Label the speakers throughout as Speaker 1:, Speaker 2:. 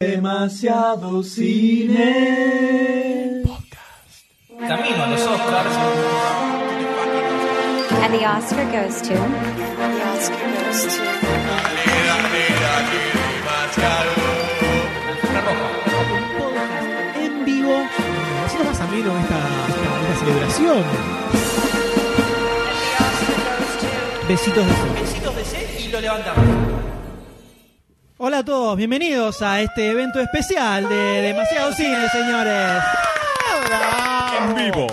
Speaker 1: Demasiado cine.
Speaker 2: Camino a los Oscars.
Speaker 3: And the Oscar goes to.
Speaker 4: podcast en vivo, haciendo más ameno esta, esta, esta celebración. Besitos de sol.
Speaker 2: Besitos de C y lo levantamos.
Speaker 4: Hola a todos, bienvenidos a este evento especial de Demasiado Cine, señores.
Speaker 5: En vivo.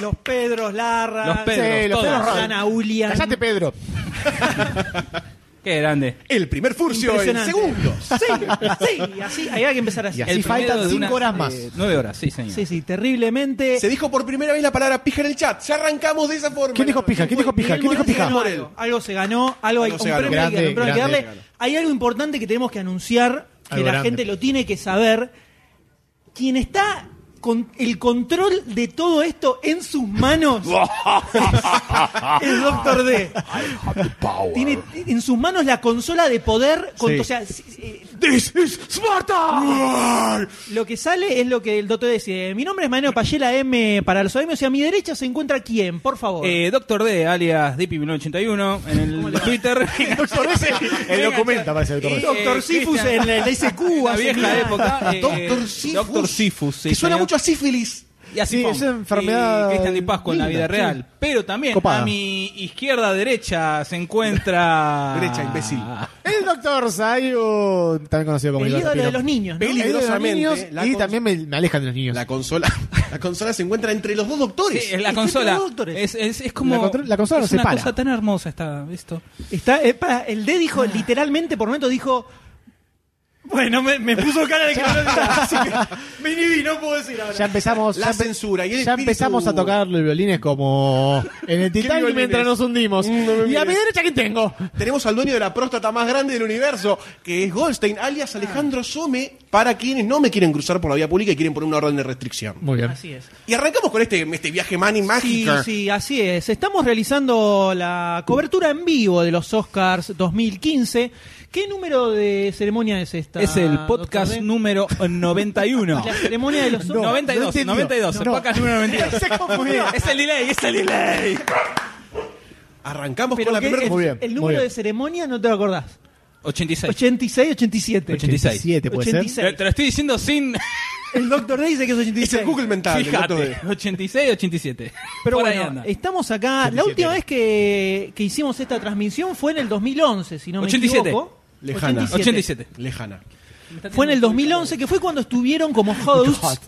Speaker 4: Los Pedros, Larra,
Speaker 5: Los Pedros,
Speaker 6: Sí, los
Speaker 5: todos.
Speaker 6: Pedros.
Speaker 4: Ana Ulian.
Speaker 6: Cállate, Pedro.
Speaker 5: Qué grande.
Speaker 6: El primer furcio en
Speaker 4: Impresionante.
Speaker 6: segundos.
Speaker 4: Sí, sí, así, ahí hay que empezar así.
Speaker 6: Y así
Speaker 5: El primero
Speaker 6: faltan
Speaker 5: de
Speaker 6: cinco
Speaker 5: unas,
Speaker 6: horas más.
Speaker 5: eh, nueve horas, sí, señor.
Speaker 4: Sí, sí, terriblemente.
Speaker 6: Se-
Speaker 7: Se dijo por primera vez la palabra pija en el chat. Ya arrancamos de esa forma.
Speaker 6: ¿Quién dijo pija? ¿Quién dijo pija?
Speaker 4: Miguel
Speaker 6: ¿Quién dijo
Speaker 4: Morales
Speaker 6: pija?
Speaker 4: ganó Algo, Algo se ganó, algo hay,
Speaker 7: Algo
Speaker 4: un
Speaker 7: se ganó.
Speaker 4: premio hay que-
Speaker 6: Grande,
Speaker 4: un premio hay que
Speaker 6: grande.
Speaker 4: darle. Hay algo importante que tenemos que anunciar, que
Speaker 6: Algo
Speaker 4: la
Speaker 6: grande.
Speaker 4: gente lo tiene que saber. Quien está con el control de todo esto en sus manos es Doctor D. Tiene en sus manos la consola de poder. con-
Speaker 6: Sí.
Speaker 4: o sea, si- eh,
Speaker 6: This is Sparta.
Speaker 4: lo que sale es lo que el Doctor D dice. Mi nombre es Mariano Payela M para los AM. O sea, a mi derecha se encuentra quién, por favor.
Speaker 5: Eh, Doctor D, alias Dippy1981, en el Twitter.
Speaker 6: Doctor ese, el documenta parece el doctor.
Speaker 4: Doctor
Speaker 5: eh,
Speaker 4: Sifus
Speaker 5: Cristian.
Speaker 4: en la, la ICQ.
Speaker 5: La
Speaker 4: hace
Speaker 5: vieja
Speaker 4: mil-
Speaker 5: época. eh,
Speaker 7: Doctor Sifus.
Speaker 5: Doctor Sifus, sí,
Speaker 7: que suena
Speaker 5: señor.
Speaker 7: mucho a sífilis.
Speaker 5: Y así
Speaker 6: Sí,
Speaker 5: fue.
Speaker 6: es una enfermedad
Speaker 5: Y Cristian Di Pascua en la vida
Speaker 6: linda,
Speaker 5: real.
Speaker 6: sí.
Speaker 5: Pero también
Speaker 6: Copada.
Speaker 5: a mi izquierda-derecha se encuentra.
Speaker 7: Derecha, imbécil.
Speaker 6: El doctor Sayo, también conocido como
Speaker 4: El
Speaker 6: Igor
Speaker 4: ídolo de
Speaker 6: Zapiro.
Speaker 4: los niños, ¿no? Eh,
Speaker 7: Peli-
Speaker 6: El ídolo de los
Speaker 7: Peligrosamente,
Speaker 6: niños
Speaker 7: la
Speaker 6: y
Speaker 7: cons-
Speaker 6: también me, me alejan de los niños.
Speaker 7: La consola, la consola se encuentra entre los dos doctores.
Speaker 5: Sí, es Eh, la
Speaker 4: Está
Speaker 5: consola.
Speaker 4: todo doctor.
Speaker 5: Es, es, es como.
Speaker 6: La contro- la consola
Speaker 5: es
Speaker 6: nos
Speaker 5: una
Speaker 6: separa.
Speaker 5: cosa tan hermosa está, ¿visto?
Speaker 4: Está, eh, para, el D dijo, literalmente, por momento dijo. Bueno, me, me puso cara de que no lo diga, así que me inhibí, no puedo decir ahora.
Speaker 6: Ya empezamos,
Speaker 7: La
Speaker 6: ya empe-
Speaker 7: censura y el
Speaker 6: ya
Speaker 7: espíritu-
Speaker 6: empezamos a tocar los violines como en el Titanic
Speaker 7: violines?
Speaker 6: mientras nos hundimos.
Speaker 7: Mm, no me
Speaker 6: y a mi
Speaker 7: mires.
Speaker 6: derecha quién tengo?
Speaker 7: Tenemos al dueño de la próstata más grande del universo, que es Goldstein, alias Alejandro Some, para quienes no me quieren cruzar por la vía pública y quieren poner una orden de restricción.
Speaker 6: Muy bien.
Speaker 4: Así es.
Speaker 7: Y arrancamos con este, este viaje mani
Speaker 4: Sí,
Speaker 7: mágico.
Speaker 4: sí, así es. Estamos realizando la cobertura en vivo de los Oscars 2015. ¿Qué número de ceremonia es esta?
Speaker 5: es el podcast
Speaker 4: doctor D?
Speaker 5: número 91.
Speaker 4: La ceremonia de los
Speaker 6: No,
Speaker 4: Oscars.
Speaker 5: 92,
Speaker 6: entendió.
Speaker 5: 92, el
Speaker 6: No.
Speaker 5: podcast número 92.
Speaker 6: Se confundió.
Speaker 5: es el delay, es el delay.
Speaker 7: Arrancamos
Speaker 4: Pero
Speaker 7: con la
Speaker 4: que
Speaker 7: primera.
Speaker 4: el,
Speaker 6: Muy bien,
Speaker 4: el
Speaker 6: muy
Speaker 4: número
Speaker 6: bien.
Speaker 4: de ceremonia no te lo acordás.
Speaker 5: 86.
Speaker 4: 86, 87.
Speaker 5: 86.
Speaker 6: 87 puede ser.
Speaker 4: 86.
Speaker 5: Te, te lo estoy diciendo sin.
Speaker 4: El doctor D dice que es 86.
Speaker 7: Es el Google mental. del doctor
Speaker 5: Fíjate.
Speaker 7: D.
Speaker 5: 86, 87.
Speaker 4: Pero
Speaker 5: Por ahí
Speaker 4: bueno,
Speaker 5: anda.
Speaker 4: estamos acá. La
Speaker 6: 87.
Speaker 4: última vez que, que hicimos esta transmisión fue en el 2011, si no me
Speaker 5: 87.
Speaker 4: equivoco.
Speaker 7: Lejana.
Speaker 5: 87.
Speaker 7: Lejana.
Speaker 4: Fue en el 2011, que fue cuando estuvieron como hosts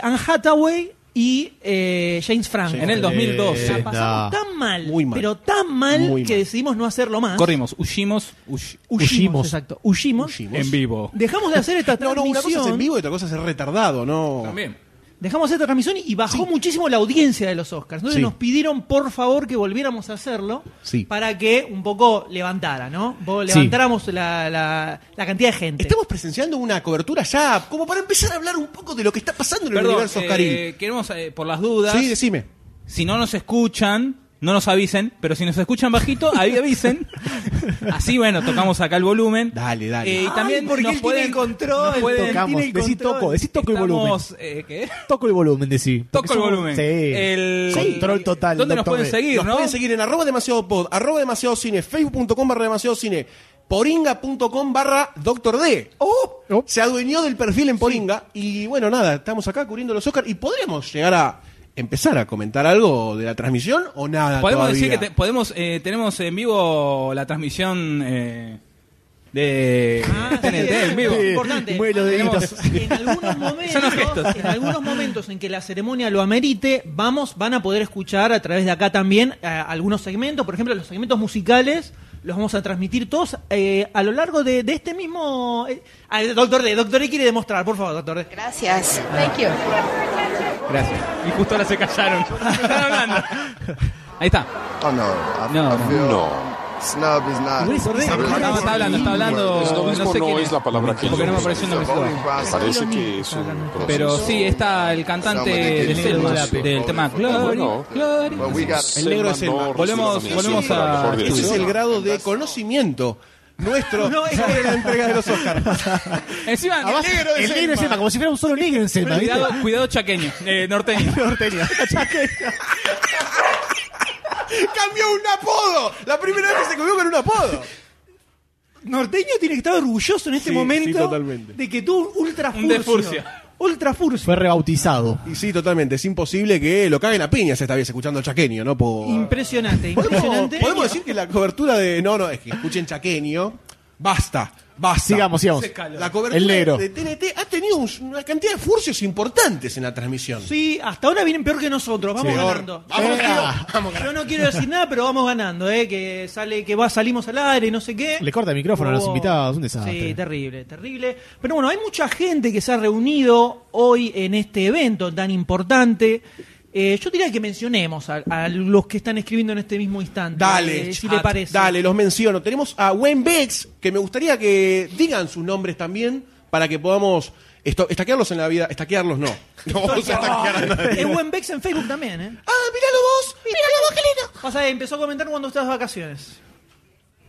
Speaker 4: Anne Hathaway y eh, James Franco.
Speaker 5: En el 2002.
Speaker 6: Eh,
Speaker 4: La pasamos
Speaker 6: no.
Speaker 4: tan mal,
Speaker 7: Muy mal.
Speaker 4: pero tan mal
Speaker 7: Muy
Speaker 4: que
Speaker 7: mal.
Speaker 4: decidimos no hacerlo más.
Speaker 5: Corrimos, huyimos, huy-
Speaker 4: Huyimos,
Speaker 6: Huyimos.
Speaker 4: exacto. Huyimos.
Speaker 7: Huyimos.
Speaker 5: en vivo.
Speaker 4: Dejamos de hacer esta
Speaker 7: No, no,
Speaker 4: transmisión.
Speaker 7: una cosa es en vivo y otra cosa es retardado, ¿no?
Speaker 5: También.
Speaker 4: Dejamos esta transmisión y bajó muchísimo la audiencia de los Oscars. Entonces
Speaker 7: Sí.
Speaker 4: nos pidieron por favor que volviéramos a hacerlo
Speaker 7: Sí.
Speaker 4: para que un poco levantara, ¿no? Un poco Levantáramos la, la- la cantidad de gente.
Speaker 7: Estamos presenciando una cobertura ya, como para empezar a hablar un poco de lo que está pasando en el
Speaker 5: Perdón,
Speaker 7: universo
Speaker 5: eh,
Speaker 7: Oscarín.
Speaker 5: queremos, eh, por las dudas,
Speaker 7: Sí, decime.
Speaker 5: si no nos escuchan, no nos avisen, pero si nos escuchan bajito, ahí avisen. Así, bueno, tocamos acá el volumen.
Speaker 7: Dale, dale.
Speaker 5: Eh, y
Speaker 4: Ay,
Speaker 5: también
Speaker 4: porque
Speaker 5: nos
Speaker 4: él tiene
Speaker 5: pueden,
Speaker 4: el control,
Speaker 5: nos pueden-
Speaker 4: toca-
Speaker 6: Tocamos,
Speaker 4: tiene el
Speaker 6: decí
Speaker 4: control.
Speaker 6: toco, decí toco y volumen.
Speaker 5: estamos, eh, ¿qué?
Speaker 6: Toco el volumen, decí. Porque
Speaker 5: Toco el
Speaker 6: somos-
Speaker 5: volumen.
Speaker 6: Sí.
Speaker 5: El,
Speaker 6: Control total.
Speaker 5: ¿Dónde nos
Speaker 6: doctor
Speaker 5: pueden
Speaker 6: D.
Speaker 5: seguir,
Speaker 7: Nos
Speaker 5: no?
Speaker 7: pueden seguir en arroba demasiado pod, arroba demasiado cine, facebook.com barra demasiado cine, poringa.com barra doctor D. Oh,
Speaker 6: Oh.
Speaker 7: Se adueñó del perfil en Poringa y bueno, nada, estamos acá cubriendo los Oscar y podríamos llegar a empezar a comentar algo de la transmisión o nada.
Speaker 5: Podemos
Speaker 7: todavía?
Speaker 5: decir que te- podemos, eh, tenemos en vivo la transmisión eh, de
Speaker 4: Ah, sí,
Speaker 5: TNT en vivo.
Speaker 4: es importante. Ah,
Speaker 6: Mueve los deditos.
Speaker 4: En algunos momentos,
Speaker 5: Son los gestos.
Speaker 4: en algunos momentos en que la ceremonia lo amerite, vamos, van a poder escuchar a través de acá también eh, algunos segmentos, por ejemplo, los segmentos musicales. Los vamos a transmitir todos eh, a lo largo de, de este mismo. eh, ah, doctor D, Doctor D quiere demostrar, por favor, Doctor D.
Speaker 8: Gracias. Thank you.
Speaker 5: Gracias. Y justo ahora se callaron. Están hablando. Ahí está.
Speaker 9: Oh no, I,
Speaker 5: No,
Speaker 9: I
Speaker 5: no.
Speaker 9: feel snub is not.
Speaker 4: Igual es horrible.
Speaker 9: Snub is
Speaker 5: Está hablando,
Speaker 9: not-
Speaker 5: está hablando, está hablando.
Speaker 10: Es lo mismo,
Speaker 5: sé
Speaker 10: no
Speaker 5: quién
Speaker 10: es la palabra que
Speaker 5: Porque
Speaker 10: yo
Speaker 5: no me
Speaker 10: uso.
Speaker 5: apareció el nombre.
Speaker 9: The only process-
Speaker 10: Parece que es un proceso.
Speaker 5: Pero sí, está el cantante del, Selma, del tema Glory.
Speaker 10: Bueno.
Speaker 5: Glory.
Speaker 9: But we got
Speaker 7: negro es
Speaker 10: Selma
Speaker 7: Selma.
Speaker 10: no
Speaker 5: Volvemos-
Speaker 10: recibe
Speaker 5: volvemos
Speaker 10: la
Speaker 5: a-
Speaker 10: mejor
Speaker 7: Ese es
Speaker 10: dirección.
Speaker 7: el grado de conocimiento nuestro
Speaker 4: No, es-
Speaker 7: sobre la entrega de los Oscars.
Speaker 5: Encima,
Speaker 6: Además,
Speaker 5: el negro
Speaker 6: el
Speaker 5: es
Speaker 6: negro es Selma, como si fuera un solo negro en Selma, ¿viste?
Speaker 5: Cuidado, cuidado chaqueño, eh, norteño.
Speaker 6: Norteño.
Speaker 7: ¡Cambió un apodo! La primera vez que se comió con un apodo.
Speaker 4: Norteño tiene que estar orgulloso en este
Speaker 7: Sí,
Speaker 4: momento
Speaker 7: sí, totalmente.
Speaker 4: de que tuvo un
Speaker 5: Un de
Speaker 4: ultrafurcio.
Speaker 5: furcio.
Speaker 4: ultrafurcio.
Speaker 6: Fue rebautizado.
Speaker 7: Y sí, totalmente. Es imposible que lo caguen a piñas esta vez escuchando chaqueño, ¿no? Por...
Speaker 4: Impresionante,
Speaker 7: ¿Podemos,
Speaker 4: impresionante.
Speaker 7: podemos decir que la cobertura de. No, no, es que escuchen chaqueño. Basta, basta.
Speaker 6: Sigamos, sigamos.
Speaker 7: La cobertura
Speaker 6: El negro.
Speaker 7: de TNT ha tenido un- una cantidad de furcios importantes en la transmisión.
Speaker 4: Sí, hasta ahora vienen peor que nosotros, vamos
Speaker 7: Sí.
Speaker 4: ganando.
Speaker 7: Vamos,
Speaker 4: Yo-
Speaker 7: tío, vamos,
Speaker 4: Yo no quiero decir nada, pero vamos ganando, eh, que sale, que va, salimos al aire y no sé qué.
Speaker 6: Le corta el micrófono a los invitados, un desastre.
Speaker 4: Sí, terrible, terrible. Pero bueno, hay mucha gente que se ha reunido hoy en este evento tan importante. Eh, yo diría que mencionemos a, a los que están escribiendo en este mismo instante.
Speaker 7: Dale,
Speaker 4: eh, si
Speaker 7: chat,
Speaker 4: le parece.
Speaker 7: dale, los menciono. Tenemos a Wayne Bex, que me gustaría que digan sus nombres también para que podamos esto- estaquearlos en la vida. Estaquearlos no. No vamos a estaquear a nadie.
Speaker 4: Es buen Bex en Facebook también, ¿eh?
Speaker 7: ¡Ah, míralo vos! ¡Míralo vos, qué lindo!
Speaker 4: Pasa que empezó a comentar cuando estás de vacaciones.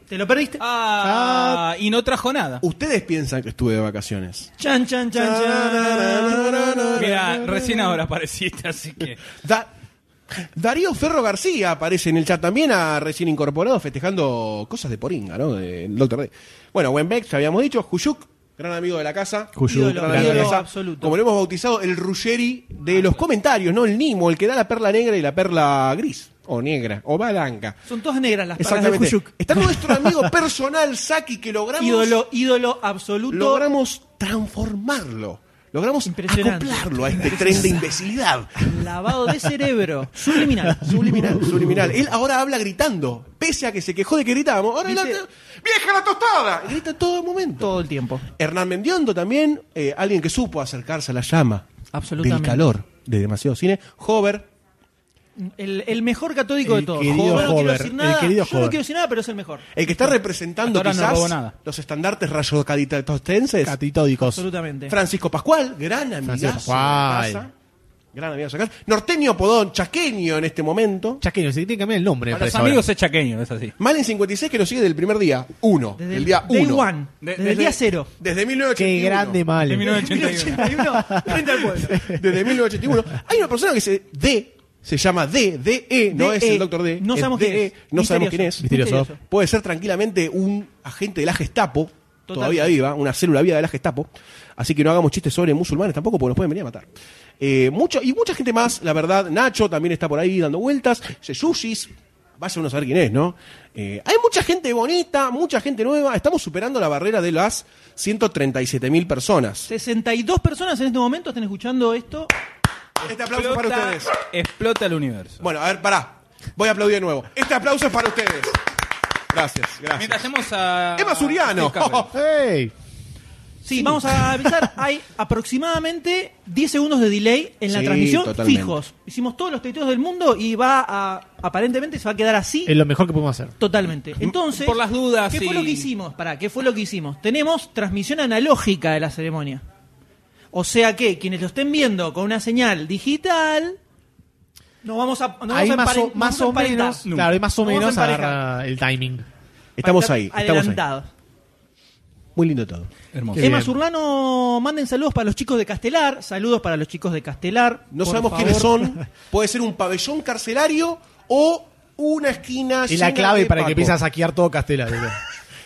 Speaker 4: ¿Te lo perdiste?
Speaker 5: Ah, y no trajo nada.
Speaker 7: Ustedes piensan que estuve de vacaciones.
Speaker 4: Chan, chan, chan, chan.
Speaker 5: Mira, recién ahora apareciste, así que.
Speaker 7: Da- Darío Ferro García aparece en el chat también, a recién incorporado, festejando cosas de Poringa, ¿no? Del Doctor D. Bueno, Wembeck, ya habíamos dicho, Juyuk, gran amigo de la casa.
Speaker 6: Juyuk,
Speaker 7: Gran
Speaker 4: ídolo,
Speaker 7: amigo de la
Speaker 4: ídolo
Speaker 7: casa.
Speaker 4: absoluto.
Speaker 7: Como lo hemos bautizado, el Ruggeri de los comentarios, ¿no? El Nimo, el que da la perla negra y la perla gris. O negra, o blanca.
Speaker 4: Son todas negras las palabras de
Speaker 7: Exactamente.
Speaker 4: Juyuk.
Speaker 7: Está nuestro amigo personal, Saki, que logramos
Speaker 4: Ídolo, ídolo absoluto.
Speaker 7: logramos transformarlo. Logramos
Speaker 4: Impresionante.
Speaker 7: acoplarlo a este tren de imbecilidad.
Speaker 4: Lavado de cerebro. Subliminal.
Speaker 7: Subliminal, subliminal. Él ahora habla gritando, pese a que se quejó de que gritábamos. Ahora él
Speaker 4: ¿Viste?
Speaker 7: habla, ¡Vieja la tostada! Grita en todo momento.
Speaker 4: Todo el tiempo.
Speaker 7: Hernán Mendiondo también, eh, alguien que supo acercarse a la llama
Speaker 4: Absolutamente.
Speaker 7: del calor de demasiado cine. Hover,
Speaker 4: El, el mejor catódico
Speaker 6: El
Speaker 4: de todos.
Speaker 6: querido
Speaker 4: Yo no quiero
Speaker 6: Hover,
Speaker 4: decir
Speaker 6: el
Speaker 4: nada.
Speaker 6: querido
Speaker 4: yo no
Speaker 6: Hover.
Speaker 4: quiero decir nada, pero es el mejor.
Speaker 7: el que está representando
Speaker 5: Hasta ahora no
Speaker 7: quizás
Speaker 5: robó nada.
Speaker 7: los estandartes rayocaditostenses.
Speaker 6: Catitódicos.
Speaker 4: Absolutamente.
Speaker 7: Francisco Pascual, gran amigazo.
Speaker 6: Francisco
Speaker 7: de la
Speaker 6: Pascual.
Speaker 7: casa. Gran amigazo acá. Norteño Podón, chaqueño en este momento.
Speaker 6: Chaqueño, se tiene que cambiar el nombre. me
Speaker 5: A los
Speaker 6: parece, ahora.
Speaker 5: amigos es chaqueño, es así.
Speaker 7: Malen 56 que lo sigue del primer día. Uno. del día
Speaker 4: day
Speaker 7: uno.
Speaker 4: one.
Speaker 5: De-
Speaker 4: desde, el
Speaker 5: desde-
Speaker 4: día cero.
Speaker 7: Desde 1981.
Speaker 6: Qué grande mal.
Speaker 5: De 1981.
Speaker 4: 1981, frente al pueblo.
Speaker 7: Desde 1981. Hay una persona que se. D. Se llama D. D. E. No
Speaker 4: D.E..
Speaker 7: es el doctor D.
Speaker 4: No
Speaker 7: es
Speaker 4: sabemos
Speaker 7: D.E..
Speaker 4: quién es.
Speaker 7: No sabemos
Speaker 4: Misterioso.
Speaker 7: quién es.
Speaker 6: Misterioso.
Speaker 7: Puede ser tranquilamente un agente de la Gestapo.
Speaker 4: Totalmente.
Speaker 7: Todavía viva, una célula viva de la Gestapo. Así que no hagamos chistes sobre musulmanes tampoco, porque nos pueden venir a matar. Eh, mucho, y mucha gente más, la verdad. Nacho también está por ahí dando vueltas. Yeyushis. Vaya uno a saber quién es, ¿no? Eh, hay mucha gente bonita, mucha gente nueva. Estamos superando la barrera de las 137.000 personas.
Speaker 4: 62 personas en este momento están escuchando esto.
Speaker 7: Este aplauso para ustedes.
Speaker 5: explota el universo.
Speaker 7: Bueno, a ver, pará. Voy a aplaudir de nuevo. Este aplauso es para ustedes. Gracias,
Speaker 5: Mientras
Speaker 7: gracias.
Speaker 5: hacemos a.
Speaker 7: Emma Suriano.
Speaker 5: a Steve Carell.
Speaker 6: ¡Ey!
Speaker 4: Sí, vamos a avisar. Hay aproximadamente 10 segundos de delay en la
Speaker 7: Sí,
Speaker 4: transmisión
Speaker 7: totalmente.
Speaker 4: fijos. Hicimos todos los teteos del mundo y va a. Aparentemente se va a quedar así.
Speaker 6: Es lo mejor que podemos hacer.
Speaker 4: Totalmente. Entonces,
Speaker 5: Por las dudas,
Speaker 4: ¿qué
Speaker 5: sí.
Speaker 4: fue lo que hicimos? Para, ¿qué fue lo que hicimos? Tenemos transmisión analógica de la ceremonia. O sea que quienes lo estén viendo con una señal digital, nos vamos a nos
Speaker 6: Ahí
Speaker 4: vamos a
Speaker 6: más o,
Speaker 4: empare- nos
Speaker 6: más o
Speaker 4: vamos a emparentar.
Speaker 6: menos, claro, ahí más o
Speaker 4: Nos vamos a
Speaker 6: menos
Speaker 4: emparejar.
Speaker 6: agarra el timing.
Speaker 7: Estamos
Speaker 4: Para
Speaker 7: ahí,
Speaker 4: estar
Speaker 7: estamos ahí.
Speaker 4: adelantados.
Speaker 7: Muy lindo todo.
Speaker 5: Hermoso.
Speaker 6: Qué
Speaker 4: Emma
Speaker 6: bien.
Speaker 4: Zurlano, manden saludos para los chicos de Castelar. Saludos para los chicos de Castelar.
Speaker 7: No
Speaker 4: por
Speaker 7: sabemos
Speaker 4: favor.
Speaker 7: quiénes son. Puede ser un pabellón carcelario o una esquina.
Speaker 6: Y la
Speaker 7: llena
Speaker 6: clave
Speaker 7: de
Speaker 6: para que
Speaker 7: Paco.
Speaker 6: empiece a saquear todo Castela.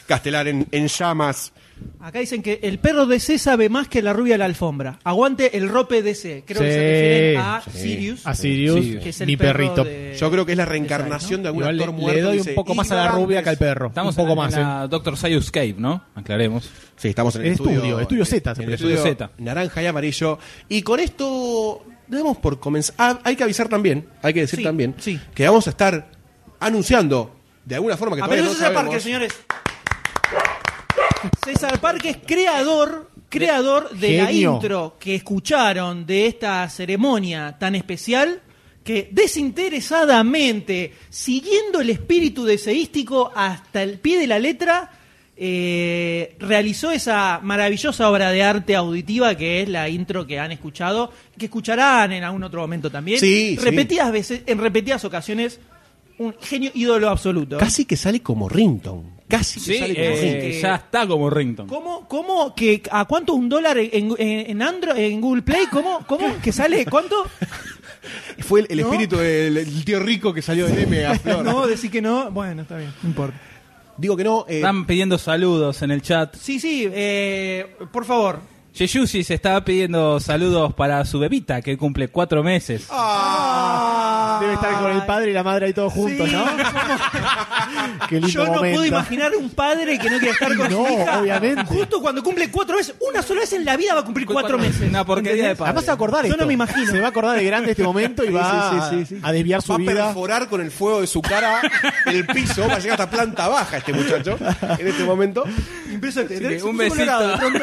Speaker 7: Castelar en, en llamas.
Speaker 4: Acá dicen que el perro de C sabe más que la rubia de la alfombra. Aguante el rope de C. Creo que se
Speaker 6: Sí.
Speaker 4: refieren a
Speaker 7: Sí.
Speaker 4: Sirius.
Speaker 6: A Sirius,
Speaker 4: que es el
Speaker 6: mi
Speaker 4: perro
Speaker 6: perrito.
Speaker 4: de-
Speaker 7: Yo creo que es la reencarnación de algún
Speaker 6: Igual le,
Speaker 7: actor muerto.
Speaker 6: le doy
Speaker 7: dice,
Speaker 6: un poco más a la rubia que al perro.
Speaker 5: Estamos
Speaker 6: un poco
Speaker 5: en,
Speaker 6: más.
Speaker 5: en
Speaker 6: ¿eh?
Speaker 5: la Doctor Sayus Cave, ¿no? Aclaremos.
Speaker 7: Sí, estamos en el,
Speaker 6: El estudio, estudio Z,
Speaker 7: en
Speaker 6: se
Speaker 7: el
Speaker 6: parece.
Speaker 7: estudio
Speaker 5: Estudio Z.
Speaker 7: Naranja y amarillo. Y con esto damos por comenzar. Ah, hay que avisar también, hay que decir
Speaker 4: Sí,
Speaker 7: también,
Speaker 4: sí.
Speaker 7: que vamos a estar anunciando de alguna forma que todavía no
Speaker 4: Apareció César
Speaker 7: sabemos.
Speaker 4: Parque, señores. César Parque es creador, creador de la
Speaker 6: Genio.
Speaker 4: intro que escucharon de esta ceremonia tan especial que desinteresadamente, siguiendo el espíritu deseístico hasta el pie de la letra, eh, realizó esa maravillosa obra de arte auditiva que es la intro que han escuchado, que escucharán en algún otro momento también.
Speaker 7: Sí, sí.
Speaker 4: repetidas veces, en repetidas ocasiones, un genio ídolo absoluto.
Speaker 7: Casi que sale como Rington. casi
Speaker 5: Sí,
Speaker 7: te sale como
Speaker 5: eh,
Speaker 7: ringtone.
Speaker 5: ya está como rington.
Speaker 4: ¿Cómo, cómo que a cuánto un dólar en, en, en Andro- en Google Play? ¿Cómo, cómo que sale cuánto?
Speaker 7: Fue el, el
Speaker 4: ¿No?
Speaker 7: espíritu del el tío rico que salió del M a Flor.
Speaker 4: No, decir que no. Bueno, está bien, no importa.
Speaker 7: Digo que no. eh,
Speaker 5: Están pidiendo saludos en el chat.
Speaker 4: Sí, sí, eh, por favor.
Speaker 5: Yeyushi se estaba pidiendo saludos para su bebita que cumple cuatro meses.
Speaker 6: Debe estar con el padre y la madre ahí todos juntos,
Speaker 4: Sí,
Speaker 6: ¿no? Qué lindo
Speaker 4: Yo no
Speaker 6: este momento.
Speaker 4: puedo imaginar un padre que no quiera estar con
Speaker 6: No,
Speaker 4: su hija.
Speaker 6: obviamente.
Speaker 4: Justo cuando cumple cuatro veces, una sola vez en la vida va a cumplir cuatro, meses.
Speaker 5: Una porquería de
Speaker 4: ¿Entendés?
Speaker 5: padre.
Speaker 6: Además se va a acordar
Speaker 4: Yo
Speaker 6: esto.
Speaker 4: no me imagino.
Speaker 6: Se va a acordar de grande este momento y
Speaker 7: Sí,
Speaker 6: va
Speaker 7: sí, sí, sí, sí.
Speaker 6: a desviar
Speaker 7: va
Speaker 6: su
Speaker 7: a
Speaker 6: vida.
Speaker 7: perforar con el fuego de su cara el piso, va a llegar hasta planta baja este muchacho en este momento.
Speaker 4: Impresionante.
Speaker 5: Así que
Speaker 4: Se
Speaker 5: un
Speaker 4: puso
Speaker 5: besito.
Speaker 4: colorado, de pronto.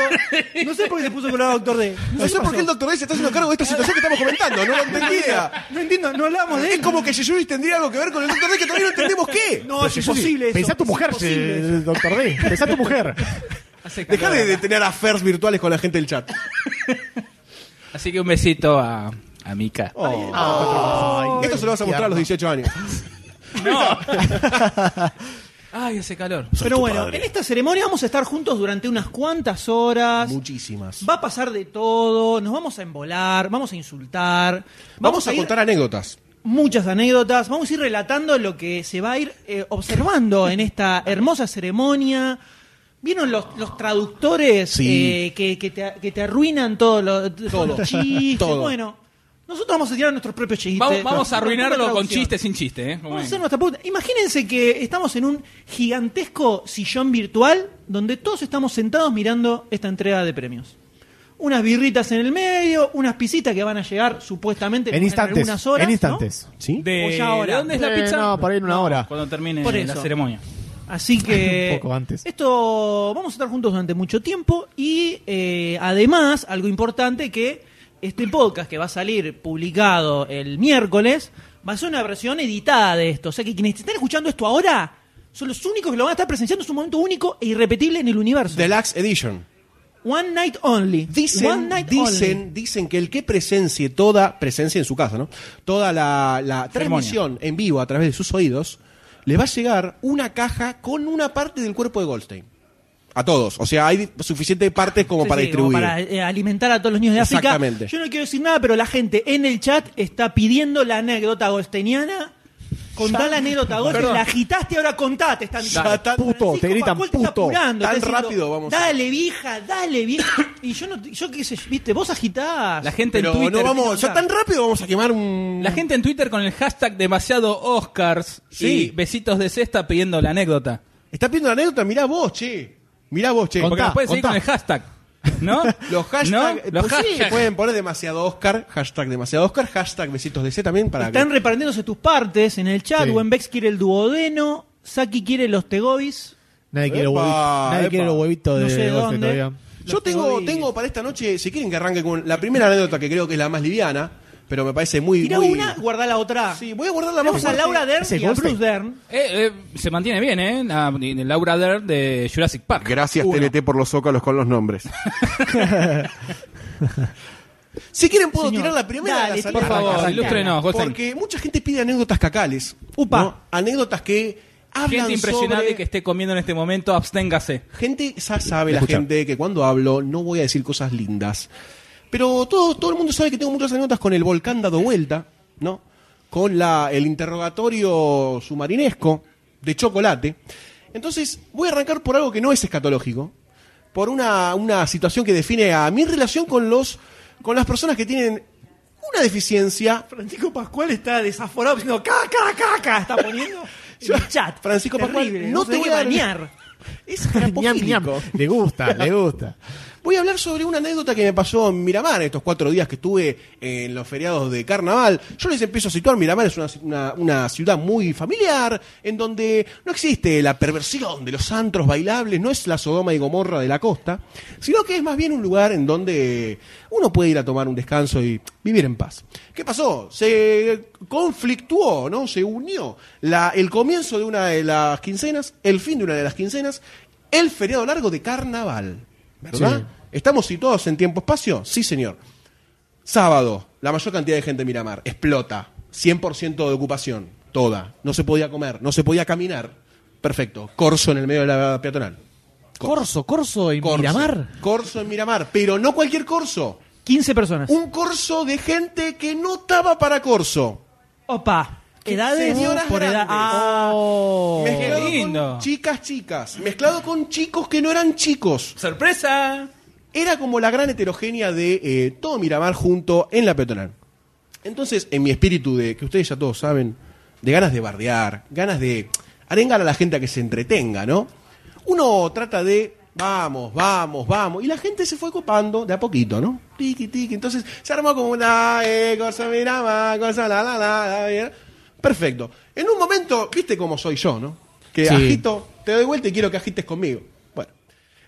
Speaker 4: no sé por qué se puso colorado doctor D.
Speaker 7: No sé por qué el doctor D se está haciendo cargo de esta situación que estamos comentando, no lo entendía.
Speaker 4: No entiendo, no hablamos de
Speaker 7: Es
Speaker 4: él.
Speaker 7: como que Yeyuris tendría algo que ver con el doctor D que todavía no entendemos qué.
Speaker 4: No,
Speaker 6: Pero
Speaker 4: es
Speaker 6: si yo sí,
Speaker 4: imposible eso.
Speaker 6: Pensá tu
Speaker 4: es
Speaker 6: mujer,
Speaker 4: imposible eso.
Speaker 6: eh, doctor D. Pensá tu mujer.
Speaker 5: Hace
Speaker 7: Deja
Speaker 5: calor
Speaker 7: de,
Speaker 5: acá.
Speaker 7: de tener affairs virtuales con la gente del chat.
Speaker 5: Así que un besito a, a Mika.
Speaker 7: Esto se lo vas a mostrar a los 18 años.
Speaker 5: ¡No! ¡Ay, hace calor!
Speaker 4: Pero bueno, en esta ceremonia vamos a estar juntos durante unas cuantas horas.
Speaker 7: Muchísimas.
Speaker 4: Va a pasar de todo, nos vamos a embolar, vamos a insultar, vamos,
Speaker 7: Vamos a
Speaker 4: ir
Speaker 7: contar anécdotas.
Speaker 4: muchas anécdotas, vamos a ir relatando lo que se va a ir eh, observando en esta hermosa ceremonia. ¿Vieron los, los traductores
Speaker 7: Sí.
Speaker 4: eh, que, que te, que te arruinan todo lo, todos los chistes?
Speaker 7: todo.
Speaker 4: Bueno, nosotros vamos a tirar nuestros propios chistes.
Speaker 5: Vamos, vamos a
Speaker 4: Nuestra propia
Speaker 5: arruinarlo con
Speaker 4: traducción.
Speaker 5: chiste sin chiste, ¿eh?
Speaker 4: Vamos a hacer nuestra puta- Imagínense que estamos en un gigantesco sillón virtual donde todos estamos sentados mirando esta entrega de premios. Unas birritas en el medio, unas pisitas que van a llegar supuestamente
Speaker 6: En instantes.
Speaker 4: algunas horas.
Speaker 6: en
Speaker 4: ¿no?
Speaker 6: instantes.
Speaker 7: ¿Sí?
Speaker 5: De,
Speaker 4: O ya ahora.
Speaker 5: ¿de dónde es la
Speaker 6: Eh,
Speaker 5: pizza?
Speaker 6: No, por ahí en una hora.
Speaker 5: Cuando termine
Speaker 4: Por
Speaker 5: la
Speaker 4: eso.
Speaker 5: ceremonia.
Speaker 4: Así que
Speaker 6: Un poco antes.
Speaker 4: esto vamos a estar juntos durante mucho tiempo y eh, además algo importante que este podcast que va a salir publicado el miércoles va a ser una versión editada de esto. O sea que quienes están escuchando esto ahora son los únicos que lo van a estar presenciando. Es un momento único e irrepetible en el universo.
Speaker 7: Deluxe Edition.
Speaker 4: One night only. One
Speaker 7: Dicen,
Speaker 4: night only.
Speaker 7: dicen, dicen que el que presencie toda, presencia en su casa, ¿no? Toda la, la transmisión en vivo a través de sus oídos, le va a llegar una caja con una parte del cuerpo de Goldstein. A todos. O sea, hay suficiente partes como
Speaker 4: Sí,
Speaker 7: para
Speaker 4: sí,
Speaker 7: distribuir.
Speaker 4: para, eh, alimentar a todos los niños de África.
Speaker 7: Exactamente.
Speaker 4: Yo no quiero decir nada, pero la gente en el chat está pidiendo la anécdota golsteniana. Contá la anécdota Goldstein, la agitaste, ahora contate. Están diciendo.
Speaker 7: Ya, tan-
Speaker 6: puto,
Speaker 4: Francisco
Speaker 6: te gritan,
Speaker 4: Pascual te está
Speaker 6: puto.
Speaker 4: apurando, está
Speaker 7: Tan
Speaker 4: diciendo,
Speaker 7: rápido vamos.
Speaker 4: Dale, vieja, dale, vieja. Y yo no, yo qué sé, viste, vos agitás.
Speaker 5: La gente
Speaker 7: Pero
Speaker 5: en Twitter.
Speaker 7: no vamos,
Speaker 4: Twitter.
Speaker 7: ya tan rápido vamos a quemar un.
Speaker 5: La gente en Twitter con el hashtag demasiado Oscars
Speaker 7: Sí.
Speaker 5: y besitos de cesta pidiendo la anécdota.
Speaker 7: Está pidiendo la anécdota, mirá vos, che. Mirá vos, che.
Speaker 5: Porque
Speaker 6: Contá,
Speaker 5: nos puedes seguir
Speaker 6: contá.
Speaker 5: con el hashtag. ¿No?
Speaker 7: Los hashtags pues
Speaker 5: ¿No? Los hashtags.
Speaker 7: pueden poner demasiado Oscar, hashtag demasiado Oscar, hashtag besitos de C también para
Speaker 4: Están
Speaker 7: que-
Speaker 4: repartiéndose tus partes en el chat.
Speaker 6: Sí.
Speaker 4: Wenbex quiere el duodeno. Saki quiere los tegobis.
Speaker 6: Nadie quiere los
Speaker 7: Epa,
Speaker 6: huevitos. Nadie
Speaker 7: epa.
Speaker 6: quiere los huevitos de
Speaker 4: No sé
Speaker 6: Goldstein
Speaker 4: dónde.
Speaker 6: todavía.
Speaker 7: Yo tengo, tengo para esta noche, si quieren que arranque con la primera anécdota que creo que es la más liviana, pero me parece muy.
Speaker 4: Tira
Speaker 7: muy-
Speaker 4: una, guardá la otra.
Speaker 7: Sí, voy a guardar la más
Speaker 4: Tenemos a
Speaker 7: fuerte.
Speaker 4: Laura Dern
Speaker 6: Ese
Speaker 4: y a
Speaker 6: Goldstein.
Speaker 4: Bruce Dern.
Speaker 5: Eh, eh, se mantiene bien, ¿eh? La, de Laura Dern de Jurassic Park.
Speaker 11: Gracias
Speaker 5: Uno.
Speaker 11: TNT por los zócalos con los nombres.
Speaker 7: Si quieren, puedo
Speaker 4: Señor,
Speaker 7: tirar la primera.
Speaker 4: dale,
Speaker 7: de las
Speaker 4: tira.
Speaker 5: Por
Speaker 7: anécdotas.
Speaker 5: favor,
Speaker 4: Arranca,
Speaker 5: ilústrenos, Goldstein.
Speaker 7: Porque mucha gente pide anécdotas cacales.
Speaker 4: Upa.
Speaker 7: Anécdotas que hablan
Speaker 5: Gente impresionante
Speaker 7: sobre-
Speaker 5: que esté comiendo en este momento, absténgase.
Speaker 7: Gente, ya sabe la
Speaker 11: Escucha.
Speaker 7: gente que cuando hablo no voy a decir cosas lindas. Pero todo, todo el mundo sabe que tengo muchas anécdotas con el volcán dado vuelta, ¿no? Con la, el interrogatorio submarinesco de chocolate. Entonces, voy a arrancar por algo que no es escatológico. Por una, una situación que define a mi relación con los con las personas que tienen una deficiencia.
Speaker 4: Francisco Pascual está desaforado diciendo caca, caca, está poniendo en el chat.
Speaker 7: Francisco Pascual,
Speaker 4: Terrible,
Speaker 7: no
Speaker 4: se
Speaker 7: te
Speaker 4: debe
Speaker 7: voy a dar-
Speaker 4: bañar.
Speaker 7: Es
Speaker 6: Ñam, ñam.
Speaker 7: grapofílico.
Speaker 6: Le gusta, le gusta.
Speaker 7: Voy a hablar sobre una anécdota que me pasó en Miramar estos cuatro días que estuve en los feriados de carnaval. Yo les empiezo a situar, Miramar es una, una- una ciudad muy familiar, en donde no existe la perversión de los antros bailables, no es la Sodoma y Gomorra de la costa, sino que es más bien un lugar en donde uno puede ir a tomar un descanso y vivir en paz. ¿Qué pasó? Se conflictuó, ¿no? Se unió la- el comienzo de una de las quincenas, el fin de una de las quincenas, el feriado largo de carnaval. ¿Verdad?
Speaker 6: Sí.
Speaker 7: ¿Estamos situados en tiempo-espacio? Sí, señor. Sábado, la mayor cantidad de gente en Miramar. Explota. 100% de ocupación. Toda. No se podía comer, no se podía caminar. Perfecto. Corso en el medio de la peatonal.
Speaker 6: Corso, Corso y
Speaker 7: Corso.
Speaker 6: Miramar.
Speaker 7: Corso en Miramar. Pero no cualquier corso.
Speaker 4: 15 personas.
Speaker 7: Un corso de gente que no estaba para corso.
Speaker 4: Opa. Edades
Speaker 7: señoras
Speaker 4: por edad.
Speaker 7: grandes.
Speaker 4: Ah,
Speaker 6: Oh.
Speaker 7: Mezclado con
Speaker 5: lindo.
Speaker 7: chicas, chicas. Mezclado con chicos que no eran chicos.
Speaker 5: ¡Sorpresa!
Speaker 7: era como la gran heterogénea de eh, todo Miramar junto en la peatonal. Entonces, en mi espíritu de que ustedes ya todos saben, de ganas de bardear, ganas de arengar a la gente a que se entretenga, ¿no? Uno trata de vamos, vamos, vamos, y la gente se fue copando de a poquito, ¿no? Tiki, tiki. Entonces se armó como una eh, cosa Miramar, cosa la la la, la, la. Perfecto. En un momento, viste cómo soy yo, ¿no? Que
Speaker 6: Sí.
Speaker 7: agito, te doy vuelta y quiero que agites conmigo. Bueno.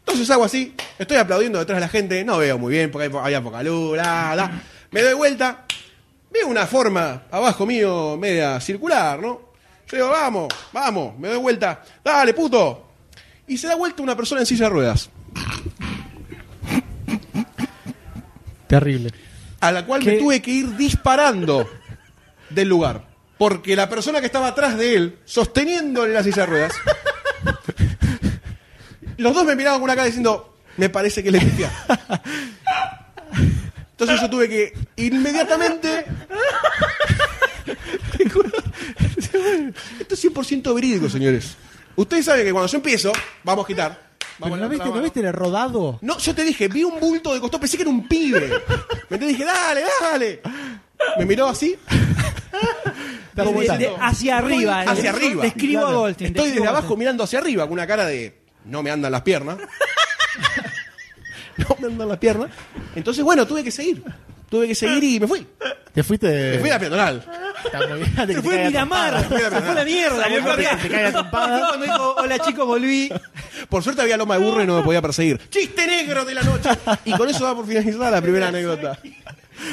Speaker 7: Entonces hago así, estoy aplaudiendo detrás de la gente, no veo muy bien porque hay po- había poca luz, la, la. me doy vuelta, veo una forma abajo mío media circular, ¿no? Yo digo, vamos, vamos, me doy vuelta, dale, puto. Y se da vuelta una persona en silla de ruedas,
Speaker 6: Terrible.
Speaker 7: a la cual me
Speaker 6: ¿Qué?
Speaker 7: tuve que ir disparando del lugar, porque la persona que estaba atrás de él, sosteniendo en la silla de ruedas, los dos me miraban con una cara diciendo, me parece que le pifia. Entonces yo tuve que inmediatamente. Te juro. Esto es 100% verídico, señores. Ustedes saben que cuando yo empiezo, vamos a quitar.
Speaker 6: Pero
Speaker 7: Vamos a
Speaker 6: ¿No
Speaker 7: levantar
Speaker 6: viste,
Speaker 7: la
Speaker 6: ¿No
Speaker 7: mano.
Speaker 6: viste el rodado?
Speaker 7: No, yo te dije, vi un bulto de costado, pensé que era un pibe. Me te dije, dale, dale. Me miró así.
Speaker 6: Da
Speaker 4: de-
Speaker 6: vuelta.
Speaker 4: de- hacia arriba.
Speaker 7: Hacia
Speaker 4: eh.
Speaker 7: arriba.
Speaker 4: Te escribo
Speaker 6: Claro.
Speaker 4: a Goldstein. te
Speaker 7: Estoy desde
Speaker 4: escribo a
Speaker 7: abajo mirando hacia arriba con una cara de no me andan las piernas. no me andan las piernas. Entonces, bueno, tuve que seguir. Tuve que seguir y me fui.
Speaker 6: Te fuiste.
Speaker 7: Me fui a la peatonal.
Speaker 6: Está muy bien,
Speaker 4: Goldstein.
Speaker 6: te
Speaker 4: Se fue
Speaker 6: caiga
Speaker 4: a
Speaker 6: la
Speaker 4: Miramar.
Speaker 6: trompada.
Speaker 4: Se fue a la mierda.
Speaker 6: Salió
Speaker 4: boludo.
Speaker 6: corriendo, te cae la trompada.
Speaker 4: No, no dijo, hola chicos, volví.
Speaker 7: Por suerte había loma de burro y no me podía perseguir. ¡Chiste negro de la noche! Y con eso va por finalizada la primera anécdota.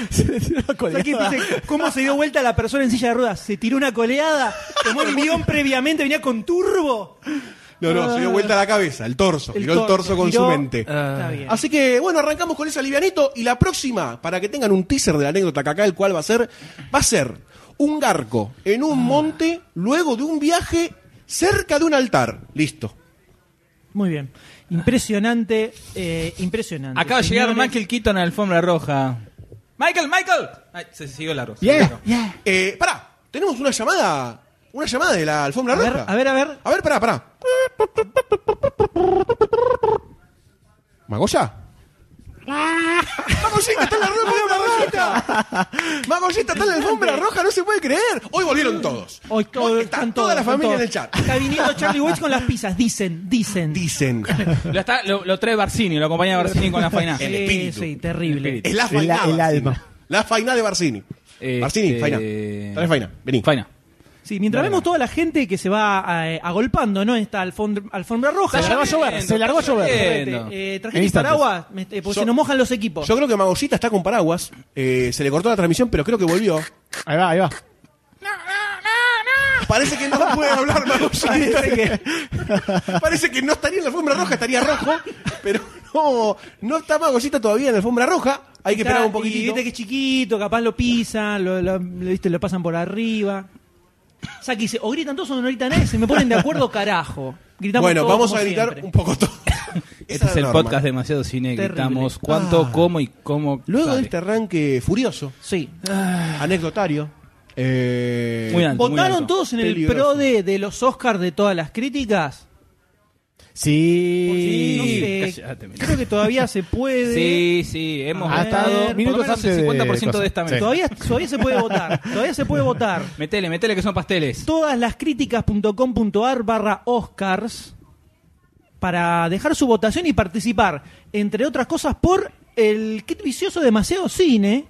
Speaker 6: Se le tiró la
Speaker 4: Aquí
Speaker 6: colgada.
Speaker 4: dice, ¿Cómo se dio vuelta la persona en silla de ruedas? ¿Se tiró una coleada? ¿Tomó el guión previamente? ¿Venía con turbo?
Speaker 7: No, no, se dio vuelta la cabeza, el torso. giró el torso con
Speaker 4: giró.
Speaker 7: su mente.
Speaker 4: Ah. Está bien.
Speaker 7: Así que, bueno, arrancamos con esa livianito. Y la próxima, para que tengan un teaser de la anécdota que acá, el cual va a ser, va a ser un garco en
Speaker 4: Ah.
Speaker 7: un monte luego de un viaje cerca de un altar. Listo.
Speaker 4: Muy bien. Impresionante, eh, impresionante.
Speaker 5: Acaba de llegar
Speaker 4: señores.
Speaker 5: Michael Keaton a la alfombra roja. ¡Michael, Michael! Ay, se siguió largo. se siguió
Speaker 6: Yeah,
Speaker 5: largo.
Speaker 6: yeah.
Speaker 7: Eh, pará, tenemos una llamada. Una llamada de la alfombra
Speaker 4: A ver,
Speaker 7: roja.
Speaker 4: a ver, a ver.
Speaker 7: A ver, pará, pará. ¿Magoya? ¡Magoyita está en la alfombra roja! ¡Magoyita está en la alfombra roja! ¡No se puede creer! Hoy volvieron todos.
Speaker 4: Hoy todo-
Speaker 7: está
Speaker 4: están
Speaker 7: toda la
Speaker 4: todos,
Speaker 7: familia
Speaker 4: están
Speaker 7: en el chat.
Speaker 4: todos. Está viniendo Charlie Watts con las pizzas, dicen, dicen.
Speaker 7: Dicen.
Speaker 5: Lo, está- lo- lo trae Barcini, lo acompaña Barcini con la faena.
Speaker 7: El
Speaker 4: Sí,
Speaker 7: espíritu.
Speaker 4: Sí, terrible.
Speaker 5: El espíritu.
Speaker 7: Es la
Speaker 6: El-
Speaker 7: faina.
Speaker 6: el
Speaker 7: Barcini.
Speaker 6: alma.
Speaker 7: La faina de Barcini.
Speaker 5: Este-
Speaker 7: Barcini, faina. Trae faina. Vení.
Speaker 5: Faena.
Speaker 4: Sí, mientras vemos toda la gente que se va eh, agolpando, ¿no? En Esta alfombra, alfombra roja.
Speaker 5: Está
Speaker 6: Se largó a llover,
Speaker 5: lloviendo,
Speaker 6: se largó a
Speaker 5: está
Speaker 6: llover.
Speaker 5: lloviendo.
Speaker 4: Eh,
Speaker 6: En
Speaker 4: ¿Trajiste
Speaker 6: instantes.
Speaker 4: paraguas? Me- eh, porque
Speaker 7: Yo-
Speaker 4: se nos mojan los equipos.
Speaker 7: Yo creo que Magoyita está con paraguas. Eh, se le cortó la transmisión, pero creo que volvió.
Speaker 6: Ahí va, ahí va.
Speaker 7: Parece que no puede hablar Magoyita. Parece que, no estaría en la alfombra roja, estaría rojo. Pero no, no está Magoyita todavía en la alfombra roja. Hay que
Speaker 4: Está-
Speaker 7: esperar un
Speaker 4: Y
Speaker 7: poquitito.
Speaker 4: viste que es chiquito, capaz lo pisan, lo, lo- lo- viste, lo pasan por arriba. Saki dice, o gritan todos o no gritan nadie, se me ponen de acuerdo, carajo. Gritamos
Speaker 7: Bueno,
Speaker 4: todos
Speaker 7: vamos
Speaker 4: como
Speaker 7: a gritar
Speaker 4: siempre.
Speaker 7: un poco todo. Esa
Speaker 5: Este es el
Speaker 7: la norma.
Speaker 5: podcast Demasiado Cine.
Speaker 4: Terrible.
Speaker 5: Gritamos cuánto, cómo y cómo.
Speaker 7: Luego de
Speaker 5: sale.
Speaker 7: este arranque furioso,
Speaker 4: Sí.
Speaker 7: anecdotario, eh,
Speaker 5: Muy alto, muy
Speaker 4: ¿Votaron
Speaker 5: alto.
Speaker 4: todos en el
Speaker 7: Peligroso.
Speaker 4: pro de, de los Oscars de todas las críticas? Eh,
Speaker 6: Sí.
Speaker 4: No sé,
Speaker 5: cállate, mira.
Speaker 4: creo que todavía se puede.
Speaker 5: Sí, sí, hemos
Speaker 4: A
Speaker 5: gastado
Speaker 4: ver,
Speaker 5: por lo
Speaker 6: minutos
Speaker 5: menos
Speaker 6: hace de
Speaker 5: el 50% de,
Speaker 6: cosas.
Speaker 5: esta
Speaker 6: Sí.
Speaker 5: mesa.
Speaker 4: Todavía, todavía se puede votar. Todavía se puede votar.
Speaker 5: Metele, metele que son pasteles.
Speaker 4: Todas las barra Oscars para dejar su votación y participar, entre otras cosas, por el kit vicioso Demasiado Cine,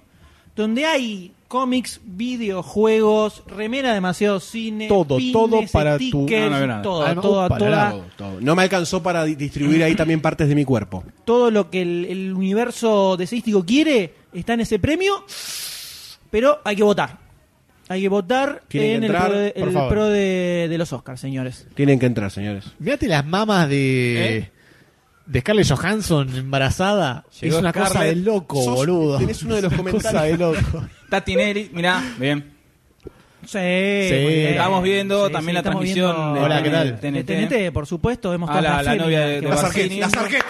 Speaker 4: donde hay cómics, videojuegos, remera Demasiado Cine,
Speaker 6: Todo,
Speaker 4: pines,
Speaker 6: todo para tu-
Speaker 4: stickers,
Speaker 5: No, no veo nada.
Speaker 4: todo,
Speaker 6: Además,
Speaker 4: todo,
Speaker 6: upa, la
Speaker 4: toda-
Speaker 6: lavo.
Speaker 7: todo. No me alcanzó para di- distribuir ahí también partes de mi cuerpo.
Speaker 4: todo lo que el, el universo deseístico quiere está en ese premio, pero hay que votar. Hay que votar
Speaker 7: Tienen que
Speaker 4: en
Speaker 7: entrar,
Speaker 4: el pro, de,
Speaker 6: por
Speaker 4: el
Speaker 6: favor.
Speaker 4: pro de- de los Oscars, señores.
Speaker 7: Tienen que entrar, señores.
Speaker 6: Mírate las mamas de. De Scarlett Johansson embarazada.
Speaker 5: Llegó
Speaker 6: es una cosa
Speaker 5: Scarlett.
Speaker 6: de loco,
Speaker 7: Sos-
Speaker 6: boludo.
Speaker 7: tenés uno de los
Speaker 6: Es una cosa de loco.
Speaker 5: Tatinelli, mirá, bien.
Speaker 4: Sí,
Speaker 6: Sí.
Speaker 4: muy bien.
Speaker 5: Estamos viendo también la
Speaker 4: estamos
Speaker 5: transmisión
Speaker 4: viendo
Speaker 6: de Hola, ¿qué tal?
Speaker 4: de
Speaker 5: TNT.
Speaker 4: TNT, por supuesto. Hemos
Speaker 5: A
Speaker 4: estado
Speaker 5: la-
Speaker 4: en
Speaker 5: la
Speaker 4: feria
Speaker 5: novia de-
Speaker 4: que
Speaker 5: de
Speaker 4: va-
Speaker 7: Las
Speaker 5: Barcini.
Speaker 7: Arquet, las Arquet.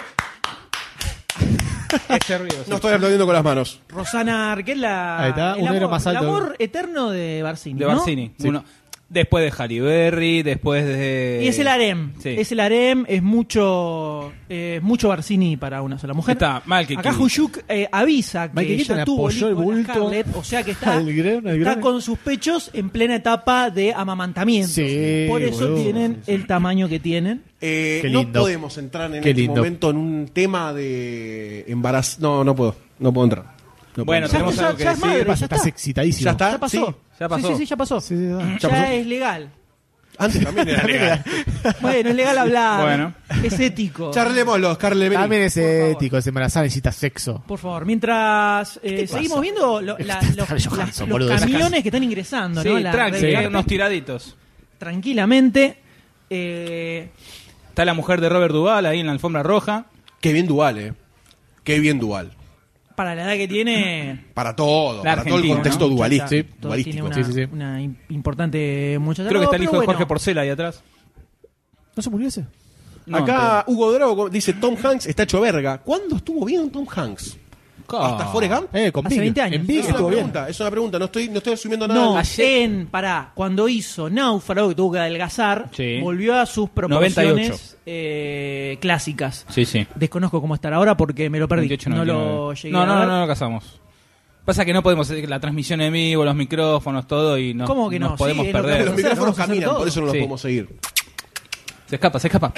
Speaker 5: Ese ruido, sí.
Speaker 7: No estoy aplaudiendo con las manos.
Speaker 4: Rosana Arquet, la,
Speaker 6: Ahí está,
Speaker 4: el,
Speaker 6: uno
Speaker 4: amor,
Speaker 6: era más alto.
Speaker 4: el amor eterno de Barcini.
Speaker 5: De
Speaker 4: ¿no?
Speaker 5: Barcini. Uno- Después de Halle Berry, después de.
Speaker 4: Y es el harem.
Speaker 5: Eh, Sí.
Speaker 4: Es el harem, es mucho eh, mucho Barcini para una sola mujer.
Speaker 5: Está, Michael
Speaker 4: Acá
Speaker 5: Keaton.
Speaker 4: Huyuk eh, avisa que
Speaker 6: Michael Keaton
Speaker 4: ya tuvo
Speaker 6: apoyó
Speaker 4: el
Speaker 6: el
Speaker 4: hijo de
Speaker 6: bulto
Speaker 4: Scarlett, o sea que está,
Speaker 6: al grano, al
Speaker 4: está
Speaker 6: grano.
Speaker 4: con sus pechos en plena etapa de amamantamiento.
Speaker 6: Sí,
Speaker 4: Por eso
Speaker 6: boludo.
Speaker 4: tienen el tamaño que tienen.
Speaker 7: Eh,
Speaker 6: Qué
Speaker 7: no
Speaker 6: lindo.
Speaker 7: podemos entrar en
Speaker 6: Qué
Speaker 7: este
Speaker 6: lindo.
Speaker 7: momento en un tema de embarazo. No, no puedo. No puedo entrar. No puedo
Speaker 5: Bueno,
Speaker 7: entrar.
Speaker 5: tenemos
Speaker 4: ya-
Speaker 5: algo que
Speaker 4: ya es
Speaker 5: decir.
Speaker 4: madre,
Speaker 6: ¿Qué pasa?
Speaker 4: ya
Speaker 6: Estás
Speaker 4: está.
Speaker 6: excitadísimo.
Speaker 7: ¿Ya está?
Speaker 4: Ya pasó.
Speaker 7: Sí.
Speaker 5: Ya pasó.
Speaker 4: Sí, sí, sí, ya pasó.
Speaker 6: Sí, sí, va.
Speaker 4: Ya,
Speaker 7: Ya pasó.
Speaker 4: es legal.
Speaker 7: Antes también era legal.
Speaker 4: Bueno, es legal hablar.
Speaker 5: Bueno.
Speaker 4: Es ético.
Speaker 7: Charlémoslo, Scarlett. vení.
Speaker 6: También es
Speaker 4: favor.
Speaker 6: ético, es embarazada, necesita sexo.
Speaker 4: Por favor, mientras eh,
Speaker 6: pasa?
Speaker 4: seguimos viendo lo- la-
Speaker 6: Está
Speaker 4: los,
Speaker 6: Scarlett
Speaker 4: las-
Speaker 6: Johansson,
Speaker 4: los
Speaker 6: boludo, esa
Speaker 4: camiones
Speaker 6: casa.
Speaker 4: que están ingresando,
Speaker 5: Sí,
Speaker 4: ¿no? La-
Speaker 5: tranqui,
Speaker 4: la-
Speaker 5: unos tiraditos.
Speaker 4: Tranquilamente. eh,
Speaker 5: Está la mujer de Robert Duval ahí en la alfombra roja.
Speaker 7: Qué bien dual, eh. Qué bien dual.
Speaker 4: para la edad que tiene.
Speaker 7: Para todo,
Speaker 5: La
Speaker 7: para todo el
Speaker 5: Argentina,
Speaker 7: contexto
Speaker 5: ¿no?
Speaker 7: dualista,
Speaker 6: Sí.
Speaker 4: todo tiene
Speaker 7: dualístico.
Speaker 4: una,
Speaker 6: Sí, sí, sí.
Speaker 4: una im- importante muchacha.
Speaker 5: Creo que
Speaker 4: No,
Speaker 5: está el
Speaker 4: pero
Speaker 5: hijo de Jorge
Speaker 4: bueno,
Speaker 5: Porcela ahí atrás.
Speaker 12: ¿No se murió ese?
Speaker 5: No,
Speaker 7: Acá Hugo Drago dice Tom Hanks está hecho verga. ¿Cuándo estuvo bien Tom Hanks?
Speaker 5: pero-
Speaker 7: ¿Hasta Forrest Gump?
Speaker 6: Eh, con
Speaker 4: Hace
Speaker 6: Big,
Speaker 4: 20 años.
Speaker 6: En
Speaker 7: Es
Speaker 6: Big
Speaker 4: Ah,
Speaker 7: una
Speaker 6: estuvo bien.
Speaker 7: pregunta, es una pregunta, no estoy, no estoy asumiendo nada.
Speaker 4: No,
Speaker 7: del-
Speaker 5: Ayer-
Speaker 4: en, pará, cuando hizo Náufrago, que tuvo que adelgazar,
Speaker 5: Sí.
Speaker 4: volvió a sus
Speaker 5: 98.
Speaker 4: proporciones eh, clásicas.
Speaker 5: Sí, sí.
Speaker 4: Desconozco cómo estará ahora porque me lo perdí.
Speaker 5: 28,
Speaker 4: no
Speaker 5: 99.
Speaker 4: lo llegué
Speaker 5: no,
Speaker 4: a
Speaker 5: no,
Speaker 4: ver.
Speaker 5: no, no lo casamos. Pasa que no podemos hacer la transmisión en vivo, los micrófonos, todo y no,
Speaker 4: ¿Cómo que no?
Speaker 5: nos podemos
Speaker 4: Sí, es lo que
Speaker 5: perder.
Speaker 7: Los
Speaker 4: vamos a hacer,
Speaker 7: micrófonos
Speaker 4: vamos a hacer
Speaker 7: caminan,
Speaker 4: todo.
Speaker 7: por eso no los
Speaker 5: Sí.
Speaker 7: podemos seguir.
Speaker 5: Se escapa, se escapa.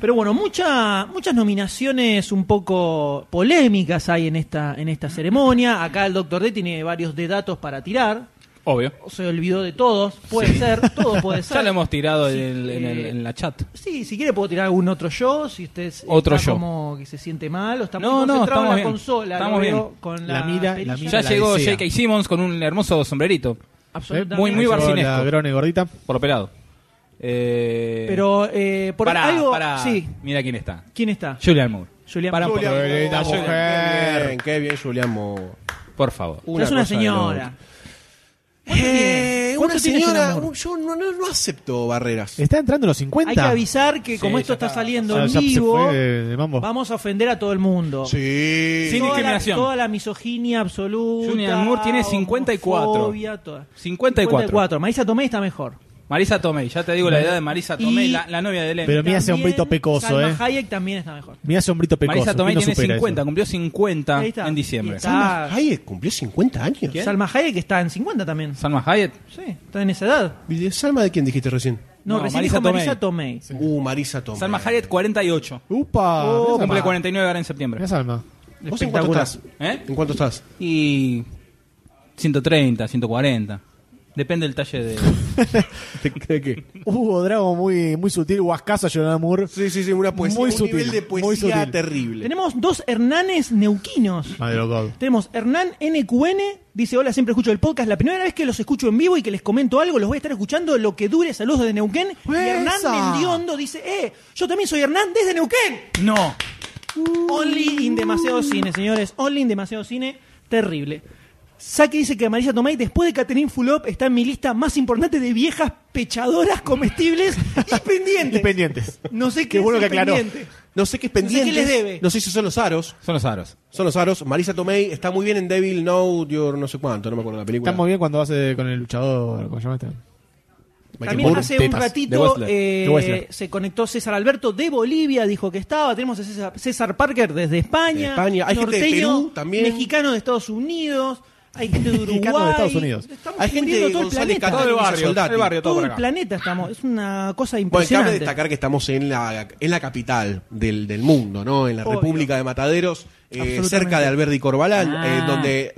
Speaker 4: Pero bueno, mucha- muchas nominaciones un poco polémicas hay en esta, en esta ceremonia. Acá el Doctor D tiene varios de datos para tirar.
Speaker 5: Obvio.
Speaker 4: Se olvidó de todos. Puede ser, todo puede ser.
Speaker 5: Ya lo hemos tirado
Speaker 4: Sí,
Speaker 5: en, el- en el-
Speaker 4: eh,
Speaker 5: en la chat.
Speaker 4: Sí, si quiere puedo tirar algún otro yo, si usted es-
Speaker 5: Otro
Speaker 4: está
Speaker 5: yo.
Speaker 4: como que se siente mal o está
Speaker 5: No,
Speaker 4: muy
Speaker 5: no,
Speaker 4: concentrado en
Speaker 5: estamos
Speaker 4: la
Speaker 5: bien.
Speaker 4: consola. lo
Speaker 5: Estamos
Speaker 4: veo
Speaker 5: bien.
Speaker 4: con
Speaker 6: La mira, la
Speaker 4: perilla.
Speaker 6: mira.
Speaker 5: Ya
Speaker 6: la
Speaker 5: llegó
Speaker 6: desea.
Speaker 5: J.K. Simmons con un hermoso sombrerito.
Speaker 4: Absolutamente.
Speaker 5: Muy, muy
Speaker 6: Ahí llegó
Speaker 5: barcinesco.
Speaker 6: La grone gordita.
Speaker 5: Por operado. Eh,
Speaker 4: Pero eh, por
Speaker 5: pará,
Speaker 4: algo...
Speaker 5: pará.
Speaker 4: Sí,
Speaker 5: Mira quién está.
Speaker 4: ¿quién está?
Speaker 5: Julian Moore.
Speaker 4: Julian
Speaker 5: Pará un
Speaker 4: Moore.
Speaker 5: poco.
Speaker 6: Julian Qué linda
Speaker 7: Moore,
Speaker 6: mujer.
Speaker 7: Qué bien, qué bien Julián Moore.
Speaker 5: Por favor.
Speaker 4: Ya es una
Speaker 7: cosa de loco.
Speaker 4: señora.
Speaker 7: Eh,
Speaker 4: ¿Cuánto
Speaker 7: una
Speaker 4: tiene Julian
Speaker 7: señora,
Speaker 4: Moore?
Speaker 7: yo no, no, no acepto barreras.
Speaker 6: Está entrando en los 50.
Speaker 4: Hay que avisar que
Speaker 5: Sí,
Speaker 4: como esto
Speaker 5: ya
Speaker 4: está,
Speaker 5: está.
Speaker 4: saliendo
Speaker 6: Ah,
Speaker 4: en
Speaker 6: ya se
Speaker 4: vivo,
Speaker 6: fue de, de mambo.
Speaker 4: vamos a ofender a todo el mundo.
Speaker 7: Sí.
Speaker 5: Sin
Speaker 4: Toda la,
Speaker 5: discriminación.
Speaker 4: toda la misoginia absoluta.
Speaker 5: Julian Moore tiene 54.
Speaker 4: homofobia, toda.
Speaker 5: 54.
Speaker 4: 54. Marisa Tomei está mejor.
Speaker 5: Marisa Tomei. Ya te digo la edad de Marisa Tomei,
Speaker 4: Y-
Speaker 5: la, la novia de Len.
Speaker 6: Pero mira ese
Speaker 4: También
Speaker 6: hombrito pecoso,
Speaker 4: Salma
Speaker 6: eh.
Speaker 4: Hayek también está mejor.
Speaker 6: Mira ese hombrito pecoso.
Speaker 5: Marisa Tomei
Speaker 6: ¿quién no
Speaker 5: tiene
Speaker 6: supera
Speaker 5: 50,
Speaker 6: eso?
Speaker 5: cumplió 50
Speaker 4: Ahí está.
Speaker 5: en diciembre.
Speaker 4: Y está-
Speaker 7: Salma Hayek cumplió 50 años.
Speaker 5: ¿Quién?
Speaker 4: Salma Hayek está en 50 también.
Speaker 5: Salma Hayek.
Speaker 4: Sí, está en esa edad.
Speaker 7: ¿Y de Salma de quién dijiste recién?
Speaker 4: No,
Speaker 5: No,
Speaker 4: recién
Speaker 5: Marisa
Speaker 4: dijo
Speaker 5: Tomei.
Speaker 4: Marisa Tomei.
Speaker 7: Uh, Marisa Tomei.
Speaker 5: Salma Hayek Oh, 48.
Speaker 6: Upa. Ah, mirá Salma.
Speaker 5: Cumple 49 ahora en septiembre.
Speaker 6: Mirá Salma.
Speaker 7: ¿Vos en cuánto
Speaker 4: Espectacular.
Speaker 7: estás?
Speaker 5: ¿Eh?
Speaker 7: ¿En cuánto estás?
Speaker 5: Y 130, 140. Depende del talle de...
Speaker 7: ¿De qué?
Speaker 6: Hugo Drago muy, muy sutil, huascazo a Jonah Moore.
Speaker 7: Sí, sí, sí, una poesía.
Speaker 6: Muy
Speaker 7: un
Speaker 6: sutil,
Speaker 7: nivel de
Speaker 6: muy
Speaker 7: poesía
Speaker 6: sutil.
Speaker 7: terrible.
Speaker 4: Tenemos dos Hernanes neuquinos.
Speaker 6: Madre de God.
Speaker 4: Tenemos Hernán NQN, dice, hola, siempre escucho el podcast, la primera vez que los escucho en vivo y que les comento algo, los voy a estar escuchando lo que dure, saludos de Neuquén. Y Hernán Mendiondo dice, eh, yo también soy Hernán desde Neuquén.
Speaker 5: No.
Speaker 4: Only in demasiado cine, señores, only in demasiado cine, terrible. Saki dice que Marisa Tomei, después de Catherine Fulop, está en mi lista más importante de viejas pechadoras comestibles y pendientes.
Speaker 6: Y pendientes.
Speaker 4: No sé qué,
Speaker 6: Qué bueno
Speaker 4: es el
Speaker 6: que aclaró.
Speaker 4: pendiente.
Speaker 7: No sé qué es
Speaker 4: No sé qué
Speaker 7: pendiente.
Speaker 4: les debe.
Speaker 7: No sé si son los aros.
Speaker 5: Son los aros.
Speaker 7: Son los aros. Marisa Tomei está muy bien en Devil No Your no sé cuánto, no me acuerdo la película.
Speaker 6: Está muy bien cuando hace con el luchador. ¿Cómo se llama este?
Speaker 7: Michael
Speaker 4: También
Speaker 7: Moore,
Speaker 4: hace
Speaker 7: tetas.
Speaker 4: un
Speaker 5: de
Speaker 4: ratito
Speaker 5: Wessler.
Speaker 4: eh,
Speaker 6: De Wessler.
Speaker 4: se conectó César Alberto de Bolivia, dijo que estaba. Tenemos a César, César Parker desde España.
Speaker 7: De España. Hay gente de Perú también.
Speaker 4: Mexicano de Estados Unidos. Hay gente de Uruguay.
Speaker 6: Mexicano de Estados Unidos.
Speaker 4: Estamos
Speaker 7: Hay gente
Speaker 4: cubriendo
Speaker 7: de
Speaker 4: todo el
Speaker 7: González
Speaker 4: planeta.
Speaker 7: Catán
Speaker 5: Todo el
Speaker 7: y
Speaker 5: barrio,
Speaker 7: Soldati.
Speaker 5: el barrio.
Speaker 4: Todo
Speaker 5: por
Speaker 4: el
Speaker 5: acá.
Speaker 4: planeta estamos. Es una cosa
Speaker 7: Bueno, cabe
Speaker 4: impresionante.
Speaker 7: destacar que estamos en la, en la capital del, del mundo, ¿no? En la
Speaker 4: Obvio.
Speaker 7: República de Mataderos, eh,
Speaker 4: Absolutamente. Ah.
Speaker 7: cerca de Alberdi Corbalán,
Speaker 5: Ah.
Speaker 7: eh, donde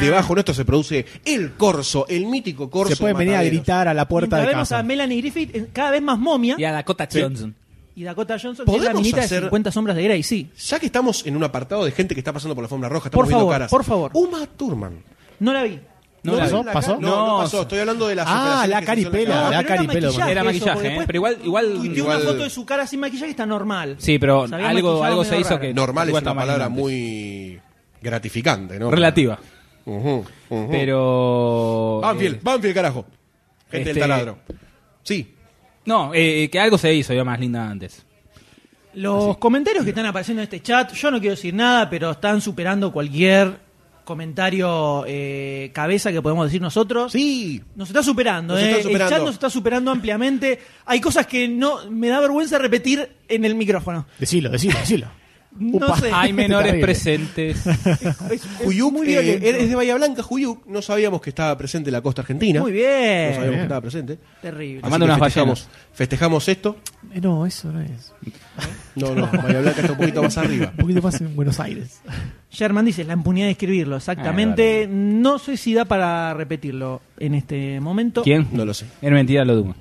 Speaker 7: debajo nuestro se produce el corso, el mítico corso.
Speaker 6: Se puede
Speaker 7: de
Speaker 6: venir a
Speaker 7: Mataderos.
Speaker 6: gritar a la puerta
Speaker 4: Mientras
Speaker 6: de
Speaker 4: vemos a
Speaker 6: casa.
Speaker 4: Melanie Griffith eh, cada vez más momia
Speaker 5: Y a Dakota Johnson.
Speaker 4: y Dakota Johnson que es la
Speaker 7: ¿Podemos
Speaker 4: minita
Speaker 7: hacer-
Speaker 4: de 50 sombras de Grey, sí.
Speaker 7: Ya que estamos en un apartado de gente que está pasando por la alfombra roja, estamos
Speaker 4: Por
Speaker 7: viendo
Speaker 4: favor,
Speaker 7: caras.
Speaker 4: por favor.
Speaker 7: Uma Thurman.
Speaker 4: No la vi.
Speaker 5: No la
Speaker 6: ¿Pasó?
Speaker 5: vi.
Speaker 6: ¿Pasó?
Speaker 7: No, no
Speaker 5: No,
Speaker 7: pasó. Estoy hablando de las
Speaker 6: Ah,
Speaker 7: operaciones
Speaker 6: la
Speaker 7: que se hicieron en
Speaker 6: caripelo,
Speaker 7: cara.
Speaker 6: la-
Speaker 4: pero era
Speaker 6: caripelo,
Speaker 4: maquillaje
Speaker 5: Era
Speaker 4: eso, porque
Speaker 5: maquillaje, ¿eh?
Speaker 4: después
Speaker 5: pero igual... igual,
Speaker 4: tuiteó una
Speaker 7: Igual-
Speaker 4: foto de su cara sin maquillaje está normal.
Speaker 5: Sí, pero
Speaker 4: Se había
Speaker 5: algo,
Speaker 4: maquillado
Speaker 5: algo se
Speaker 4: medio
Speaker 5: hizo
Speaker 4: raro.
Speaker 5: que...
Speaker 7: Normal es
Speaker 5: igual
Speaker 7: una
Speaker 5: está
Speaker 7: palabra
Speaker 5: imaginante.
Speaker 7: muy gratificante, ¿no?
Speaker 5: Relativa.
Speaker 7: Ujú, ujú.
Speaker 5: Pero.
Speaker 6: Ah,
Speaker 7: Banfield,
Speaker 5: eh,
Speaker 7: Banfield, carajo. Gente
Speaker 5: este-
Speaker 7: del taladro. Sí.
Speaker 5: no, eh, que algo se hizo, iba más linda antes.
Speaker 4: Los comentarios que están apareciendo en este chat, yo no quiero decir nada, pero están superando cualquier comentario eh, cabeza que podemos decir nosotros.
Speaker 7: Sí.
Speaker 4: Nos está superando,
Speaker 7: Nos
Speaker 4: eh.
Speaker 7: está
Speaker 4: El
Speaker 7: superando.
Speaker 4: chat nos está superando ampliamente. Hay cosas que no me da vergüenza repetir en el micrófono.
Speaker 6: Decilo, decilo, decilo.
Speaker 4: No
Speaker 6: Upa.
Speaker 4: sé.
Speaker 5: Hay menores
Speaker 6: Terrible.
Speaker 5: presentes.
Speaker 4: Es- es
Speaker 7: Juyuk,
Speaker 4: muy
Speaker 7: eh,
Speaker 4: violento.
Speaker 7: es de Bahía Blanca, Juyuk. No sabíamos que estaba presente en la costa argentina.
Speaker 4: Muy
Speaker 7: No
Speaker 4: bien.
Speaker 7: sabíamos que estaba presente.
Speaker 4: Terrible.
Speaker 5: Amando
Speaker 7: Así que
Speaker 5: unas
Speaker 7: festejamos, festejamos esto.
Speaker 6: Eh, no, eso no es.
Speaker 7: No, no, Bahía Blanca está un poquito más arriba.
Speaker 6: Un poquito más en Buenos Aires.
Speaker 4: Germán dice, la impunidad de escribirlo, exactamente. no sé si da para repetirlo en este momento.
Speaker 5: ¿Quién?
Speaker 7: No lo sé.
Speaker 5: Era mentira lo Duma.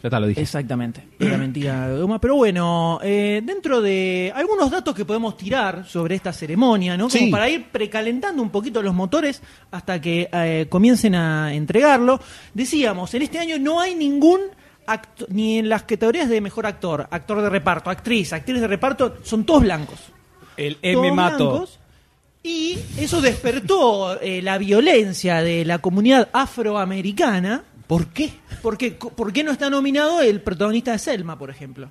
Speaker 5: Ya está, lo dije.
Speaker 4: Exactamente, la mentira de Duma. Pero bueno, eh, dentro de algunos datos que podemos tirar sobre esta ceremonia, ¿no? Como
Speaker 7: Sí.
Speaker 4: para ir precalentando un poquito los motores hasta que eh, comiencen a entregarlo. Decíamos, en este año no hay ningún acto, ni en las categorías de mejor actor, actor de reparto, actriz, actriz de reparto, son todos blancos.
Speaker 5: El
Speaker 4: todos
Speaker 5: M Mato.
Speaker 4: blancos. Y eso despertó eh, la violencia de la comunidad afroamericana.
Speaker 7: ¿Por qué?
Speaker 4: ¿Por qué, co- por qué no está nominado el protagonista de Selma, por ejemplo?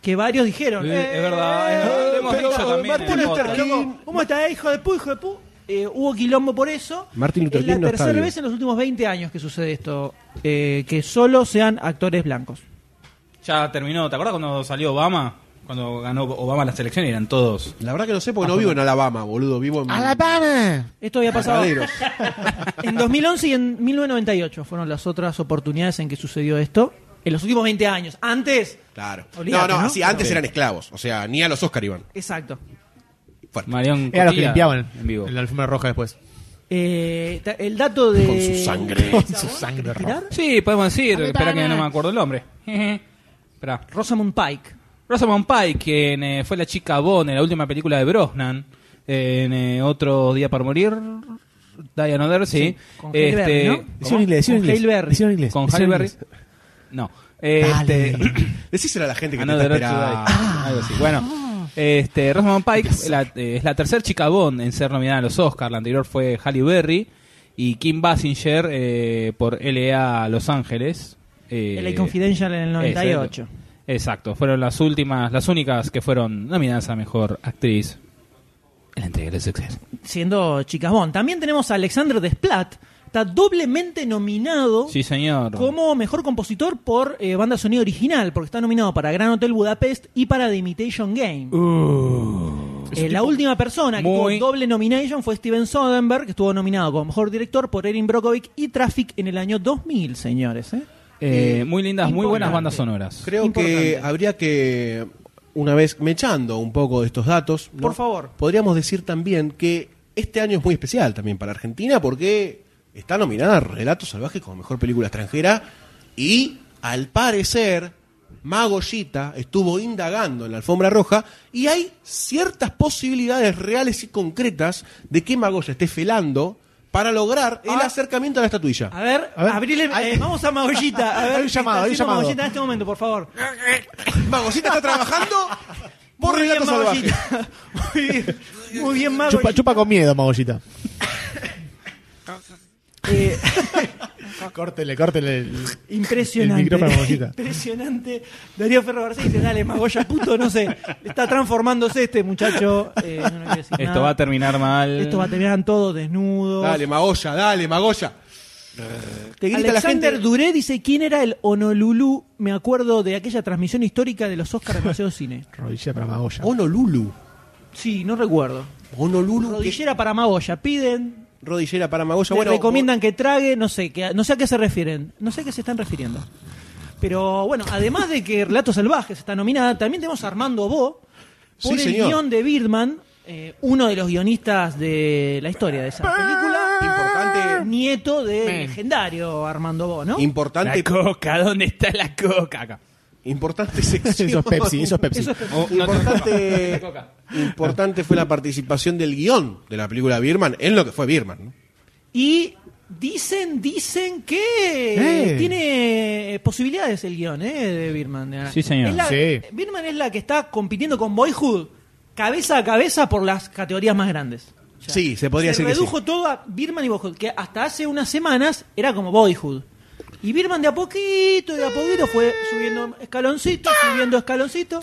Speaker 4: Que varios dijeron.
Speaker 5: Eh,
Speaker 4: "Eh,
Speaker 5: es verdad, es verdad. Lo hemos
Speaker 7: pero
Speaker 5: dicho también
Speaker 7: Martin
Speaker 5: en el
Speaker 7: Luther
Speaker 5: podcast.
Speaker 7: King-
Speaker 4: loco, ¿Cómo está, hijo de pu, hijo de pu? Eh, hubo quilombo por eso.
Speaker 7: Martin Luther
Speaker 4: es la
Speaker 7: King no está
Speaker 4: tercera
Speaker 7: vivo.
Speaker 4: vez en los últimos 20 años que sucede esto. eh, que solo sean actores blancos.
Speaker 5: Ya terminó. ¿Te acuerdas cuando salió Obama? Cuando ganó Obama las elecciones eran todos.
Speaker 7: La verdad que no sé porque no vivo en Alabama, boludo. Vivo en
Speaker 6: ¡Alabama!
Speaker 4: Esto había pasado
Speaker 7: Mataderos.
Speaker 4: en 2011 y en 1998. Fueron las otras oportunidades en que sucedió esto. En los últimos 20 años. Antes.
Speaker 7: Claro.
Speaker 4: Olvídate,
Speaker 7: no, no,
Speaker 4: ¿no?
Speaker 7: así antes eran esclavos. O sea, ni a los Oscar iban.
Speaker 4: Exacto.
Speaker 7: Fuerte.
Speaker 5: Marión
Speaker 6: Era los que
Speaker 5: Cotilla,
Speaker 6: limpiaban
Speaker 5: en vivo.
Speaker 6: en la alfombra roja después.
Speaker 4: Eh, ta- el dato de.
Speaker 7: Con su sangre.
Speaker 6: Con su sangre roja.
Speaker 4: ¿Tirar?
Speaker 5: Sí, podemos decir. Espera que no me acuerdo el nombre. Espera.
Speaker 4: Rosamund Pike.
Speaker 5: Rosamund Pike, quien eh, fue la chica Bond en la última película de Brosnan, en eh, Otro Día para Morir, Die Another, sí. Este,
Speaker 4: con Halle Berry, ¿no?
Speaker 6: Decilo en inglés, decilo en
Speaker 4: Con
Speaker 6: inglés.
Speaker 4: Halle Berry.
Speaker 6: Decilo en inglés.
Speaker 5: Con
Speaker 6: decilo
Speaker 5: Halle
Speaker 6: en
Speaker 5: Berry.
Speaker 6: inglés.
Speaker 5: No. Este,
Speaker 7: Decíselo a la gente que te está
Speaker 5: Another
Speaker 7: esperando.
Speaker 5: Otro Day, algo así. Bueno, este, Rosamund Pike la- eh, es la tercera chica Bond en ser nominada a los Oscars. La anterior fue Halle Berry y Kim Basinger eh, por LA Los Ángeles. Eh,
Speaker 4: LA Confidential en el 98.
Speaker 5: Exacto. Exacto, fueron las últimas, las únicas que fueron nominadas a mejor actriz en la entrega de Success.
Speaker 4: Siendo chicas Bond. También tenemos a Alexander Desplat. Está doblemente nominado
Speaker 5: Sí, señor.
Speaker 4: como mejor compositor por eh, banda sonido original, porque está nominado para Gran Hotel Budapest y para The Imitation Game. Eh, la última persona que
Speaker 5: muy-
Speaker 4: tuvo doble nomination fue Steven Soderbergh, que estuvo nominado como mejor director por Erin Brockovich y Traffic en el año 2000, señores. ¿eh?
Speaker 5: Eh, muy lindas, muy buenas
Speaker 4: Importante.
Speaker 5: bandas sonoras.
Speaker 7: Creo que
Speaker 4: Importante.
Speaker 7: habría que, una vez mechando un poco de estos datos, ¿no?
Speaker 4: Por favor.
Speaker 7: podríamos decir también que este año es muy especial también para Argentina porque está nominada a Relatos Salvajes como mejor película extranjera y al parecer Magollita estuvo indagando en la alfombra roja y hay ciertas posibilidades reales y concretas de que Magoya esté felando para lograr el
Speaker 4: Ah.
Speaker 7: acercamiento a la estatuilla.
Speaker 4: A ver,
Speaker 6: A ver.
Speaker 4: abrile- eh, vamos a Magollita. A ver,
Speaker 6: Hay un
Speaker 4: qué está
Speaker 6: llamado, hay un
Speaker 4: haciendo
Speaker 6: llamado.
Speaker 4: Magollita en este momento, por favor.
Speaker 7: Magollita está trabajando por
Speaker 4: Muy bien,
Speaker 7: Relatos Salvajes.
Speaker 4: Magollita. Muy bien, muy bien,
Speaker 6: Chupa,
Speaker 4: Magollita.
Speaker 6: chupa con miedo, Magollita.
Speaker 4: Eh,
Speaker 6: córtele, córtele. el-
Speaker 4: Impresionante.
Speaker 6: El micrófono, Magollita.
Speaker 4: Impresionante. Darío Ferro García dice, dale, Magoya, puto, no sé. Está transformándose este muchacho. Eh, no, no quiero decir
Speaker 5: Esto
Speaker 4: nada.
Speaker 5: va a terminar mal.
Speaker 4: Esto va a terminar todos desnudos.
Speaker 7: Dale, Magoya, dale, Magoya. Te grita la
Speaker 4: Alexander
Speaker 7: gente.
Speaker 4: Duré dice quién era el Honolulu. Me acuerdo de aquella transmisión histórica de los Oscars de Paseo Cine.
Speaker 6: Rodilla para Magoya.
Speaker 7: Honolulu.
Speaker 4: Sí, no recuerdo.
Speaker 7: Honolulu.
Speaker 4: Rodillera para Magoya. Piden,
Speaker 7: Rodillera para Magoya.
Speaker 4: Le
Speaker 7: Bueno,
Speaker 4: recomiendan que trague, no sé, que, no sé a qué se refieren, no sé a qué se están refiriendo. Pero bueno, además de que Relatos Salvajes está nominada, también tenemos a Armando Bo por
Speaker 7: Sí,
Speaker 4: el
Speaker 7: señor.
Speaker 4: guión de Birdman, eh, uno de los guionistas de la historia de esa película.
Speaker 7: Importante.
Speaker 4: Nieto del legendario Armando Bo, ¿no?
Speaker 7: Importante,
Speaker 5: La coca, ¿dónde está la coca? Acá.
Speaker 7: importante sección.
Speaker 6: Eso es Pepsi, eso es Pepsi.
Speaker 4: Eso es-
Speaker 5: Oh, no,
Speaker 7: Importante,
Speaker 5: no, no, no, no,
Speaker 7: importante fue la participación del guión de la película Birman en lo que fue Birman. ¿no?
Speaker 4: Y dicen, dicen que
Speaker 6: Eh.
Speaker 4: tiene posibilidades el guión eh, de Birman.
Speaker 5: Sí, señor.
Speaker 4: Es la-
Speaker 6: Sí.
Speaker 4: Birman es la que está compitiendo con Boyhood cabeza a cabeza por las categorías más grandes. sea,
Speaker 7: Sí, se podría decir que
Speaker 4: redujo todo a Birman y Boyhood, que hasta hace unas semanas era como Boyhood. Y Birman de a poquito, de a poquito fue subiendo escaloncito, subiendo escaloncito.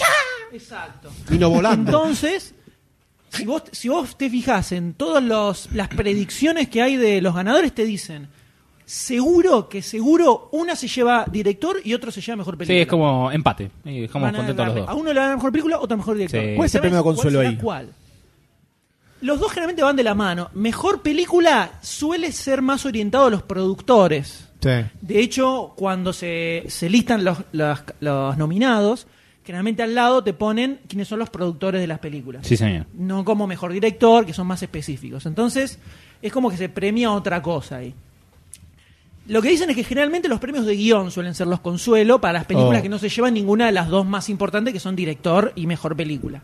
Speaker 4: Exacto.
Speaker 7: Vino volando.
Speaker 4: Entonces, si vos, si vos te fijas en todas las predicciones que hay de los ganadores, te dicen, seguro que seguro una se lleva director y otro se lleva mejor
Speaker 5: Sí,
Speaker 4: película.
Speaker 5: es como empate. Y dejamos
Speaker 4: Van a
Speaker 5: contentos los
Speaker 4: darle- A
Speaker 5: dos.
Speaker 4: uno le dan mejor película, otro mejor director.
Speaker 5: Sí.
Speaker 4: El
Speaker 5: ¿Cuál
Speaker 6: es
Speaker 4: tema
Speaker 6: el premio de consuelo
Speaker 4: será
Speaker 6: ahí?
Speaker 4: cuál? Los dos generalmente van de la mano. Mejor película suele ser más orientado a los productores.
Speaker 6: Sí.
Speaker 4: De hecho, cuando se, se listan los, las- los nominados, generalmente al lado te ponen quiénes son los productores de las películas.
Speaker 5: Sí, señor.
Speaker 4: No como mejor director, que son más específicos. Entonces, es como que se premia otra cosa ahí. Lo que dicen es que generalmente los premios de guión suelen ser los consuelo para las películas
Speaker 6: Oh.
Speaker 4: que no se llevan ninguna de las dos más importantes, que son director y mejor película.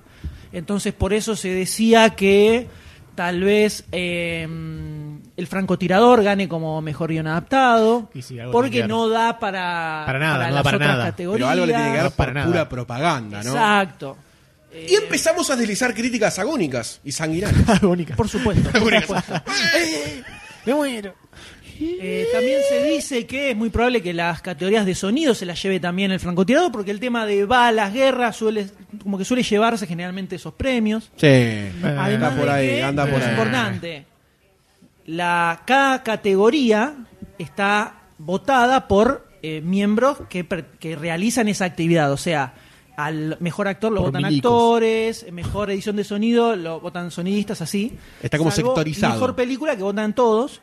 Speaker 4: Entonces, por eso se decía que tal vez eh, el francotirador gane como mejor guión adaptado,
Speaker 6: Y sí, algo tiene
Speaker 4: porque
Speaker 6: que
Speaker 4: no da para,
Speaker 6: Para nada, no da
Speaker 4: las
Speaker 6: para
Speaker 4: otras
Speaker 6: nada.
Speaker 7: Pero algo le tiene que
Speaker 4: categorías.
Speaker 7: dar
Speaker 6: para
Speaker 7: por
Speaker 6: nada.
Speaker 7: pura propaganda, ¿no?
Speaker 4: Exacto.
Speaker 7: Y empezamos a deslizar críticas agónicas y sanguinarias.
Speaker 6: Agónica.
Speaker 4: Por supuesto. por
Speaker 7: Por
Speaker 4: supuesto.
Speaker 6: Me muero.
Speaker 4: Eh, también se dice que es muy probable que las categorías de sonido se las lleve también el francotirador, porque el tema de balas, guerras, suele, como que suele llevarse generalmente esos premios.
Speaker 7: Sí.
Speaker 4: Además
Speaker 7: Eh, anda por
Speaker 4: de
Speaker 7: ahí,
Speaker 4: que,
Speaker 7: anda por
Speaker 4: es
Speaker 7: ahí.
Speaker 4: importante, la, cada categoría está votada por eh, miembros que, per- que realizan esa actividad. O sea, al mejor actor lo
Speaker 6: Por
Speaker 4: votan
Speaker 6: milicos.
Speaker 4: actores, mejor edición de sonido lo votan sonidistas, así.
Speaker 7: Está como
Speaker 4: Salvo
Speaker 7: sectorizado.
Speaker 4: Mejor película que votan todos.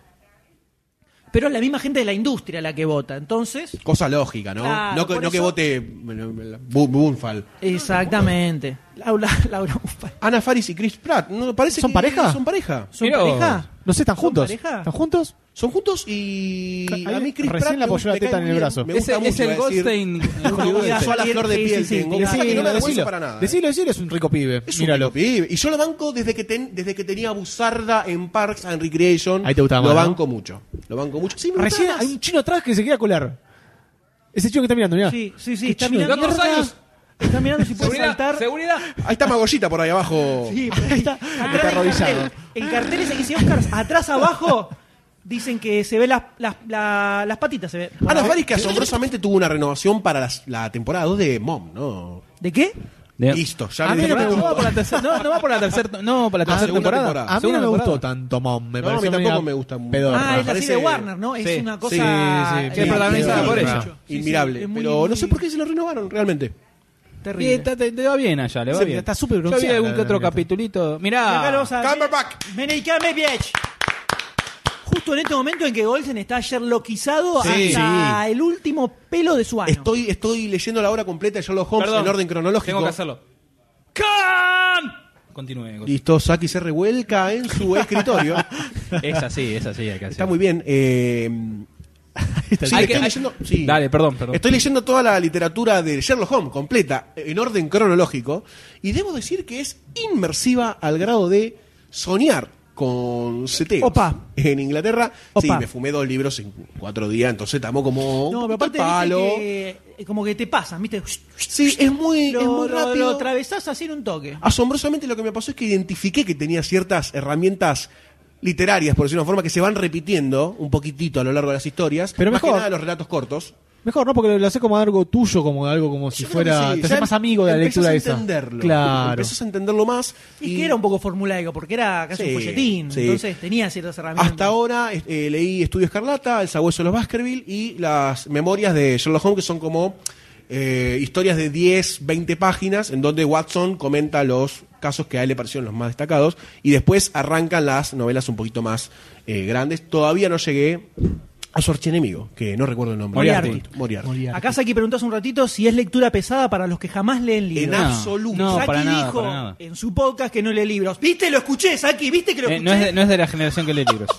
Speaker 4: Pero es la misma gente de la industria la que vota. Entonces,
Speaker 7: Cosa lógica, ¿no?
Speaker 4: Claro,
Speaker 7: no que,
Speaker 4: por
Speaker 7: no que
Speaker 4: eso-
Speaker 7: vote bueno, la- Bu- Bunfal.
Speaker 4: exactamente. Laura, Laura Ufal.
Speaker 7: Ana Faris y Chris Pratt. No, parece
Speaker 6: ¿Son
Speaker 7: que
Speaker 6: pareja?
Speaker 7: Son pareja.
Speaker 4: ¿Son
Speaker 5: Mirá vos.
Speaker 4: pareja?
Speaker 6: No sé, ¿están
Speaker 4: ¿Son
Speaker 6: juntos?
Speaker 4: pareja?
Speaker 6: ¿Están juntos?
Speaker 7: Son juntos y
Speaker 6: Ca-
Speaker 7: a mí Chris
Speaker 6: recién
Speaker 7: Pratt
Speaker 6: le apoyó
Speaker 7: me-
Speaker 6: la
Speaker 7: me
Speaker 6: teta
Speaker 7: cae
Speaker 6: en el
Speaker 7: muy bien.
Speaker 6: brazo.
Speaker 7: Me
Speaker 5: Es,
Speaker 7: gusta
Speaker 5: el-
Speaker 7: mucho,
Speaker 5: es el
Speaker 7: iba a decir.
Speaker 5: Goldstein. eh,
Speaker 4: Goldstein.
Speaker 7: Yo a la flor de
Speaker 4: Sí,
Speaker 7: piel
Speaker 4: sí, sí.
Speaker 7: tengo.
Speaker 4: Decilo,
Speaker 7: Cosa que no me
Speaker 6: decilo,
Speaker 7: avergüenza
Speaker 6: decilo.
Speaker 7: para nada. ¿eh?
Speaker 6: Decilo, decilo, es un rico pibe.
Speaker 7: Es un
Speaker 6: Míralo.
Speaker 7: rico pibe. Y yo lo banco desde que, ten- desde que tenía Buzarda en Parks and Recreation.
Speaker 6: Ahí te gustaba
Speaker 7: Lo
Speaker 6: más, ¿no?
Speaker 7: banco mucho. Lo banco mucho. Sí, me
Speaker 6: Recién
Speaker 7: gustaba
Speaker 6: hay
Speaker 7: más.
Speaker 6: un chino atrás que se quiere colar. Ese chico que está mirando, mirá.
Speaker 4: Sí, sí, sí.
Speaker 6: Qué
Speaker 4: Está
Speaker 6: chulo.
Speaker 4: mirando,
Speaker 5: Doctor Sayus.
Speaker 4: está mirando si puede saltar.
Speaker 5: seguridad.
Speaker 7: Ahí está Magollita por ahí abajo.
Speaker 4: Sí, pero está, atrás del
Speaker 6: arrodillado.
Speaker 4: cartel. El cartel ese que dice Oscars, atrás abajo, dicen que se ve las, las, la- las patitas. Se ve.
Speaker 7: Ana Faris que asombrosamente tuvo una renovación para las- la temporada 2 de Mom, ¿no?
Speaker 4: ¿De qué?
Speaker 7: Listo, ya
Speaker 5: A mí
Speaker 7: le-
Speaker 5: no, me- no va por la tercera, no, no va por la tercera, no, por la
Speaker 7: Ah,
Speaker 5: tercera
Speaker 7: segunda
Speaker 5: temporada.
Speaker 7: temporada.
Speaker 6: A mí no
Speaker 5: Segunda
Speaker 6: me
Speaker 5: temporada.
Speaker 6: gustó tanto Mom. Me
Speaker 7: No, a
Speaker 6: pareció
Speaker 7: mí tampoco
Speaker 6: medio
Speaker 7: me gusta mucho.
Speaker 6: pedorra.
Speaker 4: Ah, es la
Speaker 7: parece-
Speaker 4: serie de Warner, ¿no? Es
Speaker 5: Sí,
Speaker 4: una
Speaker 5: sí,
Speaker 4: cosa.
Speaker 5: sí, sí, es protagonizada por
Speaker 7: Mirable.
Speaker 5: ella.
Speaker 4: Sí, sí,
Speaker 7: Inmirable.
Speaker 4: es muy-
Speaker 7: pero no sé por qué se lo renovaron realmente.
Speaker 5: Y
Speaker 4: Terrible.
Speaker 5: está- te, te va bien allá, le va
Speaker 6: Sí,
Speaker 5: bien.
Speaker 6: está súper
Speaker 5: Yo vi
Speaker 6: bronceada
Speaker 5: algún que
Speaker 6: la
Speaker 5: otro
Speaker 6: neta.
Speaker 5: capitulito.
Speaker 4: Y acá lo
Speaker 5: Mirá,
Speaker 4: vas a-
Speaker 7: Cumberbatch.
Speaker 4: Menikame Biech. Justo en este momento en que Golden está sherlockizado
Speaker 7: Sí.
Speaker 4: hasta el último pelo de su ano.
Speaker 7: Estoy, estoy leyendo la obra completa de Sherlock Holmes
Speaker 5: Perdón.
Speaker 7: en orden cronológico.
Speaker 5: tengo que hacerlo. ¡Can! Continúe. Gonzalo.
Speaker 7: Listo, Saki se revuelca en su escritorio.
Speaker 5: Es así, es así, hay que hacer.
Speaker 7: Está muy bien. eh, sí,
Speaker 5: Hay
Speaker 7: estoy
Speaker 5: que- hay-
Speaker 7: leyendo- sí.
Speaker 5: Dale, perdón, perdón.
Speaker 7: Estoy leyendo toda la literatura de Sherlock Holmes completa, en orden cronológico, y debo decir que es inmersiva al grado de soñar con seteos.
Speaker 4: Opa.
Speaker 7: En Inglaterra, sí,
Speaker 4: Opa.
Speaker 7: me fumé dos libros en cuatro días, entonces estamos como un
Speaker 4: No, pero
Speaker 7: poquito al
Speaker 4: aparte
Speaker 7: palo.
Speaker 4: viste que, eh, como que te pasan, ¿viste?
Speaker 7: Sí, es muy,
Speaker 4: Lo,
Speaker 7: es
Speaker 4: lo-
Speaker 7: muy rápido.
Speaker 4: lo atravesás así en un toque.
Speaker 7: Asombrosamente lo que me pasó es que identifiqué que tenía ciertas herramientas literarias, por decirlo de una forma, que se van repitiendo un poquitito a lo largo de las historias,
Speaker 6: Pero
Speaker 7: más que
Speaker 6: mejor.
Speaker 7: nada los relatos cortos.
Speaker 6: Mejor, ¿no? Porque lo hace como algo tuyo, como algo como si
Speaker 7: Yo creo que
Speaker 6: fuera.
Speaker 7: sí,
Speaker 6: Te
Speaker 7: ya
Speaker 6: hace más amigo de la
Speaker 7: empezás
Speaker 6: lectura
Speaker 7: a
Speaker 6: esa.
Speaker 7: entenderlo.
Speaker 6: Claro.
Speaker 7: Empezás a entenderlo más.
Speaker 4: Y, que era un poco formulaico, porque era casi
Speaker 7: Sí,
Speaker 4: un folletín,
Speaker 7: sí.
Speaker 4: entonces tenía ciertas herramientas.
Speaker 7: Hasta ahora es- eh, leí Estudio Escarlata, El Sabueso de los Baskerville y las memorias de Sherlock Holmes, que son como eh, historias de 10, 20 páginas, en donde Watson comenta los casos que a él le parecieron los más destacados, y después arrancan las novelas un poquito más eh, grandes. Todavía no llegué a su archienemigo, que no recuerdo el nombre.
Speaker 5: Moriarty.
Speaker 7: Moriarty.
Speaker 4: Acá Saki preguntas un ratito si es lectura pesada para los que jamás leen
Speaker 7: En
Speaker 4: libros.
Speaker 5: Eh, No,
Speaker 7: absoluto.
Speaker 5: no,
Speaker 4: Saki
Speaker 5: para nada,
Speaker 4: dijo
Speaker 5: para nada. Eh,
Speaker 4: en su podcast que no lee libros. ¿Viste? Lo escuché, Saki, ¿viste que lo
Speaker 5: Eh,
Speaker 4: escuché?
Speaker 5: no, es de, no es de la generación que lee libros.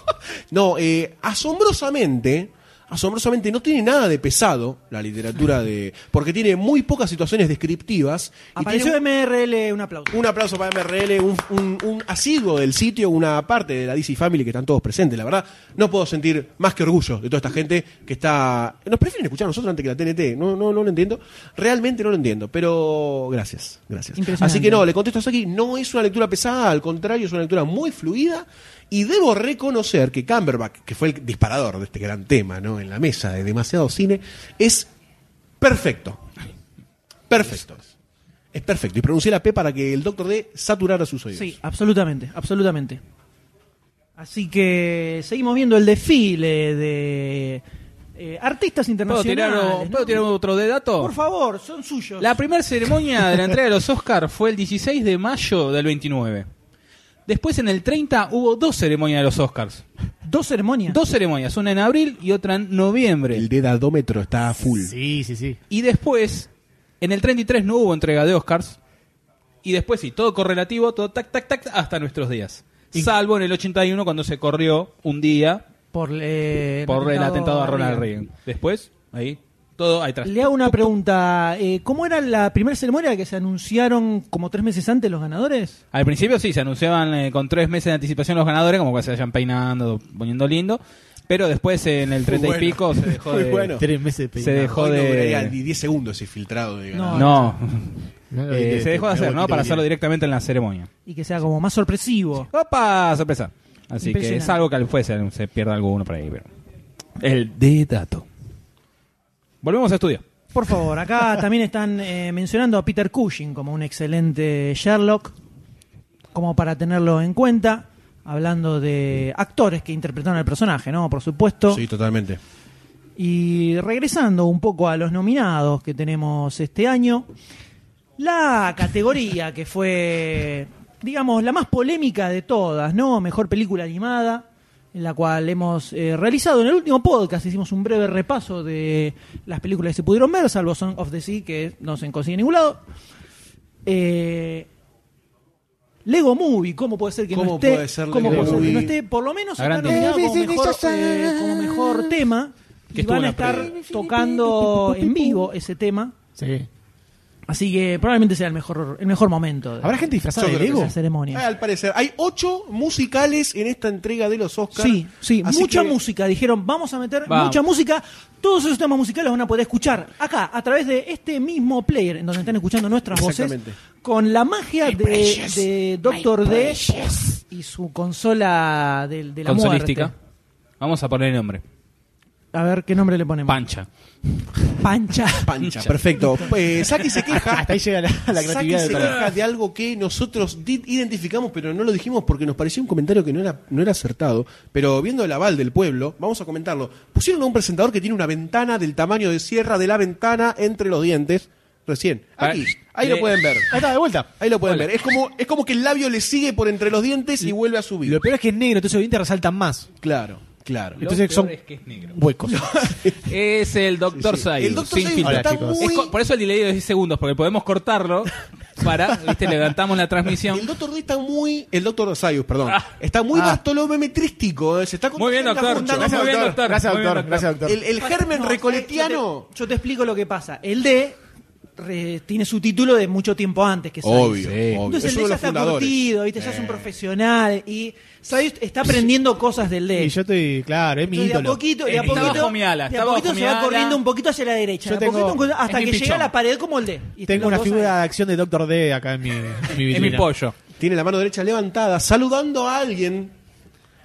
Speaker 7: No, eh, asombrosamente, Asombrosamente no tiene nada de pesado la literatura de... Porque tiene muy pocas situaciones descriptivas. y
Speaker 4: Apareció
Speaker 7: tiene-
Speaker 4: MRL, un aplauso.
Speaker 7: un aplauso para MRL, un, un- un asiduo del sitio, una parte de la DC Family que están todos presentes. La verdad, no puedo sentir más que orgullo de toda esta gente que está. Nos prefieren escuchar a nosotros antes que la TNT. No, no, no lo entiendo. Realmente no lo entiendo, pero gracias, gracias.
Speaker 4: Impresionante.
Speaker 7: Así que no, le contesto a Saki, no es una lectura pesada, al contrario, es una lectura muy fluida. Y debo reconocer que Camberback, que fue el disparador de este gran tema, ¿no? En la mesa de demasiado cine, es perfecto. Perfecto. Es perfecto. Y pronuncié la P para que el doctor D saturara sus oídos.
Speaker 4: Sí, absolutamente, absolutamente. Así que seguimos viendo el desfile de eh, artistas
Speaker 5: ¿Puedo
Speaker 4: internacionales.
Speaker 5: tirar, o-
Speaker 4: ¿no?
Speaker 5: ¿puedo tirar otro de dato?
Speaker 4: Por favor, son suyos.
Speaker 5: La primera ceremonia de la entrega de los Oscars fue el 16 de mayo del 29. Después, en el 30, hubo dos ceremonias de los Oscars.
Speaker 4: Dos ceremonias.
Speaker 5: Dos ceremonias, una en abril y otra en noviembre.
Speaker 7: El dedadómetro está a full.
Speaker 6: Sí, sí, sí.
Speaker 5: Y después, en el 33 no hubo entrega de Oscars. Y después sí, todo correlativo, todo tac, tac, tac, hasta nuestros días. Salvo en el 81 cuando se corrió un día
Speaker 4: Por, eh,
Speaker 5: por el atentado a Ronald Reagan. Después, ahí, todo ahí atrás.
Speaker 4: Le hago una pregunta. eh, ¿Cómo era la primera ceremonia que se anunciaron como tres meses antes los ganadores?
Speaker 5: Al principio sí, se anunciaban eh, con tres meses de anticipación los ganadores, como que se vayan peinando, poniendo lindo. Pero después en el 30
Speaker 7: bueno.
Speaker 5: y pico se dejó
Speaker 7: Muy
Speaker 5: de...
Speaker 7: bueno.
Speaker 6: Tres meses de peinado.
Speaker 5: Se dejó
Speaker 7: Hoy no duraría
Speaker 5: de...
Speaker 7: ni 10 segundos ese filtrado de
Speaker 4: No.
Speaker 5: No,
Speaker 6: No lo
Speaker 5: eh,
Speaker 6: dije,
Speaker 5: se dejó de
Speaker 6: me
Speaker 5: hacer,
Speaker 6: voy
Speaker 5: ¿no? Para
Speaker 6: a quitar
Speaker 5: hacerlo
Speaker 6: bien.
Speaker 5: directamente en la ceremonia.
Speaker 4: Y que sea como más sorpresivo.
Speaker 5: ¡Opa! Sorpresa. Así que
Speaker 4: Impresionante.
Speaker 5: es algo que al juez se, se pierda alguno por ahí. Pero... El de dato. Volvemos a estudio.
Speaker 4: Por favor, acá también están eh, mencionando a Peter Cushing como un excelente Sherlock, como para tenerlo en cuenta, hablando de actores que interpretaron al personaje, ¿no? Por supuesto.
Speaker 7: Sí, totalmente.
Speaker 4: Y regresando un poco a los nominados que tenemos este año, la categoría que fue, digamos, la más polémica de todas, ¿no? Mejor película animada, en la cual hemos eh, realizado en el último podcast, hicimos un breve repaso de las películas que se pudieron ver, salvo Song of the Sea, que no se consigue en ningún lado. Eh, Lego Movie, ¿cómo puede ser que no
Speaker 7: ¿Cómo
Speaker 4: esté?
Speaker 7: puede ser
Speaker 4: ¿Cómo
Speaker 7: Lego
Speaker 4: puede ser que no
Speaker 7: Movie?
Speaker 4: esté? Por lo menos
Speaker 5: La
Speaker 4: está
Speaker 5: gran
Speaker 4: nominado como mejor, eh, como mejor tema.
Speaker 5: Que
Speaker 4: Y
Speaker 5: estuvo
Speaker 4: van
Speaker 5: en
Speaker 4: a
Speaker 5: la
Speaker 4: estar tocando en vivo ese tema.
Speaker 6: Sí.
Speaker 4: Así que probablemente sea el mejor, el mejor momento. de-
Speaker 6: ¿Habrá gente disfrazada
Speaker 7: Yo
Speaker 6: de
Speaker 7: creo que
Speaker 6: Lego?
Speaker 4: esa ceremonia.
Speaker 7: Ah, al parecer, hay ocho musicales en esta entrega de los Oscars.
Speaker 4: Sí, sí,
Speaker 7: Así
Speaker 4: mucha
Speaker 7: que-
Speaker 4: música. Dijeron, vamos a meter
Speaker 5: Vamos.
Speaker 4: mucha música. Todos esos temas musicales los van a poder escuchar acá, a través de este mismo player, en donde están escuchando nuestras voces,
Speaker 7: Exactamente.
Speaker 4: con la magia de, de Doctor D y su consola de, de la
Speaker 5: Consolística.
Speaker 4: muerte.
Speaker 5: Vamos a poner el nombre.
Speaker 4: A ver qué nombre le ponemos.
Speaker 5: Pancha.
Speaker 4: Pancha.
Speaker 7: Pancha, perfecto. Eh, Saki se queja.
Speaker 6: Ah, Hasta ahí llega la, la
Speaker 7: Saki
Speaker 6: creatividad
Speaker 7: se
Speaker 6: de todo.
Speaker 7: queja de algo que nosotros di- identificamos, pero no lo dijimos porque nos pareció un comentario que no era, no era acertado. Pero viendo el aval del pueblo, vamos a comentarlo. Pusieron a un presentador que tiene una ventana del tamaño de sierra de la ventana entre los dientes. Recién. Aquí. Ahí lo
Speaker 5: Eh,
Speaker 7: pueden ver.
Speaker 6: Ahí está, de vuelta.
Speaker 7: Ahí lo pueden ver. Es como, es como que el labio le sigue por entre los dientes y vuelve a subir.
Speaker 6: Lo peor es que es negro, entonces los dientes resaltan más.
Speaker 7: Claro, claro.
Speaker 6: Entonces son
Speaker 5: es negro.
Speaker 6: huecos.
Speaker 5: Es el Doctor
Speaker 7: Sí, sí.
Speaker 5: Sayus,
Speaker 7: El Dr.
Speaker 5: sin
Speaker 7: Sayus
Speaker 5: filtro.
Speaker 7: está
Speaker 6: Hola,
Speaker 7: muy-
Speaker 5: Es co- por eso el delay de 10 segundos, porque podemos cortarlo para, viste, levantamos la transmisión.
Speaker 7: El doctor D está muy. El doctor Sayus, perdón. Está muy
Speaker 6: Ah.
Speaker 7: bartolomemetrístico. eh, Se está
Speaker 5: Muy bien,
Speaker 7: está
Speaker 5: doctor.
Speaker 7: juntando-
Speaker 5: Gracias, doctor.
Speaker 6: Gracias,
Speaker 5: Muy bien,
Speaker 6: doctor.
Speaker 5: doctor.
Speaker 6: Gracias, doctor.
Speaker 7: El, el germen
Speaker 4: Pues, No,
Speaker 7: recoletiano.
Speaker 4: Yo te, yo te explico lo que pasa. El D re- tiene su título de mucho tiempo antes que Sayus.
Speaker 7: Obvio, obvio.
Speaker 4: Entonces
Speaker 7: Es
Speaker 4: el D ya
Speaker 7: uno de los
Speaker 4: está
Speaker 7: fundadores.
Speaker 4: curtido, ¿viste? ya es un profesional y Sayus está aprendiendo cosas del D.
Speaker 6: Y yo estoy, claro, es mi
Speaker 4: Entonces, de a
Speaker 6: ídolo.
Speaker 4: poquito, de a
Speaker 5: Estaba
Speaker 4: poquito,
Speaker 5: bajo mi ala,
Speaker 4: de a
Speaker 5: estaba
Speaker 4: poquito
Speaker 5: bajo
Speaker 4: se
Speaker 5: mi
Speaker 4: va
Speaker 5: ala.
Speaker 4: corriendo un poquito hacia la derecha,
Speaker 6: Yo
Speaker 4: de a poquito
Speaker 6: tengo-
Speaker 4: un co- hasta
Speaker 5: es mi
Speaker 4: que llega
Speaker 5: pichón.
Speaker 4: a la pared como el D. Y
Speaker 6: Tengo
Speaker 4: los
Speaker 6: una
Speaker 4: dos
Speaker 6: figura
Speaker 4: ahí.
Speaker 6: de acción de Doctor D acá en mi, en mi
Speaker 5: Es mi
Speaker 6: vitrina.
Speaker 5: pollo.
Speaker 7: Tiene la mano derecha levantada, saludando a alguien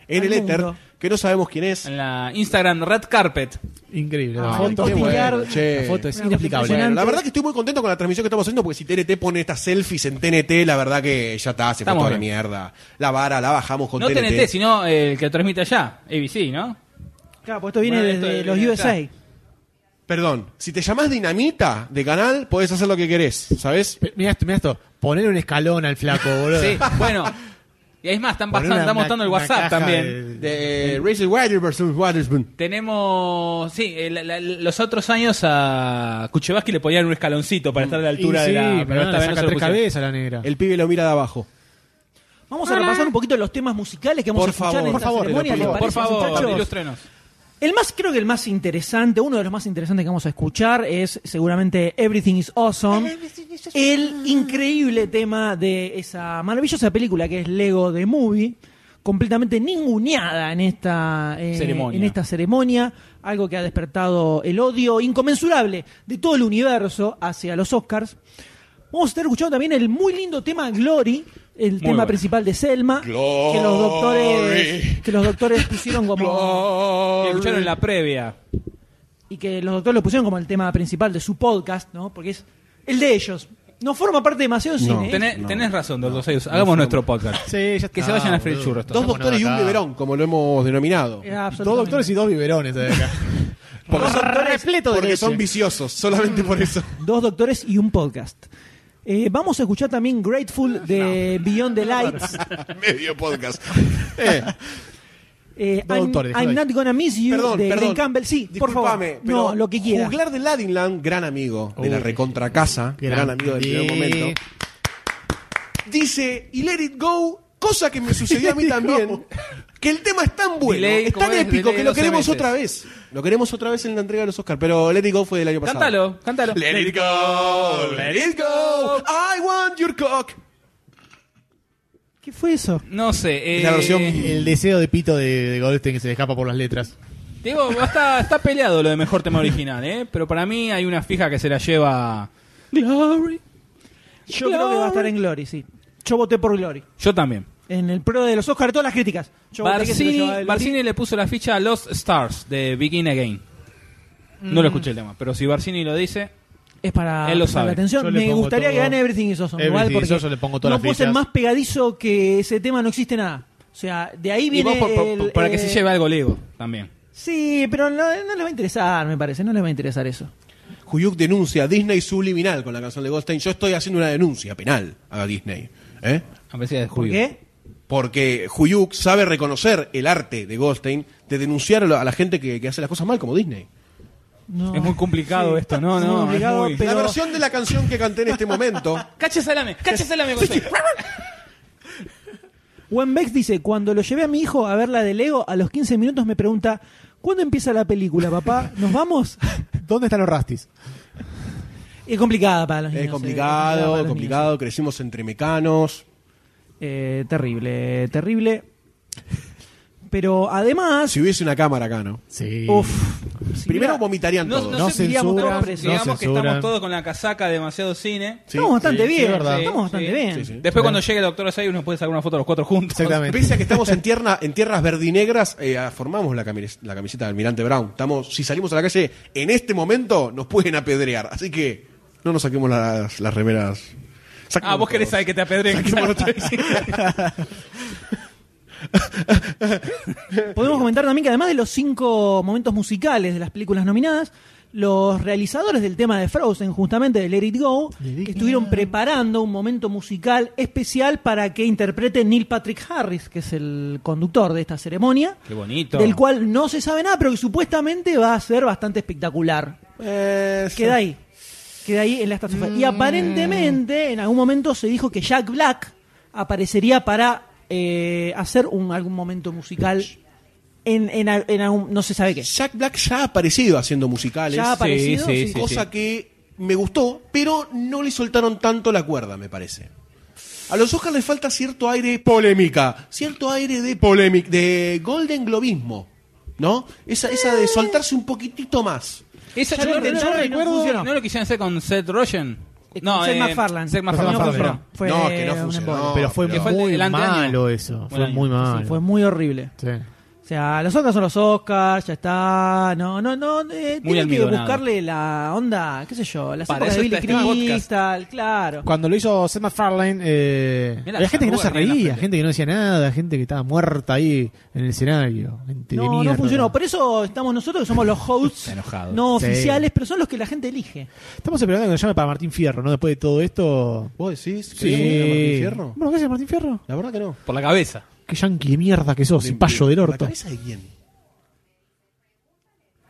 Speaker 7: en
Speaker 4: Al
Speaker 7: el éter,
Speaker 4: mundo.
Speaker 7: que no sabemos quién es.
Speaker 5: En la Instagram Red Carpet.
Speaker 6: Increíble. la,
Speaker 4: Ah,
Speaker 6: foto,
Speaker 4: qué bueno,
Speaker 7: che.
Speaker 6: la foto es
Speaker 4: Una
Speaker 6: inexplicable.
Speaker 4: foto
Speaker 7: Bueno, la verdad que estoy muy contento con la transmisión que estamos haciendo porque si TNT pone estas selfies en TNT, la verdad que ya está, se fue
Speaker 5: Estamos
Speaker 7: toda la
Speaker 5: bien.
Speaker 7: mierda. La vara la bajamos con
Speaker 5: No
Speaker 7: TNT.
Speaker 5: TNT, sino eh, el que transmite allá, ABC, ¿no?
Speaker 4: Claro, pues esto viene
Speaker 5: Bueno, esto
Speaker 4: desde
Speaker 5: viene
Speaker 4: los
Speaker 5: de
Speaker 4: USA.
Speaker 5: acá.
Speaker 7: Perdón, si te llamás Dinamita de canal, podés hacer lo que querés, ¿sabes?
Speaker 6: Pe- Mira esto, mira esto. Poner un escalón al flaco, boludo.
Speaker 5: Sí, bueno. Y es más, están
Speaker 6: Poner
Speaker 5: pasando,
Speaker 6: una-
Speaker 5: están mostrando el
Speaker 6: una
Speaker 5: WhatsApp
Speaker 6: caja
Speaker 5: también.
Speaker 6: de-
Speaker 7: De eh, Rachel Wilder versus Waterspoon.
Speaker 5: Tenemos, sí, eh, la- la- los otros años a Kuchevaski le ponían un escaloncito para estar a la
Speaker 6: Y
Speaker 5: altura
Speaker 6: sí,
Speaker 5: de la...
Speaker 6: pero
Speaker 5: esta vez no
Speaker 6: le saca
Speaker 5: se lo
Speaker 6: tres
Speaker 5: pusieron.
Speaker 6: cabezas la negra.
Speaker 7: El pibe lo mira de abajo.
Speaker 4: Vamos a repasar un poquito los temas musicales que vamos
Speaker 7: Por
Speaker 4: a escuchar
Speaker 7: favor,
Speaker 4: en
Speaker 7: por
Speaker 4: esta
Speaker 7: favor,
Speaker 4: ceremonia,
Speaker 7: te lo
Speaker 4: ¿les
Speaker 7: pido.
Speaker 5: Por
Speaker 4: parece,
Speaker 5: favor,
Speaker 4: muchachos?
Speaker 5: ilústrenos.
Speaker 4: El más, creo que el más interesante, uno de los más interesantes que vamos a escuchar es seguramente Everything is Awesome. El increíble tema de esa maravillosa película que es Lego de Movie, completamente ninguneada en esta, eh,
Speaker 5: Ceremonia.
Speaker 4: en esta ceremonia, algo que ha despertado el odio inconmensurable de todo el universo hacia los Oscars. Vamos a estar escuchando también el muy lindo tema Glory, el tema
Speaker 5: bueno.
Speaker 4: principal de Selma, que los doctores que los doctores pusieron como
Speaker 5: Que escucharon en la previa.
Speaker 4: y que los doctores lo pusieron como el tema principal de su podcast, ¿no? Porque es el de ellos. No forma parte de demasiado cine. ¿eh?
Speaker 5: Tenés, tenés razón, doctor Sayus. Hagamos nuestro podcast.
Speaker 6: Sí, ya
Speaker 5: Que
Speaker 6: está,
Speaker 5: se vayan a freír
Speaker 6: boludo.
Speaker 5: churros.
Speaker 7: Dos
Speaker 6: Hacemos
Speaker 7: doctores y un
Speaker 6: acá.
Speaker 7: biberón, como lo hemos denominado.
Speaker 4: Era
Speaker 6: Dos
Speaker 4: absolutamente-
Speaker 6: doctores y dos biberones de acá.
Speaker 7: Porque son,
Speaker 6: Repleto de
Speaker 7: porque
Speaker 6: leche.
Speaker 7: son viciosos, solamente por eso.
Speaker 4: Dos doctores y un podcast. Eh, vamos a escuchar también Grateful de Beyond the Lights.
Speaker 7: Medio podcast. Eh,
Speaker 4: Eh,
Speaker 6: Dos
Speaker 4: I'm,
Speaker 6: doctores,
Speaker 4: I'm
Speaker 6: déjalo
Speaker 4: not gonna miss you
Speaker 7: perdón,
Speaker 4: de
Speaker 7: perdón.
Speaker 4: Dan Campbell. Sí, por favor.
Speaker 7: Disculpame, pero
Speaker 4: No, lo que quieras.
Speaker 7: Juglar de Ladinland, gran amigo de la recontra casa, gran,
Speaker 6: gran
Speaker 7: amigo del primer
Speaker 6: amigo.
Speaker 7: momento. Dice, y let it go, cosa que me sucedió a mí también. Que el tema es tan bueno,
Speaker 5: Delay,
Speaker 7: es
Speaker 5: ¿cómo
Speaker 7: tan
Speaker 5: es?
Speaker 7: épico
Speaker 5: Delay
Speaker 7: que lo
Speaker 5: 12
Speaker 7: queremos
Speaker 5: veces.
Speaker 7: otra vez. Lo queremos otra vez en la entrega de los Oscars, pero Let It Go fue del año pasado.
Speaker 5: Cántalo, cántalo.
Speaker 7: Let it go, let it go, I want your cock.
Speaker 4: ¿Qué fue eso?
Speaker 5: No sé. Eh,
Speaker 7: Es la versión-
Speaker 6: El deseo de Pito de, de Goldstein que se le escapa por las letras.
Speaker 5: Digo, está, está peleado lo de mejor tema original, ¿eh? Pero para mí hay una fija que se la lleva. Glory.
Speaker 4: Yo creo que va a estar en Glory, sí. Yo voté por Glory.
Speaker 5: Yo también.
Speaker 4: En el pro de los Oscars, todas las críticas. Yo voté que se lo llevaba
Speaker 5: Barcini,
Speaker 4: Glory.
Speaker 5: Barcini le puso la ficha a Lost Stars de Begin Again. No
Speaker 4: Mm.
Speaker 5: lo escuché el tema, pero si Barcini lo dice,
Speaker 4: Es para
Speaker 5: Él lo
Speaker 4: prestar
Speaker 5: sabe.
Speaker 4: la atención.
Speaker 6: Yo le
Speaker 4: Me
Speaker 6: pongo
Speaker 4: gustaría que
Speaker 6: todo.
Speaker 4: gane Everything is Awesome.
Speaker 6: Everything
Speaker 4: igual,
Speaker 6: is
Speaker 4: porque
Speaker 6: Awesome, le pongo todas
Speaker 4: no
Speaker 6: las
Speaker 4: puede ser
Speaker 6: fichas.
Speaker 4: más pegadizo que ese tema, no existe nada. O sea, de ahí
Speaker 5: y
Speaker 4: viene.
Speaker 5: vos por- por-
Speaker 4: el,
Speaker 5: para que
Speaker 4: eh,
Speaker 5: se lleve algo Lego también.
Speaker 4: Sí, pero no, no les va a interesar, me parece. No les va a interesar eso.
Speaker 7: Huyuk denuncia Disney subliminal con la canción de Goldstein. Yo estoy haciendo una denuncia penal a Disney. ¿eh?
Speaker 5: A ver si es
Speaker 4: ¿Por
Speaker 5: Julio.
Speaker 4: qué?
Speaker 7: Porque Huyuk sabe reconocer el arte de Goldstein de denunciar a la- a la gente que, que hace las cosas mal, como Disney.
Speaker 4: No.
Speaker 5: Es muy complicado esto, no,
Speaker 4: es muy
Speaker 5: no, es
Speaker 4: complicado,
Speaker 5: muy-
Speaker 4: pero
Speaker 7: La versión de la canción que canté en este momento.
Speaker 5: Cacha salame, cacha salame, José.
Speaker 4: Wen Bex dice: Cuando lo llevé a mi hijo a ver la de Lego, a los 15 minutos me pregunta: ¿Cuándo empieza la película, papá? ¿Nos vamos?
Speaker 6: ¿Dónde están los Rastis?
Speaker 4: es complicada para los niños.
Speaker 7: Es
Speaker 4: eh, para los
Speaker 7: complicado,
Speaker 4: niños.
Speaker 7: complicado. Crecimos entre mecanos.
Speaker 4: Eh, terrible, terrible. Pero además.
Speaker 7: Si hubiese una cámara acá, ¿no?
Speaker 6: Sí.
Speaker 4: Uf. ah, Si
Speaker 7: Primero
Speaker 4: hubiera-
Speaker 7: vomitarían
Speaker 5: No,
Speaker 7: todos.
Speaker 5: no
Speaker 6: No
Speaker 5: sé, diríamos
Speaker 6: censuran,
Speaker 5: todos, pero
Speaker 6: no
Speaker 5: digamos que
Speaker 6: censuran.
Speaker 5: estamos todos con la casaca demasiado cine.
Speaker 7: Sí,
Speaker 4: estamos bastante
Speaker 6: sí, sí,
Speaker 4: bien,
Speaker 6: es verdad.
Speaker 4: estamos bastante
Speaker 5: Sí,
Speaker 4: bien.
Speaker 7: sí, sí.
Speaker 5: Después cuando llegue el doctor Sayus nos puede sacar una foto de los cuatro juntos.
Speaker 6: Exactamente.
Speaker 7: Pese a que estamos en, tierna, en tierras verdinegras, eh, ah, formamos la, camis- la camiseta de Almirante Brown. Estamos, si salimos a la calle en este momento, nos pueden apedrear. Así que no nos saquemos las, las remeras.
Speaker 5: Ah, vos querés saber que te apedreen.
Speaker 4: Podemos comentar también que además de los cinco momentos musicales de las películas nominadas, los realizadores del tema de Frozen, justamente de Let It Go,
Speaker 6: Let it
Speaker 4: que estuvieron preparando un momento musical especial para que interprete Neil Patrick Harris, que es el conductor de esta ceremonia,
Speaker 5: Qué bonito.
Speaker 4: del cual no se sabe nada, pero que supuestamente va a ser bastante espectacular.
Speaker 7: Eh,
Speaker 4: Queda ahí. Queda ahí en la estatua. Y aparentemente, en algún momento se dijo que Jack Black aparecería para eh, hacer un, algún momento musical en, en, al- en algún. No se sabe qué.
Speaker 7: Jack Black ya ha aparecido haciendo musicales.
Speaker 4: Ya ha aparecido.
Speaker 5: sí,
Speaker 4: sí.
Speaker 5: sí.
Speaker 7: cosa que me gustó, pero no le soltaron tanto la cuerda, me parece. A los Oscars les falta cierto aire de polémica, cierto aire de polémica, de Golden Globismo, ¿no? Esa, esa de soltarse un poquitito más.
Speaker 5: Esa-
Speaker 4: Ya
Speaker 5: yo,
Speaker 4: lo
Speaker 5: yo
Speaker 4: intentaron y no
Speaker 5: recuerdo,
Speaker 4: funcionó.
Speaker 5: no lo quisieron hacer con Seth Rogen.
Speaker 4: Eh,
Speaker 5: No,
Speaker 4: Seth
Speaker 5: eh,
Speaker 4: MacFarlane.
Speaker 5: Seth MacFarlane.
Speaker 6: No
Speaker 5: No,
Speaker 6: funcionó.
Speaker 5: funcionó.
Speaker 4: Fue
Speaker 7: no, que
Speaker 4: un
Speaker 7: no funcionó.
Speaker 4: embole.
Speaker 6: pero fue
Speaker 5: Que fue el-
Speaker 6: muy
Speaker 5: el anteaño.
Speaker 6: malo eso.
Speaker 5: Fue el
Speaker 6: Fue muy
Speaker 5: año.
Speaker 6: malo.
Speaker 4: Sí, fue muy horrible.
Speaker 6: Sí.
Speaker 4: O sea, los Oscars son los Oscars, ya está. No, no, no. eh,
Speaker 5: Muy
Speaker 4: tienen que
Speaker 5: almidonado.
Speaker 4: buscarle la onda, qué sé yo, las
Speaker 5: Para
Speaker 4: épocas de
Speaker 5: eso
Speaker 4: Billy
Speaker 5: está este podcast.
Speaker 4: Crystal, claro.
Speaker 6: Cuando lo hizo Seth MacFarlane, eh,
Speaker 5: Mirá,
Speaker 6: había gente que no se
Speaker 5: arruga que tiene la
Speaker 6: reía,
Speaker 5: frente.
Speaker 6: gente que no decía nada, gente que estaba muerta ahí en el escenario. Gente de
Speaker 4: No, no
Speaker 6: mierda.
Speaker 4: funcionó. Por eso estamos nosotros, que somos los hosts
Speaker 5: Enojado.
Speaker 4: no
Speaker 6: Sí.
Speaker 4: oficiales, pero son los que la gente elige.
Speaker 6: Estamos esperando que nos llame para Martín Fierro, ¿no? Después de todo esto.
Speaker 7: ¿Vos decís? que
Speaker 6: Sí.
Speaker 7: Martín Fierro?
Speaker 6: Bueno, ¿qué hace Martín Fierro?
Speaker 7: La verdad que no.
Speaker 5: Por la cabeza.
Speaker 6: Qué yanqui de mierda que sos, payo
Speaker 7: ¿La
Speaker 6: del orto.
Speaker 7: cabeza de quién?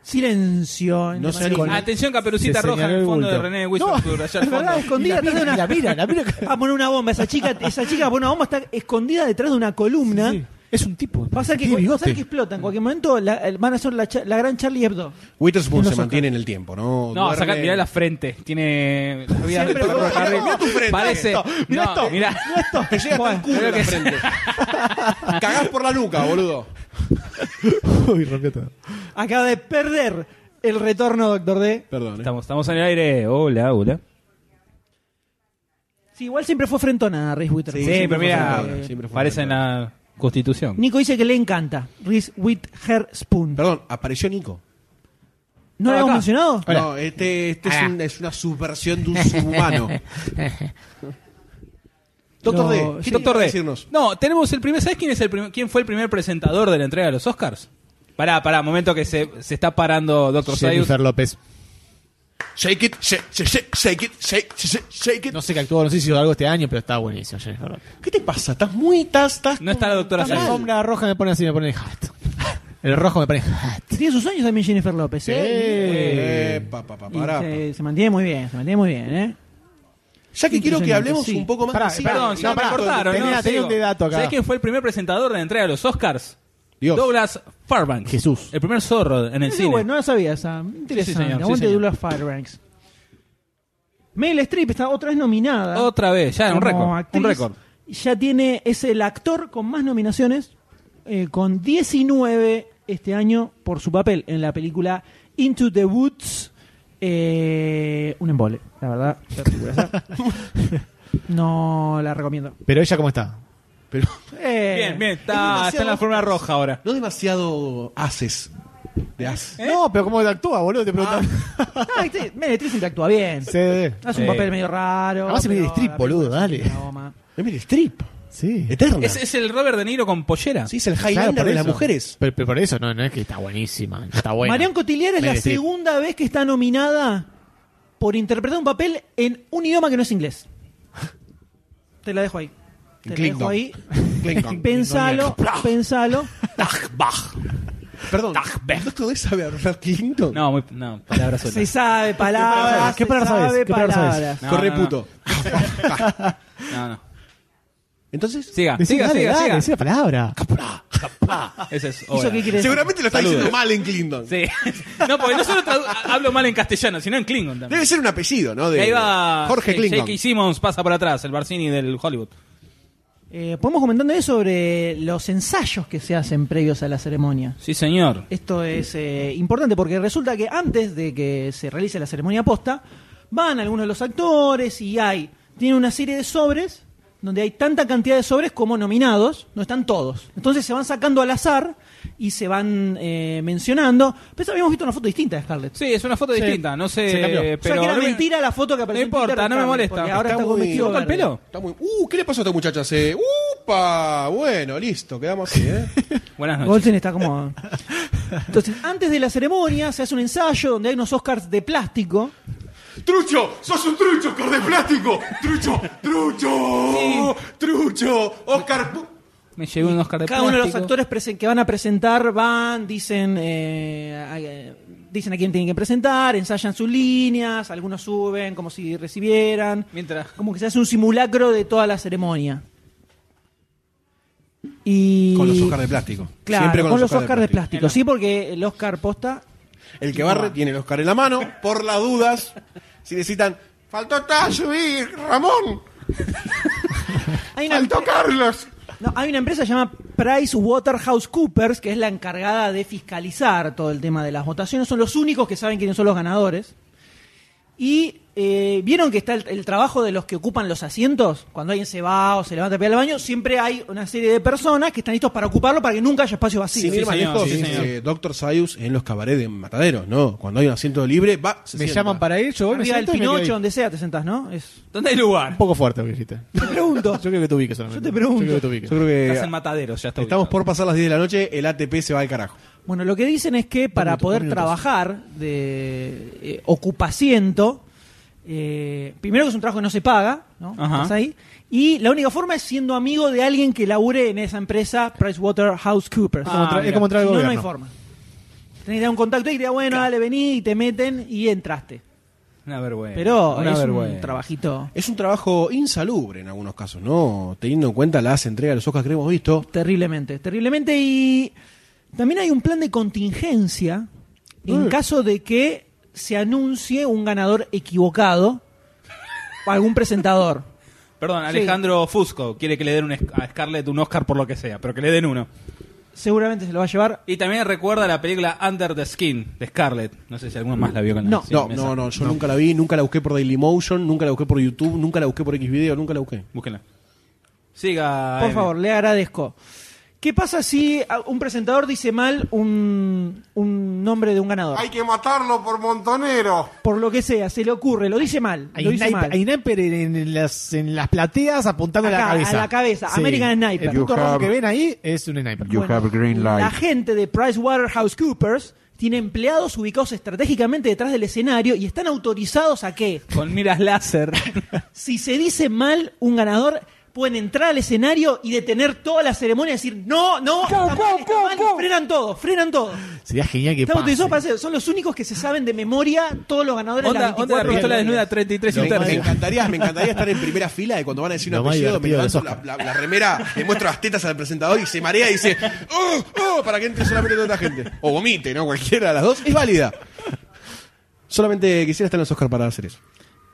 Speaker 4: Silencio.
Speaker 7: No sé,
Speaker 4: Demasiado.
Speaker 7: Con-
Speaker 5: Atención, caperucita
Speaker 6: Se
Speaker 5: roja en
Speaker 6: señaló
Speaker 5: el
Speaker 6: el
Speaker 5: fondo de
Speaker 6: bulto.
Speaker 5: René Wilson. por allá al
Speaker 4: Es verdad,
Speaker 5: fondo.
Speaker 4: escondida atrás de una.
Speaker 6: mira, la mira.
Speaker 7: ¿Ah?
Speaker 4: Va a poner una bomba. Esa chica, esa chica va a poner una bomba, está escondida detrás de una columna.
Speaker 6: Sí, sí. Es un tipo.
Speaker 4: Pasa que,
Speaker 6: tiene bigote.
Speaker 4: pasa que explota en cualquier momento, la, el- van a hacer la, cha- la gran Charlie Hebdo.
Speaker 7: Witherspoon
Speaker 4: En los
Speaker 7: se
Speaker 4: Oscars.
Speaker 7: mantiene en el tiempo, ¿no?
Speaker 5: No,
Speaker 7: Duerme-
Speaker 5: saca, mirá la frente. Tiene. la vida
Speaker 4: Siempre
Speaker 5: de-
Speaker 4: boludo,
Speaker 5: Harry.
Speaker 7: mirá tu frente.
Speaker 5: Parece.
Speaker 7: Mirá esto, mirá
Speaker 5: no,
Speaker 7: esto.
Speaker 5: mirá.
Speaker 7: Te llega hasta el culo
Speaker 5: creo
Speaker 7: la
Speaker 5: que sí.
Speaker 7: frente. Cagás por la nuca, boludo.
Speaker 6: Uy, rompió todo.
Speaker 4: Acaba de perder el retorno, Doctor D.
Speaker 7: Perdón. ¿eh?
Speaker 5: Estamos, estamos en el aire. Hola, hola.
Speaker 4: Sí, igual siempre fue frentona Reese Witherspoon.
Speaker 5: Sí,
Speaker 7: siempre
Speaker 5: pero mira.
Speaker 7: fue frentona, siempre fue
Speaker 5: Parece en
Speaker 7: frentona.
Speaker 5: la Constitución.
Speaker 4: Nico dice que le encanta Reese Witherspoon.
Speaker 7: Perdón, apareció Nico.
Speaker 4: ¿No lo
Speaker 5: acá.
Speaker 4: habíamos mencionado?
Speaker 7: No, este, este es, un- es una subversión de un subhumano. Doctor
Speaker 4: No,
Speaker 7: D,
Speaker 4: sí,
Speaker 7: ¿qué tiene
Speaker 5: Doctor
Speaker 7: para
Speaker 5: D.
Speaker 7: decirnos?
Speaker 5: No, tenemos el primer. ¿Sabes quién, es el prim- quién fue el primer presentador de la entrega de los Oscars? Pará, pará, momento que se, se está parando Doctor Sayus.
Speaker 6: Jennifer López.
Speaker 7: Shake it, shake, shake, shake, shake it, shake, shake, shake it.
Speaker 6: No sé qué actuó, no sé si hizo algo este año, pero está buenísimo Jennifer López.
Speaker 7: ¿Qué te pasa? ¿Estás muy... Estás, estás
Speaker 5: No está la doctora
Speaker 6: La
Speaker 5: Sayus.
Speaker 6: sombra roja me pone así, me pone hat. El rojo me pone hat.
Speaker 4: Tiene sus sueños también Jennifer López. ¿eh?
Speaker 7: Eh, pa, pa, pa,
Speaker 4: Y
Speaker 7: pará.
Speaker 4: se, se mantiene muy bien, se mantiene muy bien, ¿eh?
Speaker 7: Ya que quiero que hablemos
Speaker 4: sí.
Speaker 7: un poco más...
Speaker 6: Pará,
Speaker 7: sí,
Speaker 5: Perdón,
Speaker 7: sí,
Speaker 5: ya me
Speaker 7: pará.
Speaker 5: cortaron.
Speaker 6: tenía-
Speaker 5: no,
Speaker 6: tenía
Speaker 5: sigo.
Speaker 6: un dato acá.
Speaker 5: ¿Sabés quién fue el primer presentador de la entrega de los Oscars?
Speaker 7: Dios.
Speaker 5: Douglas Fairbanks.
Speaker 6: Jesús.
Speaker 5: El primer zorro en el
Speaker 4: Sí,
Speaker 5: cine.
Speaker 4: bueno, no la sabía esa. Interesante.
Speaker 5: señor, sí,
Speaker 4: Aguante
Speaker 5: señor.
Speaker 4: Douglas Fairbanks. Meryl Streep está otra vez nominada.
Speaker 5: Otra vez, ya, un
Speaker 4: como
Speaker 5: récord.
Speaker 4: actriz.
Speaker 5: Un récord.
Speaker 4: Ya tiene, es el actor con más nominaciones, eh, con 19 este año por su papel en la película Into the Woods. Eh, un embole, la verdad. la película esa. no la recomiendo.
Speaker 6: Pero ella, ¿cómo está?
Speaker 7: Pero
Speaker 4: Eh,
Speaker 5: Bien, bien,
Speaker 7: es
Speaker 5: está,
Speaker 7: demasiado-
Speaker 5: está en la forma roja ahora.
Speaker 7: no demasiado haces de as.
Speaker 6: No, pero ¿cómo actúa, boludo? Te preguntan.
Speaker 4: Ah, este- Meryl Streep siempre actúa bien.
Speaker 6: CD.
Speaker 4: Hace un
Speaker 5: Sí.
Speaker 4: papel medio raro.
Speaker 6: Además es
Speaker 4: pero
Speaker 6: Meryl Streep,
Speaker 4: la
Speaker 6: boludo,
Speaker 4: película es
Speaker 6: dale.
Speaker 4: una goma.
Speaker 7: Emily Strip.
Speaker 6: Sí.
Speaker 7: Eterna.
Speaker 5: Es, es el Robert De Niro con pollera.
Speaker 7: Sí, es el Highlander de las mujeres.
Speaker 6: Pero, pero por eso, no, no es que está buenísima. Está buena.
Speaker 4: Marion Cotillard es la
Speaker 6: Meryl Streep.
Speaker 4: segunda vez que está nominada por interpretar un papel en un idioma que no es inglés. Te la dejo ahí. Te la dejo
Speaker 7: Klingon.
Speaker 4: ahí.
Speaker 7: Klingon.
Speaker 4: Pensalo, pensalo.
Speaker 7: Perdón. ¿El doctor D sabe hablar Clinton?
Speaker 5: No, muy, no, palabras sueltas.
Speaker 4: Se sabe palabras.
Speaker 6: ¿Qué
Speaker 4: se
Speaker 6: palabras
Speaker 4: sabe
Speaker 6: sabes? ¿Qué palabras sabes?
Speaker 4: palabras.
Speaker 5: No,
Speaker 7: Corre
Speaker 5: no, no.
Speaker 7: puto.
Speaker 5: No, no.
Speaker 7: Entonces,
Speaker 5: Siga,
Speaker 6: Decí,
Speaker 5: siga,
Speaker 6: dale,
Speaker 5: siga,
Speaker 6: dale,
Speaker 5: siga.
Speaker 6: decí la palabra.
Speaker 5: Ese es.
Speaker 4: ¿Eso
Speaker 5: hola.
Speaker 4: qué quiere decir?
Speaker 7: seguramente lo está
Speaker 5: Saludos.
Speaker 7: diciendo mal en Clinton.
Speaker 5: Sí. No, porque no solo tradu- hablo mal en castellano, sino en Klingon también.
Speaker 7: Debe ser un apellido, ¿no? De
Speaker 5: Ahí va
Speaker 7: Jorge
Speaker 5: eh,
Speaker 7: Clinton.
Speaker 5: J.K. Simmons pasa por atrás, el Barcini del Hollywood.
Speaker 4: Eh, Podemos comentarles sobre los ensayos que se hacen previos a la ceremonia.
Speaker 5: Sí, señor.
Speaker 4: Esto es eh, importante porque resulta que antes de que se realice la ceremonia posta, van algunos de los actores y hay. Tienen una serie de sobres donde hay tanta cantidad de sobres como nominados, no están todos. Entonces se van sacando al azar y se van eh, mencionando. Pero habíamos visto una foto distinta de Scarlett.
Speaker 5: Sí, es una foto
Speaker 6: Sí.
Speaker 5: distinta, no sé.
Speaker 6: Se cambió. O
Speaker 5: pero
Speaker 6: sea,
Speaker 4: o sea que era
Speaker 5: no me-
Speaker 4: mentira la foto que apareció. en
Speaker 5: importa,
Speaker 4: Twitter de
Speaker 5: no me
Speaker 4: Scarlett,
Speaker 5: molesta.
Speaker 4: porque ahahora está, con
Speaker 7: muy-
Speaker 4: vestido
Speaker 5: ¿Cortó el
Speaker 4: verde.
Speaker 5: pelo?
Speaker 7: Está muy... Uh, ¿qué le pasó a esta muchacha? Se... ¡Upa! Bueno, listo, quedamos así, ¿eh?
Speaker 5: Buenas noches.
Speaker 4: Goldstein está como. Entonces, antes de la ceremonia se hace un ensayo donde hay unos Oscars de plástico.
Speaker 7: ¡Trucho! ¡Sos un trucho, cor de plástico! ¡Trucho! ¡Trucho! ¡Trucho! ¡Oscar! pu-
Speaker 5: Me llevé un Oscar de
Speaker 4: Cada uno de los
Speaker 5: plástico.
Speaker 4: actores presen- que van a presentar van, dicen, eh, a, eh, dicen a quién tienen que presentar, ensayan sus líneas, algunos suben como si recibieran.
Speaker 5: Mientras.
Speaker 4: Como que se hace un simulacro de toda la ceremonia. Y...
Speaker 7: Con los Oscar de plástico.
Speaker 4: Claro,
Speaker 7: Siempre
Speaker 4: con, los Oscars de plástico.
Speaker 5: En la-
Speaker 4: Sí, porque el Oscar posta...
Speaker 7: El que barre tiene el Oscar en la mano, por las dudas. Si necesitan. ¡Faltó Tayo y Ramón!
Speaker 4: Hay una,
Speaker 7: ¡Faltó Carlos!
Speaker 4: no, hay una empresa llamada PricewaterhouseCoopers, que es la encargada de fiscalizar todo el tema de las votaciones. Son los únicos que saben quiénes son los ganadores. Y eh, vieron que está el, el trabajo de los que ocupan los asientos. Cuando alguien se va o se levanta a pegar al baño, siempre hay una serie de personas que están listos para ocuparlo para que nunca haya espacio vacío.
Speaker 7: Sin ir
Speaker 5: sí,
Speaker 7: más
Speaker 5: señor,
Speaker 7: lejos,
Speaker 5: Ah, sí,
Speaker 7: eh,
Speaker 5: señor.
Speaker 7: Dr. Sayus en los cabarets de Mataderos, ¿no? Cuando hay un asiento libre, va. se
Speaker 6: Me
Speaker 7: sienta.
Speaker 6: llaman para ir, yo voy, me
Speaker 4: Arriba del
Speaker 6: siento y me quedo ahí.
Speaker 4: Pinocho, donde sea, te sentás, ¿no? Es...
Speaker 5: ¿Dónde hay
Speaker 6: Un
Speaker 5: lugar?
Speaker 6: poco fuerte lo que dijiste.
Speaker 4: Te pregunto.
Speaker 6: Yo creo que te ubiques solamente.
Speaker 4: Yo te pregunto.
Speaker 6: Yo creo que te ubiques.
Speaker 7: Yo creo que.
Speaker 5: Estás en mataderos, ya está.
Speaker 7: Eh, Estamos
Speaker 5: ubicado.
Speaker 7: por pasar las 10 de la noche, el ATP se va al carajo.
Speaker 4: Bueno, lo que dicen es que para
Speaker 6: minutos,
Speaker 4: poder
Speaker 6: dos minutos.
Speaker 4: trabajar de eh, ocupaciento, eh, primero que es un trabajo que no se paga, ¿no?
Speaker 5: Ajá.
Speaker 4: Estás ahí. Y la única forma es siendo amigo de alguien que labure en esa empresa PricewaterhouseCoopers.
Speaker 5: Ah,
Speaker 6: Contra-
Speaker 5: mira.
Speaker 6: es como
Speaker 4: Si
Speaker 6: entrar al
Speaker 4: no, no
Speaker 6: gobierno.
Speaker 4: hay forma. Tenés que dar un contacto y te diga, bueno, dale, vení, y te meten y entraste.
Speaker 5: Una vergüenza.
Speaker 4: Pero
Speaker 5: Eh, una
Speaker 4: es
Speaker 5: vergüenza.
Speaker 4: un trabajito
Speaker 7: Es un trabajo insalubre en algunos casos, ¿no? Teniendo en cuenta las entregas de los Oscars que hemos visto.
Speaker 4: terriblemente, terriblemente y también hay un plan de contingencia
Speaker 6: Mm.
Speaker 4: en caso de que se anuncie un ganador equivocado o algún presentador.
Speaker 5: Perdón, Alejandro Fusco quiere que le den un, Sc- a Scarlett un Oscar por lo que sea, pero que le den uno.
Speaker 4: Seguramente se lo va a llevar
Speaker 5: Y también recuerda la película Under the Skin de Scarlett. No sé si alguno más la vio con la
Speaker 4: No.
Speaker 5: sí,
Speaker 7: No,
Speaker 5: me
Speaker 7: no,
Speaker 5: sa-
Speaker 7: no, yo nunca la vi, nunca la busqué por Dailymotion, nunca la busqué por YouTube, nunca la busqué por Xvideo, nunca la busqué.
Speaker 5: Búsquenla. Siga. eh,
Speaker 4: Por
Speaker 5: M.
Speaker 4: favor, le agradezco. ¿Qué pasa si ah, un presentador dice mal un, un nombre de un ganador?
Speaker 9: que matarlo por montonero.
Speaker 4: Por lo que sea, se le ocurre, lo dice mal.
Speaker 6: Hay,
Speaker 4: lo dice
Speaker 6: sniper,
Speaker 4: mal.
Speaker 6: hay sniper en, en las, en las plateas apuntando a
Speaker 4: Acá,
Speaker 6: la cabeza.
Speaker 4: a la cabeza. American Sniper.
Speaker 6: El punto
Speaker 9: You
Speaker 6: rojo
Speaker 9: have-
Speaker 6: que ven ahí es un sniper.
Speaker 9: You have green light.
Speaker 4: La gente de PricewaterhouseCoopers tiene empleados ubicados estratégicamente detrás del escenario y están autorizados a que,
Speaker 5: Con miras láser.
Speaker 4: si se dice mal un ganador, pueden entrar al escenario y detener toda la ceremonia y decir, no, no, está mal, está mal", y frenan todo, frenan todo.
Speaker 6: Sería genial que
Speaker 4: Estamos
Speaker 6: pase.
Speaker 4: utilizados para hacer- son los únicos que se saben de memoria todos los ganadores de
Speaker 5: Onda,
Speaker 4: las
Speaker 5: onda la
Speaker 4: 24
Speaker 5: pistola
Speaker 4: categorías.
Speaker 5: desnuda 33 y un
Speaker 7: Me, me
Speaker 5: tercio.
Speaker 7: encantaría, me encantaría estar en primera fila de cuando van a decir un
Speaker 6: Lo más
Speaker 7: apellido, me
Speaker 6: divertido de
Speaker 7: levanto la, la, la remera, le muestro las tetas al presentador y se marea y dice, ¡Oh, oh! para que entre solamente toda la gente. O vomite, ¿no? Cualquiera de las dos. Es válida. Solamente quisiera estar en los Oscar para hacer eso.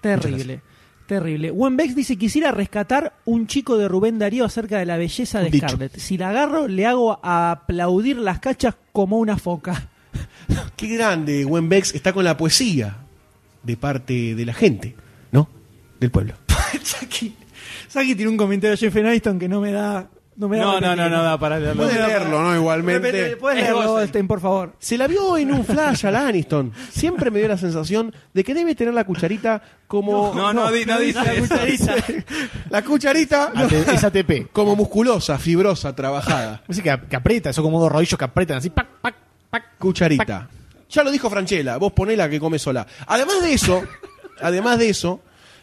Speaker 4: Terrible, terrible. Juan Bex dice, quisiera rescatar un chico de Rubén Darío acerca de la belleza de
Speaker 7: Dicho.
Speaker 4: Scarlett. Si la agarro, le hago aplaudir las cachas como una foca.
Speaker 7: Qué grande, Gwen Bex está con la poesía de parte de la gente, ¿no? Del pueblo.
Speaker 4: Saki, Saki tiene un comentario de Jeff Aniston que no me da... No, me da
Speaker 5: No, no,
Speaker 4: repetirlo.
Speaker 5: no, no, da para leerlo.
Speaker 7: Puede leerlo, ¿no? Igualmente.
Speaker 4: Repete, ¿Puedes
Speaker 5: Es
Speaker 4: leerlo,
Speaker 5: Gosen.
Speaker 4: Goldstein, por favor?
Speaker 7: Se la vio en un flash a la Aniston. Siempre me dio la sensación de que debe tener la cucharita como.
Speaker 5: No, no, di- no dice
Speaker 7: La
Speaker 5: eso.
Speaker 7: cucharita. La cucharita.
Speaker 6: AT- Es ATP.
Speaker 7: Como musculosa, fibrosa, trabajada.
Speaker 6: Parece que, que aprieta, son como dos rodillos que apretan así. Pac, pac, pac.
Speaker 7: Cucharita. Ya lo dijo Franchella, vos poné la que come sola. Además de eso, además de eso,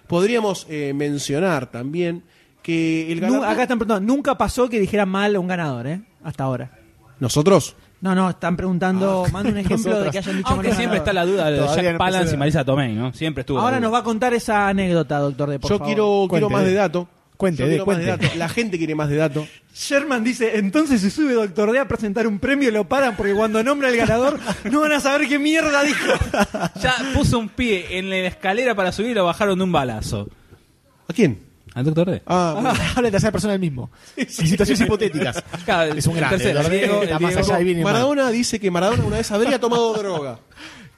Speaker 7: podríamos eh, mencionar también que el ganador.
Speaker 4: Nu- acá están preguntando, nunca pasó que dijera mal a un ganador, ¿eh? Hasta ahora.
Speaker 7: Nosotros.
Speaker 4: No, no, están preguntando,
Speaker 7: Ah.
Speaker 4: manda un ejemplo de
Speaker 6: nosotros.
Speaker 4: que hayan dicho mal
Speaker 5: Aunque
Speaker 4: un
Speaker 5: siempre
Speaker 4: ganador.
Speaker 5: está la duda de
Speaker 6: Todavía
Speaker 5: Jack
Speaker 6: no
Speaker 5: Palance y
Speaker 6: empezó la-
Speaker 5: Marisa Tomei, ¿no? Siempre estuvo. la
Speaker 4: Ahora
Speaker 5: duda.
Speaker 4: nos va a contar esa anécdota, doctor de por
Speaker 7: Yo
Speaker 4: favor.
Speaker 7: quiero,
Speaker 6: Cuente,
Speaker 7: quiero más
Speaker 6: dé.
Speaker 7: de dato.
Speaker 6: Cuente,
Speaker 7: Yo
Speaker 6: dé,
Speaker 7: quiero más de
Speaker 6: cuente.
Speaker 7: dato. La gente quiere más de dato.
Speaker 4: Sherman dice, entonces se sube Doctor D a presentar un premio y lo paran porque cuando nombra el ganador no van a saber qué mierda dijo.
Speaker 5: Ya puso un pie en la escalera para subir y lo bajaron de un balazo.
Speaker 7: ¿A quién?
Speaker 5: ¿Al doctor D?
Speaker 7: Ah, bueno.
Speaker 6: Habla en tercera persona del mismo. En situaciones hipotéticas.
Speaker 5: Claro,
Speaker 6: es un
Speaker 5: el
Speaker 6: grande.
Speaker 5: tercero,
Speaker 6: la verdad
Speaker 5: Diego,
Speaker 6: que
Speaker 5: el
Speaker 6: la más
Speaker 5: Diego.
Speaker 6: allá viene mal.
Speaker 7: Maradona dice que Maradona una vez habría tomado droga.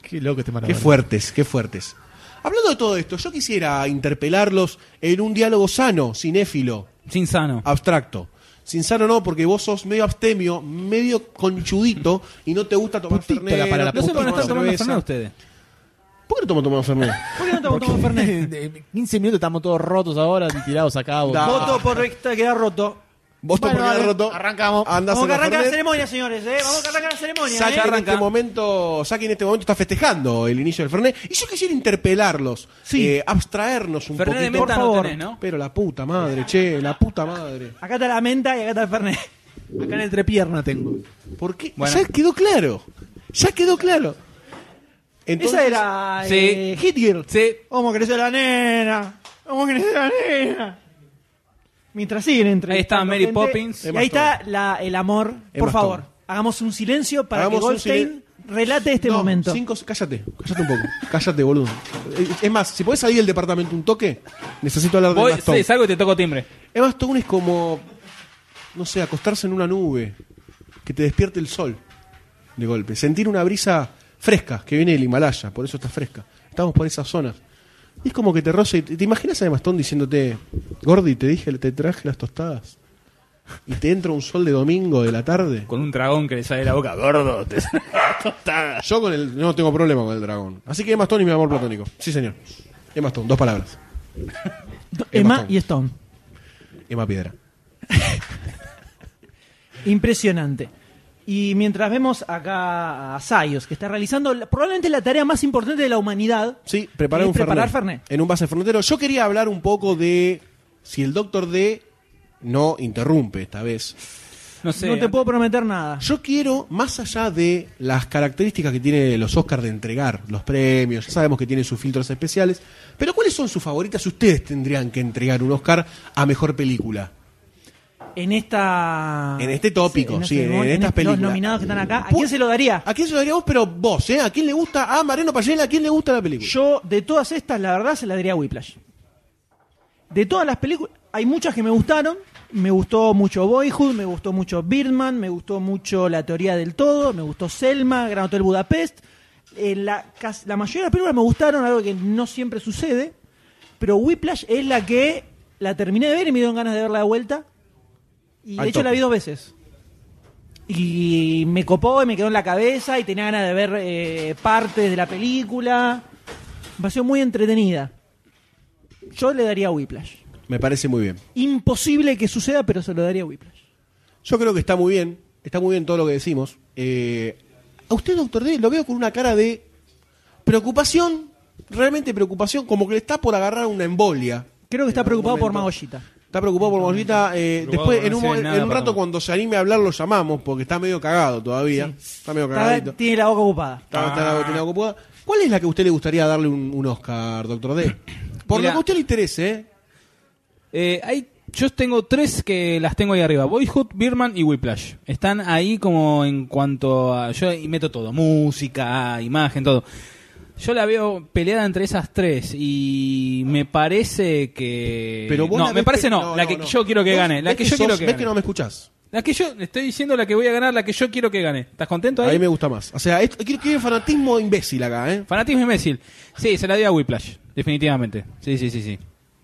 Speaker 6: Qué loco este Maradona.
Speaker 7: Qué fuertes, qué fuertes. Hablando de todo esto, yo quisiera interpelarlos en un diálogo sano, cinéfilo,
Speaker 5: Sin
Speaker 6: Ah,
Speaker 5: sano.
Speaker 7: abstracto. Sin sano no, porque vos sos medio abstemio, medio conchudito y no te gusta tomar
Speaker 6: Putito
Speaker 7: fernet,
Speaker 6: la para la
Speaker 7: te
Speaker 5: No sé
Speaker 7: gusta
Speaker 5: por qué no
Speaker 7: tomar
Speaker 5: están tomando
Speaker 7: cerveza.
Speaker 5: Fernet ustedes.
Speaker 7: ¿Por qué no tomo tomar fernet?
Speaker 4: ¿Por qué no estamos tomando Fernet?
Speaker 6: En 15 minutos estamos todos rotos ahora y tirados acá.
Speaker 7: Da.
Speaker 6: boludo.
Speaker 4: Voto por esta queda roto.
Speaker 7: Vos
Speaker 6: Bueno,
Speaker 7: tomás
Speaker 6: a ver,
Speaker 7: roto.
Speaker 6: arrancamos.
Speaker 7: Andás
Speaker 4: Vamos que
Speaker 7: a la
Speaker 4: arranca la
Speaker 7: fernet.
Speaker 4: ceremonia, señores, ¿eh? Vamos que arranca la ceremonia,
Speaker 7: Saki
Speaker 4: ¿eh?
Speaker 7: en
Speaker 5: arranca.
Speaker 7: este momento, Saki en este momento está festejando el inicio del Fernet. Y yo quisiera interpelarlos, eh, abstraernos un
Speaker 5: Fernet de
Speaker 7: poquito.
Speaker 5: menta
Speaker 4: por
Speaker 5: no
Speaker 4: favor.
Speaker 5: tenés, ¿no?
Speaker 7: Pero la puta madre, che, la puta madre.
Speaker 4: Acá está la menta y acá está el Fernet.
Speaker 6: Acá en el entrepierna tengo.
Speaker 7: ¿Por qué?
Speaker 5: Bueno.
Speaker 7: Ya quedó claro. Ya quedó claro. Entonces,
Speaker 4: Esa era
Speaker 5: Sí.
Speaker 4: eh, Hit Girl.
Speaker 5: Sí.
Speaker 4: ¿Cómo creció la nena? ¿Cómo creció la nena? Mientras siguen entre.
Speaker 5: Ahí está Mary Poppins.
Speaker 4: Y ahí está la- el amor. Por
Speaker 7: Emma
Speaker 4: favor,
Speaker 7: Stone.
Speaker 4: hagamos un silencio para
Speaker 7: Hagamos
Speaker 4: que
Speaker 7: un
Speaker 4: Goldstein relate este
Speaker 7: No,
Speaker 4: momento.
Speaker 7: cinco- cállate, cállate un poco. Cállate, boludo. Eh, Es más, si podés salir del departamento un toque, necesito hablar de
Speaker 5: Voy,
Speaker 7: Emma Stone.
Speaker 5: sí, salgo y te toco timbre.
Speaker 7: Emma Stone es como, no sé, acostarse en una nube, que te despierte el sol de golpe. Sentir una brisa fresca que viene del Himalaya, por eso está fresca. Estamos por esas zonas. Y es como que te roce. y ¿Te te imaginas a Emma Stone diciéndote, Gordy, te dije, te traje las tostadas? Y te entra un sol de domingo de la tarde.
Speaker 5: Con un dragón que le sale de la boca, gordo. te-
Speaker 7: Yo con el, no tengo problema con el dragón. Así que Emma Stone y mi amor platónico. Sí, señor. Emma Stone, dos palabras. Emma
Speaker 4: Emma
Speaker 7: Stone.
Speaker 4: y Stone.
Speaker 7: Emma Piedra.
Speaker 4: Impresionante. Y mientras vemos acá a Sayos, que está realizando la- probablemente la tarea más importante de la humanidad.
Speaker 7: Sí, preparar
Speaker 4: que es
Speaker 7: un
Speaker 4: preparar
Speaker 7: Fernet.
Speaker 4: Fernet.
Speaker 7: En un base frontero. Yo quería hablar un poco de si el doctor D no interrumpe esta vez.
Speaker 5: No sé.
Speaker 4: No te puedo prometer nada.
Speaker 7: Yo quiero, más allá de las características que tiene los Oscars de entregar los premios, ya sabemos que tienen sus filtros especiales, pero ¿cuáles son sus favoritas? Ustedes tendrían que entregar un Oscar a mejor película.
Speaker 4: En esta.
Speaker 7: En este tópico, sí, en
Speaker 4: ceremonia,
Speaker 7: estas
Speaker 4: estos
Speaker 7: películas.
Speaker 4: nominados que están acá, ¿a
Speaker 7: Pu-
Speaker 4: quién se lo daría?
Speaker 7: ¿A quién se lo daría vos? Pero vos, ¿eh? ¿A quién le gusta? A Mariano Payela, ¿a quién le gusta la película?
Speaker 4: Yo, de todas estas, la verdad, se la daría a Whiplash. De todas las películas, hay muchas que me gustaron. Me gustó mucho Boyhood, me gustó mucho Birdman, me gustó mucho La Teoría del Todo, me gustó Selma, Gran Hotel Budapest. Eh, la, cas- la mayoría de las películas me gustaron, algo que no siempre sucede. Pero Whiplash es la que la terminé de ver y me dieron ganas de verla de vuelta. Y de
Speaker 7: Al
Speaker 4: hecho la
Speaker 7: tope.
Speaker 4: vi dos veces. Y me copó y me quedó en la cabeza y tenía ganas de ver eh, partes de la película. Me pareció muy entretenida. Yo le daría a Whiplash.
Speaker 7: Me parece muy bien.
Speaker 4: Imposible que suceda, pero se lo daría a Whiplash.
Speaker 7: Yo creo que está muy bien, está muy bien todo lo que decimos. Eh, a usted, doctor D, lo veo con una cara de preocupación, realmente preocupación, como que le está por agarrar una embolia.
Speaker 4: Creo que está
Speaker 7: En algún
Speaker 4: preocupado por
Speaker 7: momento.
Speaker 4: Magollita.
Speaker 7: Está preocupado por Morlita. eh,
Speaker 5: Preocupado
Speaker 7: después,
Speaker 5: por
Speaker 7: en
Speaker 5: no
Speaker 7: un,
Speaker 5: hacer
Speaker 7: mo- en
Speaker 5: nada
Speaker 7: un
Speaker 5: para
Speaker 7: rato,
Speaker 5: no-
Speaker 7: cuando se anime a hablar, lo llamamos, porque está medio cagado todavía. Está medio
Speaker 4: Está-
Speaker 7: cagadito.
Speaker 4: Tiene la boca ocupada.
Speaker 7: Está, está-
Speaker 5: Ah.
Speaker 7: está ocupada. ¿Cuál es la que a usted le gustaría darle un, un Oscar, doctor D? Por
Speaker 5: Mirá.
Speaker 7: lo que a usted le interese, ¿eh?
Speaker 5: Eh, hay, yo tengo tres que las tengo ahí arriba: Boyhood, Birman y Whiplash. Están ahí como en cuanto a. Yo ahí meto todo: música, imagen, todo. Yo la veo peleada entre esas tres y me parece que.
Speaker 7: Pero vos la
Speaker 5: Eh, no,
Speaker 7: ves
Speaker 5: me parece
Speaker 7: que-
Speaker 5: no, la que yo quiero que
Speaker 7: Vos
Speaker 5: gane. La
Speaker 7: ves
Speaker 5: que, yo
Speaker 7: sos-
Speaker 5: quiero que
Speaker 7: ves
Speaker 5: gane.
Speaker 7: que no me escuchás.
Speaker 5: La que yo. le Estoy diciendo la que voy a ganar, la que yo quiero que gane. ¿Estás contento
Speaker 7: A
Speaker 5: ahí?
Speaker 7: mí me gusta más. O sea, esto- quiero que haya fanatismo imbécil acá, ¿eh?
Speaker 5: Fanatismo imbécil. Sí, se la dio a Whiplash, definitivamente. Sí, sí, sí, sí.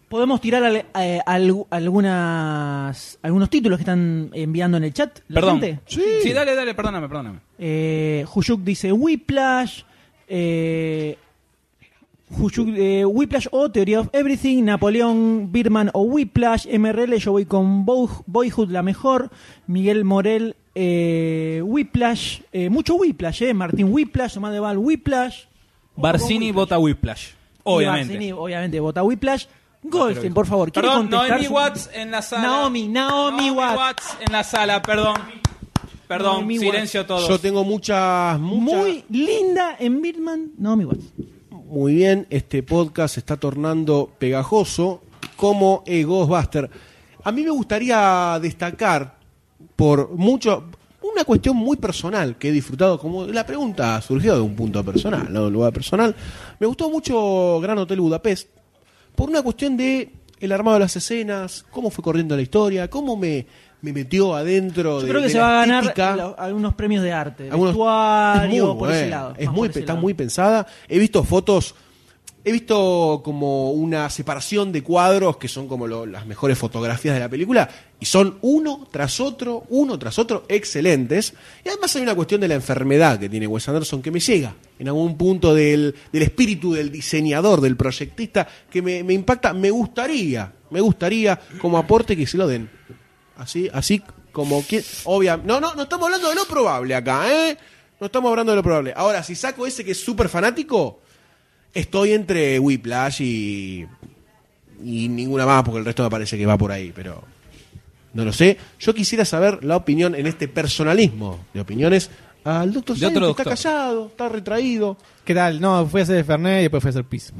Speaker 4: Podemos tirar al- eh, al- algunas, algunos títulos que están enviando en el chat. la
Speaker 5: Perdón.
Speaker 4: gente.
Speaker 5: Sí. dale, dale, perdóname, perdóname.
Speaker 4: Eh, Huyuk dice Whiplash. Eh, Huyuk, eh, Whiplash o Theory of Everything. Napoleón, Birman o Whiplash. MRL, yo voy con Boy- Boyhood, la mejor. Miguel Morel, eh, Whiplash. Eh, mucho Whiplash, eh. Martín Whiplash, Tomás de Val, Whiplash.
Speaker 5: Barcini vota Whiplash. Obviamente.
Speaker 4: Y Barcini, obviamente, vota Whiplash. Goldstein, por favor. ¿quiere
Speaker 5: Perdón,
Speaker 4: contestar
Speaker 5: Noemi
Speaker 4: su-
Speaker 5: Watts en la sala.
Speaker 4: Naomi, Naomi Watts.
Speaker 5: en la sala, perdón. Perdón,
Speaker 4: Naomi
Speaker 5: silencio a todos.
Speaker 7: Yo tengo muchas, muchas-
Speaker 4: Muy linda en Birman, Naomi Watts.
Speaker 7: Muy bien, este podcast se está tornando pegajoso como eh, Ghostbuster. A mí me gustaría destacar por mucho una cuestión muy personal que he disfrutado como la pregunta surgió de un punto personal, no de un lugar personal. Me gustó mucho Gran Hotel Budapest por una cuestión de el armado de las escenas, cómo fue corriendo la historia, cómo me, me metió adentro
Speaker 4: Yo
Speaker 7: de,
Speaker 4: creo que
Speaker 7: de
Speaker 4: se
Speaker 7: la
Speaker 4: va a ganar
Speaker 7: estética.
Speaker 4: lo- algunos premios de arte,
Speaker 7: Algunos-
Speaker 4: vestuario,
Speaker 7: es muy
Speaker 4: por ese
Speaker 7: buena,
Speaker 4: lado.
Speaker 7: es
Speaker 4: más
Speaker 7: muy-
Speaker 4: por ese
Speaker 7: está
Speaker 4: lado.
Speaker 7: muy pensada. He visto fotos, he visto como una separación de cuadros que son como lo- las mejores fotografías de la película y son uno tras otro, uno tras otro, excelentes. Y además hay una cuestión de la enfermedad que tiene Wes Anderson que me llega en algún punto del, del espíritu del diseñador, del proyectista, que me, me impacta. Me gustaría, me gustaría como aporte que se lo den. Así, así como que. Obvia, no, no, no estamos hablando de lo probable acá, ¿eh? No estamos hablando de lo probable. Ahora, si saco ese que es súper fanático, estoy entre Whiplash y. y ninguna más, porque el resto me parece que va por ahí, pero. No lo sé. Yo quisiera saber la opinión en este personalismo de opiniones al doctor
Speaker 5: De
Speaker 7: Sainz,
Speaker 5: otro
Speaker 7: que está
Speaker 5: doctor.
Speaker 7: callado, está retraído.
Speaker 6: ¿Qué tal? No, fui a hacer Fernet y después fui a hacer pis.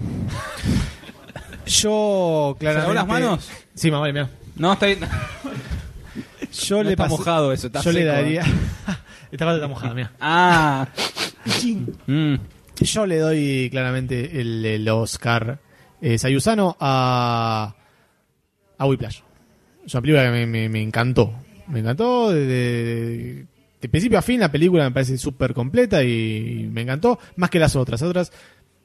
Speaker 6: Yo, claramente...
Speaker 5: lavó las manos?
Speaker 6: Sí, mamá, mira.
Speaker 5: No, está bien.
Speaker 6: Yo
Speaker 5: No
Speaker 6: le
Speaker 5: está
Speaker 6: pasé-
Speaker 5: mojado eso, está
Speaker 6: Yo le
Speaker 5: seco, ¿eh?
Speaker 6: daría... Esta parte está mojada, mira.
Speaker 5: Ah. Mm.
Speaker 6: Yo le doy claramente el, el Oscar eh, Sayusano a, a Whiplash. Es una película que me, me- me encantó. Me encantó desde de principio a fin. La película me parece súper completa y me encantó. Más que las otras. Las otras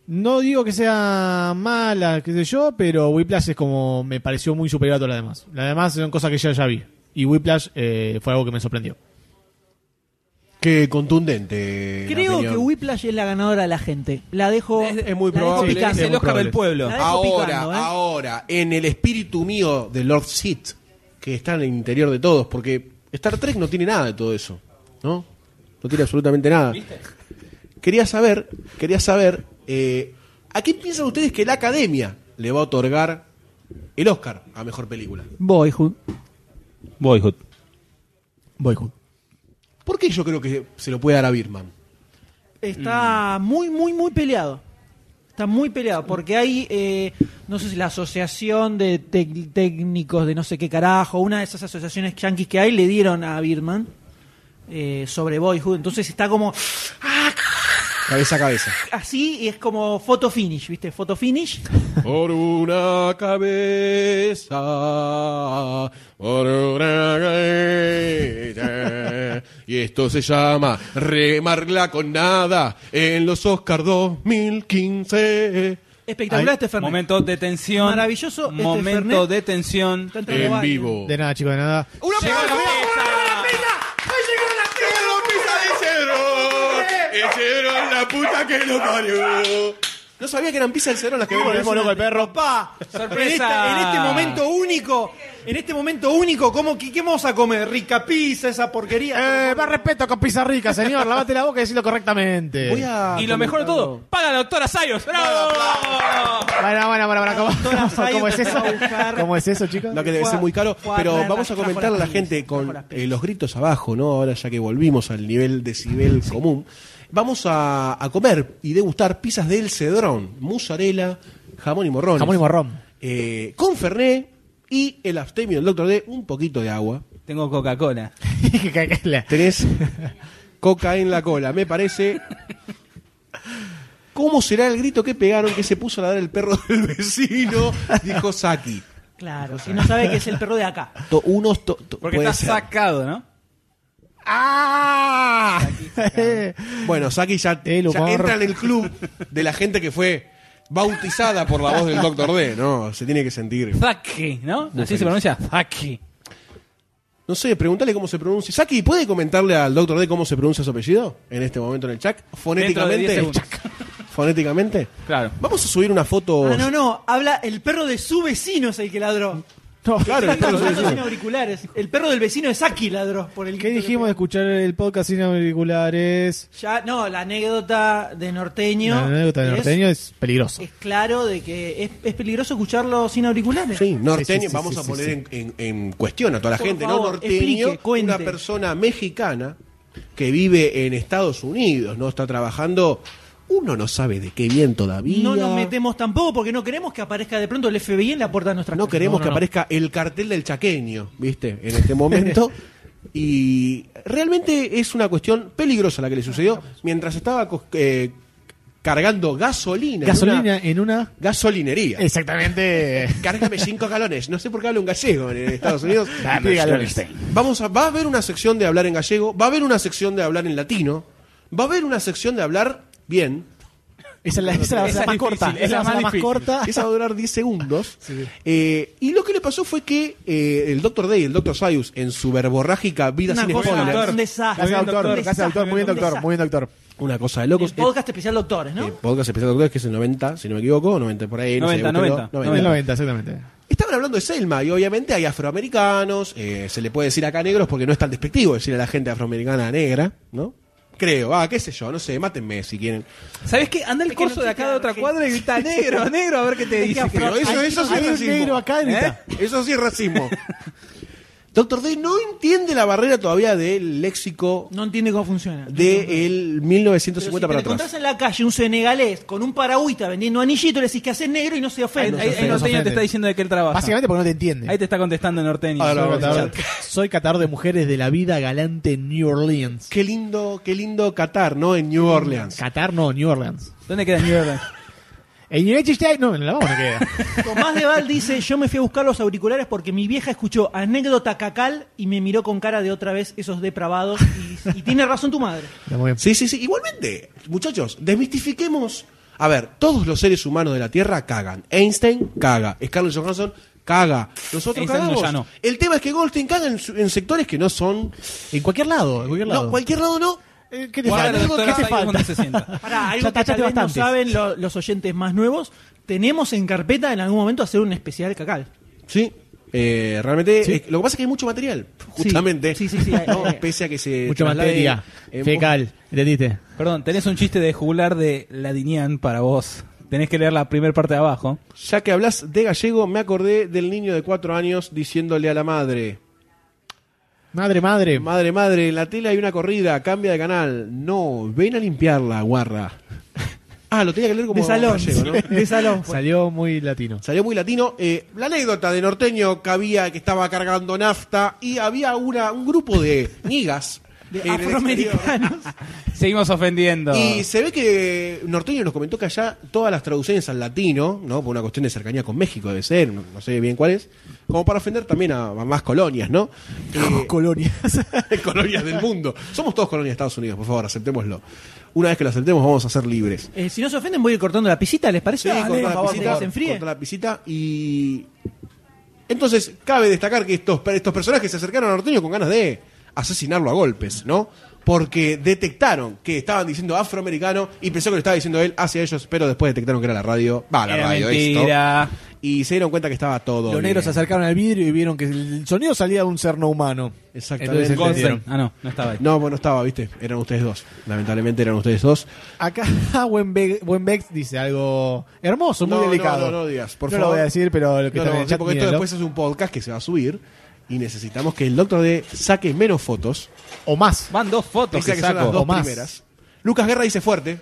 Speaker 6: no digo que sea mala, qué sé yo, pero Whiplash es como me pareció muy superior a todas las demás. Las demás son cosas que ya, ya vi. Y Whiplash eh, fue algo que me sorprendió.
Speaker 7: Qué contundente. la
Speaker 4: Creo
Speaker 7: opinión.
Speaker 4: que Whiplash es la ganadora de la gente. La dejo.
Speaker 5: Es-
Speaker 7: es muy
Speaker 4: la dejo
Speaker 7: probable,
Speaker 5: Es
Speaker 4: picando.
Speaker 5: el Oscar
Speaker 6: probable.
Speaker 5: del pueblo.
Speaker 4: La dejo
Speaker 7: Ahora,
Speaker 4: picando, ¿eh?
Speaker 7: ahora, en el espíritu mío de Lord Sith, que está en el interior de todos, porque Star Trek no tiene nada de todo eso, ¿no? No tiene absolutamente nada. Quería saber, quería saber, eh, ¿a qué piensan ustedes que la academia le va a otorgar el Oscar a mejor película?
Speaker 4: Boyhood.
Speaker 5: Boyhood.
Speaker 6: Boyhood.
Speaker 7: ¿Por qué yo creo que se lo puede dar a Birman?
Speaker 4: Está
Speaker 7: Mm.
Speaker 4: muy, muy, muy peleado. Está muy peleado, porque hay, eh, no sé si la asociación de tec- técnicos de no sé qué carajo, una de esas asociaciones yanquis que hay, le dieron a Birman eh, sobre Boyhood. Entonces está como ah,
Speaker 7: Cabeza a cabeza.
Speaker 4: así y es como foto finish, ¿viste? Foto finish.
Speaker 7: Por una cabeza, por una cabeza. Y esto se llama remarla con nada en los Oscar 2015.
Speaker 4: Espectacular
Speaker 7: Ahí,
Speaker 4: este Fernet.
Speaker 5: Momento de tensión.
Speaker 4: Maravilloso este
Speaker 5: Momento
Speaker 4: Fernet.
Speaker 5: de tensión.
Speaker 4: Está entre los
Speaker 7: En
Speaker 4: baños.
Speaker 10: Oh.
Speaker 7: vivo.
Speaker 6: De nada, chicos, de nada.
Speaker 7: ¡Una la puta que lo parió! No sabía que eran pizza del Cerón las que vimos.
Speaker 6: Volvemos loco el perro.
Speaker 4: Papá,
Speaker 5: Sorpresa.
Speaker 4: En, esta- en este momento único, en este momento único, ¿cómo, qué, qué vamos a comer? Rica pizza, esa porquería.
Speaker 6: Eh, más respeto con Pizza Rica, señor. Lavate la boca y decilo correctamente.
Speaker 7: Voy a
Speaker 5: Y lo mejor de todo, paga la doctora Sayos. ¡Bravo!
Speaker 6: Bueno, bueno, bueno, bueno.
Speaker 4: Doctora
Speaker 6: ¿Cómo,
Speaker 4: Sayo
Speaker 6: ¿cómo es
Speaker 4: te
Speaker 6: eso?
Speaker 4: va a buscar.
Speaker 6: ¿Cómo es eso, chicos?
Speaker 7: No, que debe ser muy caro,
Speaker 4: Fue a
Speaker 7: pero
Speaker 4: traer las-
Speaker 7: vamos a
Speaker 4: trajo
Speaker 7: comentarle a la
Speaker 4: las pizzas,
Speaker 7: gente
Speaker 4: trajo
Speaker 7: con
Speaker 4: las
Speaker 7: eh, los gritos abajo, ¿no? Ahora ya que volvimos al nivel decibel común, vamos a, a comer y degustar pizzas del Cedrón, mozzarella, jamón y morrón.
Speaker 6: Jamón y morrón.
Speaker 7: con Fernet y el abstemio del Doctor D, un poquito de agua.
Speaker 5: Tengo Coca-Cola.
Speaker 7: Tenés coca en la cola, me parece. ¿Cómo será el grito que pegaron que se puso a ladrar el perro del vecino? Dijo Saki.
Speaker 4: Claro, si no sabe que es el perro de acá.
Speaker 7: To- unos to- to-
Speaker 5: Porque
Speaker 7: puede
Speaker 5: está
Speaker 7: ser.
Speaker 5: sacado, ¿no?
Speaker 7: ¡Ah! Bueno, Saki ya,
Speaker 6: El
Speaker 7: ya
Speaker 6: humor.
Speaker 7: entra en el club de la gente que fue bautizada por la voz del Doctor D, ¿no? Se tiene que sentir.
Speaker 5: Zaki, ¿no? Así se pronuncia. Zaki.
Speaker 7: No sé, pregúntale cómo se pronuncia. Saki, ¿puede comentarle al Doctor D cómo se pronuncia su apellido? En este momento en el chat. Fonéticamente.
Speaker 5: 10 segundos.
Speaker 7: Fonéticamente.
Speaker 5: Claro.
Speaker 7: Vamos a subir una foto.
Speaker 4: Ah, no, no, habla el perro de su vecino es el que ladró.
Speaker 7: Claro, el perro
Speaker 4: Estamos
Speaker 7: del
Speaker 4: hablando sin
Speaker 7: vecino.
Speaker 4: auriculares. El perro del vecino es Saki ladró por el
Speaker 6: ¿Qué
Speaker 4: grito que
Speaker 6: dijimos de escuchar el podcast sin auriculares?
Speaker 4: pegó. Ya, no, la anécdota de norteño.
Speaker 6: La anécdota de
Speaker 4: es-
Speaker 6: norteño es peligroso.
Speaker 4: Es, claro de que es, es peligroso escucharlo sin auriculares.
Speaker 7: Sí, norteño.
Speaker 6: Sí, sí, sí,
Speaker 7: Vamos
Speaker 6: sí,
Speaker 7: a
Speaker 6: sí,
Speaker 7: poner
Speaker 6: sí.
Speaker 7: en, en- en cuestión a toda la
Speaker 4: Por
Speaker 7: gente, ¿no?
Speaker 4: favor,
Speaker 7: Norteño,
Speaker 4: explique, cuente.
Speaker 7: una persona mexicana que vive en Estados Unidos, ¿no? Está trabajando. Uno no sabe de qué bien todavía.
Speaker 4: No nos metemos tampoco porque no queremos que aparezca de pronto el FBI en la puerta de nuestra
Speaker 7: No
Speaker 4: casa.
Speaker 7: queremos
Speaker 6: no,
Speaker 7: que
Speaker 6: no.
Speaker 7: aparezca el cartel del chaqueño, ¿viste? En este momento. y realmente es una cuestión peligrosa la que le sucedió mientras estaba cos- eh, cargando gasolina. en
Speaker 6: Gasolina
Speaker 7: una
Speaker 6: en una.
Speaker 7: gasolinería.
Speaker 6: Exactamente.
Speaker 7: Cárgame cinco galones. No sé por qué habla un gallego en Estados Unidos.
Speaker 6: Dame galones.
Speaker 7: Vamos a, va a haber una sección de hablar en gallego, va a haber una sección de hablar en latino, va a haber una sección de hablar bien.
Speaker 6: Esa es la, esa es
Speaker 5: Esa
Speaker 6: la- la
Speaker 5: es
Speaker 6: más
Speaker 5: difícil,
Speaker 6: corta.
Speaker 5: es
Speaker 6: Esa es
Speaker 5: la
Speaker 6: la
Speaker 5: más
Speaker 6: más,
Speaker 5: difícil.
Speaker 6: corta.
Speaker 7: Esa va a durar 10 segundos. Eh, y lo que le pasó fue que eh, el Dr. Day y el Dr. Sayus, en su verborrágica vida
Speaker 4: Una
Speaker 7: sin
Speaker 4: cosa,
Speaker 7: spoilers,
Speaker 5: doctor.
Speaker 4: un desastre.
Speaker 6: Gracias, doctor.
Speaker 4: Un
Speaker 6: Gracias, doctor. Muy bien,
Speaker 4: desastre.
Speaker 6: doctor. Muy bien, doctor.
Speaker 7: una cosa de locos.
Speaker 4: El podcast especial doctores, ¿no?
Speaker 7: Eh, podcast especial Doctor Day, que es el 90, si no me equivoco, 90 por ahí. no sé,
Speaker 5: 90,
Speaker 7: búsquenlo.
Speaker 5: 90.
Speaker 6: En el 90, exactamente.
Speaker 7: Estaban hablando de Selma y obviamente hay afroamericanos, eh, se le puede decir acá negros porque no es tan despectivo decirle a la gente afroamericana negra, ¿no? Creo, ah, qué sé yo, no sé, mátenme si quieren.
Speaker 5: ¿Sabes qué? Anda el corso de acá de otra
Speaker 4: que-
Speaker 5: cuadra y grita negro, negro, a ver qué te dice.
Speaker 7: Pero eso, eso sí
Speaker 6: hay
Speaker 7: es
Speaker 6: un
Speaker 7: racismo.
Speaker 6: negro acá, grita.
Speaker 7: ¿Eh? Eso sí es racismo. Doctor D no entiende la barrera todavía del léxico
Speaker 4: No entiende cómo funciona.
Speaker 7: de el
Speaker 4: Pero
Speaker 7: 1950
Speaker 4: si te
Speaker 7: para
Speaker 4: lo
Speaker 7: atrás.
Speaker 4: encontrás en la calle un senegalés con un paragüita vendiendo anillito, le decís que haces negro y no se
Speaker 5: Ahí,
Speaker 4: ofende.
Speaker 5: ahí- ahí
Speaker 6: nos
Speaker 5: Norteño
Speaker 6: ofende.
Speaker 5: te está diciendo de qué él trabaja.
Speaker 6: Básicamente porque no te entiende.
Speaker 5: Ahí te está contestando Norteño.
Speaker 7: Ahora
Speaker 6: Soy
Speaker 7: vamos a
Speaker 6: catador-
Speaker 7: escuchar.
Speaker 6: Soy catador de mujeres de la vida galante en New Orleans.
Speaker 7: Qué lindo, qué lindo Qatar, ¿no? En New Orleans.
Speaker 6: Qatar no, New Orleans.
Speaker 5: ¿Dónde queda New Orleans?
Speaker 6: En United States, no, en la vamos no queda.
Speaker 4: Tomás de Val dice, yo me fui a buscar los auriculares porque mi vieja escuchó anécdota cacal y me miró con cara de otra vez esos depravados y, y tiene razón tu madre.
Speaker 6: Está muy bien.
Speaker 7: Sí, sí, sí. Igualmente, muchachos, desmistifiquemos. A ver, todos los seres humanos de la Tierra cagan. Einstein caga. Scarlett Johansson caga. Nosotros
Speaker 5: Einstein no,
Speaker 7: cagamos.
Speaker 5: ya no.
Speaker 7: El tema es que Goldstein caga en, su- en sectores que no son.
Speaker 6: En cualquier lado, en cualquier lado.
Speaker 7: No, cualquier lado no.
Speaker 6: Eh, ¿Qué te
Speaker 5: Guarda
Speaker 6: falta?
Speaker 5: la doctora
Speaker 6: ¿Qué te
Speaker 5: Sayus donde se
Speaker 6: falta?
Speaker 5: sienta.
Speaker 4: Pará, algo
Speaker 6: Ya
Speaker 4: que tal
Speaker 6: tachaste
Speaker 4: vez no
Speaker 6: bastantes.
Speaker 4: saben lo- los oyentes más nuevos, tenemos en carpeta en algún momento hacer un especial cacal.
Speaker 7: Sí. eh, realmente, eh, lo que pasa es que hay mucho material, justamente.
Speaker 4: Sí, sí, sí, sí, hay-
Speaker 7: No,
Speaker 4: hay-
Speaker 7: pese a que se.
Speaker 6: Mucha
Speaker 7: traslade
Speaker 6: materia.
Speaker 7: en-
Speaker 6: Fecal, ¿entendiste?
Speaker 5: Perdón, tenés un chiste de jugular de Ladinian para vos. Tenés que leer la primera parte de abajo.
Speaker 7: Ya que hablas de gallego, me acordé del niño de cuatro años diciéndole a la madre:
Speaker 6: Madre, madre.
Speaker 7: Madre, madre, en la tele hay una corrida, cambia de canal. No, ven a limpiarla, guarra. Ah, lo tenía que leer como
Speaker 4: De salón.
Speaker 7: gallego, ¿no?
Speaker 4: De salón. pues.
Speaker 6: Salió muy latino.
Speaker 7: Salió muy latino. Eh, la anécdota de norteño que había que estaba cargando nafta y había una, un grupo de nigas. en el
Speaker 4: Afroamericanos.
Speaker 5: Seguimos ofendiendo. Ah,
Speaker 7: Y se ve que Norteño nos comentó que allá todas las traducciones al latino, ¿no? Por una cuestión de cercanía con México debe ser, no, no sé bien cuál es, como para ofender también a, a más colonias, ¿no? Eh,
Speaker 6: Colonias.
Speaker 7: colonias del mundo. Somos todos colonias de Estados Unidos, por favor, aceptémoslo. Una vez que lo aceptemos vamos a ser libres.
Speaker 4: Eh, si no se ofenden, voy a ir cortando la pisita, ¿les parece?
Speaker 7: Sí, cortá
Speaker 4: por
Speaker 7: la
Speaker 4: favor,
Speaker 7: pisita,
Speaker 4: que se enfríe.
Speaker 7: cortá la pisita y... Entonces, cabe destacar que estos, estos personajes se acercaron a Norteño con ganas de asesinarlo a golpes, ¿no? Porque detectaron que estaban diciendo afroamericano y pensó que lo estaba diciendo él hacia ellos, pero después detectaron que era la radio. Va, la
Speaker 5: Era
Speaker 7: radio,
Speaker 5: mentira.
Speaker 7: esto. Y se dieron cuenta que estaba todo.
Speaker 13: Los negros se
Speaker 7: bien.
Speaker 13: acercaron al vidrio y vieron que el sonido salía de un ser no humano.
Speaker 7: Exactamente.
Speaker 13: Entonces entendieron.
Speaker 5: Ah, no, no estaba ahí.
Speaker 7: No, bueno, estaba, viste. Eran ustedes dos. Lamentablemente eran ustedes dos.
Speaker 6: Acá Wenbeck, Wenbeck dice algo hermoso, muy
Speaker 7: No, no,
Speaker 6: delicado.
Speaker 7: no, no digas, por
Speaker 6: No
Speaker 7: favor.
Speaker 6: lo voy a decir, pero lo que
Speaker 7: No,
Speaker 6: está
Speaker 7: no,
Speaker 6: en el chat,
Speaker 7: porque esto
Speaker 6: mírenlo.
Speaker 7: después es un podcast que se va a subir y necesitamos que el doctor D saque menos fotos.
Speaker 6: O más.
Speaker 5: Van dos fotos
Speaker 7: Dice
Speaker 5: que
Speaker 7: que son
Speaker 5: saco.
Speaker 7: las dos
Speaker 6: O más.
Speaker 7: primeras. Lucas Guerra dice fuerte.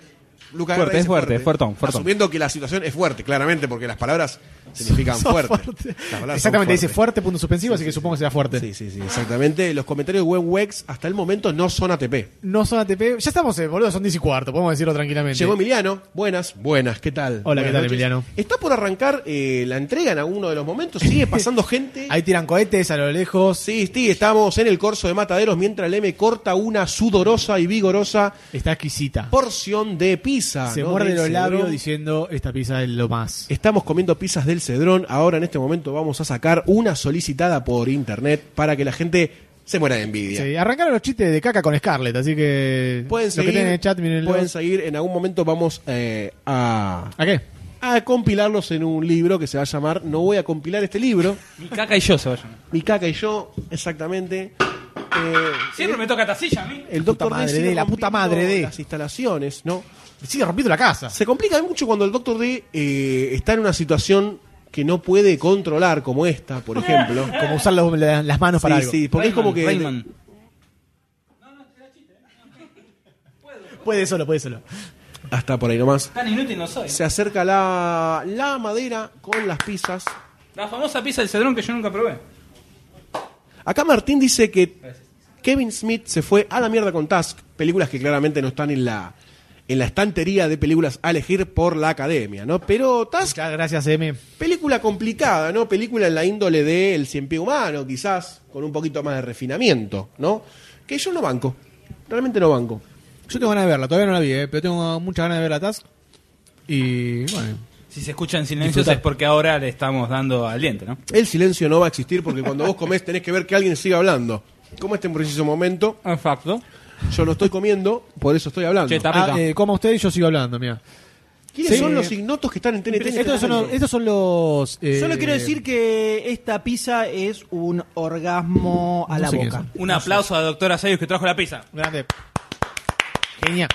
Speaker 5: Fuerte,
Speaker 7: Lucas Guerra dice
Speaker 5: es fuerte, fuertón, fuertón.
Speaker 7: Asumiendo que la situación es fuerte, claramente, porque las palabras significan
Speaker 6: Son
Speaker 7: fuerte.
Speaker 6: fuertes.
Speaker 7: Las palabras
Speaker 6: Exactamente,
Speaker 7: son
Speaker 6: dice fuerte, punto suspensivo, así que supongo que será fuerte.
Speaker 7: Sí, sí, sí, exactamente. Los comentarios de Wenwex hasta el momento no son ATP.
Speaker 6: No son ATP. Ya estamos, eh, boludo, son 10 y cuarto, podemos decirlo tranquilamente.
Speaker 7: Llegó Emiliano. Buenas, buenas, ¿qué tal?
Speaker 6: Hola,
Speaker 7: Buenas
Speaker 6: ¿qué tal, Emiliano?
Speaker 7: Está por arrancar eh, la entrega en alguno de los momentos. Sigue pasando gente.
Speaker 6: Ahí tiran cohetes a lo lejos.
Speaker 7: Sí, sí, estamos en el corso de mataderos mientras el M corta una sudorosa y vigorosa
Speaker 6: Está exquisita.
Speaker 7: porción de pizza.
Speaker 6: Se
Speaker 7: ¿no?
Speaker 6: muerde
Speaker 7: Del
Speaker 6: los
Speaker 7: cedrón.
Speaker 6: labios diciendo esta pizza es lo más.
Speaker 7: Estamos comiendo pizzas del cedrón. Ahora en este momento vamos a sacar una solicitada por internet para que la gente se muera de envidia.
Speaker 6: Sí, arrancaron los chistes de caca con Scarlett, así que
Speaker 7: Pueden
Speaker 6: lo que
Speaker 7: seguir,
Speaker 6: tienen en el chat, miren
Speaker 7: pueden seguir. En algún momento vamos eh, a,
Speaker 6: ¿A qué?
Speaker 7: a compilarlos en un libro que se va a llamar No voy a compilar este libro.
Speaker 5: Mi caca y yo se vayan.
Speaker 7: Mi caca y yo, exactamente. Eh,
Speaker 5: Siempre me toca tacilla a mí.
Speaker 7: el doctor D
Speaker 6: madre
Speaker 7: sigue
Speaker 6: de, la puta
Speaker 7: rompiendo
Speaker 6: madre de.
Speaker 7: las instalaciones, ¿no?
Speaker 6: Sigue rompiendo la casa.
Speaker 7: Se complica mucho cuando el Doctor D eh, está en una situación que no puede controlar, como esta, por ejemplo.
Speaker 6: Como usar los- la- las manos para
Speaker 7: Sí,
Speaker 6: algo.
Speaker 7: sí, porque es como que
Speaker 5: Rayman.
Speaker 6: Puede solo, puede solo.
Speaker 7: hasta por ahí nomás.
Speaker 5: Tan inútil no soy.
Speaker 7: Se acerca la, la madera con las pizzas.
Speaker 5: La famosa pizza del cedrón que yo nunca probé.
Speaker 7: Acá Martín dice que Kevin Smith se fue a la mierda con Task, películas que claramente no están en la en la estantería de películas a elegir por la academia, ¿no? Pero Task,
Speaker 6: Muchas gracias, M.
Speaker 7: película complicada, ¿no? Película en la índole de El cien pie humano, quizás con un poquito más de refinamiento, ¿no? Que yo no banco. Realmente no banco.
Speaker 6: Yo tengo ganas de verla, todavía no la vi, eh, pero tengo muchas ganas de verla, Task. Y bueno.
Speaker 5: Si se escuchan silencios es porque ahora le estamos dando al diente, ¿no?
Speaker 7: El silencio no va a existir porque cuando vos comés tenés que ver que alguien siga hablando. Como este en preciso momento,
Speaker 5: Exacto.
Speaker 7: yo no estoy comiendo, por eso estoy hablando.
Speaker 5: Che, está
Speaker 6: Ah,
Speaker 5: rica.
Speaker 6: eh, como usted y yo sigo hablando, mira.
Speaker 7: ¿Quiénes
Speaker 6: sí.
Speaker 7: son los ignotos que están en este TNT?
Speaker 6: Estos son los. Estos son los eh,
Speaker 4: Solo quiero decir que esta pizza es un orgasmo a
Speaker 6: No
Speaker 4: la
Speaker 6: sé quién
Speaker 4: boca.
Speaker 5: Un aplauso a la doctora Sayus que trajo la pizza.
Speaker 6: Grande. Genial.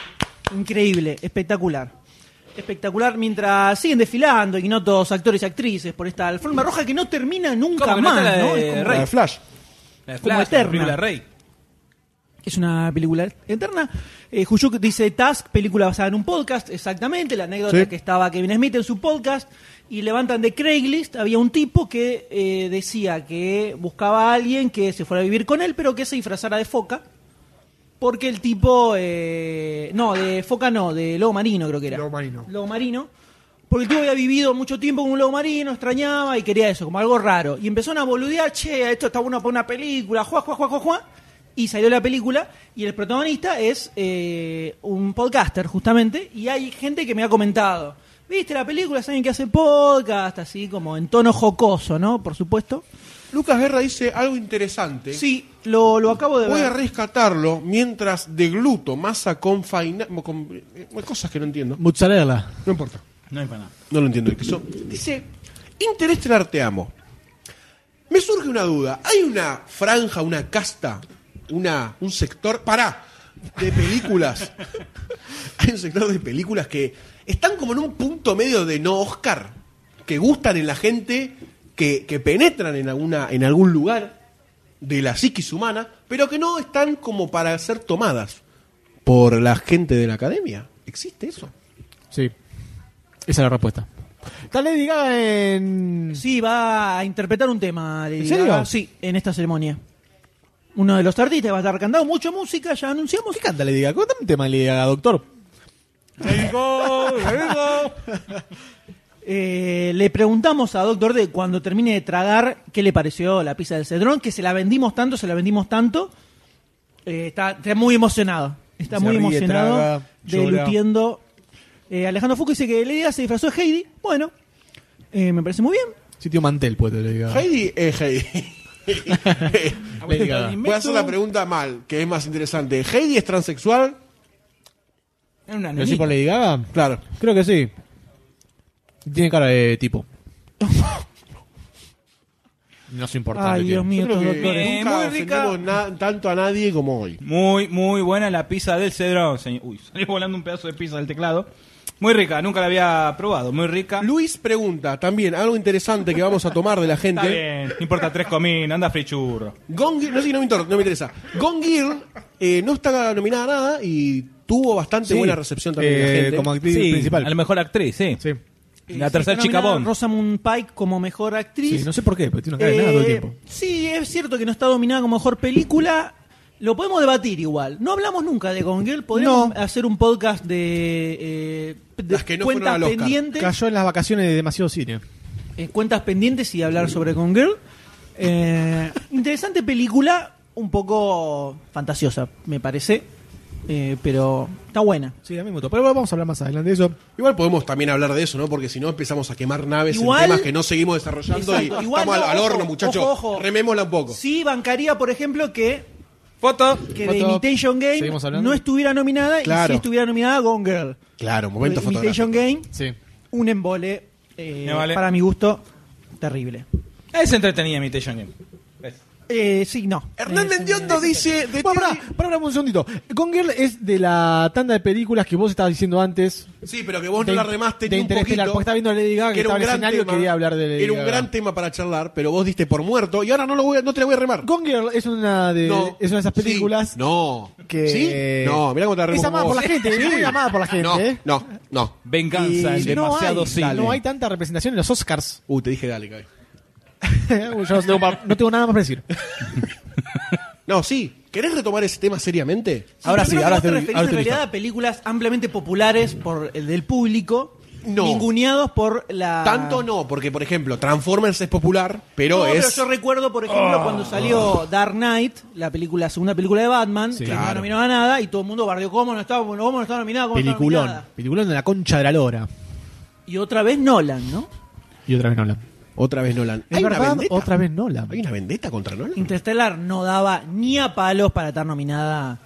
Speaker 4: Increíble, espectacular. Espectacular mientras siguen desfilando ignotos actores y actrices por esta alfombra roja que no termina nunca
Speaker 5: ¿Cómo que no
Speaker 4: más.
Speaker 5: está la
Speaker 4: ¿no?
Speaker 5: de
Speaker 4: Es como-
Speaker 5: Rey?
Speaker 7: La de Flash.
Speaker 5: La de
Speaker 4: Como
Speaker 5: Flash,
Speaker 4: eterna.
Speaker 5: la película Rey.
Speaker 4: Es una película eterna. Eh, Jujuk dice Task, película basada en un podcast, exactamente, la anécdota
Speaker 6: Sí.
Speaker 4: que estaba Kevin Smith en su podcast, y levantan de Craigslist, había un tipo que eh, decía que buscaba a alguien que se fuera a vivir con él, pero que se disfrazara de foca, porque el tipo, eh, no, de foca no, de lobo marino creo que era.
Speaker 6: Lobo marino.
Speaker 4: Lobo marino. Porque el tipo había vivido mucho tiempo con un lobo marino, extrañaba y quería eso, como algo raro. Y empezaron a boludear, che, esto está bueno para una película, juá, juá, juá, juá, juá. Y salió la película y el protagonista es eh, un podcaster, justamente. Y hay gente que me ha comentado, ¿viste la película? Es alguien que hace podcast, así como en tono jocoso, ¿no? Por supuesto.
Speaker 7: Lucas Guerra dice algo interesante.
Speaker 4: Sí, lo, lo acabo de
Speaker 7: Voy a
Speaker 4: ver.
Speaker 7: rescatarlo mientras degluto masa con, faina- con- eh, cosas que no entiendo.
Speaker 6: Mozzarella.
Speaker 7: No importa.
Speaker 5: No hay para nada.
Speaker 7: No lo entiendo. el queso. Dice, Interestelar te amo. Me surge una duda. ¿Hay una franja, una casta, una, un sector, pará, de películas? Hay un sector de películas que están como en un punto medio de no Oscar, que gustan en la gente, que, que penetran en, alguna, en algún lugar, de la psiquis humana, pero que no están como para ser tomadas por la gente de la academia. ¿Existe eso?
Speaker 6: Sí. Esa es la respuesta. Está Lady Gaga en.
Speaker 4: Sí, va a interpretar un tema. Lady
Speaker 7: ¿En serio?
Speaker 4: Gaga. Sí, en esta ceremonia. Uno de los artistas va a estar cantando mucha música, ya anunciamos.
Speaker 6: ¿Qué canta Lady Gaga? Cuéntame un tema de Lady Gaga, doctor.
Speaker 4: Eh, le preguntamos a Doctor D cuando termine de tragar qué le pareció la pizza del Cedrón, que se la vendimos tanto, se la vendimos tanto. Eh, está, está muy emocionado. Está
Speaker 5: Se
Speaker 4: muy
Speaker 5: ríe,
Speaker 4: emocionado,
Speaker 5: traga, llora.
Speaker 4: dilutiendo. Eh, Alejandro Foucault dice que Lady Gaga se disfrazó de Heidi. Bueno, eh, me parece muy bien.
Speaker 6: Sitio mantel, puede Lady Gaga.
Speaker 7: Heidi es Heidi.
Speaker 6: Lady Gaga.
Speaker 7: Voy a hacer la pregunta mal, que es más interesante. ¿Heidi es transexual?
Speaker 4: Era una
Speaker 6: ¿Lo decís por
Speaker 4: nenita.
Speaker 6: Lady Gaga?
Speaker 7: Claro.
Speaker 6: Creo que sí. Tiene cara de tipo. No se importa.
Speaker 4: Ay,
Speaker 6: que
Speaker 4: Dios
Speaker 6: tiene.
Speaker 4: mío, estos
Speaker 7: Creo que
Speaker 4: doctores.
Speaker 5: Eh,
Speaker 7: nunca
Speaker 5: muy rica.
Speaker 7: ofendemos na- tanto a nadie como hoy.
Speaker 5: Muy, muy buena la pizza del Cedrón, señor. Uy, salió volando un pedazo de pizza del teclado. Muy rica, nunca la había probado, muy rica.
Speaker 7: Luis pregunta también algo interesante que vamos a tomar de la
Speaker 5: Está
Speaker 7: gente.
Speaker 5: bien, no importa tres cominos, anda frichurro.
Speaker 7: Gone Girl- no sé, no me, inter- no me interesa. Gone Girl eh, no está nominada a nada y tuvo bastante
Speaker 6: Sí.
Speaker 7: buena recepción también de la
Speaker 6: Eh,
Speaker 7: gente.
Speaker 6: como actriz
Speaker 5: a
Speaker 6: principal.
Speaker 5: lo mejor actriz, sí.
Speaker 6: Sí.
Speaker 5: La
Speaker 4: Sí,
Speaker 5: tercera
Speaker 4: está
Speaker 5: chica
Speaker 4: nominada
Speaker 5: Bond.
Speaker 4: Rosamund Pike como mejor actriz.
Speaker 6: Sí, no sé por qué, pero tiene una cara de nada
Speaker 4: Eh,
Speaker 6: todo el tiempo.
Speaker 4: Sí, es cierto que no está dominada como mejor película. Lo podemos debatir igual. No hablamos nunca de Gone Girl. Podríamos hacer un podcast de, eh, de
Speaker 7: Las que no fueron
Speaker 4: cuentas
Speaker 7: al Oscar.
Speaker 4: pendientes.
Speaker 6: Cayó en las vacaciones de demasiado cine.
Speaker 4: eh, cuentas pendientes y hablar sobre Gone Girl. Eh, interesante película, un poco fantasiosa, me parece. Eh, pero está buena.
Speaker 6: Sí, a mí me gustó. Pero bueno, vamos a hablar más adelante de eso.
Speaker 7: Igual podemos también hablar de eso, ¿no? Porque si no empezamos a quemar naves
Speaker 4: Igual-
Speaker 7: en temas que no seguimos desarrollando
Speaker 4: Exacto,
Speaker 7: y
Speaker 4: igual
Speaker 7: estamos
Speaker 4: no,
Speaker 7: al, al
Speaker 4: ojo,
Speaker 7: horno, muchachos.
Speaker 4: ojo, ojo.
Speaker 7: Remémosla un poco.
Speaker 4: Sí, bancaría, por ejemplo, que
Speaker 5: Foto.
Speaker 4: que
Speaker 6: Foto.
Speaker 4: de Imitation Game
Speaker 6: ¿Seguimos hablando?
Speaker 4: no estuviera nominada y
Speaker 7: Claro.
Speaker 4: si estuviera nominada Gone Girl.
Speaker 7: Claro, momento
Speaker 4: Imitation
Speaker 7: fotográfico.
Speaker 4: Game,
Speaker 6: Sí.
Speaker 4: un embole, eh,
Speaker 5: Me vale.
Speaker 4: para mi gusto, terrible.
Speaker 5: Es entretenida mi Imitation Game.
Speaker 4: Eh, sí, no.
Speaker 7: Hernán
Speaker 4: Eh,
Speaker 7: Mendiondo dice... de
Speaker 6: Bueno, Eh, pará,
Speaker 7: Theory-
Speaker 6: pará, pará, un segundito. Gone Girl es de la tanda de películas que vos estabas diciendo antes.
Speaker 7: Sí, pero que vos no
Speaker 6: De-
Speaker 7: la remaste
Speaker 6: de
Speaker 7: ni un
Speaker 6: Interestelar,
Speaker 7: poquito.
Speaker 6: porque estaba viendo a Lady Gaga, que estaba en el escenario, quería hablar de Lady
Speaker 7: Era un
Speaker 6: Gaga.
Speaker 7: gran tema para charlar, pero vos diste por muerto y ahora no, lo voy a- no te la voy a remar. Eh,
Speaker 6: Gone Girl es una de,
Speaker 7: No.
Speaker 6: es una de esas
Speaker 7: Sí.
Speaker 6: películas
Speaker 7: no.
Speaker 6: que
Speaker 7: ¿Sí? No, mirá cómo te la remo
Speaker 6: Es amada
Speaker 7: como
Speaker 6: por la
Speaker 7: vos.
Speaker 6: gente, es muy amada por la gente.
Speaker 7: No,
Speaker 6: ¿eh?
Speaker 7: no, no.
Speaker 5: Venganza,
Speaker 6: Y
Speaker 5: el demasiado
Speaker 6: no hay,
Speaker 5: cine.
Speaker 6: no hay tanta representación en los Oscars.
Speaker 7: Uh, te dije dale, cabrón.
Speaker 6: Yo no tengo pa- no tengo nada más para decir.
Speaker 7: No, sí. ¿Querés retomar ese tema seriamente?
Speaker 4: ahora sí, ahora te referís
Speaker 6: ahora estoy
Speaker 4: en realidad a películas ampliamente populares por el del público,
Speaker 7: No.
Speaker 4: ninguneados por la...
Speaker 7: Tanto no, porque por ejemplo, Transformers es popular, pero
Speaker 4: No,
Speaker 7: es.
Speaker 4: yo recuerdo, por ejemplo, cuando salió Dark Knight, la película, segunda película de Batman, que no
Speaker 7: Claro.
Speaker 4: nominaba a nada, y todo el mundo bardeó cómo no estaba, cómo no estaba nominada, cómo no estaba
Speaker 6: Peliculón.
Speaker 4: nominada.
Speaker 6: Peliculón de la concha de la lora.
Speaker 4: Y otra vez Nolan, ¿no?
Speaker 6: Y otra vez Nolan.
Speaker 7: Otra vez Nolan.
Speaker 6: Es
Speaker 7: ¿Hay una
Speaker 6: verdad,
Speaker 7: vendetta?
Speaker 6: otra vez Nolan.
Speaker 7: ¿Hay una vendetta contra Nolan?
Speaker 4: Interstellar no daba ni a palos para estar nominada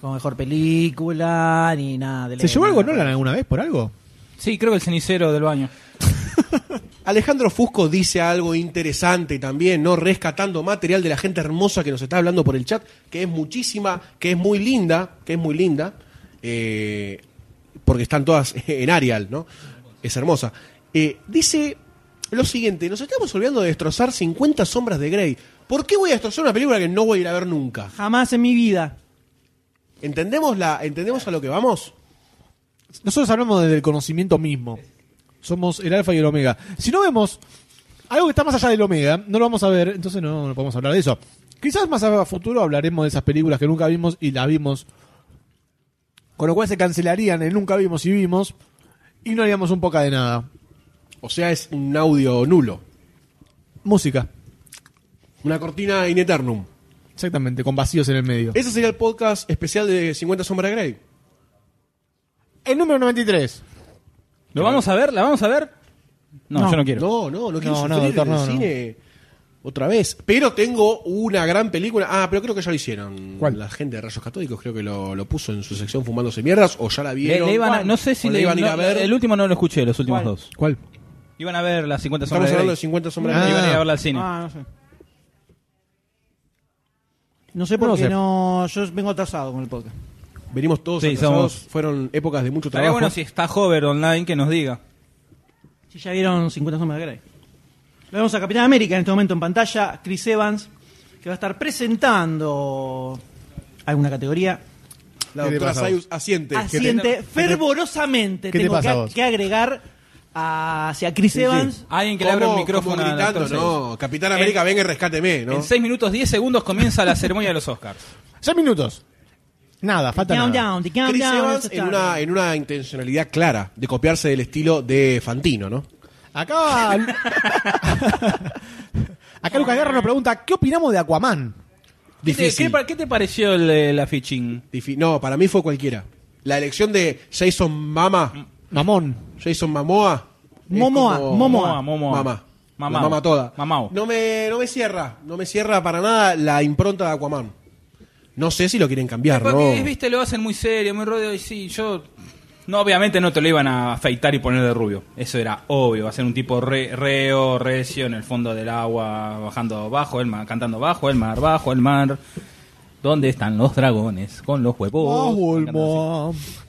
Speaker 4: como mejor película, ni nada. de la-
Speaker 6: ¿Se llevó algo
Speaker 4: nada.
Speaker 6: Nolan alguna vez por algo?
Speaker 5: Sí, creo que el cenicero del baño.
Speaker 7: Alejandro Fusco dice algo interesante también, ¿no? Rescatando material de la gente hermosa que nos está hablando por el chat, que es muchísima, que es muy linda, que es muy linda, eh, porque están todas en Arial, ¿no? Es hermosa. Eh, dice lo siguiente, nos estamos olvidando de destrozar 50 sombras de Grey. ¿Por qué voy a destrozar una película que no voy a ir a ver nunca?
Speaker 4: Jamás en mi vida.
Speaker 7: ¿Entendemos, la, ¿entendemos a lo que vamos?
Speaker 6: Nosotros hablamos desde el conocimiento mismo. Somos el alfa y el omega. Si no vemos algo que está más allá del omega, no lo vamos a ver, entonces no, no podemos hablar de eso. Quizás más a futuro hablaremos de esas películas que nunca vimos y las vimos. Con lo cual se cancelarían el nunca vimos y vimos y no haríamos un poco de nada.
Speaker 7: O sea, es un audio nulo,
Speaker 6: Música,
Speaker 7: una cortina in eternum.
Speaker 6: exactamente, con vacíos en el medio.
Speaker 7: Ese sería el podcast especial de 50 sombras de Grey.
Speaker 6: El número 93.
Speaker 5: ¿Lo vamos a ver? ¿La vamos a ver? No,
Speaker 4: No.
Speaker 5: yo no quiero.
Speaker 7: No, no, no quiero
Speaker 6: No, no,
Speaker 7: sufrir
Speaker 6: doctor,
Speaker 7: en el
Speaker 6: no, no.
Speaker 7: cine otra vez. Pero tengo una gran película. Ah, pero creo que ya lo hicieron.
Speaker 6: ¿Cuál?
Speaker 7: La gente de Rayos Católicos creo que lo, lo puso en su sección fumándose mierdas o ya la
Speaker 5: Le-
Speaker 7: vieron.
Speaker 5: le iban a-
Speaker 7: ¿Cuál?
Speaker 5: no sé si
Speaker 7: O la
Speaker 5: le,
Speaker 7: iban a ir
Speaker 5: no,
Speaker 7: a ver.
Speaker 5: El último no lo escuché, los últimos
Speaker 4: ¿Cuál?
Speaker 5: dos.
Speaker 6: ¿Cuál?
Speaker 5: Iban a ver las 50 sombras
Speaker 7: Estamos
Speaker 5: de
Speaker 7: hablando de
Speaker 5: Grey.
Speaker 7: 50 sombras
Speaker 6: Ah.
Speaker 7: de
Speaker 5: Iban a ir
Speaker 7: Grey.
Speaker 5: a verla al cine.
Speaker 4: Ah, no sé. No sé por
Speaker 6: No
Speaker 4: qué
Speaker 6: sé.
Speaker 4: no. Yo vengo atrasado con el podcast.
Speaker 7: Venimos todos
Speaker 5: Sí,
Speaker 7: atrasados.
Speaker 5: somos-
Speaker 7: Fueron épocas de mucho
Speaker 5: Estaría
Speaker 7: trabajo.
Speaker 5: bueno si está Hover online que nos diga.
Speaker 4: Si ya vieron 50 sombras de Grey. Lo vemos a Capitán América en este momento en pantalla, Chris Evans, que va a estar presentando alguna categoría.
Speaker 7: La
Speaker 6: ¿Qué te
Speaker 7: doctora
Speaker 6: pasa a vos?
Speaker 7: Sayus
Speaker 5: Ah,
Speaker 7: asiente.
Speaker 4: Asiente Ah, fervorosamente.
Speaker 6: ¿Qué te
Speaker 4: Tengo
Speaker 6: pasa
Speaker 4: que,
Speaker 6: a vos?
Speaker 4: que agregar hacia Chris Evans.
Speaker 5: Alguien que le
Speaker 7: ¿Cómo-
Speaker 5: abra un
Speaker 7: cómo
Speaker 5: micrófono al
Speaker 7: gritando,
Speaker 5: doctor Seuss.
Speaker 7: no. Capitán América, venga y rescáteme, ¿no?
Speaker 5: En 6 minutos 10 segundos comienza la ceremonia de los Oscars.
Speaker 6: Seis minutos. Nada, falta
Speaker 4: Countdown,
Speaker 6: nada.
Speaker 4: countdown,
Speaker 7: Chris Evans
Speaker 4: eso
Speaker 7: en
Speaker 4: está.
Speaker 7: una, en una intencionalidad clara de copiarse del estilo de Fantino, ¿no?
Speaker 6: Acá. Acá Lucas Guerra nos pregunta: ¿Qué opinamos de Aquaman?
Speaker 5: ¿Qué te,
Speaker 7: Difícil.
Speaker 5: qué pa- qué te pareció el, eh, la fichín?
Speaker 7: Difi- no, para mí fue cualquiera. La elección de Jason Mama,
Speaker 6: Mamón.
Speaker 7: Jason Mamoa. es
Speaker 4: Momoa,
Speaker 7: como-
Speaker 5: Momoa, Momoa.
Speaker 7: Mamá.
Speaker 5: Mamao.
Speaker 7: La Mamá toda.
Speaker 5: Mamao.
Speaker 7: No me, no me cierra, no me cierra para nada la impronta de Aquaman. No sé si lo quieren cambiar, ¿no?
Speaker 5: Porque, viste, lo hacen muy serio, muy rodeo. Y sí, yo. No, obviamente no te lo iban a afeitar y poner de rubio. Eso era obvio. Va a ser un tipo re- reo, recio, en el fondo del agua, bajando bajo el mar, cantando bajo el mar, bajo el mar. ¿Dónde están los dragones? Con los huevos. Cantando así.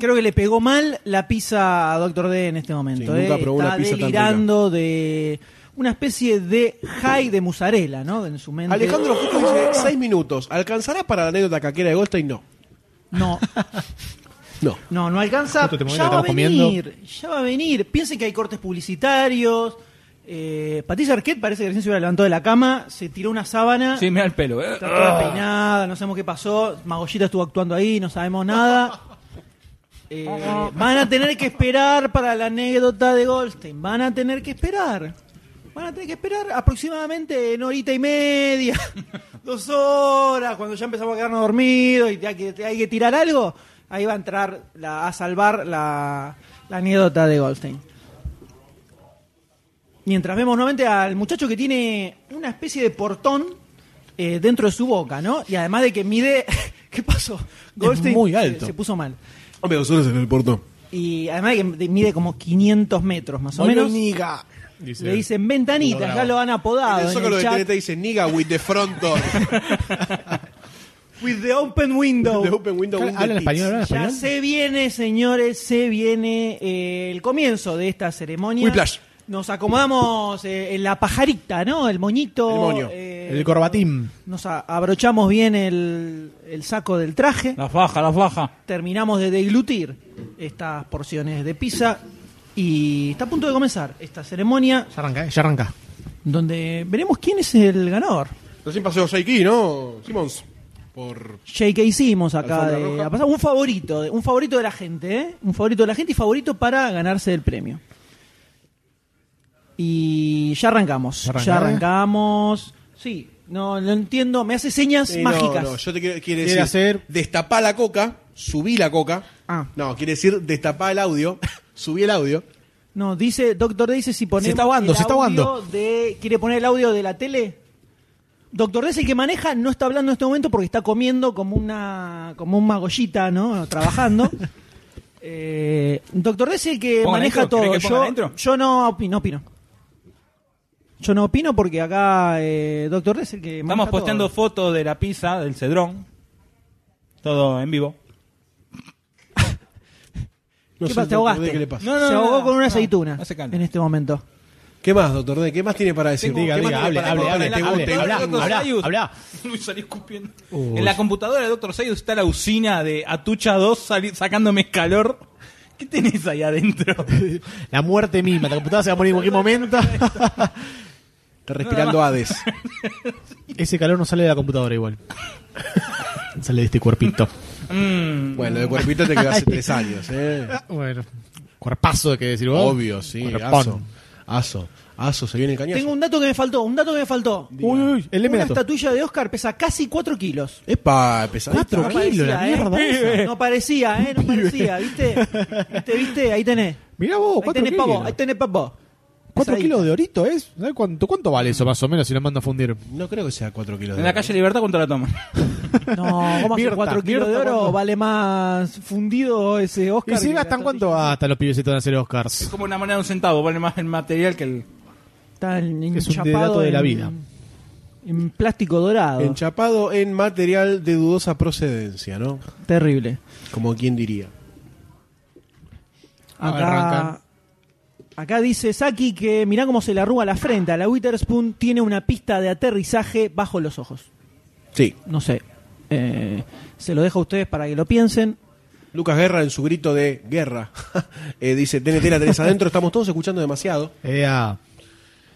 Speaker 4: Creo que le pegó mal la pizza a Doctor D en este momento.
Speaker 7: Sí, nunca
Speaker 4: eh.
Speaker 7: probó una
Speaker 4: Está
Speaker 7: pizza tan
Speaker 4: delirando de una especie de high de mozzarella, ¿no? En su mente.
Speaker 7: Alejandro Fusco dice: 6 minutos. ¿Alcanzará para la anécdota caquera de Goldstein? No.
Speaker 4: No,
Speaker 7: No.
Speaker 4: no, no alcanza.
Speaker 6: Justo este momento
Speaker 4: ya va a
Speaker 6: que estamos
Speaker 4: venir, ya va a venir. Piensen que hay cortes publicitarios. Eh, Patricia Arquette parece que recién se hubiera levantado de la cama, se tiró una sábana.
Speaker 5: Sí, mira el pelo. eh.
Speaker 4: Está toda peinada, no sabemos qué pasó. Magollita estuvo actuando ahí, no sabemos nada. Eh, van a tener que esperar para la anécdota de Goldstein. Van a tener que esperar. Van a tener que esperar aproximadamente una horita y media, dos horas, cuando ya empezamos a quedarnos dormidos y hay que, hay que tirar algo. Ahí va a entrar la- a salvar la, la anécdota de Goldstein. Mientras vemos nuevamente al muchacho que tiene una especie de portón eh, dentro de su boca, ¿no? Y además de que mide. ¿Qué pasó? Goldstein
Speaker 6: muy
Speaker 4: se-
Speaker 6: alto.
Speaker 4: Se, puso mal.
Speaker 7: Hombre, vosotros en el portón.
Speaker 4: Y además de que de- mide como 500 metros más o menos. Le dicen ventanita, ya lo han apodado.
Speaker 7: En el
Speaker 4: Ah, en
Speaker 7: zócalo
Speaker 4: el
Speaker 7: de
Speaker 4: chat.
Speaker 7: TNT dice: Niga with the front door.
Speaker 4: With the open window.
Speaker 7: the open window. with the
Speaker 6: ¿Hablan
Speaker 7: tits.
Speaker 6: español? ¿Hablan
Speaker 4: Ya
Speaker 6: español?
Speaker 4: se viene, señores, se viene eh, el comienzo de esta ceremonia.
Speaker 7: Whiplash.
Speaker 4: Nos acomodamos eh, en la pajarita, ¿no? El moñito.
Speaker 7: El moño.
Speaker 4: eh,
Speaker 6: El corbatín.
Speaker 4: Nos a- abrochamos bien el, el saco del traje.
Speaker 5: La faja, la faja.
Speaker 4: Terminamos de deglutir estas porciones de pizza. Y está a punto de comenzar esta ceremonia
Speaker 6: Ya arranca, eh, ya arranca.
Speaker 4: donde veremos quién es el ganador.
Speaker 7: Recién pasó Saiki, ¿no? Simons. Por.
Speaker 4: J.K. hicimos acá
Speaker 7: Alfombra
Speaker 4: de-
Speaker 7: roja.
Speaker 4: ha pasado un favorito, de- un favorito de la gente, ¿eh? un favorito de la gente y favorito para ganarse el premio. Y ya arrancamos,
Speaker 6: ¿Ya
Speaker 4: ya, arrancamos.
Speaker 6: arrancamos?
Speaker 4: Sí, no no entiendo, me hace señas
Speaker 7: Sí, no,
Speaker 4: mágicas.
Speaker 7: No, yo te quiero, quiere
Speaker 6: Quiere
Speaker 7: decir.
Speaker 6: hacer-
Speaker 7: Destapá la coca, subí la coca.
Speaker 4: Ah.
Speaker 7: No, quiere decir destapá el audio, subí el audio.
Speaker 4: No, dice, doctor D dice si ponemos
Speaker 6: Se está ahogando,
Speaker 4: el
Speaker 6: se está
Speaker 4: audio
Speaker 6: ahogando.
Speaker 4: de- ¿Quiere poner el audio de la tele? Doctor D es el que maneja, no está hablando en este momento porque está comiendo como una como un magollita, ¿no? Trabajando. Eh, Doctor D es el que
Speaker 5: Pongan
Speaker 4: maneja
Speaker 5: intro,
Speaker 4: todo.
Speaker 5: ¿querés que pongan la
Speaker 4: Yo,
Speaker 5: intro?
Speaker 4: yo no opino, opino. Yo no opino porque acá eh, Doctor D es el que maneja
Speaker 5: Estamos posteando
Speaker 4: todo.
Speaker 5: fotos de la pizza, del cedrón. Todo en vivo.
Speaker 7: No
Speaker 4: ¿Qué pasa?
Speaker 7: sé, doctor
Speaker 4: ¿Te ahogaste?
Speaker 7: D, ¿Qué le pasa?
Speaker 5: No, no,
Speaker 4: Se
Speaker 5: no,
Speaker 4: ahogó
Speaker 5: no,
Speaker 4: con una
Speaker 5: no,
Speaker 4: aceituna
Speaker 5: no se calma.
Speaker 4: en este momento.
Speaker 7: ¿Qué más, doctor D? ¿Qué más tiene para decir?
Speaker 5: Tengo-
Speaker 6: Diga,
Speaker 7: ¿Qué más
Speaker 6: diga,
Speaker 7: tiene
Speaker 6: hable,
Speaker 7: para
Speaker 6: hable,
Speaker 7: contar
Speaker 6: hable,
Speaker 7: este
Speaker 6: hable,
Speaker 7: bote?
Speaker 6: habla,
Speaker 5: Doctor
Speaker 6: habla,
Speaker 5: Sayus.
Speaker 6: habla.
Speaker 5: Uy, salí escupiendo. En la computadora del Dr. Sayus está la usina de Atucha 2 sali- sacándome calor. ¿Qué tenés ahí adentro?
Speaker 6: La muerte misma. La computadora se va a morir en cualquier momento.
Speaker 7: Está respirando Hades.
Speaker 6: Ese calor no sale de la computadora igual. Sale de este cuerpito.
Speaker 7: Bueno, de cuerpito te quedó hace tres años, ¿eh?
Speaker 6: Bueno. Cuerpazo, hay que decir vos.
Speaker 7: Obvio, sí.
Speaker 6: Cuerpón.
Speaker 7: Aso. Aso. Aso, se viene el cañazo.
Speaker 4: Tengo un dato que me faltó, un dato que me faltó.
Speaker 6: Uy, uy, uy, el
Speaker 4: Una
Speaker 6: elemento.
Speaker 4: estatuilla de Oscar pesa casi 4 kilos.
Speaker 7: Epa, pesadita.
Speaker 6: Cuatro
Speaker 7: ¿eh?
Speaker 6: kilos. Tranquilo, la
Speaker 4: ¿eh?
Speaker 6: mierda esa.
Speaker 4: No parecía, ¿eh? No parecía, ¿viste? ¿Viste? ¿Viste? Ahí tenés.
Speaker 6: Mirá vos,
Speaker 4: ahí
Speaker 6: Oh, cuatro
Speaker 4: tenés
Speaker 6: kilos.
Speaker 4: papo, ahí tenés papo.
Speaker 6: Cuatro
Speaker 4: Pesadita.
Speaker 6: kilos de orito es. ¿Sabés cuánto, cuánto vale eso más o menos si lo manda a fundir?
Speaker 7: No creo que sea cuatro kilos.
Speaker 5: En
Speaker 7: de-
Speaker 5: la calle Libertad, ¿cuánto la toman?
Speaker 4: No, ¿cómo hace
Speaker 6: Mirta,
Speaker 4: 4 kilos de
Speaker 6: Mirta,
Speaker 4: oro?
Speaker 6: ¿cuánto?
Speaker 4: Vale más fundido ese Oscar.
Speaker 6: ¿Y si
Speaker 4: que la
Speaker 6: gastan
Speaker 4: estatuilla.
Speaker 6: cuánto hasta los pibes estos de hacer Oscars?
Speaker 5: Como una moneda de un centavo, vale más el material que el.
Speaker 4: Está en-
Speaker 6: Es un
Speaker 4: enchapado
Speaker 6: dato de la
Speaker 4: en-
Speaker 6: vida.
Speaker 4: En plástico dorado.
Speaker 7: Enchapado en material de dudosa procedencia, ¿no?
Speaker 4: Terrible.
Speaker 7: Como quien diría.
Speaker 6: Ah,
Speaker 4: Acá
Speaker 6: arrancan.
Speaker 4: Acá dice Saki que mirá cómo se le arruga la frente. La Witherspoon tiene una pista de aterrizaje bajo los ojos.
Speaker 7: Sí.
Speaker 4: No sé. Eh, se lo dejo a ustedes para que lo piensen.
Speaker 7: Lucas Guerra en su grito de guerra. eh, dice, TNT la tenés adentro, estamos todos escuchando demasiado.
Speaker 6: Ea.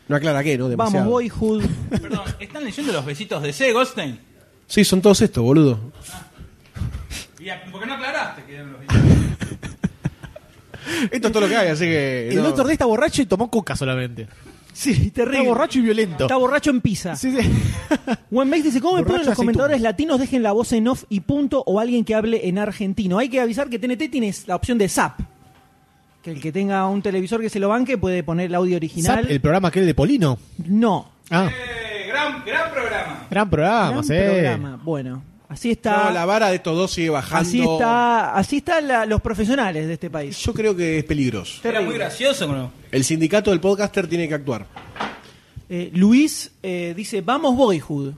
Speaker 7: No aclara qué, ¿no? Demasiado.
Speaker 4: Vamos, Boyhood.
Speaker 5: Perdón, ¿están leyendo los besitos de C, Goldstein?
Speaker 7: Sí, son todos estos, boludo.
Speaker 5: ¿Por qué no aclaraste que eran los
Speaker 7: Esto es todo lo que hay, así que...
Speaker 6: El
Speaker 7: no.
Speaker 6: doctor D está borracho y tomó coca solamente.
Speaker 4: sí, terrible.
Speaker 6: Está borracho y violento.
Speaker 4: Está borracho en pizza.
Speaker 6: Sí, sí.
Speaker 4: Juan Mex dice, ¿cómo me ponen
Speaker 6: Borracho
Speaker 4: los
Speaker 6: aceituna.
Speaker 4: comentadores latinos? Dejen la voz en off y punto o alguien que hable en argentino. Hay que avisar que TNT tiene la opción de Zap. Que el que tenga un televisor que se lo banque puede poner el audio original.
Speaker 6: Zap, eh. el programa aquel de Polino.
Speaker 4: No.
Speaker 6: Ah,
Speaker 5: Eh, gran, gran programa.
Speaker 6: gran programa,
Speaker 4: Gran
Speaker 6: sí.
Speaker 4: programa. Bueno, así está.
Speaker 7: No, la vara de estos dos sigue bajando.
Speaker 4: así está, así están la- los profesionales de este país.
Speaker 7: Yo creo que es peligroso.
Speaker 5: Era muy
Speaker 4: Terrible.
Speaker 5: gracioso, ¿no?
Speaker 7: El sindicato del podcaster tiene que actuar.
Speaker 4: Eh, Luis eh, dice, vamos Boyhood.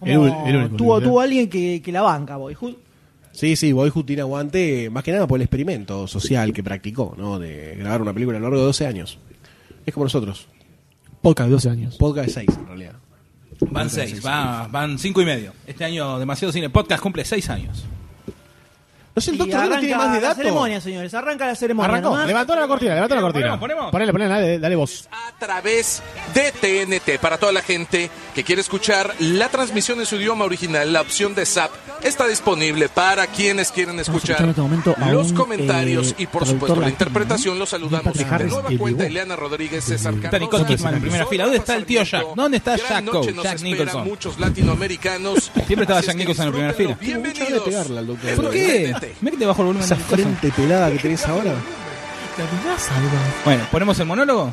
Speaker 4: Como
Speaker 6: El ul- el único,
Speaker 4: tuvo,
Speaker 6: Luis, ¿eh?
Speaker 4: tuvo alguien que, que la banca Boyhood.
Speaker 7: Sí, sí, Boyhood tiene aguante, eh, más que nada por el experimento social que practicó, ¿no? De grabar una película a lo largo de 12 años. Es como nosotros.
Speaker 6: Podcast de 12 años.
Speaker 7: Podcast de 6, en realidad.
Speaker 5: Van seis, va- van cinco y medio. Este año demasiado cine podcast cumple seis años.
Speaker 7: No sé, el
Speaker 4: Y
Speaker 7: doctor D no tiene
Speaker 4: arranca
Speaker 7: más de
Speaker 4: La
Speaker 7: datos.
Speaker 4: ceremonia, señores, arranca la ceremonia.
Speaker 6: Arrancó,
Speaker 4: nomás.
Speaker 6: levantó la cortina, levantó la cortina.
Speaker 5: Ponemos, ponemos.
Speaker 6: Ponele, ponele, dale, dale vos.
Speaker 14: a través de TNT. Para toda la gente que quiere escuchar la transmisión en su idioma original, la opción de SAP está disponible para quienes quieren escuchar
Speaker 4: escuchando en este momento a
Speaker 14: los
Speaker 4: un,
Speaker 14: comentarios
Speaker 4: eh,
Speaker 14: y, por
Speaker 4: traductor
Speaker 14: supuesto, la
Speaker 4: latino,
Speaker 14: interpretación. Los saludamos
Speaker 6: Patrick
Speaker 14: de
Speaker 6: Harris,
Speaker 14: nueva
Speaker 6: el
Speaker 14: cuenta.
Speaker 6: vivo.
Speaker 14: Eliana Rodríguez, César
Speaker 5: Está Nicole
Speaker 14: Cardosa,
Speaker 5: Kidman en primera fila. ¿Dónde está el tío Jack? ¿Dónde está
Speaker 14: Gran
Speaker 5: Jack
Speaker 14: noche
Speaker 5: Coe?
Speaker 14: nos
Speaker 5: Jack
Speaker 14: espera
Speaker 5: Nicholson.
Speaker 14: Muchos latinoamericanos.
Speaker 5: Siempre estaba
Speaker 14: Así
Speaker 5: Jack
Speaker 14: es que
Speaker 5: Nicholson en primera
Speaker 14: disfrútenlo.
Speaker 5: fila.
Speaker 7: Tiene mucho ganas de
Speaker 14: Bienvenidos.
Speaker 7: pegarle al doctor.
Speaker 5: ¿Por qué? Mira que te bajó el volumen.
Speaker 7: Esa
Speaker 5: de mi cosa.
Speaker 7: frente pelada que tenés ahora.
Speaker 5: Bueno, ¿ponemos el monólogo?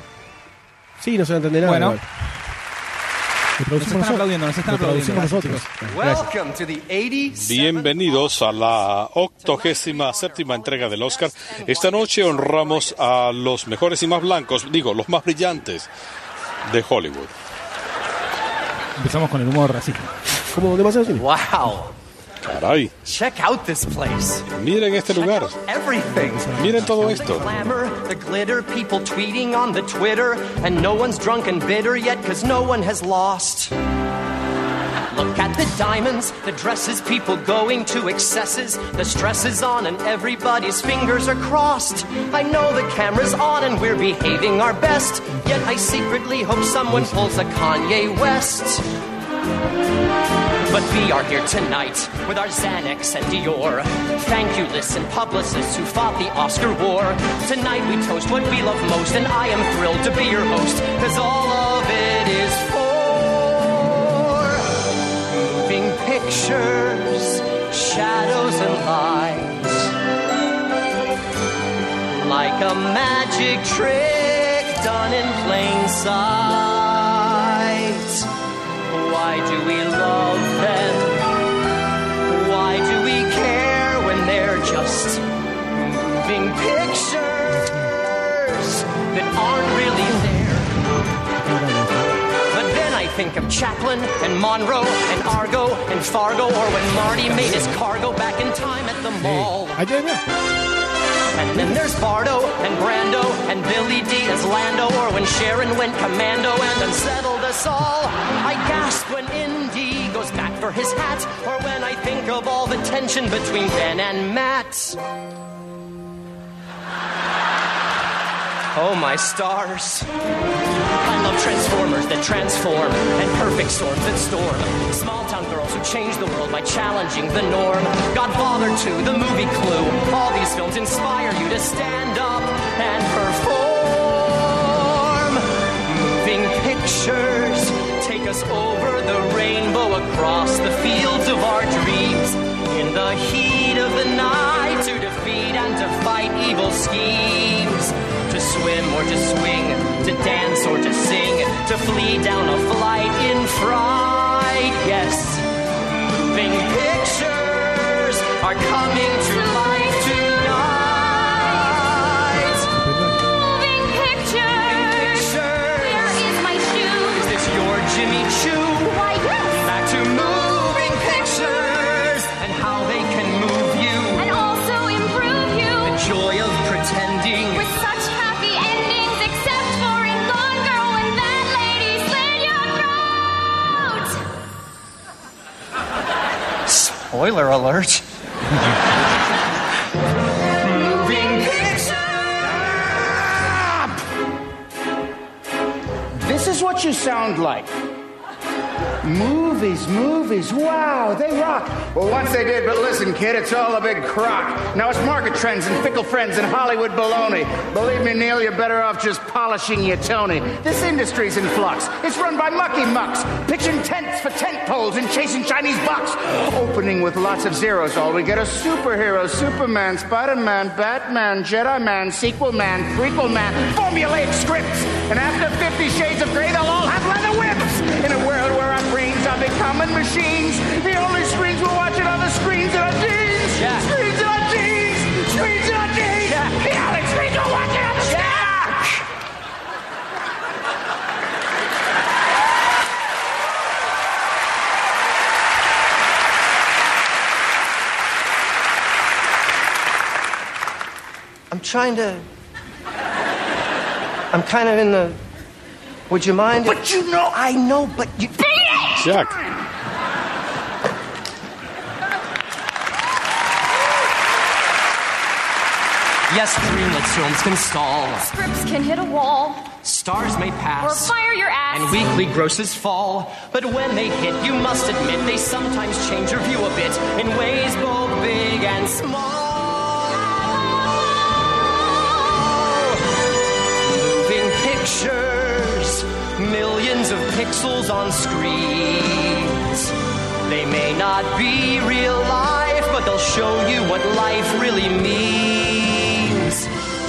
Speaker 7: Sí, no se va a entender nada.
Speaker 5: Bueno.
Speaker 7: igual.
Speaker 6: Lo
Speaker 5: Nos
Speaker 6: producimos
Speaker 5: están
Speaker 6: nosotros.
Speaker 5: aplaudiendo, nos están
Speaker 6: Lo producimos
Speaker 5: aplaudiendo.
Speaker 6: nosotros.
Speaker 9: Welcome to the 80s.
Speaker 10: Bienvenidos a la octogésima séptima entrega del Oscar. Esta noche honramos a los mejores y más blancos, digo, los más brillantes de Hollywood.
Speaker 5: Empezamos con el humor racista.
Speaker 7: Como demasiado cine.
Speaker 9: Wow.
Speaker 10: Caray,
Speaker 9: Check out this place.
Speaker 10: miren este
Speaker 9: Check
Speaker 10: lugar,
Speaker 9: out everything.
Speaker 10: miren todo esto.
Speaker 9: Glamour, the glitter, people tweeting on the Twitter, and no one's drunk and bitter yet because no one has lost. Look at the diamonds, the dresses, people going to excesses. The stress is on and everybody's fingers are crossed. I know the camera's on and we're behaving our best, yet I secretly hope someone pulls a Kanye West. But we are here tonight with our Xanax and Dior. Thank you, listen, publicists who fought the Oscar war. Tonight we toast what we love most, and I am thrilled to be your host, because all of it is for moving pictures, shadows, and lights. Like a magic trick done in plain sight. Why do we love them? Why do we care when they're just moving pictures that aren't really there? But then I think of Chaplin and Monroe and Argo and Fargo, or when Marty made his cargo back in time at the mall.
Speaker 6: Ahí tenés, mirá.
Speaker 9: And then there's Bardo and Brando and Billy D as Lando, or when Sharon went commando and unsettled us all. I gasp when Indy goes back for his hat, or when I think of all the tension between Ben and Matt. Oh my stars. I love Transformers that transform and perfect storms that storm. Small town girls who change the world by challenging the norm. Godfather 2, the movie Clue. All these films inspire you to stand up and perform. Moving pictures take us over the rainbow across the fields of our dreams. In the heat of the night to defeat and to fight evil schemes. To swim or to swing, to dance or to sing, to flee down a flight in fright. Yes, moving pictures are coming to life tonight.
Speaker 15: Moving pictures. Where
Speaker 9: Pictures.
Speaker 15: is my
Speaker 9: Is
Speaker 15: shoe?
Speaker 9: this your Jimmy Choo?
Speaker 15: Why, yes.
Speaker 9: Back to moving pictures and how they can move you.
Speaker 15: And also improve you
Speaker 9: The joy of pretending
Speaker 15: with such happy
Speaker 9: Spoiler alert. Moving
Speaker 10: This is what you sound like. Movies, movies, wow, they rock. Well, once they did, but listen, kid, it's all a big crock. Now it's market trends and fickle friends and Hollywood baloney. Believe me, Neil, you're better off just polishing your Tony. This industry's in flux. It's run by mucky mucks, pitching tents for tent poles and chasing Chinese bucks. Opening with lots of zeros, all we get are superheroes, Superman, Spider-Man, Batman, Jedi Man, sequel man, prequel man, formulaic scripts. And after 50 Shades of Grey, they'll all have leather whips. In a world where our brains are becoming machines, the only screens we're watching are the screens in our jeans. Screens in our jeans. Screens in our jeans. The only screens we're watching are the screens.
Speaker 16: I'm trying to. I'm kind of in the. Would you mind? But you know, I know, but you.
Speaker 17: Jack.
Speaker 9: Yes, greenlit films can stall.
Speaker 3: Scripts can hit a wall
Speaker 9: Stars may
Speaker 3: or
Speaker 9: pass.
Speaker 3: fire your ass.
Speaker 9: And weekly grosses fall. But when they hit, you must admit they sometimes change your view a bit in ways both big and small. Moving pictures, millions of pixels on screens. They may not be real life, but they'll show you what life really means.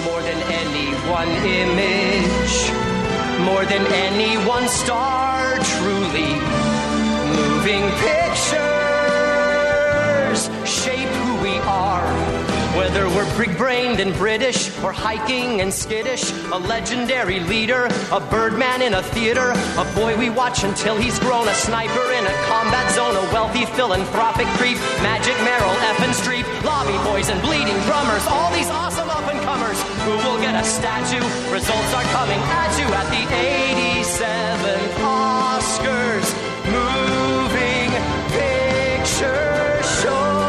Speaker 9: More than any one image. More than any one star, truly. Moving pictures shape who we are. Whether we're big brained and British, or hiking and skittish, a legendary leader, a birdman in a theater, a boy we watch until he's grown, a sniper in a combat zone, a wealthy philanthropic creep, Magic Merrill, Effin Street, lobby boys and bleeding drummers, all these awesome up and comers who will get a statue. Results are coming at you at the 87 Oscars Moving Picture Show.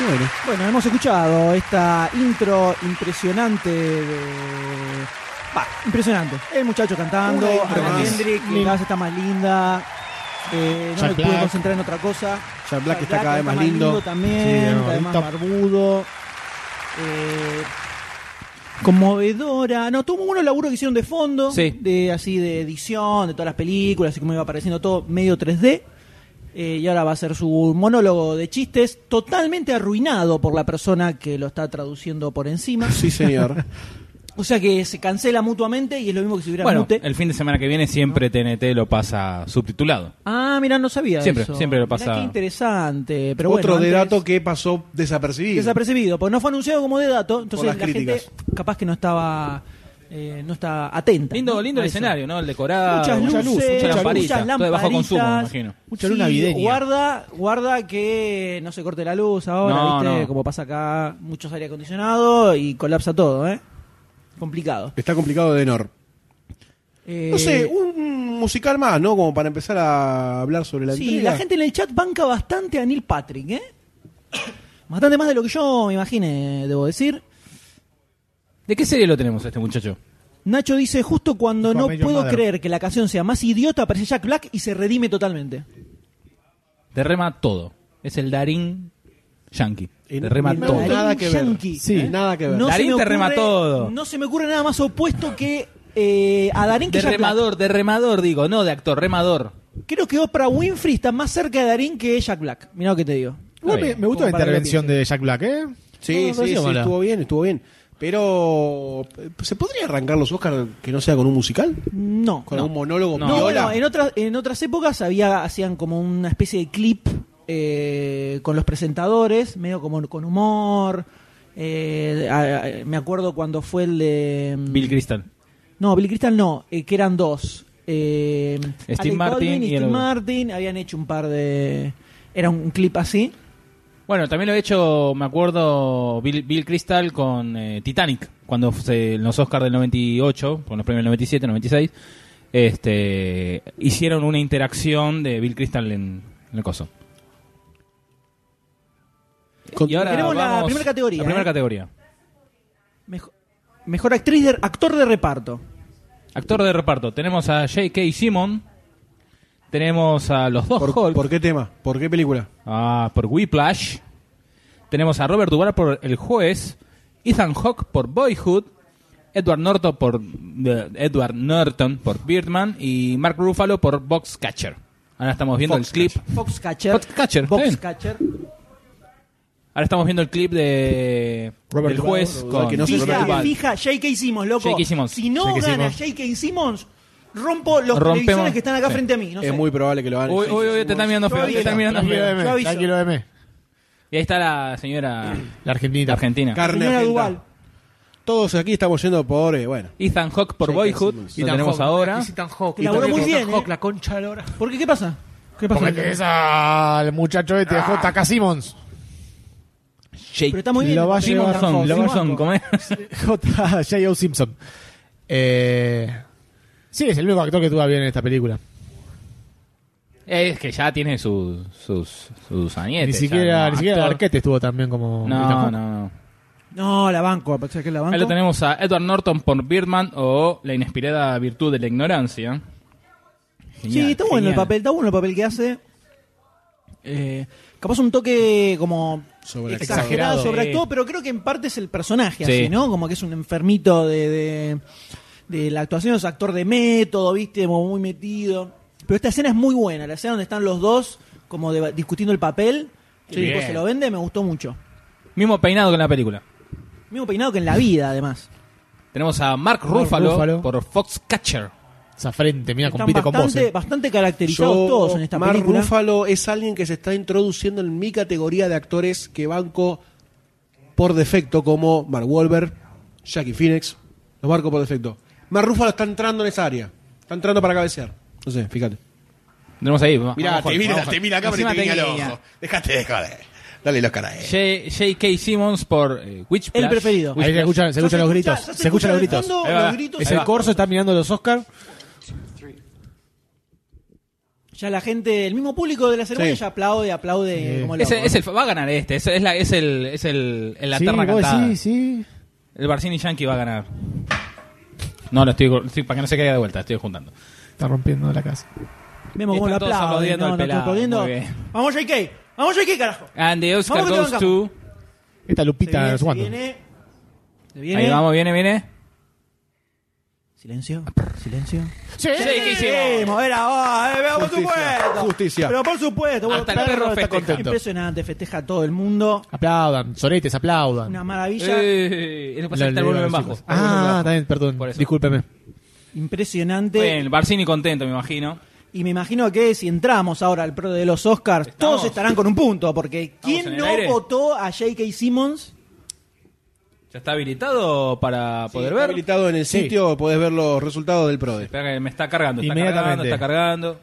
Speaker 4: Bueno, bueno, hemos escuchado esta intro impresionante de. Bah, impresionante. El muchacho cantando,
Speaker 18: Una intro
Speaker 4: Ana
Speaker 18: más.
Speaker 4: Kendrick,
Speaker 18: Ni-
Speaker 4: cada vez está más linda. eh, no
Speaker 18: Jack
Speaker 4: me pude
Speaker 18: Black.
Speaker 4: concentrar en otra cosa.
Speaker 18: Jack Black está cada vez más lindo. Sí,
Speaker 4: también,
Speaker 18: cada vez
Speaker 4: cada vez más
Speaker 18: más
Speaker 4: barbudo. Eh, conmovedora. No, tuvo unos laburos que hicieron de fondo.
Speaker 5: Sí.
Speaker 4: De, así de edición, de todas las películas, y como iba apareciendo todo medio 3D. Eh, y ahora va a ser su monólogo de chistes, totalmente arruinado por la persona que lo está traduciendo por encima.
Speaker 7: Sí, señor.
Speaker 4: o sea que se cancela mutuamente y es lo mismo que si hubiera
Speaker 5: Bueno,
Speaker 4: mute.
Speaker 5: el fin de semana que viene siempre TNT lo pasa subtitulado.
Speaker 4: Ah, mira, no sabía
Speaker 5: Siempre,
Speaker 4: eso.
Speaker 5: siempre lo
Speaker 4: Mirá
Speaker 5: pasa.
Speaker 4: qué interesante. Pero
Speaker 7: Otro
Speaker 4: bueno,
Speaker 7: de
Speaker 4: antes-
Speaker 7: dato que pasó desapercibido.
Speaker 4: Desapercibido, porque no fue anunciado como de dato, entonces
Speaker 7: las
Speaker 4: la
Speaker 7: críticas.
Speaker 4: gente capaz que no estaba eh, no está atenta.
Speaker 5: Lindo,
Speaker 4: ¿no?
Speaker 5: lindo
Speaker 4: A
Speaker 5: el
Speaker 4: eso.
Speaker 5: escenario, ¿no? El decorado. muchas
Speaker 4: Muchas luces, muchas
Speaker 5: lamparitas.
Speaker 4: luces,
Speaker 5: Todo de bajo consumo, me
Speaker 4: lamparitas.
Speaker 5: imagino.
Speaker 4: Sí, Guarda, guarda que no se corte la luz ahora,
Speaker 5: No,
Speaker 4: ¿viste?
Speaker 5: no.
Speaker 4: Como pasa acá, muchos aire acondicionado y colapsa todo, ¿eh? Complicado.
Speaker 7: Está complicado de Nor.
Speaker 4: Eh,
Speaker 7: No sé, uh, un musical más, ¿no? Como para empezar a hablar sobre la
Speaker 4: Sí,
Speaker 7: entrega.
Speaker 4: la gente en el chat banca bastante a Neil Patrick, ¿eh? Bastante más de lo que yo me imaginé, debo decir.
Speaker 5: ¿De qué serie lo tenemos a este muchacho?
Speaker 4: Nacho dice, justo cuando
Speaker 5: Con
Speaker 4: no
Speaker 5: Major
Speaker 4: puedo
Speaker 5: Mother.
Speaker 4: creer que la canción sea más idiota, aparece Jack Black y se redime totalmente.
Speaker 5: Derrema todo. Es el Darín Yankee.
Speaker 7: En-
Speaker 5: Derrema
Speaker 7: en-
Speaker 5: todo.
Speaker 7: Nada que ver.
Speaker 4: Yankee,
Speaker 7: Sí,
Speaker 4: ¿eh?
Speaker 7: nada que ver.
Speaker 4: se
Speaker 5: Darín
Speaker 4: me
Speaker 5: te rema
Speaker 4: ocurre-
Speaker 5: todo.
Speaker 4: No se me ocurre nada más opuesto que eh, a Darín que
Speaker 5: De
Speaker 4: Jack Black.
Speaker 5: remador, de remador, digo, no de actor, remador.
Speaker 4: Creo que Oprah Winfrey está más cerca de Darín que Jack Black. Mirá lo que te digo.
Speaker 6: Igual me, me gustó la
Speaker 4: Como para que lo
Speaker 6: intervención de Jack Black, ¿eh?
Speaker 7: Sí,
Speaker 6: No, no
Speaker 7: sí, sí,
Speaker 6: pareció mala.
Speaker 7: estuvo bien, estuvo bien. Pero, ¿se podría arrancar los Oscars que no sea con un musical?
Speaker 4: No.
Speaker 7: ¿Con
Speaker 4: no.
Speaker 7: algún monólogo?
Speaker 4: No,
Speaker 7: viola?
Speaker 4: bueno, en otras, en otras épocas había, hacían como una especie de clip eh, con los presentadores, medio como con humor. Eh, a- a- me acuerdo cuando fue el de. mm,
Speaker 5: Bill Crystal.
Speaker 4: No, Billy Crystal no, eh, que eran dos. eh,
Speaker 5: Steve
Speaker 4: Alec
Speaker 5: Martin
Speaker 4: Baldwin
Speaker 5: y el
Speaker 4: y Steve
Speaker 5: otro.
Speaker 4: Martin. Habían hecho un par de. Era un clip así.
Speaker 5: Bueno, también lo he hecho, me acuerdo, Bill, Bill Crystal con eh, Titanic, cuando se, en los Oscars del 98, con los premios del 97, 96, este, hicieron una interacción de Bill Crystal en, en el coso. y ahora
Speaker 4: Tenemos la
Speaker 5: vamos-
Speaker 4: primera categoría,
Speaker 5: La primera
Speaker 4: ¿eh?
Speaker 5: categoría.
Speaker 4: Mejor, mejor actriz, de, actor de reparto.
Speaker 5: Actor de reparto. Tenemos a J.K. Simon. Tenemos a los dos ¿Por,
Speaker 7: qué tema? ¿Por qué película?
Speaker 5: Ah, por Whiplash. Tenemos a Robert Duvall por El Juez. Ethan Hawke por Boyhood. Edward Norton por de- Edward Norton por Birdman y Mark Ruffalo por Boxcatcher. Ahora estamos viendo el clip.
Speaker 4: Foxcatcher.
Speaker 5: Foxcatcher. está bien.
Speaker 4: Foxcatcher.
Speaker 5: Ahora estamos viendo el clip de
Speaker 7: Robert
Speaker 5: del juez
Speaker 7: Duvall,
Speaker 5: con
Speaker 7: que no se-
Speaker 5: Robert
Speaker 4: Fija,
Speaker 5: Duvall.
Speaker 4: fija, J.K. Simmons, loco.
Speaker 5: J.K. Simmons.
Speaker 4: Si no
Speaker 5: J.K.
Speaker 4: gana
Speaker 5: Simmons.
Speaker 4: J.K. Simmons, rompo los
Speaker 5: Rompemos.
Speaker 4: televisores que están acá
Speaker 5: Sí.
Speaker 4: frente a mí. No
Speaker 7: es
Speaker 4: sé.
Speaker 7: muy probable que lo hagan.
Speaker 5: Uy, uy, uy, te están mirando feo. Te están mirando
Speaker 6: Tranquilo,
Speaker 5: feo.
Speaker 6: M,
Speaker 5: Yo aviso.
Speaker 6: tranquilo, M.
Speaker 5: Y ahí está la señora
Speaker 6: La Argentina.
Speaker 5: argentina.
Speaker 7: Carne argenta. Todos aquí estamos yendo por, eh, bueno.
Speaker 5: Ethan Hawke por Boyhood. Lo tenemos ahora.
Speaker 19: Ethan Hawke.
Speaker 4: Que laburó muy bien.
Speaker 19: Hawke,
Speaker 4: ¿eh?
Speaker 19: la concha de la hora.
Speaker 4: ¿Por qué? ¿Qué pasa? ¿Qué pasa?
Speaker 6: Porque tenés al muchacho este de J.K. Simmons.
Speaker 5: Pero
Speaker 4: está muy bien.
Speaker 6: Lo va a llevar-
Speaker 5: Simonson,
Speaker 6: lo va a-
Speaker 5: Simonson, ¿cómo es?
Speaker 6: J. J.O. Simpson. Eh, sí, es el único actor que tuvo bien en esta película.
Speaker 5: Eh, Es que ya tiene sus sus sus añetes.
Speaker 6: Ni
Speaker 5: Este, ya,
Speaker 6: siquiera,
Speaker 5: ¿no?
Speaker 6: ni siquiera
Speaker 5: Actor.
Speaker 6: Arquette estuvo tan bien como. Ethan
Speaker 5: No,
Speaker 6: Hawke.
Speaker 5: no, no.
Speaker 4: No, la banco. parece que la banco.
Speaker 5: Ahí lo tenemos a Edward Norton por Birdman o La inspirada virtud de la ignorancia. Genial,
Speaker 4: sí, está bueno el
Speaker 5: genial.
Speaker 4: papel, está bueno el papel que hace. Eh, capaz un toque como
Speaker 5: Sobreactuado.
Speaker 4: exagerado,
Speaker 5: Exagerado.
Speaker 4: sobreactuado,
Speaker 5: Sí.
Speaker 4: pero creo que en parte es el personaje
Speaker 5: Sí.
Speaker 4: así, ¿no? Como que es un enfermito de, de, de la actuación, es actor de método, viste, como muy metido. Pero esta escena es muy buena, la escena donde están los dos como deba- discutiendo el papel, que
Speaker 5: Bien.
Speaker 4: después se lo vende, me gustó mucho.
Speaker 5: Mismo peinado que en la película.
Speaker 4: Mismo peinado que en la vida, además.
Speaker 5: Tenemos a Mark
Speaker 6: Mark
Speaker 5: Ruffalo,
Speaker 6: Ruffalo.
Speaker 5: por Foxcatcher.
Speaker 6: Esa frente, mira,
Speaker 4: Están
Speaker 6: compite con vos.
Speaker 4: bastante,
Speaker 6: eh.
Speaker 4: bastante caracterizados todos en esta
Speaker 7: Mark
Speaker 4: película.
Speaker 7: Ruffalo es alguien que se está introduciendo en mi categoría de actores que banco por defecto, como Mark Wahlberg, Jackie Phoenix. Los marco por defecto. Mark Ruffalo está entrando en esa área. Está entrando para cabecear. No sé, fíjate.
Speaker 5: Tenemos ahí.
Speaker 7: Mirá, te mira, te mira la cámara y te mira
Speaker 5: el
Speaker 7: el ojo. Dejate de joder. Dale los caras.
Speaker 5: J.K. Simmons por eh, Witchplash.
Speaker 4: El preferido.
Speaker 6: Ahí se escuchan, se escuchan los gritos.
Speaker 4: ya
Speaker 6: Se escuchan los
Speaker 4: escucha de
Speaker 6: gritos.
Speaker 4: fondo
Speaker 5: Ahí va,
Speaker 4: los gritos.
Speaker 6: Es
Speaker 5: Ahí
Speaker 6: el
Speaker 5: va.
Speaker 6: corso, está mirando los Oscars.
Speaker 4: Ya la gente, el mismo público de la ceremonia
Speaker 5: Sí.
Speaker 4: ya aplaude, aplaude. Como loco,
Speaker 5: Es el-
Speaker 4: ¿no?
Speaker 5: es el- va a ganar este. Es, es la, es el, es el, el la
Speaker 6: Sí,
Speaker 5: terna
Speaker 6: vos
Speaker 5: cantada.
Speaker 6: decís, sí.
Speaker 5: El Barcini Yankee va a ganar. No, lo estoy, estoy- para que no se caiga de vuelta, estoy juntando.
Speaker 6: Está rompiendo la casa.
Speaker 4: Vemos cómo lo
Speaker 5: Están todos
Speaker 4: aplauden.
Speaker 5: aplaudiendo
Speaker 4: No,
Speaker 5: al
Speaker 4: no,
Speaker 5: pelado,
Speaker 4: aplaudiendo.
Speaker 5: muy bien.
Speaker 4: Vamos, JK. Vamos, JK, carajo.
Speaker 5: And the Oscar
Speaker 4: Vamos que te
Speaker 5: goes to.
Speaker 4: bancamos.
Speaker 6: Esta Lupita
Speaker 4: Se
Speaker 6: no sé cuánto.
Speaker 4: viene. Se viene.
Speaker 5: Ahí vamos, Ah, viene, viene.
Speaker 4: Silencio. Silencio.
Speaker 6: Sí,
Speaker 4: ¿qué hicimos? Era vos, eh, pero por
Speaker 7: Justicia,
Speaker 4: supuesto.
Speaker 7: justicia.
Speaker 4: Pero por supuesto.
Speaker 5: Hasta el
Speaker 4: bueno,
Speaker 5: perro
Speaker 4: está
Speaker 5: festeja.
Speaker 4: contento. Impresionante, festeja a todo el mundo.
Speaker 6: Aplaudan, soretes, aplaudan.
Speaker 4: Una maravilla.
Speaker 5: Eh, es lo que pasa,
Speaker 6: La-
Speaker 5: está el volumen
Speaker 6: la-
Speaker 5: bajo.
Speaker 6: Ah, también, perdón.
Speaker 5: Por eso.
Speaker 6: Discúlpeme.
Speaker 4: Impresionante.
Speaker 5: Bien, Barcini contento, me imagino.
Speaker 4: Y me imagino que si entramos ahora al pro de los Oscars, todos estarán con un punto, porque
Speaker 5: en
Speaker 4: ¿quién
Speaker 5: el
Speaker 4: no
Speaker 5: aire?
Speaker 4: votó a J.K. Simmons?
Speaker 5: ¿Ya está habilitado para poder
Speaker 7: Está
Speaker 5: ver?
Speaker 7: habilitado en el
Speaker 6: Sí.
Speaker 7: sitio, podés ver los resultados del PRODE.
Speaker 5: Espera que me está cargando, está cargando,
Speaker 6: Inmediatamente.
Speaker 5: está cargando.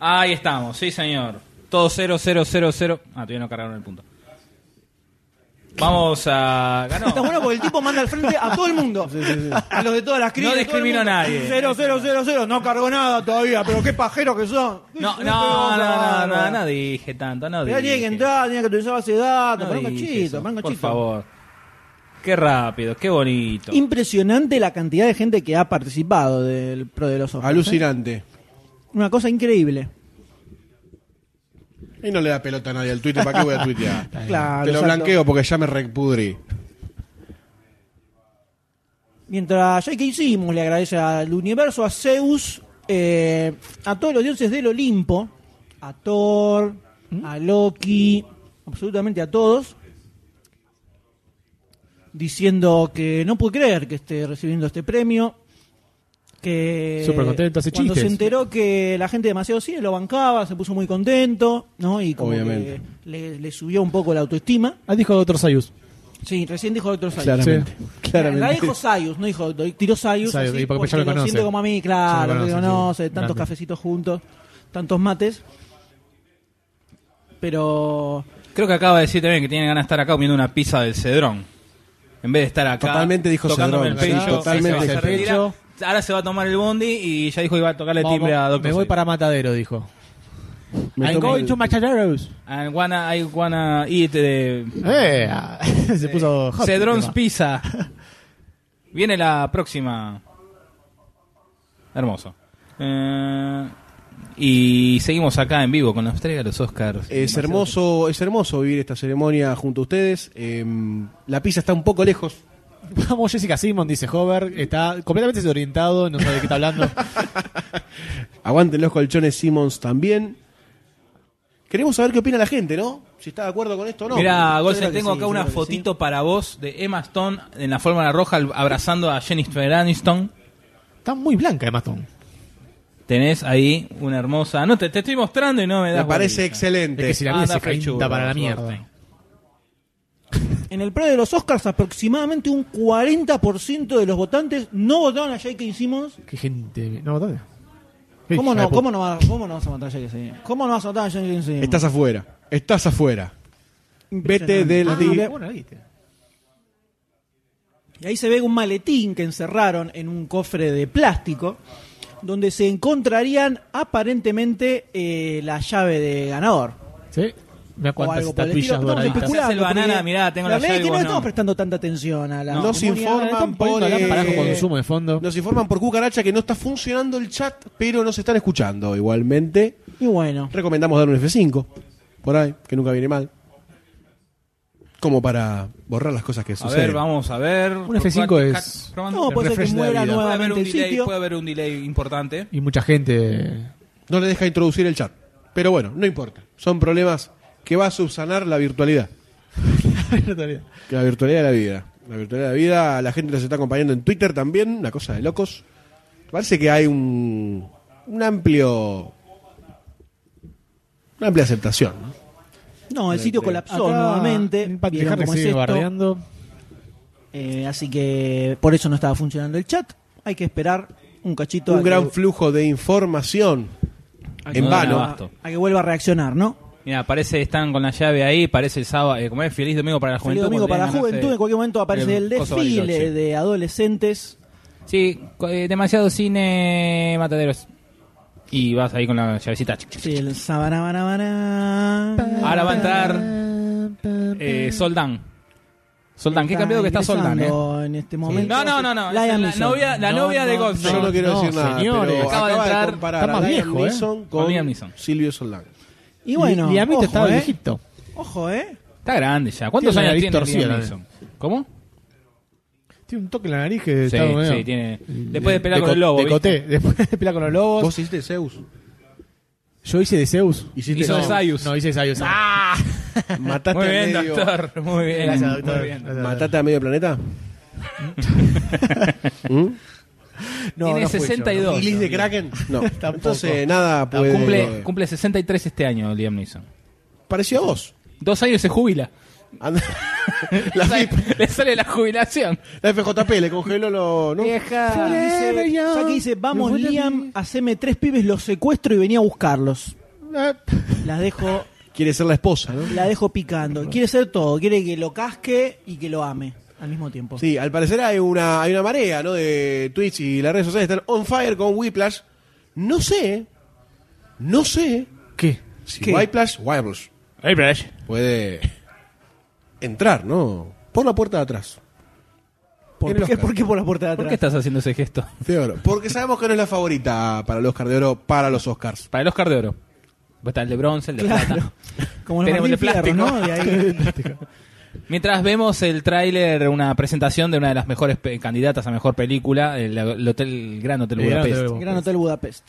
Speaker 5: Ahí estamos, sí señor. Todo 0, 0, 0, 0. Ah, todavía no cargaron el punto. Vamos a... Ganó.
Speaker 4: Está bueno porque el tipo manda al frente a todo el mundo. A los de todas las críticas.
Speaker 5: No discrimino a nadie.
Speaker 4: Cero, cero, cero, cero. No cargó nada todavía, pero qué pajeros que son.
Speaker 5: No, no, no, no, no, no dije tanto, no
Speaker 4: Pero tiene que
Speaker 5: dije.
Speaker 4: entrar, tiene que utilizar base de datos.
Speaker 5: No
Speaker 6: Ah,
Speaker 4: pará un
Speaker 5: dije
Speaker 4: cachito,
Speaker 5: eso,
Speaker 4: pará un
Speaker 5: Por
Speaker 4: cachito.
Speaker 5: favor. Qué rápido, qué bonito.
Speaker 4: Impresionante la cantidad de gente que ha participado del Pro de los Oscars. ¿eh?
Speaker 7: Alucinante.
Speaker 4: Una cosa increíble.
Speaker 7: Y no le da pelota a nadie al Twitter, ¿para qué voy a tuitear?
Speaker 4: Claro,
Speaker 7: Te lo
Speaker 4: exacto.
Speaker 7: blanqueo porque ya me repudrí.
Speaker 4: Mientras ya que hicimos, le agradece al universo, a Zeus, eh, a todos los dioses del Olimpo, a Thor,
Speaker 6: ¿Mm?
Speaker 4: a Loki, absolutamente a todos, diciendo que no puede creer que esté recibiendo este premio. Que
Speaker 6: Súper contento, hace
Speaker 4: cuando se
Speaker 6: chistes.
Speaker 4: enteró que la gente de demasiado cine lo bancaba, se puso muy contento, ¿no? Y como que
Speaker 7: Obviamente.
Speaker 4: le, le subió un poco la autoestima.
Speaker 6: Ah, dijo otro Sayus.
Speaker 4: Sí, recién dijo Doctor Sayus.
Speaker 7: Claramente,
Speaker 4: Sí.
Speaker 7: claramente.
Speaker 4: La dijo Sayus, no dijo Doctor. Tiró Sayus.
Speaker 6: Sayus,
Speaker 4: así,
Speaker 6: y porque ya lo conoce.
Speaker 4: siente como a mí,
Speaker 6: Ya
Speaker 4: claro,
Speaker 6: lo
Speaker 4: lo
Speaker 6: conoce,
Speaker 4: conoce,
Speaker 6: sí.
Speaker 4: tantos
Speaker 6: Grande.
Speaker 4: cafecitos juntos, tantos mates. Pero.
Speaker 5: Creo que acaba de decir también que tiene ganas de estar acá comiendo una pizza del Cedrón. En vez de estar acá.
Speaker 7: Totalmente dijo
Speaker 5: tocándome
Speaker 7: Cedrón,
Speaker 5: el
Speaker 7: sí,
Speaker 5: pecho.
Speaker 7: totalmente
Speaker 5: se va a
Speaker 7: el
Speaker 5: retirar.
Speaker 7: pecho.
Speaker 5: Ahora se va a tomar el bondi y ya dijo que iba a tocarle
Speaker 6: Vamos,
Speaker 5: timbre a Doctor
Speaker 6: me voy para Matadero, dijo. I'm going to Mataderos.
Speaker 5: And wanna, I wanna eat. eh,
Speaker 6: Eh, ah, se puso hot.
Speaker 5: Cedron's
Speaker 6: el tema.
Speaker 5: Pizza. Viene la próxima. Hermoso. Eh, y seguimos acá en vivo con la entrega de los Oscars.
Speaker 7: Es hermoso, es hermoso vivir esta ceremonia junto a ustedes. Em, la pizza está un poco lejos.
Speaker 6: Vamos, Jessica Simon, dice Hover. Está completamente desorientado, no sabe de qué está hablando.
Speaker 7: Aguanten los colchones Simmons también. Queremos saber qué opina la gente, ¿no? Si está de acuerdo con esto o no.
Speaker 5: Mira,
Speaker 7: Yo
Speaker 5: Golsen,
Speaker 7: creo que
Speaker 5: tengo
Speaker 7: sí,
Speaker 5: acá
Speaker 7: yo
Speaker 5: una
Speaker 7: creo que sí.
Speaker 5: fotito para vos de Emma Stone en la forma roja al- abrazando a Jennifer Aniston.
Speaker 6: Está muy blanca, Emma Stone.
Speaker 5: Tenés ahí una hermosa. No, te, te estoy mostrando y no me Ah,
Speaker 7: Me
Speaker 5: da.
Speaker 7: parece excelente.
Speaker 6: Es que si la vida se calienta para la mierda.
Speaker 4: En el pre de los Oscars, aproximadamente un 40% de los votantes no votaron a J.K. Simmons.
Speaker 6: Qué gente. No, ¿dónde? Qué
Speaker 4: ¿Cómo
Speaker 6: hija de
Speaker 4: no,
Speaker 6: puta.
Speaker 4: ¿Cómo, no vas, ¿Cómo no vas a matar a J.K. Simmons? ¿Cómo no vas a matar a J.K. Simmons?
Speaker 7: Estás afuera. Estás afuera. Vete del
Speaker 4: Ah,
Speaker 7: día.
Speaker 4: bueno, viste. Y ahí se ve un maletín que encerraron en un cofre de plástico, donde se encontrarían aparentemente eh, la llave de ganador.
Speaker 6: Sí. Mira
Speaker 4: O
Speaker 6: cuántas
Speaker 4: algo por el estilo.
Speaker 6: estatuillas
Speaker 4: Estamos
Speaker 6: doraditas.
Speaker 5: Te
Speaker 4: especulando,
Speaker 5: hace el
Speaker 4: porque
Speaker 5: banana, mirá, tengo la
Speaker 4: verdad
Speaker 5: llave
Speaker 4: es
Speaker 5: y
Speaker 4: que no
Speaker 5: vos
Speaker 4: estamos
Speaker 5: no.
Speaker 4: prestando tanta atención a la
Speaker 5: No.
Speaker 7: Nos
Speaker 4: comunidad,
Speaker 7: informan
Speaker 4: están poniendo
Speaker 7: por,
Speaker 4: acá
Speaker 7: eh,
Speaker 4: para-
Speaker 6: Carajo, consumo de fondo.
Speaker 7: Nos informan por cucaracha que no está funcionando el chat, pero nos están escuchando igualmente.
Speaker 4: Y bueno,
Speaker 7: Recomendamos dar un F5 por ahí, que nunca viene mal. Como para borrar las cosas que
Speaker 5: A
Speaker 7: suceden.
Speaker 5: ver, vamos a ver.
Speaker 6: Un F5
Speaker 5: Probando-
Speaker 6: es-
Speaker 5: ca- probando-
Speaker 4: no, puede ser que
Speaker 6: refresh de la
Speaker 4: muera
Speaker 6: vida.
Speaker 5: Puede haber
Speaker 4: nuevamente
Speaker 5: un
Speaker 4: el
Speaker 5: delay,
Speaker 4: sitio.
Speaker 5: puede haber un delay importante.
Speaker 6: Y mucha gente.
Speaker 7: No le deja introducir el chat. Pero bueno, no importa. Son problemas que va a subsanar la virtualidad. Que La virtualidad de la vida. La virtualidad de la vida, la gente nos está acompañando en Twitter también, una cosa de locos. Parece que hay un, un amplio. Una amplia aceptación. ¿no?
Speaker 4: No, el sitio colapsó
Speaker 6: Acá,
Speaker 4: nuevamente.
Speaker 6: el Patrick
Speaker 4: Vieron
Speaker 6: Harris
Speaker 4: cómo es
Speaker 6: sigue
Speaker 4: esto.
Speaker 6: bardeando.
Speaker 4: Eh, así que por eso no estaba funcionando el chat. Hay que esperar un cachito. a
Speaker 7: Un
Speaker 4: que-
Speaker 7: gran flujo de información
Speaker 4: a que
Speaker 7: en
Speaker 5: no
Speaker 4: vuelva-
Speaker 5: dan
Speaker 7: vano.
Speaker 5: abasto.
Speaker 4: A que vuelva a reaccionar, ¿no?
Speaker 5: Mira, parece que están con la llave ahí, parece el sábado, eh, como es feliz domingo para la
Speaker 4: Feliz
Speaker 5: juventud.
Speaker 4: domingo
Speaker 5: cuando
Speaker 4: para la
Speaker 5: tengan, no sé,
Speaker 4: juventud. En cualquier momento aparece
Speaker 5: eh,
Speaker 4: el
Speaker 5: coso
Speaker 4: desfile
Speaker 5: Bariloche.
Speaker 4: de adolescentes.
Speaker 5: Sí, co- eh, demasiado cine mataderos. Y vas ahí con la llavecita. Chic, chic, chic.
Speaker 4: Sí, el sabana, bana, bana.
Speaker 5: Ahora va a entrar
Speaker 6: Mm.
Speaker 5: eh, Soldán. Soldán, qué cambiado que está Soldán, eh.
Speaker 4: Ingresando En este momento.
Speaker 5: No, no, no, no.
Speaker 4: Liam
Speaker 5: es la
Speaker 4: Neeson.
Speaker 5: novia, la
Speaker 4: No,
Speaker 5: novia de
Speaker 4: no,
Speaker 5: Goldstein.
Speaker 7: Yo no quiero
Speaker 6: no,
Speaker 7: decir nada,
Speaker 6: señores.
Speaker 7: pero
Speaker 5: Acaba
Speaker 7: acaba,
Speaker 5: de entrar-
Speaker 7: de comparar
Speaker 6: está
Speaker 7: a
Speaker 6: más
Speaker 7: Liam
Speaker 6: viejo, ¿eh?
Speaker 7: Neeson
Speaker 5: Con
Speaker 7: con
Speaker 5: Liam Neeson.
Speaker 7: Silvio Soldán.
Speaker 4: Y bueno,
Speaker 6: Y a mí te
Speaker 4: ojo,
Speaker 6: estaba
Speaker 4: eh.
Speaker 6: viejito.
Speaker 4: Ojo, eh.
Speaker 5: Está grande ya. ¿Cuántos
Speaker 6: Tiene la
Speaker 5: años
Speaker 6: nariz
Speaker 5: tiene
Speaker 6: torcida
Speaker 5: Liam
Speaker 6: también.
Speaker 5: Neeson? ¿Cómo?
Speaker 6: Tiene un toque en la nariz que
Speaker 5: Sí,
Speaker 6: está medio-
Speaker 5: sí, tiene. Después de pelear con el lobo.
Speaker 6: De coté. Después de pelear con los lobos.
Speaker 7: Vos hiciste Zeus.
Speaker 6: Yo hice de Zeus.
Speaker 7: Hiciste
Speaker 5: Hizo
Speaker 6: no,
Speaker 5: de Sayus.
Speaker 6: No, hice de Ah, Sayus.
Speaker 4: Ah,
Speaker 5: ¿viste?
Speaker 7: Mataste
Speaker 5: Ah, Muy
Speaker 7: a
Speaker 5: bien,
Speaker 7: medio-
Speaker 5: doctor. Muy bien.
Speaker 6: Gracias, doctor.
Speaker 5: Muy bien.
Speaker 6: Gracias, doctor.
Speaker 7: ¿Mataste a medio planeta? ¿Mm?
Speaker 6: No,
Speaker 5: Tiene
Speaker 6: no fui yo,
Speaker 5: 62.
Speaker 6: no.
Speaker 7: ¿Ilis de Kraken? No.
Speaker 6: Tampoco.
Speaker 7: Entonces, nada pues, puede.
Speaker 5: Ah, Cumple, cumple 63 este año Liam Neeson.
Speaker 7: Pareció a vos.
Speaker 5: Dos años se jubila.
Speaker 7: Anda- la,
Speaker 5: Sale-
Speaker 7: FIP-
Speaker 5: le sale la jubilación.
Speaker 7: la FJP le congeló lo. ¿no?
Speaker 4: Dice- ya que dice, vamos Liam, haceme tres pibes, los secuestro y venía a buscarlos. Las dejo,
Speaker 7: Quiere ser la esposa, ¿no?
Speaker 4: la dejo picando. Quiere ser todo, quiere que lo casque y que lo ame al mismo tiempo.
Speaker 7: Sí, al parecer hay una, hay una marea, ¿no? De Twitch y las redes sociales están on fire con Whiplash. No sé. No sé.
Speaker 6: ¿Qué?
Speaker 7: Si
Speaker 4: ¿Qué?
Speaker 7: Whiplash, Whiplash puede entrar, ¿no? Por la puerta de atrás.
Speaker 4: ¿Por
Speaker 7: en el
Speaker 4: qué,
Speaker 7: Oscar.
Speaker 4: por qué por la puerta de atrás?
Speaker 5: ¿Por qué estás haciendo ese gesto?
Speaker 7: De oro. Porque sabemos que no es la favorita para el Oscar de Oro, para los Oscars.
Speaker 5: Para el Oscar de Oro. Va a estar el de bronce, el de plata.
Speaker 4: Claro. Como los
Speaker 5: Tenemos
Speaker 4: Martín
Speaker 5: de
Speaker 4: Fierro,
Speaker 5: plástico.
Speaker 4: ¿no? De ahí.
Speaker 5: Mientras vemos el tráiler, una presentación de una de las mejores pe- candidatas a mejor película, el, el hotel, el Gran Hotel
Speaker 6: El
Speaker 5: Budapest.
Speaker 6: Gran Hotel Budapest.
Speaker 4: Gran Hotel Budapest.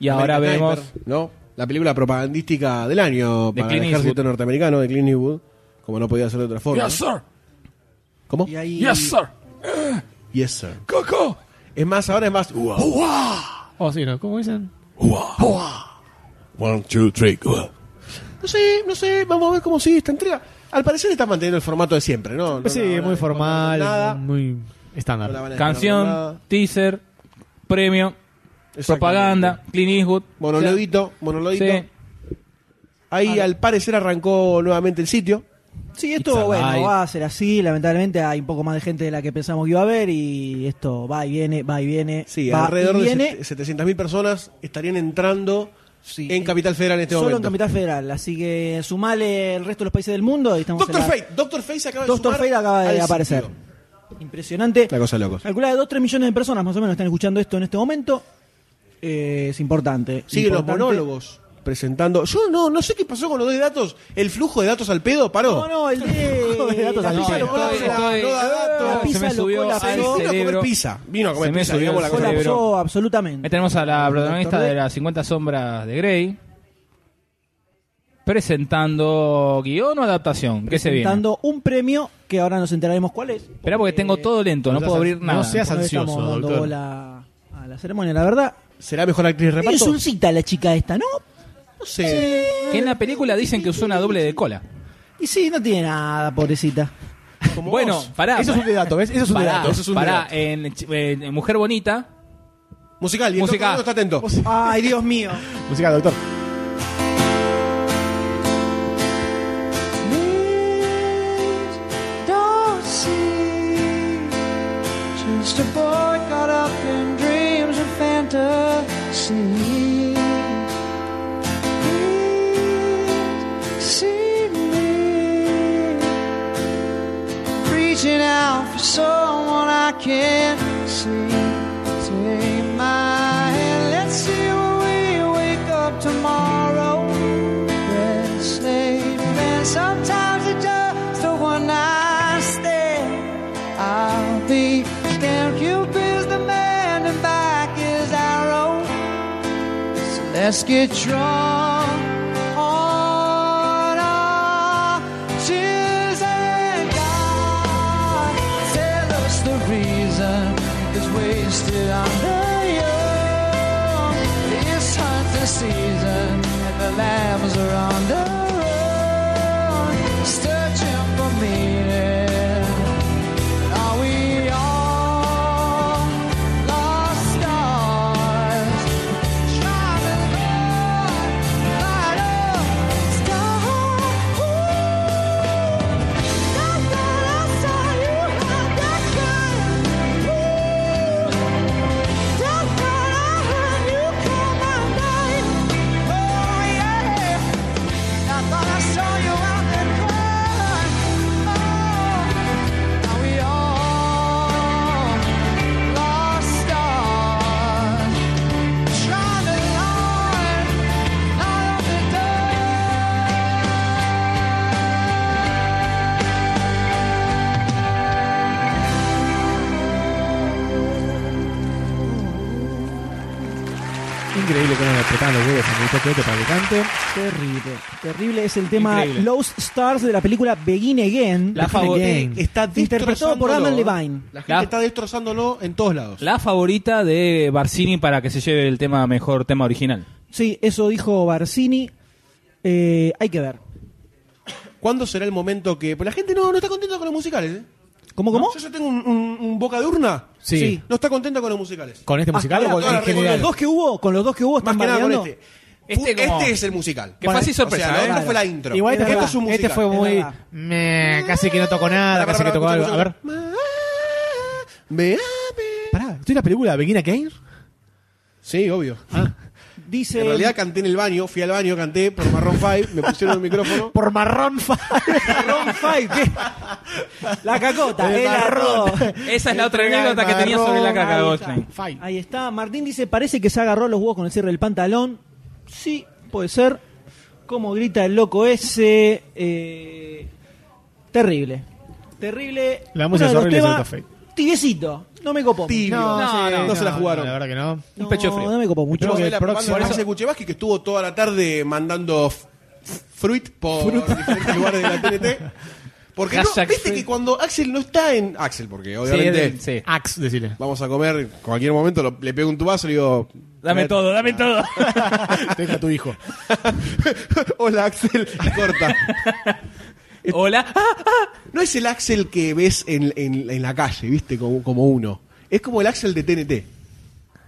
Speaker 5: Y ahora
Speaker 7: American
Speaker 5: vemos
Speaker 7: Sniper, ¿no? La película propagandística del año
Speaker 5: De
Speaker 7: para
Speaker 5: Clint
Speaker 7: el ejército
Speaker 5: Eastwood.
Speaker 7: norteamericano de Clint Eastwood, como no podía ser de otra forma. ¿no? ¿Cómo?
Speaker 4: Y ahí
Speaker 7: Yes, sir. Es más, ahora es más. Ua.
Speaker 6: Oh, sí, ¿no? ¿Cómo dicen?
Speaker 7: No sé, no sé, vamos a ver cómo sigue esta entrega. Al parecer está manteniendo el formato de siempre, ¿no?
Speaker 6: sí, muy formal,
Speaker 7: nada.
Speaker 6: muy estándar.
Speaker 5: Canción, teaser, premio, propaganda, Clint Eastwood.
Speaker 7: Monologuito, monologuito.
Speaker 5: Sí.
Speaker 7: Ahí al parecer arrancó nuevamente el sitio.
Speaker 5: Sí,
Speaker 7: It's
Speaker 4: esto
Speaker 7: a
Speaker 4: bueno,
Speaker 7: vibe.
Speaker 4: va a ser así. Lamentablemente hay un poco más de gente de la que pensamos que iba a haber y esto va y viene, va y viene.
Speaker 7: Sí,
Speaker 4: va
Speaker 7: alrededor
Speaker 4: y
Speaker 7: de
Speaker 4: viene.
Speaker 7: set- 700.000 personas estarían entrando en Capital Federal en este
Speaker 4: Solo en
Speaker 7: momento.
Speaker 4: Capital Federal, así que sumale el resto de los países del mundo y estamos
Speaker 7: Doctor
Speaker 4: en la-
Speaker 7: Fate, Doctor Fate se acaba de
Speaker 4: Doctor
Speaker 7: sumar
Speaker 4: Fate acaba
Speaker 7: al
Speaker 4: de
Speaker 7: sitio.
Speaker 4: aparecer. Impresionante.
Speaker 7: La cosa de locos.
Speaker 4: Calcula de 2-3 millones de personas más o menos están escuchando esto en este momento. Eh, es importante.
Speaker 7: Siguen los
Speaker 4: Importante.
Speaker 7: monólogos presentando. Yo no, no sé qué pasó con los dos datos. El flujo de datos al pedo paró.
Speaker 4: No, no, el de,
Speaker 7: datos
Speaker 4: la
Speaker 7: al
Speaker 4: pizza
Speaker 7: pedo.
Speaker 4: locola,
Speaker 7: Estoy-
Speaker 4: la-
Speaker 7: estoy-
Speaker 4: no da datos.
Speaker 7: Se
Speaker 4: La pizza
Speaker 5: me subió
Speaker 4: locola,
Speaker 5: al
Speaker 4: pero-
Speaker 7: Vino a comer
Speaker 5: cerebro.
Speaker 7: pizza. Vino a comer
Speaker 5: Se me
Speaker 7: pizza,
Speaker 5: subió
Speaker 7: digamos
Speaker 5: al
Speaker 7: la cosa.
Speaker 5: cerebro.
Speaker 4: Colapsó absolutamente.
Speaker 5: Ahí
Speaker 7: Este
Speaker 5: tenemos a la protagonista
Speaker 4: Doctor
Speaker 5: de
Speaker 4: D.
Speaker 5: las 50 sombras de Grey. Presentando guión o adaptación. ¿Qué se viene?
Speaker 4: Presentando un premio que ahora nos enteraremos cuál es.
Speaker 5: Espera porque tengo todo lento, no puedo abrir nada.
Speaker 4: Porque le estamos dando bola a la ceremonia, la verdad.
Speaker 7: ¿Será mejor actriz de
Speaker 4: Es
Speaker 7: reparto?
Speaker 4: un cita la chica esta, ¿no?
Speaker 7: No sé.
Speaker 5: Que en la película dicen que usó una doble de cola.
Speaker 4: Y sí, no tiene nada, pobrecita.
Speaker 7: Como
Speaker 5: Bueno,
Speaker 7: vos.
Speaker 5: pará.
Speaker 6: Eso es un dato, ¿ves? Eso es un
Speaker 5: pará,
Speaker 6: dato.
Speaker 7: eso es un
Speaker 5: pará,
Speaker 7: dato. eh,
Speaker 5: En, ch- en Mujer Bonita.
Speaker 7: Musical, y el
Speaker 5: Musical.
Speaker 7: doctor está atento.
Speaker 4: Ay, Dios mío.
Speaker 6: Música, doctor.
Speaker 14: Don't see. Just a boy caught up in dreams and fantasy. Please see me. Reaching out for someone I can't see. Take my hand, let's see when we wake up tomorrow. Let's sleep, and sometimes it's just a one night stand. I'll be damned, Cupid's the man, and back is arrow. So let's get drunk on our tears and God tell us the reason is wasted on the young. It's hunting season and the lambs are on the run, searching for meaning. Are we all lost stars? Trying to find light up stars. I thought I saw you had that kind. I thought I heard you call my name. Oh yeah. I thought I saw you out that kind. Oh. Are we all lost stars? Trying to light light up the
Speaker 6: Increíble cómo le apretaban los huevos a mi toque para que cante.
Speaker 4: Terrible, terrible es el tema
Speaker 6: Increíble.
Speaker 4: Lost Stars de la película Begin Again.
Speaker 5: La
Speaker 4: Begin
Speaker 5: favorita.
Speaker 4: Again.
Speaker 7: Está
Speaker 4: Interpretado por Adam
Speaker 7: destrozándolo, ¿eh?
Speaker 4: Levine.
Speaker 7: La gente
Speaker 5: La-
Speaker 7: está destrozándolo en todos lados.
Speaker 5: La favorita de Barcini para que se lleve el tema mejor tema original.
Speaker 4: Sí, eso dijo Barcini. Eh, hay que ver.
Speaker 7: ¿Cuándo será el momento que.? Pues la gente no, no está contenta con los musicales, ¿eh?
Speaker 4: ¿Cómo, cómo?
Speaker 7: Yo ya tengo un, un- un boca de urna.
Speaker 6: Sí.
Speaker 7: No está contenta con los musicales.
Speaker 6: ¿Con este
Speaker 4: Ah,
Speaker 6: musical o
Speaker 7: ahora,
Speaker 6: con,
Speaker 7: ahora,
Speaker 6: en
Speaker 7: con
Speaker 6: general?
Speaker 4: Los dos que hubo, con los dos que hubo
Speaker 7: Más
Speaker 4: están
Speaker 7: que nada con
Speaker 4: variando.
Speaker 7: este.
Speaker 5: Este
Speaker 7: Este,
Speaker 5: como-
Speaker 7: es el musical.
Speaker 5: Que fue así
Speaker 7: O sea,
Speaker 5: sorpresa,
Speaker 7: la
Speaker 5: ¿eh?
Speaker 7: otra fue la intro.
Speaker 6: Igual
Speaker 7: este,
Speaker 6: este,
Speaker 7: es un musical.
Speaker 6: este fue
Speaker 4: es
Speaker 6: muy...
Speaker 4: verdad.
Speaker 6: meh, casi que no tocó nada,
Speaker 7: Pará,
Speaker 6: casi
Speaker 7: pará,
Speaker 6: que tocó
Speaker 7: pará,
Speaker 6: algo. A
Speaker 7: escucha,
Speaker 6: ver, pará, ¿estoy en la película Begin Again?
Speaker 7: Sí, obvio.
Speaker 4: Dice.
Speaker 7: En realidad canté en el baño, fui al baño, canté por Marrón 5, me pusieron el micrófono.
Speaker 6: Por Marrón Fa-
Speaker 4: Ron Five, ¿qué? La cacota,
Speaker 6: El
Speaker 4: el
Speaker 6: marrón.
Speaker 4: arroz.
Speaker 5: Esa es la otra anécdota que tenía sobre la caca,
Speaker 4: Ahí
Speaker 5: Gosling.
Speaker 4: está. Ahí está. Martín dice, parece que se agarró los huevos con el cierre del pantalón. Sí, puede ser. Como grita el loco ese. eh, terrible. Terrible.
Speaker 6: La
Speaker 4: Uno de
Speaker 6: música es
Speaker 4: los
Speaker 6: horrible,
Speaker 4: temas-
Speaker 6: sobre todo
Speaker 4: Tibiecito. No me copó.
Speaker 7: Tibio.
Speaker 4: No,
Speaker 7: No, no, se la jugaron.
Speaker 6: La verdad que no.
Speaker 5: Un pecho
Speaker 4: no,
Speaker 5: frío.
Speaker 4: no me copó mucho.
Speaker 6: Creo
Speaker 7: Vamos a
Speaker 6: que
Speaker 7: ver la
Speaker 6: próximo-
Speaker 7: propaganda de Marce Kuchevaski, que estuvo toda la tarde mandando f- f- fruit por diferentes lugares de la TNT. Porque no,
Speaker 5: Hashtag
Speaker 7: viste
Speaker 5: fruit.
Speaker 7: que cuando Axel no está en. Axel, porque
Speaker 5: Sí, es
Speaker 7: obviamente
Speaker 5: del- sí.
Speaker 6: Axe, decirle.
Speaker 7: vamos a comer, en cualquier momento lo- le pego un tubazo y le digo.
Speaker 5: Dame todo, dame todo.
Speaker 6: Te deja tu hijo.
Speaker 7: Hola Axel, y corta.
Speaker 5: Hola.
Speaker 7: No es el Axel que ves en, en- en la calle, ¿viste? Como, como uno. Es como el Axel de TNT.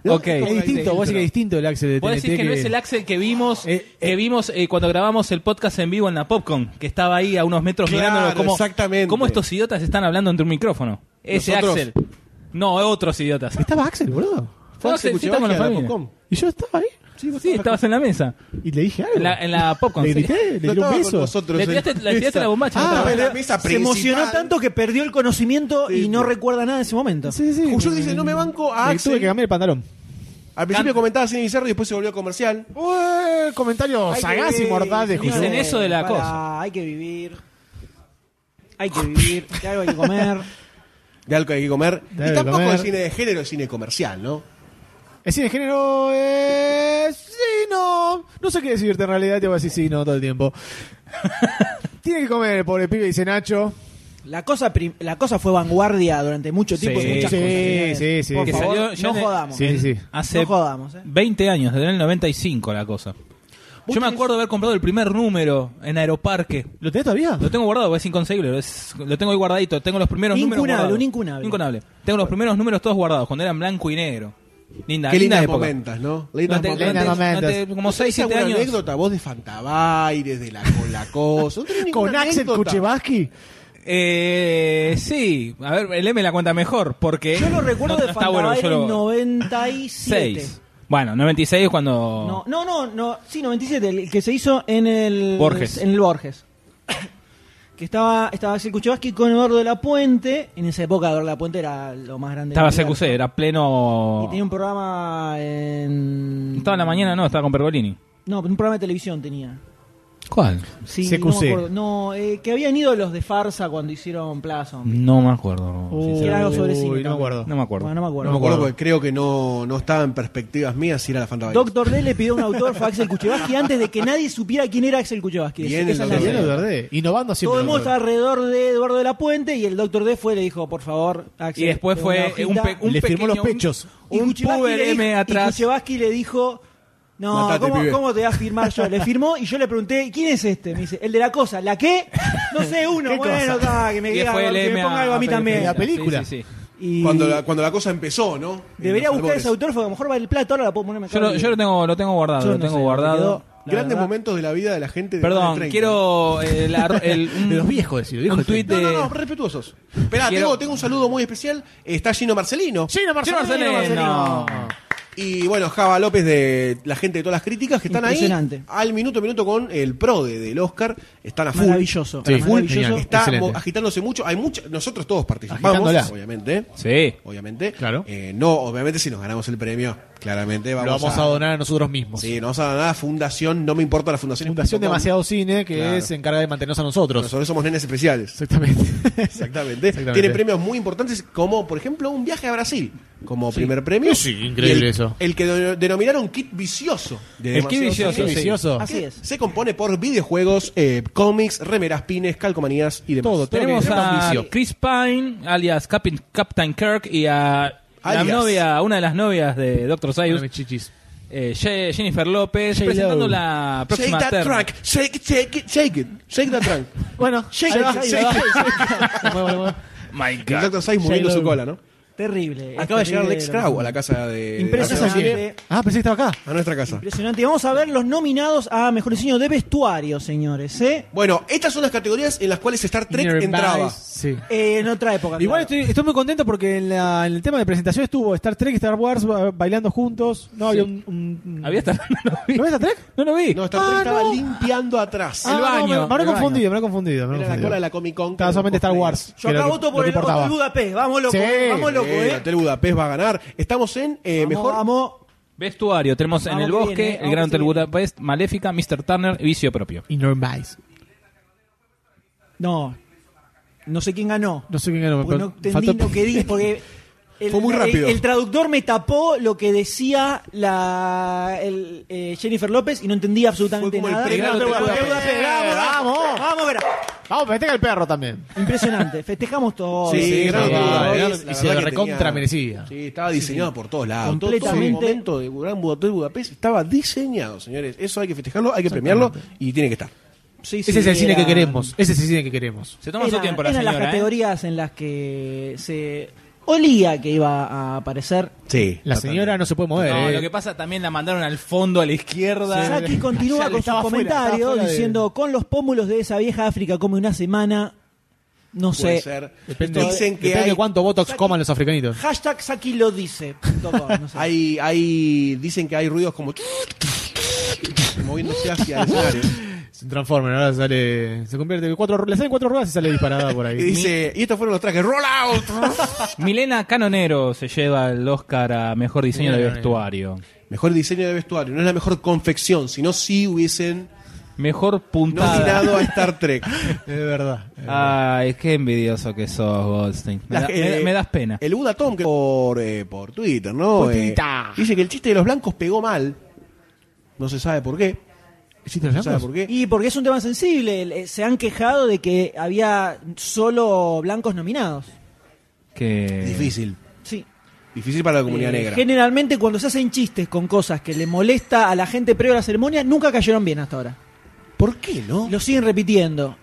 Speaker 7: ¿no?
Speaker 5: Ok.
Speaker 7: Es
Speaker 6: Es
Speaker 7: como-
Speaker 6: distinto, vos decís que es distinto el Axel de
Speaker 5: Vos
Speaker 6: TNT.
Speaker 5: decís que no es el Axel que vimos, que vimos eh, cuando grabamos el podcast en vivo en la Popcorn, que estaba ahí a unos metros
Speaker 7: Claro,
Speaker 5: mirándolo cómo,
Speaker 7: exactamente.
Speaker 5: cómo estos idiotas están hablando entre un micrófono. Ese
Speaker 7: Nosotros-
Speaker 5: Axel. No, otros idiotas.
Speaker 6: Estaba Axel, boludo.
Speaker 5: Fue Axel, sí, estaba con la
Speaker 7: Cuchivaglia, la
Speaker 5: familia.
Speaker 7: Popcorn.
Speaker 6: Y yo estaba ahí.
Speaker 7: Sí, vos
Speaker 5: Sí, estabas en la mesa.
Speaker 6: Y le dije algo.
Speaker 5: En la, en la Popcorn.
Speaker 6: Le
Speaker 5: sí.
Speaker 6: grité, le
Speaker 5: No
Speaker 6: tiré un
Speaker 5: estaba con
Speaker 6: beso.
Speaker 5: nosotros, Le tiraste-
Speaker 6: en
Speaker 5: le tiraste
Speaker 6: esa.
Speaker 5: la bombacha,
Speaker 6: Ah,
Speaker 5: no estaba-
Speaker 6: pero-
Speaker 7: mesa
Speaker 4: Se emocionó
Speaker 7: principal.
Speaker 4: tanto que perdió el conocimiento y no recuerda nada de ese momento.
Speaker 6: Sí, sí.
Speaker 7: Yo dice, no me banco a
Speaker 6: Me tuve que
Speaker 7: Axel.
Speaker 6: cambiar el pantalón.
Speaker 7: Al principio comentaba Cine Bizarro y después se volvió comercial.
Speaker 6: Ué, comentario
Speaker 4: Hay que
Speaker 6: sagaz y
Speaker 4: vivir,
Speaker 6: mortal de
Speaker 4: señores.
Speaker 6: José.
Speaker 4: Pará, Hay que vivir. Hay que vivir. de algo hay que comer.
Speaker 7: De algo hay que comer.
Speaker 6: De
Speaker 7: y
Speaker 6: algo
Speaker 7: tampoco
Speaker 6: comer.
Speaker 7: es cine de género, es cine comercial, ¿no?
Speaker 6: El cine de género es... Sí, no. No sé qué decirte en realidad, te voy a decir sí, no todo el tiempo. Tiene que comer el pobre pibe, dice Nacho.
Speaker 4: La cosa, prim- la cosa fue vanguardia durante mucho tiempo.
Speaker 5: Sí,
Speaker 4: y muchas
Speaker 5: sí,
Speaker 4: cosas, señores.
Speaker 6: sí, sí.
Speaker 4: Por
Speaker 5: Que
Speaker 4: favor,
Speaker 5: salió ya en
Speaker 4: no
Speaker 5: el-
Speaker 4: jodamos.
Speaker 6: Sí, sí.
Speaker 5: Hace
Speaker 4: No jodamos, eh.
Speaker 5: 20 años, desde el 95 la cosa. Yo me acuerdo haber comprado el primer número en Aeroparque.
Speaker 6: ¿Lo tenés todavía?
Speaker 5: Lo tengo guardado, es inconseguible. es- lo tengo ahí guardadito. Tengo los primeros
Speaker 4: Incunable,
Speaker 5: números. guardados.
Speaker 4: un incunable.
Speaker 5: Tengo los primeros números todos guardados, cuando eran blanco y negro. Linda,
Speaker 7: Qué
Speaker 5: linda
Speaker 7: lindas
Speaker 5: época.
Speaker 7: momentas, ¿no?
Speaker 5: No te-
Speaker 6: Lindas
Speaker 5: no te-
Speaker 6: momentas.
Speaker 5: no te- como
Speaker 7: ¿No tenés
Speaker 5: 6, 7
Speaker 7: alguna
Speaker 5: años.
Speaker 7: anécdota vos de Fantabaires, de la con la cosa? ¿No tenés
Speaker 6: Con
Speaker 7: ninguna
Speaker 6: Axel
Speaker 7: anécdota?
Speaker 6: Kuchevaski.
Speaker 5: Eh, sí, a ver, el M la cuenta mejor, porque...
Speaker 4: Yo lo recuerdo
Speaker 5: no
Speaker 4: de
Speaker 5: está bueno,
Speaker 4: Fantabaires
Speaker 5: yo lo-
Speaker 4: 97.
Speaker 5: 6. Bueno, 96 es cuando...
Speaker 4: No, no, no, no, sí, 97, el que se hizo en el
Speaker 5: Borges.
Speaker 4: En el Borges. que estaba, estaba Silku con Eduardo de la Puente. En esa época Eduardo de la Puente era lo más grande.
Speaker 5: Estaba
Speaker 4: del lugar.
Speaker 5: CQC, era
Speaker 4: Y
Speaker 5: pleno...
Speaker 4: tenía un programa en...
Speaker 5: Estaba en la mañana, no, estaba con Pergolini.
Speaker 4: No, un programa de televisión tenía.
Speaker 5: ¿Cuál?
Speaker 4: Sí,
Speaker 6: CQC.
Speaker 4: No, me acuerdo. No, eh, que habían ido los de Farsa cuando hicieron Plaza.
Speaker 5: No me acuerdo.
Speaker 6: Uy,
Speaker 4: Era algo sobre cine
Speaker 6: no me
Speaker 4: también.
Speaker 6: acuerdo.
Speaker 5: No me acuerdo.
Speaker 4: Uh, Bueno, no me acuerdo.
Speaker 7: No me acuerdo porque creo que no, no estaba en perspectivas mías si era la Fantabaires.
Speaker 4: Doctor D le pidió un autor a Axel Kuchevaski antes de que nadie supiera quién era Axel Kuchevaski.
Speaker 7: Bien,
Speaker 4: Esa
Speaker 7: el
Speaker 4: es la
Speaker 7: Dr. D.
Speaker 6: Bien,
Speaker 4: realidad.
Speaker 6: lo tardé. eh. Innovando siempre.
Speaker 4: Todo el mundo
Speaker 6: lo
Speaker 4: estaba
Speaker 6: tardé.
Speaker 4: alrededor de Eduardo de la Puente y el doctor D fue y le dijo, por favor, Axel.
Speaker 5: Y después
Speaker 4: una
Speaker 5: fue
Speaker 4: hojita.
Speaker 5: un, pe- un
Speaker 6: Le firmó
Speaker 5: pequeño-
Speaker 6: los pechos.
Speaker 5: Un, un
Speaker 4: Y Kuchevaski
Speaker 5: puber
Speaker 4: le dijo-
Speaker 5: M
Speaker 4: Y
Speaker 5: atrás.
Speaker 4: Kuchevaski le dijo, no,
Speaker 7: Matate,
Speaker 4: ¿cómo,
Speaker 7: pibe.
Speaker 4: cómo te voy a firmar yo? Le firmó y yo le pregunté, ¿quién es este? Me dice, el de la cosa. ¿La qué? No sé, uno.
Speaker 6: ¿Qué
Speaker 4: bueno,
Speaker 6: cosa?
Speaker 4: ta, que me,
Speaker 5: Y
Speaker 4: diga
Speaker 5: fue el
Speaker 4: algo, que me
Speaker 5: M
Speaker 4: ponga algo a mí también.
Speaker 6: La película.
Speaker 5: Sí, sí, sí.
Speaker 4: Y
Speaker 7: Cuando la, cuando la cosa empezó, ¿no? En
Speaker 4: debería
Speaker 7: los
Speaker 4: buscar
Speaker 7: albores.
Speaker 4: ese autor, porque a lo mejor vale el plato, ahora la puedo ponerme acá
Speaker 5: Yo, lo,
Speaker 4: arriba.
Speaker 5: yo lo tengo, lo tengo guardado,
Speaker 4: Yo
Speaker 5: lo
Speaker 4: no
Speaker 5: tengo
Speaker 4: sé,
Speaker 5: guardado.
Speaker 4: quedó, la
Speaker 7: Grandes
Speaker 4: verdad.
Speaker 7: momentos de la vida de la gente de más de
Speaker 5: Perdón,
Speaker 7: 30.
Speaker 5: quiero eh, la- el- un,
Speaker 6: De los viejos, decir,
Speaker 5: un
Speaker 6: viejos.
Speaker 5: tuit
Speaker 7: No,
Speaker 5: de...
Speaker 7: no, no, respetuosos. Esperá,
Speaker 5: Quiero-
Speaker 7: tengo, tengo un saludo muy especial. Está Gino Marcelino.
Speaker 6: Gino Marcelino.
Speaker 5: Marcelino.
Speaker 7: Y bueno, Java López de la gente de todas las críticas que están ahí
Speaker 4: Impresionante.
Speaker 7: al minuto a minuto con el pro de, del Oscar. Están a full.
Speaker 4: Maravilloso.
Speaker 6: Sí.
Speaker 7: Full.
Speaker 6: Genial,
Speaker 7: Está
Speaker 6: excelente.
Speaker 7: mo- agitándose mucho. Hay mucha, nosotros todos participamos,
Speaker 6: Agitándola.
Speaker 7: obviamente.
Speaker 5: Sí.
Speaker 7: Obviamente.
Speaker 6: Claro.
Speaker 7: Eh, no, obviamente si nos ganamos el premio, claramente vamos,
Speaker 6: Lo vamos a donar a nosotros mismos.
Speaker 7: Sí, no vamos a donar a la fundación, no me importa la fundación.
Speaker 6: Fundación
Speaker 7: punto com.
Speaker 6: Demasiado Cine, que
Speaker 7: Claro.
Speaker 6: se encarga de mantenernos a nosotros.
Speaker 7: Nosotros somos nenes especiales.
Speaker 6: Exactamente.
Speaker 7: Exactamente.
Speaker 6: Exactamente.
Speaker 7: Tiene premios muy importantes, como por ejemplo un viaje a Brasil, como primer premio.
Speaker 6: Sí, sí, increíble
Speaker 7: Y el-
Speaker 6: eso.
Speaker 7: El que de- denominaron kit vicioso. de
Speaker 5: El kit vicioso,
Speaker 7: Demasiado
Speaker 6: Qué
Speaker 7: Cine,
Speaker 5: sí.
Speaker 6: vicioso.
Speaker 4: Así es.
Speaker 7: Se compone por videojuegos, eh, cómics, remeras, pines, calcomanías y demás.
Speaker 6: Todo, todo.
Speaker 5: Tenemos
Speaker 6: Tenemos
Speaker 5: a
Speaker 6: vicio.
Speaker 5: Chris Pine, alias Captain, Captain Kirk, y a la
Speaker 7: Alias.
Speaker 5: novia, una de las novias de Dr. Sayus,
Speaker 6: Poneme chichis.
Speaker 5: eh, Je- Jennifer López,
Speaker 6: J-Lo.
Speaker 5: presentando la
Speaker 7: Shake
Speaker 5: próxima
Speaker 7: that
Speaker 5: terna.
Speaker 7: trunk, shake, shake it, shake it, shake that trunk.
Speaker 6: Bueno,
Speaker 7: Shake,
Speaker 6: ahí va,
Speaker 7: shake,
Speaker 6: ahí
Speaker 7: shake,
Speaker 6: va.
Speaker 7: shake.
Speaker 6: Bueno, bueno, bueno.
Speaker 5: My
Speaker 7: El
Speaker 5: God.
Speaker 7: Dr. Sai moviendo
Speaker 6: Shake
Speaker 7: su
Speaker 6: it.
Speaker 7: cola, ¿no?
Speaker 6: Este
Speaker 4: Terrible.
Speaker 7: Acaba
Speaker 4: terrible
Speaker 7: de llegar Lex
Speaker 4: lo que
Speaker 7: Crow
Speaker 4: fue.
Speaker 7: a la casa de.
Speaker 4: Impresionante.
Speaker 7: de-
Speaker 6: Ah, pensé que estaba acá.
Speaker 7: A nuestra casa.
Speaker 4: Impresionante. Y vamos a ver los nominados a Mejor Diseño de Vestuario, señores. ¿eh?
Speaker 7: Bueno, estas son las categorías en las cuales Star Trek
Speaker 6: Inner
Speaker 7: entraba.
Speaker 6: Vice, Sí.
Speaker 4: Eh, en otra época.
Speaker 6: Igual
Speaker 4: claro.
Speaker 6: estoy, estoy muy contento porque en, la- en el tema de presentación estuvo Star Trek y Star Wars ba- bailando juntos. No había un. un- un-
Speaker 5: Había esta- no lo vi.
Speaker 6: ¿No ves Star Trek?
Speaker 5: No lo vi.
Speaker 7: No, Star
Speaker 6: Ah,
Speaker 7: Trek estaba
Speaker 6: no.
Speaker 7: limpiando atrás.
Speaker 6: Ah, no,
Speaker 5: baño,
Speaker 6: me- me, habré
Speaker 5: el
Speaker 6: confundido, me habré confundido. me habré
Speaker 7: Era la
Speaker 6: confundido.
Speaker 7: cola de la Comic Con.
Speaker 6: Estaba solamente Star Wars.
Speaker 4: Yo
Speaker 6: que
Speaker 4: acá
Speaker 6: era lo que-
Speaker 4: voto
Speaker 6: lo
Speaker 4: por
Speaker 6: que
Speaker 4: el Hotel
Speaker 6: importaba.
Speaker 4: Budapest. Vamos loco,
Speaker 6: Sí.
Speaker 4: eh, vamos loco,
Speaker 7: Eh, el
Speaker 4: eh.
Speaker 7: Hotel Budapest va a ganar. Estamos en eh,
Speaker 4: Vamos,
Speaker 7: mejor.
Speaker 4: vamos.
Speaker 5: Vestuario, tenemos en
Speaker 4: Vamos
Speaker 5: el
Speaker 4: que
Speaker 5: bosque,
Speaker 4: viene,
Speaker 5: el
Speaker 4: vamos
Speaker 5: Gran
Speaker 4: que
Speaker 5: Hotel
Speaker 4: viene.
Speaker 5: Budapest, Maléfica, Mr. Turner y Vicio Propio.
Speaker 6: Inner Vice.
Speaker 4: No. No sé quién ganó.
Speaker 6: No sé quién era.
Speaker 4: Porque
Speaker 6: pero
Speaker 4: Pues no entendí
Speaker 6: faltó-
Speaker 4: lo que dije. Porque el,
Speaker 7: Fue muy
Speaker 4: el-
Speaker 7: rápido.
Speaker 4: El, traductor me tapó lo que decía la el, eh, Jennifer López y no entendí absolutamente
Speaker 7: Fue como el
Speaker 4: nada.
Speaker 7: premio
Speaker 4: Gran
Speaker 7: Hotel
Speaker 4: Hotel
Speaker 7: Budapest.
Speaker 4: Budapest, Vamos, vamos, vamos, verá.
Speaker 6: Vamos, festeja el perro también.
Speaker 4: Impresionante. Festejamos todo.
Speaker 7: Sí,
Speaker 6: Sí,
Speaker 7: gran
Speaker 6: sí,
Speaker 7: Budapest.
Speaker 6: sí,
Speaker 7: La
Speaker 6: sí,
Speaker 7: verdad
Speaker 6: y se lo
Speaker 7: que
Speaker 6: recontra
Speaker 7: tenía-
Speaker 6: merecía.
Speaker 7: Sí, estaba diseñado por todos lados. Todo-
Speaker 4: Completamente.
Speaker 7: Todo, el momento de Gran Hotel Budapest estaba diseñado, señores. Eso hay que festejarlo, hay que premiarlo y tiene que estar.
Speaker 4: Sí,
Speaker 6: Ese
Speaker 4: sí,
Speaker 6: es el cine
Speaker 4: eran-
Speaker 6: que queremos. Ese es el cine que queremos.
Speaker 5: Se toma su
Speaker 4: Eran-
Speaker 5: tiempo la
Speaker 4: eran
Speaker 5: señora. ¿eh?
Speaker 4: las categorías en las que se olía que iba a aparecer.
Speaker 7: Sí.
Speaker 6: La señora no se puede mover.
Speaker 5: No,
Speaker 6: eh.
Speaker 5: lo que pasa también la mandaron al fondo a la izquierda.
Speaker 4: Saki continúa con sus
Speaker 5: Estaba fuera,
Speaker 4: comentarios
Speaker 5: estaba fuera de-
Speaker 4: diciendo con los pómulos de esa vieja África come una semana. No
Speaker 7: Puede
Speaker 4: sé.
Speaker 7: ser.
Speaker 6: Depende,
Speaker 7: Dicen que
Speaker 6: depende
Speaker 7: hay-
Speaker 6: de cuánto Botox coman los africanitos.
Speaker 4: Hashtag Saki lo dice.
Speaker 7: Hay, hay, dicen que hay ruidos como moviéndose hacia el escenario.
Speaker 6: Se transforman, ahora sale. Se convierte en cuatro. Le salen cuatro ruedas y sale disparada por ahí.
Speaker 7: Y dice, y estos fueron los trajes, roll out.
Speaker 5: Milena Canonero se lleva el Oscar a mejor diseño de
Speaker 7: Milena
Speaker 5: vestuario.
Speaker 7: Mejor diseño de vestuario, no es la mejor confección, sino si hubiesen
Speaker 5: mejor
Speaker 7: nominado
Speaker 5: puntada.
Speaker 7: a Star Trek.
Speaker 6: Es verdad.
Speaker 5: Ay, qué envidioso que sos, Goldstein. Me,
Speaker 7: La-
Speaker 5: da-
Speaker 7: eh,
Speaker 5: me- me das pena.
Speaker 7: El Buda Tom que por, eh, por Twitter, ¿no?
Speaker 5: Por
Speaker 7: Eh,
Speaker 5: Twitter.
Speaker 7: dice que el chiste de los blancos pegó mal. No se sabe por qué.
Speaker 6: ¿Chiste
Speaker 7: de los blancos? ¿Sabe por qué?
Speaker 4: Y porque es un tema sensible. Le- Se han quejado de que había solo blancos nominados.
Speaker 7: Difícil.
Speaker 4: Sí.
Speaker 7: Difícil para la comunidad
Speaker 4: Eh,
Speaker 7: negra.
Speaker 4: Generalmente cuando se hacen chistes con cosas que le molesta a la gente previo a la ceremonia, nunca cayeron bien hasta ahora.
Speaker 7: ¿Por qué no?
Speaker 4: Lo siguen repitiendo.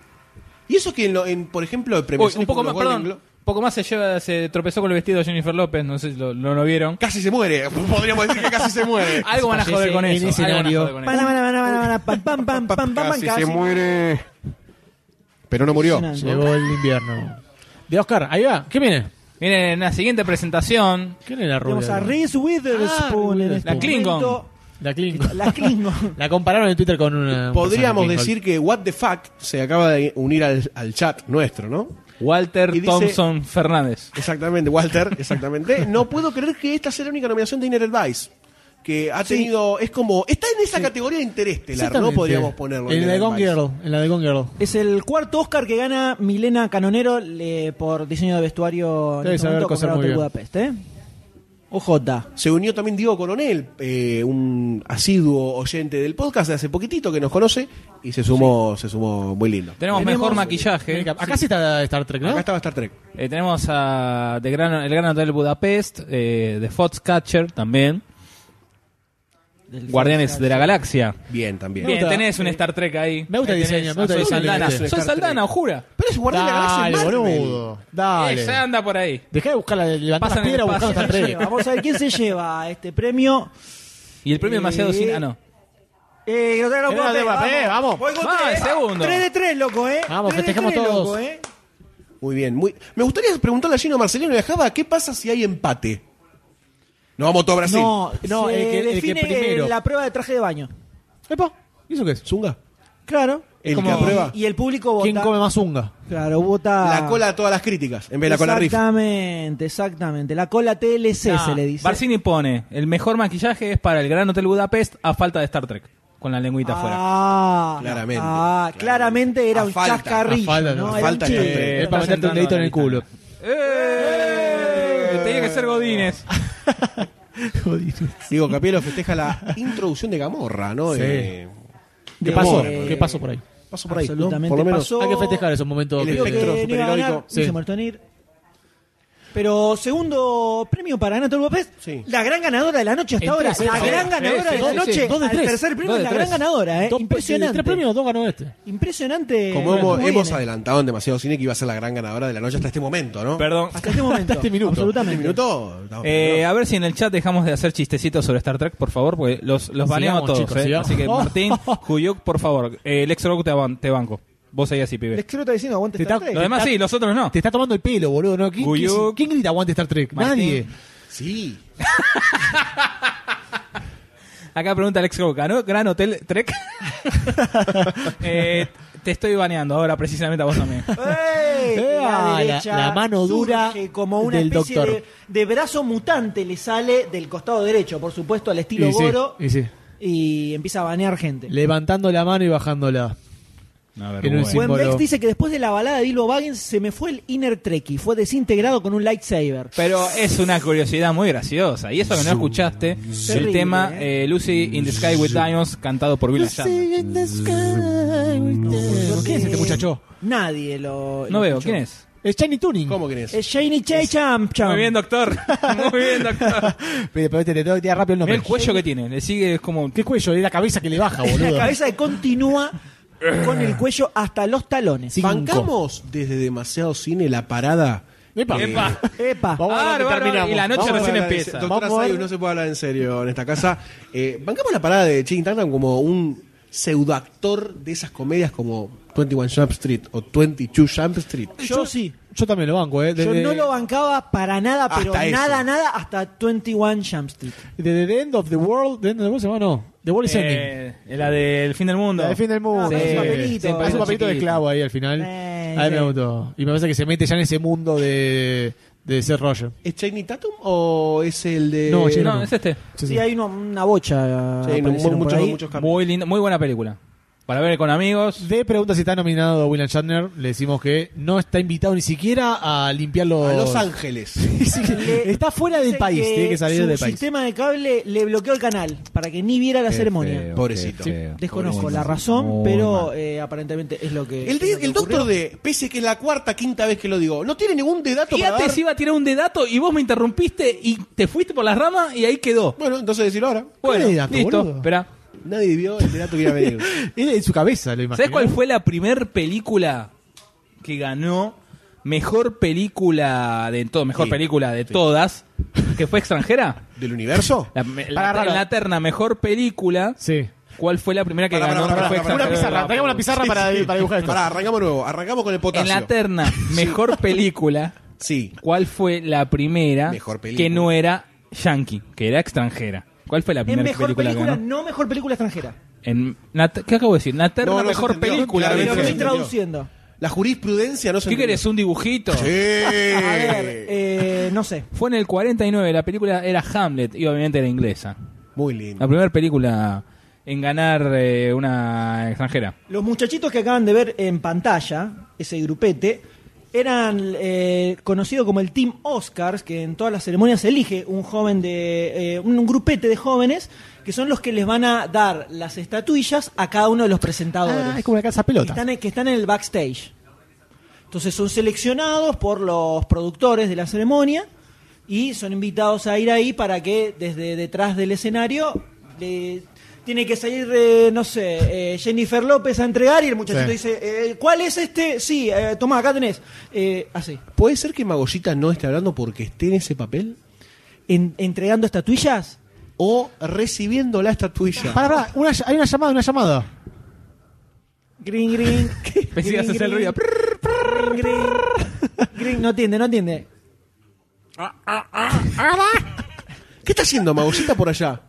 Speaker 7: Y eso que en, lo- en, por ejemplo, en
Speaker 5: Uy,
Speaker 7: premiaciones
Speaker 5: un poco
Speaker 7: como
Speaker 5: más,
Speaker 7: los Golden
Speaker 5: perdón. Un poco más se lleva, se tropezó con el vestido de Jennifer López, no sé si lo, lo, lo vieron.
Speaker 7: Casi se muere, podríamos decir que casi se muere.
Speaker 5: Algo van a joder con eso. algo van a joder con eso.
Speaker 4: Pana, pana, pana, pana, pana, pam, pam, pam, pam, pam, pam, casi.
Speaker 7: muere. Pero no murió.
Speaker 6: Llegó el invierno. De Oscar, ahí va. ¿Qué viene?
Speaker 5: Miren, en la siguiente presentación,
Speaker 6: ¿Quién es la rubia?
Speaker 4: Tenemos a Reese
Speaker 7: Ah,
Speaker 4: Witherspoon en este
Speaker 5: la Klingon.
Speaker 4: momento.
Speaker 6: La Klingon.
Speaker 4: La Klingon.
Speaker 6: La compararon en Twitter con una. un
Speaker 7: Podríamos
Speaker 6: personaje
Speaker 7: decir que What the Fuck se acaba de unir al, al chat nuestro, ¿no?
Speaker 5: Walter
Speaker 7: Y dice-
Speaker 5: Thompson Fernández.
Speaker 7: Exactamente, Walter, exactamente. No puedo creer que esta sea la única nominación de Inner Advice. Que ha tenido. Es como. Está en esa categoría de interés, telar, ¿no?
Speaker 6: Exactamente.
Speaker 7: Podríamos ponerlo.
Speaker 6: En la de
Speaker 7: Inner
Speaker 6: Gone
Speaker 7: Advice.
Speaker 6: Girl. En la de Gone Girl.
Speaker 4: Es el cuarto Oscar que gana Milena Canonero le- por diseño de vestuario en
Speaker 6: Debe
Speaker 4: este
Speaker 6: saber
Speaker 4: momento
Speaker 6: coser
Speaker 4: comparado
Speaker 6: muy
Speaker 4: con
Speaker 6: bien.
Speaker 4: Budapest. ¿eh? OJ.
Speaker 7: Se unió también Diego Coronel, eh, un asiduo oyente del podcast de hace poquitito que nos conoce y se sumó, se sumó muy lindo.
Speaker 5: Tenemos, mejor maquillaje.
Speaker 6: Make-up. Acá sí está Star Trek, ¿no?
Speaker 7: Acá estaba Star Trek.
Speaker 5: Eh, tenemos a The Gran- el Gran Hotel Budapest, eh, The Foxcatcher también, Guardianes de la Galaxia.
Speaker 7: Bien, también.
Speaker 5: Bien,
Speaker 6: gusta.
Speaker 5: tenés un Star Trek ahí.
Speaker 6: Me gusta el
Speaker 5: Ahí tenés
Speaker 6: diseño, me
Speaker 5: a
Speaker 6: gusta el
Speaker 5: Zoe
Speaker 6: diseño que
Speaker 5: Saldana.
Speaker 6: tenés.
Speaker 5: Soy Saldana, os jura.
Speaker 7: Pero es Guardián de la Galaxia en
Speaker 6: Dale,
Speaker 7: Marvel.
Speaker 6: boludo. Dale.
Speaker 5: Ella anda por ahí.
Speaker 6: Dejá de buscar la levantar
Speaker 5: Pasan
Speaker 6: las piedras
Speaker 5: el
Speaker 6: buscando
Speaker 5: espacio.
Speaker 6: Star Trek.
Speaker 4: Vamos a ver quién se lleva este premio.
Speaker 5: Y el premio demasiado sin. Ah, no.
Speaker 4: Eh, Grotero
Speaker 6: Grotero
Speaker 4: Budapest,
Speaker 6: Budapest, vamos.
Speaker 4: Voy con
Speaker 5: Ah,
Speaker 4: tres.
Speaker 5: el segundo.
Speaker 4: 3 de 3, loco, ¿eh?
Speaker 6: Vamos,
Speaker 4: Tres de
Speaker 6: festejemos
Speaker 4: tres,
Speaker 6: todos.
Speaker 4: loco, ¿eh?
Speaker 7: Muy bien. Muy... Me gustaría preguntarle a Gino Marcelino y a Java qué pasa si hay empate. No vamos todo Brasil.
Speaker 4: No,
Speaker 6: No,
Speaker 4: se
Speaker 6: el que- el que
Speaker 4: define eh,
Speaker 6: primero.
Speaker 4: la prueba de traje de baño.
Speaker 6: Epa, ¿y eso qué es?
Speaker 7: Zunga.
Speaker 4: Claro.
Speaker 7: El
Speaker 6: como-
Speaker 7: que aprueba.
Speaker 4: Y Ah. el público vota.
Speaker 6: ¿Quién come más unga?
Speaker 4: Claro, vota.
Speaker 7: La cola de todas las críticas, en vez de la cola riff.
Speaker 4: Exactamente, exactamente. La cola TLC
Speaker 5: Nah,
Speaker 4: se le dice.
Speaker 5: Barcini pone: el mejor maquillaje es para el Gran Hotel Budapest a falta de Star Trek. Con la lengüita afuera.
Speaker 4: Ah,
Speaker 7: Claramente.
Speaker 4: Ah, claramente era
Speaker 7: A
Speaker 4: un
Speaker 7: falta,
Speaker 4: chascarrillo.
Speaker 6: a falta,
Speaker 4: ¿no?
Speaker 6: a
Speaker 4: Era un
Speaker 7: falta
Speaker 4: chiste.
Speaker 7: claramente.
Speaker 6: Eh, es para meterte un dedito en el culo.
Speaker 5: ¡Eh! Tenía que ser Godínez.
Speaker 7: Digo, Capielo festeja la introducción de Gamorra, ¿no?
Speaker 6: Sí.
Speaker 7: Eh,
Speaker 6: ¿Qué
Speaker 7: Gamorra,
Speaker 6: pasó?
Speaker 7: eh,
Speaker 6: ¿Qué pasó por ahí?
Speaker 7: pasó por ahí? ¿no?
Speaker 4: Absolutamente
Speaker 7: Por lo menos.
Speaker 4: pasó.
Speaker 6: Hay que festejar esos momentos.
Speaker 7: El
Speaker 6: que-
Speaker 4: Creo que
Speaker 7: espectro
Speaker 4: no iba a
Speaker 7: superheroico.
Speaker 4: ganar,
Speaker 6: Sí.
Speaker 4: y se molestó en ir. Pero segundo premio para Ana López,
Speaker 7: Sí.
Speaker 4: la gran ganadora de la noche hasta
Speaker 5: En
Speaker 4: ahora.
Speaker 5: tres,
Speaker 4: La
Speaker 5: sí,
Speaker 4: gran
Speaker 5: sí,
Speaker 4: ganadora
Speaker 5: sí,
Speaker 4: de la
Speaker 5: sí,
Speaker 4: noche.
Speaker 5: sí.
Speaker 6: Dos de
Speaker 4: Al
Speaker 6: tres.
Speaker 4: tercer premio
Speaker 5: Dos
Speaker 4: es
Speaker 5: de
Speaker 4: la
Speaker 5: tres.
Speaker 4: gran ganadora, ¿eh?
Speaker 6: Dos-
Speaker 4: Impresionante.
Speaker 6: Tres premios, dos ganó este.
Speaker 4: Impresionante.
Speaker 7: Como hemos,
Speaker 4: Muy
Speaker 7: hemos
Speaker 4: bien, eh.
Speaker 7: adelantado en demasiado cine que iba a ser la gran ganadora de la noche hasta este momento,
Speaker 6: Ah.
Speaker 7: ¿no?
Speaker 5: Perdón.
Speaker 4: Hasta este momento.
Speaker 6: este minuto.
Speaker 4: Absolutamente.
Speaker 7: ¿Un minuto? No,
Speaker 5: Eh, a ver si en el chat dejamos de hacer chistecitos sobre Star Trek, por favor, porque los, los baneamos
Speaker 6: Sigamos,
Speaker 5: todos.
Speaker 6: chicos,
Speaker 5: eh.
Speaker 6: sigamos.
Speaker 5: Así que Martín, Juyuk, por favor, eh, Lex Rock te, ban- te banco. Vos ahí así, pibe.
Speaker 4: Les quiero estar diciendo, aguante
Speaker 6: Te
Speaker 4: Star
Speaker 6: está-
Speaker 4: Trek.
Speaker 5: Los demás sí, los otros no.
Speaker 6: Te está tomando el pelo, boludo. ¿no? ¿Quién, quién-
Speaker 5: Guyuk.
Speaker 6: quién grita aguante Star Trek?
Speaker 5: Martín.
Speaker 6: Nadie.
Speaker 7: Sí.
Speaker 5: Acá pregunta Lex Rock, ¿ganó Gran Hotel Trek? Eh, te estoy baneando ahora, precisamente a vos también.
Speaker 4: ¡Ey!
Speaker 6: Eh,
Speaker 4: la,
Speaker 6: la-
Speaker 4: derecha
Speaker 6: la mano dura
Speaker 4: surge como una
Speaker 6: del
Speaker 4: especie
Speaker 6: doctor.
Speaker 4: De, de brazo mutante le sale del costado derecho, por supuesto, al estilo
Speaker 6: Y sí,
Speaker 4: Goro,
Speaker 6: y sí.
Speaker 4: y empieza a banear gente.
Speaker 6: Levantando la mano y bajándola.
Speaker 5: A ver,
Speaker 6: En un
Speaker 5: bueno.
Speaker 6: sí.
Speaker 4: Buen
Speaker 6: símbolo.
Speaker 4: Bex dice que después de la balada de Bilbo Baggins se me fue el inner Trekkie, fue desintegrado con un lightsaber.
Speaker 5: Pero es una curiosidad muy graciosa. Y eso que no escuchaste, el
Speaker 4: Terrible,
Speaker 5: tema
Speaker 4: ¿eh?
Speaker 5: eh, Lucy in the Sky with Diamonds, cantado por Bill Allender.
Speaker 6: ¿Quién es este muchacho?
Speaker 4: Nadie lo.
Speaker 5: No
Speaker 4: lo
Speaker 5: veo,
Speaker 4: escuchó.
Speaker 5: ¿quién es?
Speaker 6: Es Shiny Tuning.
Speaker 7: ¿Cómo que es?
Speaker 4: Es Shane Chey Champ Champ.
Speaker 5: Muy bien, doctor. Muy bien, doctor.
Speaker 6: Pero, pero te te tengo que tirar rápido el
Speaker 5: Mirá
Speaker 6: nombre.
Speaker 5: el cuello que tiene. Le sigue, es como.
Speaker 6: ¿Qué cuello? Es la cabeza que le baja, boludo.
Speaker 4: La cabeza de continúa con el cuello hasta los talones.
Speaker 7: Bancamos desde demasiado cine la parada. Eh,
Speaker 4: Epa. Epa. Epa.
Speaker 7: Vamos a hablar que
Speaker 4: Bárbaro,
Speaker 7: terminamos.
Speaker 4: y la noche
Speaker 7: Vamos a
Speaker 4: recién
Speaker 7: hablar de-
Speaker 4: empieza.
Speaker 7: Doctora
Speaker 4: Vamos a ver.
Speaker 7: Sayu, no se puede hablar en serio en esta casa. Eh, bancamos la parada de Chicken Tartan como un pseudoactor de esas comedias como 21 Jump Street o 22 Jump Street.
Speaker 4: Yo, sí.
Speaker 6: Yo también lo banco, ¿eh?
Speaker 4: Yo
Speaker 6: Desde-
Speaker 4: no lo bancaba para nada, pero
Speaker 6: Hasta eso.
Speaker 4: nada, nada, hasta 21 Jump Street.
Speaker 6: Desde The End of the World, The End of the World se llama, no. The World is Ending.
Speaker 5: Eh, la del fin del mundo.
Speaker 6: La del fin del mundo.
Speaker 5: Sí.
Speaker 6: Sí.
Speaker 5: Sí,
Speaker 6: Hace un papelito de
Speaker 5: chiquito.
Speaker 6: esclavo ahí al final.
Speaker 5: Eh,
Speaker 6: a mí
Speaker 5: sí.
Speaker 6: me gustó. Y me parece que se mete ya en ese mundo de, de ser Roger.
Speaker 7: ¿Es Chaney Tatum o es el de.?
Speaker 6: No, Channing No, Tatum. es este.
Speaker 4: Sí,
Speaker 6: Sí,
Speaker 4: hay uno- una bocha.
Speaker 7: Sí, no,
Speaker 4: aparecieron por
Speaker 7: muchos-
Speaker 4: ahí.
Speaker 7: muchos
Speaker 5: Muy linda, muy buena película. Para ver con amigos.
Speaker 6: De pregunta si está nominado William Shatner, le decimos que no está invitado ni siquiera a limpiar los...
Speaker 7: A Los Ángeles.
Speaker 4: Eh,
Speaker 6: está fuera del
Speaker 4: Dicen
Speaker 6: país,
Speaker 4: que
Speaker 6: tiene que salir
Speaker 4: eh, su
Speaker 6: del país.
Speaker 4: sistema de cable le bloqueó el canal para que ni viera la
Speaker 6: Qué
Speaker 4: ceremonia.
Speaker 6: feo,
Speaker 7: Pobrecito.
Speaker 6: qué
Speaker 7: feo.
Speaker 4: Desconozco
Speaker 7: Pobrecito.
Speaker 4: la razón,
Speaker 7: Muy
Speaker 4: pero eh, aparentemente es lo que.
Speaker 7: El, de-
Speaker 4: es lo que
Speaker 7: el
Speaker 4: ocurrió.
Speaker 7: doctor D, pese que es la cuarta, quinta vez que lo digo, no tiene ningún dedato
Speaker 5: Y
Speaker 7: para
Speaker 5: antes
Speaker 7: dar.
Speaker 5: iba a tirar un dedato y vos me interrumpiste y te fuiste por las ramas y ahí quedó.
Speaker 7: Bueno, entonces decirlo ahora.
Speaker 5: Bueno,
Speaker 6: dedato,
Speaker 5: listo,
Speaker 6: boludo?
Speaker 5: espera.
Speaker 7: Nadie vio el dedato que iba a venir.
Speaker 6: Él en su cabeza, lo imagino.
Speaker 5: ¿Sabés cuál fue la primer película que ganó mejor película de todo, mejor
Speaker 6: Sí,
Speaker 5: película de todas, que fue extranjera?
Speaker 7: ¿Del universo?
Speaker 5: La, me- la-
Speaker 6: Pará, pará.
Speaker 5: en la terna mejor película.
Speaker 6: Sí.
Speaker 5: ¿Cuál fue la primera que
Speaker 7: Pará,
Speaker 5: ganó?
Speaker 7: pará,
Speaker 5: que
Speaker 7: pará,
Speaker 5: fue
Speaker 7: pará, pará,
Speaker 5: extranjera?
Speaker 7: pará, pará, pará. Sí, sí. Pará,
Speaker 5: Pará,
Speaker 7: arrancamos nuevo, arrancamos con el
Speaker 5: En
Speaker 7: potasio.
Speaker 5: la terna mejor película.
Speaker 7: Sí.
Speaker 5: ¿Cuál fue la primera
Speaker 7: Mejor película.
Speaker 5: que no era yankee, que era extranjera? ¿Cuál fue la
Speaker 4: En
Speaker 5: primera
Speaker 4: mejor
Speaker 5: película,
Speaker 4: película,
Speaker 5: que ganó?
Speaker 4: no mejor película extranjera.
Speaker 5: En la te- ¿Qué acabo de decir? En La terna
Speaker 7: No, no se
Speaker 5: mejor
Speaker 7: entendió.
Speaker 5: película.
Speaker 7: Claro,
Speaker 5: dije.
Speaker 7: no se
Speaker 4: Estoy traduciendo.
Speaker 7: La jurisprudencia no se
Speaker 5: ¿Qué querés? ¿Un dibujito?
Speaker 7: Sí.
Speaker 4: A ver, eh, no sé.
Speaker 5: Fue en el 49, la película era Hamlet y obviamente era inglesa.
Speaker 7: Muy lindo.
Speaker 5: La primera película en ganar eh, una extranjera.
Speaker 4: Los muchachitos que acaban de ver en pantalla, ese grupete, eran eh, conocidos como el Team Oscars, que en todas las ceremonias se elige un joven de eh, un grupete de jóvenes que son los que les van a dar las estatuillas a cada uno de los presentadores.
Speaker 6: Ah, es como una casa pelota.
Speaker 4: Que están, que están en el backstage. Entonces son seleccionados por los productores de la ceremonia y son invitados a ir ahí para que desde detrás del escenario le- tiene que salir, eh, no sé, eh, Jennifer López a entregar y el muchachito
Speaker 7: Sí.
Speaker 4: dice, eh, ¿cuál es este? Sí, eh, tomá, acá tenés. Eh, así.
Speaker 7: ¿Puede ser que Magollita no esté hablando porque esté en ese papel?
Speaker 4: En- ¿Entregando estatuillas?
Speaker 7: O recibiendo la estatuilla.
Speaker 6: Pará, pará, una ll- hay una llamada, una llamada.
Speaker 4: Green, green.
Speaker 5: Pensé que haces el ruido.
Speaker 4: Green, green. Green, no entiende, no entiende.
Speaker 7: ¿Qué está haciendo Magollita por allá?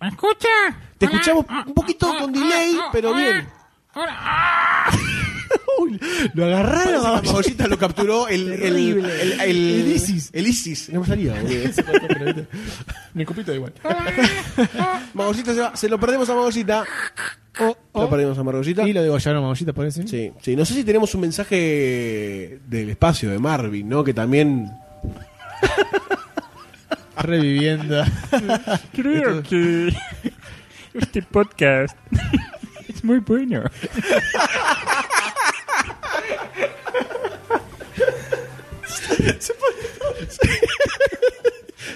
Speaker 5: ¿Me escucha? Oh,
Speaker 7: Te escuchamos un poquito con delay, pero bien. Uy, lo agarraron. a Magollita lo capturó el. El, el,
Speaker 6: Terrible.
Speaker 7: el-
Speaker 6: El ISIS.
Speaker 7: El ISIS. No me salía, boludo.
Speaker 6: Mi cupito igual.
Speaker 7: Magollita se va. Se lo perdemos a Magollita. Lo perdimos a Magollita.
Speaker 6: Oh, Y lo degollaron a Magollita, parece.
Speaker 7: Sí, sí. No sé si tenemos un mensaje del espacio de Marvin, ¿no? Que también.
Speaker 6: Revivienda.
Speaker 5: Creo que este podcast es muy bueno.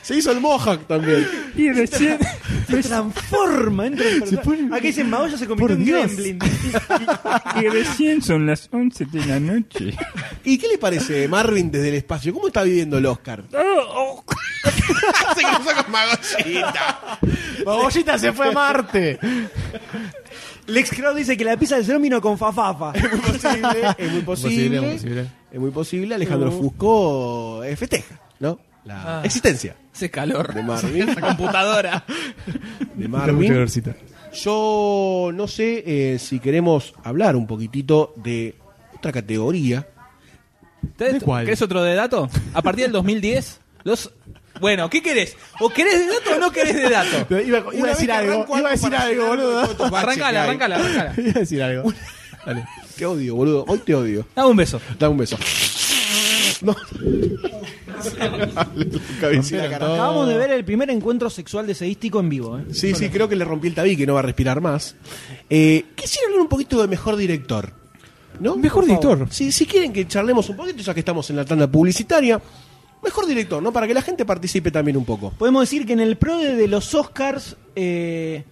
Speaker 7: Se hizo el Mohawk también.
Speaker 5: Y recién
Speaker 4: Se transforma. Entra en persona. Ah, Aquí dicen Magoya se convirtió en gremlin.
Speaker 5: Y recién son las 11 de la noche.
Speaker 7: ¿Y qué le parece Marvin desde el espacio? ¿Cómo está viviendo el Oscar?
Speaker 9: Se cruzó con Magollita.
Speaker 6: Magollita se fue a Marte.
Speaker 4: Lex Crow dice que la pizza del Cerón vino con fafafa.
Speaker 7: es muy posible.
Speaker 6: muy posible.
Speaker 7: Es muy posible. Alejandro Fusco eh, festeja, ¿no? La
Speaker 5: Ah.
Speaker 7: existencia
Speaker 5: Hace calor.
Speaker 7: de Marvin.
Speaker 5: La computadora.
Speaker 7: De
Speaker 6: mucha
Speaker 7: Marvin.
Speaker 6: calorcita.
Speaker 7: Yo no sé eh, si queremos hablar un poquitito de otra categoría.
Speaker 5: ¿Ustedes-
Speaker 7: ¿De cuál?
Speaker 5: ¿Querés otro de dato? A partir del 2010, los. Bueno, ¿qué querés? ¿O querés de dato o no querés de dato?
Speaker 6: Iba, iba
Speaker 7: Una
Speaker 6: a decir
Speaker 7: vez que
Speaker 6: algo,
Speaker 7: arranco
Speaker 6: iba a
Speaker 7: algo
Speaker 6: decir
Speaker 7: para
Speaker 6: algo,
Speaker 7: llenar
Speaker 6: boludo.
Speaker 7: todo esto, bache que
Speaker 5: Arrancala,
Speaker 7: hay.
Speaker 5: arrancala, arrancala.
Speaker 6: Iba a decir algo. Dale.
Speaker 7: Te odio, boludo. Hoy te odio.
Speaker 5: Dame un beso.
Speaker 7: Dame un beso. No. Cabecilla, carajo.
Speaker 4: Acabamos de ver el primer encuentro sexual deseístico en vivo. ¿eh?
Speaker 7: Sí, sí, creo que le rompí el tabique, no va a respirar más. Eh, quisiera hablar un poquito de mejor director. ¿No?
Speaker 6: Mejor
Speaker 7: Por favor.
Speaker 6: director.
Speaker 7: Si, si quieren que charlemos un poquito, ya que estamos en la tanda publicitaria, mejor director, ¿no? Para que la gente participe también un poco.
Speaker 4: Podemos decir que en el PRODE de los Oscars, eh,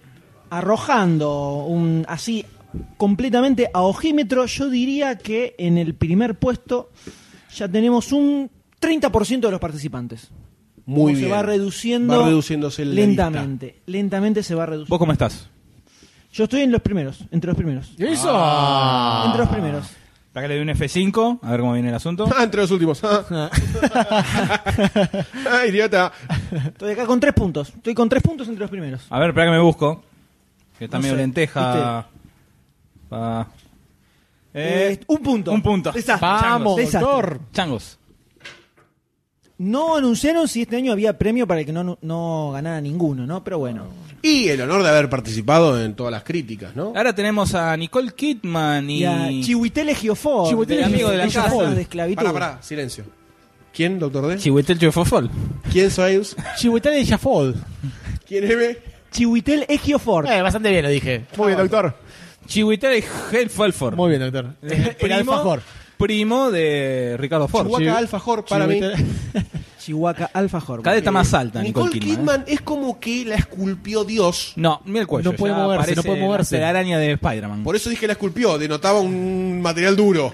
Speaker 4: arrojando un así completamente a ojímetro, yo diría que en el primer puesto ya tenemos un 30% de los participantes.
Speaker 7: Muy
Speaker 4: Como
Speaker 7: bien.
Speaker 4: Se va reduciendo
Speaker 7: Va reduciéndose la
Speaker 4: lentamente. Lentamente se va reduciendo.
Speaker 5: ¿Vos cómo estás?
Speaker 4: Yo estoy en los primeros, entre los primeros.
Speaker 6: ¿Eso?
Speaker 4: Entre los primeros.
Speaker 5: Para que le doy un F5, a ver cómo viene el asunto.
Speaker 7: Ah, entre los últimos. Ah. ah, idiota.
Speaker 4: Estoy acá con tres puntos. Estoy con tres puntos entre los primeros.
Speaker 5: A ver, espera que me busco. Que está
Speaker 4: No
Speaker 5: medio
Speaker 4: sé,
Speaker 5: lenteja. Pa- Eh,
Speaker 4: Eh, un punto.
Speaker 5: un punto.
Speaker 4: Desastre.
Speaker 5: Vamos,
Speaker 4: Desastre.
Speaker 5: doctor. Changos.
Speaker 4: No anunciaron si este año había premio para el que no, no ganara ninguno, ¿no? Pero bueno.
Speaker 7: Y el honor de haber participado en todas las críticas, ¿no?
Speaker 5: Ahora tenemos a Nicole Kidman y.
Speaker 4: Y a Chihuitele Geofor,
Speaker 5: Chihuitele
Speaker 4: del amigo
Speaker 5: Geofor,
Speaker 4: de la
Speaker 5: Geofor.
Speaker 4: casa de esclavitud.
Speaker 7: Pará, pará, silencio. ¿Quién, doctor D?
Speaker 5: Chihuitel Chufofol.
Speaker 7: ¿Quién sois?
Speaker 6: Chihuitele de Jafol.
Speaker 7: ¿Quién es?
Speaker 4: Chihuitel Ejiofor.
Speaker 6: Eh, bastante bien lo dije. Muy bien, doctor.
Speaker 5: Chihuitel Helfalfor.
Speaker 6: Muy bien, doctor. El, alfajor.
Speaker 5: Primo de Ricardo Ford.
Speaker 7: Chihuahua
Speaker 5: Chihu-
Speaker 7: Alfajor para mí.
Speaker 4: Chihuahua Alfajor.
Speaker 5: Cadeta más alta, Nicole,
Speaker 7: Nicole
Speaker 5: Kidman. ¿eh?
Speaker 7: Kidman es como que la esculpió Dios.
Speaker 5: No, mira el cuello.
Speaker 6: No puede
Speaker 5: ya
Speaker 6: moverse,
Speaker 5: parece
Speaker 6: no puede moverse.
Speaker 5: La araña de Spider-Man.
Speaker 7: Por eso dije la esculpió, denotaba un material duro.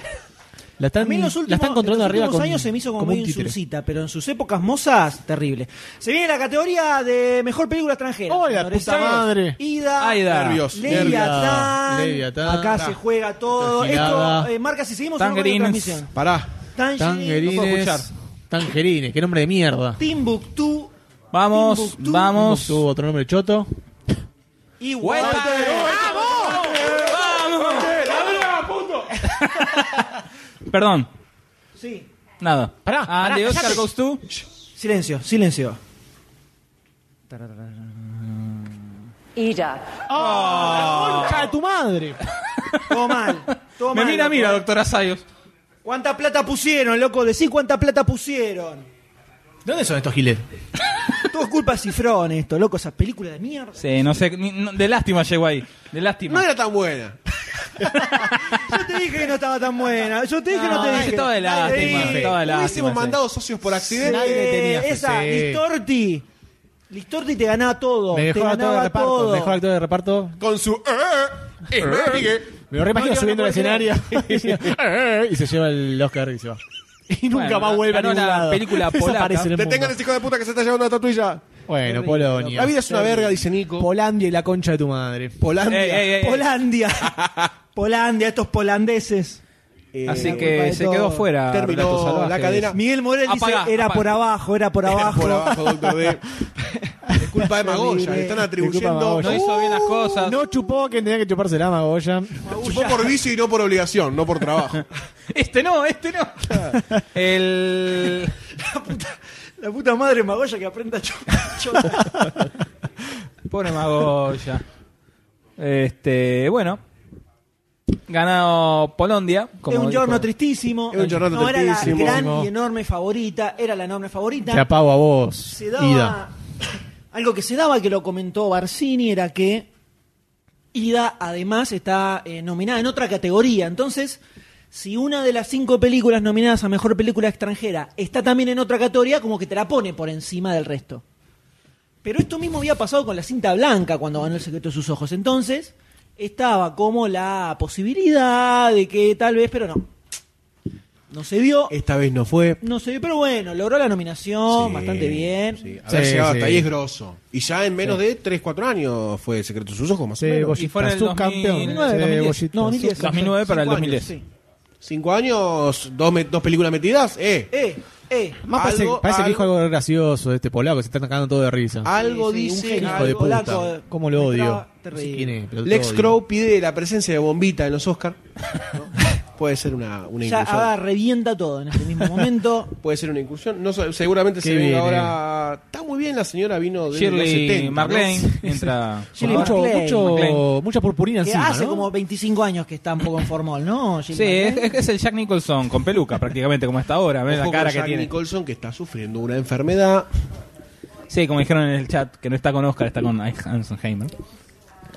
Speaker 4: A
Speaker 6: La están,
Speaker 4: mí en los
Speaker 6: la
Speaker 4: últimos,
Speaker 6: están controlando
Speaker 4: en los
Speaker 6: arriba
Speaker 4: últimos
Speaker 6: con,
Speaker 4: años se me hizo como,
Speaker 6: como un
Speaker 4: medio
Speaker 6: títere.
Speaker 4: insulsita, pero en sus épocas mozas, terrible. Se viene la categoría de mejor película extranjera.
Speaker 6: ¡Oh, la
Speaker 4: Señores,
Speaker 6: puta madre!
Speaker 4: Ida,
Speaker 5: Aida.
Speaker 7: Nervios,
Speaker 4: Leviatán,
Speaker 6: nervios. Leviatán.
Speaker 4: acá se juega todo.
Speaker 6: Tergiada.
Speaker 4: Esto eh, marca si seguimos o no con la
Speaker 5: Tangerines.
Speaker 4: transmisión.
Speaker 7: Pará.
Speaker 4: Tangerines,
Speaker 6: Tangerines. Tangerines, qué nombre de mierda.
Speaker 4: Timbuktu
Speaker 5: Vamos,
Speaker 4: Timbuktu.
Speaker 5: vamos.
Speaker 6: Tuvo otro nombre choto.
Speaker 4: y
Speaker 5: Vuelta.
Speaker 6: Ah,
Speaker 5: ¡Vamos! Perdón,
Speaker 4: Sí.
Speaker 5: nada.
Speaker 6: Pará,
Speaker 5: Ah,
Speaker 6: pará,
Speaker 5: de Oscar
Speaker 6: cállate.
Speaker 5: Goes to-
Speaker 4: Silencio, silencio.
Speaker 20: Ida.
Speaker 6: ¡Hija de tu madre!
Speaker 4: Todo mal. Todo
Speaker 5: Me
Speaker 4: mal,
Speaker 5: mira,
Speaker 4: loco. eh.
Speaker 5: mira, doctora Sayos.
Speaker 4: ¿Cuánta plata pusieron, loco? Decí cuánta plata pusieron.
Speaker 6: ¿Dónde son estos giles?
Speaker 4: Todo es culpa de Cifrón esto, loco, esas películas de mierda.
Speaker 5: Sí, no sé, ni- no- de lástima llegó ahí. De
Speaker 7: No
Speaker 5: lástima.
Speaker 7: era tan buena.
Speaker 4: Yo te dije que no estaba tan buena. Yo te dije que no, te
Speaker 5: No,
Speaker 4: dije.
Speaker 5: estaba de lástima,
Speaker 4: dije.
Speaker 5: estaba de lástima.
Speaker 7: Hubiésemos
Speaker 5: sí.
Speaker 7: mandado socios por accidente.
Speaker 6: Nadie le tenía fe,
Speaker 4: esa,
Speaker 6: sí.
Speaker 4: Listorti. Listorti te ganaba todo. te
Speaker 6: Mejor actor de
Speaker 4: ganaba
Speaker 6: reparto.
Speaker 4: todo.
Speaker 6: Mejor actor de reparto.
Speaker 7: Con su. eh, eh, eh,
Speaker 6: Me lo reimagino
Speaker 4: Mario,
Speaker 6: subiendo
Speaker 4: no
Speaker 6: al
Speaker 4: puede
Speaker 6: escenario. y se lleva el Oscar y se va. Y nunca
Speaker 5: Bueno,
Speaker 6: más vuelve a
Speaker 5: ganó
Speaker 6: ningún
Speaker 5: la
Speaker 6: lado.
Speaker 5: película polaca.
Speaker 6: Desaparece en el mundo.
Speaker 7: Detengan ese hijo de puta que se está llevando la tatuilla.
Speaker 6: Bueno, Polonia.
Speaker 7: La vida es una verga, dice Nico.
Speaker 6: Polandia y la concha de tu madre.
Speaker 7: Polandia.
Speaker 5: Ey, ey, ey, ey.
Speaker 4: Polandia. Polandia, estos polandeses.
Speaker 7: Eh,
Speaker 5: Así
Speaker 4: culpa de
Speaker 5: que se
Speaker 4: todo.
Speaker 5: quedó fuera. Relatos
Speaker 7: terminó la
Speaker 5: Salvajes.
Speaker 7: cadena.
Speaker 4: Miguel Morel
Speaker 5: Apagá,
Speaker 4: dice, era
Speaker 5: apagá.
Speaker 4: por abajo, era por abajo.
Speaker 7: Por abajo, doctor D. Es culpa de Magoya. Le están
Speaker 6: Disculpa,
Speaker 7: atribuyendo.
Speaker 6: Magoya.
Speaker 5: No hizo bien las cosas.
Speaker 6: No chupó que tenía que chuparse la Magoya.
Speaker 7: Chupó por vicio y no por obligación, no por trabajo.
Speaker 5: Este no, este no. El.
Speaker 4: La puta madre Magoya que aprenda a chupar. chupar.
Speaker 5: Pobre Magoya. Este, bueno. Ganado Polondia. Como
Speaker 4: Es un
Speaker 5: dijo.
Speaker 4: giorno tristísimo.
Speaker 7: Es un giorno
Speaker 4: no
Speaker 7: tristísimo.
Speaker 4: era la gran y enorme favorita, era la enorme favorita.
Speaker 6: Te apago a vos.
Speaker 4: se daba
Speaker 6: Ida.
Speaker 4: algo que se daba que lo comentó Barcini era que Ida además está eh, nominada en otra categoría entonces si una de las cinco películas nominadas a mejor película extranjera está también en otra categoría como que te la pone por encima del resto pero esto mismo había pasado con la cinta blanca cuando ganó el secreto de sus ojos entonces estaba como la posibilidad de que tal vez pero no no se dio
Speaker 7: Esta vez no fue.
Speaker 4: no se dio pero bueno logró la nominación
Speaker 7: Sí,
Speaker 4: bastante bien
Speaker 7: sí. Haber
Speaker 6: Sí,
Speaker 7: llegado hasta
Speaker 6: sí.
Speaker 7: ahí es grosso. Y ya en menos de 3, 4 años fue Secreto de sus ojos, más o
Speaker 6: Sí,
Speaker 7: menos.
Speaker 5: Y fuera en
Speaker 6: Bollita,
Speaker 5: el
Speaker 6: subcampeón.
Speaker 5: 2009,
Speaker 6: Sí,
Speaker 4: 2010.
Speaker 6: Bollita,
Speaker 4: No, 2010.
Speaker 5: 2009 para el
Speaker 7: Cinco
Speaker 5: 2010.
Speaker 4: Sí.
Speaker 7: Cinco años, dos, me- dos películas metidas, eh.
Speaker 4: Eh, eh.
Speaker 6: Más parece,
Speaker 7: Algo-
Speaker 6: parece que dijo
Speaker 7: algo-
Speaker 6: algo gracioso de este polaco, se están cagando todo de risa.
Speaker 7: Algo
Speaker 4: Sí, sí, un
Speaker 7: dice.
Speaker 4: genio
Speaker 6: Hijo de
Speaker 4: algo-
Speaker 6: puta.
Speaker 4: polaco,
Speaker 6: ¿Cómo lo
Speaker 4: me
Speaker 6: odio?
Speaker 4: traba-
Speaker 6: No
Speaker 4: terrible.
Speaker 6: sé quién es, pero
Speaker 7: Lex
Speaker 6: lo odio.
Speaker 7: Crow pide la presencia de Bombita en los Oscar. ¿no? Puede ser una, una
Speaker 4: Ya
Speaker 7: incursión.
Speaker 4: ahora revienta todo en este mismo momento.
Speaker 7: Puede ser una incursión. No, sé, seguramente
Speaker 6: Qué
Speaker 7: se venga
Speaker 6: bien,
Speaker 7: ahora. Está muy bien, la señora vino de los
Speaker 5: eh. Shirley
Speaker 7: 70,
Speaker 5: MacLaine
Speaker 7: ¿no?
Speaker 5: entra.
Speaker 4: Shirley
Speaker 6: mucho,
Speaker 4: MacLaine.
Speaker 6: mucho, mucha purpurina
Speaker 4: que
Speaker 6: encima,
Speaker 4: hace
Speaker 6: ¿no?
Speaker 4: como 25 años que está un poco en formol, ¿no? Jim
Speaker 5: Sí, es,
Speaker 4: McClane?
Speaker 5: es- es el Jack Nicholson con peluca prácticamente, como está ahora. ¿Ves
Speaker 7: Ojo
Speaker 5: la
Speaker 7: con
Speaker 5: cara que
Speaker 7: Jack
Speaker 5: tiene?
Speaker 7: Nicholson que está sufriendo una enfermedad.
Speaker 5: Sí, como dijeron en el chat, que no está con Oscar, está con Eisenheimer.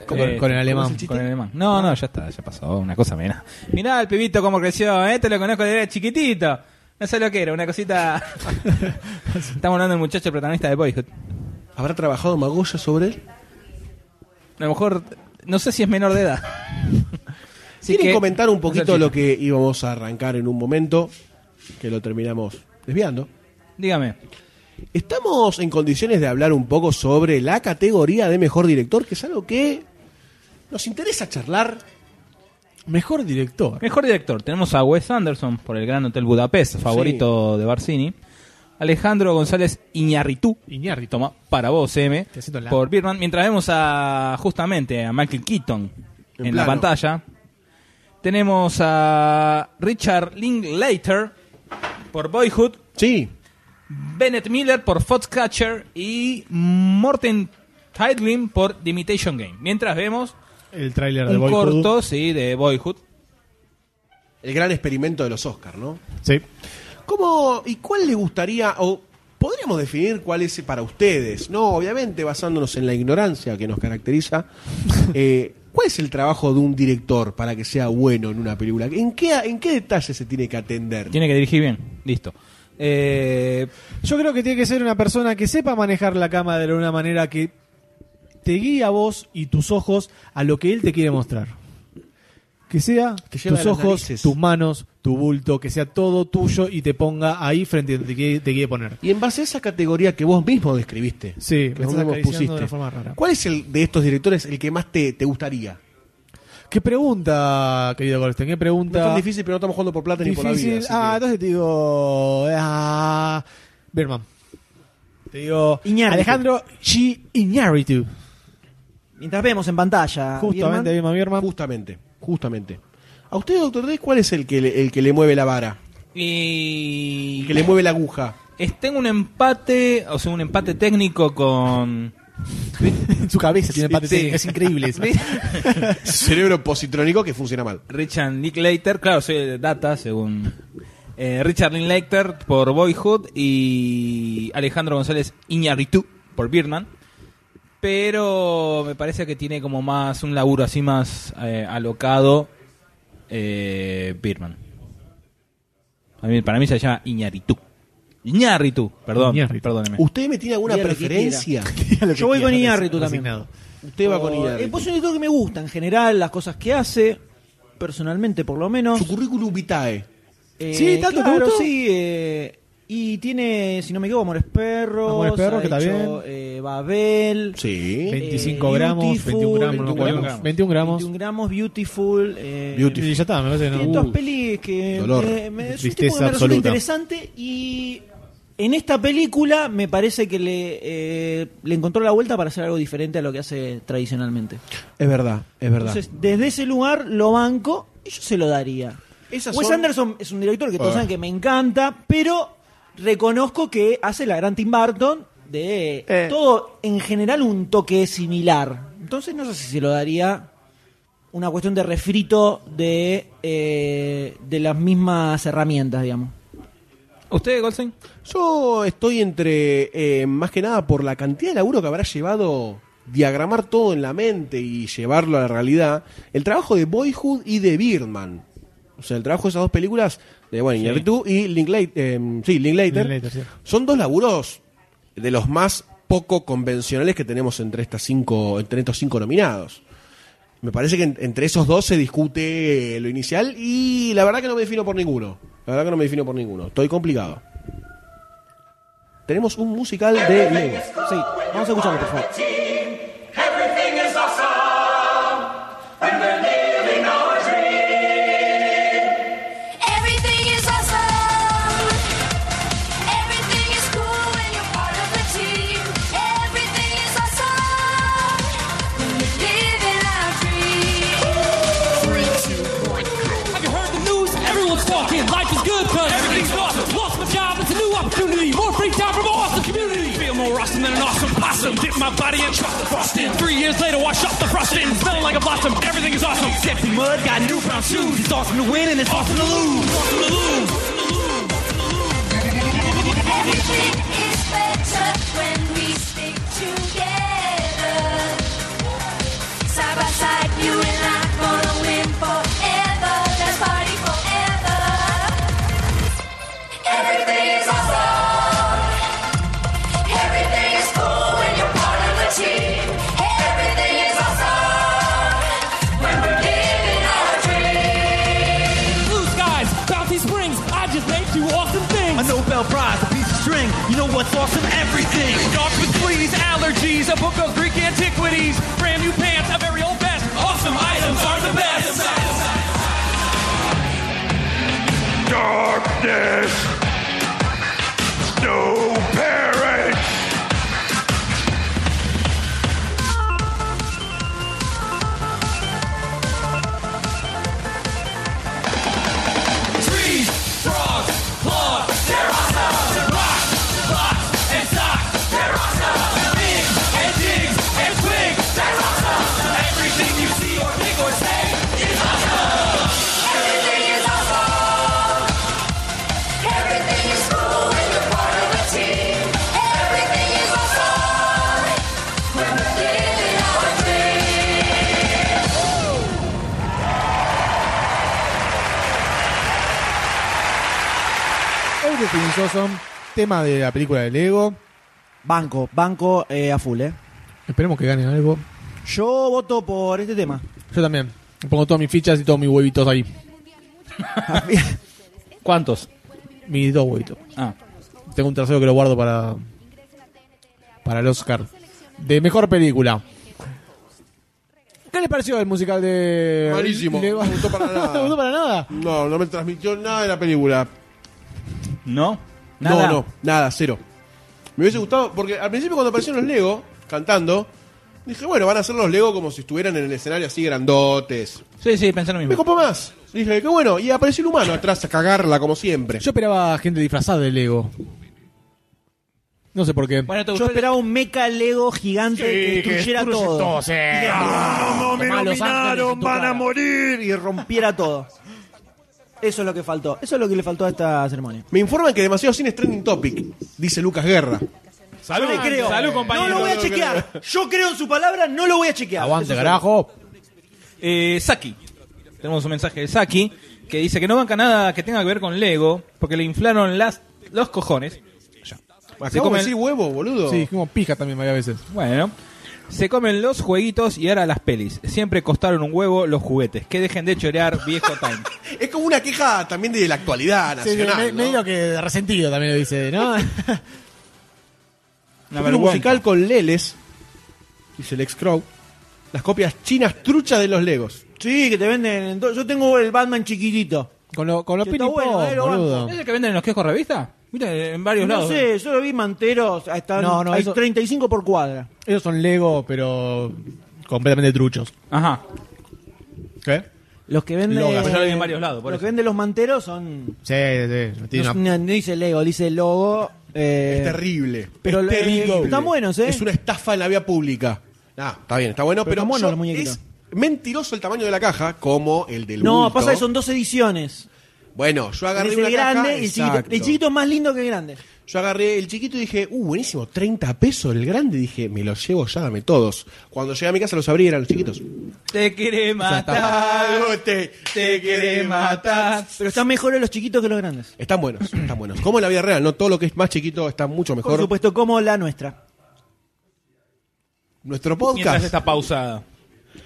Speaker 6: Con- con el alemán.
Speaker 5: ¿cómo es Con el alemán. No, no, ya está, ya pasó. Una cosa menos. Mirá el pibito cómo creció, ¿eh? Te lo conozco desde chiquitito. No sé lo que era, una cosita. Estamos hablando del muchacho protagonista de Boyhood.
Speaker 7: ¿Habrá trabajado Magoya sobre él?
Speaker 5: A lo mejor, no sé si es menor de edad. Así
Speaker 7: ¿Quieren
Speaker 5: que-
Speaker 7: comentar un poquito
Speaker 5: Salchicha.
Speaker 7: lo que íbamos a arrancar en un momento? Que lo terminamos desviando.
Speaker 5: Dígame.
Speaker 7: ¿Estamos en condiciones de hablar un poco sobre la categoría de mejor director? Que es algo que nos interesa charlar.
Speaker 6: Mejor director.
Speaker 5: Mejor director. Tenemos a Wes Anderson por el Gran Hotel Budapest, favorito de Barcini. Alejandro González Iñarritú.
Speaker 6: Iñárritu.
Speaker 5: Toma, para vos, M.
Speaker 6: Te siento en la-
Speaker 5: Por Birdman. Mientras vemos a, justamente, a Michael Keaton en, la
Speaker 6: plano.
Speaker 5: pantalla. Tenemos a Richard Linklater por Boyhood.
Speaker 7: Sí.
Speaker 5: Bennett Miller por Foxcatcher y Morten Tidlin por The Imitation Game. Mientras vemos
Speaker 6: El tráiler de
Speaker 5: un
Speaker 6: Boyhood.
Speaker 5: corto, sí, de Boyhood.
Speaker 7: El gran experimento de los Oscars, ¿no?
Speaker 6: Sí.
Speaker 7: ¿Cómo y cuál le gustaría o podríamos definir cuál es para ustedes? No, obviamente basándonos en la ignorancia que nos caracteriza. eh, ¿Cuál es el trabajo de un director para que sea bueno en una película? ¿En qué, en qué detalle se tiene que atender?
Speaker 5: Tiene que dirigir bien. Listo. Eh,
Speaker 6: Yo creo que tiene que ser una persona que sepa manejar la cámara de una manera que te guíe a vos y tus ojos a lo que él te quiere mostrar. Que sea
Speaker 7: Te lleva
Speaker 6: tus
Speaker 7: a las
Speaker 6: ojos,
Speaker 7: narices.
Speaker 6: tus manos, tu bulto, que sea todo tuyo y te ponga ahí frente a donde te quiere, te quiere poner.
Speaker 7: Y en base a esa categoría que vos mismo describiste,
Speaker 6: Sí, me
Speaker 7: que vos
Speaker 6: estás
Speaker 7: mismo
Speaker 6: acariciando de
Speaker 7: pusiste,
Speaker 6: una forma rara.
Speaker 7: ¿cuál es el de estos directores el que más te, te gustaría?
Speaker 6: ¿Qué pregunta, querido Goldstein? ¿Qué
Speaker 7: No es
Speaker 6: pregunta?
Speaker 7: tan difícil, pero no estamos jugando por plata ni por la vida.
Speaker 6: Difícil.
Speaker 7: así
Speaker 6: Ah,
Speaker 7: que-
Speaker 6: entonces te digo. Ah, Berman. Te digo. Alejandro G. Iñárritu.
Speaker 4: Mientras vemos en pantalla.
Speaker 6: Justamente,
Speaker 4: Bierman,
Speaker 6: Birman, Birman.
Speaker 7: Ah, Justamente, justamente. ¿A usted, doctor D, cuál es el que le, el que le mueve la vara?
Speaker 5: y
Speaker 7: El que le mueve la aguja.
Speaker 5: es- tengo un empate, o sea, un empate técnico con.
Speaker 6: En su cabeza tiene
Speaker 5: Sí,
Speaker 6: empate
Speaker 5: sí.
Speaker 6: técnico, Es increíble. eso.
Speaker 7: Cerebro positrónico que funciona mal.
Speaker 5: Richard Linklater, claro, soy de data, según. Eh, Richard Linklater por Boyhood y Alejandro González Iñárritu por Birdman. Pero me parece que tiene como más un laburo así más eh, alocado eh, Birdman. A mí- para mí se llama Iñárritu. Iñárritu, perdón,
Speaker 6: Iñárritu.
Speaker 5: perdóneme.
Speaker 7: ¿Usted me tiene alguna
Speaker 4: Diga lo que
Speaker 7: preferencia?
Speaker 4: Yo voy con Iñárritu también.
Speaker 6: Resignado.
Speaker 7: Usted va con
Speaker 4: O- eh,
Speaker 7: Iñárritu.
Speaker 4: pues es un director que me gusta en general, las cosas que hace, personalmente por lo menos.
Speaker 7: Su currículum vitae.
Speaker 4: Eh,
Speaker 6: Sí, ¿tanto te
Speaker 4: claro,
Speaker 6: gustó?
Speaker 4: sí. eh, y tiene, si no me equivoco, Amores Perros.
Speaker 6: Amores Perros,
Speaker 4: ha
Speaker 6: que está
Speaker 4: hecho, eh, Babel.
Speaker 7: Sí.
Speaker 6: 25
Speaker 4: Eh,
Speaker 6: gramos,
Speaker 4: Beautiful,
Speaker 6: 21 gramos,
Speaker 7: 21
Speaker 6: no calculamos.
Speaker 7: gramos.
Speaker 6: 21 gramos.
Speaker 4: 21 gramos, Beautiful. eh,
Speaker 7: Beautiful.
Speaker 6: Y ya está, me parece que
Speaker 4: Tiene
Speaker 6: no.
Speaker 4: dos
Speaker 6: Uh,
Speaker 4: pelis que
Speaker 7: Dolor.
Speaker 4: me- me- es un
Speaker 6: Tristeza
Speaker 4: tipo que me resulta
Speaker 6: absoluta.
Speaker 4: interesante y en esta película me parece que le, eh, le encontró la vuelta para hacer algo diferente a lo que hace tradicionalmente.
Speaker 7: Es verdad, es verdad.
Speaker 4: Entonces, desde ese lugar lo banco y yo se lo daría.
Speaker 7: Esas
Speaker 4: Wes
Speaker 7: son-
Speaker 4: Anderson es un director que todos
Speaker 7: Ah.
Speaker 4: saben que me encanta, pero reconozco que hace la gran Tim Burton de
Speaker 21: Eh.
Speaker 4: todo en general un toque similar. Entonces no sé si se lo daría una cuestión de refrito de, eh, de las mismas herramientas, digamos.
Speaker 5: ¿Usted, Goldstein?
Speaker 7: Yo estoy entre, eh, más que nada, por la cantidad de laburo que habrá llevado diagramar todo en la mente y llevarlo a la realidad, el trabajo de Boyhood y de Birdman. O sea, el trabajo de esas dos películas, de bueno, Iñárritu y Linklater, eh, sí, Linklater,
Speaker 6: Linklater, sí.
Speaker 7: son dos laburos de los más poco convencionales que tenemos entre, estas cinco, entre estos cinco nominados. Me parece que en- entre esos dos se discute eh, lo inicial y la verdad que no me defino por ninguno. La verdad que no me defino por ninguno. Estoy complicado. Tenemos un musical de Lego.
Speaker 4: Sí, vamos a escucharlo, por favor.
Speaker 22: Everything is awesome. Everything is cool when you're part of the team. Everything is awesome when you're living our dream.
Speaker 9: Have you heard the news? Everyone's talking. Life is good because everything's awesome. Lost my job. It's a new opportunity. More free time from an awesome community. Feel more awesome than an awesome possum. Dip my body and trust the frost in. Three years later, wash off the frost in. Smelling like a blossom. Everything is awesome. Sexy mud. Got new brown shoes. It's awesome to win and it's awesome to lose. Awesome to lose.
Speaker 22: Everything is better when we stick together. Side by side, you and I gonna win forever. Let's party forever. Everything is awesome. Everything is cool when you're part of the team. Everything is awesome when we're living our dream.
Speaker 23: Nobel Prize, a piece of string. You know what's awesome? Everything. Dogs with fleas, allergies, a book of Greek antiquities, brand new pants, a very old vest. Awesome items are the best.
Speaker 24: Darkness. No parents.
Speaker 23: Trees, frogs, claws, pterosaurs, and rocks, blocks, and socks, pterosaurs, and bigs, and digs, and twigs, pterosaurs. Everything you see or think or say is awesome. Everything is awesome. Everything is cool when you're part of a team. Everything is awesome when we're living our dreams.
Speaker 6: Everything's Awesome, tema de la película de Lego.
Speaker 4: Banco, banco eh, a full, ¿eh?
Speaker 6: Esperemos que ganen algo.
Speaker 4: Yo voto por este tema.
Speaker 6: Yo también. Pongo todas mis fichas y todos mis huevitos ahí.
Speaker 5: ¿Cuántos?
Speaker 6: Mis dos huevitos.
Speaker 5: Ah.
Speaker 6: Tengo un tercero que lo guardo para. Para el Oscar. De mejor película. ¿Qué les pareció el musical de.
Speaker 7: Malísimo.
Speaker 6: Le-
Speaker 7: No me gustó para nada.
Speaker 6: ¿No te gustó para nada?
Speaker 7: No, no me transmitió nada de la película.
Speaker 5: ¿No?
Speaker 7: No, no, nada, cero. Me hubiese gustado, porque al principio cuando aparecieron los Lego cantando, dije, bueno, van a hacer los Lego como si estuvieran en el escenario así grandotes.
Speaker 5: Sí, sí, pensé lo mismo.
Speaker 7: Me compró más. Dije, qué bueno, y apareció el humano atrás a cagarla como siempre.
Speaker 6: Yo esperaba gente disfrazada de Lego. No sé por qué.
Speaker 4: Bueno, Yo esperaba un mecha Lego gigante que destruyera todo. Y que-
Speaker 6: no,
Speaker 4: Tomá Los Ángeles en tu cara.
Speaker 7: morir.
Speaker 4: Y rompiera todo. Eso es lo que faltó. Eso es lo que le faltó a esta ceremonia.
Speaker 7: Me informan que demasiado cine es trending topic, dice Lucas Guerra.
Speaker 4: Yo le creo. No lo voy a chequear. Yo creo en su palabra, no lo voy a chequear. Eso es-
Speaker 5: Eh, Saki. Tenemos un mensaje de Saki que dice que no banca nada que tenga que ver con Lego porque le inflaron las, los cojones. Ya. Se
Speaker 7: Acabo de
Speaker 5: comen-
Speaker 7: decir huevo, boludo.
Speaker 6: Sí, como pija también varias veces.
Speaker 5: Bueno. Se comen los jueguitos y ahora las pelis. Siempre costaron un huevo los juguetes. Que dejen de chorear, viejo time.
Speaker 7: Es como una queja también de la actualidad
Speaker 6: Sí,
Speaker 7: nacional.
Speaker 6: Eh, me-
Speaker 7: ¿no?
Speaker 6: medio que resentido también lo dice, ¿no?
Speaker 5: Una
Speaker 7: Fue un
Speaker 5: vergüenza.
Speaker 7: musical con Leles, dice el ex Crow, las copias chinas truchas de los Legos.
Speaker 4: Sí, que te venden. en todo- Yo tengo el Batman chiquitito.
Speaker 6: Con, lo, con los
Speaker 4: Que está
Speaker 6: pinipos,
Speaker 4: bueno, eh, lo banco.
Speaker 6: boludo.
Speaker 5: ¿Es el que venden en los kioscos revista? Mira, en varios
Speaker 4: No
Speaker 5: lados.
Speaker 4: sé, yo lo vi manteros. Hasta
Speaker 6: No, no,
Speaker 4: hay
Speaker 6: eso-
Speaker 4: 35 por cuadra.
Speaker 6: Ellos son Lego, pero completamente truchos.
Speaker 5: Ajá.
Speaker 6: ¿Qué?
Speaker 4: Los que venden.
Speaker 6: Logas. Pero yo lo vi en
Speaker 5: varios lados, por
Speaker 4: Eh, Los
Speaker 5: eso.
Speaker 4: que venden los manteros son.
Speaker 6: Sí, sí. tiene
Speaker 4: No,
Speaker 6: una-
Speaker 4: no dice Lego, dice el logo. eh,
Speaker 7: Es terrible.
Speaker 4: Pero
Speaker 7: es
Speaker 4: lo-
Speaker 7: terrible.
Speaker 4: están buenos, ¿eh?
Speaker 7: Es una estafa en la vía pública. Ah, está bien, está bueno,
Speaker 4: Pero
Speaker 7: pero,
Speaker 4: están buenos
Speaker 7: yo-
Speaker 4: los muñequitos.
Speaker 7: es mentiroso el tamaño de la caja, como el del
Speaker 4: No,
Speaker 7: bulto.
Speaker 4: pasa que son dos ediciones.
Speaker 7: Bueno, yo agarré
Speaker 4: Tenés el
Speaker 7: una
Speaker 4: grande
Speaker 7: caja,
Speaker 4: y el chiquito.
Speaker 7: exacto.
Speaker 4: El chiquito es más lindo que el grande.
Speaker 7: Yo agarré el chiquito y dije, uh, buenísimo, 30 pesos el grande. Dije, me los llevo ya, dame todos. Cuando llegué a mi casa los abrí, eran los chiquitos. Ah,
Speaker 5: Te quiere matar.
Speaker 7: Te,
Speaker 5: quiere matar.
Speaker 4: Pero están mejores los chiquitos que los grandes.
Speaker 7: Están buenos, están buenos. Como en la vida real, no todo lo que es más chiquito está mucho
Speaker 4: Por
Speaker 7: mejor.
Speaker 4: supuesto, como la nuestra.
Speaker 7: Nuestro
Speaker 5: Mientras
Speaker 7: podcast.
Speaker 5: está pausada.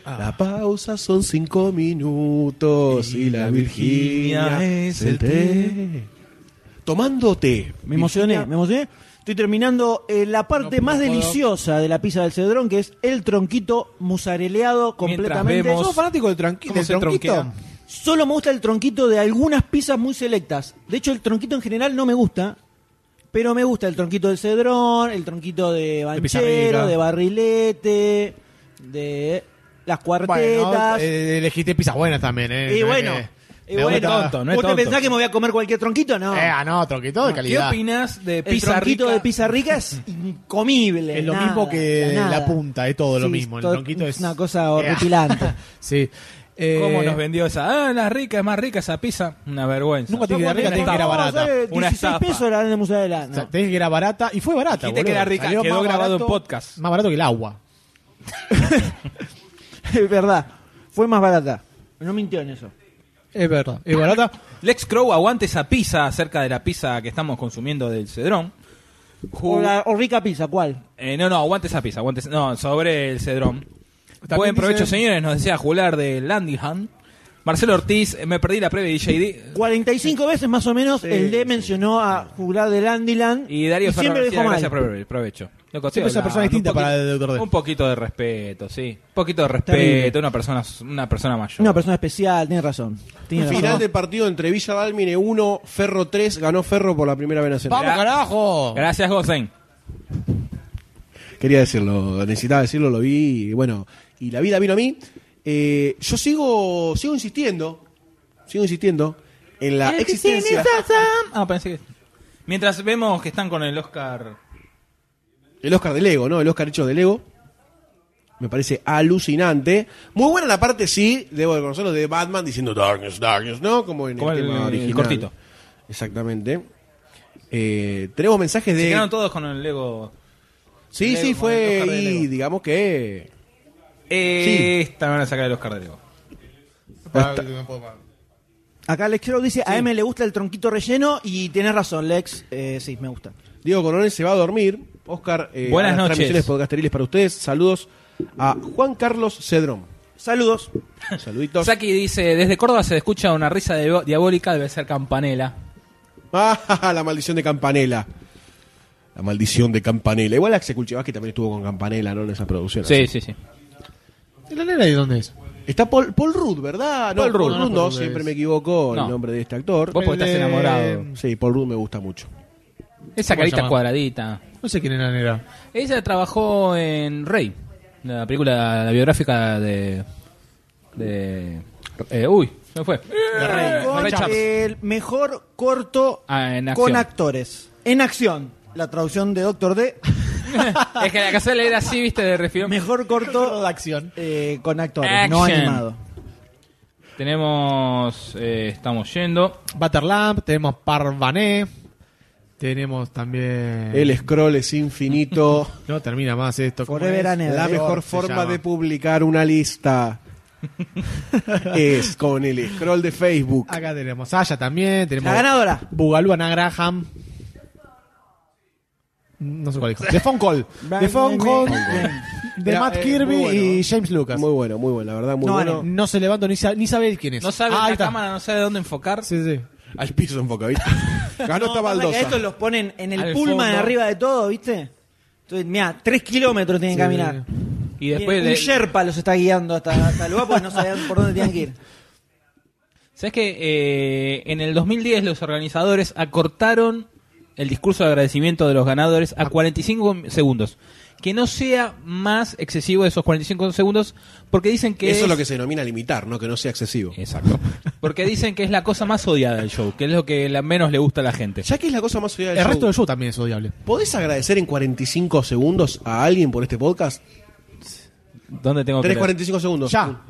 Speaker 7: La pausa son cinco minutos y, la Virginia es el té. Tomando té.
Speaker 4: Me emocioné,
Speaker 7: Virginia,
Speaker 4: me emocioné. Estoy terminando eh, la parte más
Speaker 5: puedo.
Speaker 4: deliciosa de la pizza del cedrón, que es el tronquito musareleado completamente.
Speaker 5: vemos-
Speaker 4: Yo,
Speaker 6: ¿Sos fanático del, tranqui-
Speaker 5: ¿Cómo
Speaker 6: del
Speaker 5: se
Speaker 6: tronquito?
Speaker 5: tronquea?
Speaker 4: Solo me gusta el tronquito de algunas pizzas muy selectas. De hecho, el tronquito en general no me gusta. Pero me gusta el tronquito del cedrón, el tronquito de banchero,
Speaker 6: pizarrica.
Speaker 4: de barrilete, de las
Speaker 6: Bueno,
Speaker 4: cuartetas.
Speaker 6: eh, elegiste pizzas buenas también, ¿eh?
Speaker 4: y
Speaker 6: No es
Speaker 4: bueno,
Speaker 6: que-
Speaker 4: y
Speaker 6: me
Speaker 4: bueno.
Speaker 6: gusta.
Speaker 5: tonto, no es
Speaker 4: ¿Vos te
Speaker 5: tonto.
Speaker 4: pensás que me voy a comer cualquier tronquito? No.
Speaker 6: Eh, ah, no, tronquito de
Speaker 5: ¿Qué
Speaker 6: calidad.
Speaker 5: opinas de
Speaker 4: el
Speaker 5: Pizza
Speaker 4: tronquito
Speaker 5: Rica?
Speaker 4: de pizza rica es incomible.
Speaker 6: Es lo
Speaker 4: nada,
Speaker 6: mismo que
Speaker 4: nada.
Speaker 6: la punta, es todo lo
Speaker 4: Sí,
Speaker 6: mismo. El
Speaker 4: todo-
Speaker 6: tronquito es.
Speaker 4: una cosa horripilante.
Speaker 6: sí. Eh,
Speaker 5: ¿Cómo nos vendió esa? Ah, la rica, es más rica esa pizza. Una vergüenza.
Speaker 6: Nunca te
Speaker 5: Yo
Speaker 6: quedé
Speaker 5: comí
Speaker 6: rica,
Speaker 5: una
Speaker 6: te dije que era
Speaker 5: estafa.
Speaker 6: barata.
Speaker 5: Una
Speaker 4: 16
Speaker 5: estafa.
Speaker 4: eh, pesos la de musarela.
Speaker 6: O sea, te dije que era barata y fue barata.
Speaker 5: Dijiste que
Speaker 6: boludo.
Speaker 5: era rica,
Speaker 6: Salió
Speaker 5: quedó
Speaker 6: más
Speaker 5: grabado
Speaker 6: barato-
Speaker 5: en podcast.
Speaker 6: Más barato que el agua.
Speaker 4: Es verdad. Fue más barata. No mintió en eso.
Speaker 6: Es verdad, es barata. ¡Oh,
Speaker 5: Lex Crow aguante esa pizza acerca de la pizza que estamos consumiendo del Cedrón. Ju-
Speaker 4: O, la- o rica pizza, ¿cuál?
Speaker 5: Eh, no, no, aguante esa pizza. Aguante esa- No, sobre el Cedrón.
Speaker 6: También
Speaker 5: Buen provecho,
Speaker 6: dice-
Speaker 5: señores. Nos decía Jular de Landihan. Marcelo Ortiz, eh, me perdí la previa de DJD.
Speaker 4: 45 veces más o menos el D mencionó a Juglar de Landyland
Speaker 5: Y Darío
Speaker 4: siempre
Speaker 5: Fernández,
Speaker 4: lo dijo mal.
Speaker 5: gracias por el provecho. Loco, estoy
Speaker 6: Siempre es una persona
Speaker 5: hablando,
Speaker 6: distinta
Speaker 5: un poquito-
Speaker 6: para el Dr. D.
Speaker 5: Un poquito de respeto, sí. Un poquito de
Speaker 4: Terrible.
Speaker 5: respeto, una persona, una persona mayor.
Speaker 4: Una persona especial, tiene razón. Tiene razón.
Speaker 7: Final de partido entre Villa Dalmine 1, Ferro 3, ganó Ferro por la primera vez nacional.
Speaker 5: Gra-
Speaker 6: carajo!
Speaker 5: Gracias, Gosen.
Speaker 7: Quería decirlo, necesitaba decirlo, lo vi y bueno, y la vida vino a mí. Eh, yo sigo, sigo insistiendo, sigo insistiendo en la existencia.
Speaker 5: Ah, pensé que. Mientras vemos que están con el Oscar.
Speaker 7: El Oscar de Lego, ¿no? El Oscar hecho de Lego. Me parece alucinante. Muy buena la parte, sí, debo de conocerlo, de Batman diciendo Darkness, Darkness, ¿no? Como en
Speaker 5: Como
Speaker 7: el,
Speaker 5: el-
Speaker 7: tema
Speaker 5: el
Speaker 7: original.
Speaker 5: cortito.
Speaker 7: Exactamente. Eh, tenemos mensajes
Speaker 5: Se
Speaker 7: de.
Speaker 5: quedaron todos con el Lego.
Speaker 7: sí,
Speaker 5: Lego,
Speaker 7: sí,
Speaker 5: con el
Speaker 7: fue.
Speaker 5: Oscar de
Speaker 7: Y
Speaker 5: Lego.
Speaker 7: digamos que.
Speaker 5: Eh, Esta me van a sacar el Oscar de Lego.
Speaker 7: Hasta-
Speaker 4: Acá Lex Crow dice, a M le gusta el tronquito relleno y tenés razón, Lex. Eh, sí, me gusta.
Speaker 7: Diego Coronel se va a dormir. Oscar, eh,
Speaker 5: Buenas
Speaker 7: a las
Speaker 5: noches.
Speaker 7: transmisiones podcasteriles para ustedes. Saludos a Juan Carlos Cedrón.
Speaker 4: Saludos.
Speaker 7: Saluditos.
Speaker 5: Saki dice: Desde Córdoba se escucha una risa de- diabólica, debe ser campanela.
Speaker 7: Ah, la maldición de Campanela. La maldición de Campanela. Igual Axel Kulchevsky también estuvo con Campanela, ¿no? En esa producción.
Speaker 5: Sí,
Speaker 7: Así.
Speaker 5: sí, sí.
Speaker 6: ¿La nena de dónde es?
Speaker 7: Está Paul, Paul Rudd, ¿verdad?
Speaker 6: Paul Rudd.
Speaker 7: no,
Speaker 6: No, no, Paul Rudd Eh,
Speaker 7: siempre
Speaker 6: es.
Speaker 7: me equivoco
Speaker 5: No.
Speaker 7: el nombre de este actor.
Speaker 5: Vos porque
Speaker 6: El
Speaker 5: estás
Speaker 6: de-
Speaker 5: enamorado.
Speaker 7: Sí, Paul Rudd me gusta mucho.
Speaker 5: Esa
Speaker 6: ¿Cómo se
Speaker 5: carita
Speaker 6: llama?
Speaker 5: cuadradita.
Speaker 6: No sé quién era la nena.
Speaker 5: Ella trabajó en Rey, la película, la biográfica de. de eh, uy, se me fue. Eh,
Speaker 4: Con
Speaker 5: Rey Charles.
Speaker 4: el mejor corto
Speaker 5: Ah, en acción.
Speaker 4: con actores. En acción. La traducción de Doctor D.
Speaker 5: es que la casa le era así, viste, de refilón.
Speaker 4: Mejor corto
Speaker 6: La acción.
Speaker 4: eh, con actores, no
Speaker 5: Action.
Speaker 4: animado.
Speaker 5: Tenemos. eh, estamos yendo.
Speaker 6: Butterlamp, tenemos Parvané. Tenemos también.
Speaker 5: Eh.
Speaker 7: El scroll es infinito.
Speaker 6: No termina más esto. ¿cómo
Speaker 4: Forever
Speaker 6: es?
Speaker 4: and ever.
Speaker 7: La
Speaker 6: Peor
Speaker 7: mejor
Speaker 6: se
Speaker 7: forma
Speaker 6: llama.
Speaker 7: de publicar una lista es con el scroll de Facebook.
Speaker 6: Acá tenemos Aya también. Tenemos
Speaker 4: La ganadora.
Speaker 6: Bugalú Ana Graham. No sé cuál dijo. De Phone Call. De Phone Call. De
Speaker 7: Era,
Speaker 6: Matt
Speaker 7: eh,
Speaker 6: Kirby
Speaker 7: muy bueno.
Speaker 6: y James Lucas.
Speaker 7: Muy bueno, muy bueno, la verdad, muy
Speaker 4: No,
Speaker 7: bueno.
Speaker 6: No se levanta ni, sa- ni sabe él quién es.
Speaker 5: No sabe
Speaker 6: Ah, ahí
Speaker 5: la
Speaker 6: está.
Speaker 5: cámara, no sabe dónde enfocar.
Speaker 6: Sí, sí.
Speaker 7: Al piso enfoca, ¿viste? Ganó esta
Speaker 4: pasa que
Speaker 7: baldosa.
Speaker 4: a Estos los ponen en el
Speaker 5: Al
Speaker 4: pulman
Speaker 5: fondo.
Speaker 4: arriba de todo, ¿viste? Entonces, mira, tres kilómetros tienen que caminar.
Speaker 5: Y después.
Speaker 4: un
Speaker 5: de-
Speaker 4: Sherpa los está guiando hasta, hasta el lugar porque no sabían por dónde tenían que ir.
Speaker 5: ¿Sabes que en el 2010 los organizadores acortaron el discurso de agradecimiento de los ganadores a 45 segundos? Que no sea más excesivo de esos 45 segundos, porque dicen que.
Speaker 7: Eso es
Speaker 5: es-
Speaker 7: lo que se denomina limitar, ¿no? Que no sea excesivo.
Speaker 5: Exacto. Porque dicen que es la cosa más odiada del show, que es lo que la menos le gusta a la gente.
Speaker 7: Ya que es la cosa más odiada del
Speaker 6: El
Speaker 7: show,
Speaker 6: resto del show también es odiable.
Speaker 7: ¿podés agradecer en 45 segundos a alguien por este podcast?
Speaker 5: ¿Dónde tengo que
Speaker 7: Tenés
Speaker 5: leer?
Speaker 7: 45 segundos.
Speaker 6: Ya.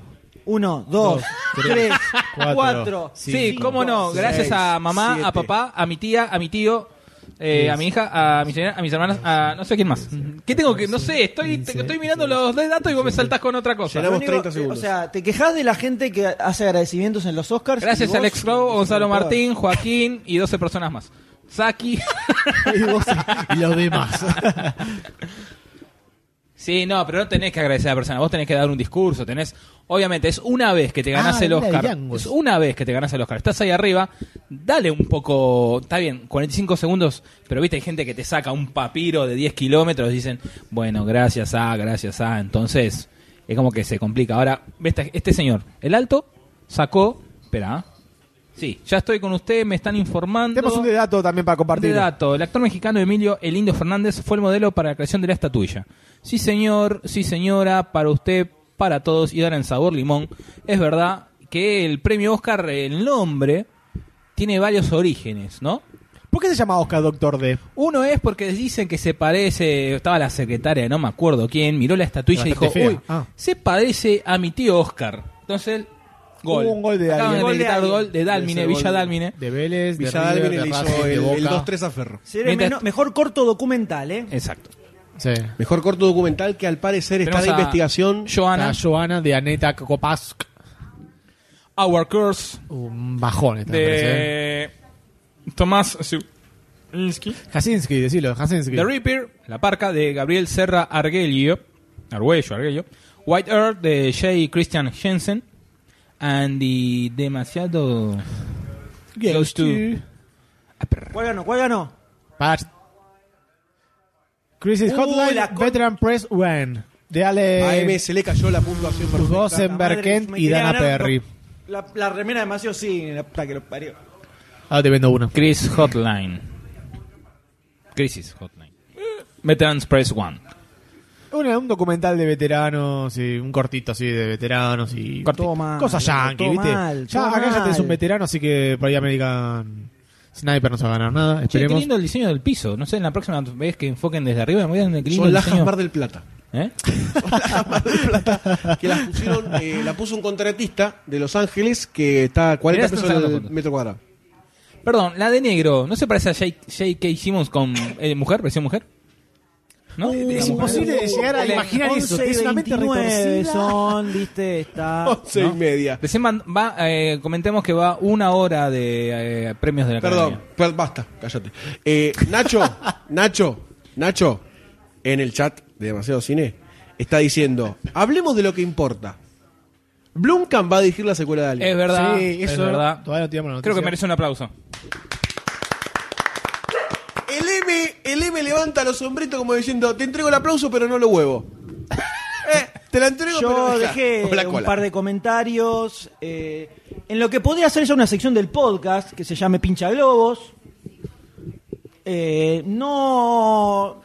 Speaker 4: Uno, dos, tres,
Speaker 6: cuatro,
Speaker 4: cuatro.
Speaker 5: Sí, cómo no.
Speaker 4: cinco,
Speaker 5: Gracias
Speaker 4: seis,
Speaker 5: a mamá,
Speaker 4: siete.
Speaker 5: a papá, a mi tía, a mi tío, eh, a mi hija, a mi señora, a mis hermanas, a no sé quién más. ¿Qué tengo que.? No sé, estoy, te- estoy mirando los datos y vos me saltás con otra cosa.
Speaker 7: Llenamos
Speaker 4: Lo único-
Speaker 7: 30
Speaker 4: O
Speaker 7: segundos.
Speaker 4: sea, te quejas de la gente que hace agradecimientos en los Oscars.
Speaker 5: Gracias
Speaker 4: y
Speaker 5: a
Speaker 4: vos-
Speaker 5: Alex Crow, Gonzalo Martín, Joaquín y 12 personas más. Saki.
Speaker 6: Y vos y los demás.
Speaker 5: Sí, no, pero no tenés que agradecer a la persona, vos tenés que dar un discurso, tenés... Obviamente, es una vez que te ganás
Speaker 6: Ah,
Speaker 5: el
Speaker 6: era de
Speaker 5: Oscar.
Speaker 6: Yangos.
Speaker 5: Es una vez que te ganás el Oscar. Estás ahí arriba, dale un poco... Está bien, 45 segundos, pero viste, hay gente que te saca un papiro de 10 kilómetros y dicen, bueno, gracias a, gracias a. Entonces, es como que se complica. Ahora, esta- este señor, el alto, sacó... Espera. ah, Sí, ya estoy con usted, me están informando...
Speaker 21: Tenemos un de dato también para compartir.
Speaker 5: De dato, el actor mexicano Emilio El Indio Fernández fue el modelo para la creación de la estatuilla. Sí, señor, sí, señora, para usted, para todos y dar en sabor limón. Es verdad que el premio Oscar, el nombre, tiene varios orígenes, ¿no?
Speaker 21: ¿Por qué se llama Oscar Doctor D?
Speaker 5: Uno es porque dicen que se parece, estaba la secretaria, no me acuerdo quién, miró la estatuilla y dijo,
Speaker 6: Bastante fea.
Speaker 5: uy,
Speaker 6: Ah.
Speaker 5: se parece a mi tío Oscar. Entonces, gol.
Speaker 21: Hubo un gol de
Speaker 5: Acaban
Speaker 21: alguien.
Speaker 5: de
Speaker 21: Gol de
Speaker 5: gritar
Speaker 21: alguien.
Speaker 5: gol de Dálmine,
Speaker 7: Debe ser
Speaker 5: Villa
Speaker 7: gol de-
Speaker 5: Dálmine.
Speaker 6: De Vélez, de
Speaker 7: Villa
Speaker 6: River,
Speaker 7: Dalvin
Speaker 6: de
Speaker 7: le hizo
Speaker 6: Racing, de
Speaker 7: el, el
Speaker 6: Boca.
Speaker 7: 2-3 a Ferro.
Speaker 4: Sería el
Speaker 5: Mientras-
Speaker 4: meno- mejor corto documental, ¿eh?
Speaker 5: Exacto.
Speaker 6: Sí.
Speaker 7: Mejor corto documental que al parecer está
Speaker 5: Tenemos
Speaker 7: de
Speaker 5: a
Speaker 7: investigación.
Speaker 5: Joana,
Speaker 6: Está Joana de Aneta Kopask.
Speaker 5: Our Curse.
Speaker 6: Un bajón esta, me parece, ¿eh?
Speaker 5: de Tomás Zulinski.
Speaker 6: Jasinski, decilo, Jasinski.
Speaker 5: The Reaper, La Parca, de Gabriel Serra Argelio, Argüello, Argelio. White Earth, de J. Christian Jensen. and the demasiado close to.
Speaker 7: Eh.
Speaker 25: ¿Cuál ganó? ¿Cuál ganó?
Speaker 6: Crisis
Speaker 25: Uh, la
Speaker 6: Hotline,
Speaker 25: con-
Speaker 6: Veteran Press When. De
Speaker 7: A M
Speaker 6: Ale
Speaker 7: se le cayó la puntuación perfecta.
Speaker 6: Rosenberg
Speaker 25: Me
Speaker 6: y
Speaker 25: quería
Speaker 6: Dana
Speaker 25: ganar
Speaker 6: Perry.
Speaker 25: con- La, la remera de Macio sí, la puta que lo parió.
Speaker 6: Ahora Ah, te vendo uno.
Speaker 5: Chris Hotline. Crisis Hotline. Veterans Press One.
Speaker 6: Una- un documental de veteranos, y un cortito así de veteranos y
Speaker 4: Todo mal,
Speaker 6: cosas yankee,
Speaker 4: todo
Speaker 6: ¿viste?
Speaker 4: mal,
Speaker 6: ya,
Speaker 4: todo
Speaker 6: acá ya tenés
Speaker 4: mal.
Speaker 6: un veterano, así que por ahí American Sniper no se va a ganar nada.
Speaker 5: Che, qué
Speaker 6: Esperemos.
Speaker 5: lindo el diseño del piso. No sé, en la próxima vez que enfoquen desde arriba, me voy a dar un lindo
Speaker 7: Son
Speaker 5: el
Speaker 7: lajas
Speaker 5: diseño.
Speaker 7: Mar del Plata.
Speaker 5: ¿Eh?
Speaker 7: Que las pusieron, eh, la puso un contratista de Los Ángeles que está a
Speaker 5: Mirá,
Speaker 7: 40
Speaker 5: están
Speaker 7: pesos el
Speaker 5: sacando fotos.
Speaker 7: metro cuadrado.
Speaker 5: Perdón, la de negro. ¿No se parece a J- J.K. Simmons con eh, mujer, versión mujer? ¿No?
Speaker 6: es
Speaker 5: Digamos,
Speaker 6: imposible
Speaker 5: ¿no?
Speaker 6: de llegar a
Speaker 5: Ele-
Speaker 6: imaginar
Speaker 4: 11
Speaker 6: eso.
Speaker 4: y
Speaker 6: Tenés una mente
Speaker 4: 29
Speaker 6: retorcida.
Speaker 4: son, viste, está...
Speaker 7: Once y media.
Speaker 5: Recién van- va, eh, comentemos que va una hora de eh, premios de la
Speaker 7: Perdón,
Speaker 5: Academia.
Speaker 7: per- basta, cállate. Eh, Nacho, Nacho, Nacho, en el chat de Demasiado Cine, está diciendo, hablemos de lo que importa. Blumkamp va a dirigir la secuela de Alien.
Speaker 5: Es verdad,
Speaker 6: Sí,
Speaker 5: es
Speaker 6: eso
Speaker 5: verdad.
Speaker 6: todavía no tiramos la
Speaker 5: Creo que
Speaker 6: noticia.
Speaker 5: merece un aplauso.
Speaker 7: El M, el M levanta los sombritos como diciendo, te entrego el aplauso, pero no lo huevo. Eh, te la entrego, pero
Speaker 4: Yo
Speaker 7: deja.
Speaker 4: dejé
Speaker 7: O la
Speaker 4: un
Speaker 7: cola.
Speaker 4: par de comentarios. eh, en lo que podría ser ya una sección del podcast que se llame Pincha Globos. Eh, no,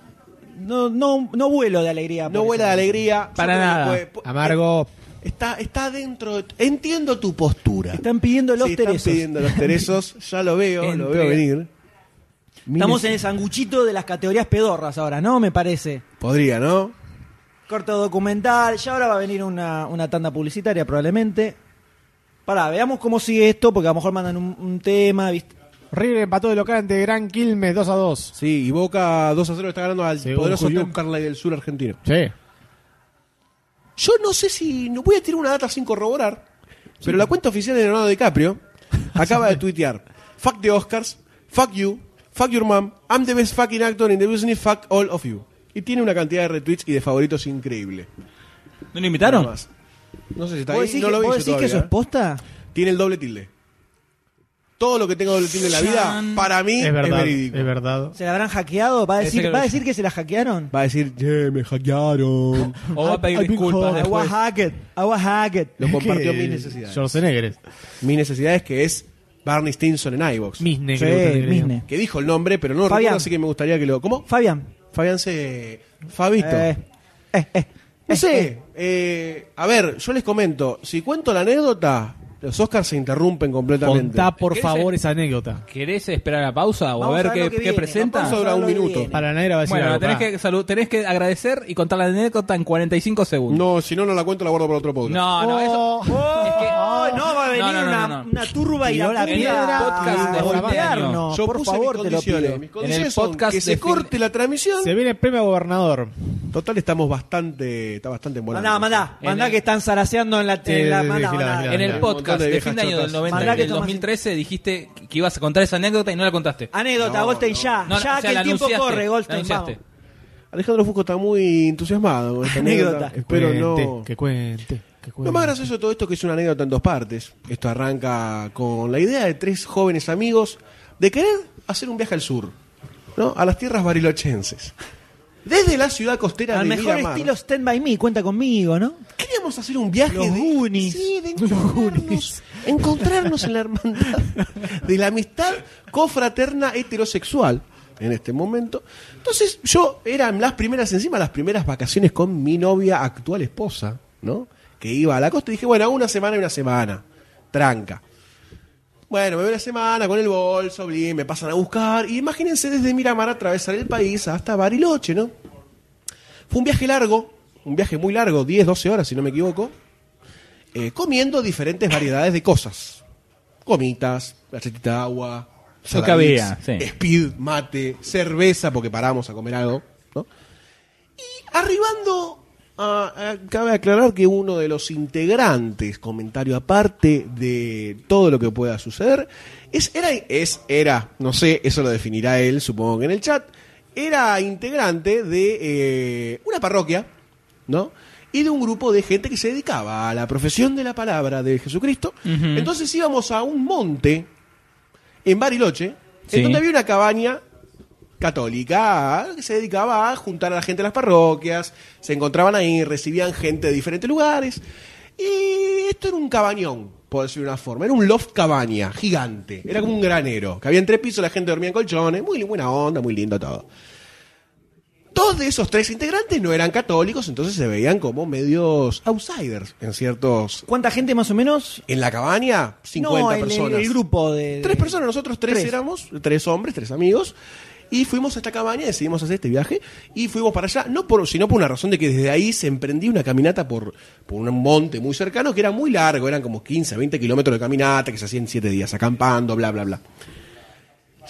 Speaker 4: no, no, no vuelo de alegría.
Speaker 7: No
Speaker 4: por
Speaker 7: vuela de
Speaker 4: eso.
Speaker 7: alegría.
Speaker 5: Para
Speaker 7: Yo creo
Speaker 5: nada.
Speaker 7: que puede- pu-
Speaker 6: Amargo.
Speaker 7: Está, está dentro. de- Entiendo tu postura.
Speaker 4: Están pidiendo los
Speaker 7: Sí, están
Speaker 4: teresos.
Speaker 7: pidiendo los teresos. Ya lo veo, lo
Speaker 5: Entrega.
Speaker 7: veo venir.
Speaker 4: Estamos
Speaker 7: Mire,
Speaker 4: en el sanguchito de las categorías pedorras ahora, ¿no? Me parece.
Speaker 7: Podría, ¿no?
Speaker 4: Corto documental. Ya ahora va a venir una, una tanda publicitaria probablemente. Pará, veamos cómo sigue esto, porque a lo mejor mandan un, un tema, ¿viste?
Speaker 6: River empató de local ante Gran Quilmes 2 a 2.
Speaker 7: Sí, y Boca 2 a 0 está ganando al
Speaker 6: Según
Speaker 7: poderoso
Speaker 6: Julio.
Speaker 7: Temperley del sur argentino.
Speaker 6: Sí.
Speaker 7: Yo no sé si. No voy a tirar una data sin corroborar, pero la cuenta oficial de Leonardo DiCaprio acaba de tuitear: Fuck the Oscars, fuck you, fuck your mom, I'm the best fucking actor in the business, fuck all of you. Y tiene una cantidad de retweets y de favoritos increíble.
Speaker 5: ¿No lo invitaron?
Speaker 7: Nada más. No sé si está
Speaker 4: ¿Vos
Speaker 7: ahí,
Speaker 4: decís,
Speaker 7: no
Speaker 4: que,
Speaker 7: lo vi
Speaker 4: vos
Speaker 7: yo
Speaker 4: decís que
Speaker 7: todavía,
Speaker 4: eso es
Speaker 7: ¿eh?
Speaker 4: posta?
Speaker 7: Tiene el doble tilde. Todo lo que tenga doble tilde en la vida,
Speaker 5: Chan.
Speaker 7: para mí, es,
Speaker 6: Es verdad. Es
Speaker 7: verídico.
Speaker 6: verdad.
Speaker 4: ¿Se la habrán hackeado? ¿Va a
Speaker 5: Ese
Speaker 4: decir,
Speaker 5: que lo
Speaker 4: ¿va a
Speaker 5: hizo.
Speaker 4: decir que se la hackearon?
Speaker 7: Va a decir, che, me hackearon.
Speaker 5: O va a pedir
Speaker 6: Ay,
Speaker 5: disculpas
Speaker 6: hijo,
Speaker 4: I was
Speaker 5: después.
Speaker 4: hacked. I was hacked.
Speaker 7: Lo compartió
Speaker 6: Que-
Speaker 7: mis necesidades.
Speaker 6: Eh, Schwarzenegger es.
Speaker 7: Mis necesidades que es Barney Stinson en iVox.
Speaker 6: Misne,
Speaker 4: Sí,
Speaker 6: creo que le
Speaker 4: Misne.
Speaker 6: digan.
Speaker 7: Que dijo el nombre, pero no lo
Speaker 4: Fabián.
Speaker 7: recuerdo, así que me gustaría que lo... ¿Cómo?
Speaker 4: Fabián.
Speaker 7: Fabián se... Fabito.
Speaker 4: Eh, eh, eh.
Speaker 7: no sé. eh, a ver, yo les comento. Si cuento la anécdota, los Oscars se interrumpen completamente.
Speaker 6: Contá, por
Speaker 5: ¿Qué
Speaker 6: favor,
Speaker 5: dice?
Speaker 6: esa anécdota.
Speaker 5: ¿Querés esperar la pausa o
Speaker 4: Vamos
Speaker 5: a ver,
Speaker 4: ver
Speaker 5: qué,
Speaker 4: lo que
Speaker 5: qué
Speaker 4: viene,
Speaker 5: presenta?
Speaker 7: vamos a- dura un minuto.
Speaker 6: Para Negra va a decir
Speaker 5: Bueno,
Speaker 6: algo,
Speaker 5: tenés
Speaker 6: pará.
Speaker 5: que, salu- tenés que agradecer y contar la anécdota en 45 segundos.
Speaker 7: No, si no, no la cuento, la guardo para otro podcast.
Speaker 5: No, no, eso. es que-
Speaker 4: Oh, no, va a venir
Speaker 5: No, no, no,
Speaker 4: una,
Speaker 5: no, no.
Speaker 4: una turba y la
Speaker 5: Tiró la piedra
Speaker 4: podcast
Speaker 5: podcast de
Speaker 4: a
Speaker 5: fin de
Speaker 4: golpearnos.
Speaker 7: Yo
Speaker 4: por
Speaker 7: puse
Speaker 4: favor,
Speaker 7: mis
Speaker 4: te lo
Speaker 7: condiciones.
Speaker 4: pido.
Speaker 7: Mis
Speaker 5: En el
Speaker 7: condiciones son
Speaker 5: podcast
Speaker 7: que
Speaker 5: de
Speaker 7: se
Speaker 5: fin-
Speaker 7: corte la transmisión.
Speaker 6: Se viene el premio a gobernador.
Speaker 7: Total, estamos bastante. Está bastante en bola.
Speaker 4: Mandá, mandá.
Speaker 5: En
Speaker 4: Mandá
Speaker 5: el-
Speaker 4: que están zaraseando en la...
Speaker 6: Sí,
Speaker 4: en la-
Speaker 6: sí,
Speaker 4: mandá,
Speaker 6: sí, la-
Speaker 4: mandá.
Speaker 6: la-
Speaker 5: En
Speaker 6: Un
Speaker 5: el podcast
Speaker 7: montón de
Speaker 5: de
Speaker 7: viejas
Speaker 5: fin de año
Speaker 7: chotas.
Speaker 5: del 90
Speaker 4: Mandá
Speaker 5: y
Speaker 4: que
Speaker 5: del
Speaker 4: Tomás-
Speaker 5: 2013 dijiste que ibas a contar esa anécdota y no la contaste.
Speaker 4: Anécdota,
Speaker 7: No,
Speaker 4: Goldstein, Ah, ya.
Speaker 5: No, no,
Speaker 4: ya
Speaker 5: o sea,
Speaker 4: que
Speaker 5: la
Speaker 4: el tiempo
Speaker 5: anunciaste,
Speaker 4: corre,
Speaker 5: la
Speaker 4: Goldstein,
Speaker 5: anunciaste.
Speaker 4: vamos.
Speaker 7: Alejandro Fusco está muy entusiasmado con esta
Speaker 4: Anécdota.
Speaker 7: anécdota. Espero
Speaker 6: Cuente,
Speaker 7: no.
Speaker 6: Que cuente, que cuente.
Speaker 7: Lo más gracioso de todo esto es que es una anécdota en dos partes. Esto arranca con la idea de tres jóvenes amigos de querer hacer un viaje al sur, ¿no? A las tierras barilochenses. Desde la ciudad costera
Speaker 4: Al
Speaker 7: de
Speaker 4: mejor
Speaker 7: Miramar,
Speaker 4: estilo Stand By Me, cuenta conmigo, ¿no?
Speaker 7: Queríamos hacer un viaje
Speaker 4: Los
Speaker 7: de
Speaker 4: Goonies.
Speaker 7: Sí, de encontrarnos, encontrarnos en la hermandad de la amistad cofraterna heterosexual en este momento. Entonces, yo eran las primeras, encima las primeras vacaciones con mi novia actual esposa, ¿no? Que iba a la costa y dije, bueno, una semana y una semana. Tranca. Bueno, me voy una semana con el bolso, blin, me pasan a buscar. Y imagínense desde Miramar atravesar el país hasta Bariloche, ¿no? Fue un viaje largo, un viaje muy largo, 10, 12 horas si no me equivoco, eh, comiendo diferentes variedades de cosas. Comitas, galletita de agua,
Speaker 5: Lo que
Speaker 7: saladix,
Speaker 5: había, sí.
Speaker 7: speed, mate, cerveza, porque paramos a comer algo, ¿no? Y arribando, a- a- cabe aclarar que uno de los integrantes, comentario aparte de todo lo que pueda suceder, es, era, es, era, no sé, eso lo definirá él, supongo que en el chat, era integrante de eh, una parroquia, ¿no? y de un grupo de gente que se dedicaba a la profesión de la palabra de Jesucristo.
Speaker 5: Ujú.
Speaker 7: Entonces íbamos a un monte en Bariloche,
Speaker 5: Sí.
Speaker 7: en donde había una cabaña católica que se dedicaba a juntar a la gente de las parroquias, se encontraban ahí, recibían gente de diferentes lugares. Y esto era un cabañón, por decirlo de una forma, era un loft cabaña gigante, era como un granero, que había en tres pisos, la gente dormía en colchones, muy buena onda, muy lindo todo. Dos de esos tres integrantes no eran católicos, entonces se veían como medios outsiders en ciertos...
Speaker 4: ¿Cuánta gente más o menos?
Speaker 7: En la cabaña, 50
Speaker 4: No, el- el-
Speaker 7: personas.
Speaker 4: el grupo de-
Speaker 7: Tres personas, nosotros tres,
Speaker 4: Tres.
Speaker 7: éramos, tres hombres, tres amigos, y fuimos a esta cabaña, decidimos hacer este viaje, y fuimos para allá, no por, sino por una razón de que desde ahí se emprendía una caminata por, por un monte muy cercano, que era muy largo, eran como 15, 20 kilómetros de caminata, que se hacían siete días, acampando, bla, bla, bla.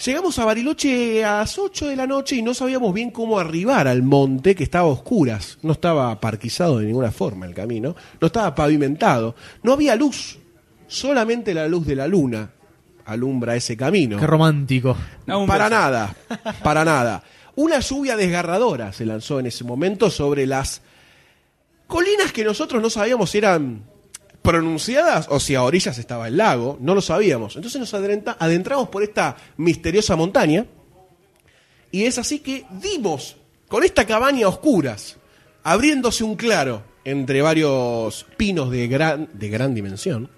Speaker 7: Llegamos a Bariloche a las 8 de la noche y no sabíamos bien cómo arribar al monte, que estaba a oscuras. No estaba parquizado de ninguna forma el camino, no estaba pavimentado, no había luz, solamente la luz de la luna alumbra ese camino.
Speaker 6: Qué romántico.
Speaker 7: para nada, para nada. Una lluvia desgarradora se lanzó en ese momento sobre las colinas que nosotros no sabíamos si eran pronunciadas o si a orillas estaba el lago, no lo sabíamos. Entonces nos adrenta- adentramos por esta misteriosa montaña y es así que dimos con esta cabaña a oscuras, abriéndose un claro entre varios pinos de gran, de gran dimensión.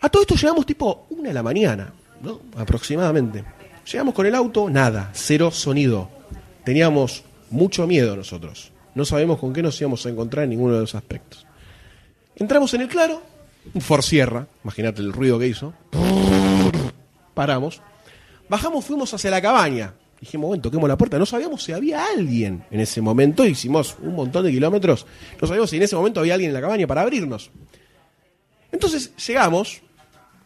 Speaker 7: A todo esto llegamos tipo una de la mañana, ¿no? aproximadamente. Llegamos con el auto, nada, cero sonido. Teníamos mucho miedo nosotros. No sabemos con qué nos íbamos a encontrar en ninguno de los aspectos. Entramos en el claro, un Ford Sierra, imagínate el ruido que hizo. Paramos. Bajamos, fuimos hacia la cabaña. Dijimos, bueno, toquemos la puerta. No sabíamos si había alguien en ese momento. Hicimos un montón de kilómetros. No sabíamos si en ese momento había alguien en la cabaña para abrirnos. Entonces llegamos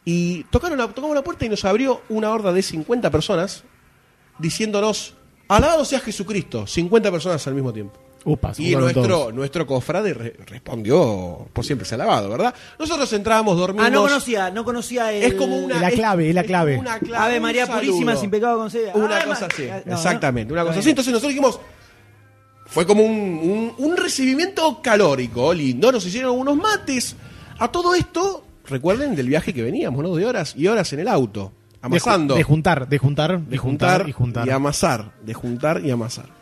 Speaker 7: y tocaron la, tocamos la puerta y nos abrió una horda de 50 personas diciéndonos, alabado sea Jesucristo, 50 personas al mismo tiempo.
Speaker 6: Upa, se
Speaker 7: Y
Speaker 6: juntaron
Speaker 7: nuestro,
Speaker 6: todos.
Speaker 7: nuestro cofrade re- respondió, por siempre se ha alabado, ¿verdad? Nosotros entrábamos, dormimos.
Speaker 4: Ah, no conocía, no conocía el...
Speaker 7: Es como una-
Speaker 6: Es la clave, es la clave.
Speaker 7: una clave,
Speaker 4: Ave
Speaker 7: un
Speaker 4: María
Speaker 7: saludo.
Speaker 4: Purísima sin pecado concebida.
Speaker 7: Una
Speaker 4: Ave
Speaker 7: cosa
Speaker 4: Ma-
Speaker 7: así,
Speaker 4: Ah, eh, No, no.
Speaker 7: exactamente, una cosa
Speaker 4: Bueno.
Speaker 7: así. Entonces nosotros dijimos, fue como un, un- un recibimiento calórico, lindo, nos hicieron unos mates. A todo esto, recuerden del viaje que veníamos, ¿no? De horas y horas en el auto, amasando.
Speaker 6: De, ju- de juntar, de juntar,
Speaker 7: de juntar
Speaker 6: y juntar.
Speaker 7: y amasar, de juntar y amasar.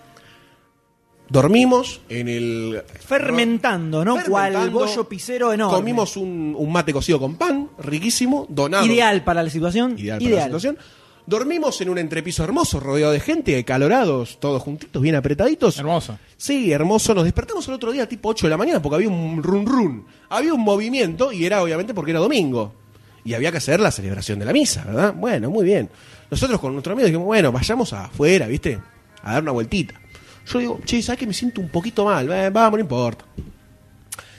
Speaker 7: Dormimos en el...
Speaker 4: Fermentando, ¿no? Cual
Speaker 7: Fermentando.
Speaker 4: bollo pisero enorme.
Speaker 7: Comimos un, un mate cocido con pan, riquísimo, donado.
Speaker 4: Ideal para la situación.
Speaker 7: Ideal,
Speaker 4: Ideal.
Speaker 7: para la situación. Dormimos en un entrepiso hermoso, rodeado de gente, calorados, todos juntitos, bien apretaditos.
Speaker 5: Hermoso.
Speaker 7: Sí, hermoso. Nos despertamos el otro día tipo 8 de la mañana porque había un run run. Había un movimiento y era obviamente porque era domingo. Y había que hacer la celebración de la misa, ¿verdad? Bueno, muy bien. Nosotros con nuestro amigo dijimos, bueno, vayamos afuera, ¿viste? A dar una vueltita. Yo digo, che, ¿sabes que me siento un poquito mal? Eh, vamos, no importa.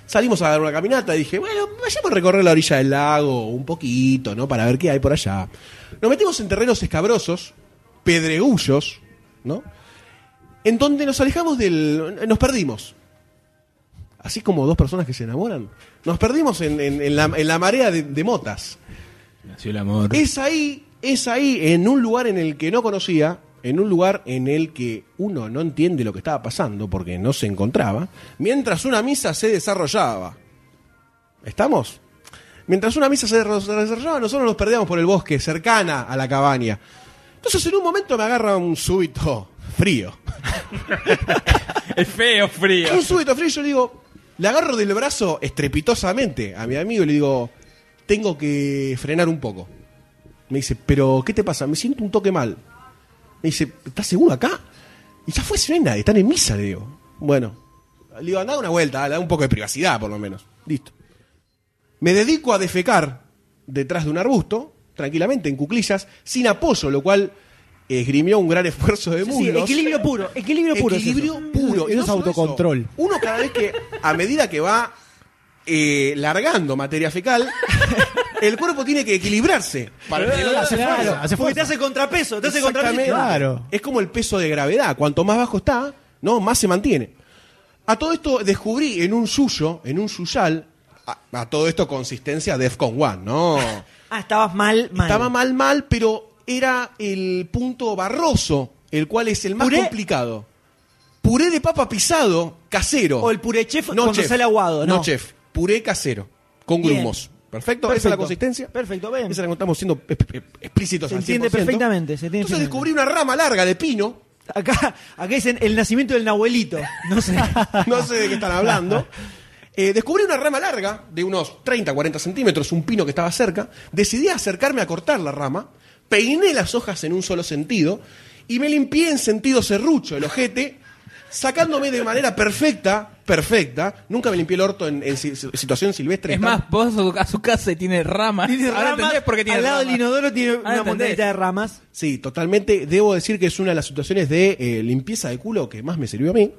Speaker 7: Salimos a dar una caminata y dije, bueno, vayamos a recorrer la orilla del lago un poquito, ¿no? Para ver qué hay por allá. Nos metimos en terrenos escabrosos, pedregullos, ¿no? En donde nos alejamos del... nos perdimos. Así como dos personas que se enamoran. Nos perdimos en, en- en la, en la marea de- de motas.
Speaker 5: Nació el amor.
Speaker 7: Es ahí, es ahí, en un lugar en el que no conocía, en un lugar en el que uno no entiende lo que estaba pasando porque no se encontraba, mientras una misa se desarrollaba. ¿Estamos? Mientras una misa se derro- se desarrollaba, nosotros nos perdíamos por el bosque, cercana a la cabaña. Entonces en un momento me agarra un súbito frío.
Speaker 5: El feo frío.
Speaker 7: Un súbito frío, yo le digo, le agarro del brazo estrepitosamente a mi amigo y le digo, tengo que frenar un poco. Me dice, pero ¿qué te pasa? Me siento un toque mal. Me dice, ¿estás seguro acá? Y ya fue, si no hay nadie, están en misa, le digo. Bueno, le digo, anda una vuelta, da un poco de privacidad por lo menos. Listo. Me dedico a defecar detrás de un arbusto, tranquilamente, en cuclillas, sin apoyo, lo cual esgrimió un gran esfuerzo de
Speaker 4: Sí, sí,
Speaker 7: muslos.
Speaker 4: equilibrio puro, equilibrio puro. es
Speaker 7: Equilibrio
Speaker 4: eso.
Speaker 7: puro. Y
Speaker 6: Eso
Speaker 7: no
Speaker 6: es
Speaker 7: solo
Speaker 6: autocontrol.
Speaker 7: eso, uno cada vez que, a medida que va eh, largando materia fecal, el cuerpo tiene que equilibrarse
Speaker 6: Eh,
Speaker 7: para que no la
Speaker 4: Claro,
Speaker 7: hace
Speaker 4: claro,
Speaker 7: fuerza.
Speaker 4: Porque te hace contrapeso, te hace contrapeso.
Speaker 7: Exactamente. Es como el peso de gravedad. Cuanto más bajo está, no, más se mantiene. A todo esto descubrí en un suyo, en un suyal, a, a todo esto consistencia Defcon 1, ¿no?
Speaker 4: Ah, estabas mal, mal.
Speaker 7: Estaba mal, mal, pero era el punto barroso, el cual es el más
Speaker 4: Puré.
Speaker 7: complicado. Puré de papa pisado casero.
Speaker 4: O el puré chef cuando sale aguado, ¿no?
Speaker 7: chef. Puré casero. Con
Speaker 4: Bien.
Speaker 7: grumos. Perfecto. Esa es la
Speaker 4: Perfecto.
Speaker 7: consistencia.
Speaker 4: Perfecto, ven.
Speaker 7: Esa la estamos siendo eh, eh, explícitos
Speaker 4: Se
Speaker 7: al
Speaker 4: entiende
Speaker 7: 100%.
Speaker 4: perfectamente. Se entiende
Speaker 7: Entonces descubrí
Speaker 4: perfectamente.
Speaker 7: una rama larga de pino.
Speaker 4: Acá, acá dicen el nacimiento del Nahuelito. No sé.
Speaker 7: no sé de qué están hablando. Eh, descubrí una rama larga de unos 30, 40 centímetros, un pino que estaba cerca. Decidí acercarme a cortar la rama, peiné las hojas en un solo sentido y me limpié en sentido serrucho el ojete, sacándome de manera perfecta, perfecta. Nunca me limpié el orto en, en si- situación silvestre.
Speaker 5: Es
Speaker 7: Estaba-
Speaker 5: más, vos a su- a su casa tiene ramas. Ahora entendés por qué tiene
Speaker 4: al lado del
Speaker 5: ramas.
Speaker 4: inodoro tiene
Speaker 5: Ahora
Speaker 4: una
Speaker 5: entendés.
Speaker 4: montañita de ramas.
Speaker 7: Sí, totalmente. Debo decir que es una de las situaciones de eh, limpieza de culo que más me sirvió a mí.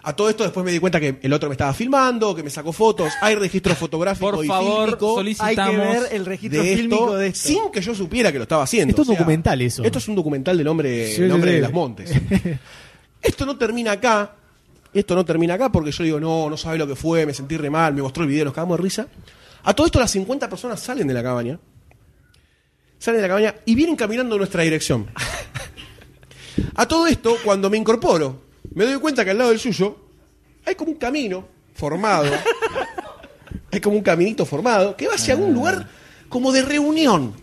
Speaker 7: A todo esto después me di cuenta que el otro me estaba filmando, que me sacó fotos, hay registro fotográfico
Speaker 5: Por
Speaker 7: y
Speaker 5: favor,
Speaker 7: fílmico
Speaker 5: solicitamos-
Speaker 4: Hay que ver el registro
Speaker 7: de
Speaker 4: fílmico
Speaker 7: esto,
Speaker 4: de esto.
Speaker 7: sin que yo supiera que lo estaba haciendo.
Speaker 6: Esto es
Speaker 7: O sea,
Speaker 6: documental, eso.
Speaker 7: Esto es un documental del hombre,
Speaker 6: Sí,
Speaker 7: el
Speaker 6: sí,
Speaker 7: hombre
Speaker 6: sí.
Speaker 7: de las Montes. esto no termina acá. Esto no termina acá porque yo digo, no, no sabe lo que fue, me sentí re mal, me mostró el video, nos cagamos de risa. A todo esto las 50 personas salen de la cabaña. Salen de la cabaña y vienen caminando en nuestra dirección. A todo esto, cuando me incorporo, me doy cuenta que al lado del suyo hay como un camino formado. hay como un caminito formado que va hacia algún lugar como de reunión.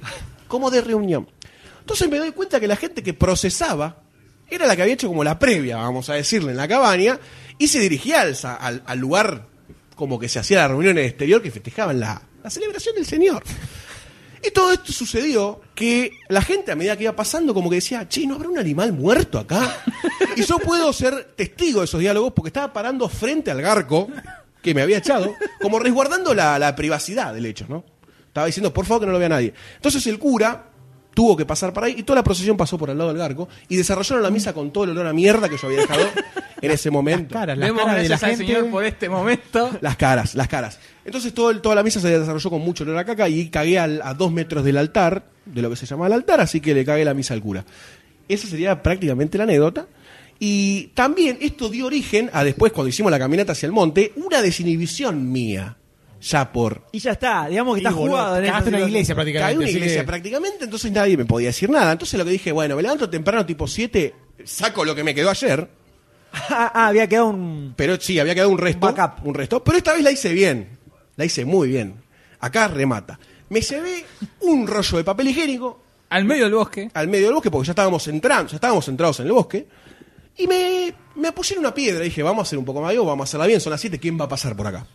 Speaker 7: Como de reunión. Entonces me doy cuenta que la gente que procesaba era la que había hecho como la previa, vamos a decirle, en la cabaña, y se dirigía al, sa- al- al lugar como que se hacía la reunión en el exterior que festejaban la, la celebración del Señor. Y todo esto sucedió que la gente a medida que iba pasando como que decía, che, ¿no habrá un animal muerto acá? Y yo puedo ser testigo de esos diálogos porque estaba parando frente al garco que me había echado, como resguardando la, la privacidad del hecho, ¿no? Estaba diciendo, por favor, que no lo vea nadie. Entonces el cura tuvo que pasar por ahí y toda la procesión pasó por al lado del garco y desarrollaron la misa con todo el olor a mierda que yo había dejado en ese momento.
Speaker 5: Demos gracias al señor por este momento.
Speaker 7: Las caras, las caras. Entonces todo el- toda la misa se desarrolló con mucho olor a caca y cagué al- a dos metros del altar, de lo que se llama el altar, así que le cagué la misa al cura. Esa sería prácticamente la anécdota. Y también esto dio origen a después, cuando hicimos la caminata hacia el monte, una desinhibición mía, ya por...
Speaker 4: Y ya está, digamos que
Speaker 6: Y
Speaker 4: está
Speaker 6: boludo,
Speaker 4: jugado. en
Speaker 6: cagaste
Speaker 4: esta
Speaker 6: una
Speaker 4: situación.
Speaker 6: iglesia prácticamente.
Speaker 7: Caí en una
Speaker 6: así
Speaker 7: iglesia
Speaker 6: que-
Speaker 7: prácticamente, entonces nadie me podía decir nada. Entonces lo que dije, bueno, me levanto temprano tipo 7, saco lo que me quedó ayer,
Speaker 4: Ah, ah, había quedado un.
Speaker 7: Pero sí, había quedado un resto. Un resto. Pero esta vez la hice bien. La hice muy bien. Acá remata. Me llevé un rollo de papel higiénico.
Speaker 5: Al medio del bosque.
Speaker 7: Al medio del bosque, porque ya estábamos entrando, ya estábamos entrados en el bosque. Y me, me apoyé en una piedra. Dije, vamos a hacer un poco más de vivo, vamos a hacerla bien. Son las 7, ¿quién va a pasar por acá?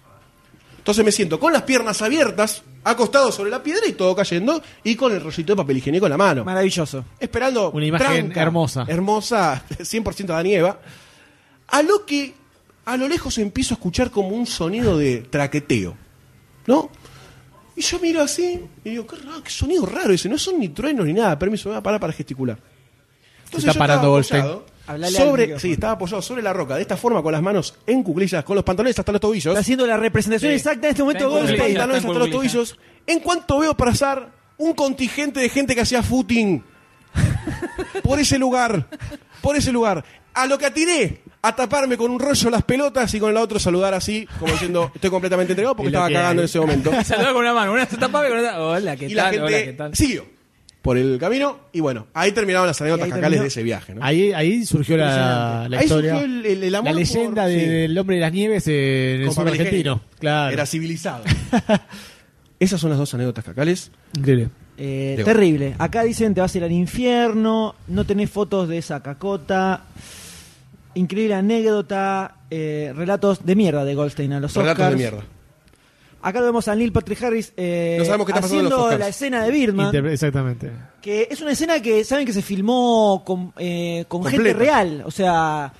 Speaker 7: Entonces me siento con las piernas abiertas, acostado sobre la piedra y todo cayendo, y con el rollito de papel higiénico en la mano
Speaker 4: Maravilloso.
Speaker 7: esperando
Speaker 6: Una imagen
Speaker 7: tranca,
Speaker 6: hermosa.
Speaker 7: Hermosa, 100% Dani Eva. A lo que a lo lejos empiezo a escuchar como un sonido de traqueteo. ¿No? Y yo miro así y digo, qué, raro, qué sonido raro ese. No son ni truenos ni nada. Permiso, me voy a parar para gesticular. Entonces
Speaker 6: está
Speaker 7: yo
Speaker 6: parando
Speaker 7: estaba
Speaker 6: Goldstein.
Speaker 7: apoyado
Speaker 4: Hablale al
Speaker 7: sobre,
Speaker 4: micrófono.
Speaker 7: sí, estaba apoyado sobre la roca, de esta forma, con las manos en cuclillas, con los pantalones hasta los tobillos.
Speaker 4: Está haciendo la representación
Speaker 7: Sí.
Speaker 4: exacta en este momento de
Speaker 7: Con los
Speaker 4: Goldstein.
Speaker 7: pantalones hasta los tobillos. En cuanto veo pasar un contingente de gente que hacía footing por ese lugar, por ese lugar, a lo que atiné a taparme con un rollo las pelotas y con la otra saludar así, como diciendo, estoy completamente entregado porque
Speaker 5: Es lo
Speaker 7: estaba
Speaker 5: que
Speaker 7: cagando
Speaker 5: hay.
Speaker 7: en ese momento.
Speaker 5: Saludaba con una mano. Una se tapaba y con otra. Hola, ¿qué
Speaker 7: Y la
Speaker 5: tal? Hola, ¿qué
Speaker 7: gente
Speaker 5: tal?
Speaker 7: siguió por el camino y bueno, ahí terminaban las anécdotas
Speaker 6: ahí
Speaker 7: cacales
Speaker 6: terminó.
Speaker 7: de ese viaje. ¿no?
Speaker 6: Ahí, ahí surgió la,
Speaker 7: Impresionante.
Speaker 6: la
Speaker 7: Ahí
Speaker 6: historia.
Speaker 7: surgió el- el- el amor
Speaker 6: la leyenda
Speaker 7: por-
Speaker 6: de-
Speaker 7: sí.
Speaker 6: del hombre de las nieves eh, en el
Speaker 7: Con
Speaker 6: sur
Speaker 7: papel
Speaker 6: argentino.
Speaker 7: higiénico.
Speaker 6: Claro.
Speaker 7: Era civilizado. Esas son las dos anécdotas cacales.
Speaker 6: Increíble.
Speaker 4: Eh,
Speaker 7: Digo.
Speaker 4: terrible. Acá dicen te vas a ir al infierno, no tenés fotos de esa cacota. Increíble anécdota, eh, relatos de mierda de Goldstein a los
Speaker 7: Relatos
Speaker 4: Oscars.
Speaker 7: de mierda.
Speaker 4: Acá lo vemos a Neil Patrick Harris eh,
Speaker 7: No sabemos qué está pasando en los
Speaker 4: haciendo
Speaker 7: Oscars.
Speaker 4: la escena de Birdman,
Speaker 6: Interpre- exactamente.
Speaker 4: que es una escena que saben que se filmó con, eh, con gente
Speaker 7: Completa.
Speaker 4: real. O sea,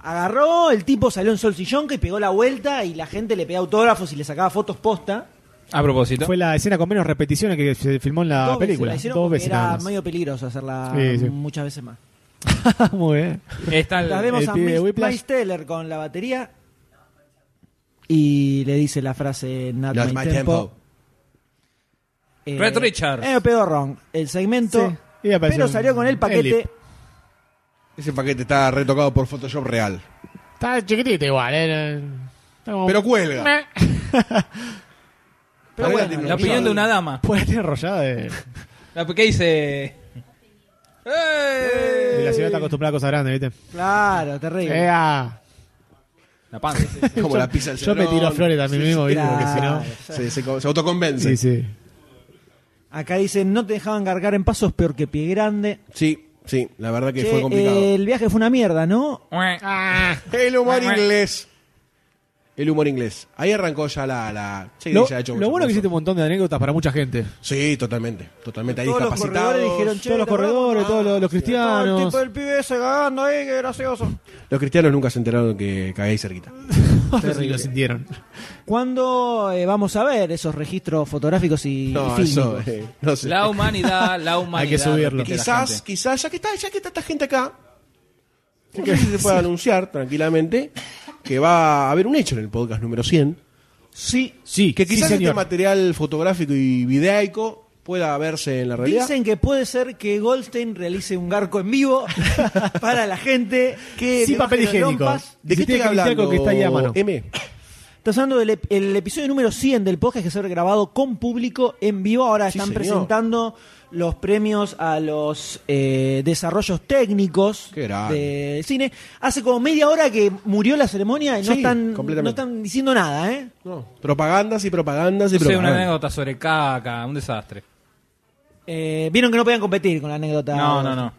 Speaker 4: agarró, el tipo salió en Sol Sillón que pegó la vuelta y la gente le pedía autógrafos y le sacaba fotos posta.
Speaker 5: A propósito.
Speaker 6: Fue la escena con menos repeticiones que se filmó en la
Speaker 4: Dos veces
Speaker 6: Ah, película.
Speaker 4: la hicieron
Speaker 6: Dos
Speaker 4: porque
Speaker 6: veces nada
Speaker 4: Era
Speaker 6: más.
Speaker 4: medio peligroso hacerla
Speaker 6: Sí, sí.
Speaker 4: muchas veces más.
Speaker 6: Muy bien.
Speaker 5: Está
Speaker 4: La
Speaker 5: el-
Speaker 4: vemos
Speaker 6: el
Speaker 4: a
Speaker 6: pibe de
Speaker 4: Miles-
Speaker 6: Whiplash.
Speaker 4: Miles Teller con la batería y le dice la frase Not,
Speaker 7: Not
Speaker 4: my,
Speaker 7: my
Speaker 4: tempo.
Speaker 7: tempo.
Speaker 4: Eh,
Speaker 5: Red Richards.
Speaker 4: Eh, pedorrón. El segmento.
Speaker 6: Sí. Y apareció
Speaker 4: pero salió con el
Speaker 6: el
Speaker 4: paquete.
Speaker 6: lip.
Speaker 7: Ese paquete está retocado por Photoshop real.
Speaker 6: Está chiquitito igual. eh, está como-
Speaker 7: Pero cuelga.
Speaker 4: Pero bueno,
Speaker 5: La opinión de una dama.
Speaker 6: Puede tener enrollada de,
Speaker 5: La- ¿Qué dice?
Speaker 6: de la
Speaker 5: ¡Eh!
Speaker 4: Eh.
Speaker 6: ciudad está acostumbrada a cosas grandes, ¿viste? Eh, ah,
Speaker 4: Claro, terrible.
Speaker 6: Ea.
Speaker 5: La panza.
Speaker 7: Como la pizza del
Speaker 6: Yo me
Speaker 7: Cerrón.
Speaker 6: tiro flores a mí
Speaker 7: Sí,
Speaker 6: mismo,
Speaker 7: sí,
Speaker 6: ¿viste? porque si
Speaker 7: claro.
Speaker 6: no.
Speaker 7: Se, se- se
Speaker 6: Sí,
Speaker 7: autoconvence.
Speaker 6: sí.
Speaker 4: Acá dicen, no te dejaban cargar en pasos peor que pie grande.
Speaker 7: Sí, sí, la verdad que
Speaker 4: Che,
Speaker 7: fue complicado.
Speaker 4: eh, el viaje fue una mierda, ¿no? Ah.
Speaker 7: el humor inglés. El humor inglés. Ahí arrancó ya la. la sí,
Speaker 6: Lo,
Speaker 7: ya ha hecho
Speaker 6: lo
Speaker 7: mucho
Speaker 6: bueno que hiciste un montón de anécdotas para mucha gente.
Speaker 7: Sí, totalmente. Totalmente ahí
Speaker 4: Todos los
Speaker 7: capacitado.
Speaker 4: corredores dijeron, che,
Speaker 6: todos los
Speaker 4: ¿te acordás?
Speaker 6: corredores, todos los, los
Speaker 4: Ah, el
Speaker 6: cristianos.
Speaker 4: tipo del pibe ese cagando ahí, qué gracioso.
Speaker 7: Los cristianos nunca se enteraron que cagáis cerquita.
Speaker 6: Y lo sintieron.
Speaker 4: ¿Cuándo eh, vamos a ver esos registros fotográficos y,
Speaker 7: No,
Speaker 4: y
Speaker 7: eso.
Speaker 4: fílmicos?
Speaker 7: eh, no sé.
Speaker 5: La humanidad, la humanidad.
Speaker 6: Hay que subirlo.
Speaker 5: repite la
Speaker 7: Quizás,
Speaker 5: gente.
Speaker 7: quizás, ya que está, ya que está esta gente acá, no sé si se puede anunciar tranquilamente que va a haber un hecho en el podcast número 100.
Speaker 4: Sí,
Speaker 6: sí.
Speaker 7: Que quizás
Speaker 6: sí,
Speaker 7: este
Speaker 6: señor.
Speaker 7: material fotográfico y videico pueda verse en la realidad.
Speaker 4: Dicen que puede ser que Goldstein realice un garco en vivo para la gente que
Speaker 6: Sin
Speaker 4: le
Speaker 6: papel
Speaker 4: baje las
Speaker 6: higiénico.
Speaker 4: lompas.
Speaker 6: Si
Speaker 7: ¿De qué
Speaker 6: tiene
Speaker 7: estoy
Speaker 6: que anunciar
Speaker 7: hablando?
Speaker 6: algo que está ahí a mano.
Speaker 7: M.
Speaker 4: Estás hablando del ep- el episodio número 100 del podcast que se ha grabado con público en vivo. Ahora
Speaker 7: Sí,
Speaker 4: están
Speaker 7: señor.
Speaker 4: presentando los premios a los eh, desarrollos técnicos
Speaker 7: Qué grande.
Speaker 4: del cine. Hace como media hora que murió la ceremonia y no,
Speaker 7: Sí,
Speaker 4: están, no
Speaker 7: completamente.
Speaker 4: están diciendo nada, ¿eh?
Speaker 7: No, Propagandas y propagandas y
Speaker 5: No sé, una
Speaker 7: propagandas.
Speaker 5: anécdota sobre caca, un desastre.
Speaker 4: Eh, Vieron que no podían competir con la anécdota.
Speaker 5: No, no, no.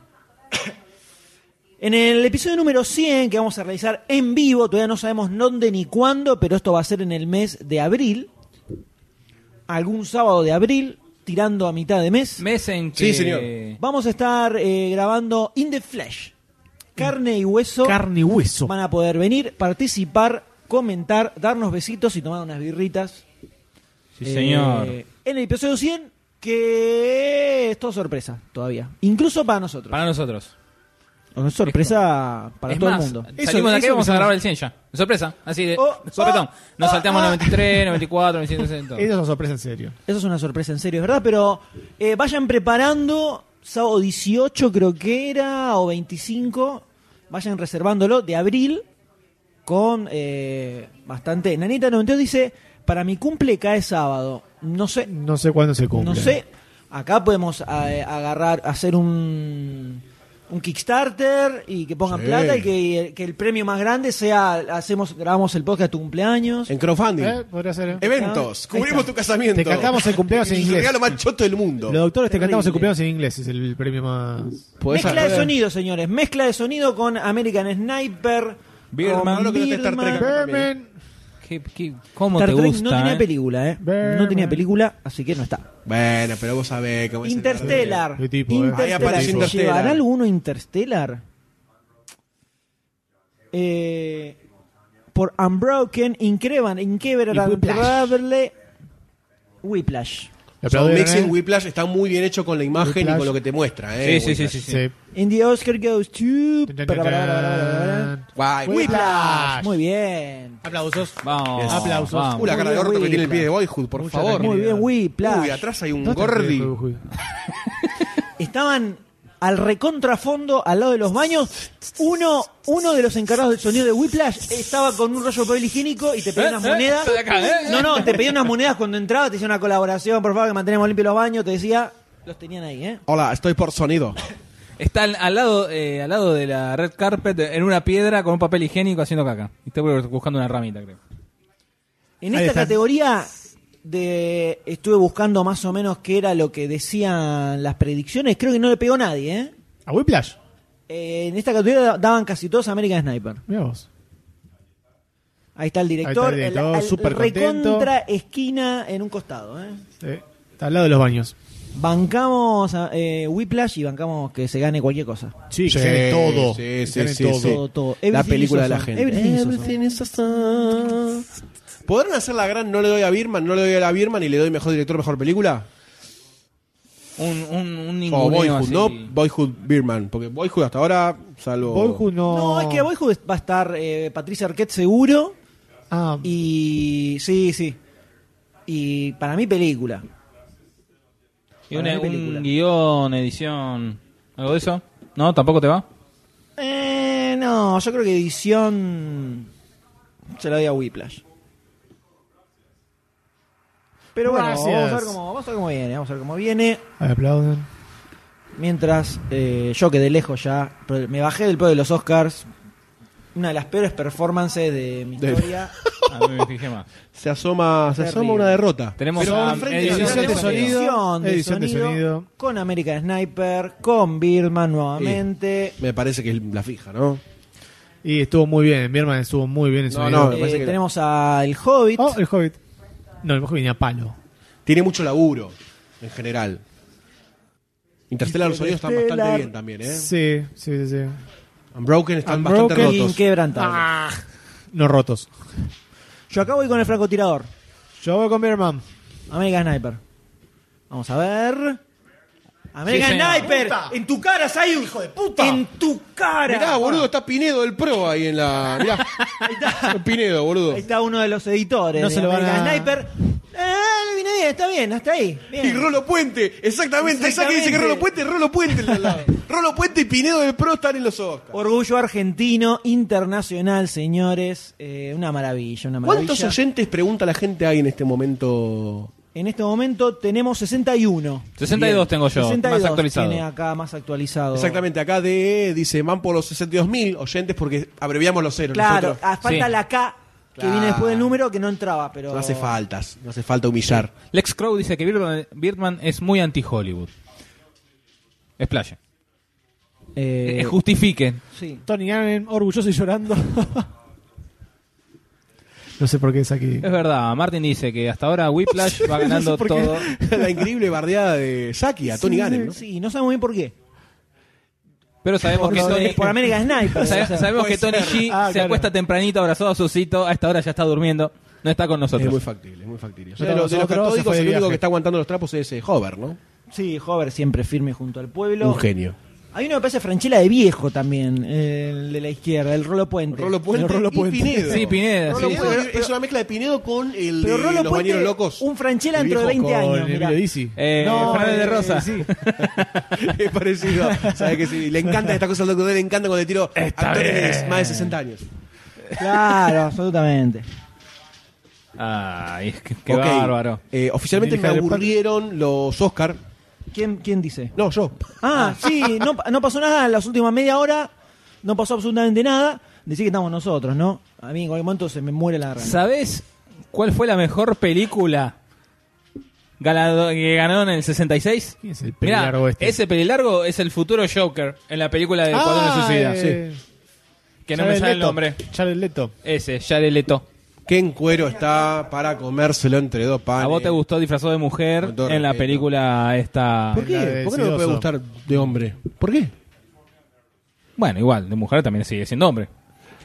Speaker 4: En el episodio número 100 que vamos a realizar en vivo, todavía no sabemos dónde ni cuándo, pero esto va a ser en el mes de abril, algún sábado de abril, tirando a mitad de mes.
Speaker 5: Mes en que...
Speaker 7: Sí, señor.
Speaker 4: Vamos a estar eh, grabando In the Flesh, carne y hueso.
Speaker 6: Carne y hueso.
Speaker 4: Van a poder venir, participar, comentar, darnos besitos y tomar unas birritas.
Speaker 5: Sí, señor.
Speaker 4: Eh, en el episodio 100, que es todo sorpresa todavía, incluso para nosotros.
Speaker 5: Para nosotros.
Speaker 4: Una sorpresa para
Speaker 5: es
Speaker 4: todo
Speaker 5: más,
Speaker 4: el mundo.
Speaker 5: Salimos
Speaker 6: Eso-
Speaker 5: de aquí
Speaker 6: eso
Speaker 5: vamos a
Speaker 6: que
Speaker 5: grabar el 100 ya. De Sorpresa. Así de.
Speaker 4: Oh,
Speaker 5: sopetón. Nos
Speaker 4: oh,
Speaker 5: salteamos
Speaker 4: ah.
Speaker 5: 93, 94, 95.
Speaker 6: Esa es una sorpresa en serio.
Speaker 4: Eso es una sorpresa, en serio, es verdad, pero eh, vayan preparando, sábado 18 creo que era, o 25, vayan reservándolo de abril con eh, bastante... Nanita 92 dice, para mi cumple cae sábado, no sé,
Speaker 6: No sé cuándo se cumple.
Speaker 4: no sé, acá podemos eh, agarrar, hacer un, un Kickstarter y que pongan
Speaker 7: Sí.
Speaker 4: plata y que, que el premio más grande sea, hacemos grabamos el podcast de tu cumpleaños.
Speaker 7: En crowdfunding.
Speaker 6: Eh, Podría ser.
Speaker 7: Eventos.
Speaker 4: Ah, ahí
Speaker 7: Cubrimos
Speaker 4: está.
Speaker 7: tu casamiento.
Speaker 6: Te cantamos el cumpleaños en inglés.
Speaker 7: El regalo más choto del mundo.
Speaker 6: Los doctores te
Speaker 4: Terrible.
Speaker 6: cantamos el cumpleaños en inglés, es el premio más.
Speaker 7: Podés
Speaker 4: Mezcla de
Speaker 7: hacer-
Speaker 4: sonido, señores. Mezcla de sonido con American Sniper.
Speaker 7: Birdman,
Speaker 4: con
Speaker 7: no lo que no está Star
Speaker 4: Birdman.
Speaker 7: Trek.
Speaker 6: Berman.
Speaker 5: ¿Qué- qué- ¿Cómo
Speaker 4: Star
Speaker 5: te
Speaker 4: Trek
Speaker 5: gusta?
Speaker 4: no tenía
Speaker 5: eh?
Speaker 4: película, ¿eh? No tenía película, así que no está.
Speaker 7: Bueno, pero vos sabés cómo es el-
Speaker 4: Interstellar.
Speaker 6: Qué tipo, eh.
Speaker 7: Ahí
Speaker 4: Interstellar.
Speaker 7: aparece Interstellar.
Speaker 4: ¿Llevará alguno Interstellar? Eh, por Unbroken, Increvan, Inquebrantable, Whiplash.
Speaker 6: Le
Speaker 7: O sea,
Speaker 6: aplaudieron,
Speaker 7: Mixing
Speaker 6: eh.
Speaker 7: Whiplash está muy bien hecho con la imagen y
Speaker 6: Whiplash.
Speaker 7: con lo que te muestra,
Speaker 5: Sí,
Speaker 7: ¿eh?
Speaker 5: sí, sí, sí. sí.
Speaker 6: Sí.
Speaker 4: In the Oscar goes to...
Speaker 6: Tan, tan, tan.
Speaker 7: Guay.
Speaker 4: Whiplash. Muy bien.
Speaker 6: Aplausos.
Speaker 5: Vamos.
Speaker 7: Yes.
Speaker 6: Aplausos.
Speaker 5: vamos.
Speaker 7: Uh, la cara de orto que tiene el pie de Boyhood, por
Speaker 6: Mucha
Speaker 7: favor.
Speaker 4: Muy bien, Whiplash.
Speaker 7: Uy, atrás hay un
Speaker 6: ¿Dónde está el
Speaker 7: gordi.
Speaker 6: juego, Julio?
Speaker 4: estaban al recontrafondo, al lado de los baños. Uno, uno de los encargados del sonido de Whiplash estaba con un rollo de papel higiénico y te pedía
Speaker 5: Eh,
Speaker 4: unas
Speaker 5: eh,
Speaker 4: monedas.
Speaker 5: estoy acá, eh.
Speaker 4: No, no, te pedía unas monedas cuando entraba, te hacía una colaboración, por favor, que mantenemos limpios los baños, te decía, los tenían ahí, ¿eh?
Speaker 7: Hola, estoy por sonido.
Speaker 5: Está al, al lado, eh, al lado de la red carpet, en una piedra, con un papel higiénico haciendo caca. Y estoy buscando una ramita, creo.
Speaker 4: En
Speaker 6: Ahí
Speaker 4: esta
Speaker 6: están.
Speaker 4: categoría de estuve buscando más o menos qué era lo que decían las predicciones, creo que no le pegó nadie, ¿eh?
Speaker 6: ¿A Whiplash?
Speaker 4: Eh, En esta categoría daban casi todos American Sniper.
Speaker 6: Mira vos.
Speaker 4: Ahí está el director,
Speaker 6: Ahí está el director, súper contento.
Speaker 4: recontra esquina en un costado, ¿eh?
Speaker 6: Eh, está al lado de los baños.
Speaker 4: Bancamos a, eh, Whiplash y bancamos que se gane cualquier cosa.
Speaker 6: Sí,
Speaker 7: Sí,
Speaker 6: se todo.
Speaker 7: sí, sí,
Speaker 6: Se ve
Speaker 7: sí,
Speaker 6: todo.
Speaker 7: sí.
Speaker 4: Todo, todo.
Speaker 7: La
Speaker 4: Everything
Speaker 7: película de
Speaker 4: is
Speaker 7: la
Speaker 4: awesome.
Speaker 7: gente.
Speaker 4: Everything is awesome.
Speaker 7: is awesome. ¿Podrán hacer la gran no le doy a Birman, no le doy a la Birman y le doy mejor director, mejor película?
Speaker 5: Un, un, un
Speaker 7: O
Speaker 5: ninguneo
Speaker 7: Boyhood,
Speaker 5: así.
Speaker 7: no Boyhood Birman, porque Boyhood hasta ahora, salvo.
Speaker 6: Boyhood no.
Speaker 4: No, es que Boyhood va a estar eh, Patricia Arquette seguro
Speaker 6: Ah,
Speaker 4: y sí, sí. Y para mí película.
Speaker 5: Y una-
Speaker 4: Para mí película.
Speaker 5: un guión, edición, algo de eso. No, tampoco te va.
Speaker 4: Eh, no, yo creo que edición se la doy a Whiplash. Pero bueno, vamos a ver
Speaker 6: Gracias.
Speaker 4: cómo, vamos a ver cómo viene, vamos a ver cómo viene.
Speaker 6: ahí aplauden.
Speaker 4: Mientras eh, yo que de lejos ya pero me bajé del podio de los Oscars una de las peores performances de mi
Speaker 7: De-
Speaker 4: historia.
Speaker 5: A mí me fijé más.
Speaker 7: Se asoma, se asoma
Speaker 4: Terrible.
Speaker 7: una derrota.
Speaker 5: Tenemos
Speaker 7: Pero
Speaker 5: a-
Speaker 7: al frente
Speaker 5: edición
Speaker 7: tenemos
Speaker 5: de sonido.
Speaker 4: Edición de
Speaker 6: Edición de
Speaker 4: sonido,
Speaker 6: sonido.
Speaker 4: Con American Sniper, con Birdman nuevamente.
Speaker 7: Me parece que es la fija, ¿no?
Speaker 6: Y estuvo muy bien, mi hermano estuvo muy bien en su
Speaker 7: No,
Speaker 6: video.
Speaker 7: no, me parece
Speaker 4: Eh,
Speaker 7: que-
Speaker 4: tenemos a El Hobbit.
Speaker 6: Oh, el Hobbit. No, el Hobbit venía a palo.
Speaker 7: Tiene mucho laburo, en general. Interstellar, los sonidos están bastante
Speaker 4: Interstellar.
Speaker 7: bien también, ¿eh?
Speaker 6: Sí, sí, sí.
Speaker 7: Unbroken están
Speaker 4: Broken
Speaker 7: bastante rotos.
Speaker 4: Inquebrantable.
Speaker 6: No rotos.
Speaker 4: Yo acá voy con el francotirador.
Speaker 6: Yo voy con Birdman.
Speaker 4: American Sniper. Vamos a ver. American
Speaker 5: señor.
Speaker 4: Sniper. En tu cara, Sayus. Hijo de puta. En tu cara.
Speaker 7: Mirá, boludo, está Pinedo del Pro ahí en la. Mirá. Pinedo, boludo.
Speaker 4: Ahí está uno de los editores.
Speaker 6: No
Speaker 4: de
Speaker 6: se lo van
Speaker 4: American
Speaker 6: a-
Speaker 4: Sniper. Ah, le viene bien, está bien, hasta ahí. Bien.
Speaker 7: Y Rolo Puente, exactamente, esa que dice que
Speaker 4: Exactamente.
Speaker 7: Rolo Puente, Rolo Puente al lado. Rolo Puente y Pinedo del Pro están en los Oscars.
Speaker 4: Orgullo argentino, internacional, señores. Eh, una maravilla, una maravilla.
Speaker 7: ¿Cuántos oyentes pregunta la gente hay en este momento?
Speaker 4: En este momento tenemos 61.
Speaker 5: 62 tengo yo, más
Speaker 4: 62
Speaker 5: actualizado.
Speaker 4: Tiene acá más actualizado.
Speaker 7: Exactamente, acá de dice van por los 62.000 oyentes porque abreviamos los ceros.
Speaker 4: Claro,
Speaker 7: nosotros.
Speaker 4: ah, falta
Speaker 5: Sí.
Speaker 4: la K que
Speaker 7: Claro.
Speaker 4: viene después del número que no entraba, pero.
Speaker 7: No hace faltas, no hace falta humillar.
Speaker 5: Lex Crow dice que Birdman, Birdman es muy anti-Hollywood. Es playa.
Speaker 4: Eh,
Speaker 5: Eh, justifiquen.
Speaker 4: sí.
Speaker 6: Tony Allen, orgulloso y llorando. no sé por qué es aquí.
Speaker 5: Es verdad, Martin dice que hasta ahora Whiplash va ganando
Speaker 7: por qué.
Speaker 5: todo.
Speaker 7: la increíble bardeada de Saki a Tony
Speaker 4: Sí,
Speaker 7: Gannon. ¿no?
Speaker 4: Sí, no sabemos bien por qué.
Speaker 5: Pero sabemos
Speaker 4: Por,
Speaker 5: que
Speaker 4: lo de-
Speaker 5: Tony,
Speaker 4: por América Sniper.
Speaker 5: sabe-
Speaker 4: o sea,
Speaker 5: sabemos
Speaker 7: puede
Speaker 5: que Tony
Speaker 7: ser.
Speaker 5: G
Speaker 6: Ah,
Speaker 5: se
Speaker 6: claro.
Speaker 5: acuesta tempranito abrazado a Susito, a esta hora ya está durmiendo, no está con
Speaker 7: Es Eh, muy
Speaker 5: nosotros.
Speaker 7: factible, es muy factible. O
Speaker 6: Pero
Speaker 7: sea, de los, de los
Speaker 6: nosotros se
Speaker 7: catódicos,
Speaker 6: fue de
Speaker 7: el único
Speaker 6: viaje.
Speaker 7: que está aguantando los trapos es eh, Hover, ¿no?
Speaker 4: Sí, Hover siempre firme junto al pueblo.
Speaker 7: Un genio.
Speaker 4: Hay uno que parece Franchella de viejo también, eh, el de la izquierda, el Rolo Puente.
Speaker 7: Rolo Puente,
Speaker 4: El Rolo
Speaker 7: y
Speaker 4: Puente.
Speaker 7: Pinedo.
Speaker 5: Sí, Pineda,
Speaker 7: Rolo
Speaker 5: sí.
Speaker 7: Puente es una mezcla de Pinedo con el
Speaker 4: Pero
Speaker 7: de
Speaker 4: Rolo
Speaker 7: los
Speaker 4: Puente,
Speaker 7: bañeros locos.
Speaker 4: un Franchella dentro de
Speaker 7: Viejo
Speaker 4: 20
Speaker 6: Con
Speaker 4: años. mirá.
Speaker 6: Emilio Dizzy.
Speaker 5: Eh, Fernández de
Speaker 6: eh,
Speaker 5: Rosa.
Speaker 6: sí.
Speaker 7: es parecido. Sabes que sí, le encanta esta cosa al doctor, D, le encanta cuando le tiro actores de más de 60 años.
Speaker 4: Claro, absolutamente.
Speaker 5: Ay, es que, qué
Speaker 7: Ok,
Speaker 5: bárbaro.
Speaker 7: eh, oficialmente me
Speaker 6: Hija del Parque.
Speaker 7: aburrieron los Oscar.
Speaker 4: ¿Quién, quién dice?
Speaker 7: No, yo.
Speaker 4: Ah, sí, no, no pasó nada en las últimas media hora, no pasó absolutamente nada. Decir que estamos nosotros, ¿no? A mí en cualquier momento se me muere la garganta.
Speaker 5: ¿Sabés cuál fue la mejor película galado- que ganó en el 66?
Speaker 6: ¿Quién es el
Speaker 5: Mirá,
Speaker 6: pelilargo este?
Speaker 5: ese pelilargo es el futuro Joker en la película de Cuadrón de Suicida.
Speaker 6: eh,
Speaker 5: Que no
Speaker 6: Jared
Speaker 5: me sale el
Speaker 6: Leto.
Speaker 5: nombre.
Speaker 6: Jared Leto.
Speaker 5: Ese, Jared Leto.
Speaker 7: ¿Qué en cuero está para comérselo entre dos panes?
Speaker 5: ¿A vos te gustó disfrazado de mujer
Speaker 7: Con todo
Speaker 5: en la
Speaker 7: respeto.
Speaker 5: película esta?
Speaker 7: ¿Por
Speaker 6: La
Speaker 7: qué?
Speaker 6: de
Speaker 7: ¿Por qué no me puede
Speaker 6: Sidoso.
Speaker 7: gustar de hombre? ¿Por qué?
Speaker 5: Bueno, igual, de mujer también sigue siendo hombre.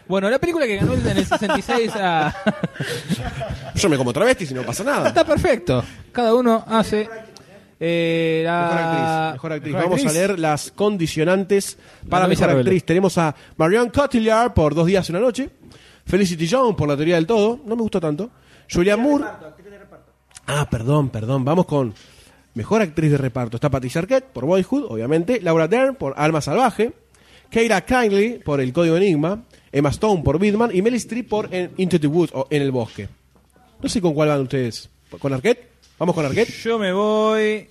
Speaker 5: Bueno, la película que ganó en el 66 a...
Speaker 7: Yo me como travesti si no pasa nada.
Speaker 5: está perfecto. Cada uno hace... eh, la...
Speaker 7: Mejor actriz, mejor actriz.
Speaker 6: Mejor
Speaker 7: Vamos
Speaker 6: actriz.
Speaker 7: a leer las condicionantes para
Speaker 5: La
Speaker 7: mejor
Speaker 5: Misa Rebelde.
Speaker 7: actriz. Tenemos a Marianne Cotillard por Dos días y una noche. Felicity Jones por La teoría del todo. No me gustó tanto. Julia Moore. Ah, perdón, perdón. Vamos con mejor actriz de reparto. Está Patty Arquette por Boyhood, obviamente. Laura Dern por Alma salvaje. Keira Kindly por El código enigma. Emma Stone por Bitman. Y Meryl Streep por En- Into the Woods o En el bosque. No sé con cuál van ustedes. ¿Con Arquette? ¿Vamos con Arquette?
Speaker 5: Yo me voy...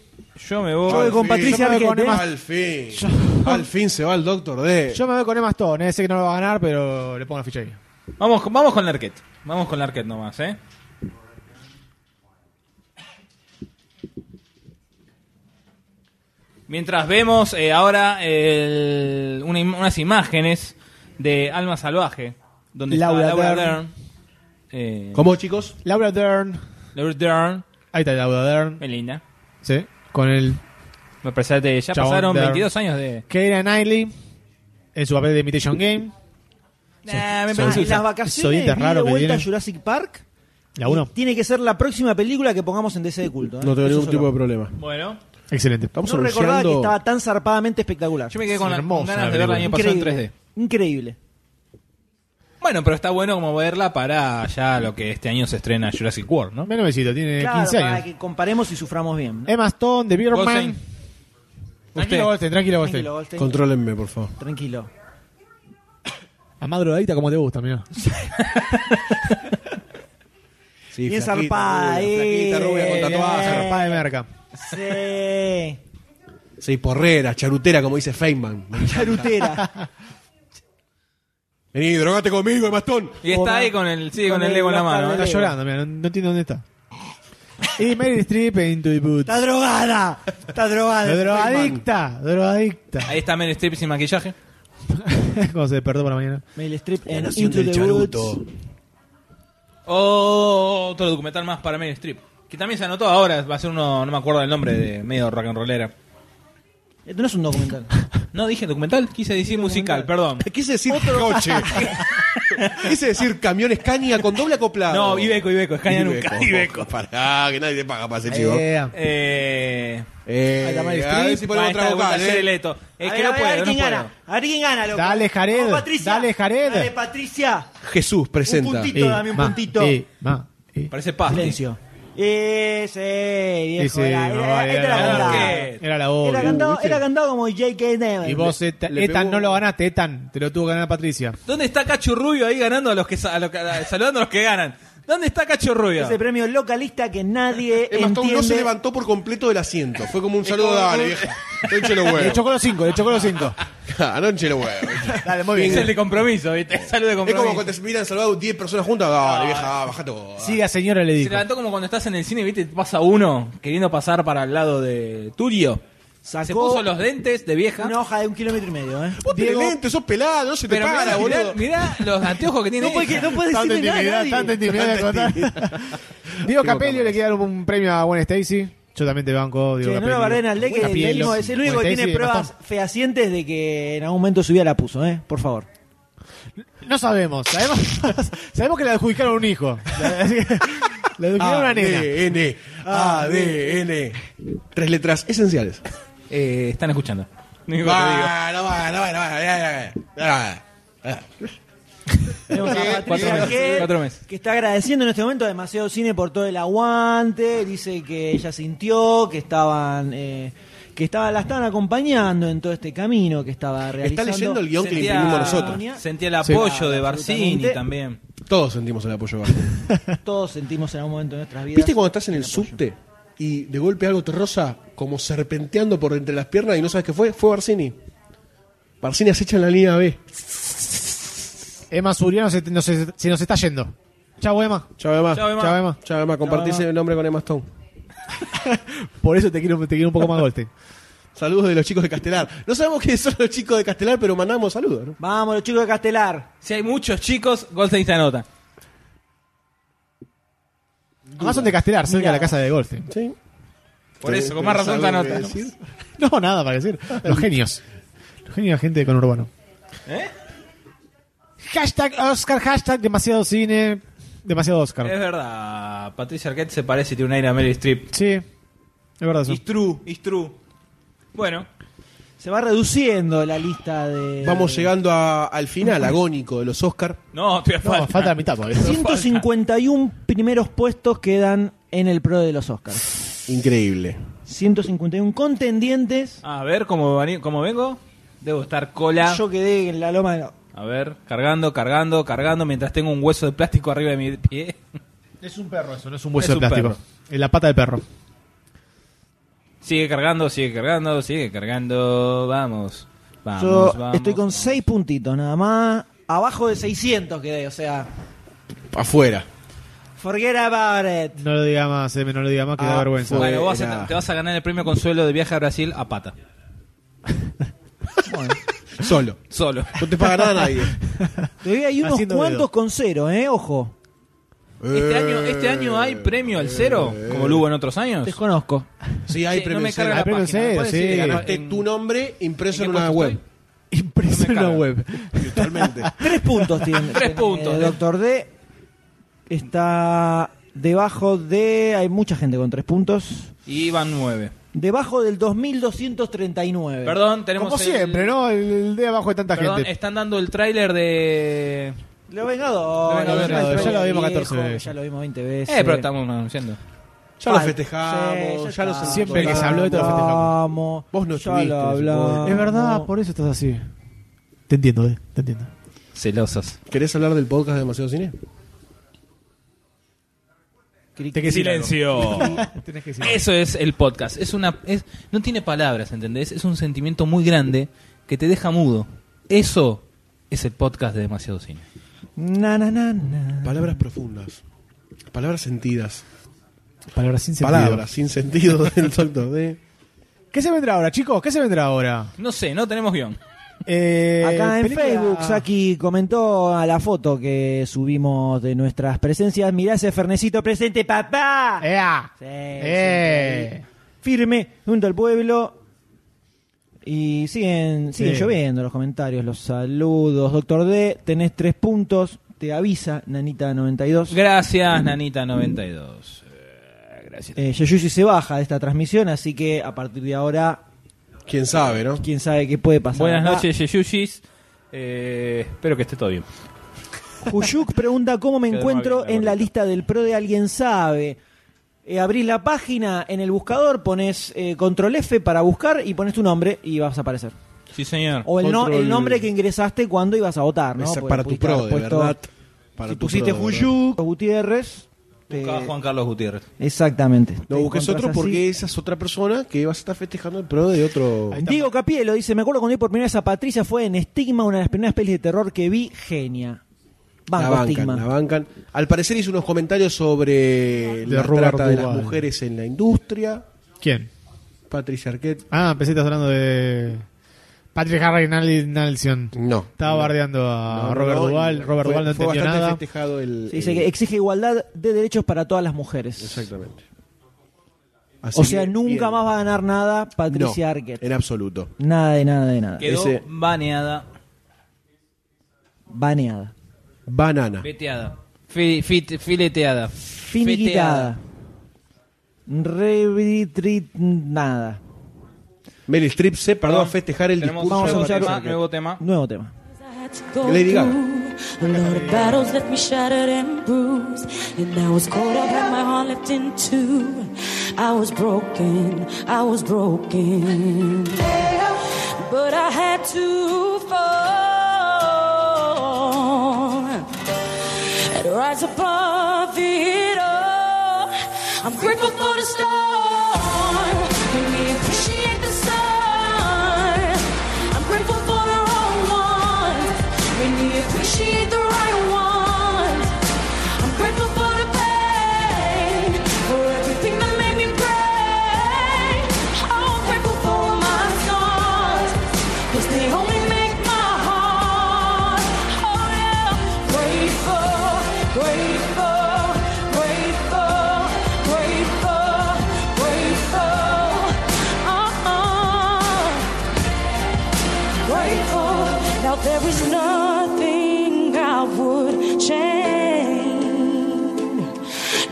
Speaker 5: Yo me voy...
Speaker 4: Yo voy con
Speaker 7: fin,
Speaker 4: Patricia
Speaker 7: yo me voy con ¿eh?
Speaker 4: Arquette.
Speaker 7: Emma- Al fin. Al fin se va el Doctor D.
Speaker 6: Yo me voy con Emma Stone, ese que no lo va a ganar, pero le pongo la ficha ahí.
Speaker 5: Vamos, con- vamos con la arquet. Vamos con la arquet nomás, ¿eh? Mientras vemos eh, ahora el- una im- unas imágenes de Alma Salvaje, donde
Speaker 6: Laura
Speaker 5: está Laura Dern.
Speaker 6: Dern.
Speaker 5: eh,
Speaker 7: ¿Cómo, chicos?
Speaker 6: Laura Dern.
Speaker 5: Laura Dern,
Speaker 6: Ahí está Laura Dern.
Speaker 5: muy linda.
Speaker 6: Sí. Con el
Speaker 5: Me parece que ya
Speaker 6: Chabón
Speaker 5: pasaron
Speaker 6: Dern.
Speaker 5: 22 años de.
Speaker 6: Keira Knightley en su papel de Imitation Game.
Speaker 5: Nah, me parece
Speaker 4: Ah,
Speaker 6: son-
Speaker 4: y las
Speaker 5: usa-
Speaker 4: vacaciones
Speaker 6: Sodita
Speaker 4: de
Speaker 6: raro que
Speaker 4: vuelta a
Speaker 6: viene.
Speaker 4: Jurassic Park
Speaker 6: La 1.
Speaker 4: tiene que ser la próxima película que pongamos en DC de culto. ¿eh?
Speaker 7: No tengo
Speaker 4: Eso
Speaker 7: ningún
Speaker 4: solo.
Speaker 7: tipo de problema.
Speaker 5: Bueno,
Speaker 6: Excelente.
Speaker 7: Estamos
Speaker 4: No recordaba que
Speaker 7: anunciando-
Speaker 4: estaba tan zarpadamente espectacular.
Speaker 5: yo me quedé
Speaker 6: Es
Speaker 5: con, la- con
Speaker 6: hermosa
Speaker 5: ganas
Speaker 6: la
Speaker 5: de verla el año
Speaker 6: película.
Speaker 5: pasado en 3D.
Speaker 4: Increíble. Increíble.
Speaker 5: Bueno, pero está bueno como verla para ya lo que este año se estrena Jurassic World, ¿no?
Speaker 6: Menos besito, tiene
Speaker 4: Claro,
Speaker 6: 15
Speaker 4: para
Speaker 6: años. Eh,
Speaker 4: que comparemos y suframos bien. ¿no?
Speaker 6: Emma Stone, The Birdman.
Speaker 5: Goldstein. Usted.
Speaker 6: Tranquilo, Goldstein, tranquilo, Goldstein.
Speaker 4: Tranquilo, Goldstein.
Speaker 7: Contrólenme, por favor.
Speaker 4: Tranquilo.
Speaker 6: A madrugadita como te gusta, mira.
Speaker 7: Sí,
Speaker 4: Bien
Speaker 7: flaquita,
Speaker 4: zarpada,
Speaker 7: rubia, flaquita,
Speaker 4: eh,
Speaker 7: rubia, con
Speaker 4: bien.
Speaker 7: tatuaje.
Speaker 6: Zarpada de merca.
Speaker 4: Sí.
Speaker 7: Sí, porrera, charutera, como dice Feynman.
Speaker 4: Charutera.
Speaker 7: Vení, drogate conmigo, el bastón.
Speaker 5: Y está ahí con el, sí, con el Lego en la mano.
Speaker 6: Está
Speaker 5: ¿eh?
Speaker 6: llorando, mira, no, no entiendo dónde está. Y Meryl Streep en the Boots.
Speaker 4: Está drogada. Está drogada.
Speaker 6: La drogadicta, drogadicta.
Speaker 5: Ahí está Meryl Streep sin maquillaje.
Speaker 6: Cuando se despertó para mañana.
Speaker 4: Meryl Streep en
Speaker 6: nación
Speaker 4: Into
Speaker 6: del
Speaker 4: the
Speaker 6: charuto.
Speaker 4: Woods.
Speaker 5: Oh, otro documental más para Meryl Streep. Que también se anotó ahora, va a ser uno, no me acuerdo del nombre, de medio rock and rollera.
Speaker 4: Esto Eh, no es un documental.
Speaker 5: No, dije documental, quise decir musical, perdón.
Speaker 7: Quise decir coche. Quise decir camiones caña con doble acoplado.
Speaker 5: No, Ibeco, Ibeco, es caña nunca.
Speaker 7: Ibeco. Pará, que nadie te paga para ese chivo.
Speaker 6: Eh,
Speaker 5: Eh,
Speaker 7: Eh,
Speaker 5: ahí está Meryl
Speaker 7: a ver
Speaker 5: Streep.
Speaker 7: si
Speaker 5: Ah,
Speaker 7: ponemos otra
Speaker 5: está de
Speaker 7: vocal,
Speaker 5: vuelta, Jared
Speaker 7: eh.
Speaker 5: Leto. Es
Speaker 4: A
Speaker 5: que
Speaker 4: ver, a
Speaker 5: no
Speaker 4: ver,
Speaker 5: puedo,
Speaker 4: a ver
Speaker 5: no
Speaker 4: quién
Speaker 5: puedo.
Speaker 4: gana. A ver quién gana, loco.
Speaker 6: Dale, Jared.
Speaker 4: Vamos, Patricia.
Speaker 6: Dale, Jared.
Speaker 4: Dale, Patricia.
Speaker 7: Jesús presenta.
Speaker 4: Un puntito, dame un
Speaker 6: ma,
Speaker 4: puntito.
Speaker 6: eh, ma, eh.
Speaker 5: Parece paz.
Speaker 4: Silencio. Ese, Eh, viejo.
Speaker 6: Ese,
Speaker 4: era, este
Speaker 6: no,
Speaker 4: era-
Speaker 6: era
Speaker 4: esta la
Speaker 6: la
Speaker 4: cantaba.
Speaker 6: obvia. Era la obvia.
Speaker 4: Era cantado,
Speaker 6: Uh, ¿viste?
Speaker 4: era cantado como J.K. Neville.
Speaker 6: Y vos, Eta- Etan,
Speaker 4: Le pegó-
Speaker 6: no lo ganaste, Etan. Te lo tuvo que ganar Patricia.
Speaker 5: ¿Dónde está Cacho Rubio ahí ganando a los que sa- a los que- a- saludando a los que ganan? ¿Dónde está Cacho Rubio?
Speaker 4: Ese premio localista que nadie
Speaker 7: El bastón no se
Speaker 4: entiende.
Speaker 7: levantó por completo del asiento. Fue como un saludo, dale, vieja. Hinche los
Speaker 6: Le
Speaker 7: huevos.
Speaker 6: chocó los cinco, le chocó los cinco.
Speaker 7: Ah, no hinche los huevos.
Speaker 6: Dale, muy
Speaker 5: Es el
Speaker 6: bien.
Speaker 5: de compromiso, ¿viste? El saludo de
Speaker 7: Es
Speaker 5: compromiso.
Speaker 7: como cuando te miran saludado 10 personas juntas. Dale, vieja, baja todo.
Speaker 6: Siga, señora, le
Speaker 5: Se
Speaker 6: dijo.
Speaker 5: levantó como cuando estás en el cine, ¿viste? Pasa uno queriendo pasar para el lado de Tulio. Se
Speaker 4: Sacó
Speaker 5: puso los dentes de vieja.
Speaker 4: una hoja de un kilómetro y medio, ¿eh?
Speaker 7: Vos tenés lente, sos pelado, no se te
Speaker 5: pero
Speaker 7: para,
Speaker 5: mirá, mirá,
Speaker 7: boludo.
Speaker 5: mirá los anteojos que tiene.
Speaker 4: No puede,
Speaker 5: ella.
Speaker 4: que- no puede
Speaker 6: Tanta
Speaker 4: decirle nada a
Speaker 6: intimidad,
Speaker 4: nadie.
Speaker 6: tanta intimidad de contar. Diego Capelio le queda un premio a Gwen Stacy. Yo también te banco, Diego
Speaker 4: Che, no
Speaker 6: Capello.
Speaker 4: lo barren al Leque,
Speaker 6: Capello.
Speaker 4: el mismo- es el único
Speaker 6: Gwen
Speaker 4: que
Speaker 6: Stacy
Speaker 4: tiene
Speaker 6: de
Speaker 4: pruebas
Speaker 6: bastón.
Speaker 4: fehacientes de que en algún momento su vida la puso, ¿eh? Por favor.
Speaker 6: No sabemos. Sabemos, sabemos que le adjudicaron un hijo. Le adjudicaron
Speaker 7: Ah,
Speaker 6: una nena.
Speaker 7: ADN, ADN. Tres letras esenciales.
Speaker 5: Eh, están escuchando. No digo que digo.
Speaker 7: Va, no va, no va, no va, ya, ya, ya. Ah,
Speaker 4: Tenemos a Patricia
Speaker 5: Cuatro meses,
Speaker 4: Arquette,
Speaker 5: cuatro meses.
Speaker 4: que está agradeciendo en este momento a demasiado cine por todo el aguante. Dice que ella sintió que estaban. eh, que estaba, la estaban acompañando en todo este camino que estaba
Speaker 7: Está
Speaker 4: realizando.
Speaker 7: leyendo el guión que le
Speaker 5: Sentía-
Speaker 7: imprimimos nosotros.
Speaker 5: Sentía el apoyo
Speaker 4: Sí.
Speaker 5: de Barcini
Speaker 4: Absolutamente.
Speaker 5: también.
Speaker 7: Todos sentimos el apoyo. Barney.
Speaker 4: Todos sentimos en algún momento de nuestras vidas.
Speaker 7: ¿Viste cuando estás en el subte y de golpe algo te roza como serpenteando por entre las piernas y no sabes qué fue? Fue Barcini. Barcini acecha en la línea B.
Speaker 6: Emma Suriano se, nos, se nos está yendo. Chau, Emma.
Speaker 7: Chao, Emma.
Speaker 5: Chao, Emma.
Speaker 6: Chau, Emma.
Speaker 7: Chao, Emma. Compartís el nombre con Emma Stone.
Speaker 6: Por eso te quiero, te quiero un poco más golpe.
Speaker 7: Saludos de los chicos de Castelar. No sabemos quiénes son los chicos de Castelar, pero mandamos saludos. ¿no?
Speaker 4: Vamos, los chicos de Castelar.
Speaker 5: Si hay muchos chicos, Goldstein se anota.
Speaker 6: Más son de Castelar, cerca de la casa de Golstein.
Speaker 7: Sí.
Speaker 5: Por eso, con más razón se
Speaker 7: ¿Algo que
Speaker 5: anota.
Speaker 7: decir?
Speaker 6: No, nada para decir. Los genios. Los genios de la gente con Urbano.
Speaker 5: ¿Eh?
Speaker 6: Hashtag Oscar, hashtag demasiado cine, demasiado
Speaker 5: Es
Speaker 6: Oscar.
Speaker 5: verdad, Patricia Arquette se parece y tiene un aire a Meryl Streep.
Speaker 6: Sí, es verdad eso.
Speaker 5: It's true, it's true. Bueno,
Speaker 4: Se va reduciendo la lista de.
Speaker 5: Eh.
Speaker 7: Vamos llegando a- al
Speaker 5: pues.
Speaker 7: final agónico de los Oscar.
Speaker 5: no, estoy a
Speaker 6: No,
Speaker 5: falta.
Speaker 6: falta la mitad todavía.
Speaker 4: 151 primeros puestos quedan en el pro de los Oscars.
Speaker 7: Increíble.
Speaker 4: 151 contendientes.
Speaker 5: A ver, ¿cómo, vani- cómo vengo? Debo estar cola.
Speaker 4: Yo quedé en la loma de la-
Speaker 5: A ver, cargando, cargando, cargando, mientras tengo un hueso de plástico arriba de mi pie.
Speaker 6: Es un perro eso, no es un hueso
Speaker 5: Es un
Speaker 6: de plástico.
Speaker 5: perro.
Speaker 6: Es la pata de perro.
Speaker 5: Sigue cargando, sigue cargando, sigue cargando. Vamos, vamos,
Speaker 4: Yo
Speaker 5: vamos.
Speaker 4: estoy con 6 puntitos nada más. Abajo de 600 quedé, o sea,
Speaker 7: Afuera.
Speaker 4: forget about it.
Speaker 6: No lo diga más, Eme, no lo diga más, que
Speaker 7: Ah,
Speaker 6: da vergüenza.
Speaker 7: fue.
Speaker 5: Bueno, vos vas a-
Speaker 7: Era-
Speaker 5: te vas a ganar el premio consuelo de viaje a Brasil a pata.
Speaker 7: Solo.
Speaker 5: Solo.
Speaker 7: No te paga nada nadie.
Speaker 4: Todavía hay unos
Speaker 6: Haciendo
Speaker 4: cuantos
Speaker 6: dedo.
Speaker 4: con cero, ¿eh? Ojo,
Speaker 5: Este año, este año
Speaker 7: Eh,
Speaker 5: hay premio al cero, como lo hubo en otros años.
Speaker 4: desconozco.
Speaker 7: Sí, hay
Speaker 5: Sí,
Speaker 7: premio
Speaker 5: no me
Speaker 7: en serio.
Speaker 5: carga la
Speaker 6: Hay premio en
Speaker 5: página.
Speaker 6: serio,
Speaker 5: ¿Puedes
Speaker 6: sí.
Speaker 5: decir que
Speaker 7: Ganaste
Speaker 5: en-
Speaker 7: tu nombre impreso
Speaker 5: ¿en
Speaker 7: en
Speaker 5: qué
Speaker 7: una
Speaker 5: puesto
Speaker 7: web.
Speaker 5: estoy?
Speaker 6: Impreso
Speaker 5: No me
Speaker 6: en la
Speaker 5: carga.
Speaker 6: web.
Speaker 7: Virtualmente.
Speaker 4: Tres puntos tiene.
Speaker 5: Tres
Speaker 4: tiene
Speaker 5: puntos, eh.
Speaker 4: Doctor D está debajo de. Hay mucha gente con tres puntos.
Speaker 5: Y van nueve.
Speaker 4: Debajo del 2239.
Speaker 5: Perdón, tenemos.
Speaker 6: Como
Speaker 5: el-
Speaker 6: siempre, ¿no? El, el de abajo de tanta
Speaker 5: Perdón,
Speaker 6: gente.
Speaker 5: están dando el tráiler de.
Speaker 4: Los Vengadores.
Speaker 5: Los Vengadores,
Speaker 4: el
Speaker 5: ya
Speaker 4: trailer
Speaker 6: lo vimos
Speaker 4: viejo,
Speaker 6: 14 veces.
Speaker 4: Ya lo vimos 20 veces.
Speaker 5: Eh, pero estamos anunciando.
Speaker 7: Ya lo
Speaker 4: Fal-
Speaker 7: festejamos,
Speaker 4: Sí,
Speaker 7: ya lo
Speaker 4: está.
Speaker 7: celebramos.
Speaker 6: Siempre que se habló de todo lo festejamos.
Speaker 4: Hablamos,
Speaker 7: Vos no
Speaker 4: ya
Speaker 7: estuviste,
Speaker 4: lo
Speaker 7: supongo.
Speaker 4: hablamos.
Speaker 6: Es verdad, por eso estás así. Te entiendo, eh, te entiendo.
Speaker 5: Celosos.
Speaker 7: ¿Querés hablar del podcast de Demasiado Cine?
Speaker 6: Te que
Speaker 5: Silencio.
Speaker 6: Tenés que decir.
Speaker 5: Eso es el podcast. Es una, es, no tiene palabras, ¿entendés? Es un sentimiento muy grande que te deja mudo. Eso es el podcast de Demasiado Cine.
Speaker 4: Na, na, na, na.
Speaker 7: Palabras profundas. Palabras sentidas.
Speaker 6: Palabras sin sentido.
Speaker 7: Palabras sin sentido del doctor D.
Speaker 6: ¿Qué se vendrá ahora, chicos? ¿Qué se vendrá ahora?
Speaker 5: No sé, no tenemos guión.
Speaker 6: Eh,
Speaker 4: Acá en
Speaker 6: película-
Speaker 4: Facebook, Saki comentó a la foto que subimos de nuestras presencias. Mirá ese fernecito presente, papá.
Speaker 6: ¡Ea!
Speaker 4: Sí,
Speaker 6: ¡Eh!
Speaker 4: siempre ahí. Firme, junto al pueblo. Y siguen, siguen
Speaker 6: Sí.
Speaker 4: lloviendo los comentarios, los saludos. Doctor D, tenés tres puntos. Te avisa, Nanita92.
Speaker 5: Gracias, Nanita92. Gracias.
Speaker 4: Eh, Yeyushi se baja de esta transmisión, así que a partir de ahora,
Speaker 7: Quién sabe, ¿no?
Speaker 4: quién sabe qué puede pasar.
Speaker 5: Buenas
Speaker 4: acá.
Speaker 5: noches, Yeyushis. Eh, espero que esté todo bien.
Speaker 4: Juyuk pregunta cómo me
Speaker 5: Quedó
Speaker 4: encuentro
Speaker 5: mal, quedó
Speaker 4: en la lista del pro de alguien sabe. Eh, abrís la página en el buscador, pones eh, control F para buscar y pones tu nombre y vas a aparecer.
Speaker 5: Sí, señor.
Speaker 4: O el, no- el
Speaker 7: Control-
Speaker 4: nombre que ingresaste cuando ibas a votar, ¿no? Porque
Speaker 7: Esa
Speaker 4: pues,
Speaker 7: para tu
Speaker 4: pudiste
Speaker 7: pro,
Speaker 4: haber
Speaker 7: de
Speaker 4: puesto-
Speaker 7: verdad. Para
Speaker 4: si
Speaker 7: tu
Speaker 4: pusiste
Speaker 7: pro, de verdad.
Speaker 4: Juyuk o Gutiérrez. te-
Speaker 5: Buscaba a Juan Carlos Gutiérrez.
Speaker 4: ah, Exactamente.
Speaker 7: No
Speaker 4: Te
Speaker 7: busques
Speaker 4: encontrás
Speaker 7: otro
Speaker 4: así.
Speaker 7: porque esa es otra persona que vas a estar festejando el pro de otro.
Speaker 4: Diego Capielo dice, me acuerdo cuando vi por primera vez a Patricia fue en Estigma, una de las primeras pelis de terror que vi, genia.
Speaker 7: la
Speaker 4: Banco
Speaker 7: bancan,
Speaker 4: Estigma.
Speaker 7: la bancan. Al parecer hizo unos comentarios sobre la
Speaker 6: Robert
Speaker 7: trata de las
Speaker 6: Duvall.
Speaker 7: mujeres en la industria.
Speaker 6: ¿Quién?
Speaker 7: Patricia Arquette.
Speaker 6: Ah, pensé que estás hablando de. Patrick Harry Nal- Nelson.
Speaker 7: No.
Speaker 6: Estaba bardeando a
Speaker 7: No, no,
Speaker 6: Ah, Robert
Speaker 7: no,
Speaker 6: Duval.
Speaker 7: y
Speaker 6: Robert
Speaker 7: fue-
Speaker 6: Duval no
Speaker 7: fue
Speaker 6: entendió
Speaker 7: bastante
Speaker 6: nada.
Speaker 7: festejado el.
Speaker 4: Sí, dice
Speaker 7: el-
Speaker 4: que exige igualdad de derechos para todas las mujeres.
Speaker 7: Exactamente.
Speaker 4: o
Speaker 7: Así
Speaker 4: sea,
Speaker 7: que,
Speaker 4: nunca
Speaker 7: bien.
Speaker 4: más va a ganar nada Patricia
Speaker 7: No,
Speaker 4: Arquette.
Speaker 7: En absoluto.
Speaker 4: Nada de nada de nada.
Speaker 5: Quedó
Speaker 7: Ese-
Speaker 5: baneada,
Speaker 4: Baneada.
Speaker 7: Banana.
Speaker 5: veteada, fi- fit- fileteada,
Speaker 4: Finiquitada. Rebitrit nada.
Speaker 7: Meryl Streep se paró
Speaker 5: Perdón.
Speaker 7: a festejar el
Speaker 5: Tenemos
Speaker 7: discurso.
Speaker 4: Vamos a
Speaker 7: de
Speaker 5: nuevo
Speaker 4: escuchar-
Speaker 7: Patricia
Speaker 5: tema,
Speaker 7: Arquette.
Speaker 5: nuevo tema.
Speaker 4: Nuevo tema.
Speaker 7: Lady
Speaker 3: A
Speaker 7: Gaga.
Speaker 3: lot of battles left me shattered and bruised. And I was cold, I had my heart left in two. I was broken, I was broken. But I had to fall and rise above it all. I'm grateful for the storm. Made me appreciate the sun. I'm grateful for the wrong ones. Made me appreciate the right ones. I'm grateful for the pain. For everything that made me pray. I'm grateful for all my songs. 'cause they only make my heart. Oh yeah. Grateful, grateful, grateful, grateful, grateful. Uh-uh grateful. Now there is nothing I would change,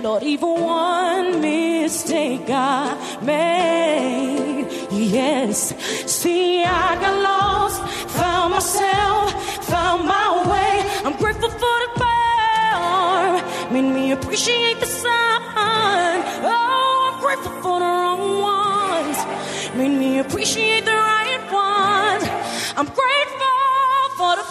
Speaker 3: not even one mistake I made. Yes, see, I got lost, found myself, found my way. I'm grateful for the power, made me appreciate the sign. Oh, I'm grateful for the wrong ones, made me appreciate the right ones. I'm grateful for the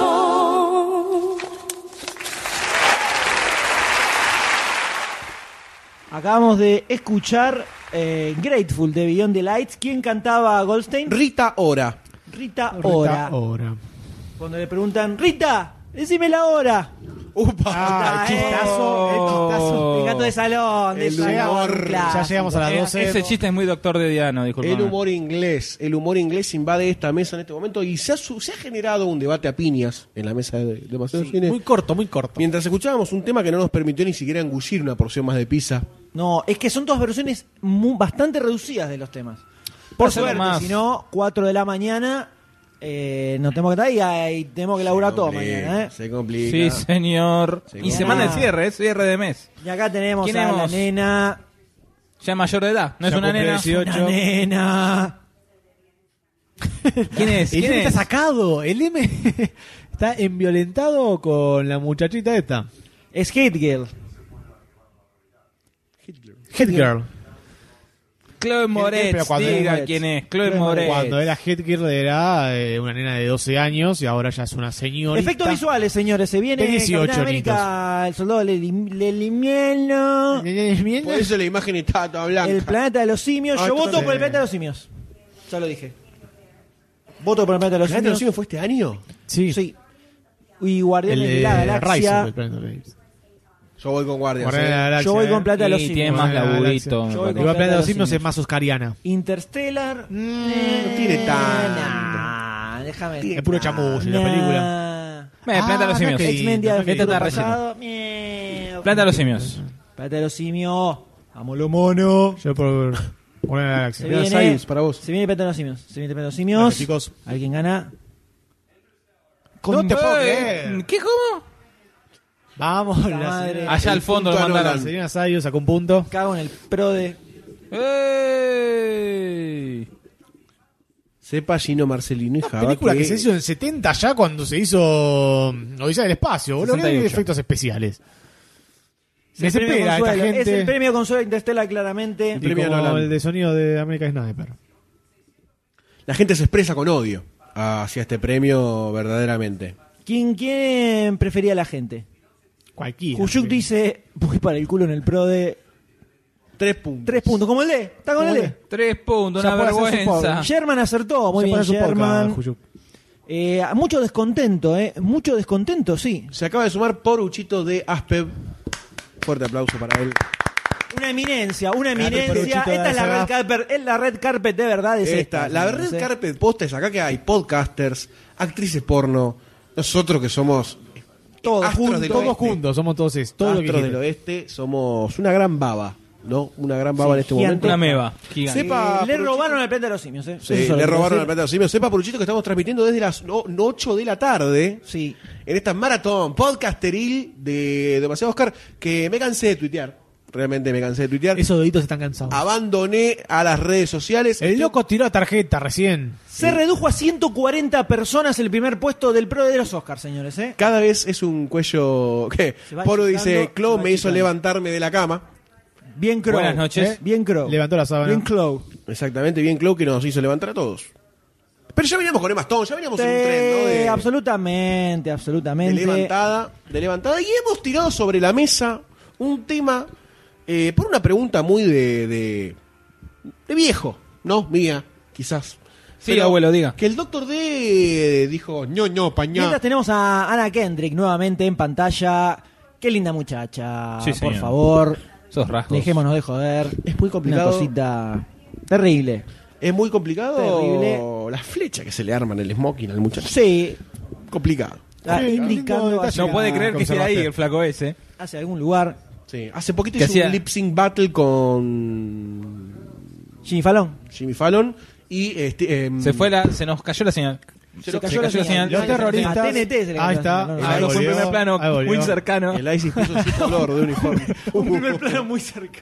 Speaker 3: Grateful.
Speaker 4: Acabamos de escuchar eh, Grateful de Beyond the Lights. ¿Quién cantaba a Goldstein?
Speaker 7: Rita Ora.
Speaker 4: Rita
Speaker 6: Rita
Speaker 4: Ora.
Speaker 6: Ora.
Speaker 4: Cuando le preguntan, Rita, decime la hora.
Speaker 7: Upa.
Speaker 6: Ah,
Speaker 5: Oh.
Speaker 6: el
Speaker 4: eh,
Speaker 6: chistazo, el chistazo.
Speaker 4: El gato de salón, de
Speaker 7: El
Speaker 4: salón,
Speaker 7: humor.
Speaker 4: clásico.
Speaker 6: Ya llegamos a las
Speaker 5: Eh,
Speaker 6: 12.
Speaker 5: ese chiste es muy doctor de Diano, disculpa.
Speaker 7: El humor inglés, el humor inglés invade esta mesa en este momento y se ha, su- se ha generado un debate a piñas en la mesa de, de Paseo Cine.
Speaker 6: Muy corto, muy corto.
Speaker 7: Mientras escuchábamos un tema que no nos permitió ni siquiera engullir una porción más de pizza.
Speaker 4: No, es que son todas versiones mu- bastante reducidas de los temas. Por
Speaker 5: Hacelo
Speaker 4: suerte,
Speaker 5: más.
Speaker 4: si no, 4 de la mañana eh, nos tenemos que estar ahí y tenemos que laburar todo mañana. ¿eh?
Speaker 7: Se
Speaker 5: Sí,
Speaker 7: complica.
Speaker 5: señor.
Speaker 7: Sí,
Speaker 5: y
Speaker 7: bueno.
Speaker 5: semana de cierre, es cierre de mes.
Speaker 4: Y acá tenemos a
Speaker 5: ¿Quién
Speaker 4: la
Speaker 5: hemos?
Speaker 4: nena,
Speaker 5: Ya mayor de edad, no es
Speaker 6: Ya
Speaker 5: una
Speaker 6: cumple
Speaker 5: nena.
Speaker 6: 18.
Speaker 4: la nena.
Speaker 5: ¿Quién es?
Speaker 6: El
Speaker 5: ¿Quién
Speaker 6: M está
Speaker 5: es?
Speaker 6: sacado. El M está enviolentado con la muchachita esta.
Speaker 4: Es Hate Girl.
Speaker 7: Hitler.
Speaker 6: Hitgirl.
Speaker 5: Chloe
Speaker 6: Pero
Speaker 5: Moretz,
Speaker 6: cuando era
Speaker 5: diga
Speaker 6: Moretz.
Speaker 5: quién es, Chloe
Speaker 6: Cuando
Speaker 5: Moretz.
Speaker 6: era Hitgirl era eh, una nena de 12 años y ahora ya es una señorita.
Speaker 4: Efectos visuales, señores. Se viene
Speaker 6: De 18
Speaker 4: Capitán América, el soldado Leli- Lelimielno.
Speaker 7: Por eso la imagen está toda blanca.
Speaker 4: El planeta de los simios.
Speaker 7: Ah,
Speaker 4: Yo voto
Speaker 7: entonces-
Speaker 4: por el planeta de los simios. Ya lo dije. Voto por el planeta de los
Speaker 7: ¿El planeta de los
Speaker 4: simios.
Speaker 7: simios fue este año?
Speaker 6: Sí.
Speaker 4: Y Guardianes de
Speaker 6: eh,
Speaker 4: la Galaxia.
Speaker 6: pues,
Speaker 4: eh.
Speaker 7: Yo voy con Guardian.
Speaker 6: Guardianes de la Galaxia, eh.
Speaker 4: Yo voy con Plata de los
Speaker 6: Y
Speaker 4: Simios.
Speaker 6: tiene más
Speaker 4: Guardianes de la
Speaker 6: laburito,
Speaker 4: Galaxia.
Speaker 6: me
Speaker 4: Yo voy
Speaker 6: parece.
Speaker 4: con
Speaker 5: Eh,
Speaker 6: Igual
Speaker 4: Plata de los Simios.
Speaker 6: es más oscariana.
Speaker 4: Interstellar. no
Speaker 7: tiene
Speaker 6: Eh,
Speaker 7: tanto.
Speaker 4: Nah, déjame.
Speaker 6: Es puro chamuyo la película.
Speaker 5: Eh, Planeta de los Simios.
Speaker 4: X-Men Día del
Speaker 5: Planeta de
Speaker 4: Futuro
Speaker 5: los Simios.
Speaker 4: Pasado. Miau.
Speaker 5: Planta de los simios.
Speaker 4: Plata de los Simios. Amo lo mono.
Speaker 6: Yo por Guardianes de la Galaxia.
Speaker 4: Se viene, se viene Plata de los Simios. Se viene Plata de los Simios.
Speaker 6: Bueno, chicos.
Speaker 4: ¿Alguien gana?
Speaker 6: No te puedo
Speaker 4: Eh,
Speaker 6: creer.
Speaker 5: ¿Qué cómo?
Speaker 6: Vamos, la
Speaker 4: madre.
Speaker 6: señora-
Speaker 5: Allá al
Speaker 6: el
Speaker 5: fondo
Speaker 6: punto
Speaker 5: lo mandaron.
Speaker 6: anula. La señora Sayus sacó un punto.
Speaker 4: Cago en el pro de.
Speaker 5: ¡Ey!
Speaker 7: Sepa Gino Marcelino y Java.
Speaker 6: película que se hizo en 70 ya cuando se hizo mm, Odisea del Espacio, boludo. Mirá los
Speaker 7: 68.
Speaker 6: efectos especiales.
Speaker 4: Es
Speaker 6: Me
Speaker 4: el, premio
Speaker 6: desespera esta
Speaker 4: consuelo.
Speaker 6: gente.
Speaker 4: es el premio consuelo de Interstellar, claramente.
Speaker 6: Y como el de sonido de América Sniper.
Speaker 7: La gente se expresa con odio hacia este premio verdaderamente.
Speaker 4: ¿Quién, quién prefería a la gente?
Speaker 6: Cualquiera.
Speaker 4: Kuyuk dice: Voy para el culo en el pro de.
Speaker 7: Tres puntos.
Speaker 4: Tres puntos, como el D. Está con el D.
Speaker 5: Tres puntos,
Speaker 4: Ya
Speaker 5: una
Speaker 4: puede hacer su podcast.
Speaker 5: vergüenza.
Speaker 4: Sherman acertó, muy
Speaker 6: Ya
Speaker 4: bien,
Speaker 6: puede hacer su
Speaker 4: Sherman.
Speaker 6: podcast, Juyuk.
Speaker 4: Eh, mucho descontento, ¿eh? Mucho descontento, sí.
Speaker 7: Se acaba de sumar Poruchito de Aspev. Fuerte aplauso para él.
Speaker 4: Una eminencia, una eminencia.
Speaker 7: Peruchito de
Speaker 4: Esta es la
Speaker 7: Saga.
Speaker 4: red carpet, es la red carpet de verdad, es esta.
Speaker 7: Esta, la
Speaker 4: señores,
Speaker 7: red
Speaker 4: ¿eh?
Speaker 7: carpet posta es acá que hay podcasters, actrices porno, nosotros que somos
Speaker 4: Todos
Speaker 7: astros
Speaker 4: juntos,
Speaker 7: del
Speaker 6: Todos
Speaker 7: oeste.
Speaker 6: juntos, somos todos es, todo lo que
Speaker 7: astros del
Speaker 6: quieras.
Speaker 7: oeste, somos una gran baba, ¿no? Una gran baba en este momento.
Speaker 5: Una meba.
Speaker 4: Eh,
Speaker 5: Gigante.
Speaker 4: le robaron al planeta de los simios, ¿eh? Eso
Speaker 7: Sí,
Speaker 4: es lo
Speaker 7: le
Speaker 4: que
Speaker 7: robaron
Speaker 4: quiero
Speaker 7: al
Speaker 4: decir.
Speaker 7: planeta de los simios. Sepa, Poruchito, que estamos transmitiendo desde las 8 de la tarde.
Speaker 4: Sí.
Speaker 7: En esta maratón podcasteril de Demasiado Oscar, que me cansé de tuitear. Realmente me cansé de tuitear.
Speaker 6: Esos deditos están cansados.
Speaker 7: Ah, Abandoné a las redes sociales.
Speaker 6: El loco tiró la tarjeta recién.
Speaker 4: Se redujo a 140 personas el primer puesto del pro de los Oscars, señores, ¿eh?
Speaker 7: Cada vez es un cuello que
Speaker 4: Se va
Speaker 7: Poro
Speaker 4: achicando,
Speaker 7: dice,
Speaker 4: se
Speaker 7: Clo
Speaker 4: va
Speaker 7: me hizo
Speaker 4: achicando".
Speaker 7: levantarme de la cama.
Speaker 4: Bien Crow.
Speaker 5: Buenas noches.
Speaker 4: ¿eh? Bien Crow.
Speaker 6: Levantó la sábana.
Speaker 4: Bien Crow.
Speaker 7: Exactamente, bien Clo que nos hizo levantar a todos. Pero ya veníamos con Emma Stone, ya veníamos en un tren, ¿no?
Speaker 4: Sí,
Speaker 7: De-
Speaker 4: absolutamente,
Speaker 7: de
Speaker 4: absolutamente.
Speaker 7: levantada, de levantada. Y hemos tirado sobre la mesa un tema eh, por una pregunta muy de, de, de viejo, ¿no? Mía, quizás.
Speaker 5: Sí, abuelo, diga.
Speaker 7: Que el doctor D dijo, ño, ño, pañá.
Speaker 4: Mientras tenemos a Ana Kendrick nuevamente en pantalla. Qué linda muchacha.
Speaker 5: Sí,
Speaker 4: por
Speaker 5: señor.
Speaker 4: favor,
Speaker 5: Esos rasgos.
Speaker 4: dejémonos de joder.
Speaker 7: Es muy complicado.
Speaker 4: Una cosita terrible.
Speaker 7: Es muy complicado
Speaker 4: Terrible.
Speaker 7: la flecha que se le arman el smoking al muchacho.
Speaker 4: Sí,
Speaker 7: Complicado.
Speaker 4: ah,
Speaker 6: Sí, lindo
Speaker 4: indicando
Speaker 6: detalle.
Speaker 4: hacia,
Speaker 5: No puede creer que esté ahí
Speaker 6: Conservaste.
Speaker 5: el flaco ese.
Speaker 4: hacia algún lugar.
Speaker 7: Sí. Hace poquito
Speaker 5: Que
Speaker 7: hizo
Speaker 5: hacía-
Speaker 7: un lip sync battle con
Speaker 4: Jimmy Fallon.
Speaker 7: Jimmy Fallon y este, em,
Speaker 5: Se fue la, se nos cayó la señal.
Speaker 7: Se
Speaker 5: nos
Speaker 7: nos
Speaker 4: cayó la señal.
Speaker 6: Los
Speaker 4: Ay,
Speaker 6: terroristas.
Speaker 4: a TNT se le cayó
Speaker 6: ahí
Speaker 4: la
Speaker 6: está.
Speaker 4: señal, no, no,
Speaker 5: Ahora
Speaker 6: Ahí
Speaker 5: fue un
Speaker 6: volvió,
Speaker 5: primer plano
Speaker 6: ahí volvió.
Speaker 5: muy cercano.
Speaker 7: el ISIS puso su color de uniforme.
Speaker 4: Un primer plano muy cerca.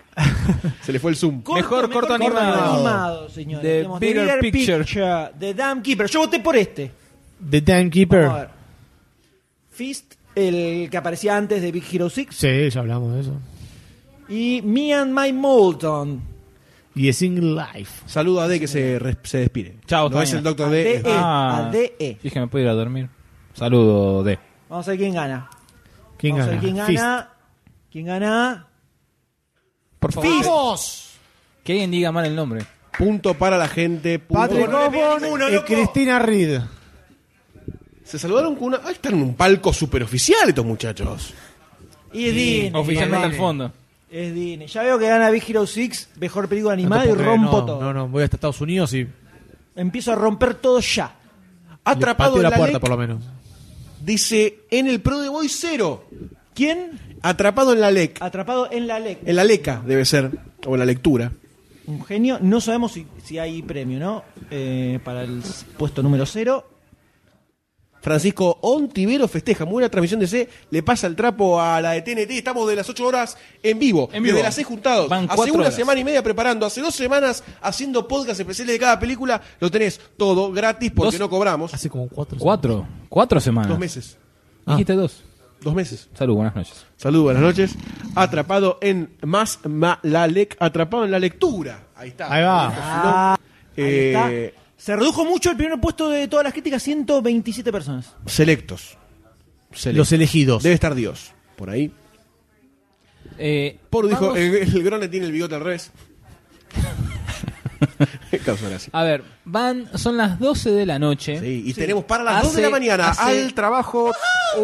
Speaker 7: Se le fue el zoom.
Speaker 5: Mejor corto animado.
Speaker 4: señores.
Speaker 5: The
Speaker 4: Tenemos The
Speaker 5: Bigger
Speaker 4: Bigger
Speaker 5: Picture.
Speaker 4: Picture, The Damn Keeper. Yo voté por este.
Speaker 6: The Time
Speaker 4: Vamos a ver.
Speaker 6: Keeper.
Speaker 4: Fist, el que aparecía antes de Big Hero 6.
Speaker 6: Sí, ya hablamos de eso.
Speaker 4: Y Me and My Molton.
Speaker 6: Y The Single Life.
Speaker 7: Saludo a D que se, res- se despide.
Speaker 5: Chao,
Speaker 7: No es
Speaker 5: Tania.
Speaker 7: el doctor
Speaker 4: A D,
Speaker 7: D.
Speaker 4: E,
Speaker 7: es-
Speaker 5: Ah.
Speaker 4: a D, E.
Speaker 5: Dije, me puedo ir a dormir. Saludo de.
Speaker 4: Vamos a ver quién gana.
Speaker 6: ¿Quién
Speaker 4: Vamos a
Speaker 6: gana?
Speaker 4: ver quién
Speaker 6: Fist.
Speaker 4: gana. ¿Quién gana?
Speaker 5: Por favor. Que alguien diga mal el nombre.
Speaker 7: Punto para la gente. punto
Speaker 6: Patrick
Speaker 7: para-
Speaker 6: Osborne y Eh, Cristina Reed.
Speaker 7: Se saludaron con una. Ah, están en un palco super oficial estos muchachos.
Speaker 4: Y es Dine.
Speaker 5: Oficialmente al
Speaker 4: es
Speaker 5: fondo.
Speaker 4: Dine. Es Dine. Ya veo que gana Big Hero 6, mejor película
Speaker 6: No
Speaker 4: animada
Speaker 6: te
Speaker 4: y
Speaker 6: puedo creer,
Speaker 4: rompo
Speaker 6: no,
Speaker 4: todo.
Speaker 6: No, no, voy hasta Estados Unidos y.
Speaker 4: Empiezo a romper todo ya.
Speaker 7: Atrapado
Speaker 6: pateo
Speaker 7: en
Speaker 6: la
Speaker 7: la,
Speaker 6: puerta,
Speaker 7: ley,
Speaker 6: por lo menos.
Speaker 7: dice en el Pro de Boy cero.
Speaker 4: ¿Quién?
Speaker 7: Atrapado en la LEC.
Speaker 4: Atrapado en la LEC.
Speaker 7: En la LECA debe ser. O en la lectura.
Speaker 4: Un genio. No sabemos si, si hay premio, ¿no? Eh, para el s- puesto número cero.
Speaker 7: Francisco Ontivero festeja. Muy buena transmisión de C. Le pasa el trapo a la de TNT. Estamos de las 8 horas en vivo.
Speaker 5: En vivo.
Speaker 7: Desde las 6 juntados.
Speaker 5: Van
Speaker 7: hace
Speaker 5: cuatro
Speaker 7: una
Speaker 5: horas.
Speaker 7: semana y media preparando. Hace dos semanas haciendo podcast especiales de cada película. Lo tenés todo gratis porque
Speaker 5: Dos-
Speaker 7: no cobramos.
Speaker 6: Hace como cuatro.
Speaker 5: Cuatro.
Speaker 6: Ah.
Speaker 5: Cuatro semanas. Ah.
Speaker 7: Dos meses.
Speaker 5: Dijiste dos.
Speaker 7: Dos meses.
Speaker 5: Salud, buenas noches.
Speaker 7: Saludos, buenas noches. atrapado en Más Malalek, atrapado en la lectura. Ahí está.
Speaker 6: Ahí va.
Speaker 7: Ah, Eh,
Speaker 4: Ahí está. Se redujo mucho el primer puesto de todas las críticas, 127 personas.
Speaker 7: Selectos.
Speaker 6: Los elegidos.
Speaker 7: Debe estar Dios, por ahí. Por dijo,
Speaker 5: Eh,
Speaker 7: eh.
Speaker 5: vamos-
Speaker 7: el, el grone tiene el bigote al revés. Causó gracia.
Speaker 5: A ver, van, son las 12 de la noche.
Speaker 7: y tenemos para las 2 de la mañana al trabajo.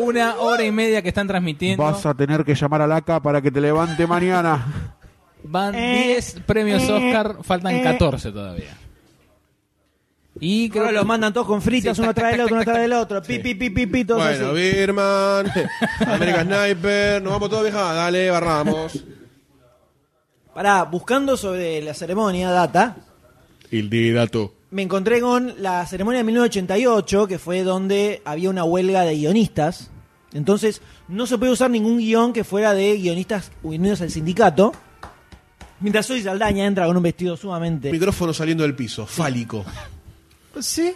Speaker 5: Una hora y media que están transmitiendo.
Speaker 26: Vas a tener que llamar a Laca para que te levante mañana.
Speaker 5: Van 10 premios
Speaker 4: eh,
Speaker 5: Oscar, faltan
Speaker 4: eh.
Speaker 5: 14 todavía. Y creo
Speaker 7: Ah,
Speaker 4: Ahora los
Speaker 5: que-
Speaker 4: mandan todos con fritas,
Speaker 5: Sí,
Speaker 4: uno
Speaker 5: tac,
Speaker 4: tras
Speaker 5: tac,
Speaker 4: el
Speaker 5: tac,
Speaker 4: otro, uno
Speaker 5: tac,
Speaker 4: tras el otro. Pi, pi, pi, pi, pi, todos
Speaker 7: Bueno,
Speaker 4: así.
Speaker 7: Birman, American Sniper, nos vamos todos vieja, dale, barramos.
Speaker 4: Pará, buscando sobre la ceremonia, data,
Speaker 7: El de dato.
Speaker 4: me encontré con la ceremonia de 1988, que fue donde había una huelga de guionistas. Entonces, no se puede usar ningún guión que fuera de guionistas unidos al sindicato. Mientras Soy Saldaña entra con un vestido sumamente.
Speaker 7: Micrófono saliendo del piso, fálico.
Speaker 4: Este- Sí.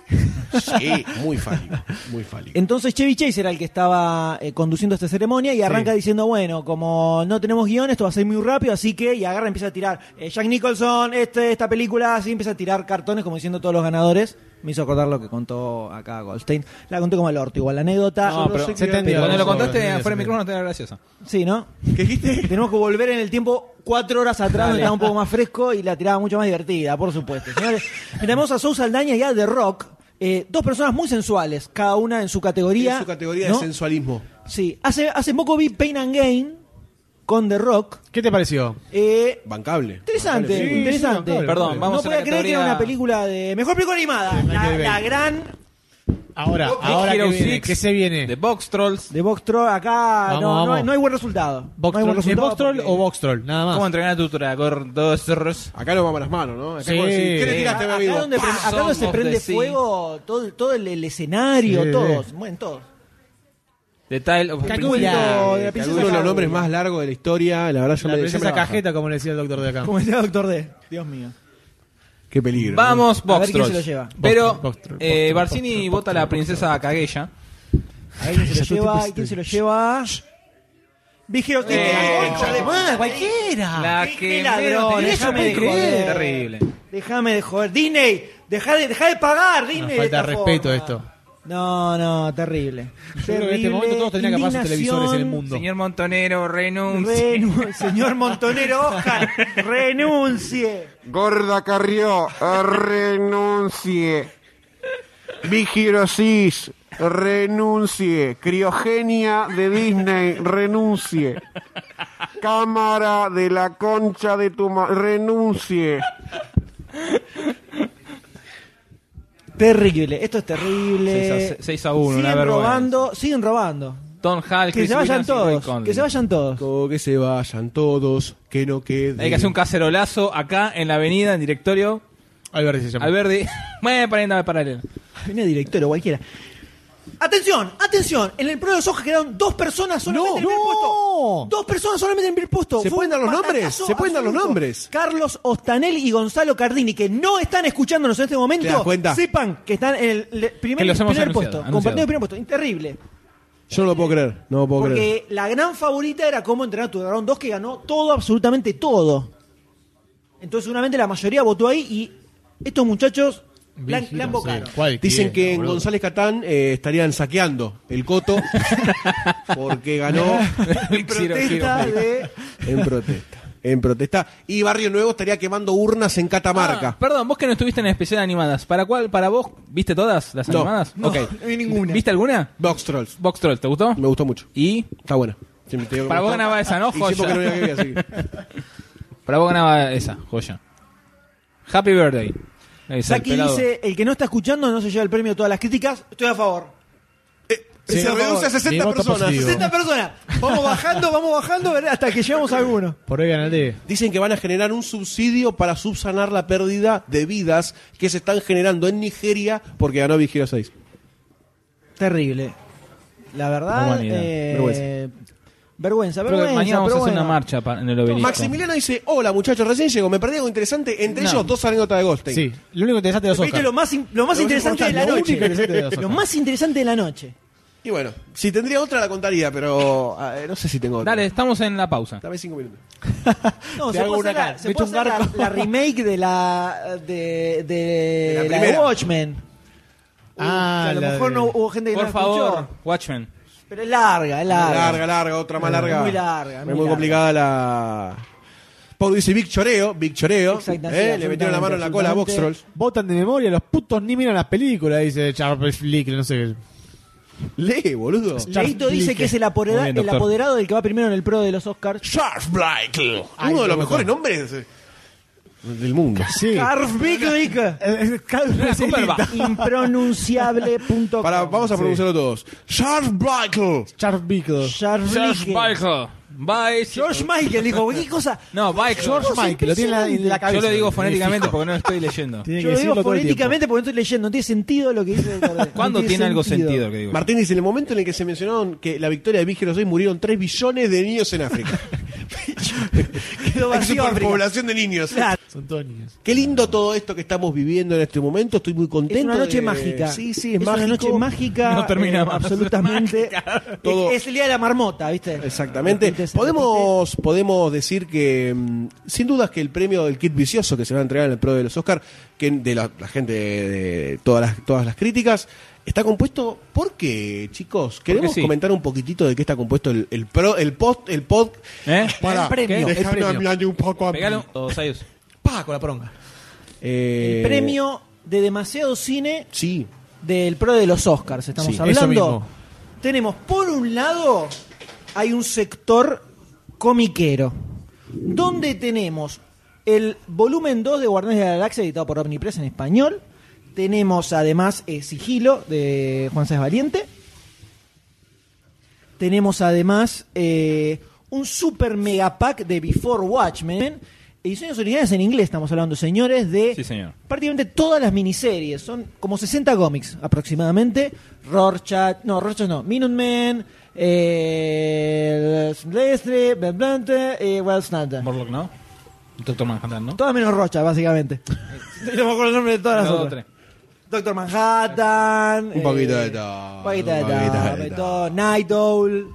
Speaker 7: Sí, muy fálico, muy fálico.
Speaker 4: Entonces Chevy Chase era el que estaba eh, conduciendo esta ceremonia y arranca diciendo, bueno, como no tenemos guión, esto va a ser muy rápido, así que, y agarra y empieza a tirar, eh, Jack Nicholson, este, esta película, así empieza a tirar cartones como diciendo todos los ganadores. Me hizo acordar lo que contó acá Goldstein. La conté como el orto, igual la anécdota.
Speaker 5: No, pero
Speaker 6: se entendió.
Speaker 5: cuando lo
Speaker 6: Sobre-
Speaker 5: contaste
Speaker 6: entendió,
Speaker 5: fuera de
Speaker 6: sobre-
Speaker 5: micrófono te era gracioso.
Speaker 4: Sí, ¿no? ¿Qué dijiste? Tenemos que volver en el tiempo cuatro horas atrás, donde
Speaker 5: Dale.
Speaker 4: estaba un poco más fresco y la tiraba mucho más divertida, por supuesto. Señores, tenemos a Sousa Aldaña y a The Rock, eh, dos personas muy sensuales, cada una en su categoría.
Speaker 7: En su categoría
Speaker 4: ¿no?
Speaker 7: de sensualismo.
Speaker 4: Sí, hace, hace poco vi Pain and Gain con The Rock.
Speaker 6: ¿Qué te pareció?
Speaker 4: Eh,
Speaker 7: Bancable.
Speaker 4: interesante,
Speaker 6: Sí, sí,
Speaker 4: interesante.
Speaker 6: bancable, Perdón, bancable.
Speaker 5: vamos
Speaker 4: No
Speaker 5: a la
Speaker 4: podía creer que era
Speaker 5: categoría-
Speaker 4: una película de. Mejor película animada. La,
Speaker 6: Bay.
Speaker 4: la gran.
Speaker 6: Ahora, Ah, ahora que
Speaker 5: Hero
Speaker 6: viene,
Speaker 5: Six.
Speaker 6: ¿qué se viene?
Speaker 5: De Box Trolls.
Speaker 4: De Box Troll, acá no,
Speaker 6: Vamos,
Speaker 4: no
Speaker 6: vamos.
Speaker 4: hay- no hay buen resultado.
Speaker 6: Box
Speaker 4: no hay buen
Speaker 6: Troll. ¿Es
Speaker 4: resultado
Speaker 6: Box Troll
Speaker 4: porque-
Speaker 6: o Box Troll? Nada más.
Speaker 5: ¿Cómo entrenar a tu dragón? Dos cerros.
Speaker 7: Acá nos vamos a las manos, ¿no? Acá
Speaker 6: Sí.
Speaker 7: como decir, ¿Qué le
Speaker 5: Sí.
Speaker 7: tiraste, mi
Speaker 4: Acá
Speaker 7: amigo?
Speaker 4: donde, pre- acá donde se
Speaker 5: Song of
Speaker 4: prende
Speaker 5: the Sea.
Speaker 4: fuego todo, todo el, el escenario,
Speaker 6: Sí,
Speaker 4: todos,
Speaker 6: sí.
Speaker 4: mueren todos.
Speaker 5: The Tale of
Speaker 4: Cacula.
Speaker 5: Princess.
Speaker 4: de la princesa
Speaker 7: Que Uno Este, de los
Speaker 4: Cajeta.
Speaker 7: nombres más largos de la historia, la verdad yo
Speaker 6: La
Speaker 7: me, yo me
Speaker 6: princesa
Speaker 7: la baja.
Speaker 6: cajeta, como le decía el doctor de acá.
Speaker 4: Como decía Doctor D. Dios mío.
Speaker 7: Qué peligro.
Speaker 5: Vamos,
Speaker 4: A ver
Speaker 5: Box
Speaker 4: quién
Speaker 5: Trolls.
Speaker 4: se lo lleva.
Speaker 5: Pero
Speaker 6: Box Trolls, Box Trolls,
Speaker 5: eh,
Speaker 6: Box Trolls,
Speaker 5: Barcini vota a la princesa Kagueya.
Speaker 4: Ahí quién se lo lleva,
Speaker 6: este.
Speaker 4: ahí quién se lo lleva. Vigero
Speaker 5: Eh,
Speaker 4: cualquiera.
Speaker 5: La
Speaker 4: Qué-
Speaker 5: que
Speaker 4: qué ladrón,
Speaker 5: menos-
Speaker 4: déjame de
Speaker 5: no puede creer.
Speaker 4: joder.
Speaker 5: Terrible.
Speaker 4: Déjame de joder. Disney, deja de, dejá de pagar, Disney.
Speaker 6: Una
Speaker 4: de
Speaker 6: falta de
Speaker 4: esta
Speaker 6: respeto
Speaker 4: forma.
Speaker 6: esto.
Speaker 4: No, no, terrible.
Speaker 6: Yo creo que en este momento todos tendrían que apagar sus televisores en el mundo.
Speaker 5: Señor Montonero, renuncia.
Speaker 4: Renuncie, señor Montonero Oscar, renuncie.
Speaker 26: Gorda Carrió, renuncie. Vigirosis, renuncie. Criogenia de Disney, renuncie. Cámara de la concha de tu ma- renuncie.
Speaker 4: Terrible, esto es terrible.
Speaker 5: 6 a- 6 a 1, una
Speaker 4: siguen
Speaker 5: vergüenza.
Speaker 4: robando, siguen robando.
Speaker 5: Tom Hall,
Speaker 4: Que
Speaker 5: Chris
Speaker 4: se vayan
Speaker 5: Williams y Roy
Speaker 4: todos,
Speaker 5: Conley.
Speaker 4: que se vayan todos.
Speaker 7: Todo que se vayan todos, que no quede.
Speaker 5: Hay que hacer un cacerolazo acá en la avenida, en directorio.
Speaker 6: Alberti se llama.
Speaker 5: Alberdi, mueve para andar paralelo.
Speaker 4: Viene director o cualquiera. Atención, atención. En el pro de los ojos quedaron dos personas solamente en el primer puesto. Dos personas solamente en el primer puesto.
Speaker 7: ¿Se
Speaker 4: Fue
Speaker 7: pueden
Speaker 4: un
Speaker 7: dar los nombres?
Speaker 4: batacazo
Speaker 7: ¿Se pueden dar los nombres?
Speaker 4: Carlos Ostanel y Gonzalo Cardini, que no están escuchándonos en este
Speaker 7: ¿Te das
Speaker 4: momento,
Speaker 7: cuenta?
Speaker 4: sepan que están en el le- primer,
Speaker 5: Que los hemos
Speaker 4: primer
Speaker 5: anunciado,
Speaker 4: puesto.
Speaker 5: anunciado.
Speaker 4: Compartido el primer puesto. Terrible.
Speaker 7: Yo no lo puedo creer, no lo puedo creer.
Speaker 4: Porque la gran favorita era cómo entrenar a tu dragón 2, que ganó todo, absolutamente todo. Entonces, seguramente la mayoría votó ahí y estos muchachos la, la embocaron.
Speaker 7: Dicen que en
Speaker 6: González
Speaker 7: González Catán eh, estarían saqueando el coto porque ganó
Speaker 5: En
Speaker 4: Protesta de.
Speaker 7: en protesta. En protesta. Y Barrio Nuevo estaría quemando urnas en Catamarca.
Speaker 5: Ah, perdón, vos que no estuviste en el especial de animadas. ¿Para cuál? ¿Para vos? ¿Viste todas las
Speaker 7: No,
Speaker 5: animadas?
Speaker 7: no,
Speaker 5: Ok.
Speaker 7: no vi ninguna.
Speaker 5: ¿Viste alguna?
Speaker 7: Box Trolls.
Speaker 5: Box Troll, ¿te gustó?
Speaker 7: Me gustó mucho.
Speaker 5: Y
Speaker 7: Está buena. Siempre te digo que
Speaker 5: para
Speaker 7: me
Speaker 5: vos
Speaker 7: gustó.
Speaker 5: ganaba esa, ¿no?
Speaker 7: Y siempre
Speaker 5: Joya.
Speaker 7: que no había que ver, sí.
Speaker 5: Para vos ganaba esa, joya. Happy Birthday. Ahí está, el
Speaker 4: Saki
Speaker 5: pelado.
Speaker 4: dice: el que no está escuchando no se lleva el premio de todas las críticas. Estoy a favor.
Speaker 6: Sí,
Speaker 7: se
Speaker 6: por
Speaker 7: reduce
Speaker 6: favor.
Speaker 7: a 60
Speaker 6: Mi voto
Speaker 7: personas.
Speaker 6: positivo.
Speaker 4: 60 personas. Vamos bajando, vamos bajando, ¿verdad? Hasta que llegamos a alguno.
Speaker 6: Por hoy ganate.
Speaker 7: Dicen que van a generar un subsidio para subsanar la pérdida de vidas que se están generando en Nigeria porque ganó Vigero 6.
Speaker 4: Terrible. La
Speaker 5: No
Speaker 4: verdad.
Speaker 5: humanidad.
Speaker 4: eh,
Speaker 7: Vergüenza.
Speaker 4: vergüenza. Vergüenza,
Speaker 5: Creo que mañana vamos a
Speaker 4: pero
Speaker 5: hacer una
Speaker 4: bueno.
Speaker 5: marcha pa- en el obelisco.
Speaker 7: Maximiliano dice, hola muchachos, recién llego, me perdí algo interesante, entre
Speaker 5: No.
Speaker 7: ellos dos anécdotas de Goldstein.
Speaker 6: Sí, lo único interesante de los
Speaker 4: Viste
Speaker 6: Oscar.
Speaker 4: lo más, in- lo más
Speaker 7: Lo más
Speaker 4: interesante de la
Speaker 7: importante,
Speaker 6: lo
Speaker 4: noche.
Speaker 6: único interesante de los
Speaker 4: Lo
Speaker 6: Oscar.
Speaker 4: más interesante de la noche.
Speaker 7: Y bueno, si tendría otra la contaría, pero eh, no sé si tengo otra.
Speaker 5: Dale, estamos en la pausa.
Speaker 7: Dame cinco minutos.
Speaker 4: No,
Speaker 7: Te
Speaker 4: se
Speaker 7: hago
Speaker 4: puede
Speaker 7: una
Speaker 4: hacer, la,
Speaker 7: cara.
Speaker 4: se
Speaker 7: Me
Speaker 4: puede
Speaker 7: echo un
Speaker 4: hacer la-
Speaker 7: garco.
Speaker 4: la remake de la de, de, la
Speaker 7: la
Speaker 4: de
Speaker 7: primera.
Speaker 4: Watchmen.
Speaker 6: Ah,
Speaker 4: a lo
Speaker 6: la
Speaker 4: mejor
Speaker 6: de-
Speaker 4: no hubo gente que
Speaker 5: Por
Speaker 4: no la escuchó.
Speaker 5: favor, Watchmen.
Speaker 4: Pero es larga, es larga.
Speaker 7: Larga, larga, otra más
Speaker 4: Es
Speaker 7: larga.
Speaker 4: Muy larga.
Speaker 7: Es
Speaker 4: es
Speaker 7: muy,
Speaker 4: larga.
Speaker 7: complicada la. Pau dice Big Choreo, Big Choreo.
Speaker 4: Exacto,
Speaker 7: ¿eh?
Speaker 4: sí,
Speaker 7: Le metieron la mano en la cola a Box Trolls.
Speaker 6: Votan de memoria, los putos ni miran las películas, dice Charles Flick, no sé
Speaker 7: Lee, boludo.
Speaker 6: qué.
Speaker 4: Leito dice que es el, apodera-
Speaker 6: Muy bien,
Speaker 4: el
Speaker 6: doctor.
Speaker 4: apoderado del que va primero en el pro de los Oscars.
Speaker 7: Charles Blake.
Speaker 6: Ay,
Speaker 7: Uno de
Speaker 6: me gusta.
Speaker 7: los mejores nombres eh, del mundo.
Speaker 6: Sí.
Speaker 4: Charles Impronunciable.com.
Speaker 7: Para, vamos a pronunciarlo todos. Charles Blake.
Speaker 6: Charles Bickle.
Speaker 4: Charles
Speaker 5: George
Speaker 4: Blake.
Speaker 5: Michael. Bye.
Speaker 4: George Michael dijo, ¿qué cosa?
Speaker 5: No, Michael.
Speaker 6: George Michael, lo tiene en la- en la cabeza.
Speaker 5: Yo lo digo
Speaker 6: Me
Speaker 5: fonéticamente
Speaker 6: fijo.
Speaker 5: porque no lo estoy leyendo.
Speaker 6: Tiene
Speaker 4: Yo
Speaker 6: que
Speaker 4: lo digo
Speaker 6: decirlo todo el tiempo.
Speaker 4: fonéticamente porque no estoy leyendo, no tiene sentido lo que dice. Gordon.
Speaker 5: ¿Cuándo
Speaker 4: No
Speaker 5: tiene algo sentido lo que digo?
Speaker 7: Martín dice: en el momento en el que se mencionaron que la victoria de Big Hero 6 murieron 3 billones de niños en África.
Speaker 4: Quedó
Speaker 7: Hay
Speaker 4: vacío África.
Speaker 7: superpoblación de niños.
Speaker 4: Claro.
Speaker 6: Son todos niños.
Speaker 7: Qué lindo todo esto que estamos viviendo en este momento. Estoy muy contento.
Speaker 4: Es una noche
Speaker 7: de-
Speaker 4: mágica.
Speaker 7: Sí, sí, es,
Speaker 4: una
Speaker 7: mágico.
Speaker 4: noche mágica. eh,
Speaker 5: No termina más.
Speaker 4: Absolutamente.
Speaker 7: Todo-
Speaker 4: Es, es el día de la marmota, ¿viste?
Speaker 7: Exactamente. Podemos, podemos decir que, mm, sin dudas, que el premio del kit vicioso que se va a entregar en el pro de los Oscar, que de la, la gente de, de todas, las, todas las críticas, está compuesto. ¿Por qué, chicos? Queremos
Speaker 5: sí.
Speaker 7: comentar un poquitito de qué está compuesto el, el pro, el post, el pod.
Speaker 5: ¿Eh?
Speaker 7: Pará,
Speaker 4: premio,
Speaker 5: ¿Qué?
Speaker 4: el
Speaker 7: dejame
Speaker 5: premio.
Speaker 7: hablar de un poco a mí.
Speaker 5: Pegalo. O Sayus.
Speaker 4: Pa, con la pronga.
Speaker 7: Eh,
Speaker 4: El premio de demasiado cine
Speaker 7: Sí.
Speaker 4: del pro de los Oscars, estamos
Speaker 7: Sí, eso
Speaker 4: hablando.
Speaker 6: mismo.
Speaker 4: Tenemos, por un lado, hay un sector comiquero, donde tenemos el volumen 2 de Guardianes de la Galaxia, editado por Omnipress en español. Tenemos además eh, Sigilo de Juan Sáenz Valiente. Tenemos además eh, un super mega pack de Before Watchmen. Ediciones originales en inglés, estamos hablando, señores, de
Speaker 5: Sí, señor.
Speaker 4: prácticamente todas las miniseries. Son como 60 cómics aproximadamente. Rorschach, no, Rorschach no, Minutemen, eh, Leslie, Ben Blunt, eh, Wild Snyder.
Speaker 5: Morlock, ¿no? Doctor Manhattan, ¿no?
Speaker 4: Todas menos Rocha, básicamente. no me acuerdo el nombre de todas las
Speaker 5: Uno, dos,
Speaker 4: otras.
Speaker 5: tres.
Speaker 4: Doctor Manhattan.
Speaker 7: Un poquito de todo,
Speaker 4: todo. Un poquito de
Speaker 7: un poquito de
Speaker 4: todo, de
Speaker 7: todo.
Speaker 4: todo. Night Owl.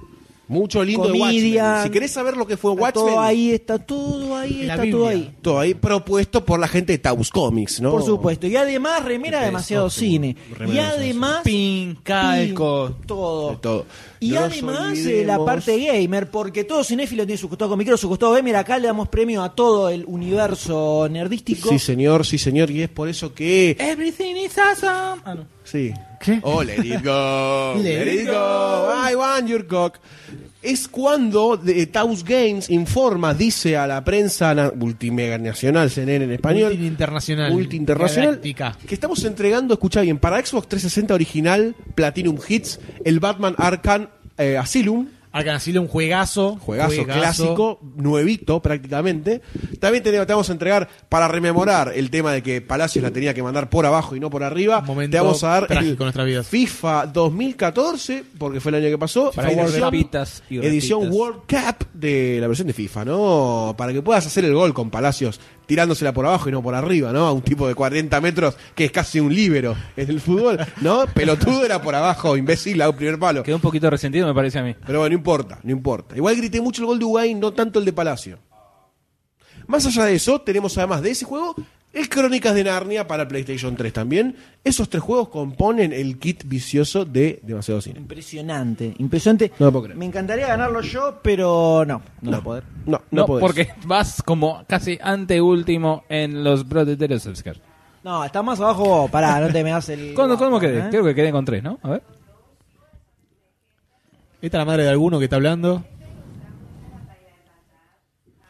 Speaker 7: Mucho lindo de
Speaker 4: Comedian.
Speaker 7: Watchmen. Si querés saber lo que fue
Speaker 4: Está
Speaker 7: Watchmen,
Speaker 4: todo ahí, está todo ahí,
Speaker 6: La
Speaker 4: está todo
Speaker 6: Biblia.
Speaker 4: ahí.
Speaker 7: todo ahí propuesto por la gente de Taus Comics, ¿no?
Speaker 4: Por supuesto. Y además, remera demasiado cine. y además.
Speaker 5: Pin, calco.
Speaker 4: pin, Todo.
Speaker 7: De todo.
Speaker 4: Y
Speaker 7: No nos
Speaker 4: además eh, la
Speaker 7: olvidemos-
Speaker 4: parte gamer, porque todo cinéfilo tiene su costado comiquero, su costado gamer. Acá le damos premio a todo el universo nerdístico.
Speaker 7: Sí, señor, sí, señor. Y es por eso que.
Speaker 5: Everything is awesome. Ah, no.
Speaker 7: Sí.
Speaker 6: ¿Qué?
Speaker 7: Oh, let it go. let, it go. I want your cock. Es cuando de- Taos Games informa, dice a la prensa na- multimeganacional, CNN en español.
Speaker 6: Multiinternacional.
Speaker 7: multiinternacional,
Speaker 6: Galáctica.
Speaker 7: Que estamos entregando, escucha bien, para Xbox 360 original, Platinum Hits, el Batman Arkham eh, Asylum.
Speaker 6: Arkham Asylum, un juegazo.
Speaker 7: Juegazo, clásico, nuevito prácticamente. También te, te vamos a entregar, para rememorar el tema de que Palacios la tenía que mandar por abajo y no por arriba,
Speaker 6: Un momento
Speaker 7: te vamos a dar
Speaker 6: trágico
Speaker 7: el
Speaker 6: en nuestras vidas.
Speaker 7: FIFA 2014, porque fue el año que pasó,
Speaker 5: Para que
Speaker 7: edición,
Speaker 5: repitas y repitas.
Speaker 7: edición World Cup de la versión de FIFA, ¿no? Para que puedas hacer el gol con Palacios tirándosela por abajo y no por arriba, ¿no? A un tipo de 40 metros que es casi un líbero en el fútbol, ¿no? Pelotudo era por abajo, imbécil, a un primer palo.
Speaker 5: Quedó un poquito resentido, me parece a mí.
Speaker 7: Pero bueno, no importa, no importa. Igual grité mucho el gol de Uruguay, no tanto el de Palacio. Más allá de eso, tenemos además de ese juego el Crónicas de Narnia para PlayStation 3 también. Esos tres juegos componen el kit vicioso de Demasiado Cine.
Speaker 4: Impresionante, impresionante.
Speaker 7: No lo puedo creer.
Speaker 4: Me encantaría ganarlo yo, pero no, no, va a poder.
Speaker 7: No, no,
Speaker 5: No,
Speaker 7: podés.
Speaker 5: porque vas como casi anteúltimo en los brotes de los Oscar.
Speaker 4: No, está más abajo vos, pará, no te me das el.
Speaker 5: ¿Cuándo, ¿Cómo quedé?
Speaker 4: ¿eh?
Speaker 5: Creo que quedé con tres, ¿no? A ver.
Speaker 6: Esta es la madre de alguno que está hablando.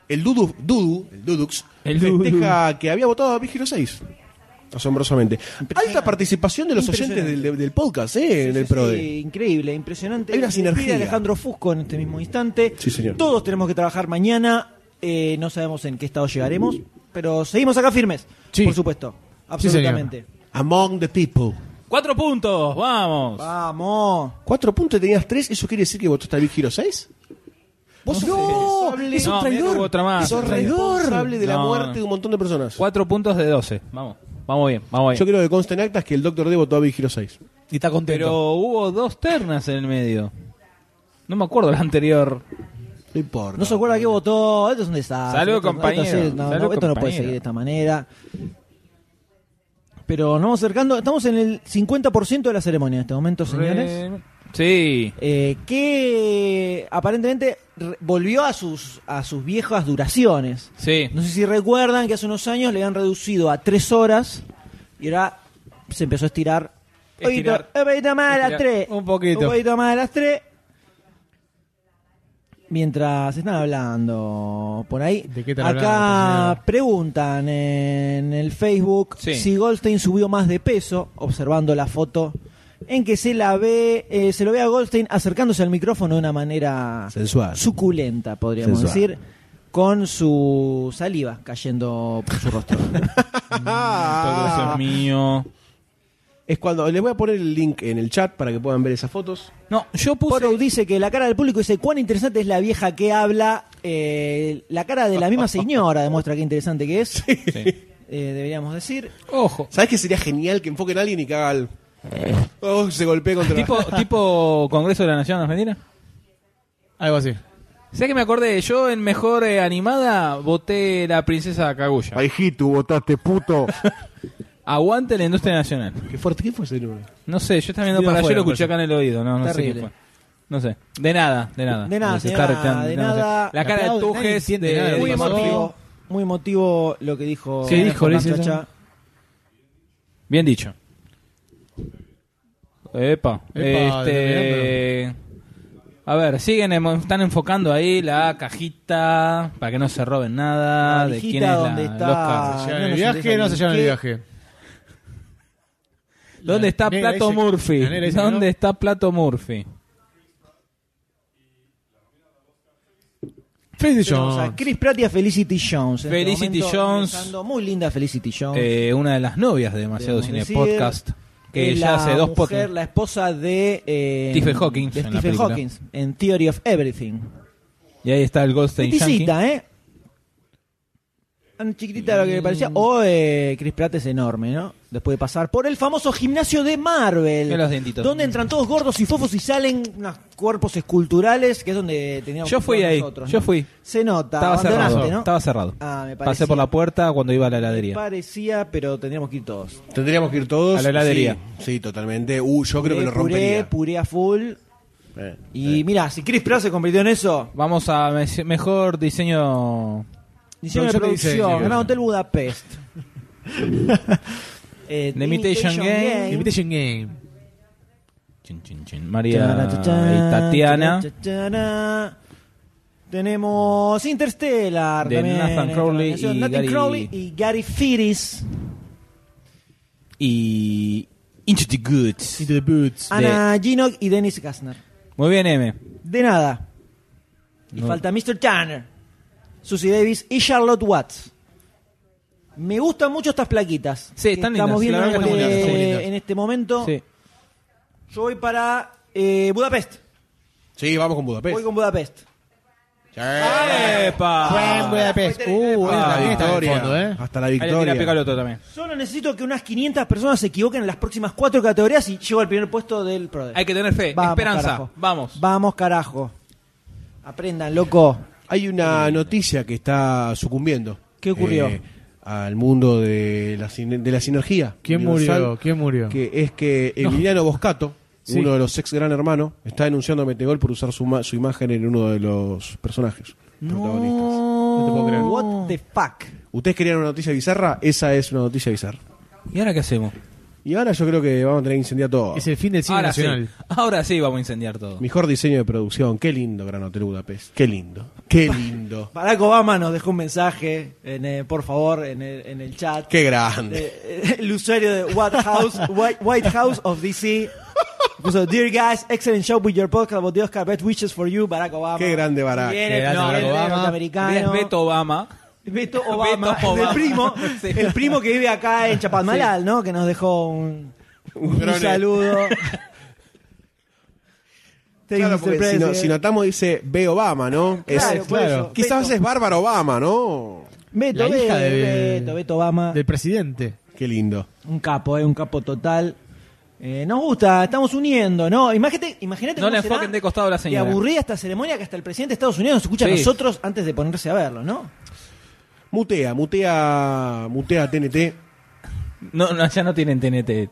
Speaker 7: El Dudu, Dudu, el Dudux,
Speaker 5: El
Speaker 7: festeja que había votado a Big Hero 6. Asombrosamente. Alta participación de los oyentes del, del- del podcast, ¿eh? en
Speaker 4: Sí,
Speaker 7: el
Speaker 4: sí,
Speaker 7: PRODE.
Speaker 4: sí, increíble, impresionante.
Speaker 7: Hay una
Speaker 4: Le pide
Speaker 7: sinergia.
Speaker 4: Alejandro Fusco en este mismo instante.
Speaker 7: Sí, señor.
Speaker 4: Todos tenemos que trabajar mañana. eh, no sabemos en qué estado llegaremos, pero seguimos acá firmes.
Speaker 6: Sí.
Speaker 4: Por supuesto, absolutamente.
Speaker 7: Among the People.
Speaker 5: Cuatro puntos, vamos.
Speaker 4: Vamos.
Speaker 7: Cuatro puntos y tenías tres, ¿eso quiere decir que votaste a Big Hero 6? ¿Vos sos responsable-
Speaker 5: No, mirá que hubo otra más.
Speaker 7: sos responsable de la
Speaker 5: No,
Speaker 7: muerte
Speaker 5: no.
Speaker 7: de un montón de personas.
Speaker 5: Cuatro puntos de doce. Vamos. Vamos bien, vamos
Speaker 7: Yo
Speaker 5: bien.
Speaker 7: quiero que conste en actas que el Doctor D votó a Big Hero 6.
Speaker 27: Y está contento.
Speaker 5: Pero hubo dos ternas en el medio. No me acuerdo la anterior.
Speaker 27: No importa.
Speaker 4: No se acuerda que votó. Esto es un desastre.
Speaker 5: Salud,
Speaker 4: Esto-
Speaker 5: compañero.
Speaker 4: esto sí, no,
Speaker 5: Salud,
Speaker 4: no, esto no puede
Speaker 5: compañero.
Speaker 4: seguir de esta manera. Pero nos vamos acercando. Estamos en el 50% de la ceremonia en este momento, señores.
Speaker 5: Sí.
Speaker 4: Eh, que aparentemente re- volvió a sus, a sus viejas duraciones.
Speaker 5: Sí.
Speaker 4: No sé si recuerdan que hace unos años le habían reducido a tres horas y ahora se empezó a estirar.
Speaker 5: Estirar.
Speaker 4: Poquito- Un poquito más a las
Speaker 5: Estirar.
Speaker 4: tres.
Speaker 5: Un poquito.
Speaker 4: Un poquito más a las tres. Mientras están hablando por ahí,
Speaker 6: ¿De qué están
Speaker 4: acá
Speaker 6: hablando,
Speaker 4: preguntan en el Facebook
Speaker 6: Sí.
Speaker 4: si Goldstein subió más de peso, observando la foto en que se la ve, eh, se lo ve a Goldstein acercándose al micrófono de una manera
Speaker 27: Sensual.
Speaker 4: suculenta, podríamos
Speaker 27: Sensual.
Speaker 4: decir, con su saliva cayendo por su rostro. Ah.
Speaker 5: Todo eso es mío.
Speaker 7: Ah. Es cuando les voy a poner el link en el chat para que puedan ver esas fotos.
Speaker 5: No, yo puse.
Speaker 4: Poro dice que la cara del público dice cuán interesante es la vieja que habla. Eh, la cara de la misma señora demuestra qué interesante que es. Eh, deberíamos decir.
Speaker 5: Ojo.
Speaker 7: ¿Sabes que sería genial que enfoquen a alguien y que haga el... Oh, se golpee contra
Speaker 5: Eh. ¿Tipo, tipo Congreso de la Nación Argentina.
Speaker 6: Algo así.
Speaker 5: ¿Sabes que me acordé? Yo en Mejor eh, Animada voté la princesa Kaguya.
Speaker 26: Paijito, votaste puto.
Speaker 5: Aguante la industria nacional.
Speaker 7: Qué fuerte, ¿qué fue ese número?
Speaker 5: No sé, yo estaba viendo
Speaker 7: Mira
Speaker 5: para allá y
Speaker 7: afuera,
Speaker 5: lo escuché acá en el oído. No, no sé
Speaker 4: Terrible.
Speaker 5: qué fue. No sé. De nada, de nada.
Speaker 4: De nada,
Speaker 5: Ah, Se
Speaker 4: señora,
Speaker 5: está retirando,
Speaker 4: de
Speaker 5: no sé.
Speaker 4: nada.
Speaker 5: La cara de
Speaker 4: Aplaude, nadie
Speaker 5: Tujes.
Speaker 4: entiende
Speaker 5: de-
Speaker 4: nada de lo
Speaker 5: Muy
Speaker 4: que pasó.
Speaker 5: emotivo.
Speaker 4: Muy emotivo lo que dijo.
Speaker 5: ¿Qué dijo,
Speaker 4: la
Speaker 5: Liz, ella?
Speaker 4: muchacha.
Speaker 5: Bien dicho. Epa.
Speaker 6: Epa,
Speaker 5: este... A ver, siguen, emo- están enfocando ahí la cajita para que no se roben nada.
Speaker 4: La
Speaker 5: de
Speaker 4: valijita
Speaker 5: quién es la,
Speaker 4: donde está-
Speaker 5: el Oscar.
Speaker 6: ¿Se
Speaker 4: no
Speaker 6: llevan el
Speaker 4: nos
Speaker 6: viaje
Speaker 4: interesa
Speaker 6: Ah,
Speaker 4: ni
Speaker 6: no se llevan el
Speaker 4: qué.
Speaker 6: viaje?
Speaker 5: ¿Dónde está
Speaker 6: negra
Speaker 5: Plato
Speaker 6: dice-
Speaker 5: Murphy?
Speaker 6: la negra dice que no.
Speaker 5: ¿Dónde está Plato Murphy?
Speaker 6: Felicity
Speaker 4: Tenemos a
Speaker 6: Jones.
Speaker 4: Chris Pratt y a Felicity Jones. en este
Speaker 5: Felicity
Speaker 4: momento,
Speaker 5: Jones.
Speaker 4: besando. Muy linda Felicity Jones.
Speaker 5: Eh, una de las novias de Demasiado
Speaker 4: Debemos
Speaker 5: Cine
Speaker 4: decir,
Speaker 5: Podcast. Que
Speaker 4: es
Speaker 5: ya
Speaker 4: eh, la
Speaker 5: hace dos
Speaker 4: mujer,
Speaker 5: podcasts.
Speaker 4: La esposa de. eh,
Speaker 5: Stephen Hawking
Speaker 4: de
Speaker 5: en la
Speaker 4: Stephen
Speaker 5: película.
Speaker 4: Hawking en Theory of Everything.
Speaker 5: Y ahí está el Goldstein Yankee.
Speaker 4: Peticita, ¿eh? Tan chiquitita lo que me parecía. O eh, Chris Pratt es enorme, ¿no? Después de pasar por el famoso gimnasio de Marvel.
Speaker 5: Mira los dientitos.
Speaker 4: Donde entran todos gordos y fofos y salen unos cuerpos esculturales, que es donde teníamos
Speaker 5: Yo
Speaker 4: que
Speaker 5: fui
Speaker 4: estar
Speaker 5: ahí,
Speaker 4: nosotros,
Speaker 5: yo
Speaker 4: ¿no?
Speaker 5: fui.
Speaker 4: Se nota,
Speaker 5: Estaba
Speaker 4: abandonaste,
Speaker 5: cerrado.
Speaker 4: ¿no?
Speaker 5: Estaba cerrado.
Speaker 4: Ah, me parecía.
Speaker 5: Pasé por la puerta cuando iba a la
Speaker 4: Me
Speaker 5: heladería.
Speaker 4: parecía, pero teníamos que ir todos.
Speaker 7: Tendríamos que ir todos.
Speaker 5: A la heladería.
Speaker 7: Sí, sí, totalmente. Uh, yo creo
Speaker 4: Eh, Puré,
Speaker 7: que lo rompería.
Speaker 4: Puré, puré a full.
Speaker 7: Eh.
Speaker 4: Y mira, si Chris Pratt se convirtió en eso,
Speaker 5: Vamos a me- mejor diseño.
Speaker 4: diseño de
Speaker 6: Producción y diseño.
Speaker 4: producción, Gran Hotel Budapest. Eh,
Speaker 5: The Imitation Game.
Speaker 6: Invitation Game.
Speaker 5: Chin, chin, chin. María y Tatiana.
Speaker 4: Tatiana. Tenemos Interstellar.
Speaker 5: De
Speaker 4: también,
Speaker 5: Nathan
Speaker 4: esta
Speaker 5: Crowley
Speaker 4: nominación.
Speaker 5: y
Speaker 4: Nathan
Speaker 5: Gary-
Speaker 4: Crowley y Gary Firis.
Speaker 5: Y. Into the Goods.
Speaker 6: Into the Boots.
Speaker 5: Ah. De-
Speaker 4: Ana Ginog y Dennis Gassner.
Speaker 5: Muy bien, M.
Speaker 4: De nada. Y
Speaker 5: No.
Speaker 4: falta Mr. Tanner, Susie Davis y Charlotte Watts. Me gustan mucho estas plaquitas.
Speaker 5: Sí,
Speaker 4: que
Speaker 5: están
Speaker 4: Estamos
Speaker 5: lindas, la
Speaker 4: viendo
Speaker 5: verdad que están lindas,
Speaker 4: en, este-
Speaker 5: están lindas.
Speaker 4: en este momento.
Speaker 5: Sí.
Speaker 4: Yo voy para eh, Budapest.
Speaker 7: Sí, vamos con
Speaker 5: Pues.
Speaker 7: Budapest.
Speaker 4: Voy con Budapest.
Speaker 7: Sí.
Speaker 5: Ah.
Speaker 6: Buen
Speaker 5: ¡Epa!
Speaker 6: Budapest. Uh,
Speaker 5: Ah,
Speaker 6: esa también está en el
Speaker 7: victoria.
Speaker 6: fondo, ¿eh?
Speaker 7: Hasta la
Speaker 5: Ahí le tira
Speaker 7: victoria.
Speaker 5: pica al otro también.
Speaker 4: Solo necesito que unas 500 personas se equivoquen en las próximas cuatro categorías y llego al primer puesto del Pro Day.
Speaker 5: Hay que tener fe,
Speaker 4: Vamos,
Speaker 5: esperanza.
Speaker 4: carajo.
Speaker 5: Vamos.
Speaker 4: Vamos, carajo. Aprendan, loco.
Speaker 7: Hay
Speaker 6: Eh,
Speaker 7: una noticia que está sucumbiendo.
Speaker 4: ¿Qué ocurrió?
Speaker 7: eh, al mundo de la, sin- de la sinergia.
Speaker 6: ¿Quién
Speaker 7: universal,
Speaker 6: murió? ¿Quién murió?
Speaker 7: Que es que Emiliano Boscato,
Speaker 6: Sí.
Speaker 7: uno de los ex gran hermanos, está denunciando a Metegol por usar su, ma- su imagen en uno de los personajes protagonistas.
Speaker 6: No te puedo
Speaker 5: Eh.
Speaker 6: creer.
Speaker 4: What the fuck.
Speaker 7: ¿Ustedes querían una noticia bizarra? Esa es una noticia bizarra.
Speaker 5: ¿Y ahora qué hacemos?
Speaker 7: Y ahora yo creo que vamos a tener que incendiar todo.
Speaker 6: Es el fin del cine
Speaker 5: ahora
Speaker 6: nacional.
Speaker 5: sí. Ahora sí vamos a incendiar todo.
Speaker 7: Mejor diseño de producción. Qué lindo Gran Hotel Budapest. Qué lindo. Qué lindo.
Speaker 4: Barack Obama nos dejó un mensaje, en, eh, por favor, en el, en el chat.
Speaker 7: Qué grande.
Speaker 4: Eh, el usuario de White House, White, White House of DC. Puso, Dear guys, excellent show with your podcast about the Oscar. Best wishes for you, Barack Obama.
Speaker 7: Qué grande Barack.
Speaker 4: Bien,
Speaker 5: Qué grande
Speaker 4: el
Speaker 5: Barack
Speaker 4: presidente
Speaker 5: Obama.
Speaker 4: norteamericano.
Speaker 5: Ves Beto Obama.
Speaker 4: Beto Obama,
Speaker 5: Beto Obama.
Speaker 4: El, primo,
Speaker 5: Sí.
Speaker 4: el primo que vive acá en Chapadmalal, ¿no? Que nos dejó un, un
Speaker 7: grone.
Speaker 4: saludo. Thank you,
Speaker 7: Claro,
Speaker 4: Mr.
Speaker 7: porque si, no-
Speaker 4: President.
Speaker 7: si notamos dice B. Obama, ¿no?
Speaker 4: Claro,
Speaker 7: Es- este,
Speaker 4: por eso,
Speaker 7: Quizás
Speaker 4: Beto.
Speaker 7: es Bárbara Obama, ¿no?
Speaker 4: Beto,
Speaker 6: La hija
Speaker 4: Beto,
Speaker 6: de-
Speaker 4: Beto, Beto Obama.
Speaker 6: Del presidente.
Speaker 7: Qué lindo.
Speaker 4: Un capo, ¿eh? un capo total. Eh, nos gusta, estamos uniendo, ¿no? Imagínate, imagínate
Speaker 5: No
Speaker 4: cómo
Speaker 5: le
Speaker 4: será
Speaker 5: enfoquen de costado a la
Speaker 4: de
Speaker 5: señora.
Speaker 4: aburrida esta ceremonia que hasta el presidente de Estados Unidos nos escucha
Speaker 7: Sí.
Speaker 4: a nosotros antes de ponerse a verlo, ¿no?
Speaker 7: Mutea, mutea, mutea TNT.
Speaker 5: No, no, ya no tienen TNT.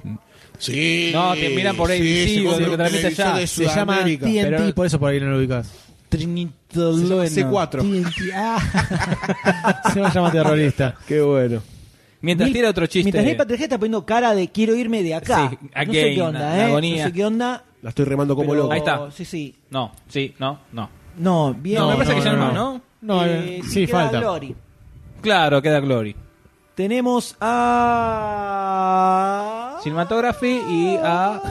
Speaker 7: Sí.
Speaker 5: No, te miran por ahí.
Speaker 7: sí,
Speaker 5: Sí,
Speaker 7: se
Speaker 5: lo que
Speaker 7: compró
Speaker 5: transmite
Speaker 7: televisión
Speaker 5: allá.
Speaker 7: de
Speaker 6: Se llama
Speaker 7: Sudamérica.
Speaker 6: TNT,
Speaker 7: Pero-
Speaker 6: por eso por ahí no lo ubicas.
Speaker 5: Trinitolueno.
Speaker 7: Se llama C4.
Speaker 6: TNT, ah. Se llama terrorista.
Speaker 7: Qué bueno.
Speaker 5: Mientras
Speaker 4: Neil-
Speaker 5: tira otro chiste.
Speaker 4: Mientras Neil Patrick está poniendo cara de quiero irme de acá.
Speaker 5: Sí,
Speaker 4: no sé
Speaker 5: again,
Speaker 4: qué onda,
Speaker 5: la
Speaker 4: ¿eh?
Speaker 5: agonía.
Speaker 4: No sé qué onda.
Speaker 7: La estoy remando como
Speaker 4: pero-
Speaker 7: loco.
Speaker 5: Ahí está.
Speaker 4: Sí, sí.
Speaker 5: No, sí, no, no.
Speaker 4: No, bien.
Speaker 5: No, me parece que ya no,
Speaker 6: no.
Speaker 5: ¿no?
Speaker 6: No,
Speaker 4: Eh,
Speaker 6: eh,
Speaker 4: sí,
Speaker 6: sí,
Speaker 4: queda
Speaker 6: falta.
Speaker 4: Glory.
Speaker 5: Claro, queda Glory.
Speaker 4: Tenemos a.
Speaker 5: Cinematography y a.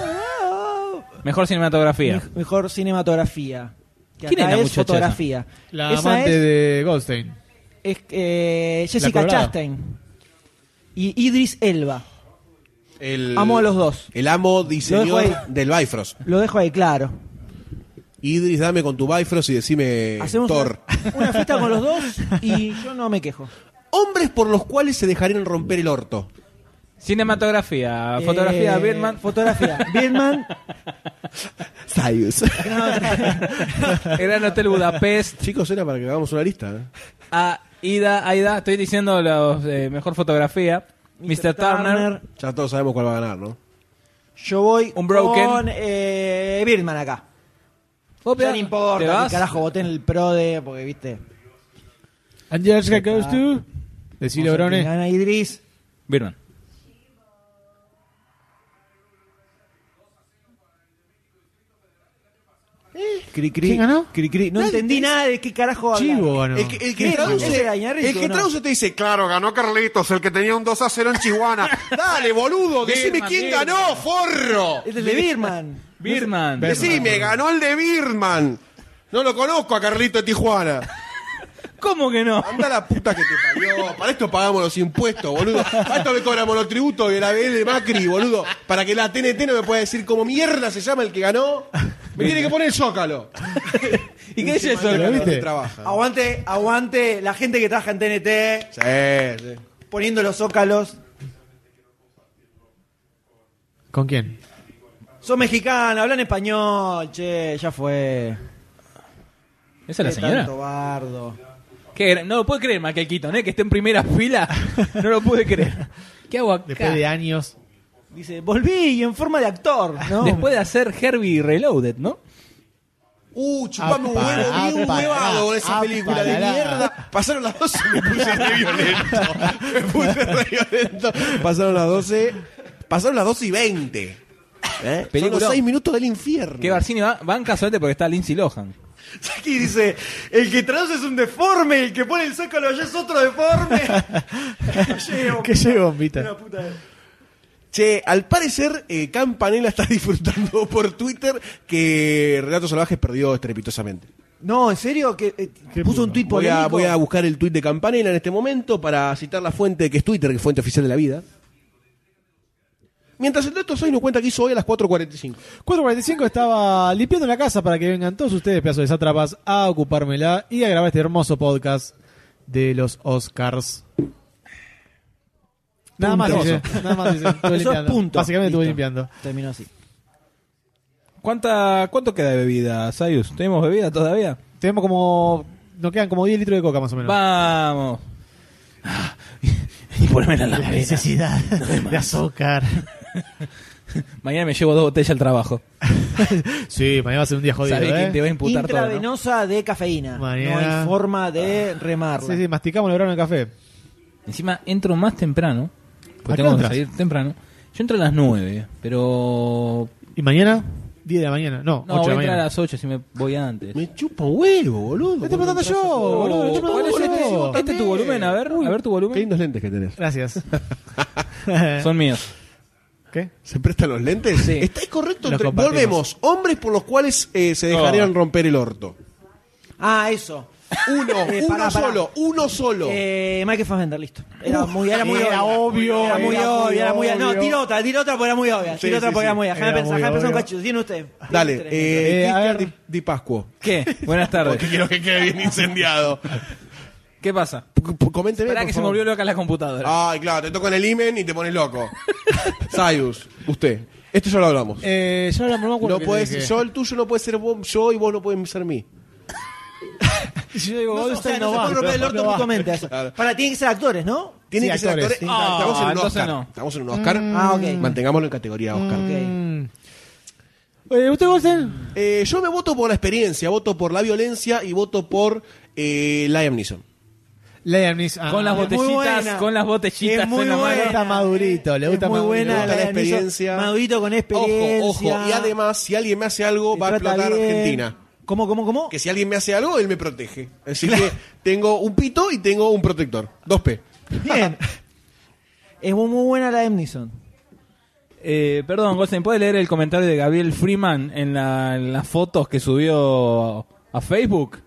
Speaker 5: Mejor cinematografía.
Speaker 4: Mej- mejor cinematografía. Que
Speaker 5: ¿Quién
Speaker 4: acá
Speaker 5: es la muchacha
Speaker 4: fotografía.
Speaker 6: La
Speaker 4: Esa
Speaker 6: amante
Speaker 4: es,
Speaker 6: de Goldstein.
Speaker 4: es, eh, Jessica
Speaker 6: colorada.
Speaker 4: Chastain. Y Idris Elba.
Speaker 7: El,
Speaker 4: Amo a los dos.
Speaker 7: El amo
Speaker 4: Lo
Speaker 7: diseñador
Speaker 4: dejo ahí.
Speaker 7: del Bifrost.
Speaker 4: Lo dejo ahí claro.
Speaker 7: Idris, dame con tu Bifrost y decime
Speaker 4: Hacemos
Speaker 7: Eh, Thor.
Speaker 4: Una fiesta con los dos y yo no me quejo.
Speaker 7: Hombres por los cuales se dejarían romper el orto.
Speaker 5: Cinematografía, fotografía,
Speaker 4: Eh,
Speaker 5: Birdman.
Speaker 4: Fotografía. Birdman.
Speaker 7: Sayus.
Speaker 5: Gran Hotel Budapest.
Speaker 7: Chicos, era para que hagamos una lista. ¿eh?
Speaker 5: A Ida, Aida, estoy diciendo los, eh, mejor fotografía. Mr. Turner.
Speaker 7: Ya todos sabemos cuál va a ganar, ¿no?
Speaker 4: Yo voy
Speaker 5: Un broken.
Speaker 4: con eh, Birdman acá.
Speaker 5: Opia,
Speaker 4: Ya no importa,
Speaker 5: ¿te
Speaker 4: ni
Speaker 5: vas?
Speaker 4: carajo, voté en el pro de. Porque viste.
Speaker 6: And Jessica goes to. Decilo,
Speaker 4: vamos a ver
Speaker 6: Brone.
Speaker 4: quién Gana Idris.
Speaker 5: Birdman.
Speaker 4: Cri, cri,
Speaker 6: ¿Quién ganó?
Speaker 4: Cri, cri. No
Speaker 7: Nadie
Speaker 4: entendí
Speaker 7: dice-
Speaker 4: nada de qué carajo hablan. Este
Speaker 6: Chivo ganó.
Speaker 7: El que, el que
Speaker 4: Mira,
Speaker 7: traduce,
Speaker 4: ese era Iñárritu,
Speaker 7: el que
Speaker 4: ¿no?
Speaker 7: traduce te dice, claro, ganó Carlitos, el que tenía un 2 a 0 en Chihuahua. Dale, boludo, decime
Speaker 5: Birman,
Speaker 7: quién
Speaker 5: Birman.
Speaker 7: ganó, forro.
Speaker 4: Este es de Birman.
Speaker 5: Birdman.
Speaker 7: Decime, ganó el de Birman. No lo conozco a Carlito de Tijuana.
Speaker 5: ¿Cómo que no?
Speaker 7: Anda la puta que te parió. Para esto pagamos los impuestos, boludo. Para esto le cobramos los tributos de la BL de Macri, boludo. Para que la TNT no me pueda decir cómo mierda se llama el que ganó. Me tiene que poner el zócalo.
Speaker 5: ¿Y qué es eso?
Speaker 6: ¿Lo
Speaker 7: Zócalo,
Speaker 6: viste?
Speaker 7: no trabaja.
Speaker 4: Aguante, aguante la gente que trabaja en TNT
Speaker 7: Sí, sí.
Speaker 4: poniendo los zócalos.
Speaker 6: ¿Con quién?
Speaker 4: Son mexicanos, hablan español, che, ya fue.
Speaker 5: ¿Esa es la
Speaker 4: Qué
Speaker 5: señora?
Speaker 4: tanto bardo.
Speaker 5: Qué gran- No lo puedo creer, Michael Keaton, ¿eh? que esté en primera fila. No lo pude creer. ¿Qué hago acá?
Speaker 6: Después de años.
Speaker 4: Dice, volví y en forma de actor, ¿no?
Speaker 5: Después de hacer Herbie Reloaded, ¿no?
Speaker 7: Uh,
Speaker 4: Ah,
Speaker 7: chupame un
Speaker 6: Apa,
Speaker 7: huevo, vi un
Speaker 6: apa,
Speaker 7: huevado con esa
Speaker 6: apa,
Speaker 7: película de
Speaker 6: la, la.
Speaker 7: mierda. Pasaron las 12 y me puse re violento. Me puse re violento. Pasaron las 12. Pasaron las 12 y 20. ¿Eh? Son los
Speaker 5: Peliculón.
Speaker 7: 6 minutos del infierno.
Speaker 5: Que Barcini va, banca suerte porque está Lindsay Lohan.
Speaker 4: Aquí dice, el que traduce es un deforme, el que pone el zócalo allá es otro deforme. Llevo,
Speaker 6: ¿Qué llevo, bombita?
Speaker 4: una puta de-
Speaker 7: Che, al parecer, eh, Campanella está disfrutando por Twitter que Relatos Salvajes perdió estrepitosamente.
Speaker 4: No, en serio, que eh, puso un tuit
Speaker 7: Voy a,
Speaker 4: polémico.
Speaker 7: voy a buscar el tweet de Campanella en este momento para citar la fuente que es Twitter, que es fuente oficial de la vida. Mientras el dato hoy nos cuenta que hizo hoy a las 4.45.
Speaker 6: 445 estaba limpiando la casa para que vengan todos ustedes, pedazos de sátrapas, a ocupármela y a grabar este hermoso podcast de los Oscars. Nada más,
Speaker 4: Punto.
Speaker 6: dice, nada más dice, estuve
Speaker 4: Eso es
Speaker 6: limpiando.
Speaker 4: punto.
Speaker 6: Básicamente estuve
Speaker 4: Listo.
Speaker 6: limpiando.
Speaker 4: Terminó así.
Speaker 5: ¿Cuánta, ¿Cuánto queda de bebida, Sayus? ¿Tenemos bebida todavía?
Speaker 6: Tenemos como. Nos quedan como 10 litros de coca más o menos.
Speaker 5: Vamos. Ah, Y ponérmela en la vena.
Speaker 6: necesidad de azúcar.
Speaker 5: Mañana me llevo dos botellas al trabajo.
Speaker 6: Sí, mañana va a ser un día jodido.
Speaker 5: Sabés quién
Speaker 6: ¿eh?
Speaker 5: te va a imputar todo, ¿no?
Speaker 4: Intravenosa de cafeína. No
Speaker 6: Mañana.
Speaker 4: hay forma de remarla.
Speaker 6: Ah. Sí, sí, masticamos el verano de café.
Speaker 5: Encima entro más temprano.
Speaker 6: ¿A qué
Speaker 5: Porque tengo que
Speaker 6: entras?
Speaker 5: salir temprano. Yo entro a las 9, pero.
Speaker 6: ¿Y mañana? 10 de la mañana. No,
Speaker 5: No,
Speaker 6: 8 de
Speaker 5: voy a
Speaker 6: la
Speaker 5: entrar a
Speaker 6: mañana.
Speaker 5: las 8 si me voy antes.
Speaker 7: Me chupa un huevo, boludo. Oh,
Speaker 6: Te estoy preguntando yo, boludo. te estoy
Speaker 5: ¿Cuál es
Speaker 6: preguntando
Speaker 5: este?
Speaker 6: yo.
Speaker 5: Este es tu volumen, a ver, a ver tu
Speaker 7: Qué
Speaker 5: volumen.
Speaker 7: lindos lentes que tenés.
Speaker 6: Gracias.
Speaker 5: Son míos.
Speaker 6: ¿Qué?
Speaker 7: ¿Se prestan los lentes?
Speaker 5: Sí.
Speaker 7: Está correcto.
Speaker 6: Los
Speaker 7: entre-
Speaker 6: compartimos.
Speaker 7: Volvemos. Hombres por los cuales eh, se dejarían romper el orto.
Speaker 4: Ah, eso.
Speaker 7: Uno,
Speaker 4: Eh,
Speaker 7: uno
Speaker 4: pará, pará.
Speaker 7: solo, uno solo.
Speaker 4: Eh, Michael Fassbender, listo. Era muy, era muy
Speaker 6: era obvio,
Speaker 4: Era muy
Speaker 6: era
Speaker 4: obvio, era muy
Speaker 6: obvio.
Speaker 4: No, tira otra, tira otra porque era muy obvia.
Speaker 7: Sí,
Speaker 4: Tira otra
Speaker 7: sí,
Speaker 4: porque
Speaker 7: sí.
Speaker 4: era muy obvia. Déjame
Speaker 6: Era
Speaker 4: pensar,
Speaker 6: muy
Speaker 4: déjame pensar un
Speaker 6: obvio.
Speaker 4: cachito. Tiene usted.
Speaker 7: Dale,
Speaker 4: Tiene usted.
Speaker 7: eh,
Speaker 6: Eh, a
Speaker 7: Cristian
Speaker 6: ver.
Speaker 7: Di, Di Pascuo.
Speaker 5: ¿Qué? Buenas tardes.
Speaker 7: Porque quiero que quede bien incendiado.
Speaker 5: ¿Qué pasa?
Speaker 7: P- p- Coménteme.
Speaker 5: Esperá
Speaker 7: por
Speaker 5: que se me
Speaker 7: favor.
Speaker 6: Ah,
Speaker 5: volvió loca la computadora.
Speaker 7: Ay, claro, te tocan el imen y te pones loco. Sayus, usted. Esto ya lo hablamos.
Speaker 6: Eh, ya hablamos, no me acuerdo
Speaker 7: No
Speaker 6: qué
Speaker 7: puedes,
Speaker 6: dije.
Speaker 7: yo el tuyo no puede ser vos, yo y vos no pueden ser mí.
Speaker 6: yo digo,
Speaker 4: No, o sea, no se
Speaker 6: va.
Speaker 4: pueden romper el orto
Speaker 6: No va.
Speaker 4: mutuamente. eso. Para, tienen que ser actores, ¿no?
Speaker 7: Tienen
Speaker 4: Sí,
Speaker 7: que ser actores.
Speaker 4: Sí.
Speaker 7: Ah, estamos en un
Speaker 5: entonces
Speaker 7: Oscar.
Speaker 5: no.
Speaker 7: Estamos en un Oscar.
Speaker 4: Ah, ok.
Speaker 7: Mantengámoslo en categoría Oscar.
Speaker 4: Mm.
Speaker 6: Eh, ¿Usted, Golden?
Speaker 7: Eh, yo me voto por la experiencia, voto por la violencia y voto por eh, Liam Neeson.
Speaker 6: Liam Neeson. Ah,
Speaker 5: Con las
Speaker 6: es muy
Speaker 5: botellitas,
Speaker 6: buena.
Speaker 5: con las botellitas
Speaker 6: Es muy
Speaker 5: en la
Speaker 6: buena.
Speaker 5: mano.
Speaker 6: Le gusta Madurito, le gusta
Speaker 4: muy
Speaker 6: Madurito.
Speaker 4: buena
Speaker 7: gusta la
Speaker 4: Liam Neeson,
Speaker 7: experiencia.
Speaker 4: Madurito con experiencia.
Speaker 7: Ojo, ojo. Y además, si alguien me hace algo, va a
Speaker 4: trata
Speaker 7: explotar
Speaker 4: bien.
Speaker 7: Argentina.
Speaker 4: ¿Cómo, cómo, cómo?
Speaker 7: Que si alguien me hace algo, él me protege. Así que tengo un pito y tengo un protector. 2P.
Speaker 4: Bien. es muy, muy buena la Emnison.
Speaker 5: Eh, perdón, Goldstein, ¿puede leer el comentario de Gabriel Freeman en, la- en las fotos que subió a Facebook?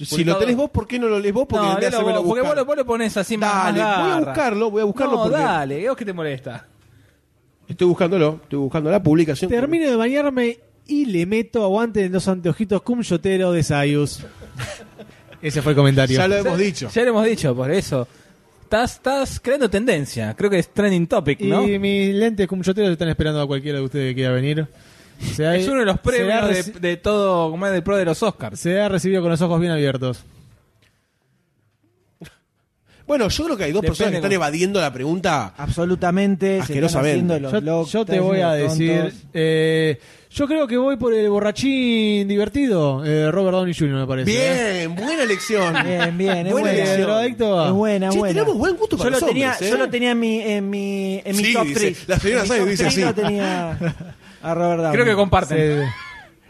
Speaker 7: Si lo tenés vos, ¿por qué no lo lees vos? Porque
Speaker 5: no,
Speaker 7: el de
Speaker 5: léelo
Speaker 7: hacérmelo
Speaker 5: vos, porque vos
Speaker 7: buscar.
Speaker 5: lo, vos lo pones así más-
Speaker 7: Dale,
Speaker 5: más
Speaker 7: voy a
Speaker 5: garra.
Speaker 7: buscarlo, voy a buscarlo
Speaker 5: No,
Speaker 7: porque-
Speaker 5: dale, ¿qué es que te molesta?
Speaker 7: Estoy buscándolo, estoy buscando la publicación.
Speaker 6: Termino de bañarme y le meto aguante en los anteojitos cum yotero de Sayus. Ese fue el comentario.
Speaker 7: Ya lo hemos dicho.
Speaker 5: Ya lo hemos dicho, por eso. Estás, estás creando tendencia. Creo que es trending topic, ¿no?
Speaker 6: Y eh, mis lentes cum yoteros están esperando a cualquiera de ustedes que quiera venir. Se ha-
Speaker 5: Es uno de los
Speaker 6: se ha
Speaker 5: premios de,
Speaker 6: reci-
Speaker 5: de todo, como es del pro de los Oscars.
Speaker 6: se ha recibido con los ojos bien abiertos.
Speaker 7: Bueno, yo creo que hay dos
Speaker 5: Depende
Speaker 7: personas que están
Speaker 5: cómo-
Speaker 7: evadiendo la pregunta.
Speaker 4: Absolutamente. se están haciendo
Speaker 7: Asquerosamente.
Speaker 4: los
Speaker 6: Yo,
Speaker 4: locos,
Speaker 6: yo
Speaker 4: están
Speaker 6: te voy a
Speaker 4: haciendo los
Speaker 6: decir.
Speaker 4: tontos.
Speaker 6: eh, yo creo que voy por el borrachín divertido. eh, Robert Downey Jr., me parece. ¿eh?
Speaker 7: Bien, buena elección.
Speaker 4: Bien, bien, es
Speaker 7: Buena
Speaker 4: buena.
Speaker 7: elección.
Speaker 6: drogadicto.
Speaker 4: Es buena,
Speaker 7: Che,
Speaker 4: buena.
Speaker 7: tenemos buen gusto para
Speaker 4: yo lo
Speaker 7: los
Speaker 4: tenía,
Speaker 7: hombres,
Speaker 4: Yo
Speaker 7: ¿eh?
Speaker 4: lo tenía en mi, en mi, en mi
Speaker 7: Sí,
Speaker 4: top
Speaker 7: dice.
Speaker 4: 3.
Speaker 7: La señora Sayus dice sí.
Speaker 4: Yo tenía a Robert Downey.
Speaker 5: Creo que comparten.
Speaker 6: Sí.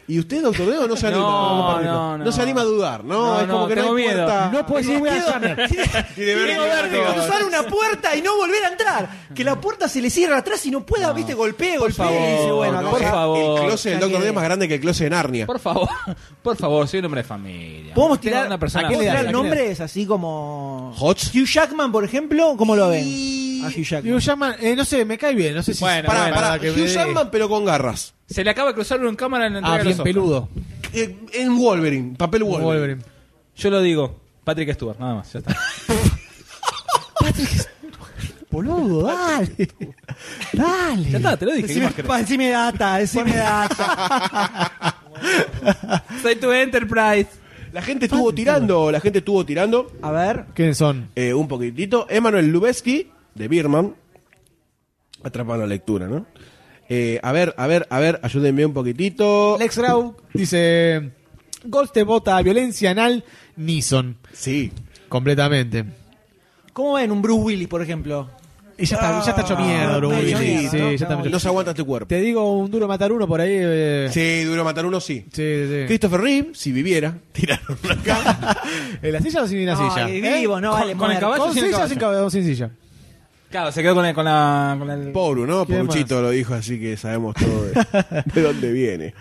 Speaker 7: ¿Y usted, doctor Dedo, no se anima?
Speaker 5: No,
Speaker 7: Como perrito.
Speaker 5: no, no.
Speaker 7: se anima a dudar, ¿no?
Speaker 5: No,
Speaker 7: es como
Speaker 5: no,
Speaker 7: que no
Speaker 5: tengo
Speaker 7: hay
Speaker 5: miedo.
Speaker 7: puerta.
Speaker 4: Pues
Speaker 6: No puedo decir, voy a Summer.
Speaker 7: Tiene
Speaker 4: Tiene
Speaker 7: vértigo.
Speaker 4: vértigo. Cruzar una puerta y no volver a entrar. Que la puerta se le cierra atrás y no pueda, viste, golpee, golpee. y dice, bueno,
Speaker 5: no,
Speaker 4: acá
Speaker 5: por
Speaker 4: ya-
Speaker 5: favor.
Speaker 7: "Oh, El closet del
Speaker 4: Ya
Speaker 7: doctor Dedo
Speaker 4: que-
Speaker 7: es más grande que el closet de Narnia.
Speaker 5: Por favor, por favor, soy un hombre de familia.
Speaker 4: ¿Podemos
Speaker 5: Tengo
Speaker 4: tirar,
Speaker 5: una persona
Speaker 4: ¿podemos
Speaker 5: de
Speaker 4: tirar
Speaker 5: familia.
Speaker 4: nombres así como.
Speaker 7: Hodge.
Speaker 4: Hugh Jackman, por ejemplo, ¿cómo lo ven? A Hugh
Speaker 6: Hugh
Speaker 4: Jackman.
Speaker 6: Jackman, eh, no sé, me cae bien. No sé si.
Speaker 5: Bueno,
Speaker 7: Pará,
Speaker 5: bueno,
Speaker 7: pará.
Speaker 6: que
Speaker 7: Hugh
Speaker 6: me dé-
Speaker 7: Jackman, pero con garras.
Speaker 5: Se le acaba de cruzar un cámara en la entrega
Speaker 6: Ah,
Speaker 5: de los
Speaker 6: bien
Speaker 5: Oscars.
Speaker 6: peludo.
Speaker 7: Eh, en Wolverine, papel Wolverine.
Speaker 6: Wolverine.
Speaker 5: Yo lo digo, Patrick Stewart, nada más, ya está.
Speaker 6: Boludo, dale.
Speaker 5: Ya
Speaker 6: Dale.
Speaker 5: está, te lo dije. ¿qué
Speaker 4: Decime,
Speaker 5: más querés?
Speaker 4: pa, decime data, decime data.
Speaker 5: Soy tu Enterprise.
Speaker 7: La gente estuvo tirando, la gente estuvo tirando
Speaker 4: A ver.
Speaker 6: ¿Quiénes son?
Speaker 7: eh, un poquitito. Emanuel Lubeski, de Birman. Atrapando la lectura, ¿no? Eh, a ver, a ver, a ver, ayúdenme un poquitito.
Speaker 6: Lex Rau dice: Golf te vota violencia anal, Nison.
Speaker 7: Sí.
Speaker 6: Completamente.
Speaker 4: ¿Cómo ven un Bruce Willis, por ejemplo?
Speaker 6: Y ya está, ya está hecho mierda, Bruce
Speaker 4: está hecho
Speaker 6: Willis.
Speaker 4: mierda,
Speaker 6: Ah, Sí,
Speaker 4: ¿no?
Speaker 6: ya está
Speaker 4: No,
Speaker 6: hecho-
Speaker 7: Ah, No se aguanta este cuerpo.
Speaker 6: Te digo un duro matar uno por ahí. eh.
Speaker 7: Sí, duro matar uno, sí.
Speaker 6: Sí, sí.
Speaker 7: Christopher Reeve, si viviera, tiraron acá.
Speaker 6: ¿En la silla o sin la
Speaker 4: No,
Speaker 6: silla? ¿Eh?
Speaker 4: que vivo, no
Speaker 5: Con-
Speaker 4: vale.
Speaker 5: con el
Speaker 4: muerto.
Speaker 5: caballo.
Speaker 6: ¿Con
Speaker 5: sin
Speaker 6: silla o sin
Speaker 5: caballo.
Speaker 6: caballo? Sin silla.
Speaker 5: Claro, se quedó con, el- con la. Con el...
Speaker 7: Eh, Poru, ¿no?
Speaker 6: ¿Quién
Speaker 7: Poruchito lo dijo, así que sabemos todo de, de dónde viene.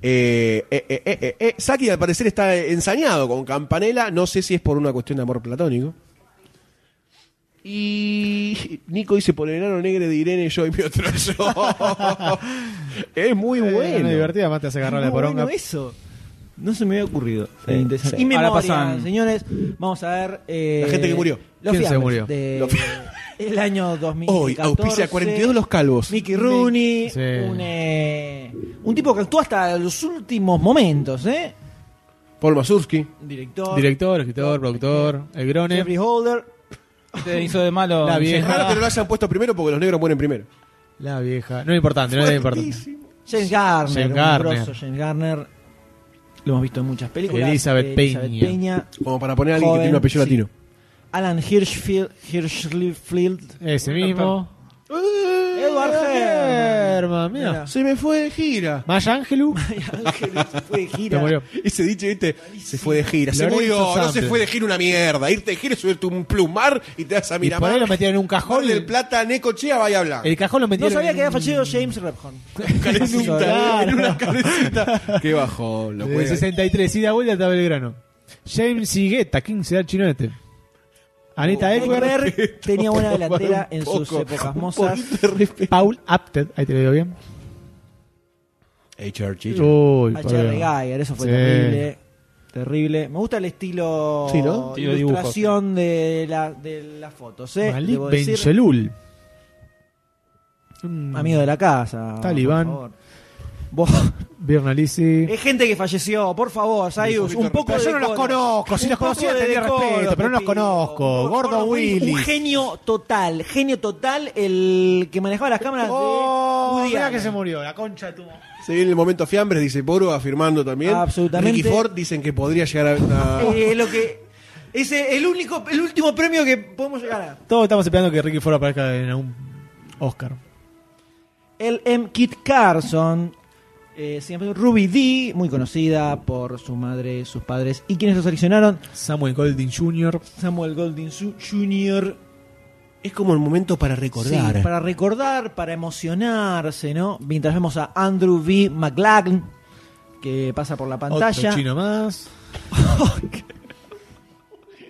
Speaker 7: Eh, eh, eh, eh, eh, eh. Saki al parecer está ensañado con Campanella, no sé si es por una cuestión de amor platónico. Y Nico dice por el enano negro de Irene, yo y mi otro yo. es muy
Speaker 6: Eh,
Speaker 7: bueno.
Speaker 6: Una divertida, más te hace agarrar la
Speaker 4: Muy bueno
Speaker 6: poronga.
Speaker 4: eso. No se me había ocurrido.
Speaker 7: Sí,
Speaker 4: Interesante.
Speaker 7: sí.
Speaker 4: Y memoria,
Speaker 5: Ahora pasan-
Speaker 4: señores. Vamos a ver. eh,
Speaker 7: La gente que murió.
Speaker 4: Los
Speaker 6: ¿Quién se
Speaker 4: fiambres
Speaker 6: murió?
Speaker 4: de-
Speaker 7: Los
Speaker 4: el año 2000.
Speaker 7: Hoy, auspicia 42 los calvos.
Speaker 4: Mickey Rooney.
Speaker 6: Sí.
Speaker 4: Un, eh, un tipo que actuó hasta los últimos momentos, ¿eh?
Speaker 7: Paul Mazursky.
Speaker 4: Director.
Speaker 6: Director, escritor, productor, el grone.
Speaker 4: Jeffrey Holder.
Speaker 5: Te hizo de malo.
Speaker 6: La
Speaker 7: Es
Speaker 6: vieja.
Speaker 7: raro que no lo hayan puesto primero porque los negros mueren primero.
Speaker 6: La vieja. No es importante, no es importante.
Speaker 4: James Garner.
Speaker 6: James
Speaker 4: un
Speaker 6: Garner.
Speaker 4: grosso James Garner. Lo hemos visto en muchas películas.
Speaker 6: Elizabeth Peña.
Speaker 4: Peña.
Speaker 7: Como para poner a alguien
Speaker 4: Joven,
Speaker 7: que tiene un apellido
Speaker 4: sí.
Speaker 7: latino.
Speaker 4: Alan Hirschfield. Hirschfield
Speaker 6: Ese mismo.
Speaker 4: Edward
Speaker 6: Herman, mira.
Speaker 4: Mira.
Speaker 7: Se me fue de gira.
Speaker 6: Maya Angelou.
Speaker 4: Ángeles fue de
Speaker 6: Te
Speaker 4: gira.
Speaker 6: murió.
Speaker 7: Ese dicho, ¿viste? Se fue de gira. Se
Speaker 6: Lorenzo
Speaker 7: murió. No se
Speaker 6: Sample.
Speaker 7: fue de gira una mierda. Irte de gira es subirte un plumar y te vas a
Speaker 6: Y por ahí lo
Speaker 7: Miramar.
Speaker 6: metieron en un cajón.
Speaker 7: Cajón del Plata, Necochea, Bahía Blanca.
Speaker 6: El cajón lo
Speaker 4: No
Speaker 6: metieron
Speaker 4: sabía
Speaker 6: en
Speaker 4: que había
Speaker 6: un-
Speaker 4: fallecido James Rebhorn.
Speaker 7: Carecita,
Speaker 6: Claro.
Speaker 7: en una carecita. Qué bajó, lo
Speaker 6: Del 63, ida vuelta hasta Belgrano. James Sigueta, 15 edad chino este.
Speaker 4: Oh,
Speaker 6: Anita Ekberg,
Speaker 4: Berg tenía buena delantera en
Speaker 7: poco,
Speaker 4: sus épocas
Speaker 7: un
Speaker 4: mozas.
Speaker 7: poquito de respeto.
Speaker 6: Paul Apted, ahí te lo digo bien.
Speaker 7: Hey, Churchill.
Speaker 6: Uy,
Speaker 4: H.R.
Speaker 6: problema.
Speaker 4: Ah, Geiger, eso fue
Speaker 6: Sí.
Speaker 4: terrible. Terrible. Me gusta el estilo
Speaker 7: Sí, ¿no?
Speaker 5: Estilo de dibujo,
Speaker 4: ilustración de, la, de las fotos. ¿eh?
Speaker 6: Malik
Speaker 4: Debo decir.
Speaker 6: Benjelul.
Speaker 4: Amigo de la casa.
Speaker 6: Talibán.
Speaker 4: por favor.
Speaker 6: Bernalice.
Speaker 4: Es gente que falleció, por favor, Sayus, un poco
Speaker 6: Pero
Speaker 4: de
Speaker 6: yo no los
Speaker 4: decoro.
Speaker 6: conozco. Si
Speaker 4: Un
Speaker 6: los
Speaker 4: poco
Speaker 6: conocía
Speaker 4: de
Speaker 6: tendría
Speaker 4: decoro,
Speaker 6: respeto, pero no los
Speaker 4: Pepito.
Speaker 6: conozco. Gordo
Speaker 4: Gordon Willis,
Speaker 6: Willy.
Speaker 4: Un genio total, genio total, el que manejaba las cámaras
Speaker 6: Oh,
Speaker 4: de Woody
Speaker 6: mirá
Speaker 4: Allen.
Speaker 6: que se murió, la concha de tu madre.
Speaker 7: Se viene el momento fiambres, dice Poro, afirmando también.
Speaker 4: Absolutamente.
Speaker 7: Ricky Ford dicen que podría llegar a haber una.
Speaker 4: Eh, lo que es eh, el único, el último premio que podemos llegar a.
Speaker 6: Todos estamos esperando que Ricky Ford aparezca en algún Oscar.
Speaker 4: El M. Kit Carson, eh, se llama Ruby D, muy conocida por su madre, sus padres y quienes lo seleccionaron.
Speaker 6: Samuel Golding Jr.
Speaker 4: Samuel Golding Su- Jr.
Speaker 7: Es como el momento para recordar.
Speaker 4: Sí, para recordar, para emocionarse, ¿no? Mientras vemos a Andrew V. McLaglen, que pasa por la pantalla.
Speaker 6: Otro chino más.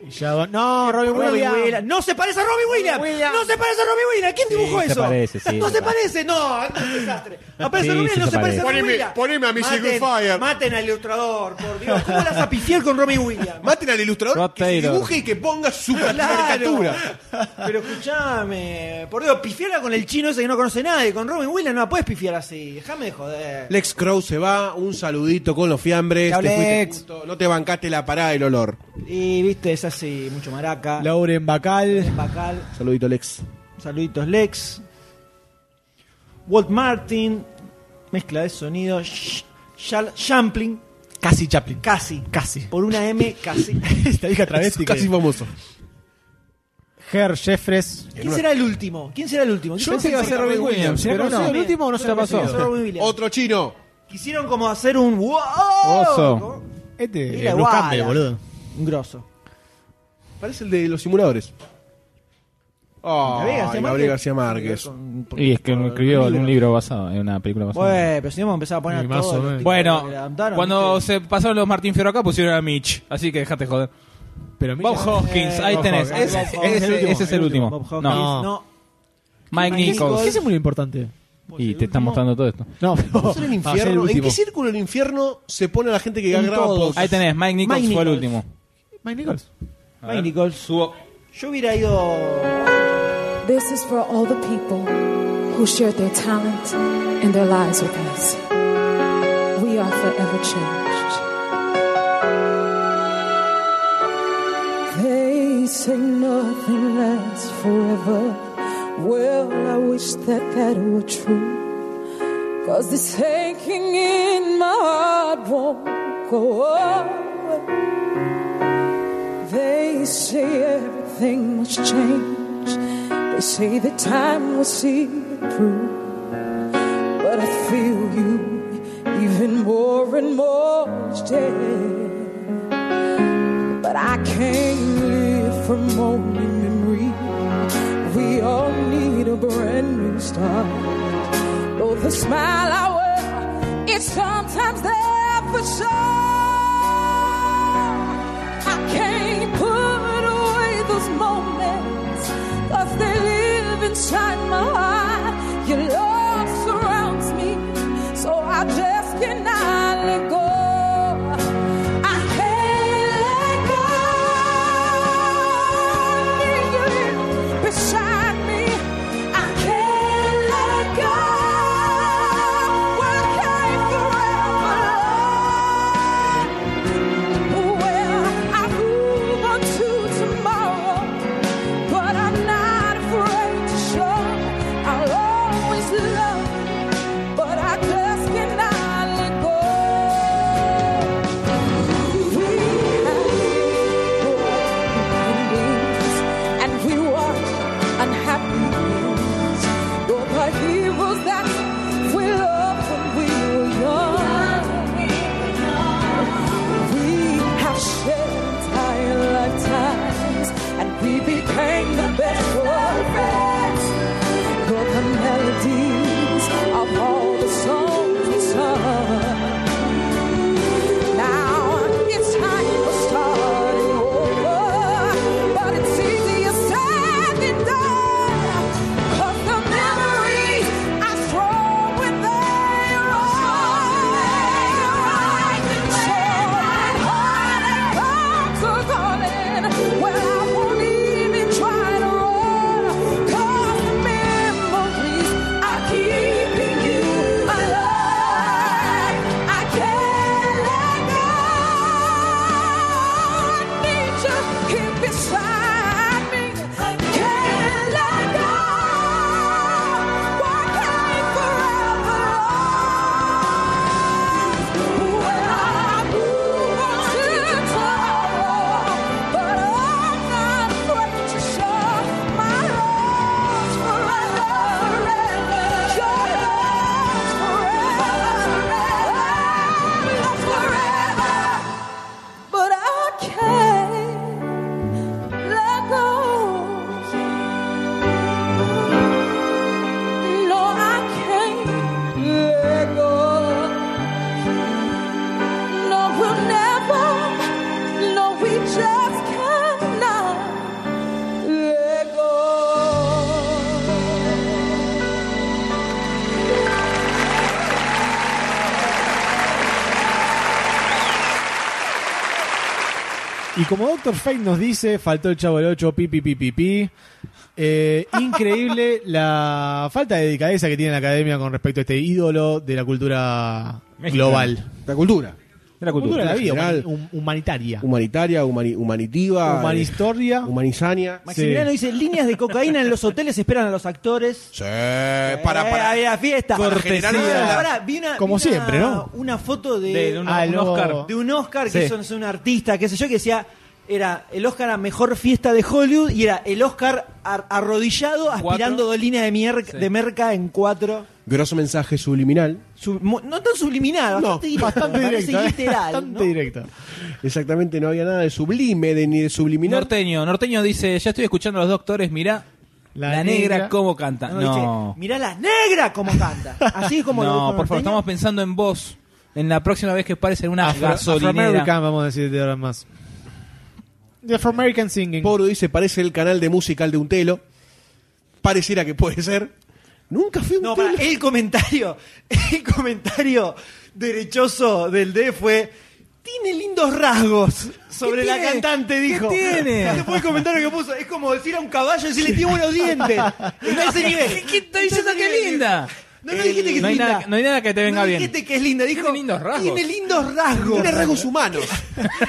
Speaker 6: Y ya va- No, Robin
Speaker 4: Robin
Speaker 6: Williams.
Speaker 4: Williams. No se parece a Robbie Williams. No se parece a Robbie Williams. ¿Quién dibujó
Speaker 6: se
Speaker 4: eso?
Speaker 6: parece, sí,
Speaker 4: no
Speaker 6: se
Speaker 4: se parece. No, es un desastre. Aparece Robbie
Speaker 6: Sí, sí
Speaker 4: Williams, no
Speaker 6: se
Speaker 4: se parece a Robbie
Speaker 6: parece.
Speaker 4: Williams.
Speaker 6: Poneme- poneme a Missy
Speaker 4: Maten-
Speaker 6: Goodfire.
Speaker 4: Maten al ilustrador, por Dios. ¿Cómo la zapifiel con Robbie Williams?
Speaker 7: Maten al ilustrador
Speaker 5: Rod
Speaker 7: que se
Speaker 5: Taylor.
Speaker 7: dibuje y que ponga su caricatura.
Speaker 4: Pero escuchame, por Dios, pifiarla con el chino ese que no conoce nadie. Con Robin Williams no la puedes pifiar así. Déjame de joder.
Speaker 7: Lex Crow se va, un saludito con los fiambres.
Speaker 4: Chao,
Speaker 7: te fuiste
Speaker 4: Lex.
Speaker 7: justo, no te bancaste la parada del olor.
Speaker 4: Y viste, es así, mucho maraca.
Speaker 6: Lauren Bacal.
Speaker 4: Bacal.
Speaker 7: Saludito, Lex.
Speaker 4: Saluditos Lex. Walt Martin. Mezcla de sonido. Sh- Shal Champlin.
Speaker 6: Casi Chaplin.
Speaker 4: Casi.
Speaker 6: Casi.
Speaker 4: Por una M, casi.
Speaker 6: Esta hija travesti.
Speaker 7: Casi famoso.
Speaker 6: Her Jeffres.
Speaker 4: ¿Quién será el último? ¿Quién será el último?
Speaker 6: Yo pensé que iba a ser Robin Williams,
Speaker 4: ¿Será
Speaker 6: pero
Speaker 4: conocido
Speaker 6: no.
Speaker 4: también?
Speaker 6: El último no se la pasó.
Speaker 4: Será Robin Williams.
Speaker 7: Otro chino.
Speaker 4: Quisieron como hacer un wow.
Speaker 6: Oso.
Speaker 4: ¿no?
Speaker 6: Este
Speaker 4: Mira,
Speaker 6: es Bruce
Speaker 4: guala.
Speaker 6: Campbell, boludo.
Speaker 4: Un grosso.
Speaker 7: Parece el de los simuladores.
Speaker 4: Gabriel García
Speaker 7: Ah, Gabriel
Speaker 4: Márquez.
Speaker 7: García Márquez.
Speaker 5: Y es que escribió un libro basado en una película basada.
Speaker 4: Bueno, pero si no vamos a empezar a poner
Speaker 6: Y
Speaker 4: a
Speaker 6: más o
Speaker 4: todos los
Speaker 6: menos.
Speaker 4: tipos
Speaker 5: Bueno,
Speaker 4: que le adaptaron,
Speaker 5: cuando se pasaron los Martín Fierro acá pusieron a Mitch, así que dejate joder.
Speaker 6: Pero mira-
Speaker 5: Bob Hoskins, ahí
Speaker 6: eh, Bob
Speaker 5: tenés.
Speaker 6: Hoskins.
Speaker 5: Ese,
Speaker 6: Bob
Speaker 5: ese-
Speaker 6: Hoskins. El último,
Speaker 5: ese es
Speaker 6: el
Speaker 5: el último.
Speaker 4: Bob Hawkins,
Speaker 5: No.
Speaker 4: no.
Speaker 5: Mike
Speaker 4: Mike
Speaker 5: Nichols.
Speaker 6: ¿Qué es muy importante?
Speaker 5: Y te están mostrando todo esto.
Speaker 6: No, Ah,
Speaker 7: Vamos al infierno.
Speaker 6: el
Speaker 7: ¿En
Speaker 6: último.
Speaker 7: qué círculo del infierno se pone la gente que
Speaker 4: En
Speaker 7: graba
Speaker 4: todos.
Speaker 7: podcast?
Speaker 5: Ahí tenés, Mike Nichols
Speaker 4: Mike
Speaker 5: fue el
Speaker 4: Nichols.
Speaker 5: último.
Speaker 6: Mike Nichols.
Speaker 4: Mike Nichols.
Speaker 5: Subo.
Speaker 4: Yo hubiera ido.
Speaker 27: This is for all the people who shared their talent and their lives with us. We are forever changed.
Speaker 28: They say nothing lasts forever. Well, I wish that that were true. Cause this aching in my heart won't go away. They say everything must change. They say that time will see it through. But I feel you even more and more each day. But I can't live from only memory. We all need a brand new start. Though the smile I wear is sometimes there for sure. I can't put away those moments, cause they live inside my heart. Your love surrounds me, so I just cannot let go. I can't let go. Need you beside me. I can't let go. We're okay forever. Well, I grew
Speaker 6: Y como Doctor Fate nos dice, faltó el chavo del 8, pi, pi, pi, pi, pi. Eh, increíble la falta de delicadeza que tiene la academia con respecto a este ídolo de la cultura global.
Speaker 7: La cultura.
Speaker 6: De la cultura. de la vida,
Speaker 7: General.
Speaker 6: humani- hum- humanitaria.
Speaker 7: Humanitaria, humani- humanitiva.
Speaker 6: Humanistoria.
Speaker 7: eh, humanizania.
Speaker 4: Maximiliano dice, líneas de cocaína en los hoteles esperan a los actores.
Speaker 7: Sí, para,
Speaker 4: Eh,
Speaker 7: para.
Speaker 4: había fiesta.
Speaker 7: para generar una-
Speaker 4: Pará, vi una-
Speaker 6: Como
Speaker 4: vi una-
Speaker 6: siempre, ¿no?
Speaker 4: Una foto de,
Speaker 6: De un- Ah, un luego- Oscar.
Speaker 4: De un Oscar, que
Speaker 6: Sí.
Speaker 4: es un- es un artista, qué sé yo, que decía... Era el Oscar a mejor fiesta de Hollywood y era el Oscar ar- arrodillado aspirando dos líneas de, mier- de merca en cuatro.
Speaker 7: Grosso mensaje subliminal.
Speaker 4: Sub- mu- no tan subliminal,
Speaker 7: No,
Speaker 4: bastante, directo,
Speaker 6: bastante
Speaker 4: me parece
Speaker 6: directo, ¿eh?
Speaker 4: literal.
Speaker 6: Bastante
Speaker 4: ¿no?
Speaker 6: directo.
Speaker 7: Exactamente, no había nada de sublime de- ni de subliminal.
Speaker 5: Norteño, Norteño dice, ya estoy escuchando a los doctores, mirá la, negra,
Speaker 4: negra.
Speaker 5: cómo canta. No,
Speaker 4: No, dice, Mirá la negra como canta. Así es como lo
Speaker 5: No,
Speaker 4: dijo
Speaker 5: por favor,
Speaker 4: Norteño.
Speaker 5: estamos pensando en vos. En la próxima vez que pares en una
Speaker 6: Afro-
Speaker 5: gasolinera.
Speaker 6: Afroamerican, vamos a decir de ahora en más. The American Singing.
Speaker 7: Poro dice, parece el canal de musical de un telo. Pareciera que puede ser. Nunca fui un
Speaker 4: No, pará, el comentario, el comentario derechoso del D fue. Tiene lindos rasgos sobre
Speaker 29: ¿Qué
Speaker 4: la
Speaker 29: tiene?
Speaker 4: cantante,
Speaker 29: ¿Qué
Speaker 4: dijo.
Speaker 29: tiene?
Speaker 4: Ese fue el comentario que puso. Es como decir a un caballo y decirle tiene buenos dientes. Está a ese nivel.
Speaker 5: ¿Qué- qué está diciendo
Speaker 4: Está a ese
Speaker 5: que
Speaker 4: nivel.
Speaker 5: linda?
Speaker 4: No, no dijiste que es
Speaker 5: No hay,
Speaker 4: linda.
Speaker 5: nada, no hay nada que te venga
Speaker 4: no
Speaker 5: bien.
Speaker 4: dijiste que es linda. Dijo, tiene lindos rasgos. Tiene lindos rasgos.
Speaker 7: Tiene rasgos humanos.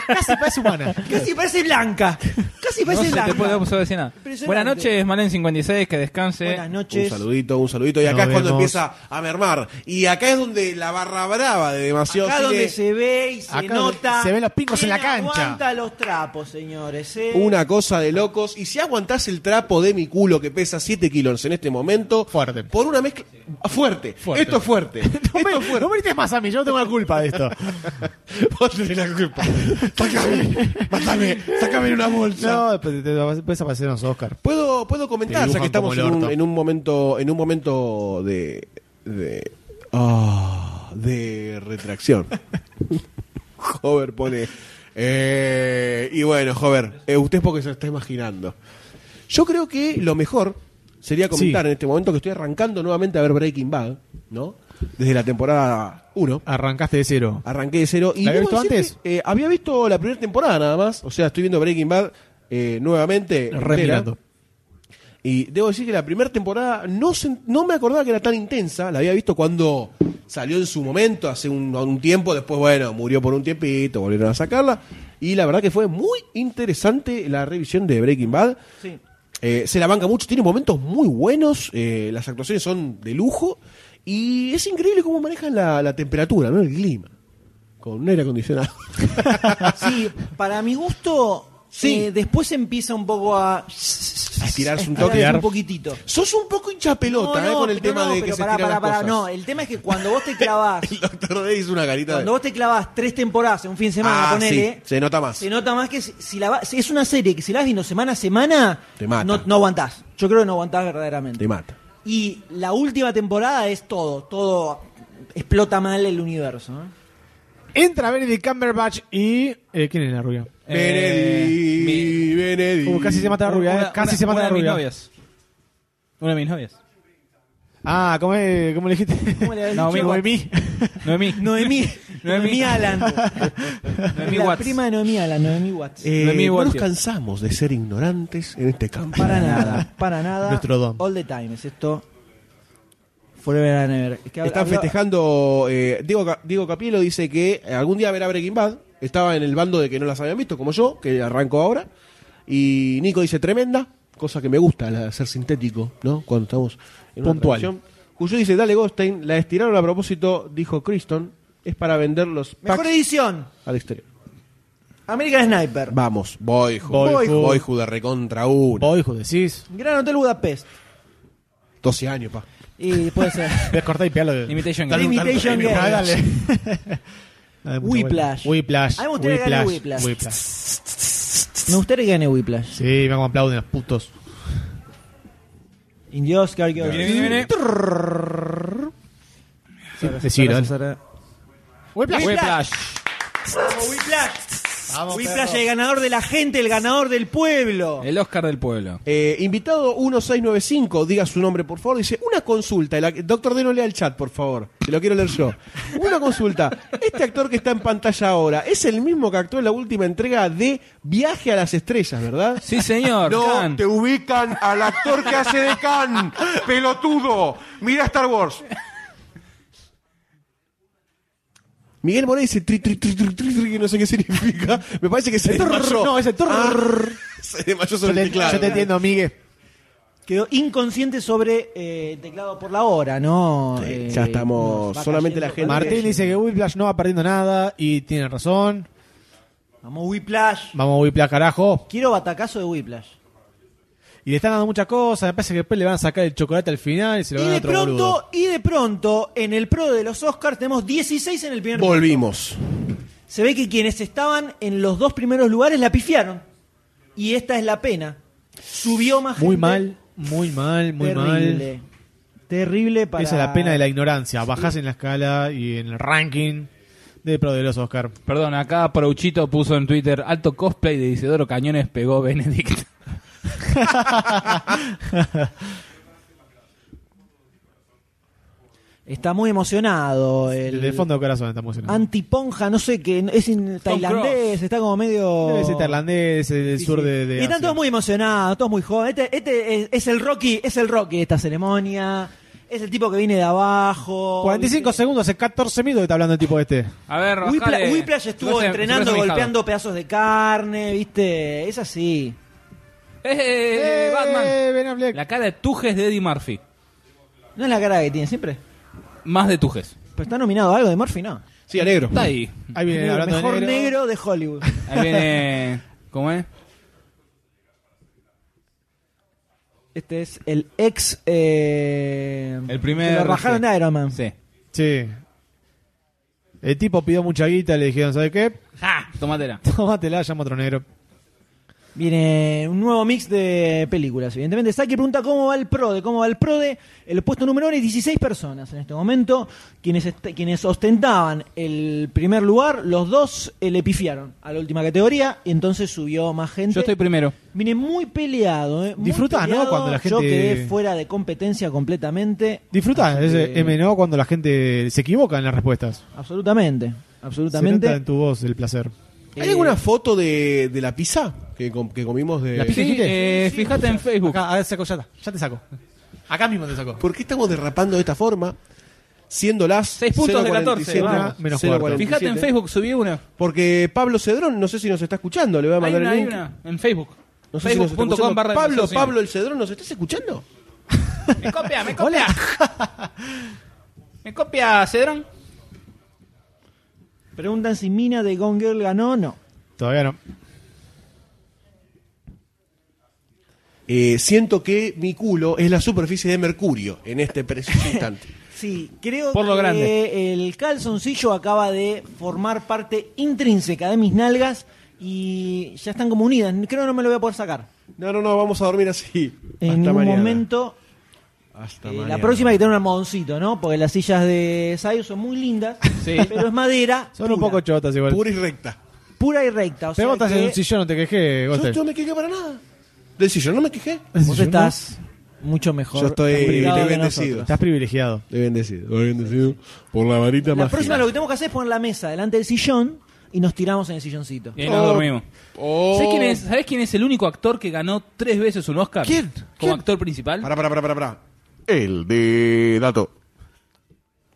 Speaker 6: Casi parece humana.
Speaker 4: Casi parece blanca. Casi
Speaker 5: No
Speaker 4: parece
Speaker 5: se te
Speaker 4: blanca.
Speaker 5: puede eh. no se puede decir nada.
Speaker 4: Impresionante.
Speaker 5: Buenas noches, Malen56, que descanse.
Speaker 4: Buenas noches.
Speaker 7: Un saludito, un saludito. Y acá
Speaker 6: Nos
Speaker 7: es cuando
Speaker 6: vemos.
Speaker 7: empieza a mermar. Y acá es donde la barra brava de demasiado
Speaker 4: Acá
Speaker 7: cine-
Speaker 4: donde se ve y se
Speaker 6: Acá
Speaker 4: nota.
Speaker 6: se ven los picos en la
Speaker 4: quién
Speaker 6: cancha.
Speaker 4: Aguanta los trapos, señores. eh.
Speaker 7: Una cosa de locos. Y si aguantás el trapo de mi culo que pesa 7 kilos en este momento. Fuerte. Por una mezcla. Fuerte.
Speaker 6: Fuerte.
Speaker 7: Esto es fuerte.
Speaker 6: No me, no me grites más a mí, yo no tengo la culpa de esto.
Speaker 7: Vos tenés la culpa. Sácame. Mátame. Sácame en una bolsa.
Speaker 6: No, después te vas a aparecer los Oscar.
Speaker 7: Puedo, puedo comentar,
Speaker 6: Te
Speaker 7: ya que
Speaker 6: dibujan como
Speaker 7: estamos
Speaker 6: el
Speaker 7: en un,
Speaker 6: orto.
Speaker 7: en un momento, en un momento de. de. ah, de retracción. Hover pone. eh, y bueno, Hover, eh, usted es porque se lo está imaginando. Yo creo que lo mejor sería comentar
Speaker 6: Sí.
Speaker 7: en este momento que estoy arrancando nuevamente a ver Breaking Bad, ¿no? Desde la temporada 1.
Speaker 6: Arrancaste de cero.
Speaker 7: Arranqué de cero. Y
Speaker 6: ¿La había
Speaker 7: debo
Speaker 6: visto
Speaker 7: decir que, eh, había visto la primera temporada nada más. O sea, estoy viendo Breaking Bad eh, nuevamente. entera.
Speaker 6: Remirando.
Speaker 7: Y debo decir que la primera temporada no, sen- no me acordaba que era tan intensa. La había visto cuando salió en su momento, hace un, un tiempo. Después, bueno, murió por un tiempito, volvieron a sacarla. Y la verdad que fue muy interesante la revisión de Breaking Bad.
Speaker 4: Sí.
Speaker 7: Eh, se la banca mucho, tiene momentos muy buenos, eh, las actuaciones son de lujo. Y es increíble cómo manejan la, la temperatura, ¿no? El clima. Con un aire acondicionado.
Speaker 4: Sí, para mi gusto,
Speaker 7: Sí.
Speaker 4: eh, después empieza un poco a,
Speaker 7: A estirarse
Speaker 4: estirarse
Speaker 7: un toque.
Speaker 4: un poquitito.
Speaker 7: Sos un poco hincha pelota,
Speaker 4: No,
Speaker 7: ¿eh?
Speaker 4: no,
Speaker 7: Con el
Speaker 4: no,
Speaker 7: tema
Speaker 4: no,
Speaker 7: de que
Speaker 4: pero
Speaker 7: se
Speaker 4: pará,
Speaker 7: tiran
Speaker 4: pará,
Speaker 7: las
Speaker 4: pará,
Speaker 7: cosas.
Speaker 4: No, el tema es que cuando vos te clavás,
Speaker 7: El doctor D hizo una carita de...
Speaker 4: cuando vos te clavás tres temporadas en un fin de semana,
Speaker 7: Ah,
Speaker 4: ponele,
Speaker 7: sí, se nota más.
Speaker 4: se nota más que si, si la va- si es una serie que si la vas viendo semana a semana,
Speaker 7: Te mata.
Speaker 4: No, no aguantás. Yo creo que no aguantás verdaderamente.
Speaker 7: Te mata.
Speaker 4: Y la última temporada es todo, todo explota mal el universo. ¿no?
Speaker 6: Entra Benedict Cumberbatch y. eh, ¿Quién es la rubia?
Speaker 4: Eh,
Speaker 7: Benedi, Benedi.
Speaker 6: Uh, casi se mata la rubia, eh,
Speaker 5: Una-
Speaker 6: casi
Speaker 5: una-
Speaker 6: se mata
Speaker 5: una
Speaker 6: la
Speaker 5: de mis
Speaker 6: rubia.
Speaker 5: novias. Una de mis novias.
Speaker 6: Ah, ¿cómo, es- cómo le dijiste?
Speaker 4: ¿Cómo le habías
Speaker 5: Naomi
Speaker 4: dicho?
Speaker 5: Watts.
Speaker 6: Noemí.
Speaker 5: Noemí.
Speaker 4: Noemí,
Speaker 5: Noemí.
Speaker 4: Noemí Alan.
Speaker 5: Noemí
Speaker 4: la
Speaker 5: Watts.
Speaker 4: prima de Noemí Alan, Noemí Watts.
Speaker 7: Eh,
Speaker 5: Lo mismo,
Speaker 7: no nos
Speaker 5: tío.
Speaker 7: cansamos de ser ignorantes en este campo.
Speaker 4: Para nada, para nada.
Speaker 6: Nuestro don.
Speaker 4: All the time, es esto. Forever and ever. Es que hab-
Speaker 7: Están
Speaker 4: habla-
Speaker 7: festejando. eh, Diego, Ca- Diego Capielo dice que algún día verá Breaking Bad. Estaba en el bando de que no las habían visto, como yo, que arranco ahora. Y Nico dice tremenda, cosa que me gusta, la de ser sintético, ¿no? Cuando estamos en una
Speaker 6: Puntual.
Speaker 7: transmisión. Cuyo dice, dale Goldstein, la estiraron a propósito, dijo Criston, es para vender los packs
Speaker 4: Mejor edición.
Speaker 7: al exterior.
Speaker 4: American Sniper.
Speaker 7: Vamos, Boyhood.
Speaker 6: Boyhood.
Speaker 7: Boyhood de recontra uno.
Speaker 6: Vos, hijo, decís.
Speaker 4: Gran Hotel Budapest.
Speaker 7: 12 años, pa.
Speaker 4: Y puede ser.
Speaker 6: Descortá y pealo.
Speaker 5: Imitation
Speaker 4: Game. Imitation Game.
Speaker 6: Dale. Dale, mucha
Speaker 4: Whiplash.
Speaker 6: vuelta. Whiplash.
Speaker 4: A mí me gustaría que gane Whiplash.
Speaker 6: Whiplash. Whiplash.
Speaker 4: Me gustaría que gane Whiplash.
Speaker 6: Sí, mira cómo aplauden los putos.
Speaker 4: Indie Oscar, que
Speaker 5: Viene, viene, viene.
Speaker 6: Decir, ¿eh?
Speaker 5: Whiplash.
Speaker 4: Whiplash. Whiplash, el ganador de la gente, el ganador del pueblo.
Speaker 5: El Oscar del pueblo.
Speaker 7: Eh, invitado 1695, diga su nombre por favor. Dice, una consulta. La- Doctor D, no lea el chat, por favor. Te lo quiero leer yo. Una consulta. Este actor que está en pantalla ahora es el mismo que actuó en la última entrega de Viaje a las Estrellas, ¿verdad?
Speaker 5: Sí, señor.
Speaker 14: No, te ubican al actor que hace de Khan, pelotudo. Mira Star Wars.
Speaker 7: Miguel Morey dice tri, tri, tri, tri, tri, tri, que no sé qué significa. Me parece que se desmayó.
Speaker 6: No, ese tor-
Speaker 7: Arr. se desmayó sobre
Speaker 6: Yo te-
Speaker 7: el teclado.
Speaker 6: yo te entiendo, Miguel.
Speaker 4: Quedó inconsciente sobre eh, el teclado por la hora, ¿no? Eh,
Speaker 7: ya estamos.
Speaker 4: nos va
Speaker 7: Solamente
Speaker 4: cayendo
Speaker 7: la gente.
Speaker 6: Martín dice que Whiplash no va perdiendo nada y tiene razón.
Speaker 4: Vamos, Whiplash.
Speaker 6: Vamos Whiplash, carajo.
Speaker 4: Quiero batacazo de Whiplash.
Speaker 6: Y le están dando muchas cosas. Me parece que después le van a sacar el chocolate al final y se lo
Speaker 4: Y
Speaker 6: van a
Speaker 4: de
Speaker 6: otro
Speaker 4: pronto,
Speaker 6: boludo.
Speaker 4: y de pronto, en el pro de los Oscars tenemos 16 en el primer lugar.
Speaker 7: Volvimos.
Speaker 4: Se ve que quienes estaban en los dos primeros lugares la pifiaron. Y esta es la pena. Subió más
Speaker 6: Muy
Speaker 4: gente.
Speaker 6: mal, muy mal, muy
Speaker 4: Terrible. Terrible
Speaker 6: mal.
Speaker 4: para.
Speaker 6: Esa es la pena de la ignorancia. Bajás en la escala y en el ranking de pro de los Oscar.
Speaker 5: Perdón, acá Prouchito puso en Twitter alto cosplay de Isidoro Cañones pegó Benedict.
Speaker 4: Está muy emocionado. El,
Speaker 6: Desde el fondo de corazón está emocionado.
Speaker 4: Antiponja, no sé qué. Es en tailandés, está como medio.
Speaker 6: Debe ser tailandés, eh, del sur de, de
Speaker 4: y están
Speaker 6: Asia.
Speaker 4: todos muy emocionados, todos muy jóvenes. Este, este es, es el Rocky, es el Rocky de esta ceremonia. Es el tipo que viene de abajo.
Speaker 6: 45 segundos, hace 14 minutos que está hablando el tipo este.
Speaker 5: A ver,
Speaker 4: Whipla- Whiplash, estuvo entrenando, golpeando pedazos de carne, ¿viste? Es así.
Speaker 5: ¡Eh, eh, eh, Batman! La cara de Tujes de Eddie Murphy.
Speaker 4: No es la cara que tiene siempre.
Speaker 5: Más de Tujes.
Speaker 4: Pero está nominado a algo de Murphy, ¿no?
Speaker 7: Sí, alegro.
Speaker 5: Está ahí.
Speaker 6: Ahí viene,
Speaker 4: Negro,
Speaker 6: Eh, hablando de
Speaker 4: mejor
Speaker 6: negro.
Speaker 4: negro. de Hollywood.
Speaker 5: Ahí viene. ¿Cómo es?
Speaker 4: Este es el ex. eh,
Speaker 5: El primer-
Speaker 4: que Lo rajaron de Iron Man.
Speaker 5: Sí.
Speaker 6: Sí. El tipo pidió mucha guita, le dijeron, ¿sabes qué?
Speaker 5: ¡Ja! Tomatera.
Speaker 6: Tómatela, llama a otro negro.
Speaker 4: Viene un nuevo mix de películas, evidentemente. Saki pregunta cómo va el PRODE, cómo va el PRODE. El puesto número uno es 16 personas en este momento. Quienes, est- quienes ostentaban el primer lugar, los dos eh, le pifiaron a la última categoría y entonces subió más gente.
Speaker 5: Yo estoy primero.
Speaker 4: Viene muy peleado, ¿eh? Muy
Speaker 6: Disfrutá, ¿no?
Speaker 4: peleado.
Speaker 6: Cuando la gente-
Speaker 4: Yo quedé fuera de competencia completamente.
Speaker 6: Disfrutá
Speaker 4: Así
Speaker 6: ese
Speaker 4: que-
Speaker 6: MNO eh, cuando la gente se equivoca en las respuestas.
Speaker 4: Absolutamente,
Speaker 6: Se nota
Speaker 4: absolutamente.
Speaker 6: en tu voz el placer.
Speaker 7: ¿Hay alguna foto de, de la pizza que, com- que comimos de.
Speaker 6: Eh. ¿La pizza
Speaker 5: Sí,
Speaker 6: dijiste?
Speaker 5: eh, fíjate en Facebook.
Speaker 6: Acá, a ver, saco, ya está. Ya te saco. Acá mismo te saco.
Speaker 7: ¿Por qué estamos derrapando de esta forma? Siendo las
Speaker 5: Seis puntos de 14,
Speaker 7: 0.47,
Speaker 5: vamos.
Speaker 6: Menos
Speaker 7: 0.47.
Speaker 6: cuarto.
Speaker 5: Fíjate en Facebook, subí una.
Speaker 7: Porque Pablo Cedrón, no sé si nos está escuchando, le voy a
Speaker 5: Hay
Speaker 7: mandar
Speaker 5: una,
Speaker 7: el
Speaker 5: hay
Speaker 7: link.
Speaker 5: una. En Facebook.
Speaker 7: No sé si nos está
Speaker 5: Facebook.com
Speaker 7: escuchando.
Speaker 5: barra
Speaker 7: Pablo,
Speaker 5: Demasiado
Speaker 7: Pablo el Cedrón, ¿nos estás escuchando?
Speaker 5: Cine. Me copia, me copia. ¿Me copia, Cedrón?
Speaker 4: Preguntan si Mina de Gone Girl ganó no.
Speaker 6: Todavía no.
Speaker 7: Eh, siento que mi culo es la superficie de Mercurio en este preciso instante.
Speaker 4: Sí, creo
Speaker 5: Por lo
Speaker 4: que
Speaker 5: grande.
Speaker 4: el calzoncillo acaba de formar parte intrínseca de mis nalgas y ya están como unidas. Creo que no me lo voy a poder sacar.
Speaker 7: No, no, no, vamos a dormir así.
Speaker 4: En
Speaker 7: Hasta
Speaker 4: ningún
Speaker 7: mañana.
Speaker 4: momento.
Speaker 7: Hasta
Speaker 4: eh,
Speaker 7: mañana.
Speaker 4: la próxima hay que tener un almohadoncito, ¿no? Porque las sillas de Sayus son muy lindas,
Speaker 5: Sí.
Speaker 4: pero es madera
Speaker 6: Son un
Speaker 4: pura,
Speaker 6: poco chotas igual.
Speaker 7: Pura y recta.
Speaker 4: pura y recta. O
Speaker 6: Pero
Speaker 4: sea
Speaker 6: vos estás
Speaker 4: que
Speaker 6: en un sillón, no te quejé,
Speaker 7: Yo,
Speaker 6: Goldstein.
Speaker 7: yo no me quejé para nada. Del sillón no me quejé.
Speaker 4: vos estás mucho mejor.
Speaker 7: Yo estoy-
Speaker 4: complicado
Speaker 7: estoy
Speaker 4: que
Speaker 7: bendecido.
Speaker 4: nosotros.
Speaker 6: Estás privilegiado.
Speaker 7: Estoy bendecido, estoy bendecido por la varita
Speaker 4: La
Speaker 7: más.
Speaker 4: próxima lo que tenemos que hacer es poner la mesa delante del sillón y nos tiramos en el silloncito.
Speaker 5: Y ahí nos dormimos. ¿Sabés, quién es, sabés quién es el único actor que ganó tres veces un Oscar?
Speaker 7: ¿Quién?
Speaker 5: Como
Speaker 7: ¿Quién?
Speaker 5: actor principal.
Speaker 7: Pará, pará, pará, pará, pará.
Speaker 14: El de dato.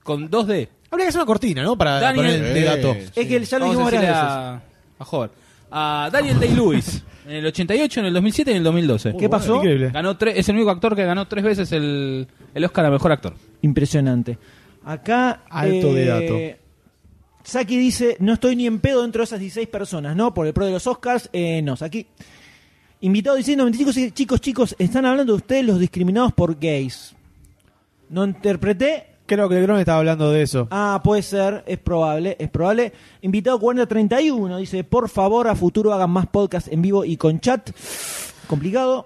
Speaker 5: Con 2D.
Speaker 6: Habría que hacer una cortina, ¿no? Para
Speaker 5: Daniel-
Speaker 6: poner de
Speaker 7: Eh,
Speaker 6: dato.
Speaker 4: Es que ya lo
Speaker 5: Vamos a
Speaker 4: dijimos varias
Speaker 5: decirle
Speaker 4: veces.
Speaker 5: a, a joder. A Daniel Day-Lewis. en el 88, en el 2007 y en el 2012.
Speaker 4: ¿Qué pasó?
Speaker 6: Increíble.
Speaker 5: Ganó tres, es el único actor que ganó tres veces el, el Oscar a Mejor Actor.
Speaker 4: Impresionante. Acá. eh,
Speaker 6: Alto de dato.
Speaker 4: Saki dice: No estoy ni en pedo dentro de esas 16 personas, ¿no? Por el pro de los Oscars. Eh, no, Saki. Invitado diciendo: 25 dice, chicos, chicos, están hablando de ustedes los discriminados por gays. No interpreté.
Speaker 6: Creo que el Gron estaba hablando de eso.
Speaker 4: Ah, puede ser, es probable, es probable. Invitado 4031 dice: Por favor, a futuro hagan más podcast en vivo y con chat. Complicado.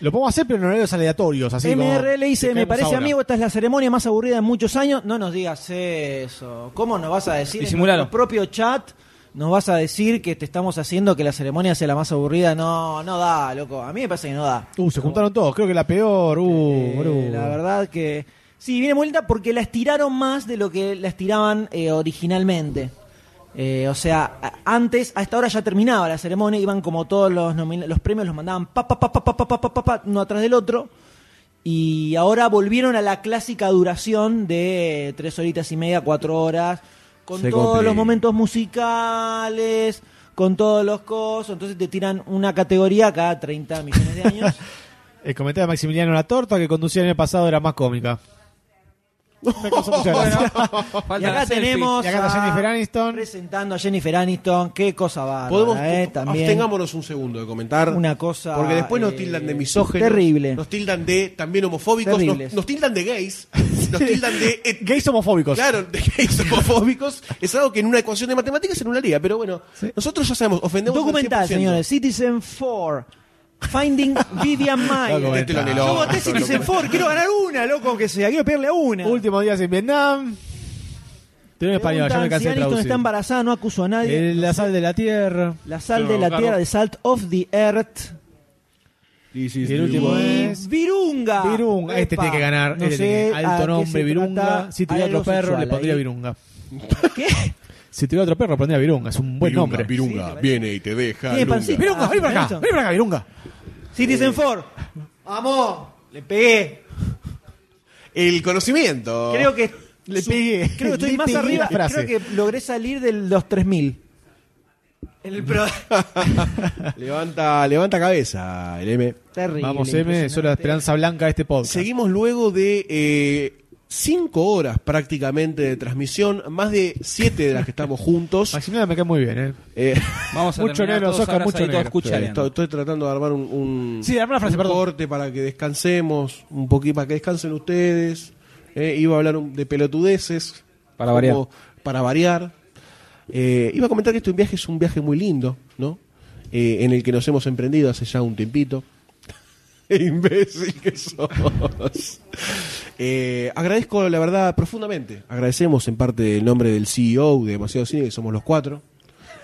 Speaker 6: Lo podemos hacer, pero en horarios aleatorios. Así como
Speaker 4: MRL
Speaker 6: que
Speaker 4: dice, me
Speaker 6: quedamos
Speaker 4: parece
Speaker 6: ahora".
Speaker 4: amigo, esta es la ceremonia más aburrida en muchos años. No nos digas eso. ¿Cómo nos vas a decir en
Speaker 5: Disimulalo.
Speaker 4: nuestro propio chat? nos vas a decir que te estamos haciendo que la ceremonia sea la más aburrida. No, no da, loco. A mí me parece que no da.
Speaker 6: Uh, se juntaron todos, creo que la peor. Uh,
Speaker 4: Eh,
Speaker 6: boludo.
Speaker 4: la verdad que. Sí, viene vuelta porque la estiraron más de lo que la estiraban eh, originalmente. Eh, o sea, a- antes, a esta hora ya terminaba la ceremonia, iban como todos los, nomin- los premios, los mandaban pa, pa, pa, pa, pa, pa, pa, pa, pa, pa, uno atrás del otro. Y ahora volvieron a la clásica duración de eh, tres horitas y media, cuatro horas, con
Speaker 5: Se
Speaker 4: todos
Speaker 5: complica.
Speaker 4: los momentos musicales, con todos los cosos. Entonces te tiran una categoría cada 30 millones de años.
Speaker 6: El comentario de Maximiliano La Torta que conducía en el pasado era más cómica.
Speaker 4: y acá tenemos
Speaker 6: Y acá está
Speaker 4: a-
Speaker 6: Jennifer Aniston.
Speaker 4: presentando a Jennifer Aniston. Qué cosa bárbara,
Speaker 7: Podemos
Speaker 4: eh,
Speaker 7: también.
Speaker 4: también.
Speaker 7: Abstengámonos un segundo de comentar.
Speaker 4: Una cosa,
Speaker 7: Porque después nos
Speaker 4: eh,
Speaker 7: tildan de misógenos.
Speaker 4: terrible.
Speaker 7: Nos tildan de también homofóbicos.
Speaker 4: Terribles.
Speaker 7: Nos, nos tildan de gays. Nos tildan de. et-
Speaker 6: gays homofóbicos.
Speaker 7: Claro, de gays homofóbicos. Es algo que en una ecuación de matemáticas se anularía. Pero bueno, nosotros ya sabemos, ofendemos al
Speaker 4: Documental,
Speaker 7: 100%.
Speaker 4: señores. Citizen 4. Finding Vivian
Speaker 7: Loco,
Speaker 4: Maya.
Speaker 7: vete este lo en el
Speaker 4: Yo
Speaker 7: orto,
Speaker 4: voté Citizen
Speaker 7: loco.
Speaker 4: 4. Quiero ganar una, loco, aunque sea. Quiero pedirle a una.
Speaker 6: Últimos días en Vietnam. Tiene en español, yo me
Speaker 4: Preguntan
Speaker 6: cansé
Speaker 4: si
Speaker 6: de
Speaker 4: Aniston
Speaker 6: traducir.
Speaker 4: está embarazada, no acuso a nadie.
Speaker 6: El- la sal de la tierra.
Speaker 4: La sal de la tierra, de Salt of the Earth.
Speaker 6: Y el último
Speaker 4: Y
Speaker 6: es.
Speaker 4: Virunga.
Speaker 6: Virunga. Este
Speaker 4: Epa,
Speaker 6: tiene que ganar.
Speaker 4: no
Speaker 6: este tiene que
Speaker 4: sé
Speaker 6: ganar.
Speaker 4: a qué
Speaker 6: Alto
Speaker 4: se
Speaker 6: nombre,
Speaker 4: trata.
Speaker 6: Virunga. Si tuviera
Speaker 4: Hay algo
Speaker 6: otro perro, le
Speaker 4: sexual
Speaker 6: pondría
Speaker 4: ahí.
Speaker 6: Virunga.
Speaker 4: ¿Qué?
Speaker 6: Si tuviera otro perro, pondría Virunga. Es un buen nombre.
Speaker 7: Virunga, viene y te deja.
Speaker 4: Tiene pancita.
Speaker 6: Virunga,
Speaker 4: Ah,
Speaker 6: vení para acá.
Speaker 4: Aniston.
Speaker 6: Vení para acá, Virunga. Eh.
Speaker 4: Citizen 4. Vamos. Le pegué.
Speaker 7: El conocimiento.
Speaker 4: Creo que
Speaker 6: Oh. le
Speaker 4: su-
Speaker 6: pegué.
Speaker 4: Creo que estoy
Speaker 6: Le
Speaker 4: más
Speaker 6: pegué
Speaker 4: arriba.
Speaker 6: la frase.
Speaker 4: Creo que logré salir de los 3000. En el pro-
Speaker 7: Levanta, levanta cabeza, el M.
Speaker 4: Terrible.
Speaker 6: Vamos, M. Soy la esperanza blanca de este podcast.
Speaker 7: Seguimos luego de eh, cinco horas prácticamente de transmisión, más de siete de las que estamos juntos.
Speaker 6: Maximiliano me cae muy bien, ¿eh?
Speaker 7: Eh,
Speaker 5: Vamos a
Speaker 6: Mucho
Speaker 5: terminar
Speaker 6: negro,
Speaker 5: todos
Speaker 6: Oscar,
Speaker 5: abrazaditos
Speaker 6: mucho negro.
Speaker 5: cuchareando.
Speaker 7: estoy, estoy tratando de armar un, un-
Speaker 6: Sí, arma la frase,
Speaker 7: un
Speaker 6: perdón.
Speaker 7: corte para que descansemos, un poquito para que descansen ustedes. Eh, iba a hablar un- de pelotudeces.
Speaker 5: Para variar.
Speaker 7: Para variar. Eh, iba a comentar que este viaje es un viaje muy lindo, ¿no? Eh, en el que nos hemos emprendido hace ya un tiempito. Imbécil que sos. Eh, agradezco, la verdad, profundamente. Agradecemos en parte el nombre del CEO de Demasiado Cine, que somos los cuatro.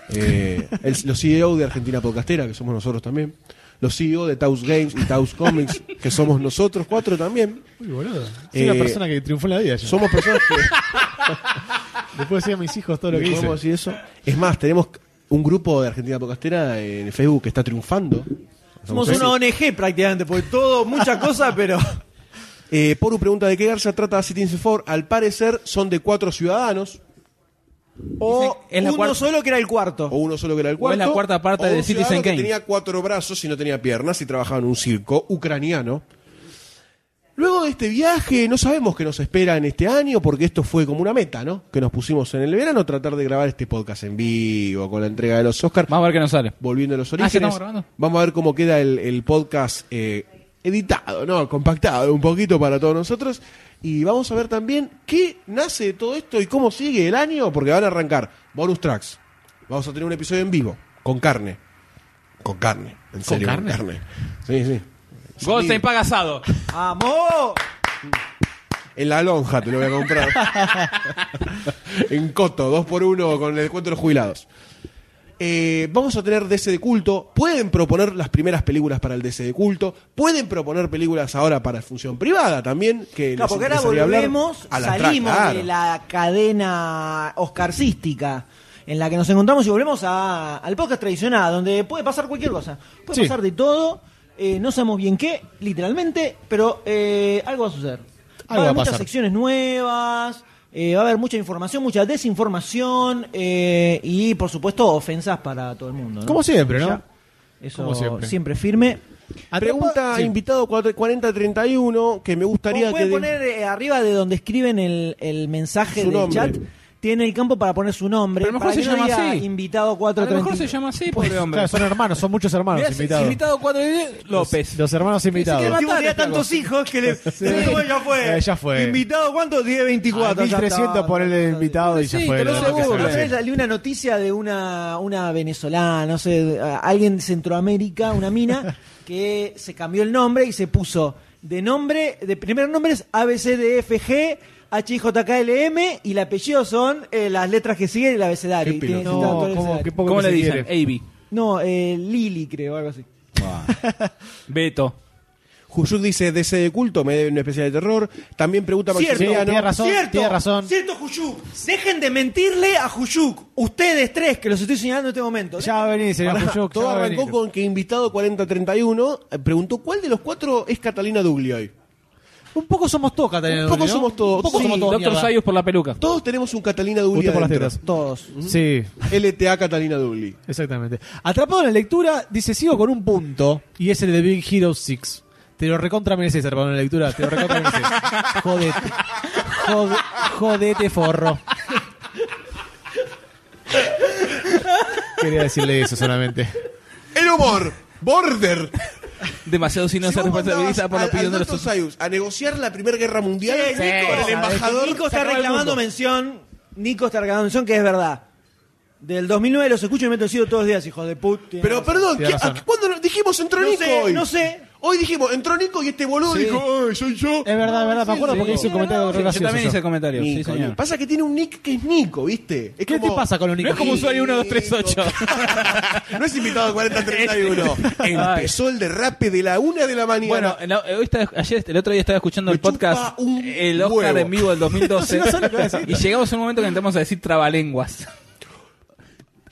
Speaker 7: Eh, el- los CEO de Argentina Podcastera, que somos nosotros también. Los CEO de Taos Games y Taos Comics, que somos nosotros cuatro también.
Speaker 6: Uy, boludo. Soy una
Speaker 7: Eh,
Speaker 6: persona que triunfó en la vida. yo.
Speaker 7: Somos personas que
Speaker 6: Después decía a mis hijos todo lo que
Speaker 7: ¿Le
Speaker 6: hice.
Speaker 7: podemos decir eso? Es más, tenemos un grupo de Argentina Podcastera en Facebook que está triunfando.
Speaker 4: Somos una ONG prácticamente, porque todo, muchas cosas, pero.
Speaker 7: Eh, Poru pregunta de qué Garza trata Citizen 4. Al parecer son de cuatro ciudadanos.
Speaker 4: O
Speaker 5: Dicen, es la
Speaker 4: uno
Speaker 5: cuarta-
Speaker 4: solo que era el cuarto.
Speaker 7: O uno solo que era el
Speaker 5: O
Speaker 7: cuarto.
Speaker 5: es la cuarta parte
Speaker 7: o un
Speaker 5: de Citizen
Speaker 7: ciudadano que
Speaker 5: Kane.
Speaker 7: tenía cuatro brazos y no tenía piernas y trabajaba en un circo ucraniano. Luego de este viaje, no sabemos qué nos espera en este año, porque esto fue como una meta, ¿no? Que nos pusimos en el verano, tratar de grabar este podcast en vivo, con la entrega de los Oscars.
Speaker 5: Vamos a ver qué nos sale.
Speaker 7: volviendo a los
Speaker 5: Ah, ¿sí
Speaker 7: orígenes.
Speaker 5: estamos grabando?
Speaker 7: Vamos a ver cómo queda el, el podcast eh, editado, ¿no? Compactado un poquito para todos nosotros. Y vamos a ver también qué nace de todo esto y cómo sigue el año, porque van a arrancar bonus tracks. Vamos a tener un episodio en vivo, con carne. Con carne, en serio,
Speaker 6: carne?
Speaker 7: Sí, sí.
Speaker 5: Goldstein paga asado.
Speaker 4: ¡Vamos!
Speaker 7: En la lonja te lo voy a comprar. en Coto, dos por uno con el descuento de los jubilados. Eh, vamos a tener DC de culto. Pueden proponer las primeras películas para el DC de culto. Pueden proponer películas ahora para función privada también. Que
Speaker 4: Claro,
Speaker 7: les
Speaker 4: porque ahora
Speaker 7: interesaría hablar.
Speaker 4: volvemos,
Speaker 7: A las
Speaker 4: salimos
Speaker 7: tra- claro.
Speaker 4: de la cadena oscarcística en la que nos encontramos y volvemos a- al podcast tradicional, donde puede pasar cualquier cosa. Puede
Speaker 6: Sí.
Speaker 4: pasar de todo, eh, no sabemos bien qué, literalmente, pero eh, algo va a suceder. va a
Speaker 6: Algo va
Speaker 4: haber
Speaker 6: a
Speaker 4: muchas
Speaker 6: pasar.
Speaker 4: secciones nuevas, eh, va a haber mucha información, mucha desinformación eh, y, por supuesto, ofensas para todo el mundo. ¿no?
Speaker 6: Como siempre, ¿no?
Speaker 4: Ya, Eso
Speaker 6: Como siempre.
Speaker 4: siempre. firme.
Speaker 7: Pregunta
Speaker 6: Sí.
Speaker 7: invitado 4031 que me gustaría que.
Speaker 4: pueden
Speaker 7: de-
Speaker 4: poner eh, arriba de donde escriben el, el mensaje
Speaker 7: Su
Speaker 4: del
Speaker 7: nombre.
Speaker 4: chat. Tiene el campo para poner su nombre.
Speaker 5: Pero a lo mejor se
Speaker 4: para que no
Speaker 5: llama
Speaker 4: diga
Speaker 5: así.
Speaker 4: invitado
Speaker 5: A lo
Speaker 4: 430.
Speaker 5: mejor se llama así, pobre hombre.
Speaker 6: Claro, son hermanos, son muchos hermanos
Speaker 5: Mirá, si-
Speaker 6: invitados.
Speaker 5: si invitado cuatro López.
Speaker 6: Los hermanos
Speaker 5: que
Speaker 6: invitados.
Speaker 5: va-
Speaker 4: Tipo, tenía
Speaker 5: Bastante,
Speaker 4: tantos
Speaker 5: claro.
Speaker 4: hijos que le. ya fue.
Speaker 6: Eh, ya fue. Ah,
Speaker 4: ¿Invitado cuánto? 10, 24. ya
Speaker 6: 1300
Speaker 4: está.
Speaker 6: por el invitado y ya
Speaker 5: Sí,
Speaker 6: fue.
Speaker 5: que no
Speaker 6: la
Speaker 5: se
Speaker 6: verdad que
Speaker 5: burlen.
Speaker 4: La otra vez
Speaker 6: agradece.
Speaker 4: salió una noticia de una, una venezolana, no sé, de- a- alguien de Centroamérica, una mina, que E se cambió el nombre y se puso de nombre, de primer nombre es ABCDFG HIJKLM y el apellido son eh, las letras que siguen el abecedario. Y tiene-
Speaker 6: pelotudo.
Speaker 4: está todo
Speaker 6: No,
Speaker 4: el
Speaker 6: ¿cómo-
Speaker 4: abecedario.
Speaker 6: qué poco ¿Cómo que le se dicen? quiere?
Speaker 4: No, eh, Lili creo, algo así.
Speaker 5: Beto.
Speaker 7: Juyuk dice, DC de culto, me debe un especial de terror. También pregunta Maximiliano.
Speaker 4: cierto, Cierto, Juyuk. Dejen de mentirle a Juyuk. Ustedes tres que los estoy señalando en este momento. Ya
Speaker 6: va a venir,
Speaker 7: Pará, todo arrancó con que invitado 4031 eh, preguntó cuál de los cuatro es Catalina Dugli hoy.
Speaker 6: Un poco somos todos Catalina
Speaker 7: Un poco
Speaker 6: Dugli, ¿no?
Speaker 7: somos todos.
Speaker 6: Un poco somos todos,
Speaker 7: Doctor
Speaker 6: mierda.
Speaker 7: Sayus
Speaker 5: por la peluca.
Speaker 7: Todos tenemos un Catalina Dugli.
Speaker 6: Gusto por las
Speaker 7: adentro.
Speaker 6: tetas.
Speaker 4: Todos.
Speaker 6: Sí.
Speaker 7: LTA Catalina Dugli.
Speaker 6: Exactamente. Atrapado en la lectura, dice, sigo con un punto, y es el de Big Hero 6. Te lo recontra mereces, atrapado en la lectura, te lo recontra mereces. Jodete. Jod- jodete, forro. Quería decirle eso solamente.
Speaker 7: El humor. Border.
Speaker 5: Demasiado si no se responsabiliza por la opinión de los
Speaker 7: Doctor Sayus a negociar la Primera Guerra Mundial
Speaker 4: Eh, Nico,
Speaker 7: con el embajador.
Speaker 4: Nico
Speaker 7: Se
Speaker 4: está
Speaker 7: acaba el
Speaker 4: reclamando
Speaker 7: mundo.
Speaker 4: mención. Nico está reclamando mención, que es verdad. Del 2009 los escucho y me meto el cielo todos los días, hijo de puta.
Speaker 7: Pero perdón, ¿qué- a- ¿cuándo lo- dijimos entró
Speaker 4: No
Speaker 7: Nico
Speaker 4: sé,
Speaker 7: hoy?
Speaker 4: no sé.
Speaker 7: Hoy dijimos entró Nico y este boludo
Speaker 6: Sí.
Speaker 7: dijo, ¡ay, soy yo!
Speaker 6: Es verdad, es verdad, me acuerdo porque hice un comentario
Speaker 5: Yo
Speaker 6: gracioso
Speaker 5: también hice el comentario, sí,
Speaker 7: Nico,
Speaker 5: señor.
Speaker 7: Nico. Pasa que tiene un nick que es Nico, ¿viste? Es
Speaker 6: ¿Qué
Speaker 7: como-
Speaker 6: te pasa con los
Speaker 7: No
Speaker 6: Nico?
Speaker 7: es como usuario
Speaker 5: 1238.
Speaker 7: No es invitado a 4031. Empezó el derrape de la una de la mañana.
Speaker 5: Bueno, no, hoy estaba- ayer, el otro día estaba escuchando el podcast, el Oscar
Speaker 7: huevo.
Speaker 5: en vivo del 2012,
Speaker 7: No sé lo que voy a decir.
Speaker 5: y llegamos a un momento que entramos a decir trabalenguas.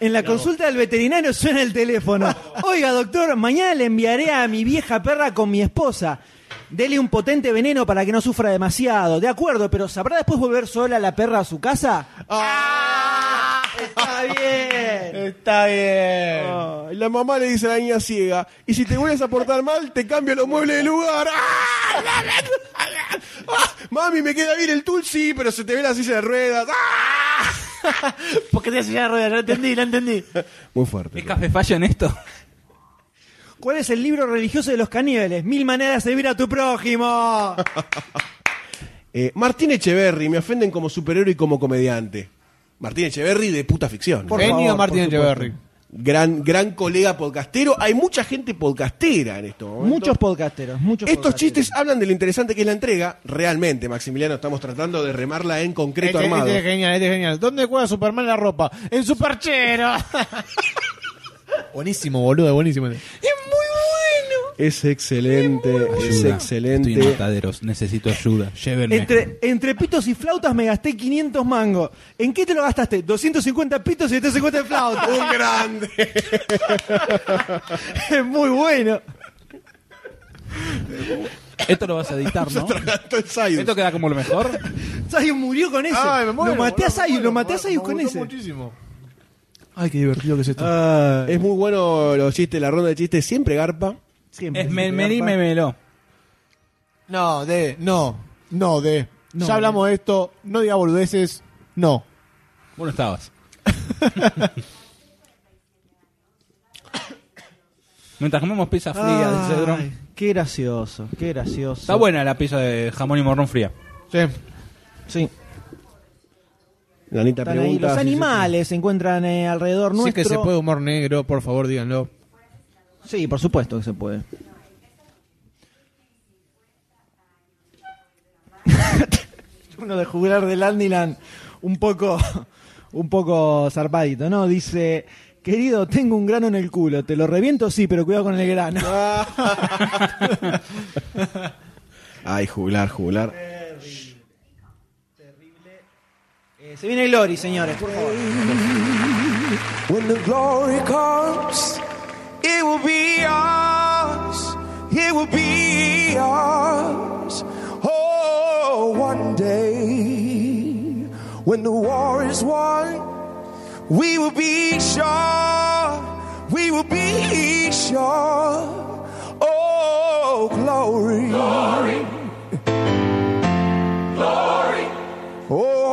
Speaker 4: En la consulta del veterinario suena el teléfono. Oiga, doctor, mañana le enviaré a mi vieja perra con mi esposa. Dele un potente veneno para que no sufra demasiado. De acuerdo, pero ¿sabrá después volver sola la perra a su casa?
Speaker 7: Ah.
Speaker 4: Está bien.
Speaker 6: Está bien.
Speaker 7: Y la mamá le dice a la niña ciega, y si te vuelves a portar mal, te cambio los muebles de lugar. ¡Ah! ¡Ah! Mami, me queda bien el tul, sí, pero se te ve la silla de ruedas. ¡Ah!
Speaker 6: Porque te silla de ruedas, lo entendí, lo entendí.
Speaker 7: Muy fuerte.
Speaker 5: ¿Es café fallo en esto?
Speaker 4: ¿Cuál es el libro religioso de los caníbales? Mil maneras de servir a tu prójimo.
Speaker 7: Eh, Martín Echeverry, me ofenden como superhéroe y como comediante. Martín Echeverry de puta ficción.
Speaker 6: Por Genio favor, Martín por supuesto. Echeverry.
Speaker 7: Gran, gran colega podcastero. Hay mucha gente podcastera en esto.
Speaker 4: Muchos podcasteros, muchos
Speaker 7: Estos
Speaker 4: podcasteros.
Speaker 7: chistes hablan de lo interesante que es la entrega. Realmente, Maximiliano, estamos tratando de remarla en concreto
Speaker 6: Este,
Speaker 7: armado.
Speaker 6: este es genial, este es genial. ¿Dónde juega Superman la ropa? En su perchero. buenísimo, boludo, buenísimo.
Speaker 7: Es excelente, es
Speaker 5: Ayuda.
Speaker 7: excelente.
Speaker 5: Estoy en mataderos, necesito ayuda. Llévenme.
Speaker 4: Entre, entre pitos y flautas me gasté 500 mangos. ¿En qué te lo gastaste? 250 pitos y 350 en flautas.
Speaker 7: Un grande.
Speaker 4: es muy bueno.
Speaker 5: Esto lo vas a editar, ¿no? Esto queda como lo mejor.
Speaker 4: Sayus murió con eso.
Speaker 6: Ay, me muero,
Speaker 4: lo maté a
Speaker 6: boludo, me
Speaker 4: Sayus,
Speaker 6: muero,
Speaker 4: lo maté a Sayus
Speaker 6: me
Speaker 4: con
Speaker 6: gustó
Speaker 4: ese. Ah,
Speaker 6: muchísimo.
Speaker 7: Ay, qué divertido que es esto. es muy bueno los chistes, la ronda de chistes. Siempre garpa.
Speaker 4: Siempre.
Speaker 5: Es Melmerí Memelo.
Speaker 6: No, de, no, no, de. ya hablamos de esto, no diga boludeces, no.
Speaker 5: Vos no estabas. Mientras comemos pizza fría,
Speaker 4: Ay,
Speaker 5: dice Drón.
Speaker 4: Qué gracioso, qué gracioso.
Speaker 5: Está buena la pizza de jamón y morrón fría.
Speaker 6: Sí.
Speaker 4: Sí.
Speaker 7: Danita
Speaker 4: Están ahí.
Speaker 7: pregunta.
Speaker 4: Los animales se encuentran eh, alrededor
Speaker 6: Sí
Speaker 4: nuestro.
Speaker 6: que se puede humor negro, por favor, díganlo.
Speaker 4: Sí, por supuesto que se puede. Uno de jubilar de Landiland un poco, un poco zarpadito, ¿no? Dice, querido, tengo un grano en el culo, te lo reviento, sí, pero cuidado con el grano.
Speaker 7: Ay, jubilar, jubilar.
Speaker 4: Eh, se viene Glory, señores, por favor.
Speaker 23: When the glory comes, it will be ours. It will be ours. Oh, one day, when the war is won, we will be sure. We will be sure. Oh, glory. Glory. Glory. Oh.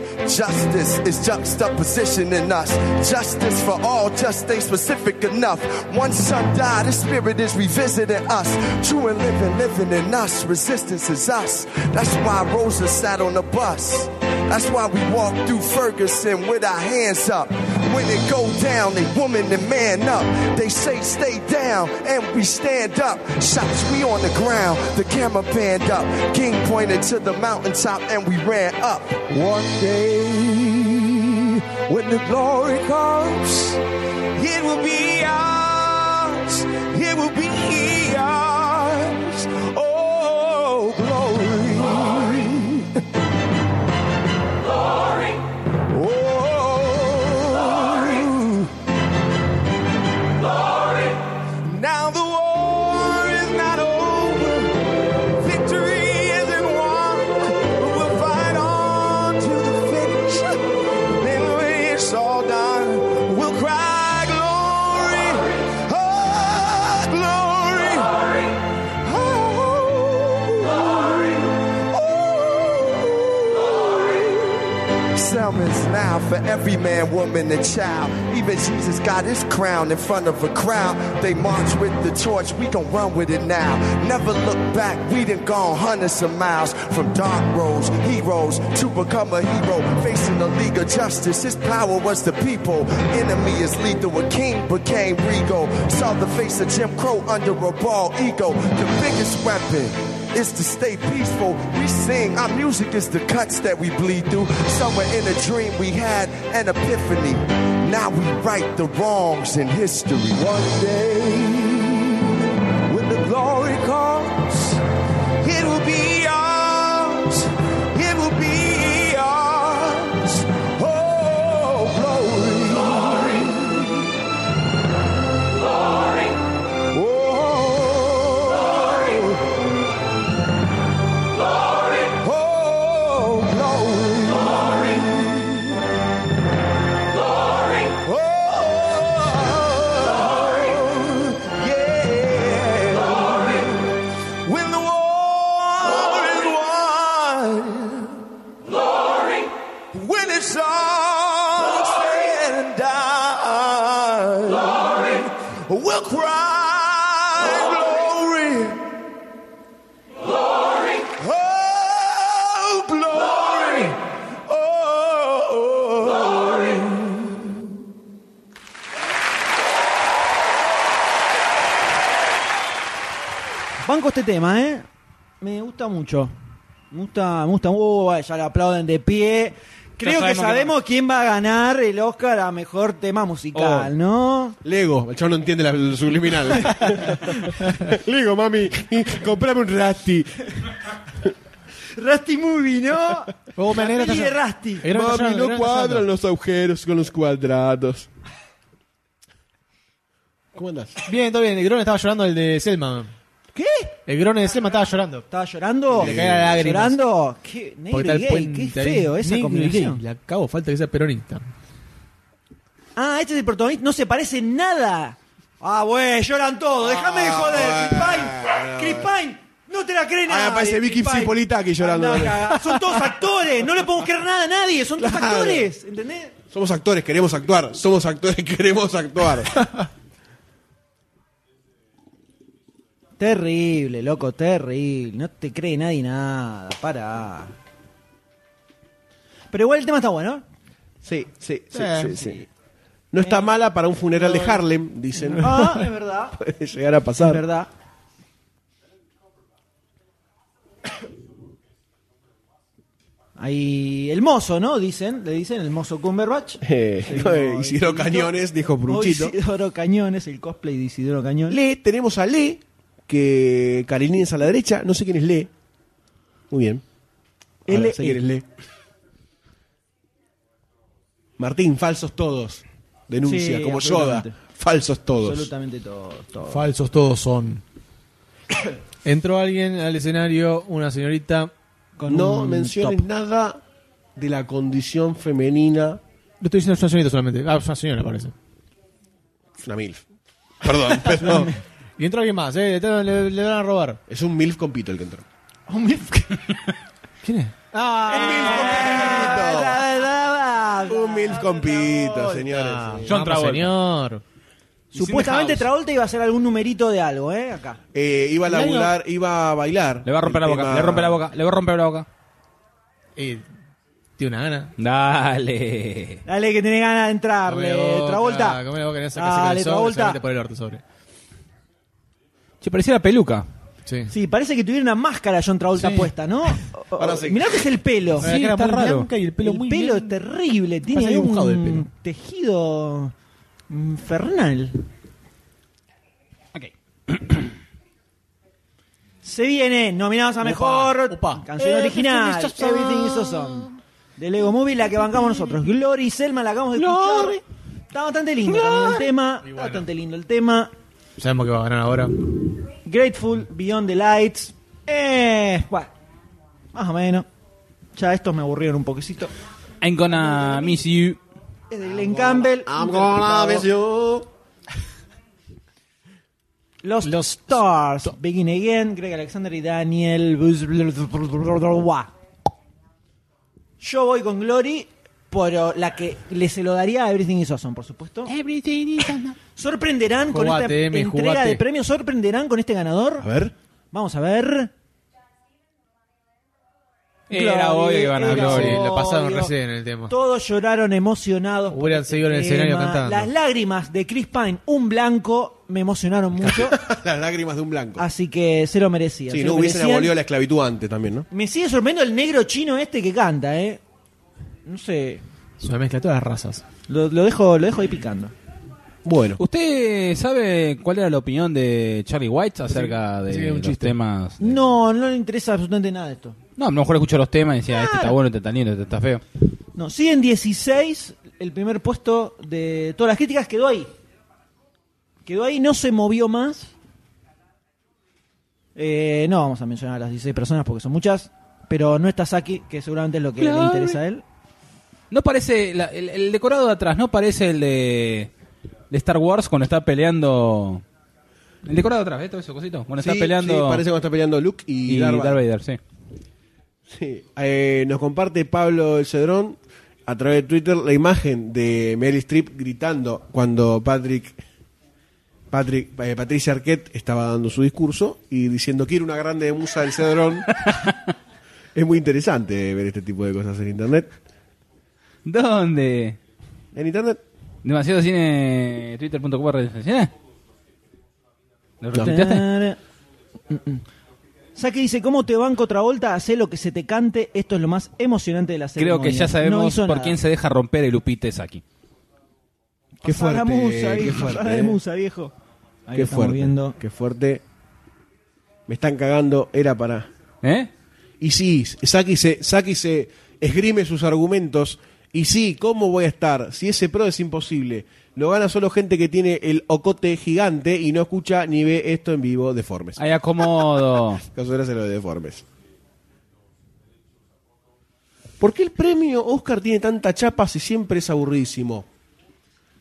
Speaker 14: Justice is juxtaposition in us. Justice for all just ain't specific enough. One son died, his spirit is revisiting us. True and living, living in us. Resistance is us. That's why Rosa sat on the bus. That's why we walk through Ferguson with our hands up. When it go down, they woman and man up. They say stay down, and we stand up. Shots we on the ground, the camera panned up. King pointed to the mountaintop, and we ran up. One day, when the glory comes, it will be ours. It will be ours. Oh, glory. Glory. Oh. Glory. Now the war is not over. Victory isn't won. But we'll fight on to the finish. Then when it's all done, we'll cry glory. Oh, glory. Sermons now for every man, woman, and child. Even Jesus got his crown in front of a crowd. They march with the torch, we gon' run with it now. Never look back, we done gone hundreds of miles from dark roads, heroes to become a hero. Facing the league of justice, his power was the people. Enemy is lethal, a king became regal. Saw the face of Jim Crow under a bald ego. The biggest weapon is to stay peaceful. We sing, our music is the cuts that we bleed through. Somewhere in a dream we had an epiphany. Now we right the wrongs in history. One day, when the glory comes, it will be ours. It will be ours. Oh, glory. Glory. Oh, glory. Glory. Oh, glory. Glory. Glory. Oh, glory. Yeah. Glory. When the war is won. Glory. When it's all said and done. Glory. We'll cry glory. Glory. Oh, glory. Oh, glory.
Speaker 4: Banco este tema, ¿eh? Me gusta mucho. Me gusta, me gusta. Oh, ya lo aplauden de pie. Creo
Speaker 7: sabemos
Speaker 4: que
Speaker 7: que va-
Speaker 4: sabemos quién va a ganar el Oscar a mejor tema musical,
Speaker 7: Oh.
Speaker 4: ¿no?
Speaker 7: Lego, el chavo no entiende la, el subliminal. Lego, mami, comprame un Rasti.
Speaker 4: Rusty Movie, ¿no? La peli de Rusty.
Speaker 7: Mami, no cuadran los agujeros con los cuadrados. ¿Cómo andás?
Speaker 6: Bien, todo bien. El Grone estaba llorando el de Selma.
Speaker 4: ¿Qué?
Speaker 6: El Grone de Selma estaba llorando.
Speaker 4: ¿Estaba llorando?
Speaker 6: Le caía la lágrima.
Speaker 4: ¿Llorando? Qué negro
Speaker 6: Porque está
Speaker 4: y
Speaker 6: el
Speaker 4: gay,
Speaker 6: puente
Speaker 4: qué
Speaker 6: ahí.
Speaker 4: feo esa
Speaker 6: Negro y gay.
Speaker 4: combinación.
Speaker 6: Le acabo falta que sea peronista.
Speaker 4: Ah, este es el protagonista, no se parece en nada. Ah, güey, lloran todos, déjame de joder, Chris Pine. Chris Pine, no te la creen
Speaker 7: Ah,
Speaker 4: nada.
Speaker 7: aparece Vicky Fripolitaki llorando.
Speaker 4: son todos actores, no le podemos creer nada a nadie, son todos
Speaker 7: Claro.
Speaker 4: actores, ¿entendés?
Speaker 7: Somos actores, queremos actuar. Somos actores, queremos actuar.
Speaker 4: Terrible, loco, terrible. No te cree nadie nada, para. Pero igual el tema está bueno.
Speaker 7: Sí, sí, sí,
Speaker 4: Eh,
Speaker 7: sí, sí. No está mala para un funeral de Harlem, dicen.
Speaker 4: Ah, es verdad.
Speaker 7: Puede llegar a pasar.
Speaker 4: Es verdad. Ahí el mozo, ¿no? Dicen, le dicen el mozo Cumberbatch.
Speaker 7: Eh,
Speaker 4: Sí,
Speaker 7: no,
Speaker 4: no,
Speaker 7: Isidro Cañones dijo Bruchito.
Speaker 4: Hoy Isidoro Cañones, el cosplay de Isidoro Cañones.
Speaker 7: Le, tenemos a Le, que Karenin es a la derecha. No sé quién es Le. Muy bien.
Speaker 4: Ahora
Speaker 7: L,
Speaker 4: seguí.
Speaker 7: quién es Le. Martín, falsos todos. Denuncia,
Speaker 4: Sí,
Speaker 7: como Yoda.
Speaker 4: absolutamente.
Speaker 7: Falsos todos.
Speaker 4: Absolutamente todos. todos.
Speaker 6: Falsos todos son. Entró alguien al escenario, una señorita
Speaker 4: con
Speaker 7: no
Speaker 4: un
Speaker 7: menciones
Speaker 4: top.
Speaker 7: nada de la condición femenina.
Speaker 6: Lo estoy diciendo yo señorita solamente. Ah, una señora parece.
Speaker 7: Es una MILF. Perdón, pero.
Speaker 6: Y entró alguien más, eh, te- le, le van a robar.
Speaker 7: Es un MILF con pito el que entró.
Speaker 6: Un MILF. ¿Quién es?
Speaker 7: Ah. Un MILF con pito, señores.
Speaker 6: John Travolta. Señor.
Speaker 4: Supuestamente Travolta iba a hacer algún numerito de algo, ¿eh? Acá.
Speaker 7: Eh, iba a
Speaker 4: El año-
Speaker 7: laburar, iba a bailar.
Speaker 5: Le va a romper
Speaker 7: El
Speaker 5: la boca,
Speaker 7: tema-
Speaker 5: le rompe la boca, le va a romper la boca.
Speaker 6: Tiene una gana.
Speaker 5: Dale.
Speaker 4: Dale, que tenés ganas de entrarle.
Speaker 6: Come la boca,
Speaker 4: Travolta.
Speaker 6: come la boca, no saques el
Speaker 4: Dale,
Speaker 6: calzón, se
Speaker 4: Travolta.
Speaker 6: mete por el orto sobre.
Speaker 5: Che, parecía la peluca.
Speaker 6: Sí.
Speaker 4: Sí, parece que tuviera una máscara John Travolta
Speaker 5: Sí.
Speaker 4: puesta, ¿no? O- o-
Speaker 5: Ahora sí.
Speaker 4: Mirá que es el pelo.
Speaker 5: Sí, La cara está muy raro. blanca
Speaker 6: y el pelo muy
Speaker 4: pelo
Speaker 6: bien-
Speaker 4: terrible. Tiene
Speaker 6: Pasa
Speaker 4: ahí
Speaker 6: que dibujado
Speaker 4: un
Speaker 6: el pelo.
Speaker 4: tejido infernal.
Speaker 5: Ok.
Speaker 4: Se viene, nominados a mejor canción
Speaker 25: Everything
Speaker 4: original.
Speaker 25: is awesome.
Speaker 4: Everything is awesome. De Lego Movie, la que bancamos nosotros. Glory y Selma, la acabamos de escuchar. Está bastante lindo también el tema. Está bastante lindo el tema.
Speaker 6: Sabemos que va a ganar ahora.
Speaker 4: Grateful, Beyond the Lights. Eh, bueno, más o menos. Ya estos me aburrieron un poquecito.
Speaker 5: I'm gonna miss you.
Speaker 6: Ah,
Speaker 4: Es de Eh, Glenn Campbell.
Speaker 7: I'm gonna miss you.
Speaker 4: Los, Stars. Begin Again, Greg Alexander y Daniel. Bus- Yo voy con Glory, pero la que le se lo daría a Everything is Awesome, por supuesto.
Speaker 5: Everything is awesome.
Speaker 4: Sorprenderán con
Speaker 6: Jugate,
Speaker 4: esta
Speaker 6: M,
Speaker 4: entrega
Speaker 6: jugate.
Speaker 4: de premios. Sorprenderán con este ganador.
Speaker 7: A ver.
Speaker 4: Vamos a ver.
Speaker 6: Era obvio que iban a
Speaker 4: era
Speaker 6: Glory. Lo
Speaker 4: obvio.
Speaker 6: pasaron recién el tema.
Speaker 4: Todos lloraron emocionados. por
Speaker 6: Ah. Hubieran
Speaker 4: este
Speaker 6: seguido en el
Speaker 4: tema.
Speaker 6: escenario cantando.
Speaker 4: Las lágrimas de Chris Pine, un blanco, me emocionaron mucho.
Speaker 7: Las lágrimas de un blanco.
Speaker 4: así que se lo merecía.
Speaker 7: Sí,
Speaker 4: se
Speaker 7: no
Speaker 4: lo
Speaker 7: hubiesen
Speaker 4: merecían.
Speaker 7: abolido la esclavitud antes también, ¿no?
Speaker 4: Me sigue sorprendiendo el negro chino este que canta, ¿eh? No sé.
Speaker 6: Es una mezcla de todas las razas.
Speaker 4: Lo, lo dejo, lo dejo ahí picando.
Speaker 7: Bueno.
Speaker 5: ¿Usted sabe cuál era la opinión de Charlie White acerca de
Speaker 4: sí, un
Speaker 5: los
Speaker 4: chiste.
Speaker 5: temas?
Speaker 4: No, no le interesa absolutamente nada esto.
Speaker 5: No, a lo mejor escuchó los temas y decía, este está bueno, este está lindo, este está feo.
Speaker 4: No, siguen 16. El primer puesto de todas las críticas quedó ahí. Quedó ahí, no se movió más. Eh, no vamos a mencionar a las 16 personas porque son muchas. Pero no está Saki, que seguramente es lo que le
Speaker 5: Claro.
Speaker 4: interesa a él.
Speaker 5: No parece, la- el, el decorado de atrás no parece el de, de Star Wars cuando está peleando... El decorado de atrás, ¿ves todo eso, cosito? Cuando
Speaker 7: Sí,
Speaker 5: está peleando...
Speaker 7: sí, parece cuando está peleando Luke y,
Speaker 5: y Darth
Speaker 7: Darth
Speaker 5: Vader,
Speaker 7: Vader.
Speaker 5: sí.
Speaker 7: Sí. Eh, nos comparte Pablo El Cedrón a través de Twitter la imagen de Meryl Streep gritando cuando Patrick, Patrick eh, Patricia Arquette estaba dando su discurso y diciendo quiero una grande musa del Cedrón. es muy interesante ver este tipo de cosas en internet.
Speaker 5: ¿Dónde?
Speaker 7: En internet.
Speaker 5: Demasiado cine twitter.com barra ¿Eh? ¿Lo
Speaker 4: Ta-
Speaker 5: retuiteaste?
Speaker 4: Mm, mm. Saki dice, ¿cómo te banco Travolta? Hacé lo que se te cante. Esto es lo más emocionante de la serie.
Speaker 5: Creo que ya sabemos por quién se deja romper el upite aquí.
Speaker 7: Qué
Speaker 4: Pasá la
Speaker 7: fuerte,
Speaker 4: musa,
Speaker 7: qué
Speaker 4: viejo,
Speaker 7: fuerte,
Speaker 4: pasá de
Speaker 7: eh.
Speaker 4: musa, viejo. Ahí lo
Speaker 7: qué
Speaker 4: estamos
Speaker 7: fuerte.
Speaker 4: viendo.
Speaker 7: Qué fuerte. Me están cagando. Era para.
Speaker 5: ¿Eh?
Speaker 7: Y sí, Saki se, Saki se esgrime sus argumentos. Y sí, ¿cómo voy a estar? Si ese pro es imposible. Lo gana solo gente que tiene el ocote gigante y no escucha ni ve esto en vivo deformes.
Speaker 5: Ahí acomodo.
Speaker 7: Casuera se lo de deformes. ¿Por qué el premio Oscar tiene tanta chapa si siempre es aburridísimo?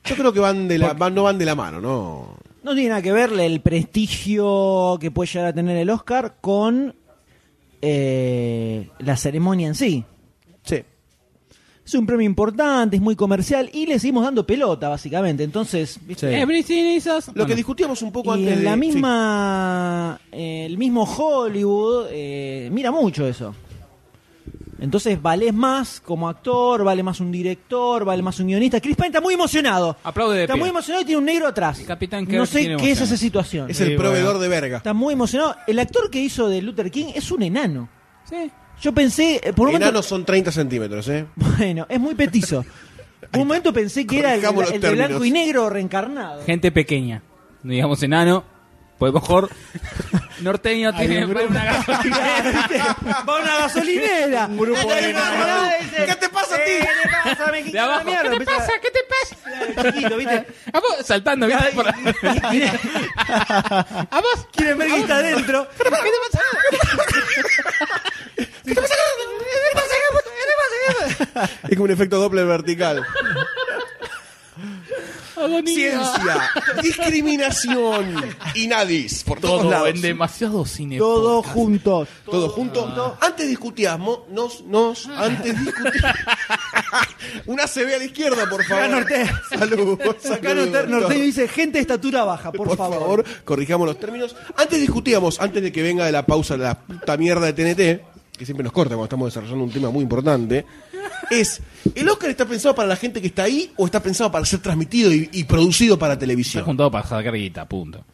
Speaker 7: Yo creo que van de la, van- no van de la mano, ¿no?
Speaker 4: No tiene nada que ver el prestigio que puede llegar a tener el Oscar con eh, la ceremonia en sí.
Speaker 7: Sí.
Speaker 4: Es un premio importante, es muy comercial y le seguimos dando pelota, básicamente. Entonces, ¿viste?
Speaker 5: Everything is awesome.
Speaker 7: Lo que
Speaker 5: Bueno.
Speaker 7: discutíamos un poco
Speaker 4: Y
Speaker 7: antes
Speaker 4: en
Speaker 7: de...
Speaker 4: la
Speaker 7: sí.
Speaker 4: misma eh, el mismo Hollywood eh, mira mucho eso entonces valés más como actor vale más un director vale más un guionista Chris Pine está muy emocionado
Speaker 5: Aplaude de
Speaker 4: está
Speaker 5: pie.
Speaker 4: muy emocionado y tiene un negro atrás
Speaker 5: Capitán
Speaker 4: no
Speaker 5: Kirk
Speaker 4: sé qué
Speaker 5: tiene
Speaker 4: es esa
Speaker 5: emociones.
Speaker 4: situación
Speaker 7: Es el
Speaker 4: Eh,
Speaker 7: proveedor de verga.
Speaker 4: está muy emocionado el actor que hizo de Luther King es un enano
Speaker 5: Sí.
Speaker 4: yo pensé eh, por un momento
Speaker 7: Enanos son 30 centímetros, ¿eh?
Speaker 4: bueno es muy petizo por un momento pensé que era el,
Speaker 7: Corrijamos los
Speaker 4: el de blanco
Speaker 7: términos.
Speaker 4: y negro reencarnado
Speaker 5: Gente pequeña. No digamos enano. Pues mejor norteño tiene para una
Speaker 4: va a una gasolinera
Speaker 23: Un grupo de enanos.
Speaker 4: ¿Qué te pasa a ti? ¿Qué te pasa,
Speaker 5: De abajo.
Speaker 4: ¿Qué te pasa? ¿Qué te pasa? Chiquito, ¿viste?
Speaker 5: A vos, saltando, ¿viste? Por la-
Speaker 4: ¿A vos? ¿Quieren ver que está adentro? ¿Qué te pasa?
Speaker 7: Es como un efecto Doppler vertical. Ciencia, discriminación y nadis por todos
Speaker 5: Todo
Speaker 7: lados.
Speaker 5: en demasiado cine.
Speaker 7: Todo
Speaker 21: juntos.
Speaker 7: Todo junto. Antes discutíamos, nos, nos, antes discutíamos. Una se ve a la izquierda, por favor.
Speaker 4: Acá Norte-
Speaker 7: Salud.
Speaker 4: Acá Norte- Norteño dice, gente de estatura baja, por,
Speaker 7: Por
Speaker 4: favor.
Speaker 7: favor, corrijamos los términos. Antes discutíamos, antes de que venga de la pausa la puta mierda de TNT, que siempre nos corta cuando estamos desarrollando un tema muy importante, es, ¿el Oscar está pensado para la gente que está ahí o está pensado para ser transmitido y, y producido para televisión? Está
Speaker 5: juntado para sacar guita, punto.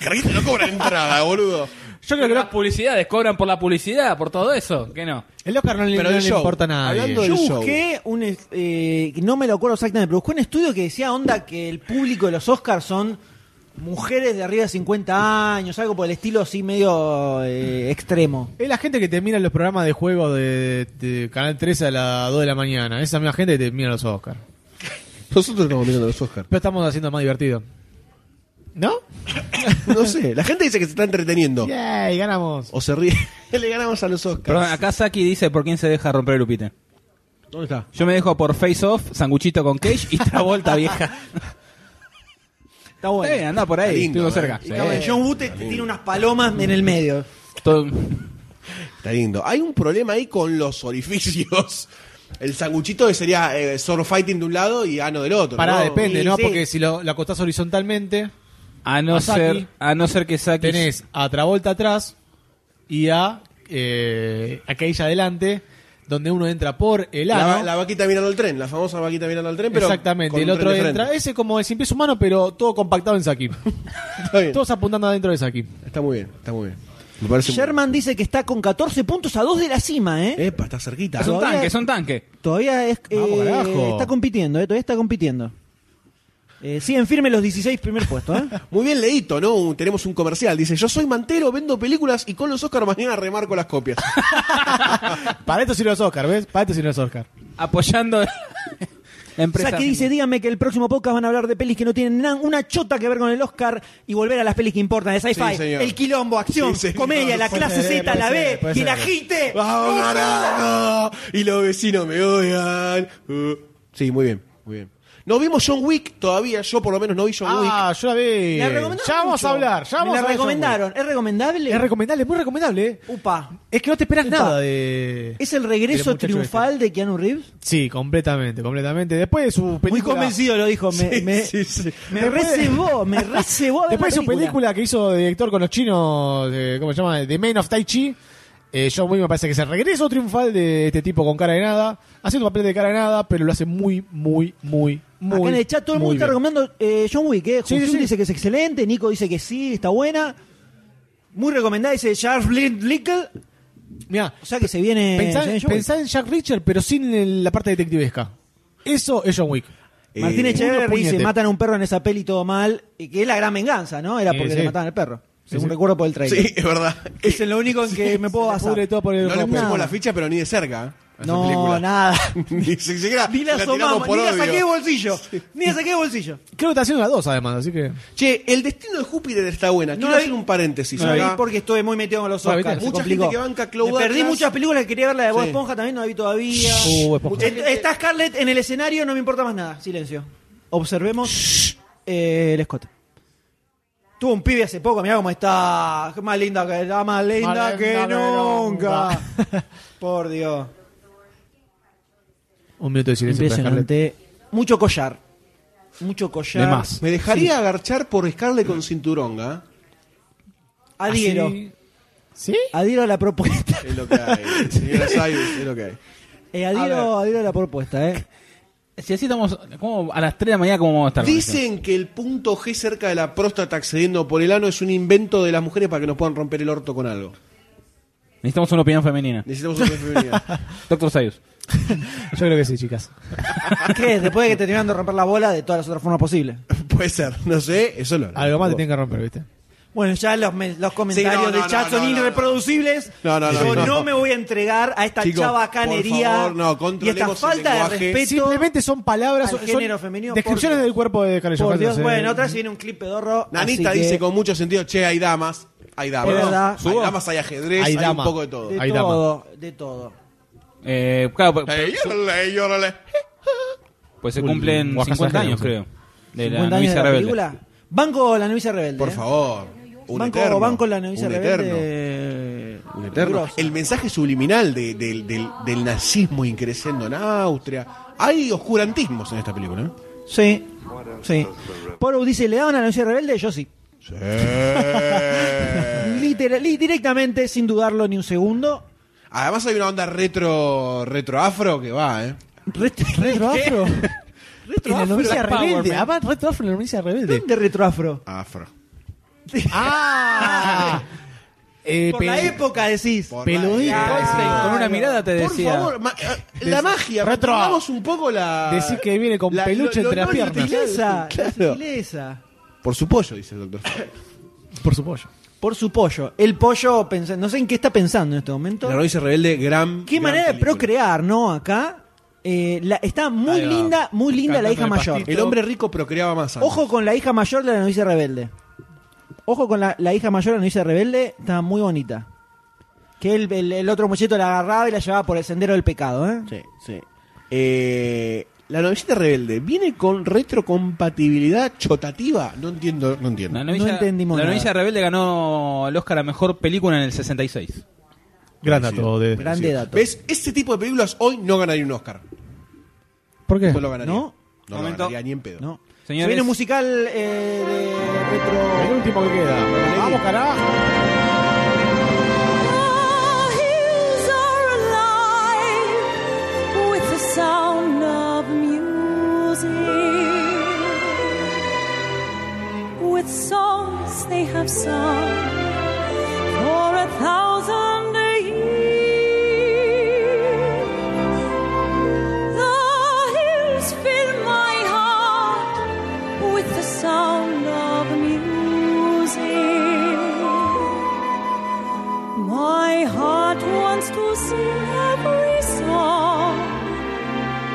Speaker 7: Carguita no cobra entrada, boludo.
Speaker 5: Yo creo que las publicidades cobran por la publicidad, por todo eso. ¿Qué no?
Speaker 6: El Oscar no le,
Speaker 5: Pero
Speaker 6: no
Speaker 5: el
Speaker 6: le
Speaker 5: show.
Speaker 6: importa nada.
Speaker 5: Hablando
Speaker 4: Yo busqué un. es- eh, no me lo acuerdo exactamente, pero busqué un estudio que decía onda que el público de los Oscars son mujeres de arriba de 50 años, algo por el estilo así medio eh, extremo.
Speaker 6: Es la gente que te mira los programas de juego de, de Canal 13 a las 2 de la mañana. Esa misma gente que te mira los Oscars.
Speaker 7: Nosotros estamos mirando los Oscars.
Speaker 6: Pero estamos haciendo más divertido. ¿No?
Speaker 7: No sé, la gente dice que se está entreteniendo.
Speaker 6: ¡Yay! Ganamos.
Speaker 7: O se ríe. Le ganamos a los Oscars.
Speaker 5: Perdón, acá Saki dice por quién se deja romper el upite.
Speaker 7: ¿Dónde está?
Speaker 5: Yo me dejo por Face Off, Sanguchito con Cage y Travolta vieja.
Speaker 4: Está bueno.
Speaker 5: Está bien, anda por ahí,
Speaker 4: Lindo,
Speaker 5: estuvo
Speaker 4: eh.
Speaker 5: cerca.
Speaker 4: Y está bueno. John Wood te- te tiene unas palomas en el medio.
Speaker 7: Está lindo. Hay un problema ahí con los orificios. El sanguchito que sería eh, sword fighting de un lado y ano del otro.
Speaker 6: Pará,
Speaker 7: ¿no?
Speaker 6: depende, ¿no? Porque si lo, lo acostás horizontalmente,
Speaker 5: A no,
Speaker 6: A Saki.
Speaker 5: ser, a no ser que Saki...
Speaker 6: tenés a Travolta atrás y a eh, aquella adelante, donde uno entra por el
Speaker 7: La,
Speaker 6: ano.
Speaker 7: va- la vaquita mirando al tren, la famosa vaquita mirando al tren, pero.
Speaker 6: Exactamente,
Speaker 7: con
Speaker 6: el
Speaker 7: un
Speaker 6: otro
Speaker 7: tren de
Speaker 6: entra.
Speaker 7: frente.
Speaker 6: Ese como de sin pies humano, pero todo compactado en Saki.
Speaker 7: Está bien,
Speaker 6: Todos apuntando adentro de Saki.
Speaker 7: está muy bien, está muy bien. Me parece.
Speaker 4: Sherman dice que está con 14 puntos a 2 de la cima, ¿eh?
Speaker 7: Epa, está cerquita.
Speaker 5: Es un
Speaker 4: Todavía-
Speaker 5: tanque, es un tanque.
Speaker 4: Todavía es, eh,
Speaker 5: carajo.
Speaker 4: está compitiendo, ¿eh? Todavía está compitiendo. Eh, siguen firmes los 16 primer puesto, ¿eh?
Speaker 7: Muy bien leíto, ¿no? Un- Tenemos un comercial. Dice: Yo soy mantero, vendo películas y con los Oscar mañana remarco las copias.
Speaker 6: Para esto sirven los Oscar, ¿ves? Para esto sirven los Oscar.
Speaker 5: Apoyando la empresa.
Speaker 4: Saki dice, díganme que el próximo podcast van a hablar de pelis que no tienen na- una chota que ver con el Oscar y volver a las pelis que importan, de sci-fi,
Speaker 7: Sí, señor.
Speaker 4: el quilombo, acción,
Speaker 7: Sí, señor.
Speaker 4: comedia, la clase
Speaker 7: Puede
Speaker 4: Z,
Speaker 7: ser,
Speaker 4: la
Speaker 7: puede
Speaker 4: B
Speaker 7: ser, puede
Speaker 4: y el
Speaker 7: ser.
Speaker 4: agite.
Speaker 7: ¡Vamos, carajo! Y los vecinos me odian. Uh. Sí, muy bien, muy bien. No vimos John Wick todavía, yo por lo menos no vi John Wick.
Speaker 6: Ah, yo la vi.
Speaker 4: Me la recomendaron
Speaker 6: Ya vamos
Speaker 4: mucho.
Speaker 6: a hablar,
Speaker 4: Me
Speaker 6: ya vamos a
Speaker 4: la
Speaker 6: hablar de John
Speaker 4: recomendaron. ¿Es recomendable?
Speaker 6: Es recomendable, es muy recomendable. ¿eh?
Speaker 4: Upa.
Speaker 6: Es que no te esperas
Speaker 4: Upa.
Speaker 6: nada de.
Speaker 4: ¿Es el
Speaker 6: del
Speaker 4: regreso
Speaker 6: muchacho este.
Speaker 4: triunfal de Keanu Reeves?
Speaker 6: Sí, completamente, completamente. Después de su película.
Speaker 4: Muy convencido lo dijo. Me, me, me
Speaker 6: Después-
Speaker 4: recebó, me recebó. a ver
Speaker 6: Después de
Speaker 4: la
Speaker 6: su película que hizo de director con los chinos, eh, ¿cómo se llama? The Man of Tai Chi. Eh, John Wick me parece que es el regreso triunfal de este tipo con cara de nada. Haciendo papel de cara de nada, pero lo hace muy, muy, muy, muy.
Speaker 4: Acá en el chat todo el mundo
Speaker 6: muy
Speaker 4: está
Speaker 6: bien.
Speaker 4: recomendando eh, John Wick. Eh.
Speaker 6: Sí, sí,
Speaker 4: Junjun
Speaker 6: sí.
Speaker 4: dice que es excelente, Nico dice que sí, está buena. Muy recomendada, dice Charles Lickle.
Speaker 6: Mirá,
Speaker 4: O sea que se viene.
Speaker 6: pensá,
Speaker 4: se viene John Wick.
Speaker 6: pensá en Jack Richard, pero sin el- la parte detectivesca. Eso es John Wick.
Speaker 4: Martín Echeverri dice:
Speaker 6: puñete.
Speaker 4: matan a un perro en esa peli todo mal. Y que es la gran venganza, ¿no? Era
Speaker 6: Sí,
Speaker 4: porque
Speaker 6: sí.
Speaker 4: le mataban al perro. Según
Speaker 6: sí.
Speaker 4: recuerdo por el trailer.
Speaker 7: Sí, es verdad.
Speaker 4: Es lo único en que me puedo basar.
Speaker 6: Pudre todo por el
Speaker 7: No le
Speaker 6: ropa.
Speaker 7: pusimos la ficha, pero ni de cerca. ¿eh? A esa
Speaker 4: No,
Speaker 7: película.
Speaker 4: nada.
Speaker 7: ni si- siquiera
Speaker 4: Ni la
Speaker 7: la tiramos
Speaker 4: asomamos,
Speaker 7: por
Speaker 4: ni la
Speaker 7: odio.
Speaker 4: saqué de bolsillo. Ni la saqué de bolsillo.
Speaker 6: Creo que está haciendo las dos, además, así que.
Speaker 7: Che, el destino de Júpiter está buena. Quiero
Speaker 4: la vi.
Speaker 7: hacer un paréntesis.
Speaker 4: No la vi
Speaker 7: acá.
Speaker 4: porque estoy muy metido con los
Speaker 7: Bueno,
Speaker 4: Oscars.
Speaker 7: viste,
Speaker 4: se
Speaker 7: mucha
Speaker 4: complicó.
Speaker 7: gente que banca Cloud
Speaker 4: Me Perdí
Speaker 7: Atlas.
Speaker 4: muchas películas que quería ver la de Bob
Speaker 7: Sí.
Speaker 4: Esponja también, no la vi todavía.
Speaker 6: Uh, Esponja.
Speaker 4: Mucha gente- Está Scarlett en el escenario, no me importa más nada. Silencio. Observemos eh, el Scott. Tuvo un pibe hace poco, mirá cómo está. Qué Más linda que, la más linda
Speaker 6: Más
Speaker 4: que,
Speaker 6: linda que
Speaker 4: nunca.
Speaker 6: nunca.
Speaker 4: Por Dios.
Speaker 6: Un minuto de silencio para Scarlett.
Speaker 4: Impresionante. Mucho collar. Mucho collar.
Speaker 6: De más.
Speaker 7: Me dejaría agarchar por Scarlett con cinturonga.
Speaker 4: Adhiero.
Speaker 6: Así- ¿Sí?
Speaker 4: Adhiero a la propuesta.
Speaker 7: Es lo que hay. Señora Sayus, es lo que hay.
Speaker 4: Eh, adhiero,
Speaker 5: A
Speaker 4: adhiero a la propuesta, ¿eh?
Speaker 5: Si así estamos ¿cómo? a las 3 de la mañana, ¿cómo vamos a estar? con esto?
Speaker 7: Dicen que el punto G cerca de la próstata accediendo por el ano es un invento de las mujeres para que nos puedan romper el orto con algo.
Speaker 5: Necesitamos una opinión femenina.
Speaker 7: Necesitamos una feminidad.
Speaker 5: Doctor Sayus.
Speaker 6: Yo creo que sí, chicas.
Speaker 4: ¿Qué es? Después de que te terminan de romper la bola de todas las otras formas posibles.
Speaker 7: Puede ser, no sé, eso lo
Speaker 6: Algo más te tienen que romper, ¿viste?
Speaker 4: Bueno, ya los, me- los comentarios
Speaker 7: Sí, no, no,
Speaker 4: del chat
Speaker 7: no,
Speaker 4: son
Speaker 7: no, no,
Speaker 4: irreproducibles.
Speaker 7: No, no, no,
Speaker 4: Yo
Speaker 7: no.
Speaker 4: no, me voy a entregar a esta
Speaker 7: Chicos,
Speaker 4: chabacanería
Speaker 7: por favor, no,
Speaker 4: y esta
Speaker 7: controlemos el
Speaker 4: falta de
Speaker 7: lenguaje.
Speaker 4: respeto.
Speaker 6: Simplemente son palabras.
Speaker 4: al
Speaker 6: son-
Speaker 4: género
Speaker 6: son
Speaker 4: femenino,
Speaker 6: Descripciones
Speaker 4: por-
Speaker 6: del cuerpo de Scarlett
Speaker 4: Por
Speaker 6: Johansson,
Speaker 4: Dios,
Speaker 6: eh.
Speaker 4: bueno, otra vez viene un clip pedorro.
Speaker 7: Nanita
Speaker 4: así que-
Speaker 7: dice con mucho sentido, che, hay damas, hay damas.
Speaker 4: Es verdad.
Speaker 7: Hay damas, hay ajedrez,
Speaker 6: Hay
Speaker 7: hay,
Speaker 6: dama.
Speaker 7: un poco de todo.
Speaker 4: de
Speaker 6: Ahí, dama.
Speaker 4: todo, de todo.
Speaker 5: Eh, claro, pero-
Speaker 23: Hey, llórale, llórale.
Speaker 5: pues se
Speaker 23: Uy,
Speaker 5: cumplen
Speaker 23: Guasca
Speaker 5: 50
Speaker 23: Sangre,
Speaker 5: años,
Speaker 23: no sé.
Speaker 5: creo. De
Speaker 25: 50
Speaker 5: la
Speaker 25: años
Speaker 5: novicia
Speaker 25: de la
Speaker 5: rebelde.
Speaker 25: película. Banco la novicia rebelde.
Speaker 7: Por
Speaker 25: eh.
Speaker 7: favor. Un
Speaker 25: Banco-
Speaker 7: eterno.
Speaker 25: banco la novicia
Speaker 7: un
Speaker 25: rebelde.
Speaker 7: Eterno. Un eterno.
Speaker 25: grosso.
Speaker 7: El mensaje subliminal de- del, del- del nazismo increciendo en Austria. Hay oscurantismos en esta película. ¿eh?
Speaker 25: Sí. Sí. Poro dice, ¿le daban a la novicia rebelde? Yo sí. Literal- li- directamente, sin dudarlo ni un segundo.
Speaker 7: Además hay una onda retro retro afro que va, ¿eh?
Speaker 25: Retro afro. Retro
Speaker 6: En la novicia
Speaker 25: Power,
Speaker 6: rebelde.
Speaker 25: man.
Speaker 6: Ah, va, retro afro en la novicia rebelde.
Speaker 25: ¿Dónde retro afro?
Speaker 7: Afro.
Speaker 6: ¡Ah! Eh,
Speaker 25: Por la
Speaker 6: pe-
Speaker 25: época decís.
Speaker 6: Peludita,
Speaker 5: Ah, Con una mirada te
Speaker 7: eh. Por
Speaker 5: decía.
Speaker 7: favor, ma- eh, la
Speaker 6: Des-
Speaker 7: magia,
Speaker 6: retro-
Speaker 7: retomamos un poco la
Speaker 6: Decir que viene con
Speaker 7: la-
Speaker 6: peluche
Speaker 7: lo- lo
Speaker 6: entre las
Speaker 7: no
Speaker 6: piernas.
Speaker 7: sutileza, claro.
Speaker 25: Sutileza.
Speaker 7: Por su pollo, dice el doctor.
Speaker 6: Por su pollo.
Speaker 25: Por su pollo. El pollo, pensa- no sé en qué está pensando en este momento.
Speaker 7: La novicia rebelde, gran.
Speaker 25: Qué manera de procrear, ¿no? Acá eh, la- está muy
Speaker 7: Ahí va.
Speaker 25: linda, muy linda la hija
Speaker 7: Cantando el
Speaker 25: mayor.
Speaker 7: pastito. El hombre rico procreaba más. antes.
Speaker 25: Ojo con la hija mayor de la novicia rebelde. Ojo con la, la hija mayor de la novicia rebelde, está muy bonita. Que el, el- el otro mucheto la agarraba y la llevaba por el sendero del pecado, ¿eh?
Speaker 7: Sí, sí. Eh, la novillita rebelde viene con retrocompatibilidad chotativa. No entiendo, no entiendo.
Speaker 5: La novicia,
Speaker 25: entendimos
Speaker 5: la
Speaker 25: nada.
Speaker 5: novicia rebelde ganó el Oscar a mejor película en el 66.
Speaker 6: Gran dato de.
Speaker 25: Grande
Speaker 7: Sí.
Speaker 25: dato.
Speaker 7: ¿Ves? Este tipo de películas hoy no ganaría un Oscar.
Speaker 6: ¿Por qué?
Speaker 7: No lo ganaría.
Speaker 25: ¿No?
Speaker 7: No lo
Speaker 5: Momento.
Speaker 7: ganaría ni en pedo.
Speaker 25: No. Se
Speaker 5: Señores,
Speaker 25: viene un musical eh, de
Speaker 6: El
Speaker 25: retro.
Speaker 6: último que queda. Vamos, carajo.
Speaker 3: Our hills are alive with the sound of music, with songs they have sung for a thousand years. The hills fill my heart with the sound of music. My heart wants to sing every song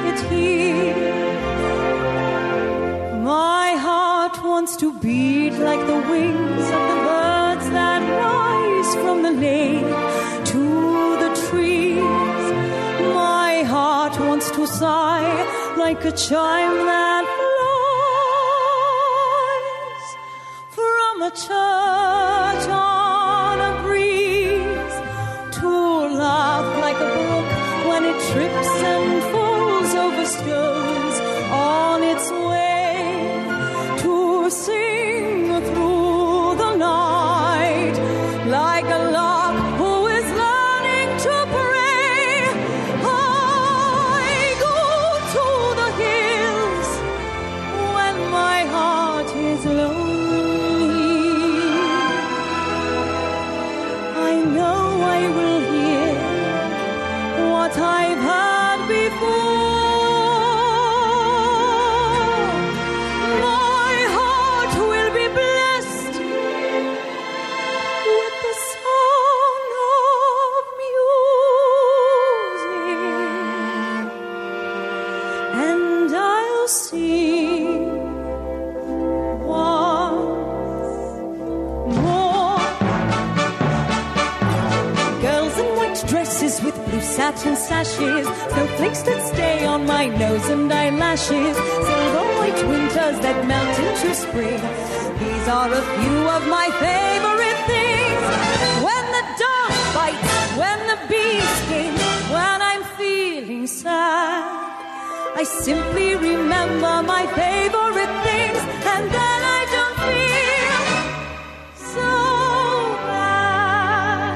Speaker 3: it hears. My heart wants to beat like the wings of the birds that rise from the lake to the trees. My heart wants to sigh like a chime that flies from a church on a breeze to laugh like a brook when it trips and falls over stones on its way to sing through the night like a lark who is learning to pray. I go to the hills when my heart is lonely. I know I will hear what I've heard before. My heart will be blessed with the sound of music, and I'll sing once more. Girls in white dresses with blue satin sashes, snowflakes that stay on my nose and eyelashes, silver white winters that melt into spring. These are a few of my favorite things. When the dog bites, when the bees sting, when I'm feeling sad. I simply remember my favorite things, and then I don't feel so bad.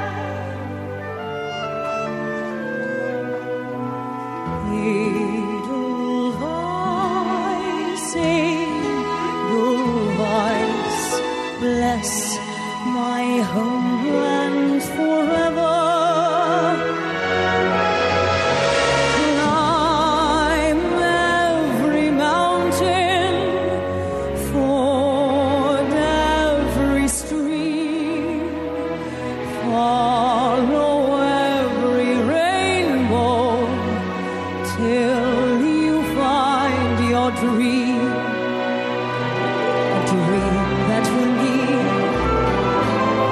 Speaker 3: Edelweiss, Edelweiss, bless my homeland forever. Climb every mountain, ford every stream, follow every rainbow till you find your dream, a dream that will be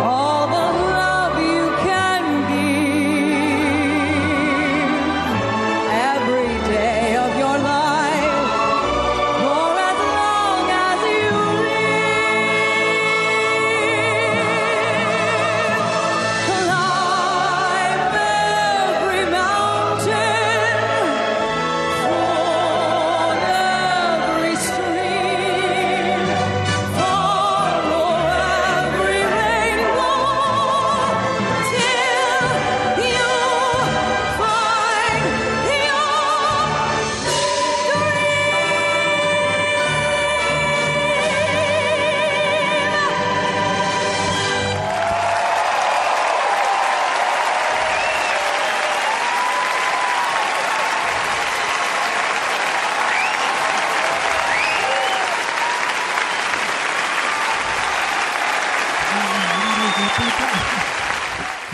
Speaker 3: all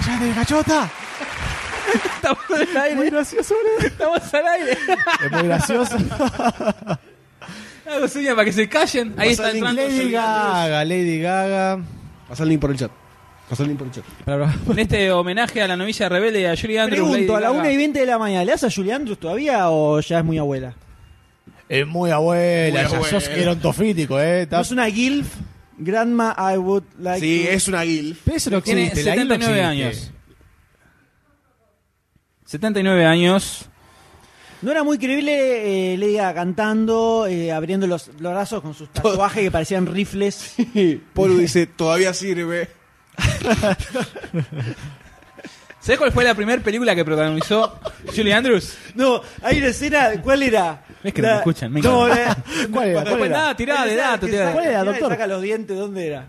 Speaker 21: ¡Cállate, gachota!
Speaker 4: Estamos al aire. Muy
Speaker 21: gracioso,
Speaker 4: Estamos al aire.
Speaker 6: Es muy gracioso.
Speaker 5: Hago señas para que se callen. Ahí
Speaker 6: Pasa
Speaker 5: está
Speaker 6: el
Speaker 5: entrando.
Speaker 6: Lady Gaga, Lady Gaga.
Speaker 7: Pasa el link por el chat. Pasa el link por el chat.
Speaker 5: En este homenaje a la novilla rebelde y a Julie Andrews.
Speaker 4: Pregunto, a
Speaker 5: Lady
Speaker 4: la
Speaker 5: Gaga.
Speaker 4: 1 y 20 de la mañana, ¿le hace a Julie Andrews todavía o ya es muy abuela?
Speaker 6: Es Eh, muy abuela,
Speaker 4: Muy
Speaker 6: ya
Speaker 4: abuela.
Speaker 6: sos gerontofítico, eh.
Speaker 4: ¿No
Speaker 6: Estás-
Speaker 4: es una GILF? Grandma, I would like
Speaker 7: Sí,
Speaker 4: to-
Speaker 7: es una guild.
Speaker 6: Pero eso no
Speaker 5: Tiene
Speaker 6: existe, la isla no
Speaker 5: 79
Speaker 6: existe.
Speaker 5: años. 79 años.
Speaker 4: No era muy creíble eh, Lady Gaga cantando, eh, abriendo los, los brazos con sus tatuajes que parecían rifles.
Speaker 7: Polo dice, todavía sirve.
Speaker 5: ¿Sabes cuál fue la primera película que protagonizó Julie Andrews?
Speaker 4: No, hay una escena, ¿cuál era?
Speaker 5: Es que no me escuchan, me
Speaker 4: No,
Speaker 5: encanta.
Speaker 4: la-
Speaker 6: ¿Cuál era?
Speaker 5: Después
Speaker 6: ¿Cuál era?
Speaker 5: nada, tirá de dato, tirá de
Speaker 4: ¿Cuál era,
Speaker 5: dato.
Speaker 4: doctor? Saca los dientes, ¿dónde era?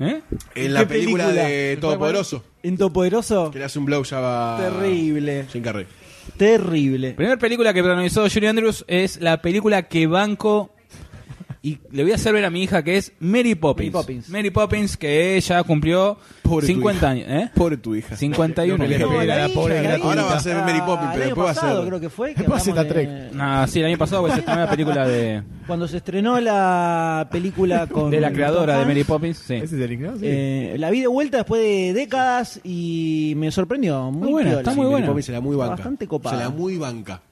Speaker 5: ¿Eh?
Speaker 7: En la
Speaker 4: ¿Qué
Speaker 7: película,
Speaker 4: película?
Speaker 7: de Todopoderoso.
Speaker 4: ¿En Todopoderoso?
Speaker 7: Que le hace un blow ya a...
Speaker 4: Terrible.
Speaker 7: Jim Carrey.
Speaker 4: Terrible.
Speaker 5: primera película que protagonizó Julie Andrews es la película que banco y le voy a hacer ver a mi hija que es Mary Poppins.
Speaker 4: Mary Poppins.
Speaker 5: Mary Poppins, que ya cumplió
Speaker 7: Pobre tu
Speaker 5: 50 años. ¿eh?
Speaker 7: Pobre tu hija.
Speaker 5: 51
Speaker 7: No,
Speaker 5: años.
Speaker 7: no,
Speaker 6: la
Speaker 7: la
Speaker 6: pobre
Speaker 7: hija.
Speaker 6: gratuita.
Speaker 7: Ahora va a ser Mary Poppins,
Speaker 4: Ah, el
Speaker 7: pero
Speaker 4: año
Speaker 7: después va a
Speaker 4: pasado,
Speaker 7: ser...
Speaker 4: creo que fue. que
Speaker 6: Después hace
Speaker 4: hablamos
Speaker 6: la
Speaker 4: de-
Speaker 5: Ah, sí, el año pasado que se estrenó la película de,
Speaker 4: Cuando se estrenó la película con.
Speaker 5: de la creadora de
Speaker 4: Tom Hanks,
Speaker 5: Mary Poppins. Sí.
Speaker 6: ¿Ese es el ignorado? Sí.
Speaker 4: eh, la vi de vuelta después de décadas y me sorprendió. Muy
Speaker 5: Muy buena,
Speaker 4: piola.
Speaker 5: está
Speaker 4: Sí,
Speaker 5: muy
Speaker 4: Mary
Speaker 5: buena.
Speaker 4: Poppins
Speaker 7: se la muy banca.
Speaker 4: Bastante copada.
Speaker 7: Se la muy banca.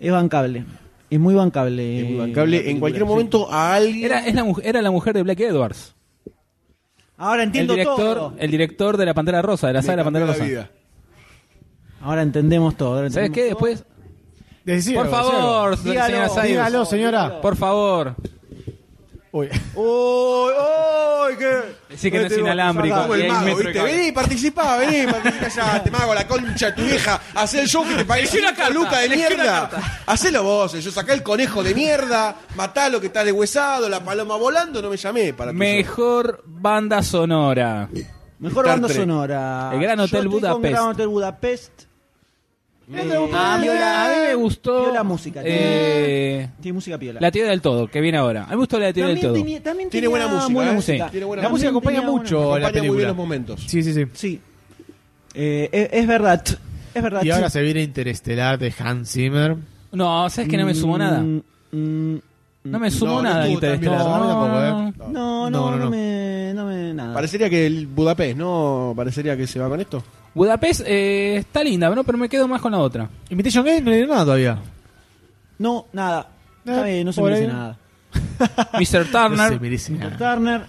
Speaker 4: Es bancable. Es muy bancable.
Speaker 7: Es muy
Speaker 4: eh, la
Speaker 7: bancable. En
Speaker 4: película,
Speaker 7: cualquier
Speaker 4: sí.
Speaker 7: momento a alguien...
Speaker 5: Era, es la, mu- era la mujer de Black Edwards.
Speaker 4: Ahora
Speaker 5: El
Speaker 4: entiendo
Speaker 5: director,
Speaker 4: todo.
Speaker 5: el director de La Pantera Rosa, de la
Speaker 7: me
Speaker 5: saga de La
Speaker 7: cambió
Speaker 5: Pantera
Speaker 7: la
Speaker 5: Rosa.
Speaker 7: vida.
Speaker 4: Ahora entendemos todo. ahora
Speaker 5: ¿Sabes
Speaker 4: entendemos
Speaker 5: qué? Después.
Speaker 6: Decilo,
Speaker 5: Por favor,
Speaker 6: decilo.
Speaker 5: señora
Speaker 4: Dígalo,
Speaker 5: Sayers.
Speaker 6: Dígalo, señora.
Speaker 5: Por favor.
Speaker 6: Uy.
Speaker 7: ¡Uy, uy! ¿Qué?
Speaker 5: Decí que no es
Speaker 7: Este,
Speaker 5: inalámbrico.
Speaker 7: como
Speaker 5: Y
Speaker 7: el
Speaker 5: hay
Speaker 7: mago,
Speaker 5: metro de
Speaker 7: ¿viste?
Speaker 5: cable.
Speaker 7: Vení, participá, vení, participá ya, te mago la concha de tu vieja, hacé el show que te pareció una caluca de
Speaker 5: elegí una
Speaker 7: mierda. Hacelo vos, yo saqué el conejo de mierda, matalo que está deshuesado, la paloma volando, no me llamé para tu show.
Speaker 5: Mejor banda sonora.
Speaker 4: Mejor
Speaker 7: Star
Speaker 4: banda
Speaker 7: Trek.
Speaker 4: sonora.
Speaker 5: El Gran
Speaker 4: Yo
Speaker 5: Hotel
Speaker 4: estoy con
Speaker 5: Budapest.
Speaker 4: Gran Hotel Budapest. Eh,
Speaker 5: A mí, a mí me gustó.
Speaker 4: Piola música.
Speaker 5: eh,
Speaker 4: Tiene música piola.
Speaker 5: la teoría del todo, que viene ahora. A mí me gustó la teoría del todo.
Speaker 4: tenía- también
Speaker 7: Tiene
Speaker 4: tenía
Speaker 7: buena música, ¿eh? Sí. Tiene buena
Speaker 6: La música
Speaker 4: También
Speaker 6: acompaña
Speaker 4: tenía buena-
Speaker 6: mucho la
Speaker 7: Acompaña muy bien
Speaker 6: película.
Speaker 7: los momentos.
Speaker 6: Sí, sí, sí.
Speaker 4: Sí. Eh, es, es verdad. Es verdad.
Speaker 6: Y ahora se viene Interestelar de Hans Zimmer.
Speaker 5: No, ¿sabes que no me sumó nada?
Speaker 4: Mm, mm,
Speaker 5: No me sumó
Speaker 7: no
Speaker 5: nada.
Speaker 7: estuvo
Speaker 5: Interestelar.
Speaker 6: tan bien. No, a mí
Speaker 5: No,
Speaker 6: tampoco, eh.
Speaker 4: No, no,
Speaker 6: No,
Speaker 4: no,
Speaker 6: no, no.
Speaker 4: me. No me. Nada.
Speaker 7: Parecería que el Budapest, ¿no? Parecería que se va con esto.
Speaker 5: Budapest eh, está linda, ¿no? pero me quedo más con la otra.
Speaker 6: Imitation Game no le dio nada todavía.
Speaker 4: No, nada.
Speaker 6: Eh,
Speaker 4: Está bien, no se
Speaker 6: por
Speaker 4: merece
Speaker 6: ahí.
Speaker 4: nada.
Speaker 5: Mr.
Speaker 6: No se
Speaker 5: Turner.
Speaker 6: merece
Speaker 4: Doctor
Speaker 6: nada.
Speaker 4: Turner.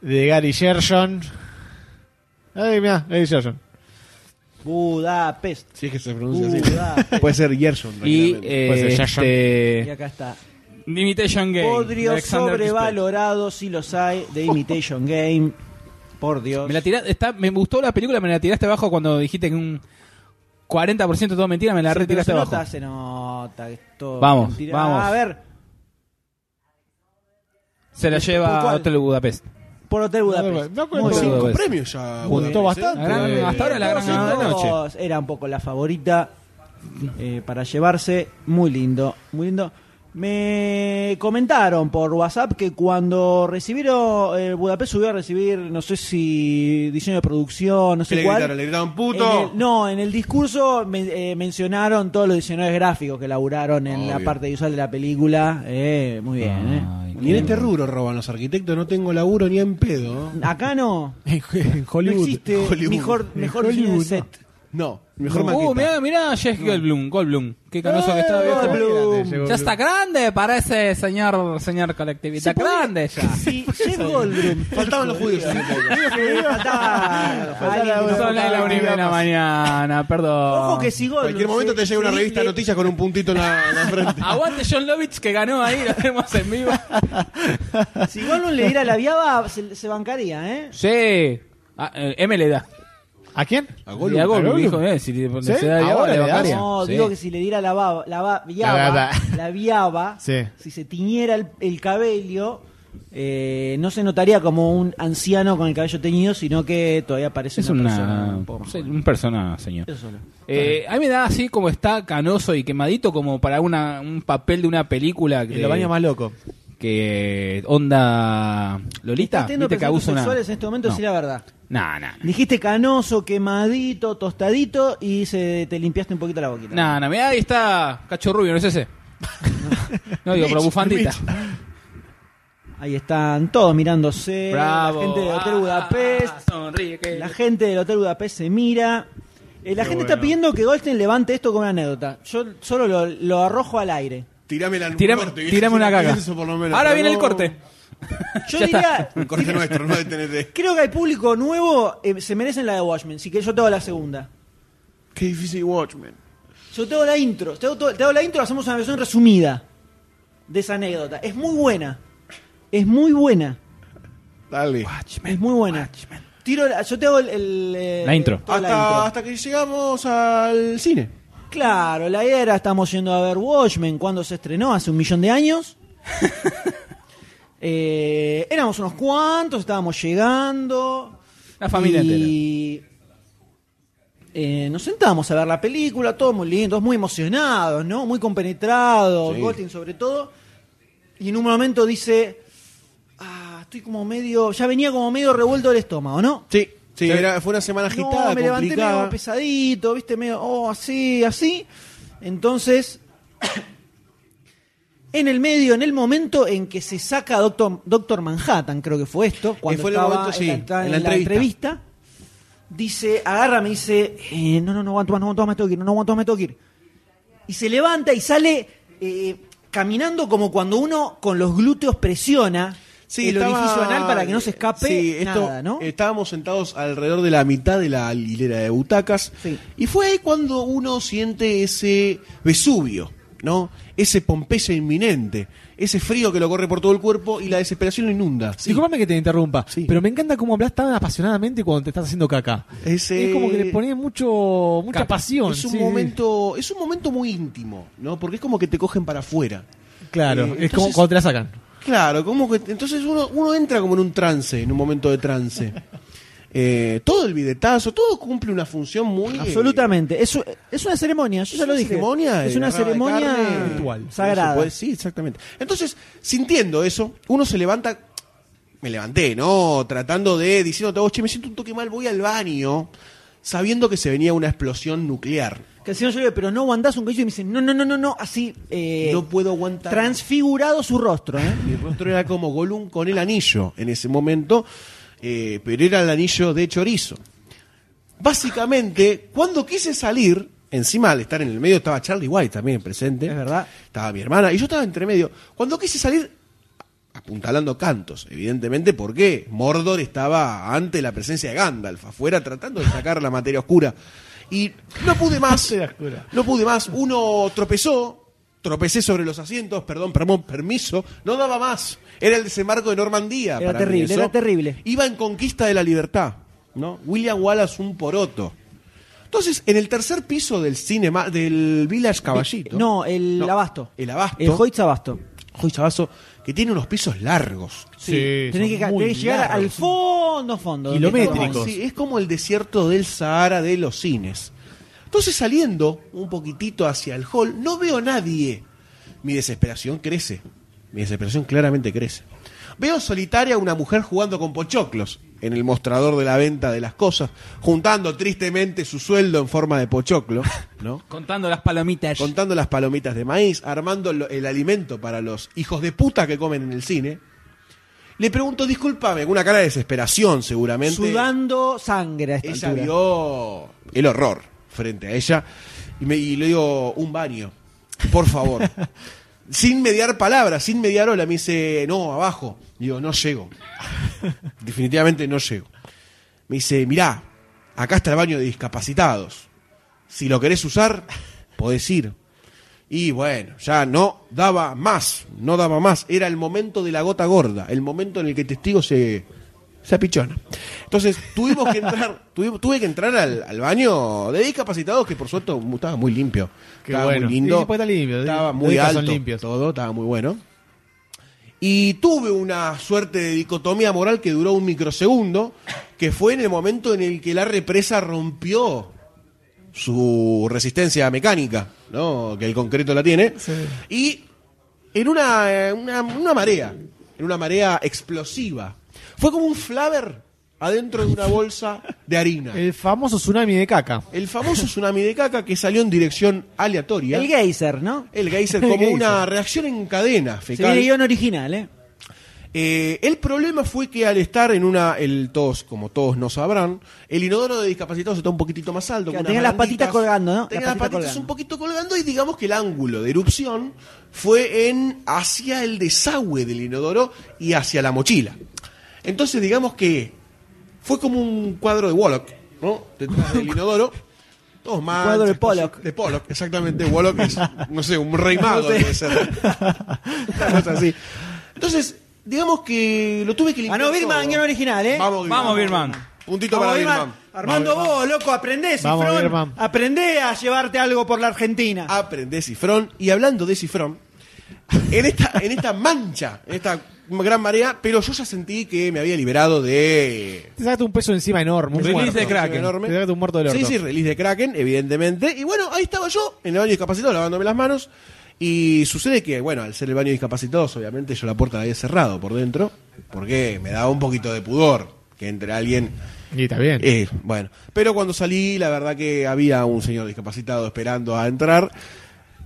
Speaker 6: De Gary Gershon. Ay, mirá, Gary Gershon.
Speaker 4: Budapest.
Speaker 7: Si es que se pronuncia así.
Speaker 5: Uh.
Speaker 4: Budapest.
Speaker 7: Puede ser Gerson.
Speaker 5: Y
Speaker 7: tranquilamente.
Speaker 5: eh,
Speaker 6: Puede ser Jackson.
Speaker 4: Y
Speaker 5: este,
Speaker 4: acá está.
Speaker 5: Imitation Game. de
Speaker 4: Podrio
Speaker 5: Alexander Desplat.
Speaker 4: sobrevalorado, si los hay, de Imitation Game. Por Dios.
Speaker 5: Me, la tira- está- me gustó la película, me la tiraste abajo cuando dijiste que un 40% todo mentira, me la
Speaker 4: Sí, pero
Speaker 5: retiraste
Speaker 4: se
Speaker 5: abajo.
Speaker 4: nota, se nota que es todo
Speaker 5: Vamos,
Speaker 4: mentira. Ah,
Speaker 5: vamos.
Speaker 4: A ver,
Speaker 5: Se la lleva
Speaker 4: ¿Por cuál?
Speaker 5: Hotel Budapest.
Speaker 4: por Hotel Budapest.
Speaker 6: No,
Speaker 4: Muy
Speaker 7: Con
Speaker 5: Hotel
Speaker 4: bien.
Speaker 7: cinco
Speaker 5: Budapest.
Speaker 7: premios ya.
Speaker 6: Juntó
Speaker 7: Budapest, ¿eh?
Speaker 6: bastante.
Speaker 5: La gran-
Speaker 6: eh,
Speaker 5: hasta ahora la gran
Speaker 4: Todos
Speaker 5: ganadora de la noche.
Speaker 4: estos Era un poco la favorita eh, para llevarse. Muy lindo, muy lindo. Me comentaron por WhatsApp que cuando recibieron, eh, Budapest subió a recibir, no sé si diseño de producción, no
Speaker 7: Que
Speaker 4: sé
Speaker 7: le
Speaker 4: cuál.
Speaker 7: gritaron, le gritaron
Speaker 4: En
Speaker 7: puto.
Speaker 4: el- no, en el discurso men- eh, mencionaron todos los diseñadores gráficos que laburaron en la
Speaker 7: Obvio.
Speaker 4: parte visual de la película. Eh, muy bien, eh.
Speaker 5: Ay,
Speaker 7: Ni en este rubro roban los arquitectos, no tengo laburo ni en pedo.
Speaker 4: Acá no,
Speaker 6: En
Speaker 4: no
Speaker 6: Hollywood.
Speaker 4: existe
Speaker 7: Hollywood.
Speaker 4: mejor, mejor
Speaker 6: En
Speaker 4: diseño de
Speaker 6: Hollywood,
Speaker 4: set.
Speaker 7: No, mejor maqueta.
Speaker 5: Uh, mirá, mirá, Jeff Goldblum, Goldblum. Qué canoso que
Speaker 7: Eh,
Speaker 5: está.
Speaker 6: Llegó
Speaker 5: ¿viste?
Speaker 6: Bloom. Llegó
Speaker 5: Ya está grande, parece señor, señor colectivista.
Speaker 4: Se podría-
Speaker 5: grande ya.
Speaker 4: Sí, Jeff Goldblum.
Speaker 7: Faltaban los judíos. en esa época.
Speaker 4: Eh, faltaba- alguien que
Speaker 5: Son las
Speaker 4: faltaba.
Speaker 5: la una y media de la mañana, perdón.
Speaker 4: Ojo que si
Speaker 7: En
Speaker 4: Goldblum.
Speaker 7: cualquier momento
Speaker 4: se-
Speaker 7: te llega una
Speaker 4: se-
Speaker 7: revista de
Speaker 4: le-
Speaker 7: noticias con un puntito en la, en la frente.
Speaker 5: Aguante John Lovitz que ganó ahí, lo tenemos en vivo.
Speaker 4: Si Goldblum le diera la viaba, se, se bancaría, ¿eh?
Speaker 5: Sí. Ah, eh, M le da.
Speaker 6: ¿A quién?
Speaker 7: A
Speaker 5: Le da
Speaker 7: Goldblum.
Speaker 5: Goldblum,
Speaker 6: Goldblum.
Speaker 5: dijo, eh, si le-
Speaker 6: ¿Sí?
Speaker 5: se da de
Speaker 6: Ahora
Speaker 5: ahora,
Speaker 6: le
Speaker 5: le
Speaker 6: da.
Speaker 5: bancamos.
Speaker 4: No,
Speaker 5: Sí.
Speaker 4: digo que si le diera la baba, la ba- viaba,
Speaker 6: La baba.
Speaker 4: la viaba,
Speaker 6: Sí.
Speaker 4: si se tiñera el, el cabello, eh, no se notaría como un anciano con el cabello teñido, sino que todavía parece
Speaker 5: Es
Speaker 4: una,
Speaker 5: una,
Speaker 4: persona un poco
Speaker 5: sí,
Speaker 4: más
Speaker 5: un personaje, señor.
Speaker 4: Eso solo.
Speaker 5: Eh, a mí me da así como está canoso y quemadito como para una, un papel de una película que,
Speaker 6: Y lo baña más loco.
Speaker 5: que onda Lolita,
Speaker 4: Teniendo
Speaker 5: viste que abusa una...
Speaker 4: sexuales en este momento,
Speaker 5: No.
Speaker 4: sí la verdad.
Speaker 5: Nah, nah.
Speaker 4: Dijiste canoso, quemadito, tostadito y se, te limpiaste un poquito la boquita.
Speaker 5: Nah, nah, mirá, ahí está Cacho Rubio, no es ese. No, digo, pero bufandita.
Speaker 4: Ahí están todos mirándose.
Speaker 5: Bravo. Ah.
Speaker 4: La gente del Hotel Budapest. la gente del Hotel Budapest se mira. Eh, la
Speaker 7: Qué
Speaker 4: gente
Speaker 7: bueno.
Speaker 4: está pidiendo que Goldstein levante esto con una anécdota. Yo solo lo, lo arrojo al aire.
Speaker 7: Tirame la corte, viejo,
Speaker 5: tirame
Speaker 7: si
Speaker 5: una
Speaker 7: la
Speaker 5: caca.
Speaker 7: pienso, por lo menos,
Speaker 5: Ahora
Speaker 7: pero
Speaker 5: viene el
Speaker 7: no-
Speaker 5: corte.
Speaker 4: Yo
Speaker 5: Ya está.
Speaker 4: diría,
Speaker 7: Un corte nuestro, no de TNT.
Speaker 4: creo que al público nuevo eh, se merecen la de Watchmen, así que yo te hago la segunda.
Speaker 7: Qué difícil Watchmen.
Speaker 4: Yo te hago la intro, te hago, to- te hago la intro, hacemos una versión resumida de esa anécdota. Es muy buena. Es muy buena.
Speaker 7: Dale.
Speaker 4: Es muy buena. Tiro la- yo te hago el, el, eh,
Speaker 5: La intro.
Speaker 4: toda la intro.
Speaker 7: Hasta, hasta que llegamos al cine.
Speaker 4: Claro, la idea era estamos yendo a ver Watchmen cuando se estrenó, hace un millón de años. Eh, éramos unos cuantos, estábamos llegando.
Speaker 5: La familia
Speaker 4: y, eh, nos sentamos a ver la película, todos muy lindos, muy emocionados, ¿no? Muy compenetrados,
Speaker 30: Sí.
Speaker 4: Goldstein sobre todo. Y en un momento dice, ah, estoy como medio, ya venía como medio revuelto el estómago, ¿no?
Speaker 7: Sí, sí, era- fue una semana agitada,
Speaker 4: No, me levanté
Speaker 7: complicada.
Speaker 4: medio pesadito, viste, medio, oh, así, así. Entonces, en el medio, en el momento en que se saca Doctor, Doctor Manhattan, creo que fue esto, cuando
Speaker 7: Eh, fue el
Speaker 4: estaba
Speaker 7: momento, sí,
Speaker 4: en, la,
Speaker 7: en la entrevista.
Speaker 4: entrevista, dice, agarra, me dice, eh, no, no, no aguanto más, no aguanto más, me tengo que ir, no, no aguanto más, me tengo que ir. Y se levanta y sale eh, caminando como cuando uno con los glúteos presiona
Speaker 7: Sí,
Speaker 4: el
Speaker 7: estaba-
Speaker 4: orificio anal para que no se escape
Speaker 7: Sí, esto- eh,
Speaker 4: nada, ¿no?
Speaker 7: Estábamos sentados alrededor de la mitad de la hilera de butacas. Y fue ahí cuando uno siente ese Vesubio, ¿no? Ese Pompeya inminente, ese frío que lo corre por todo el cuerpo y la desesperación lo inunda.
Speaker 6: Disculpame que te interrumpa, pero me encanta cómo hablas tan apasionadamente cuando te estás haciendo caca.
Speaker 7: Ese-
Speaker 6: Es como que le pones mucho, mucha
Speaker 7: Capa.
Speaker 6: pasión.
Speaker 7: Este Es un
Speaker 6: sí, sí.
Speaker 7: momento, es un momento muy íntimo, ¿no? Porque es como que te cogen para afuera.
Speaker 6: Claro,
Speaker 7: Eh,
Speaker 6: es como
Speaker 7: entonces-
Speaker 6: cuando te la sacan.
Speaker 7: Claro, como que entonces uno, uno entra como en un trance, en un momento de trance. Eh, todo el bidetazo, todo cumple una función muy eh,
Speaker 4: Absolutamente. Es, u- es una ceremonia, yo ya lo
Speaker 7: una
Speaker 4: dije.
Speaker 7: ceremonia
Speaker 4: es
Speaker 7: de
Speaker 4: una
Speaker 7: agarrada de
Speaker 4: ceremonia
Speaker 7: carne.
Speaker 4: sagrada.
Speaker 7: No se puede- sí, exactamente. Entonces, sintiendo eso, uno se levanta. Me levanté, ¿no? Tratando de, diciéndote, "Oh, che, me siento un toque mal, voy al baño, sabiendo que se venía una explosión nuclear.
Speaker 4: Que el señor yo le digo, pero no aguantás un cuello y me dice, no, no, no, no, no, así. eh,
Speaker 7: No puedo aguantar.
Speaker 4: Transfigurado su rostro, ¿eh?
Speaker 7: Mi rostro era como Gollum con el anillo en ese momento, eh, pero era el anillo de chorizo. Básicamente, cuando quise salir, encima al estar en el medio estaba Charlie White también presente. Es
Speaker 4: verdad.
Speaker 7: Estaba mi hermana y yo estaba entre medio. Cuando quise salir, apuntalando cantos, evidentemente, porque Mordor estaba ante la presencia de Gandalf afuera tratando de sacar la materia oscura. Y no pude más. No pude más. Uno tropezó. Tropecé sobre los asientos, perdón, perdón, permiso. No daba más. Era el desembarco de Normandía.
Speaker 4: Era
Speaker 7: para mí
Speaker 4: terrible,
Speaker 7: eso.
Speaker 4: era terrible.
Speaker 7: Iba en conquista de la libertad. ¿no? William Wallace, un poroto. Entonces, en el tercer piso del cinema, del Village Caballito.
Speaker 4: No, el
Speaker 7: No,
Speaker 4: abasto.
Speaker 7: el abasto.
Speaker 4: El Hoyts abasto.
Speaker 7: Hoyts abasto, que tiene unos pisos largos.
Speaker 4: Sí, tenés que, ca- tenés que llegar al fondo, fondo. donde
Speaker 7: Es como,
Speaker 4: estamos.
Speaker 7: sí, es como el desierto del Sahara de los cines. Entonces saliendo un poquitito hacia el hall, no veo nadie. Mi desesperación crece. Mi desesperación claramente crece. Veo solitaria a una mujer jugando con pochoclos en el mostrador de la venta de las cosas, juntando tristemente su sueldo en forma de pochoclo, ¿no?
Speaker 5: Contando las palomitas.
Speaker 7: Contando las palomitas de maíz, armando lo- el alimento para los hijos de puta que comen en el cine. Le pregunto, discúlpame, con una cara de desesperación seguramente.
Speaker 4: Sudando sangre a esta
Speaker 7: Ella
Speaker 4: altura.
Speaker 7: vio el horror frente a ella y, me, y le digo, un baño, por favor. sin mediar palabras, sin mediar hola, me dice, no, abajo. Digo, no llego. Definitivamente no llego. Me dice, mirá, acá está el baño de discapacitados. Si lo querés usar, podés ir. Y bueno, ya no daba más, no daba más. Era el momento de la gota gorda, el momento en el que testigo se, se apichona. Entonces tuvimos que entrar, tuvimos- tuve que entrar al, al baño de discapacitados, que por suerte mu- estaba muy limpio.
Speaker 6: Qué
Speaker 7: estaba
Speaker 6: bueno.
Speaker 7: muy lindo.
Speaker 6: Y sí, pues está limpio,
Speaker 7: Estaba
Speaker 6: los
Speaker 7: muy
Speaker 6: discos
Speaker 7: alto.
Speaker 6: son limpios.
Speaker 7: Todo, estaba muy bueno. Y tuve una suerte de dicotomía moral que duró un microsegundo, que fue en el momento en el que la represa rompió su resistencia mecánica, ¿no? Que el concreto la tiene. Y en una, eh, una, una marea, en una marea explosiva. Fue como un flaver adentro de una bolsa de harina.
Speaker 6: El famoso tsunami de caca.
Speaker 7: El famoso tsunami de caca que salió en dirección aleatoria.
Speaker 4: El geyser, ¿no?
Speaker 7: El geyser,
Speaker 4: El
Speaker 7: como
Speaker 4: geyser.
Speaker 7: una reacción en cadena
Speaker 4: Se
Speaker 7: fecal.
Speaker 4: viene guión original, ¿eh?
Speaker 7: Eh, el problema fue que al estar en una, el todos, como todos no sabrán, el inodoro de discapacitados está un poquitito más alto. con
Speaker 4: Claro,
Speaker 7: unas
Speaker 4: tenía las patitas
Speaker 7: barandicas.
Speaker 4: colgando, ¿no?
Speaker 7: Tenía las patitas un poquito colgando y digamos que el ángulo de erupción fue en hacia el desagüe del inodoro y hacia la mochila. Entonces digamos que fue como un cuadro de Wallock, ¿no? Detrás del inodoro. Todos más.
Speaker 4: cuadro de
Speaker 7: Pollock. De Pollock, exactamente. Pollock es, no sé, un rey mago
Speaker 4: No sé.
Speaker 7: debe ser. Una cosa así. Entonces, digamos que lo tuve que limpiar.
Speaker 4: Ganó Ah, Birman,
Speaker 7: todo.
Speaker 4: guión original, ¿eh?
Speaker 7: Vamos, Birman.
Speaker 5: Vamos, Birman.
Speaker 7: Puntito
Speaker 4: Vamos,
Speaker 7: para
Speaker 4: Birman.
Speaker 7: Birman.
Speaker 4: Armando
Speaker 7: Vamos,
Speaker 4: vos, loco, aprendés,
Speaker 7: Vamos,
Speaker 4: Cifrón.
Speaker 7: Birman.
Speaker 4: Aprendé a llevarte algo por la Argentina.
Speaker 7: Aprende Cifrón. Y hablando de Cifrón, en esta, en esta mancha, en esta gran marea, pero yo ya sentí que me había liberado de.
Speaker 6: Te sacaste un peso encima enorme. Un
Speaker 7: Release
Speaker 6: muerto,
Speaker 7: de Kraken.
Speaker 6: Enorme. Te sacaste un muerto del orto.
Speaker 7: Sí, sí, release de Kraken, evidentemente. Y bueno, ahí estaba yo, en el baño discapacitado, lavándome las manos. Y sucede que, bueno, al ser el baño discapacitado, obviamente yo la puerta la había cerrado por dentro, porque me daba un poquito de pudor que entre alguien.
Speaker 6: Y está bien.
Speaker 7: Eh, bueno, pero cuando salí, la verdad que había un señor discapacitado esperando a entrar.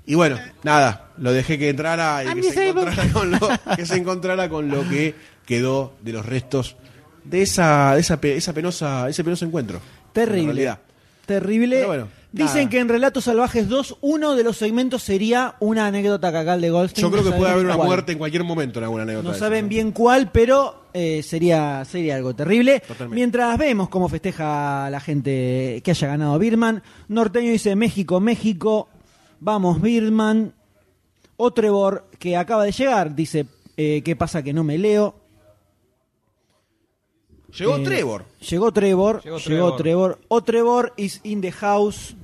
Speaker 7: Y bueno, nada, lo dejé que entrara
Speaker 4: Ah,
Speaker 7: y que se, encontrara con lo, que se encontrara con lo que quedó de los restos de esa, de esa, pe- esa penosa, ese penoso encuentro.
Speaker 4: Terrible.
Speaker 7: En realidad.
Speaker 4: Terrible.
Speaker 7: Pero bueno,
Speaker 4: Dicen
Speaker 7: nada.
Speaker 4: que en Relatos Salvajes 2, uno de los segmentos sería una anécdota cacal de Goldstein.
Speaker 7: Yo creo
Speaker 4: No
Speaker 7: que puede
Speaker 4: sabemos
Speaker 7: haber una
Speaker 4: cuál.
Speaker 7: muerte en cualquier momento en alguna anécdota.
Speaker 4: No
Speaker 7: de ¿eh?
Speaker 4: saben bien cuál, pero eh, sería, sería algo terrible.
Speaker 7: Totalmente.
Speaker 4: Mientras vemos cómo festeja la gente que haya ganado Birman, Norteño dice México, México, vamos Birman. O Trevor, que acaba de llegar, dice, eh, ¿qué pasa que no me leo?
Speaker 7: esas. Llegó
Speaker 4: Eh,
Speaker 7: Trevor.
Speaker 4: Llegó Trevor.
Speaker 7: Llegó
Speaker 4: Llegó
Speaker 7: Trevor.
Speaker 4: Trevor. O Trevor is in the house.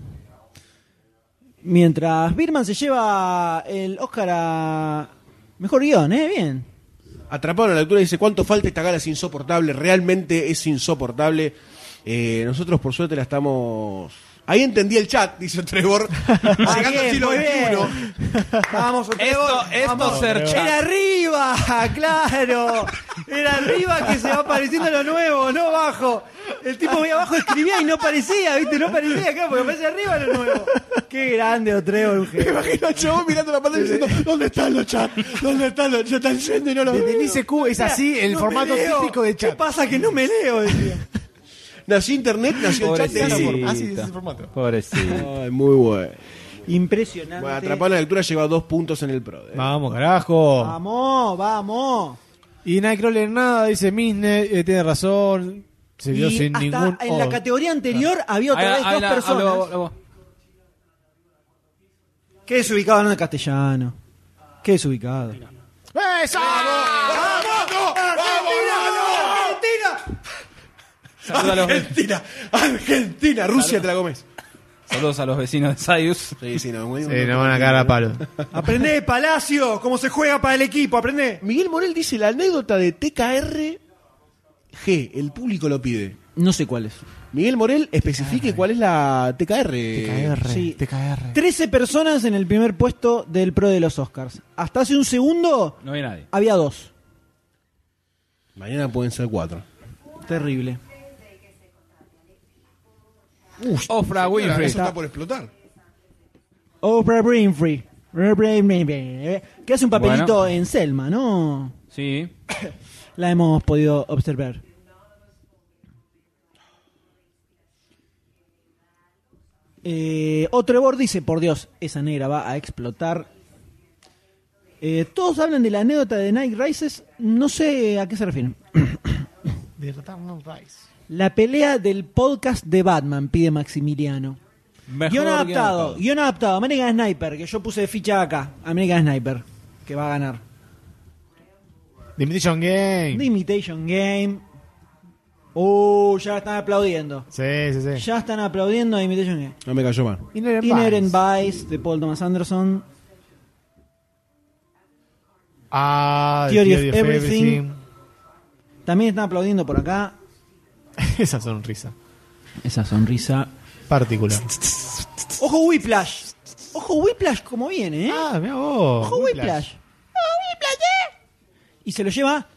Speaker 4: Mientras Birman se lleva el Oscar a mejor guión, ¿eh? Bien.
Speaker 7: Atrapado en la lectura dice, ¿cuánto falta esta gala? Es insoportable, realmente es insoportable. Eh, nosotros por suerte la estamos... Ahí entendí el chat, dice Trevor. Llegando al
Speaker 4: bien,
Speaker 7: siglo
Speaker 4: muy bien.
Speaker 7: XXI.
Speaker 4: Vamos, Trevor. vamos.
Speaker 5: ser chat.
Speaker 7: Ah.
Speaker 4: Era arriba, claro. Era arriba que se va apareciendo lo nuevo, no abajo. El tipo muy abajo escribía y no aparecía, ¿viste? No aparecía acá porque aparece arriba lo nuevo. Qué grande, Otrevor, un genio.
Speaker 7: Imagino al chabón mirando la pantalla diciendo, ¿dónde están los chats? ¿Dónde están los chats? Están yendo y no los
Speaker 6: Desde
Speaker 7: veo".
Speaker 6: el ICQ es así el
Speaker 4: No me
Speaker 6: formato
Speaker 4: leo.
Speaker 6: típico de chat.
Speaker 4: ¿Qué pasa que no me leo? Decía.
Speaker 7: Nació internet, nació el chat. de esa forma.
Speaker 4: Ah,
Speaker 6: Así es el formato.
Speaker 5: Pobrecito.
Speaker 7: Ay, muy bueno.
Speaker 4: Impresionante.
Speaker 7: Bueno, atrapado en la lectura lleva dos puntos en el pro. eh.
Speaker 6: Vamos, carajo.
Speaker 4: Vamos, vamos.
Speaker 6: Y Nightcrawler nada, dice Misne, eh, tiene razón. Se vio
Speaker 4: Y
Speaker 6: sin
Speaker 4: hasta
Speaker 6: ningún.
Speaker 4: en la
Speaker 6: oh.
Speaker 4: categoría anterior había otra
Speaker 5: Ahí-
Speaker 4: vez
Speaker 5: ahí
Speaker 4: dos
Speaker 5: la-
Speaker 4: personas.
Speaker 5: habla vos, habla vos.
Speaker 4: Qué desubicado no el castellano. Qué desubicado.
Speaker 6: ¡Eso!
Speaker 7: ¡Vamos!
Speaker 4: ¡Argentina!
Speaker 5: Saludos a los, ve-
Speaker 7: Argentina, Argentina, Rusia te la comes.
Speaker 5: saludos a los vecinos de Sayus.
Speaker 7: Sí, sí, no, muy
Speaker 6: Sí,
Speaker 7: muy-
Speaker 6: Eh, nos van a cagar a palo.
Speaker 4: Aprendé, Palacio, cómo se juega para el equipo, aprendé.
Speaker 7: Miguel Morel dice la anécdota de TKR G, el público lo pide.
Speaker 4: No sé cuál es.
Speaker 7: Miguel Morel especifique cuál es la TKR.
Speaker 4: Sí.
Speaker 6: TKR.
Speaker 4: 13 personas en el primer puesto del Pro de los Oscars. Hasta hace un segundo
Speaker 5: No hay nadie.
Speaker 4: había dos.
Speaker 7: Mañana pueden ser cuatro.
Speaker 4: Terrible.
Speaker 5: Ofra Winfrey.
Speaker 7: Eso está por explotar.
Speaker 4: Oprah Winfrey. Oprah Winfrey. Que hace un papelito
Speaker 5: Bueno.
Speaker 4: en Selma, ¿no?
Speaker 5: Sí.
Speaker 4: La hemos podido observar. Eh, Otrevor dice, por Dios, esa negra va a explotar. Eh, todos hablan de la anécdota de Night Rises, no sé a qué se refieren. La pelea del podcast de Batman, pide Maximiliano.
Speaker 5: Mejor
Speaker 4: guión
Speaker 5: guión
Speaker 4: adaptado, guión adaptado, American Sniper, que yo puse ficha acá, American Sniper, que va a ganar.
Speaker 6: The Imitation Game.
Speaker 4: The Imitation Game. Uh, ya están aplaudiendo.
Speaker 6: Sí, sí, sí.
Speaker 4: Ya están aplaudiendo a Imitation Game.
Speaker 7: No me cayó mal.
Speaker 6: Inherent
Speaker 4: Inherent
Speaker 6: Vice.
Speaker 4: Vice de Paul Thomas Anderson.
Speaker 6: Ah,
Speaker 4: Theory
Speaker 6: The
Speaker 4: of Everything. También están aplaudiendo por acá.
Speaker 6: Esa sonrisa
Speaker 4: Esa sonrisa.
Speaker 6: particular.
Speaker 4: Ojo Whiplash. Ojo Whiplash como viene, ¿eh?
Speaker 6: Ah, mira vos.
Speaker 4: Ojo Whiplash. ¿eh? y se lo lleva.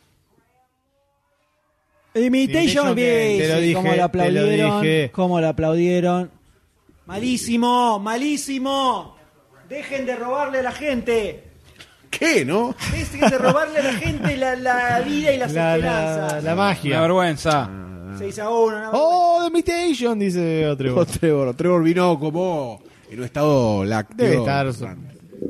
Speaker 4: Imitation
Speaker 6: Imitation Game, te lo
Speaker 4: Game, sí,
Speaker 6: dije,
Speaker 4: como lo
Speaker 6: te lo
Speaker 4: aplaudieron,
Speaker 6: dije.
Speaker 4: como lo aplaudieron. Malísimo, malísimo. Dejen de robarle a la gente.
Speaker 7: ¿Qué, no?
Speaker 4: Dejen de Este robarle a la gente la, la vida y las esperanzas.
Speaker 6: la magia.
Speaker 5: Una vergüenza.
Speaker 4: 6 a 1, una
Speaker 6: ¡Oh, The Imitation! Dice Trevor.
Speaker 7: Trevor, Trevor vino como en un estado lácteo.
Speaker 6: Debe estar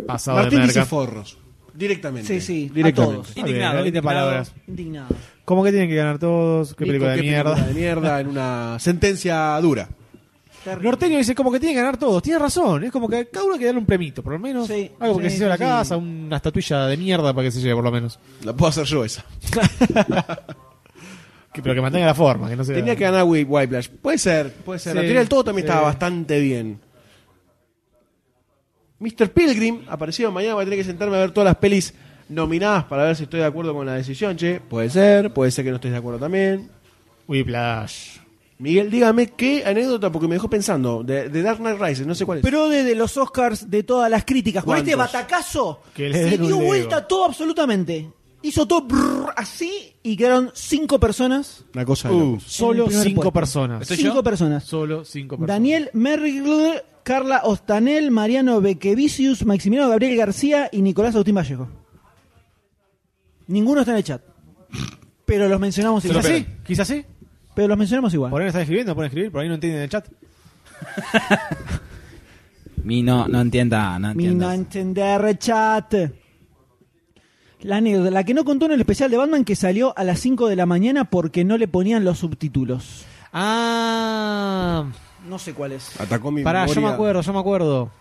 Speaker 6: pasado
Speaker 7: Martín
Speaker 6: de
Speaker 7: dice
Speaker 6: merca.
Speaker 7: forros. Directamente.
Speaker 4: Sí, sí, a
Speaker 7: Directamente.
Speaker 4: todos.
Speaker 6: Indignado, Bien, indignado. palabras.
Speaker 4: Indignado.
Speaker 6: ¿Cómo que tienen que ganar todos? ¿Qué
Speaker 7: Nico,
Speaker 6: película de
Speaker 7: qué película
Speaker 6: mierda?
Speaker 7: de mierda en una sentencia dura.
Speaker 6: Norteño dice como que tienen que ganar todos. Tiene razón. Es como que cada uno hay que darle un premito, por lo menos. Algo porque
Speaker 4: sí,
Speaker 6: se lleve a la
Speaker 4: sí,
Speaker 6: casa, una estatuilla de mierda para que se lleve, por lo menos.
Speaker 7: La puedo hacer yo esa.
Speaker 6: Que- pero que mantenga la forma, que no sea...
Speaker 7: Tenía que ganar White White Flash. Puede ser, puede ser.
Speaker 6: Sí,
Speaker 7: la teoría del todo también
Speaker 6: sí.
Speaker 7: estaba bastante bien. Mr. Pilgrim apareció mañana. Voy a tener que sentarme a ver todas las pelis nominadas para ver si estoy de acuerdo con la decisión, che. Puede ser, puede ser que no estés de acuerdo también.
Speaker 6: Whiplash.
Speaker 7: Miguel, dígame qué anécdota, porque me dejó pensando. De, de Dark Knight Rises, no sé cuál es.
Speaker 4: Pero desde los Oscars de todas las críticas, con este
Speaker 7: ¿Cuántos?
Speaker 4: batacazo,
Speaker 7: Que le
Speaker 4: se
Speaker 7: den un
Speaker 4: dio
Speaker 7: Lego.
Speaker 4: vuelta todo absolutamente. Hizo todo brrr, así y quedaron cinco personas.
Speaker 7: Una cosa de
Speaker 6: Uh,
Speaker 7: locos.
Speaker 6: solo
Speaker 4: En el primer
Speaker 6: cinco
Speaker 4: puesto.
Speaker 6: personas.
Speaker 4: ¿Estoy yo? Cinco personas.
Speaker 6: Solo cinco personas.
Speaker 4: Daniel Merrill, Carla Ostanel, Mariano Bequevicius, Maximiliano Gabriel García y Nicolás Agustín Vallejo. Ninguno está en el chat. Pero los mencionamos
Speaker 6: Quizás
Speaker 4: igual.
Speaker 6: sí, quizás sí.
Speaker 4: Pero los mencionamos igual.
Speaker 6: Por ahí no están escribiendo, pueden escribir, por ahí no entienden el chat.
Speaker 5: Mi no, no entienda, no
Speaker 4: Mi no
Speaker 5: entienda.
Speaker 4: entender chat. La anécdota, la que no contó en el especial de Batman que salió a las 5 de la mañana porque no le ponían los subtítulos.
Speaker 6: Ah,
Speaker 4: no sé cuál es.
Speaker 7: Atacó mi
Speaker 6: Pará, yo
Speaker 7: memoria.
Speaker 6: me acuerdo, yo me acuerdo.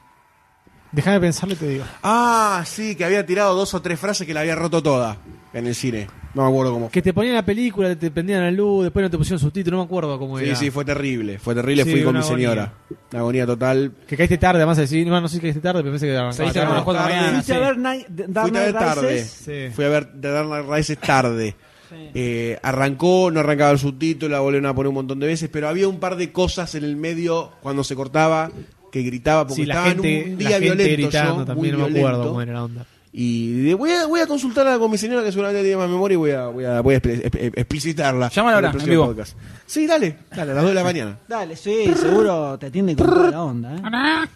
Speaker 6: Déjame pensarlo y te digo.
Speaker 7: Ah, sí, que había tirado dos o tres frases que la había roto toda en el cine. No me acuerdo cómo.
Speaker 6: Que te ponían la película, te prendían la luz, después no te pusieron subtítulo, no me acuerdo cómo
Speaker 7: Sí,
Speaker 6: era.
Speaker 7: sí, fue terrible. Fue terrible,
Speaker 6: Sí,
Speaker 7: fui con mi
Speaker 6: una
Speaker 7: señora. Una agonía total.
Speaker 6: Que caíste tarde, además así, no, no sé si caíste tarde, pero pensé que arrancaba
Speaker 7: Caíste
Speaker 6: tarde.
Speaker 7: como a las cuatro de la mañana,
Speaker 4: Fuiste a ver Night- Dark
Speaker 7: Fui Ah, a ver
Speaker 4: Knight
Speaker 7: tarde.
Speaker 4: Rises.
Speaker 7: Fui a ver The Dark Knight Rises tarde. Eh, arrancó, no arrancaba el subtítulo, la volvieron a poner un montón de veces, pero había un par de cosas en el medio cuando se cortaba que gritaba porque
Speaker 6: Sí, la
Speaker 7: estaba en
Speaker 6: gente,
Speaker 7: un
Speaker 6: la
Speaker 7: día
Speaker 6: gente
Speaker 7: violento.
Speaker 6: gritando
Speaker 7: yo,
Speaker 6: también,
Speaker 7: muy
Speaker 6: no me acuerdo
Speaker 7: violento.
Speaker 6: cómo era la onda.
Speaker 7: Y de- voy a, voy a consultarla con mi señora que seguramente tiene más memoria y voy a, voy a, voy a espe- espe- explicitarla.
Speaker 5: Llámala ahora,
Speaker 7: en el
Speaker 5: en
Speaker 7: próximo
Speaker 5: vivo.
Speaker 7: podcast. Sí, dale, dale, a las 2 de la mañana.
Speaker 4: Dale, sí, seguro te atiende con toda la onda. ¿eh?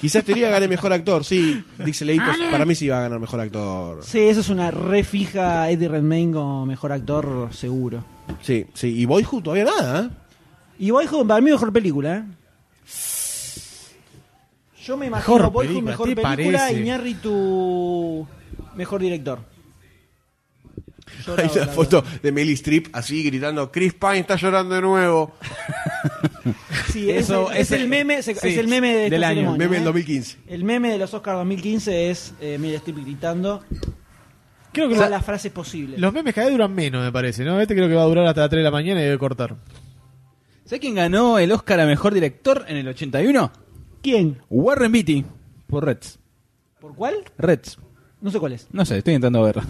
Speaker 7: Quizás te diría gane mejor actor, sí. Dixeleitos, para mí sí va a ganar mejor actor.
Speaker 4: Sí, eso es una re fija Eddie Redmayne como mejor actor seguro.
Speaker 7: Sí, sí. Y Boyhood todavía nada, ¿eh?
Speaker 4: Y Boyhood para mí mejor película. ¿eh? Yo me imagino
Speaker 6: Mejor
Speaker 4: Boyhood
Speaker 6: película,
Speaker 4: mejor
Speaker 6: ¿te
Speaker 4: película
Speaker 6: parece?
Speaker 4: y Ñarritu mejor director.
Speaker 7: Hay una foto de Melly Strip así gritando, Chris Pine está llorando de nuevo.
Speaker 4: Sí,
Speaker 5: Eso-
Speaker 4: es, el- es
Speaker 5: ese-
Speaker 4: el meme, se-
Speaker 5: sí,
Speaker 4: es el meme de esta
Speaker 5: del año.
Speaker 4: ceremonia,
Speaker 7: Meme del
Speaker 4: ¿eh?
Speaker 7: 2015.
Speaker 4: El meme de los Oscars 2015 es eh, mira estoy gritando
Speaker 6: Creo que
Speaker 4: todas
Speaker 6: lo-
Speaker 4: las frases posibles.
Speaker 6: Los memes cada vez duran menos, me parece, ¿no? Este creo que va a durar hasta las 3 de la mañana y debe cortar.
Speaker 5: ¿Sabes quién ganó el Oscar a mejor director en el 81?
Speaker 4: ¿Quién?
Speaker 5: Warren Beatty. Por Reds.
Speaker 4: ¿Por cuál?
Speaker 5: Reds.
Speaker 4: No sé cuál es.
Speaker 5: No sé, estoy intentando verla.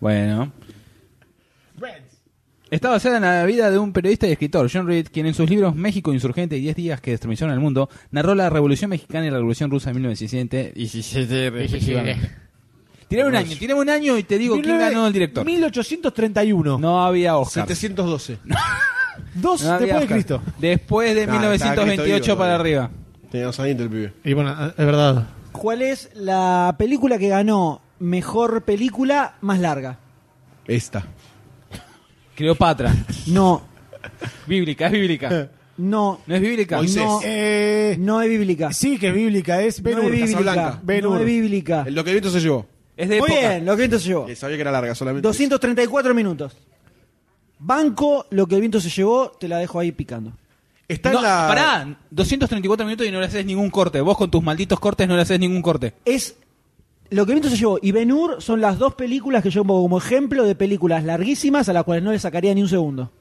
Speaker 5: bueno. Está basada en la vida de un periodista y escritor, John Reed, quien en sus libros México Insurgente y 10 días que destruyeron al mundo, narró la Revolución Mexicana y la Revolución Rusa de 1917 y 17 respectivamente. Tirame un año, tirame un año y te digo quién
Speaker 6: 19
Speaker 5: ganó el director.
Speaker 6: 1831.
Speaker 5: No había Oscar.
Speaker 7: 712.
Speaker 6: Dos
Speaker 5: No había
Speaker 6: después de
Speaker 5: Oscar.
Speaker 6: Cristo.
Speaker 5: Después de
Speaker 7: Nah,
Speaker 5: 1928
Speaker 7: estaba Cristo vivo
Speaker 5: para
Speaker 7: todavía.
Speaker 5: arriba.
Speaker 7: Tenía dos añitos el pibe.
Speaker 6: Y bueno, es verdad.
Speaker 4: ¿Cuál es la película que ganó mejor película más larga?
Speaker 7: Esta.
Speaker 5: Cleopatra.
Speaker 4: No,
Speaker 5: Bíblica, es bíblica.
Speaker 4: no,
Speaker 5: ¿No es bíblica?
Speaker 4: no,
Speaker 6: Eh,
Speaker 4: no es bíblica.
Speaker 6: sí que es bíblica, es
Speaker 4: No es
Speaker 6: Ben-Hur,
Speaker 4: bíblica.
Speaker 6: Casablanca.
Speaker 4: No
Speaker 6: Ben-Hur.
Speaker 4: es bíblica.
Speaker 7: El lo que viento se llevó.
Speaker 5: Es de
Speaker 4: Muy
Speaker 5: época.
Speaker 4: bien, lo que el viento se llevó.
Speaker 7: Eh, Sabía que era larga solamente.
Speaker 4: 234 minutos. Banco, lo que el viento se llevó, te la dejo ahí picando.
Speaker 7: Está
Speaker 5: No,
Speaker 7: en la.
Speaker 5: Pará, 234 minutos y no le haces ningún corte. Vos con tus malditos cortes no le haces ningún corte.
Speaker 4: Es lo que el viento se llevó y Ben Hur son las dos películas que yo pongo como ejemplo de películas larguísimas a las cuales no le sacaría ni un segundo.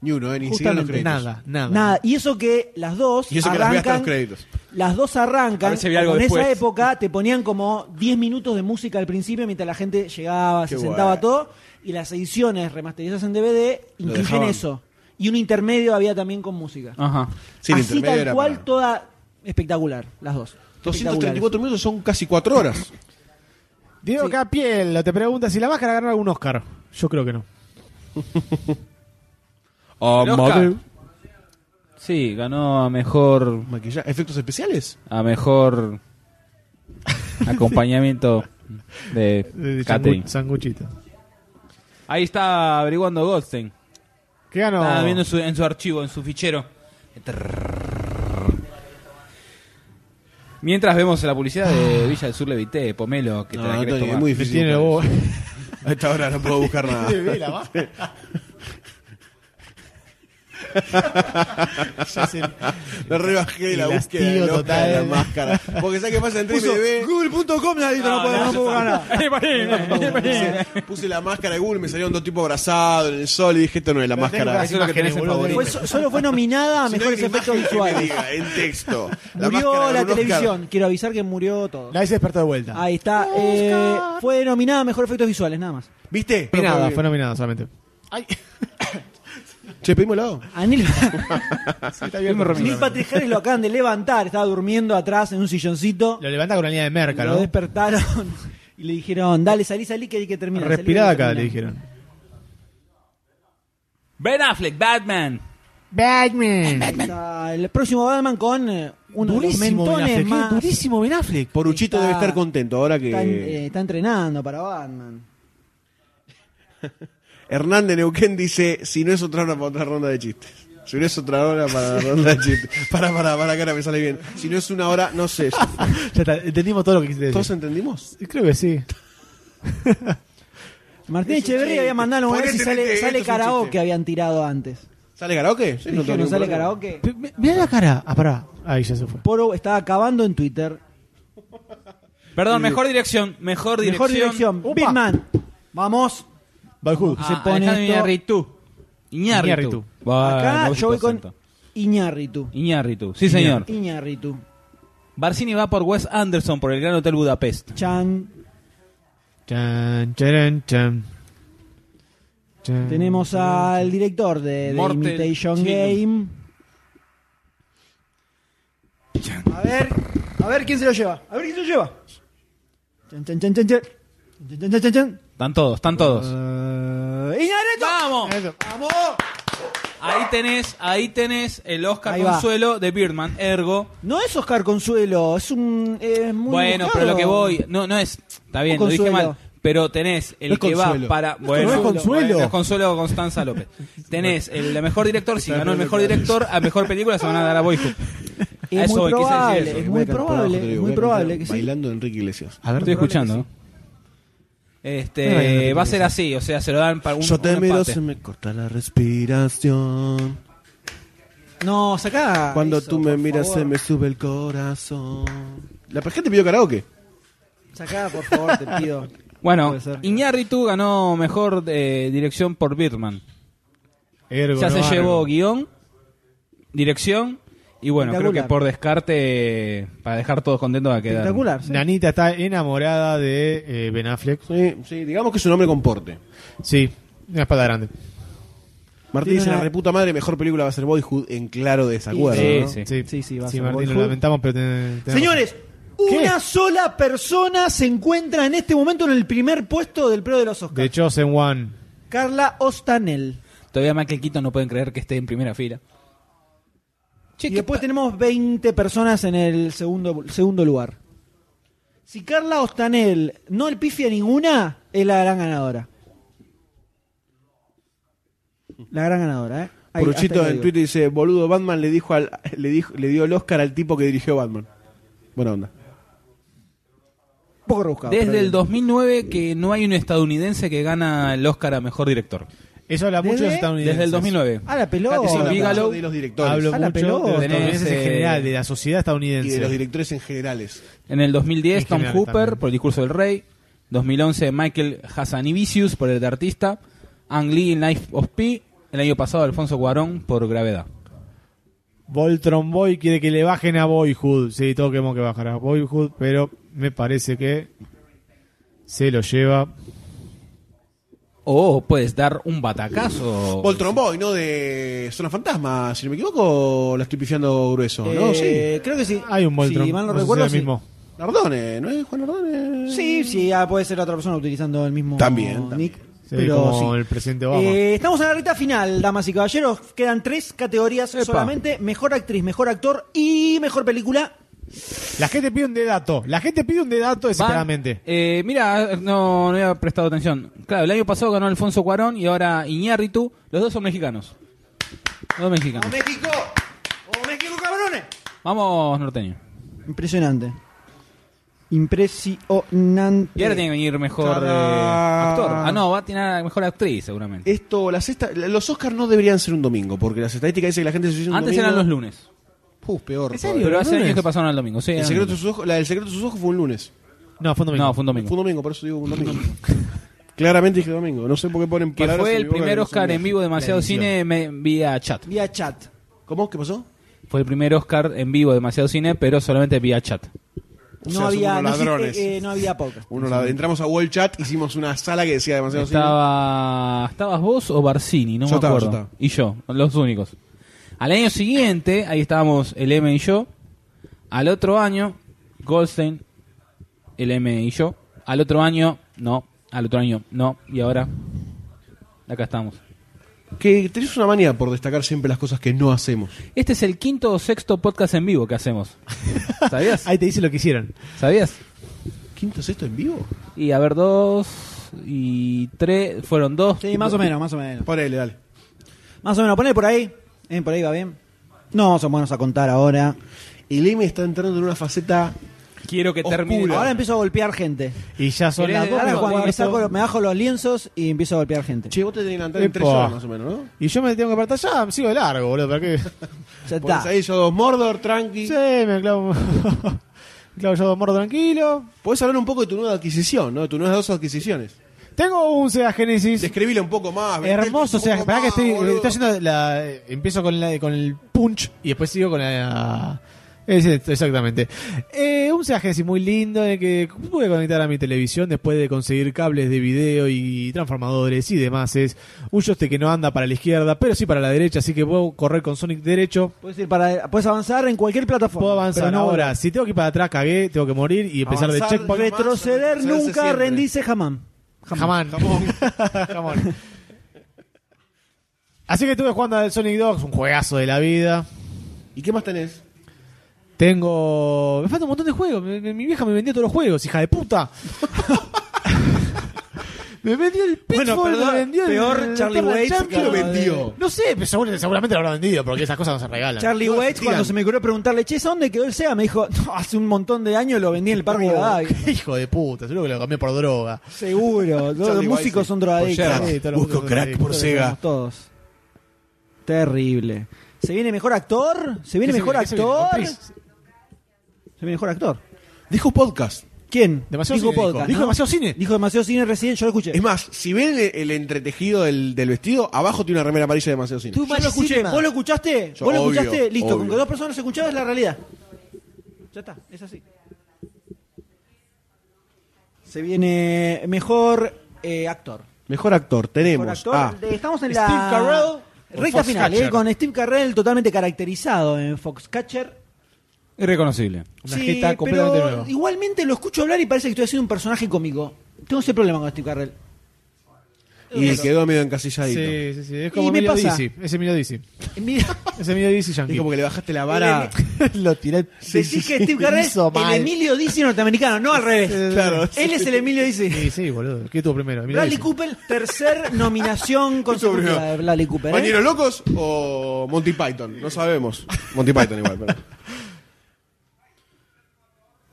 Speaker 7: Ni uno, eh, ni siquiera los
Speaker 6: Justamente
Speaker 7: créditos.
Speaker 6: nada, nada.
Speaker 4: Nada, y eso que las dos
Speaker 7: Y eso que las vi hasta
Speaker 4: arrancan
Speaker 7: los créditos.
Speaker 4: las dos
Speaker 5: A
Speaker 4: arrancan.
Speaker 5: ver si había algo
Speaker 4: en esa
Speaker 5: después.
Speaker 4: época te ponían como 10 minutos de música al principio mientras la gente llegaba,
Speaker 7: Qué
Speaker 4: se sentaba
Speaker 7: bueno.
Speaker 4: todo. Y las ediciones remasterizadas en DVD
Speaker 7: Lo
Speaker 4: incluyen
Speaker 7: dejaban. Ah,
Speaker 4: eso. Y un intermedio había también con música.
Speaker 5: Ajá.
Speaker 7: Sí, el
Speaker 4: Así
Speaker 7: intermedio
Speaker 4: tal
Speaker 7: era
Speaker 4: cual,
Speaker 7: para-
Speaker 4: toda espectacular, las dos.
Speaker 7: 234 minutos son casi 4 horas.
Speaker 6: Diego Capiel te pregunta si la máscara ganó algún Oscar. Yo creo que no.
Speaker 5: Amadeo. Sí, ganó a mejor.
Speaker 7: Maquillaje. ¿Efectos especiales?
Speaker 5: A mejor. acompañamiento de,
Speaker 6: De
Speaker 5: catering.
Speaker 6: sangu- sanguchito.
Speaker 5: Ahí está averiguando Goldstein.
Speaker 6: ¿Qué ganó?
Speaker 5: Está viendo en su, en su archivo, en su fichero. Mientras vemos la publicidad
Speaker 4: Ah.
Speaker 5: de Villa del Sur Levité, Pomelo, que te
Speaker 7: No,
Speaker 5: la
Speaker 7: no,
Speaker 5: querés
Speaker 7: Tony,
Speaker 5: tomar.
Speaker 7: es muy difícil
Speaker 6: Tiene
Speaker 7: buscar
Speaker 6: vos.
Speaker 7: eso. A esta hora no puedo buscar nada.
Speaker 6: Ya se-
Speaker 7: Me rebajé la
Speaker 6: El
Speaker 7: búsqueda de
Speaker 6: hastío
Speaker 7: loca
Speaker 6: total.
Speaker 7: de la máscara. Porque ¿sabes qué pasa? Entré
Speaker 6: Puso
Speaker 7: Google.com, nadie
Speaker 6: no puedo- no puedo
Speaker 7: ganar. Puse la máscara de Google, me salieron dos tipos abrazados en el sol y dije, esto no es la
Speaker 6: Pero tengo
Speaker 7: máscara.
Speaker 6: las imágenes, boludo.
Speaker 4: Fue- so- solo fue nominada a
Speaker 7: Si no hay
Speaker 4: mejores
Speaker 7: una
Speaker 4: efectos
Speaker 7: imagen que me
Speaker 4: visuales.
Speaker 7: diga, en texto.
Speaker 4: Murió
Speaker 7: máscara
Speaker 4: la
Speaker 7: ganó un
Speaker 4: televisión. Quiero avisar que murió todo.
Speaker 6: La hice despertar de vuelta.
Speaker 4: Ahí está. eh, fue nominada a mejor efectos visuales, nada más.
Speaker 7: Oscar. ¿Viste?
Speaker 6: Nominada, fue nominada solamente.
Speaker 7: Che, pedimos helado.
Speaker 4: A Neil,
Speaker 6: está bien.
Speaker 4: Neil Patrick Harris lo acaban de levantar. Estaba durmiendo atrás en un silloncito.
Speaker 6: Lo levanta con la línea de merca,
Speaker 4: Lo
Speaker 6: ¿no?
Speaker 4: despertaron y le dijeron, dale, salí, salí, que hay que terminar. salí,
Speaker 6: Respirada
Speaker 4: que hay que
Speaker 6: acá, le
Speaker 4: terminar".
Speaker 6: dijeron.
Speaker 5: Ben Affleck, Batman.
Speaker 6: Batman.
Speaker 4: Está el próximo Batman con eh, uno de los
Speaker 6: Durísimo Ben
Speaker 4: mentones
Speaker 6: Affleck.
Speaker 4: más.
Speaker 6: eh, Durísimo Ben Affleck.
Speaker 7: Poruchito
Speaker 4: Está-
Speaker 7: debe estar contento ahora
Speaker 4: Está, en-
Speaker 7: que.
Speaker 4: eh, está entrenando para Batman.
Speaker 7: Hernán de Neuquén dice: si no es otra hora para otra ronda de chistes. Si no es otra hora para la ronda de chistes. Para, para, para, que ahora me sale bien. Si no es una hora, no sé.
Speaker 6: Ya está, entendimos todo lo que quisiste decir.
Speaker 7: ¿Todos entendimos?
Speaker 6: Creo que sí.
Speaker 4: Martín
Speaker 7: Es un
Speaker 4: Echeverría
Speaker 7: chiste.
Speaker 4: había mandado a ver si
Speaker 7: Ponete,
Speaker 4: sale,
Speaker 7: nete,
Speaker 4: sale
Speaker 7: esto es un
Speaker 4: karaoke,
Speaker 7: chiste.
Speaker 4: habían tirado antes.
Speaker 7: ¿Sale karaoke? Sí, no tengo
Speaker 4: Dijeron,
Speaker 7: ningún
Speaker 4: ¿sale
Speaker 7: problema.
Speaker 4: karaoke?
Speaker 6: Mira la cara. Ah, pará. Ahí ya se fue.
Speaker 4: Poro estaba acabando en Twitter.
Speaker 5: Perdón, mejor dirección. Mejor dirección.
Speaker 4: Mejor dirección. Bitman. Vamos.
Speaker 6: Balhood.
Speaker 5: Ah,
Speaker 4: se pone
Speaker 5: Alejandro
Speaker 4: esto.
Speaker 5: Iñárritu. Iñárritu.
Speaker 6: Iñárritu.
Speaker 5: Va,
Speaker 4: Acá
Speaker 5: Ah, no,
Speaker 4: yo voy con
Speaker 5: acento.
Speaker 4: Iñárritu.
Speaker 5: Iñárritu. Sí, señor.
Speaker 4: Iñárritu.
Speaker 5: Barcini va por Wes Anderson por el Gran Hotel Budapest.
Speaker 4: Chan.
Speaker 6: Chan, charan, chan. Chan.
Speaker 4: Tenemos
Speaker 5: Mm,
Speaker 4: al director de The
Speaker 5: Mortal
Speaker 4: Imitation
Speaker 5: Chino.
Speaker 4: Game. A ver, a ver quién se lo lleva. A ver quién se lo lleva. Chan, chan, chan, chan, chan. Chan, chan, chan, chan, chan.
Speaker 5: Están todos, están todos.
Speaker 4: Eh, Iñárritu.
Speaker 5: ¡Vamos!
Speaker 6: Eso.
Speaker 5: Ahí tenés, ahí tenés el Oscar
Speaker 4: Ahí va.
Speaker 5: Consuelo de Birdman, ergo.
Speaker 4: No es Oscar Consuelo, es un. eh, muy
Speaker 5: bueno,
Speaker 4: buscado.
Speaker 5: pero lo que voy, no, no es, está bien, lo dije
Speaker 4: Consuelo.
Speaker 5: mal, pero tenés el
Speaker 6: No es
Speaker 5: que
Speaker 6: Consuelo.
Speaker 5: va para,
Speaker 6: No es
Speaker 5: bueno,
Speaker 6: Consuelo.
Speaker 5: bueno, es Consuelo Constanza López. Tenés el mejor director, si ganó el mejor director, a mejor película se van a dar a Boyhood. A
Speaker 4: Es
Speaker 5: eso
Speaker 4: muy
Speaker 5: voy, quise decir
Speaker 4: probable,
Speaker 5: eso.
Speaker 4: es muy probable, es muy probable que sí.
Speaker 7: Bailando Enrique Iglesias.
Speaker 6: A ver,
Speaker 5: Estoy escuchando.
Speaker 6: No hay
Speaker 5: Este,
Speaker 6: nada
Speaker 5: va a
Speaker 6: que
Speaker 5: ser así, o sea, se lo dan para un,
Speaker 7: Yo te
Speaker 5: un
Speaker 7: miro,
Speaker 5: empate.
Speaker 7: se me corta la respiración.
Speaker 4: No, sacá.
Speaker 7: Cuando
Speaker 4: Ah, eso,
Speaker 7: tú me
Speaker 4: por
Speaker 7: miras,
Speaker 4: favor.
Speaker 7: se me sube el corazón. La gente pidió karaoke.
Speaker 4: Sacá, por favor, te pido.
Speaker 5: Bueno,
Speaker 4: Puede ser.
Speaker 5: Iñárritu ganó mejor eh, dirección por Birdman.
Speaker 6: Ergo,
Speaker 5: ya se
Speaker 6: no,
Speaker 5: llevó
Speaker 6: ergo.
Speaker 5: guión, dirección y bueno, creo que
Speaker 4: Espectacular.
Speaker 5: por descarte, eh, para dejar todos contentos va a quedar.
Speaker 4: Espectacular. sí.
Speaker 6: Nanita está enamorada de eh, Ben Affleck.
Speaker 7: Sí, sí, digamos que es un hombre con porte.
Speaker 6: Sí, una espalda grande.
Speaker 7: Martín
Speaker 4: Tiene
Speaker 7: dice:
Speaker 4: una-
Speaker 7: La reputa madre, mejor película va a ser Boyhood en claro desacuerdo.
Speaker 5: Sí,
Speaker 7: ¿no?
Speaker 5: sí.
Speaker 4: Sí, sí, va a
Speaker 6: sí,
Speaker 4: ser
Speaker 6: Martín, lo
Speaker 4: Boyhood.
Speaker 6: lamentamos, pero ten- tenés
Speaker 4: Señores, una sola persona se encuentra en este momento en el primer puesto del premio de los
Speaker 6: razón. The
Speaker 4: Oscars.
Speaker 6: Chosen One.
Speaker 4: Carla Ostanel.
Speaker 5: Todavía Michael Keaton no pueden creer que esté en primera fila. Che,
Speaker 4: y
Speaker 5: ¿qué
Speaker 4: después
Speaker 5: pa-
Speaker 4: tenemos 20 personas en el segundo, segundo lugar. Si Carla Ostanel no el pifia ninguna, es la gran ganadora. La gran ganadora, ¿eh? Ahí, hasta
Speaker 7: Poruchito
Speaker 4: ahí
Speaker 7: en
Speaker 4: lo digo.
Speaker 7: Twitter dice: Boludo, Batman le dijo al, le dijo, le dio el Oscar al tipo que dirigió Batman. Buena onda.
Speaker 4: Poco rebuscado.
Speaker 5: Desde
Speaker 4: pero
Speaker 5: el
Speaker 4: bien.
Speaker 5: 2009 que no hay un estadounidense que gana el Oscar a mejor director.
Speaker 6: Eso habla mucho de los
Speaker 4: Desde-
Speaker 6: estadounidenses.
Speaker 5: Desde el 2009.
Speaker 4: Ah, la pelota.
Speaker 5: Eso
Speaker 7: Habla
Speaker 5: Bigelow.
Speaker 7: mucho de los directores.
Speaker 6: Hablo
Speaker 4: Ah, la
Speaker 6: mucho
Speaker 4: pelota.
Speaker 6: de los
Speaker 5: Tenés,
Speaker 6: estadounidenses en
Speaker 5: eh,
Speaker 6: general, de la sociedad
Speaker 7: y de los
Speaker 6: estadounidense.
Speaker 7: directores en generales.
Speaker 5: En el
Speaker 6: En
Speaker 5: 2010 Tom
Speaker 6: general
Speaker 5: Hooper
Speaker 6: también.
Speaker 5: por El discurso del rey, 2011 Michael Hassanivicius por El de artista, Ang Lee en Life of Pi, el año pasado Alfonso Cuarón por Gravedad.
Speaker 6: Voltron Boy quiere que le bajen a Boyhood. Sí, todos queremos que bajar a Boyhood, pero me parece que se lo lleva.
Speaker 5: O puedes dar un batacazo.
Speaker 7: Voltron Boy, ¿no? De Zona Fantasma, si no me equivoco, la estoy pifiando grueso, ¿no? Sí.
Speaker 4: Eh, Creo que sí.
Speaker 6: Hay un Voltron.
Speaker 4: Si mal no,
Speaker 6: sé si
Speaker 4: recuerdo,
Speaker 6: es
Speaker 4: sí.
Speaker 6: el mismo.
Speaker 7: Nardone, ¿no es Juan Nardone?
Speaker 4: Sí, sí, ah, puede ser otra persona utilizando el mismo
Speaker 7: También,
Speaker 4: nick.
Speaker 6: Sí,
Speaker 4: pero
Speaker 6: como
Speaker 4: sí.
Speaker 6: el presidente Obama.
Speaker 4: Eh, estamos en la recta final, damas y caballeros. Quedan tres categorías solamente: mejor actriz, mejor actor y mejor película.
Speaker 6: La gente pide un dedato. La gente pide un dedato desesperadamente.
Speaker 5: Eh, mira, no, no había prestado atención. Claro, el año pasado ganó Alfonso Cuarón y ahora Iñárritu. Los dos son mexicanos. Los dos mexicanos.
Speaker 4: México! ¡Oh, México, cabrones!
Speaker 5: Vamos, norteño.
Speaker 4: Impresionante. Impresionante.
Speaker 5: Y ahora tiene que venir mejor eh,
Speaker 7: Tarán.
Speaker 5: actor. Ah, no, va a tener a mejor actriz seguramente.
Speaker 7: Esto, las esta- los Oscars no deberían ser un domingo, porque las estadísticas dicen que la gente se hizo un
Speaker 5: Antes
Speaker 7: domingo.
Speaker 5: eran los lunes.
Speaker 7: Puf, peor.
Speaker 5: ¿En serio? Pero hace
Speaker 7: ¿Lunes?
Speaker 5: años que pasaron al domingo. Sí,
Speaker 7: El
Speaker 5: eran
Speaker 7: secreto de
Speaker 5: lunes.
Speaker 7: sus ojos, la del secreto de sus ojos fue un lunes.
Speaker 6: No, fue un domingo.
Speaker 5: No, fue un domingo.
Speaker 7: Fue un domingo, por eso digo un domingo. Claramente dije domingo. No sé por qué ponen
Speaker 5: Que
Speaker 7: palabras.
Speaker 5: fue
Speaker 7: en
Speaker 5: el
Speaker 7: mi boca que
Speaker 5: primer
Speaker 7: no
Speaker 5: Oscar
Speaker 7: son
Speaker 5: en vivo de Demasiado
Speaker 7: mías.
Speaker 5: Cine me- vía chat.
Speaker 4: Vía chat.
Speaker 7: ¿Cómo? ¿Qué pasó?
Speaker 5: Fue el primer Oscar en vivo de Demasiado Cine, pero solamente vía chat.
Speaker 4: No
Speaker 7: sea,
Speaker 4: había.
Speaker 7: somos
Speaker 4: No, existe,
Speaker 7: ladrones.
Speaker 4: eh, no había poca.
Speaker 7: Uno la- entramos a Wall Chat, hicimos una sala que decía demasiado
Speaker 5: Estaba, ¿Estabas vos o Barcini? No
Speaker 7: Yo
Speaker 5: me
Speaker 7: estaba,
Speaker 5: acuerdo.
Speaker 7: yo estaba.
Speaker 5: Y yo, los únicos. Al año siguiente, ahí estábamos el M y yo. Al otro año, Goldstein, el M y yo. Al otro año, no. Al otro año, no. Y ahora, acá estamos.
Speaker 7: cine. Que tenés una manía por destacar siempre las cosas que no hacemos.
Speaker 5: Este es el quinto o sexto podcast en vivo que hacemos. ¿Sabías?
Speaker 6: Ahí te dice lo que hicieron.
Speaker 5: ¿Sabías?
Speaker 7: ¿Quinto sexto en vivo?
Speaker 5: Y a ver, dos y tres. Fueron dos.
Speaker 4: Sí, más o menos, más o menos.
Speaker 7: Ponele, dale.
Speaker 4: Más o menos, poner por ahí. Eh, por ahí va bien. No, son buenos a contar ahora.
Speaker 7: El M está entrando en una faceta.
Speaker 5: Quiero que termine. em-
Speaker 4: Ahora empiezo a golpear gente.
Speaker 6: Y ya son las dos
Speaker 4: Ahora
Speaker 6: menos
Speaker 4: cuando me,
Speaker 6: cuarto.
Speaker 4: saco- me bajo los lienzos y empiezo a golpear gente.
Speaker 7: Che, vos te tenés que levantar
Speaker 6: en tres Epa. horas,
Speaker 7: más o menos, ¿no?
Speaker 6: Y yo me tengo que apartar ya, sigo de largo, boludo. ¿Para qué?
Speaker 4: Ya
Speaker 7: Ponés
Speaker 4: está.
Speaker 7: ahí yo dos Mordor, tranqui.
Speaker 6: Sí, me clavo. me clavo yo dos morros tranquilo.
Speaker 7: Podés hablar un poco de tu nueva adquisición, ¿no? De tus nuevas dos adquisiciones.
Speaker 6: Tengo un Sega Genesis.
Speaker 7: Describile un poco más.
Speaker 6: Hermoso, o sea, esperá
Speaker 7: para
Speaker 6: que estoy, estoy haciendo la, eh, empiezo con, la, con el punch y después sigo con la... es esto, exactamente. Eh, un Sega Genesis muy lindo en el que pude conectar a mi televisión después de conseguir cables de video y transformadores y demás. Es un joystick que no anda para la izquierda, pero sí para la derecha, así que puedo correr con Sonic derecho.
Speaker 4: Puedes, ir para, puedes avanzar en cualquier plataforma.
Speaker 6: Puedo avanzar
Speaker 4: Pero no
Speaker 6: ahora. Si tengo que ir para atrás, cagué, tengo que morir y empezar
Speaker 7: Avanzar,
Speaker 6: de checkpoint.
Speaker 4: Retroceder
Speaker 7: Avanzar, avanzarse
Speaker 4: nunca
Speaker 7: siempre.
Speaker 4: rendirse jamán.
Speaker 6: Jamán. Jamón. Así que estuve jugando al Sonic Dogs, un juegazo de la vida.
Speaker 7: ¿Y qué más tenés?
Speaker 6: Tengo. Me falta un montón de juegos. Mi, mi- mi vieja me vendió todos los juegos, hija de puta. me vendió el Pitfall,
Speaker 4: perdón,
Speaker 6: me vendió el-
Speaker 4: peor
Speaker 6: el
Speaker 4: Charlie
Speaker 6: Eternal
Speaker 4: Waits que
Speaker 6: Champion.
Speaker 4: lo vendió.
Speaker 6: No sé, pero seguro- seguramente lo habrá vendido porque esas cosas no se regalan.
Speaker 4: Charlie
Speaker 6: No, se
Speaker 4: Waits,
Speaker 6: tiran.
Speaker 4: cuando se me ocurrió preguntarle, che, ¿a dónde quedó el SEA? Me dijo, "No, hace un montón de años lo vendí en el parque de Badavia".
Speaker 6: Oh, Hijo de puta, seguro que lo cambié por droga.
Speaker 4: Seguro, todos los
Speaker 7: Charlie
Speaker 4: músicos
Speaker 7: Waits,
Speaker 4: son
Speaker 7: Yerba.
Speaker 4: drogadictos. eh,
Speaker 6: Sí, todos los
Speaker 7: Busco
Speaker 6: músicos
Speaker 7: crack
Speaker 6: son
Speaker 7: por
Speaker 4: Todos
Speaker 7: Sega.
Speaker 4: somos Todos. Terrible. ¿Se viene mejor actor? ¿Se viene
Speaker 6: ¿Qué se
Speaker 4: mejor
Speaker 6: viene? ¿Qué se viene?
Speaker 4: actor?
Speaker 6: ¿Actriz?
Speaker 4: ¿Se viene mejor actor?
Speaker 7: Dijo podcast.
Speaker 4: ¿Quién?
Speaker 6: Demasiado
Speaker 4: dijo
Speaker 6: cine dijo.
Speaker 4: podcast.
Speaker 6: Dijo
Speaker 4: ¿no?
Speaker 6: demasiado cine.
Speaker 4: Dijo demasiado cine recién, yo lo escuché.
Speaker 7: Es más, si ven el, el entretejido del, del vestido, abajo tiene una remera amarilla de demasiado cine.
Speaker 4: Yo lo escuché. ¿Vos lo escuchaste?
Speaker 7: Yo,
Speaker 4: ¿Vos lo
Speaker 7: obvio,
Speaker 4: escuchaste? Listo,
Speaker 7: obvio.
Speaker 4: con que dos personas se escuchaban es la realidad. Ya está, es así. Se viene mejor eh, actor.
Speaker 7: Mejor actor, tenemos.
Speaker 4: Mejor actor.
Speaker 7: a-
Speaker 4: De- Estamos en
Speaker 7: Ah. Steve
Speaker 4: la
Speaker 7: Carell
Speaker 6: o
Speaker 4: recta final, eh,
Speaker 6: Foxcatcher.
Speaker 4: con Steve Carrell totalmente caracterizado en Foxcatcher.
Speaker 5: Irreconocible.
Speaker 6: Una jeta completamente
Speaker 4: pero
Speaker 6: nueva.
Speaker 4: igualmente lo escucho hablar y parece que estoy haciendo un personaje cómico. Tengo ese problema con Steve Carrell.
Speaker 7: Y quedó medio encasilladito.
Speaker 6: Sí, sí, sí. Es como
Speaker 4: Y me
Speaker 6: Emilio
Speaker 4: pasa.
Speaker 6: Dizzy. Es Emilio Dizzy.
Speaker 4: Envidia-
Speaker 6: Es Emilio Dizzy
Speaker 7: Es
Speaker 6: Yankee.
Speaker 7: como que le bajaste la vara.
Speaker 6: lo tiré.
Speaker 4: Decís que Steve Carell es
Speaker 6: Hizo
Speaker 4: el
Speaker 6: mal.
Speaker 4: Emilio Dizzy norteamericano, no al revés.
Speaker 6: Claro.
Speaker 4: Él es el Emilio Dizzy.
Speaker 6: Sí, sí, boludo. ¿Qué tuvo primero? Emilio
Speaker 4: Bradley
Speaker 6: Dizzy.
Speaker 4: Cooper, tercer nominación consecutiva
Speaker 7: primero?
Speaker 4: de Bradley Cooper. ¿eh?
Speaker 7: ¿Bañeros locos o Monty Python? No sabemos. Monty Python igual, pero.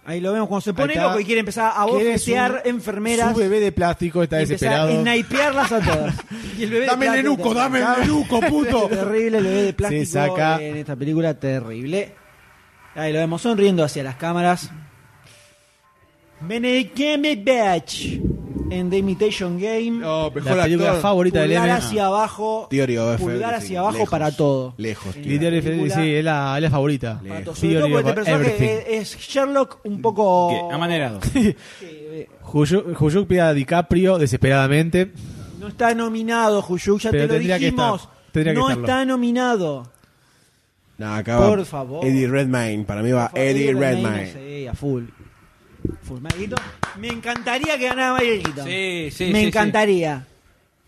Speaker 4: Ahí lo vemos cuando se pone
Speaker 6: Ahí está.
Speaker 4: loco y quiere empezar a
Speaker 6: ¿Quién es
Speaker 4: bofetear
Speaker 6: un-
Speaker 4: enfermeras
Speaker 6: Su bebé de plástico está
Speaker 4: y empezar a
Speaker 6: desesperado.
Speaker 4: snipearlas a todas. Y el bebé de
Speaker 7: Dame el
Speaker 4: plástico-
Speaker 7: nenuco, dame el nenuco, puto.
Speaker 4: Terrible el bebé de plástico
Speaker 6: saca.
Speaker 4: en esta película, terrible. Ahí lo vemos sonriendo hacia las cámaras. Benedict Cumberbatch en The Imitation Game.
Speaker 7: No, mejor
Speaker 6: La película
Speaker 7: actor.
Speaker 6: favorita del
Speaker 4: pulgar
Speaker 6: M.
Speaker 4: hacia abajo.
Speaker 7: Theory of a
Speaker 4: pulgar
Speaker 7: Favorite, sí,
Speaker 4: hacia abajo
Speaker 7: lejos,
Speaker 4: para todo.
Speaker 7: Lejos, tío.
Speaker 6: Literal, sí, es la, es la favorita.
Speaker 4: Para todo. Sobre
Speaker 6: Theory
Speaker 4: todo porque
Speaker 6: of
Speaker 4: este personaje
Speaker 6: Everything.
Speaker 4: es, es Sherlock un poco.
Speaker 5: Que, Amanerado.
Speaker 6: Huyu- Huyuk pide a DiCaprio desesperadamente.
Speaker 4: No está nominado, Juyuk, ya
Speaker 6: Pero
Speaker 4: te lo
Speaker 6: tendría que
Speaker 4: dijimos.
Speaker 6: estar, tendría que
Speaker 4: no
Speaker 6: estarlo.
Speaker 4: está nominado.
Speaker 7: No, acá va
Speaker 4: Por favor.
Speaker 7: Eddie Redmayne. Para mí va Eddie Redmayne.
Speaker 4: Sí, a full. Full Metal Gear. Me encantaría que ganara Michael Keaton.
Speaker 5: Sí, sí,
Speaker 4: Me
Speaker 5: sí,
Speaker 4: encantaría.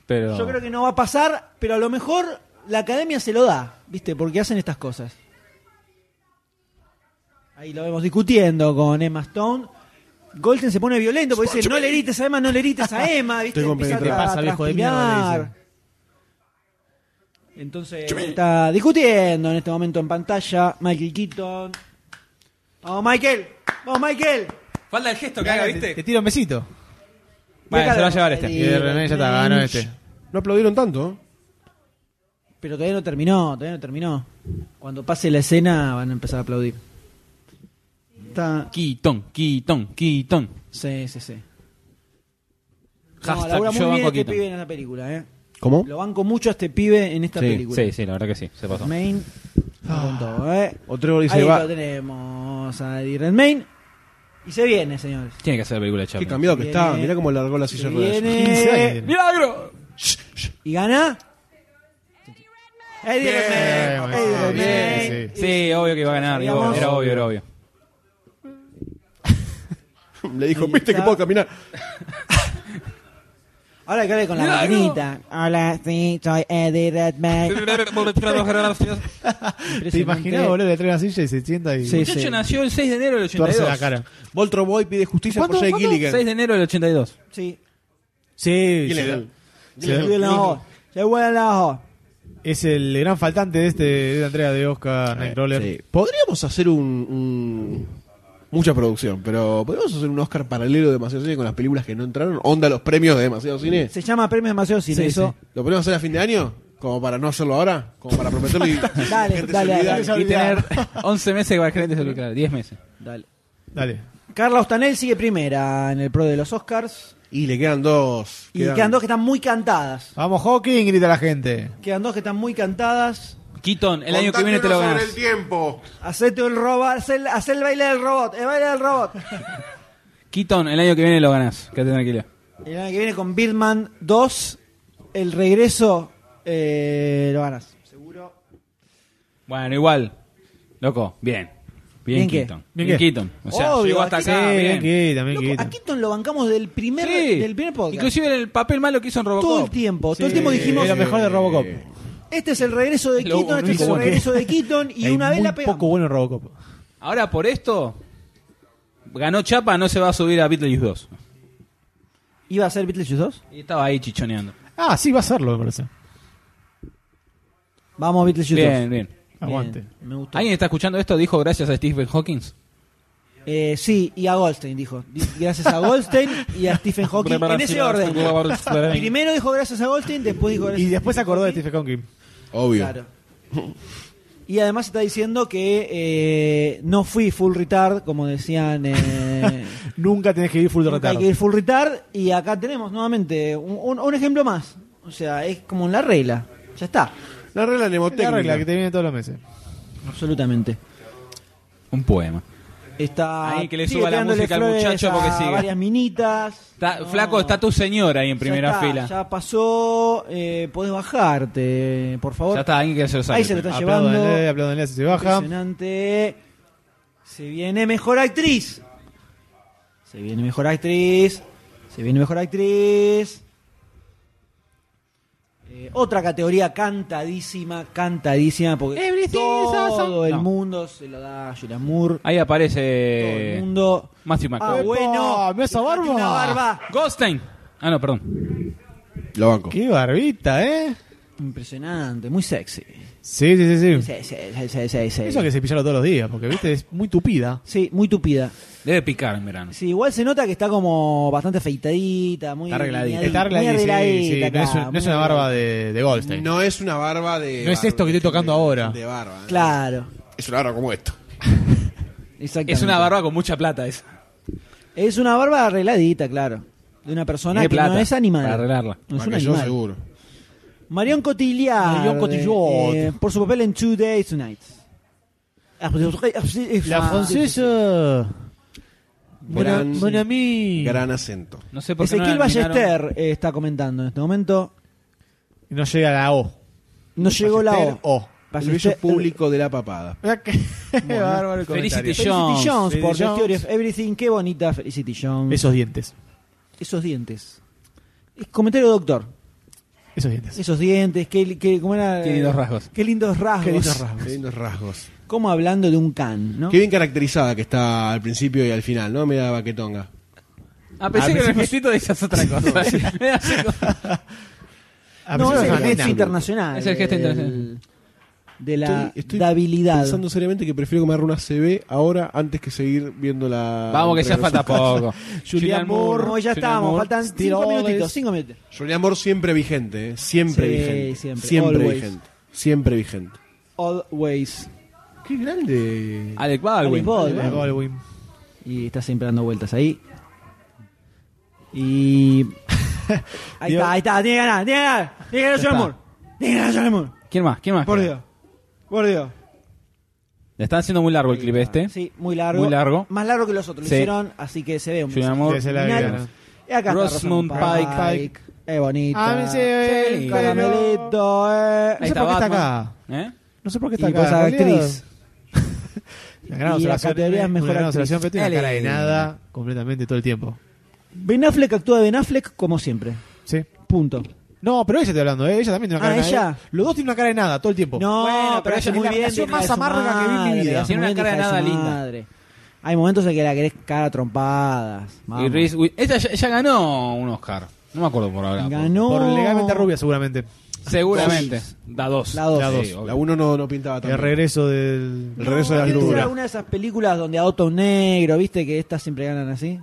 Speaker 5: Pero
Speaker 4: Yo creo que no va a pasar, pero a lo mejor la academia se lo da, ¿viste? Porque hacen estas cosas. Ahí lo vemos discutiendo con Emma Stone. Goldstein se pone violento porque dice, no le grites a Emma, no le grites a Emma, ¿viste?
Speaker 6: Estoy
Speaker 4: Empieza a
Speaker 6: compenetrado. ¿Qué pasa, viejo de
Speaker 4: transpirar.
Speaker 6: mierda? Le dice.
Speaker 4: Entonces está discutiendo en este momento en pantalla Michael Keaton. ¡Vamos, Michael! ¡Vamos, Michael!
Speaker 5: Falta el gesto que haga, ¿viste?
Speaker 6: Te tiro un besito.
Speaker 5: Bueno, se lo va a llevar este.
Speaker 6: Y de repente Eh, ya está, ganó este.
Speaker 7: No aplaudieron tanto. ¿eh?
Speaker 4: Pero todavía no terminó, todavía no terminó. Cuando pase la escena van a empezar a aplaudir. Está...
Speaker 5: Quitón, quitón, quitón.
Speaker 4: Sí, sí, sí.
Speaker 5: Hashtag
Speaker 4: labura muy
Speaker 5: yo
Speaker 4: bien
Speaker 5: banco
Speaker 4: este
Speaker 5: Keaton.
Speaker 4: pibe en esta película, ¿eh?
Speaker 7: ¿Cómo?
Speaker 4: Lo banco mucho a este pibe en esta
Speaker 5: sí,
Speaker 4: película.
Speaker 5: Sí, sí, la verdad que sí, se pasó.
Speaker 4: Main. con todo, ¿eh?
Speaker 7: Otro dice,
Speaker 4: Ahí
Speaker 7: va.
Speaker 4: lo tenemos a Eddie Redmayne. Y se viene, señores.
Speaker 5: Tiene que hacer la película de Chaplin.
Speaker 7: Qué cambiado que está.
Speaker 4: Viene-
Speaker 7: Mirá cómo largó la
Speaker 4: Se
Speaker 7: silla de ruedas.
Speaker 4: viene. ¡Milagro! Y gana. Eddie Redmayne.
Speaker 6: Eh,
Speaker 4: Eddie Redmayne.
Speaker 5: Sí, obvio que iba a ganar, era obvio, era obvio, era obvio.
Speaker 7: Le dijo, viste que puedo caminar.
Speaker 4: Ahora hay que hable con la maquinita. Hola, sí, soy Eddie Redmayne.
Speaker 6: ¿Te imaginás, boludo, que trae una silla y se sienta y...
Speaker 5: Muchacho nació el 6 de enero del
Speaker 6: Tuerce
Speaker 5: 82.
Speaker 6: la cara.
Speaker 7: Voltro Boy pide justicia por
Speaker 5: ¿Cuándo?
Speaker 7: Jay
Speaker 5: ¿Cuándo?
Speaker 7: Gilligan.
Speaker 5: 6 de enero del 82.
Speaker 4: Sí.
Speaker 6: Sí,
Speaker 7: ¿Quién
Speaker 6: sí.
Speaker 7: era?
Speaker 6: Sí.
Speaker 4: Se vuelve el ojo. Se vuelve el ojo.
Speaker 6: Es el gran faltante de, este, de la entrega de Oscar Nightcrawler.
Speaker 7: Sí. Podríamos hacer un, un- Mucha producción, pero ¿podríamos hacer un Oscar paralelo de Demasiado Cine con las películas que no entraron? ¿Onda los premios de Demasiado Cine?
Speaker 4: Se llama Premio Demasiado Cine.
Speaker 7: Sí,
Speaker 4: eso.
Speaker 7: sí. ¿Lo podemos hacer a fin de año? Como para no hacerlo ahora, como para prometerlo y.
Speaker 4: Dale,
Speaker 7: gente se
Speaker 4: dale,
Speaker 7: olvida.
Speaker 4: dale.
Speaker 5: Y tener 11 meses para que la gente se lo declare, 10 meses.
Speaker 4: Dale.
Speaker 6: Dale.
Speaker 4: Carla Ostanel sigue primera en el pro de los Oscars.
Speaker 7: Y le quedan dos.
Speaker 4: Y quedan dos que están muy cantadas.
Speaker 6: Vamos, Hawking, grita la gente.
Speaker 4: Quedan dos que están muy cantadas.
Speaker 5: Keaton, el año que viene te lo
Speaker 31: Contáctenos
Speaker 5: ganas.
Speaker 31: sobre el tiempo.
Speaker 4: Hacete el robot, hacé el, hacé el baile del robot, el baile del robot.
Speaker 5: Keaton, el año que viene lo ganas. Quédate tranquilo.
Speaker 4: El año que viene con Birdman 2, el regreso eh, lo ganas.
Speaker 5: Bueno, igual. Loco, bien. Bien,
Speaker 4: ¿Bien qué?
Speaker 5: Keaton.
Speaker 6: ¿Bien
Speaker 5: Bien,
Speaker 6: qué?
Speaker 5: Keaton. O sea,
Speaker 4: Obvio,
Speaker 5: llegó hasta
Speaker 4: aquí-
Speaker 5: acá.
Speaker 6: Sí,
Speaker 5: bien.
Speaker 6: bien quita, bien
Speaker 4: Ah, Loco, a
Speaker 6: quita.
Speaker 4: Keaton lo bancamos del primer,
Speaker 5: Sí.
Speaker 4: del primer podcast.
Speaker 5: Inclusive en el papel malo que hizo en Robocop.
Speaker 4: todo el tiempo, todo el tiempo dijimos,
Speaker 6: Es lo mejor de Robocop.
Speaker 4: este es el regreso de
Speaker 5: Lo
Speaker 4: Keaton, este es
Speaker 6: único
Speaker 4: el
Speaker 6: bueno.
Speaker 4: regreso de Keaton, y
Speaker 6: Hay
Speaker 4: una vez
Speaker 6: muy
Speaker 4: la pegamos.
Speaker 6: poco bueno en Robocop.
Speaker 5: Ahora por esto, ganó Chapa, no se va a subir a Beetlejuice 2.
Speaker 4: ¿Iba a ser Beetlejuice 2?
Speaker 5: Y estaba ahí chichoneando.
Speaker 6: Ah, sí, va a serlo, me parece.
Speaker 4: Vamos Beetlejuice 2.
Speaker 5: Bien, bien.
Speaker 6: Aguante.
Speaker 4: Me gustó.
Speaker 5: ¿Alguien está escuchando esto? Dijo gracias a Stephen Hawking.
Speaker 4: Eh, sí, y a Goldstein dijo. Di- Gracias a Goldstein y a Stephen Hawking. En ese orden. Primero dijo gracias a Goldstein, después dijo gracias
Speaker 6: Y después se
Speaker 4: a
Speaker 6: acordó de
Speaker 4: Hawking.
Speaker 6: Stephen Hawking.
Speaker 7: Obvio.
Speaker 4: Claro. Y además está diciendo que eh, no fui full retard, como decían. eh,
Speaker 6: Nunca tenés que ir full de
Speaker 4: nunca hay
Speaker 6: retardo.
Speaker 4: que ir full retard. Y acá tenemos nuevamente un, un- un ejemplo más. O sea, es como la regla. Ya está.
Speaker 7: La regla
Speaker 6: La
Speaker 7: mnemotécnica.
Speaker 6: regla que te viene todos los meses.
Speaker 4: Absolutamente.
Speaker 5: Un poema.
Speaker 4: Está.
Speaker 5: Ahí que le
Speaker 4: sigue
Speaker 5: suba la
Speaker 4: tirándole
Speaker 5: música al
Speaker 4: flores
Speaker 5: muchacho
Speaker 4: a
Speaker 5: porque sigue.
Speaker 4: Varias minitas.
Speaker 5: Está-
Speaker 4: No.
Speaker 5: Flaco, está tu señora ahí en primera
Speaker 4: ya está,
Speaker 5: fila.
Speaker 4: Ya pasó, eh, podés bajarte, por favor.
Speaker 5: Ya está, alguien que se lo saque.
Speaker 4: Ahí se lo está
Speaker 6: Aplaudanle,
Speaker 4: llevando.
Speaker 6: aplaudanle si se baja.
Speaker 4: Impresionante. Se viene mejor actriz. Se viene mejor actriz. Se viene mejor actriz. Eh, otra categoría cantadísima, cantadísima, porque todo el
Speaker 5: No.
Speaker 4: mundo se lo da a Julian Moore.
Speaker 5: Ahí
Speaker 4: Todo el
Speaker 5: aparece
Speaker 4: mundo.
Speaker 5: Matthew
Speaker 4: Ah,
Speaker 5: McConaughey.
Speaker 4: bueno.
Speaker 6: ¡Mira esa barba!
Speaker 4: Una barba.
Speaker 5: Goldstein. Ah, no, perdón.
Speaker 7: Lo banco.
Speaker 6: ¡Qué barbita, eh!
Speaker 4: Impresionante, muy sexy.
Speaker 6: Sí, sí, sí, sí.
Speaker 4: Sí, sí, sí, sí, sí, sí.
Speaker 6: Eso hay que cepillarlo todos los días, porque, viste, es muy tupida.
Speaker 4: Sí, muy tupida.
Speaker 5: Debe picar en verano.
Speaker 4: Sí, igual se nota que está como bastante afeitadita, muy
Speaker 5: Está arregladita.
Speaker 4: lineadita,
Speaker 6: Está arregladita,
Speaker 4: muy
Speaker 6: sí, sí,
Speaker 4: arregladita
Speaker 6: no, es,
Speaker 4: acá,
Speaker 6: un- no es
Speaker 4: muy
Speaker 6: una barba de, de Goldstein.
Speaker 7: No es una barba de.
Speaker 6: No es
Speaker 7: barba-
Speaker 6: esto que estoy tocando
Speaker 7: de-
Speaker 6: ahora.
Speaker 7: De barba. ¿eh?
Speaker 4: Claro,
Speaker 7: Es una barba como esta.
Speaker 4: exactamente.
Speaker 5: Es una barba con mucha plata esa.
Speaker 4: Es una barba arregladita, claro. De una persona
Speaker 5: Tiene
Speaker 4: que
Speaker 5: plata
Speaker 4: no es animal.
Speaker 5: para arreglarla.
Speaker 4: No es
Speaker 7: Más
Speaker 4: un
Speaker 7: que yo
Speaker 4: animal.
Speaker 7: seguro.
Speaker 4: Marion Cotillard.
Speaker 6: Marion Cotillard.
Speaker 4: eh, por su papel en Two Days Tonight. Ah, pues, eh,
Speaker 6: La francesa.
Speaker 7: Gran,
Speaker 6: Bueno, a mí.
Speaker 7: gran acento.
Speaker 5: No sé por qué
Speaker 4: Ezequiel
Speaker 5: no la nominaron.
Speaker 4: Ballester eh, está comentando en este momento.
Speaker 6: No llega a la O.
Speaker 4: No llegó la O.
Speaker 6: Ballester, O.
Speaker 7: el bello público de la papada.
Speaker 6: Qué bárbaro el comentario.
Speaker 25: Felicity Jones.
Speaker 4: por
Speaker 25: Felicity
Speaker 4: The
Speaker 25: Jones.
Speaker 4: Theory of Everything. Qué bonita Felicity Jones.
Speaker 6: Esos dientes.
Speaker 4: Esos dientes. Es comentario doctor.
Speaker 6: Esos dientes.
Speaker 4: Esos dientes. Qué, qué, cómo era?
Speaker 5: Qué lindos rasgos.
Speaker 4: Qué lindos rasgos.
Speaker 7: Qué lindos rasgos. Qué lindos rasgos.
Speaker 4: Como hablando de un can, ¿no?
Speaker 7: Qué bien caracterizada que está al principio y al final, ¿no? Mira baquetonga.
Speaker 5: Ah, pensé que
Speaker 7: Ah, pensé
Speaker 5: el besito de ella es otra cosa. Me da así como-
Speaker 6: Ah,
Speaker 4: No, es el
Speaker 6: pensé que era una
Speaker 4: gesto
Speaker 6: nena.
Speaker 4: internacional.
Speaker 5: Es el gesto
Speaker 4: del-
Speaker 5: internacional.
Speaker 4: De la
Speaker 7: Estoy- estoy
Speaker 4: habilidad.
Speaker 7: Pensando seriamente que prefiero comer una CB ahora antes que seguir viendo la.
Speaker 5: Ah, Vamos, que ya
Speaker 7: entrega de
Speaker 5: falta
Speaker 7: resultados.
Speaker 5: poco.
Speaker 7: Julian Moore.
Speaker 4: No, ya
Speaker 7: Julian
Speaker 4: estamos.
Speaker 7: Moore,
Speaker 4: Faltan
Speaker 7: Steve
Speaker 4: cinco
Speaker 7: Ollis.
Speaker 4: minutitos. Cinco minutos.
Speaker 7: Julian Moore siempre vigente, ¿eh? Siempre
Speaker 4: Sí,
Speaker 7: vigente.
Speaker 4: siempre,
Speaker 7: Siempre,
Speaker 4: always.
Speaker 7: vigente. Siempre vigente.
Speaker 4: Always.
Speaker 7: Qué grande.
Speaker 5: Alec
Speaker 4: Alec Baldwin.
Speaker 6: Alec Baldwin.
Speaker 4: Y está siempre dando vueltas ahí. Y. ahí
Speaker 6: Dios.
Speaker 4: está, ahí está. Tiene que ganar, tiene que ganar. Tiene que
Speaker 5: Ya
Speaker 4: ganar John
Speaker 5: está.
Speaker 4: Moore. Tiene que ganar John Moore.
Speaker 5: ¿Quién más? ¿Quién más?
Speaker 4: Por Dios. Por Dios.
Speaker 5: Le están haciendo muy largo el clip este.
Speaker 4: Sí, muy largo.
Speaker 5: Muy largo.
Speaker 4: Más largo que los otros.
Speaker 5: Sí.
Speaker 4: Lo hicieron, así que se ve un
Speaker 5: Julian Moore.
Speaker 6: Desde la
Speaker 4: Nat-
Speaker 6: vida.
Speaker 4: Y acá
Speaker 5: Rosamund
Speaker 4: está Rosamund Pike.
Speaker 6: Pike.
Speaker 4: Es bonita.
Speaker 6: Ah, me sé,
Speaker 4: Sí,
Speaker 6: el
Speaker 4: Caramelito, eh.
Speaker 6: No sé por qué está acá.
Speaker 5: ¿Eh?
Speaker 6: No sé por qué
Speaker 4: Y
Speaker 6: está
Speaker 4: pues
Speaker 6: acá. en realidad.
Speaker 4: actriz.
Speaker 6: La gran
Speaker 4: Y la
Speaker 6: observación,
Speaker 4: categoría es
Speaker 6: una
Speaker 4: mejor
Speaker 6: gran
Speaker 4: actriz.
Speaker 6: observación, pero tiene una cara de
Speaker 4: Dale.
Speaker 6: nada completamente todo el tiempo.
Speaker 4: Ben Affleck actúa de Ben Affleck como siempre.
Speaker 6: Sí.
Speaker 4: Punto.
Speaker 6: No, pero ella está hablando, ¿eh? ella también tiene una
Speaker 4: Ah,
Speaker 6: cara de
Speaker 4: ella.
Speaker 6: nada. Los dos tienen una cara de nada todo
Speaker 5: Oh.
Speaker 6: el tiempo.
Speaker 4: No,
Speaker 5: Bueno, pero ella
Speaker 4: pero ella
Speaker 5: es
Speaker 4: muy
Speaker 5: la
Speaker 4: bien.
Speaker 5: relación
Speaker 4: hija
Speaker 5: más
Speaker 4: de su
Speaker 5: amarga que vi en mi
Speaker 4: madre,
Speaker 5: vida.
Speaker 4: hace
Speaker 5: Tiene
Speaker 4: muy
Speaker 5: una
Speaker 4: bien
Speaker 5: cara de
Speaker 4: hija su
Speaker 5: nada linda.
Speaker 4: madre. Hay momentos en que la querés cara a trompadas.
Speaker 5: Y
Speaker 4: Vamos.
Speaker 5: Reese Wi- ella ya, ya ganó un Oscar. No me acuerdo por ahora.
Speaker 4: Ganó.
Speaker 6: Por legalmente rubia, seguramente.
Speaker 5: Seguramente. Da dos.
Speaker 4: La dos.
Speaker 6: La dos.
Speaker 5: Sí, obvio.
Speaker 7: La 1 no, no pintaba
Speaker 6: El
Speaker 7: tanto.
Speaker 6: regreso del.
Speaker 7: El regreso de la
Speaker 4: ¿Viste
Speaker 7: altura.
Speaker 4: una de esas películas donde adopta un negro, viste que estas siempre ganan así?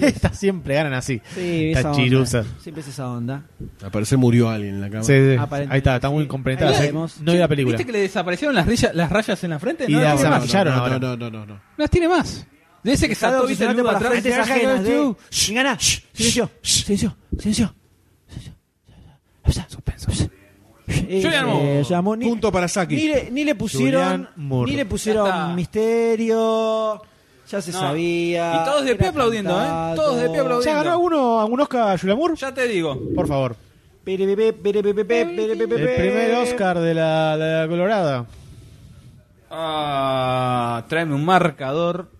Speaker 6: Estas siempre ganan así.
Speaker 4: Sí,
Speaker 6: Está
Speaker 4: esa onda.
Speaker 6: chirusa.
Speaker 4: Siempre es esa onda.
Speaker 7: Al parecer murió alguien en la cama.
Speaker 6: Sí, sí.
Speaker 4: Aparentemente,
Speaker 6: Ahí está, está muy
Speaker 4: sí.
Speaker 6: incomprendida.
Speaker 4: Ahí
Speaker 6: la-
Speaker 4: vemos.
Speaker 6: No vi la película.
Speaker 5: ¿Viste que le desaparecieron las, rilla- las rayas en la frente?
Speaker 6: Y
Speaker 5: No,
Speaker 6: la
Speaker 5: las tiene más.
Speaker 6: desamaquillaron.
Speaker 7: no,
Speaker 6: ahora.
Speaker 7: no, no, no, no.
Speaker 5: No las tiene más. De ese que saltó, viste, el nudo
Speaker 4: para
Speaker 5: atrás.
Speaker 4: frentes ajenas de... Gana. Silencio. Silencio. Silencio.
Speaker 5: Suspenso.
Speaker 4: Eh,
Speaker 5: Julian
Speaker 4: eh,
Speaker 5: Moore.
Speaker 4: llamó ni,
Speaker 7: Punto para Saki.
Speaker 4: ni le, ni le pusieron
Speaker 6: Julian Moore.
Speaker 4: ni le
Speaker 5: Ya está.
Speaker 4: pusieron misterio. Ya se
Speaker 5: No.
Speaker 4: sabía.
Speaker 5: Y todos de pie
Speaker 4: era
Speaker 5: aplaudiendo, ¿eh?
Speaker 4: cantado.
Speaker 5: Todos de pie aplaudiendo.
Speaker 6: ¿Ya ganó alguno, algún Oscar a Julia Moore?
Speaker 5: Ya te digo.
Speaker 6: Por favor.
Speaker 4: Perepepe, perepepe, perepepe.
Speaker 6: El primer Oscar de la, de la Colorada.
Speaker 5: Ah, tráeme un marcador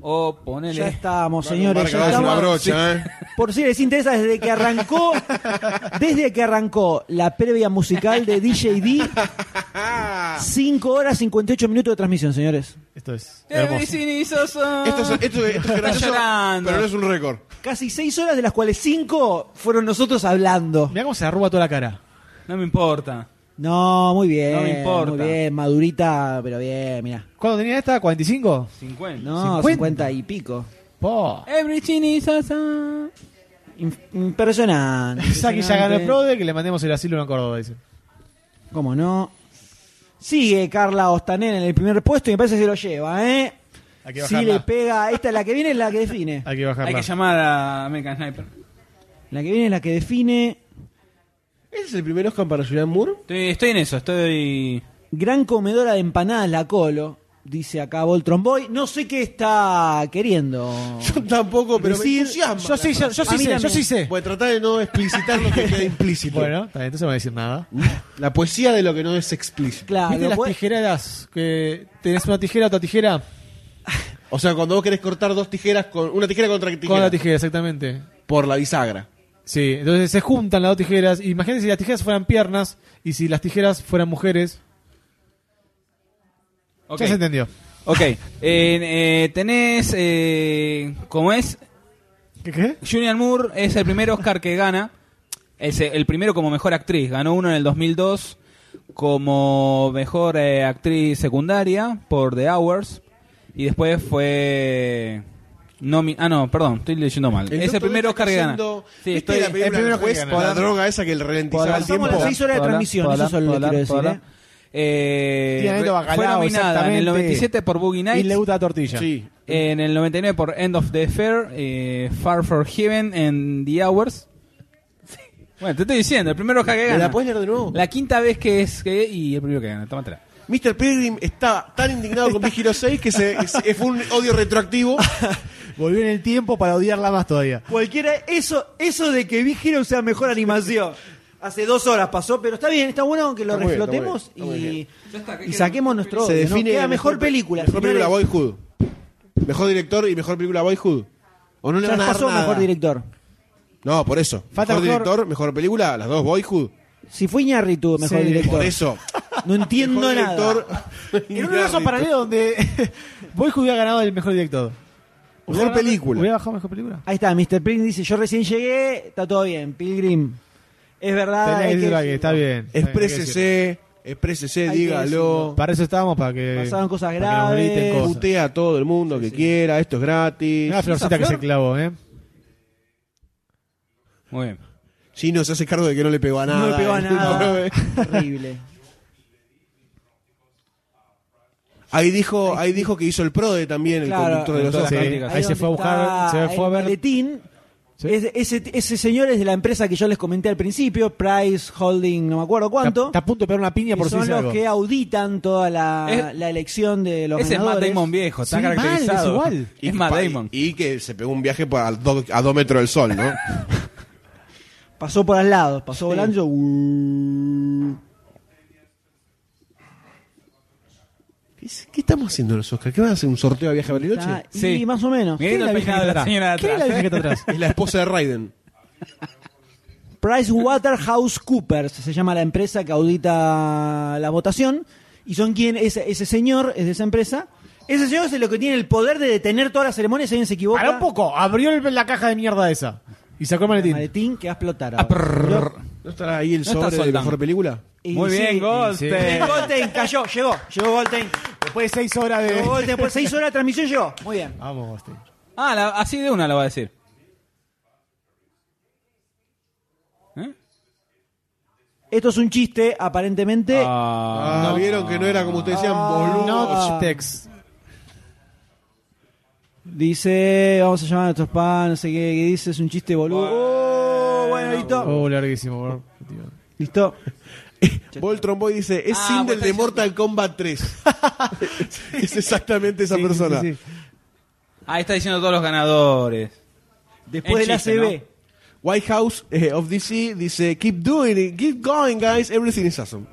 Speaker 5: o ponele.
Speaker 4: Ya estamos,
Speaker 7: Marca,
Speaker 4: señores. Ya
Speaker 7: dale una
Speaker 4: estamos.
Speaker 7: brocha, ¿eh?
Speaker 4: Por si les interesa, desde que arrancó, desde que arrancó la previa musical de DJD, 5 horas 58 minutos de transmisión, señores.
Speaker 6: Esto es. Hermoso.
Speaker 5: Everything is awesome.
Speaker 7: Esto es, esto es- esto es gracioso,
Speaker 5: llorando.
Speaker 7: pero no es un récord.
Speaker 4: Casi 6 horas, de las cuales 5 fueron nosotros hablando.
Speaker 6: Mirá cómo se arruga toda la cara.
Speaker 5: No me importa.
Speaker 4: No, muy bien.
Speaker 5: No me importa.
Speaker 4: Muy bien, madurita, pero bien, mira.
Speaker 6: ¿Cuándo tenía esta? ¿45?
Speaker 5: 50.
Speaker 4: No, 50,
Speaker 6: 50.
Speaker 4: y pico.
Speaker 6: Po.
Speaker 5: Everything is awesome.
Speaker 4: Im- Impresionante.
Speaker 6: Saki ya ganó el
Speaker 4: impresionante.
Speaker 6: Prode, que le mandemos el asilo en Córdoba, dice.
Speaker 4: ¿Cómo no? Sigue Carla Ostanera en el primer puesto y me parece que se lo lleva, ¿eh?
Speaker 6: Hay que
Speaker 4: Si
Speaker 6: bajarla.
Speaker 4: le pega, esta es la que viene es la que define.
Speaker 6: Hay que bajarla.
Speaker 5: Hay que llamar a American Sniper.
Speaker 4: La que viene es la que define.
Speaker 7: ¿Ese es el primer Oscar para Julian Moore?
Speaker 5: Estoy, estoy en eso, estoy.
Speaker 4: Gran comedora de empanadas la Colo, dice acá Voltron Boy. No sé qué está queriendo.
Speaker 7: Yo tampoco, pero
Speaker 4: Decir-
Speaker 7: me entusiasma.
Speaker 6: Yo sí, yo, yo
Speaker 4: A
Speaker 6: sí
Speaker 4: mí
Speaker 6: sé, yo
Speaker 4: también.
Speaker 6: sí sé.
Speaker 7: Voy a tratar de no explicitar lo que queda implícito.
Speaker 6: Bueno, está bien, entonces no voy a decir nada.
Speaker 7: La poesía de lo que no es explícito.
Speaker 4: Claro,
Speaker 6: ¿Viste las
Speaker 4: pues-
Speaker 6: tijeras? Que tenés una tijera, otra tijera.
Speaker 7: O sea, cuando vos querés cortar dos tijeras, con una tijera contra tijera,
Speaker 6: Con la tijera, exactamente.
Speaker 7: por la bisagra.
Speaker 6: Sí, entonces se juntan las dos tijeras. Imagínense si las tijeras fueran piernas y si las tijeras fueran mujeres.
Speaker 5: Ok,
Speaker 6: Ya se entendió.
Speaker 5: ok. Eh, eh, tenés. Eh, ¿Cómo es?
Speaker 6: ¿Qué? qué?
Speaker 5: Julian Moore es el primer Oscar que gana. Es el primero como mejor actriz. Ganó uno en el 2002 como mejor eh, actriz secundaria por The Hours. Y después fue. nomi- ah, no, perdón, estoy leyendo mal. es el
Speaker 7: doctor
Speaker 5: primer
Speaker 7: está
Speaker 5: Oscar que gana.
Speaker 7: cayendo-
Speaker 5: Sí,
Speaker 7: ¿Viste
Speaker 5: estoy-
Speaker 7: la película
Speaker 6: el primero
Speaker 7: del
Speaker 6: que
Speaker 7: juez
Speaker 6: gana.
Speaker 7: por la
Speaker 6: Podrán-
Speaker 7: droga esa que el ralentizaba el
Speaker 4: Podrán-
Speaker 7: tiempo?
Speaker 4: Pasamos las seis horas de
Speaker 5: Podrán,
Speaker 4: transmisión,
Speaker 5: podrán,
Speaker 4: eso solo le
Speaker 5: podrán,
Speaker 4: quiero decir,
Speaker 5: podrán.
Speaker 4: ¿eh?
Speaker 5: Eh,
Speaker 6: Tiene Anito Bacalao,
Speaker 5: fue nominada en el
Speaker 6: exactamente.
Speaker 5: 97 por Boogie
Speaker 6: Y
Speaker 5: Nights.
Speaker 6: le gusta la tortilla.
Speaker 7: Sí.
Speaker 5: En el 99 por End of the Fair, eh, Far for Heaven en The Hours. Bueno, te estoy diciendo, el primero que
Speaker 7: ¿Me
Speaker 5: gana.
Speaker 7: la puedes leer de nuevo?
Speaker 5: La quinta vez que es que y el primero que gana, tómatela.
Speaker 7: Mr. Pilgrim está tan indignado con Big Hero 6 que se, es- fue un odio retroactivo.
Speaker 6: Volvió en el tiempo para odiarla más todavía.
Speaker 4: Cualquiera, eso, eso de que Big Hero sea mejor animación. Hace dos horas pasó, pero está bien, está bueno que lo
Speaker 7: Está muy bien,
Speaker 4: reflotemos
Speaker 7: está muy bien,
Speaker 4: y, y saquemos nuestro
Speaker 7: Se
Speaker 4: odio, ¿no?
Speaker 7: define
Speaker 4: Queda mejor, película.
Speaker 7: Mejor película
Speaker 4: señores.
Speaker 7: Boyhood. Mejor director y mejor película Boyhood. O no le
Speaker 4: Ya
Speaker 7: van a dar
Speaker 4: pasó
Speaker 7: nada.
Speaker 4: mejor director.
Speaker 7: No, por eso.
Speaker 4: Falta
Speaker 7: mejor
Speaker 4: mejor-
Speaker 7: director, mejor película, las dos Boyhood.
Speaker 4: Si fue Iñárritu mejor
Speaker 7: Sí.
Speaker 4: director.
Speaker 7: Por eso.
Speaker 4: No entiendo
Speaker 7: Mejor
Speaker 4: nada.
Speaker 7: director,
Speaker 6: En un universo paralelo donde Boyhood hubiera ganado el mejor director.
Speaker 7: Mejor película.
Speaker 6: ¿Hubiera bajado mejor película?
Speaker 4: Ahí está, Mr. Pring dice, yo recién llegué, está todo bien, Pilgrim. Ah, Es verdad,
Speaker 6: Tenés
Speaker 4: hay
Speaker 6: que decirlo
Speaker 4: decirlo.
Speaker 6: aquí, está bien.
Speaker 4: eh.
Speaker 7: Exprésese, exprésese,
Speaker 4: Hay que
Speaker 7: dígalo.
Speaker 6: Para eso estamos, para que.
Speaker 4: Pasaron cosas
Speaker 6: que nos
Speaker 4: graves.
Speaker 6: griten cosas.
Speaker 7: Putea a todo el mundo que quiera, esto es gratis.
Speaker 6: Una florcita que se clavó, ¿eh?
Speaker 5: Muy bien.
Speaker 7: Chino se hace cargo de que no le pegó a nada.
Speaker 4: No le pegó a
Speaker 7: ¿eh?
Speaker 4: nada. Horrible.
Speaker 7: Ahí dijo, ahí dijo que hizo el PRODE también, el
Speaker 4: Claro,
Speaker 7: conductor de los
Speaker 6: Sí,
Speaker 7: Oscars.
Speaker 6: Ahí se
Speaker 4: donde
Speaker 6: fue a buscar,
Speaker 4: está
Speaker 6: se fue a
Speaker 4: el
Speaker 6: ver.
Speaker 4: maletín. Ese, ese- ese señor es de la empresa que yo les comenté al principio, Price Holding, no me acuerdo cuánto.
Speaker 6: Está a punto de pegar una piña
Speaker 4: que
Speaker 6: por si
Speaker 4: son
Speaker 6: dice
Speaker 4: los
Speaker 6: algo.
Speaker 4: que auditan toda la,
Speaker 5: Es-
Speaker 4: la elección de los
Speaker 5: Ese es Matt
Speaker 4: ganadores.
Speaker 5: Damon viejo, está
Speaker 4: Sí, mal,
Speaker 5: caracterizado.
Speaker 4: es igual.
Speaker 5: Es Matt
Speaker 7: pa-
Speaker 5: Damon.
Speaker 7: Y que se pegó un viaje pa- a dos, a dos metros del sol, ¿no?
Speaker 4: Pasó por al lado, pasó volando. yo, "Uh".
Speaker 7: ¿Qué, es- qué estamos haciendo en los Oscars? ¿Qué van a hacer? ¿Un sorteo de viaje a
Speaker 4: Ah,
Speaker 7: Bariloche?
Speaker 5: Sí.
Speaker 4: Y más o menos.
Speaker 5: Mirá el peinado de la señora de
Speaker 4: ¿Quién es la
Speaker 5: atrás. ¿eh?
Speaker 4: vieja que está atrás?
Speaker 7: Es la esposa de Raiden.
Speaker 4: Price Waterhouse Coopers se llama la empresa que audita la votación y son quien ese, ese señor es de esa empresa. Ese señor es el que tiene el poder de detener todas las ceremonias si alguien se equivoca.
Speaker 6: Pará un poco, abrió el- la caja de mierda esa. Y sacó el
Speaker 4: El
Speaker 6: maletín.
Speaker 4: maletín que va a explotar.
Speaker 5: Ah,
Speaker 4: ahora.
Speaker 7: ¿No estará ahí el
Speaker 5: No está
Speaker 7: sobre de
Speaker 5: soldado.
Speaker 7: mejor película?
Speaker 4: Y
Speaker 5: Muy
Speaker 4: sí,
Speaker 5: bien,
Speaker 4: y
Speaker 5: Goldstein.
Speaker 4: sí. Goldstein cayó, llegó, llegó Goldstein.
Speaker 6: Después de seis horas
Speaker 4: Llegó
Speaker 6: de.
Speaker 4: Goldstein, después de seis horas de transmisión llegó. Muy bien.
Speaker 6: Vamos, Goldstein.
Speaker 5: Ah, la- así de una la va a decir. ¿Eh?
Speaker 4: Esto es un chiste, aparentemente.
Speaker 5: Ah,
Speaker 7: Ah, vieron que no era como ustedes decían,
Speaker 4: Ah.
Speaker 7: boludo.
Speaker 6: Not text.
Speaker 4: Dice, vamos a llamar a nuestros pan, no sé qué, que dice, es un chiste boludo. Oh, bueno, listo.
Speaker 6: Oh, larguísimo, bro. Tío.
Speaker 4: Listo.
Speaker 7: Voltron Boy dice, es
Speaker 5: Ah,
Speaker 7: Sindel
Speaker 5: vos
Speaker 7: de
Speaker 5: estás-
Speaker 7: Mortal Kombat 3. es exactamente esa
Speaker 6: Sí,
Speaker 7: persona.
Speaker 6: sí, sí.
Speaker 5: Ahí está diciendo todos los ganadores.
Speaker 4: Después
Speaker 5: En
Speaker 4: del
Speaker 5: chiste,
Speaker 4: ACB.
Speaker 5: ¿no?
Speaker 7: White House eh, of DC dice, keep doing it, keep going, guys, everything is awesome.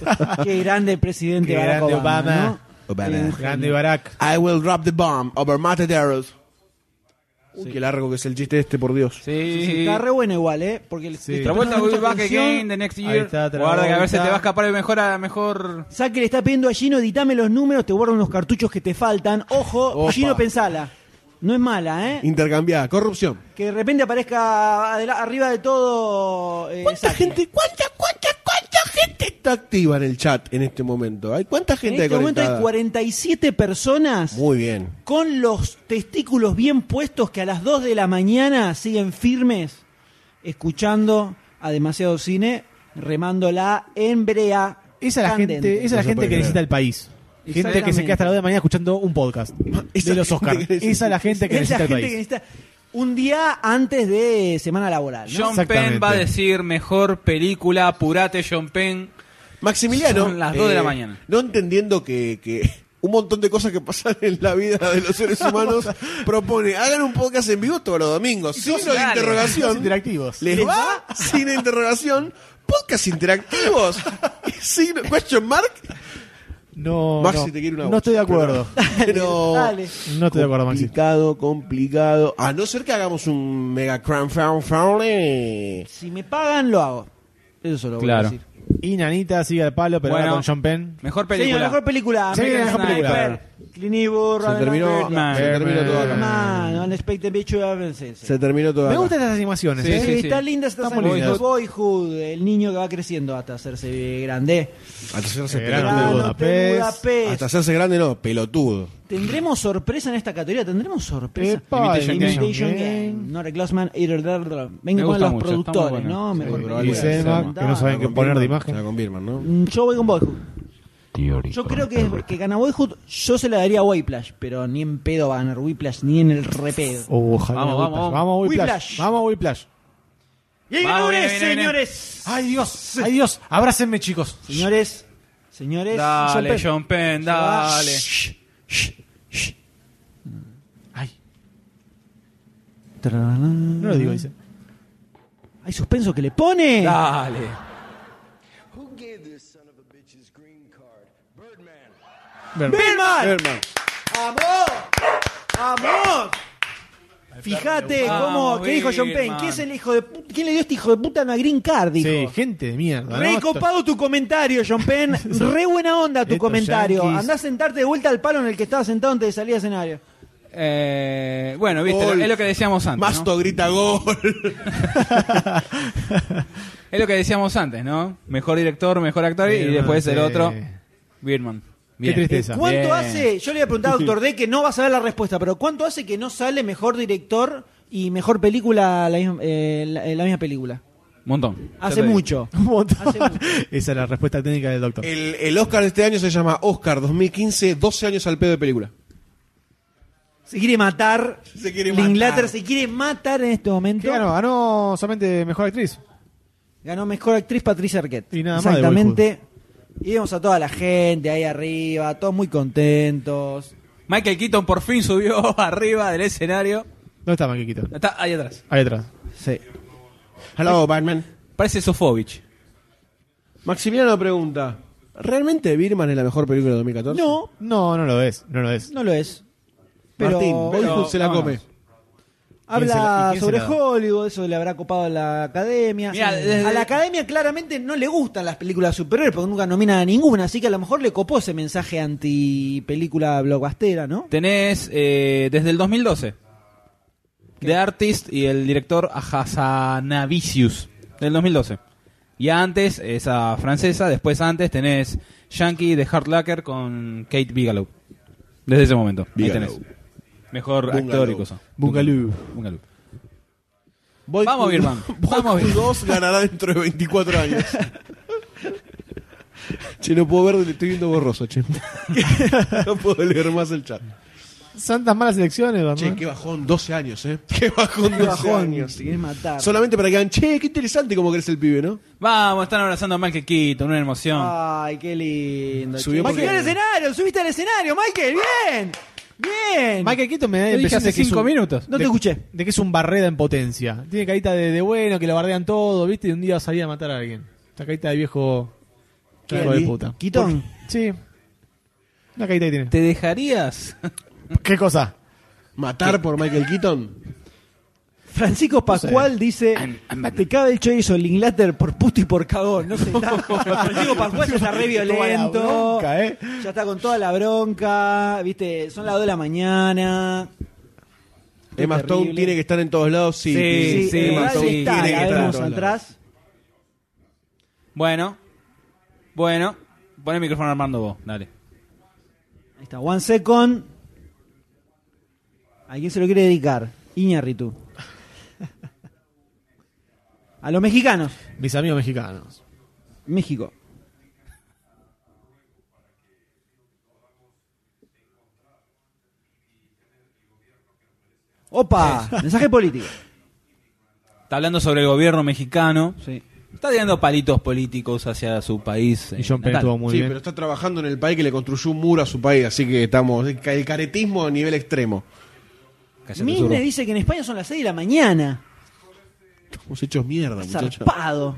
Speaker 4: Qué grande presidente
Speaker 6: Qué
Speaker 4: Barack
Speaker 6: grande
Speaker 4: Obama.
Speaker 6: Obama.
Speaker 4: ¿no?
Speaker 7: Obama.
Speaker 4: Eh,
Speaker 6: Grande Barack.
Speaker 7: I will drop the bomb over Mataderos. Uy, qué largo que es el chiste este, por Dios.
Speaker 4: sí,
Speaker 5: Sí.
Speaker 4: Está re bueno igual, ¿eh? Porque el,
Speaker 6: Sí.
Speaker 5: Travolta will be back
Speaker 4: Atención.
Speaker 5: again the next
Speaker 6: Ahí
Speaker 5: year.
Speaker 6: está, Travolta.
Speaker 5: Guarda que a ver si te va a escapar el mejor a mejor.
Speaker 4: Saque le está pidiendo a Gino, editame los números, te guardo unos cartuchos que te faltan. Ojo,
Speaker 7: Opa.
Speaker 4: Gino, pensala. No es mala, ¿eh?
Speaker 7: Intercambiada, corrupción.
Speaker 4: Que de repente aparezca adela- arriba de todo. eh,
Speaker 7: ¿Cuánta
Speaker 4: Saki.
Speaker 7: gente, cuánta, cuánta, cuánta gente está activa en el chat en este momento? ¿Hay cuánta
Speaker 4: En
Speaker 7: gente
Speaker 4: este momento hay
Speaker 7: conectada?
Speaker 4: 47 personas
Speaker 7: Muy bien.
Speaker 4: con los testículos bien puestos que a las 2 de la mañana siguen firmes escuchando a demasiado cine, remando la embrea.
Speaker 6: Esa es la
Speaker 4: candente.
Speaker 6: gente, esa es la
Speaker 7: No se
Speaker 6: gente que
Speaker 7: puede creer.
Speaker 6: necesita el país. Gente que se queda hasta la hora de la mañana escuchando un podcast de los
Speaker 7: gente
Speaker 6: Oscars.
Speaker 7: que necesita-
Speaker 6: Esa es la gente que
Speaker 4: Es la
Speaker 6: necesita
Speaker 4: gente
Speaker 6: el
Speaker 4: que
Speaker 6: país.
Speaker 4: necesita un día antes de semana laboral. ¿no?
Speaker 5: John
Speaker 6: Exactamente.
Speaker 5: Penn va a decir mejor película, apurate John Penn.
Speaker 7: Maximiliano. eh,
Speaker 5: Son las dos de la mañana.
Speaker 7: No entendiendo que, que un montón de cosas que pasan en la vida de los seres humanos propone, hagan un podcast en vivo todos los domingos. Signo de
Speaker 5: dale.
Speaker 6: Los
Speaker 7: interrogación.
Speaker 6: interactivos.
Speaker 7: ¿Les va? Sin interrogación. Podcast interactivos. Signo, question mark.
Speaker 6: No,
Speaker 7: Maxi,
Speaker 6: no,
Speaker 7: te quiere una
Speaker 6: no
Speaker 7: voz,
Speaker 6: estoy de acuerdo.
Speaker 7: Pero.
Speaker 4: Dale.
Speaker 6: No estoy de acuerdo, Maxi.
Speaker 7: Complicado, complicado. A no ser que hagamos un mega crowdfunding.
Speaker 4: Si me pagan, lo hago. Eso se lo voy
Speaker 5: Claro.
Speaker 4: a decir.
Speaker 6: Y Nanita sigue al palo, pero
Speaker 5: Bueno.
Speaker 6: ahora con John Penn.
Speaker 5: Mejor
Speaker 4: Señor,
Speaker 5: película.
Speaker 4: mejor película.
Speaker 6: Se viene la
Speaker 4: American
Speaker 6: mejor película.
Speaker 4: Sniper, Clint Eastwood,
Speaker 7: Se
Speaker 4: Robert
Speaker 7: terminó,
Speaker 4: Redford,
Speaker 5: Birdman.
Speaker 7: se terminó todo acá.
Speaker 4: Man, Unexpected Picture, eh, sí, sí.
Speaker 7: Se terminó todo
Speaker 6: Me
Speaker 7: acá.
Speaker 6: gustan estas animaciones.
Speaker 5: Sí,
Speaker 6: ¿eh?
Speaker 4: Sí, está linda esta
Speaker 6: Está muy
Speaker 4: serie.
Speaker 6: linda.
Speaker 4: Boyhood, el niño que va creciendo hasta hacerse grande.
Speaker 7: Hasta hacerse
Speaker 6: Gran
Speaker 7: pelotudo.
Speaker 6: Gran
Speaker 4: Grande
Speaker 6: Budapest.
Speaker 4: Budapest.
Speaker 7: Hasta hacerse grande, no, pelotudo.
Speaker 4: Tendremos sorpresa en esta categoría, tendremos sorpresa.
Speaker 6: Epa,
Speaker 5: Imitation
Speaker 6: Game.
Speaker 4: Imitation Game, Nora Glassman, vengo
Speaker 5: Me
Speaker 4: con
Speaker 5: gusta
Speaker 4: los
Speaker 5: mucho,
Speaker 4: productores,
Speaker 5: está muy bueno.
Speaker 4: ¿no?
Speaker 5: Sí,
Speaker 4: Mejor
Speaker 7: pero
Speaker 4: película.
Speaker 6: Y
Speaker 7: Bueno,
Speaker 6: Selma,
Speaker 4: Será.
Speaker 6: que no saben qué poner de
Speaker 7: Se la
Speaker 6: imagen.
Speaker 7: confirman, ¿no?
Speaker 4: Mm, Yo voy con Boyhood. Yo creo que, que gana Boyhood, yo se la daría a Whiplash, pero ni en pedo va a ganar Whiplash, ni en el repedo.
Speaker 6: Oh, ojalá,
Speaker 5: Vamos,
Speaker 6: Whiplash.
Speaker 5: vamos,
Speaker 6: vamos, Whiplash.
Speaker 4: Whiplash.
Speaker 6: Vamos, Whiplash.
Speaker 4: Y ahí
Speaker 5: Vamos,
Speaker 4: ganó
Speaker 5: viene,
Speaker 4: Ores,
Speaker 5: viene, viene.
Speaker 4: señores.
Speaker 6: Ay Dios, ay Dios, abrácenme chicos.
Speaker 4: Señores, señores.
Speaker 5: Dale,
Speaker 4: John
Speaker 5: John
Speaker 4: Penn.
Speaker 5: Penn, dale.
Speaker 4: Shh, shh, shh. Mm.
Speaker 6: Ay, no lo digo, dice.
Speaker 4: Hay suspenso que le pone.
Speaker 5: Dale.
Speaker 4: Birdman. Birdman. ¡Vamos! ¡Vamos! Fíjate
Speaker 6: Vamos,
Speaker 4: cómo, ¿qué dijo John Payne?
Speaker 6: Birdman.
Speaker 4: ¿Qué es el hijo de pu- ¿Quién le dio este hijo de puta una green card? Dijo.
Speaker 6: Sí, gente de mierda.
Speaker 4: Re
Speaker 6: ¿no?
Speaker 4: copado tu comentario, John Penn. Re buena onda tu
Speaker 6: Estos
Speaker 4: comentario.
Speaker 6: yankees.
Speaker 4: Andá a sentarte de vuelta al palo en el que estabas sentado antes de salir al escenario.
Speaker 5: Eh, bueno, viste,
Speaker 7: Gol.
Speaker 5: es lo que decíamos antes.
Speaker 7: Masto
Speaker 5: ¿no?
Speaker 7: grita gol.
Speaker 5: Es lo que decíamos antes, ¿no? Mejor director, mejor actor y
Speaker 4: Birdman,
Speaker 5: después el
Speaker 4: sí.
Speaker 5: otro. Birdman. Bien.
Speaker 6: tristeza.
Speaker 4: ¿Cuánto
Speaker 5: Bien.
Speaker 4: hace? Yo le voy a preguntar a Doctor D que no va a saber la respuesta, pero ¿cuánto hace que no sale mejor director y mejor película la misma, eh, la- eh, la misma película?
Speaker 5: Montón.
Speaker 4: Hace mucho.
Speaker 6: Esa es la respuesta técnica del doctor.
Speaker 7: El, el Oscar de este año se llama Oscar 2015, 12 años al pedo de película.
Speaker 4: Se quiere matar.
Speaker 7: Se quiere
Speaker 6: matar.
Speaker 4: Inglaterra se quiere matar en este momento.
Speaker 6: ¿Qué ganó? Ganó solamente mejor actriz.
Speaker 4: Ganó mejor actriz Patricia Arquette.
Speaker 6: nada más de
Speaker 4: Exactamente. Y vimos a toda la gente ahí arriba, todos muy contentos.
Speaker 5: Michael Keaton por fin subió arriba del escenario.
Speaker 6: ¿Dónde está Maquiquito?
Speaker 5: Está ahí atrás.
Speaker 6: Ahí atrás.
Speaker 4: Sí.
Speaker 7: Hello, Batman.
Speaker 5: Parece Sofovich.
Speaker 7: Maximiliano pregunta: ¿Realmente Birman es la mejor película de 2014?
Speaker 4: No,
Speaker 6: No, no lo es. No lo es.
Speaker 4: no lo es. Pero
Speaker 7: Martín,
Speaker 4: bueno,
Speaker 7: Boyhood se la
Speaker 4: vamos.
Speaker 7: come.
Speaker 6: ¿Quién se la- y
Speaker 4: Habla
Speaker 6: quién se
Speaker 4: sobre
Speaker 6: la da?
Speaker 4: Hollywood, eso le habrá copado a la academia.
Speaker 5: Mirá,
Speaker 4: Sí.
Speaker 5: desde-
Speaker 4: A la academia claramente no le gustan las películas de superhéroes porque nunca nominan a ninguna, así que a lo mejor le copó ese mensaje anti película blockbustera, ¿no?
Speaker 5: Tenés eh, desde el 2012. The Artist y el director Hasanavicius del 2012. Y antes esa francesa, después antes tenés Yankee de Hard Locker con Kate Bigelow. Desde ese momento. Ahí
Speaker 7: Bigelow.
Speaker 5: tenés. Mejor
Speaker 7: Bungalow.
Speaker 5: actor y cosa.
Speaker 6: Bungalow.
Speaker 5: Bungalow.
Speaker 7: Boyhood-
Speaker 5: Vamos, Birman. Vamos,
Speaker 7: Boyhood 2 ganará dentro de 24 años. che, no puedo ver, estoy viendo borroso, che. no puedo leer más el chat.
Speaker 6: Santas malas elecciones, Batman.
Speaker 7: Che, qué bajón, 12 años, ¿eh? Qué bajón, 12 años.
Speaker 4: si querés matar.
Speaker 7: Solamente para que hagan, che, qué interesante como crees el pibe, ¿no?
Speaker 5: Vamos, están abrazando a Michael Keaton, una emoción.
Speaker 4: Ay, qué lindo.
Speaker 7: Subió
Speaker 4: che.
Speaker 7: porque-
Speaker 4: Michael, al escenario, subiste al escenario, Michael, bien. Bien.
Speaker 6: Michael Quito me da
Speaker 5: Lo dije
Speaker 6: impresión
Speaker 5: hace
Speaker 6: de que es
Speaker 5: cinco
Speaker 6: un-
Speaker 5: minutos.
Speaker 4: No te
Speaker 6: de-
Speaker 4: escuché.
Speaker 6: De que es un barreda en potencia. Tiene carita de, de bueno, que lo bardean todo, ¿viste? Y un día salía a matar a alguien. Esta carita de viejo.
Speaker 4: ¿Qué,
Speaker 6: hijo de
Speaker 4: Ali?
Speaker 6: puta.
Speaker 4: ¿Quitón?
Speaker 6: Por- Sí. Una carita que tiene.
Speaker 5: ¿Te dejarías?
Speaker 6: ¿Qué cosa?
Speaker 7: Matar por Michael Keaton.
Speaker 4: Francisco Pascual dice: Te cabe el chorizo el Inglaterra por puto y por cagón. No sé, está- Francisco Pascual ya está re violento.
Speaker 6: Bronca, ¿eh?
Speaker 4: Ya está con toda la bronca. Viste, son las 2 de la mañana.
Speaker 7: Emma Stone
Speaker 4: terrible.
Speaker 7: tiene que estar en todos lados, sí.
Speaker 5: Sí,
Speaker 7: tiene-
Speaker 5: sí,
Speaker 7: Emma
Speaker 4: eh, Ahí
Speaker 7: Stone
Speaker 5: sí.
Speaker 4: está,
Speaker 7: tiene que
Speaker 4: la
Speaker 7: estar en
Speaker 4: vemos
Speaker 7: todos lados.
Speaker 4: atrás.
Speaker 5: Bueno. Bueno. Pon el micrófono Armando vos, dale.
Speaker 4: Ahí está, One Second. ¿A quién se lo quiere dedicar? Iñarritu. A los mexicanos.
Speaker 6: Mis amigos mexicanos.
Speaker 4: México. Opa, mensaje político.
Speaker 5: Está hablando sobre el gobierno mexicano.
Speaker 4: Sí.
Speaker 5: Está tirando palitos políticos hacia su país. eh,
Speaker 6: Y John Penn
Speaker 5: natal.
Speaker 6: estuvo muy
Speaker 7: sí,
Speaker 6: bien.
Speaker 7: pero está trabajando en el país que le construyó un muro a su país, así que estamos. El caretismo a nivel extremo.
Speaker 5: Cállate, zurdo.
Speaker 4: Mine dice que en España son las 6 de la mañana.
Speaker 7: Hemos hecho mierda, muchachos.
Speaker 4: Zarpado.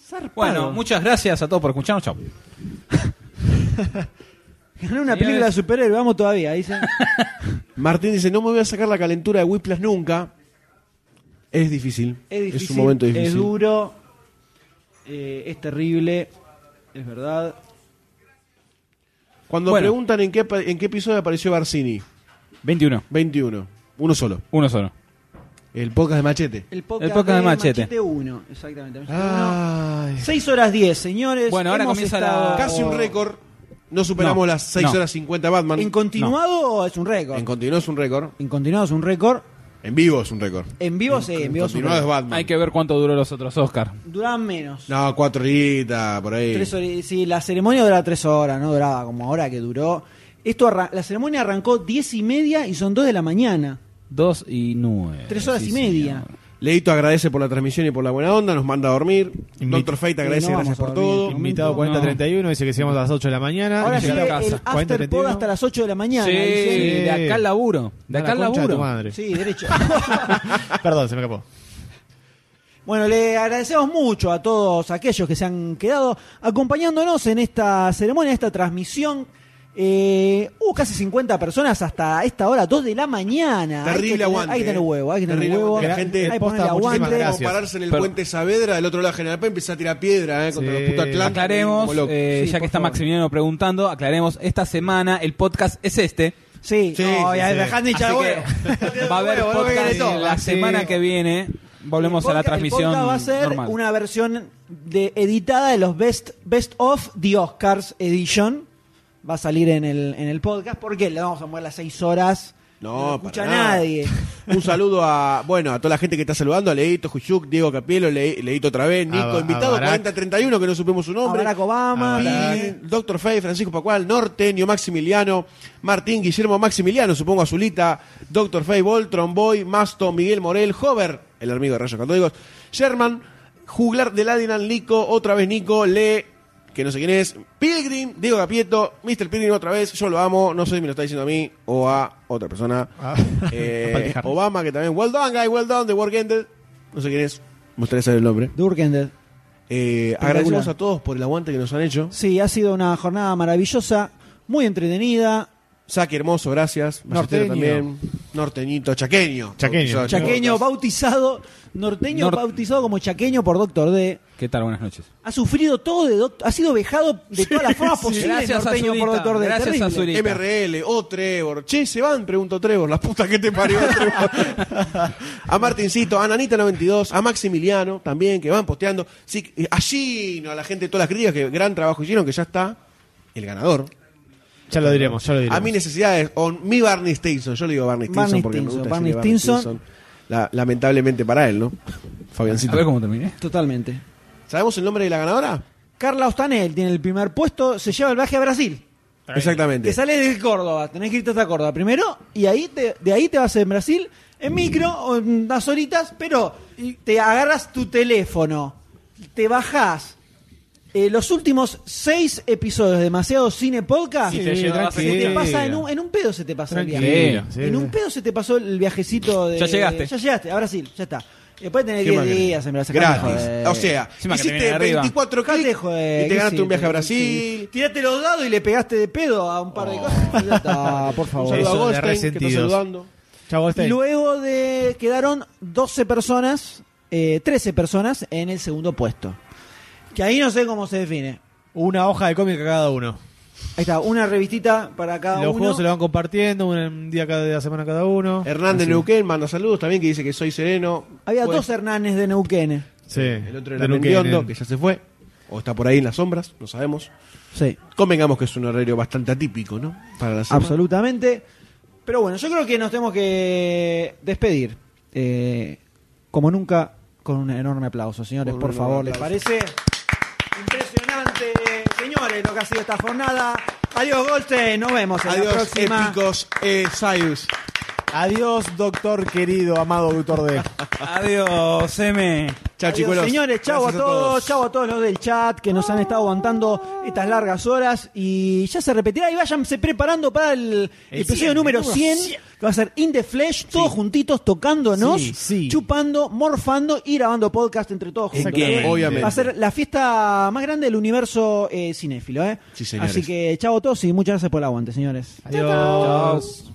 Speaker 4: Zarpado.
Speaker 5: Bueno, muchas gracias a todos por escucharnos. Chao.
Speaker 4: Ganó una
Speaker 5: Señores.
Speaker 4: película de superhéroe, vamos todavía, dice.
Speaker 7: Martín dice: No me voy a sacar la calentura de Whiplash nunca. Es difícil.
Speaker 4: Es difícil,
Speaker 7: Es un momento difícil.
Speaker 4: es duro, eh, es terrible, es verdad.
Speaker 7: Cuando
Speaker 5: Bueno.
Speaker 7: preguntan en qué, pa- en qué episodio apareció Barcini,
Speaker 5: 21.
Speaker 7: 21. Uno solo.
Speaker 5: Uno solo.
Speaker 7: El podcast de Machete.
Speaker 4: El
Speaker 5: El podcast de Machete.
Speaker 4: 1, exactamente. Machete
Speaker 7: Ah. Ay.
Speaker 4: 6 horas 10, señores.
Speaker 5: Bueno, ahora
Speaker 4: Hemos
Speaker 5: comienza
Speaker 4: estado-
Speaker 5: la-
Speaker 7: Casi un récord. No superamos
Speaker 5: No,
Speaker 7: las 6
Speaker 5: no.
Speaker 7: horas 50 Batman.
Speaker 4: ¿En continuado es un récord?
Speaker 7: En
Speaker 4: En,
Speaker 7: continuo es un récord.
Speaker 4: continuado es un récord.
Speaker 7: En vivo es un récord.
Speaker 4: En vivo sí, en,
Speaker 7: En
Speaker 4: vivo es un
Speaker 7: continuado es
Speaker 4: récord.
Speaker 7: Batman.
Speaker 5: Hay que ver cuánto duró los otros Oscar.
Speaker 4: Duraban menos.
Speaker 7: No, cuatro horitas, por ahí.
Speaker 4: Tres horas- sí, la ceremonia duraba 3 horas, no duraba como ahora que duró. Esto arran- la ceremonia arrancó 10 y media y son 2 de la mañana.
Speaker 5: Dos y nueve.
Speaker 4: 3 horas
Speaker 5: Sí,
Speaker 4: y media.
Speaker 5: señor.
Speaker 7: Leito agradece por la transmisión y por la buena onda, nos manda a dormir.
Speaker 6: Invita-
Speaker 7: Doctor Fate agradece,
Speaker 4: Sí, no
Speaker 7: gracias
Speaker 4: vamos a
Speaker 7: por
Speaker 4: dormir.
Speaker 7: todo.
Speaker 6: Invitado
Speaker 4: No.
Speaker 6: 4031 dice que sigamos a las 8 de la mañana.
Speaker 4: Ahora
Speaker 6: Y
Speaker 4: sigue
Speaker 6: llega-
Speaker 4: el
Speaker 5: a casa.
Speaker 4: after
Speaker 6: 40-31.
Speaker 4: pod hasta las 8 de la
Speaker 5: Sí,
Speaker 4: mañana. dice.
Speaker 5: de acá al laburo. De
Speaker 6: Anda
Speaker 5: acá
Speaker 6: a
Speaker 5: al
Speaker 6: la concha de tu
Speaker 5: laburo.
Speaker 6: madre.
Speaker 4: Sí, derecho.
Speaker 6: Perdón, se me escapó.
Speaker 4: Bueno, le agradecemos mucho a todos aquellos que se han quedado acompañándonos en esta ceremonia, en esta transmisión. Eh, hubo casi 50 personas hasta esta hora, 2 de la mañana. Hay que
Speaker 7: Terrible
Speaker 4: tener-
Speaker 7: aguante.
Speaker 4: Hay que tener
Speaker 7: eh.
Speaker 4: huevo, hay que tener
Speaker 7: Terrible
Speaker 4: huevo.
Speaker 7: aguante. La gente
Speaker 4: hay que ponerle aguante.
Speaker 7: Como pararse en el puente Saavedra, del otro lado de General Paz, empieza a tirar piedra eh, contra los putos atlantes.
Speaker 5: Aclaremos,
Speaker 7: como loco.
Speaker 5: eh,
Speaker 7: Sí,
Speaker 5: ya que
Speaker 7: por
Speaker 5: está
Speaker 7: favor.
Speaker 5: Maximiliano preguntando, aclaremos, esta semana el podcast es este.
Speaker 4: Sí, no,
Speaker 5: sí,
Speaker 4: ya
Speaker 5: sí.
Speaker 4: dejan de hinchar
Speaker 5: Así
Speaker 4: huevo. eh.
Speaker 5: que Va a haber
Speaker 4: Huevo, no me
Speaker 5: podcast
Speaker 4: ganes todo.
Speaker 5: la
Speaker 4: Sí.
Speaker 5: semana que viene. Volvemos a la
Speaker 4: El podcast
Speaker 5: transmisión
Speaker 4: va a ser
Speaker 5: normal.
Speaker 4: una versión de, editada de los Best, best of The Oscars Edition. Va a salir en el, en el podcast porque le vamos a mover las 6 horas.
Speaker 7: No,
Speaker 4: lo escucha
Speaker 7: para nada.
Speaker 4: nadie.
Speaker 7: Un saludo a, bueno, a toda la gente que está saludando, a Leito Juyuk, Diego Capielo, Le- Leito otra vez, Nico,
Speaker 6: A- a
Speaker 7: invitado
Speaker 6: Barack.
Speaker 7: 4031, que no supimos su nombre.
Speaker 4: A Barack Obama,
Speaker 7: Pi, Dr. Fey, Francisco Pacual, Norteño, Maximiliano, Martín, Guillermo Maximiliano, supongo Azulita, Dr. Fey, Voltron Boy, Masto, Miguel Morel, Hover, el amigo de Rayos Católicos, Sherman, Juglar del Adinan, Nico, otra vez Nico, Le, que no sé quién es, Pilgrim, Diego Capieto, Mr. Pilgrim otra vez, yo lo amo, no sé si me lo está diciendo a mí o a otra persona.
Speaker 4: Ah.
Speaker 7: Eh,
Speaker 6: A Patty Harris.
Speaker 7: Obama, que también, well done, guy, well done, The Work Ended. No sé quién es, me gustaría saber el nombre.
Speaker 4: The Work Ended.
Speaker 7: Eh, agradecemos a todos por el aguante que nos han hecho.
Speaker 4: Sí, ha sido una jornada maravillosa, muy entretenida.
Speaker 7: Saki hermoso, gracias. Ballesteros
Speaker 4: Norteño.
Speaker 7: también. Norteñito, chaqueño.
Speaker 6: Chaqueño.
Speaker 4: Chaqueño bautizado, norteño
Speaker 5: Nor-
Speaker 4: bautizado como chaqueño por Doctor D.
Speaker 5: ¿Qué tal? Buenas noches.
Speaker 4: Ha sufrido todo de doc- ha sido vejado de todas las formas
Speaker 5: sí.
Speaker 4: posibles
Speaker 5: Gracias,
Speaker 4: norteño por
Speaker 5: Azulita.
Speaker 4: Doctor D.
Speaker 5: Gracias,
Speaker 4: Terrible.
Speaker 5: Azulita.
Speaker 7: MRL, o Trevor. Che, ¿se van? Preguntó Trevor. La puta que te parió, Trevor. a Martincito, a Nanita92, a Maximiliano también, que van posteando. Sí, eh, a Gino, a la gente de todas las crías, que gran trabajo hicieron, que ya está el ganador.
Speaker 6: Ya lo diremos, ya lo diremos.
Speaker 7: A mi necesidades, o mi Barney Stinson. Yo le digo Barney Stinson
Speaker 4: Barney
Speaker 7: porque me
Speaker 4: Stinson,
Speaker 7: gusta
Speaker 4: Barney
Speaker 7: decirle Barney
Speaker 4: Stinson.
Speaker 7: Stinson. La- lamentablemente para él, ¿no? Fabiancito.
Speaker 5: A ver cómo terminé.
Speaker 4: Totalmente.
Speaker 7: ¿Sabemos el nombre de la ganadora?
Speaker 4: Carla Ostanel tiene el primer puesto, se lleva el viaje a Brasil.
Speaker 7: Exactamente.
Speaker 4: Que sale desde Córdoba, tenés que irte hasta Córdoba primero y ahí te- de ahí te vas en Brasil
Speaker 7: Mm.
Speaker 4: en micro o en unas horitas, pero te agarras tu teléfono, te bajás eh, los últimos seis episodios de Demasiado Cine Podcast.
Speaker 6: Y te Sí, llevas
Speaker 4: se te
Speaker 6: tranquila.
Speaker 4: pasa en un, en un pedo se te pasa el viaje.
Speaker 6: Tranquila, sí,
Speaker 4: en
Speaker 6: sí.
Speaker 4: un pedo se te pasó el viajecito de...
Speaker 5: Ya llegaste.
Speaker 4: Ya llegaste, a Brasil, ya está. Después tenés
Speaker 7: ¿Qué
Speaker 4: 10
Speaker 7: más querés?
Speaker 4: días en Brasil.
Speaker 7: Gratis.
Speaker 4: Joder.
Speaker 7: O sea,
Speaker 5: Encima que te
Speaker 7: hiciste
Speaker 5: viene de arriba.
Speaker 7: 24 clics
Speaker 4: eh,
Speaker 7: y te ganaste un viaje a Brasil.
Speaker 4: Tirate los dados y le pegaste de pedo a un par de cosas. Ya está, por
Speaker 7: Un
Speaker 4: favor.
Speaker 7: saludo a
Speaker 6: Eso, de
Speaker 7: Goldstein, que está
Speaker 6: resentidos.
Speaker 7: saludando.
Speaker 6: Chau,
Speaker 4: Y
Speaker 6: Goldstein.
Speaker 4: luego de quedaron 12 personas, eh, 13 personas en el segundo puesto. Que ahí no sé cómo se define.
Speaker 6: Una hoja de cómic a cada uno.
Speaker 4: Ahí está, una revistita para cada
Speaker 6: Los
Speaker 4: uno.
Speaker 6: juegos se los van compartiendo, un- un día cada de la semana cada uno.
Speaker 7: Hernández
Speaker 6: Así.
Speaker 7: Neuquén manda saludos también, que dice que soy sereno.
Speaker 4: Había
Speaker 7: Bueno,
Speaker 4: dos Hernández de Neuquén.
Speaker 6: Sí.
Speaker 7: El otro
Speaker 6: de
Speaker 7: era
Speaker 6: Neuquén,
Speaker 7: Mendiondo,
Speaker 6: eh.
Speaker 7: que ya se fue. O está por ahí en las sombras, no sabemos.
Speaker 4: Sí.
Speaker 7: Convengamos que es un horario bastante atípico, ¿no? Para la semana.
Speaker 4: Absolutamente. Pero bueno, yo creo que nos tenemos que despedir. Eh, como nunca, con un enorme aplauso, señores,
Speaker 7: Con
Speaker 4: por
Speaker 7: un
Speaker 4: favor,
Speaker 7: enorme
Speaker 4: ¿les
Speaker 7: aplauso.
Speaker 4: parece? Impresionante, señores, lo que ha sido esta jornada. Adiós, Goldstein, nos vemos en la
Speaker 7: Adiós,
Speaker 4: próxima.
Speaker 7: épicos eh, Sayus.
Speaker 21: Adiós, doctor querido, amado doctor D.
Speaker 5: Adiós, M.
Speaker 7: Chao,
Speaker 4: Adiós,
Speaker 7: chicos.
Speaker 4: señores, chau a
Speaker 7: Gracias
Speaker 4: todos, chau a todos los del chat que nos han estado aguantando estas largas horas y ya se repetirá y váyanse preparando para el,
Speaker 6: El
Speaker 4: episodio
Speaker 6: 100,
Speaker 4: número
Speaker 6: número
Speaker 4: 100,
Speaker 6: 100.
Speaker 4: que va a ser In the Flesh, todos juntitos tocándonos,
Speaker 6: Sí, sí.
Speaker 4: chupando, morfando y grabando podcast entre todos juntos.
Speaker 7: Exactamente.
Speaker 4: ¿eh?
Speaker 7: Obviamente.
Speaker 4: Va a ser la fiesta más grande del universo eh, cinéfilo, ¿eh?
Speaker 7: Sí, señores.
Speaker 4: Así que chau a todos y muchas gracias por el aguante, señores.
Speaker 6: Adiós.
Speaker 5: Adiós.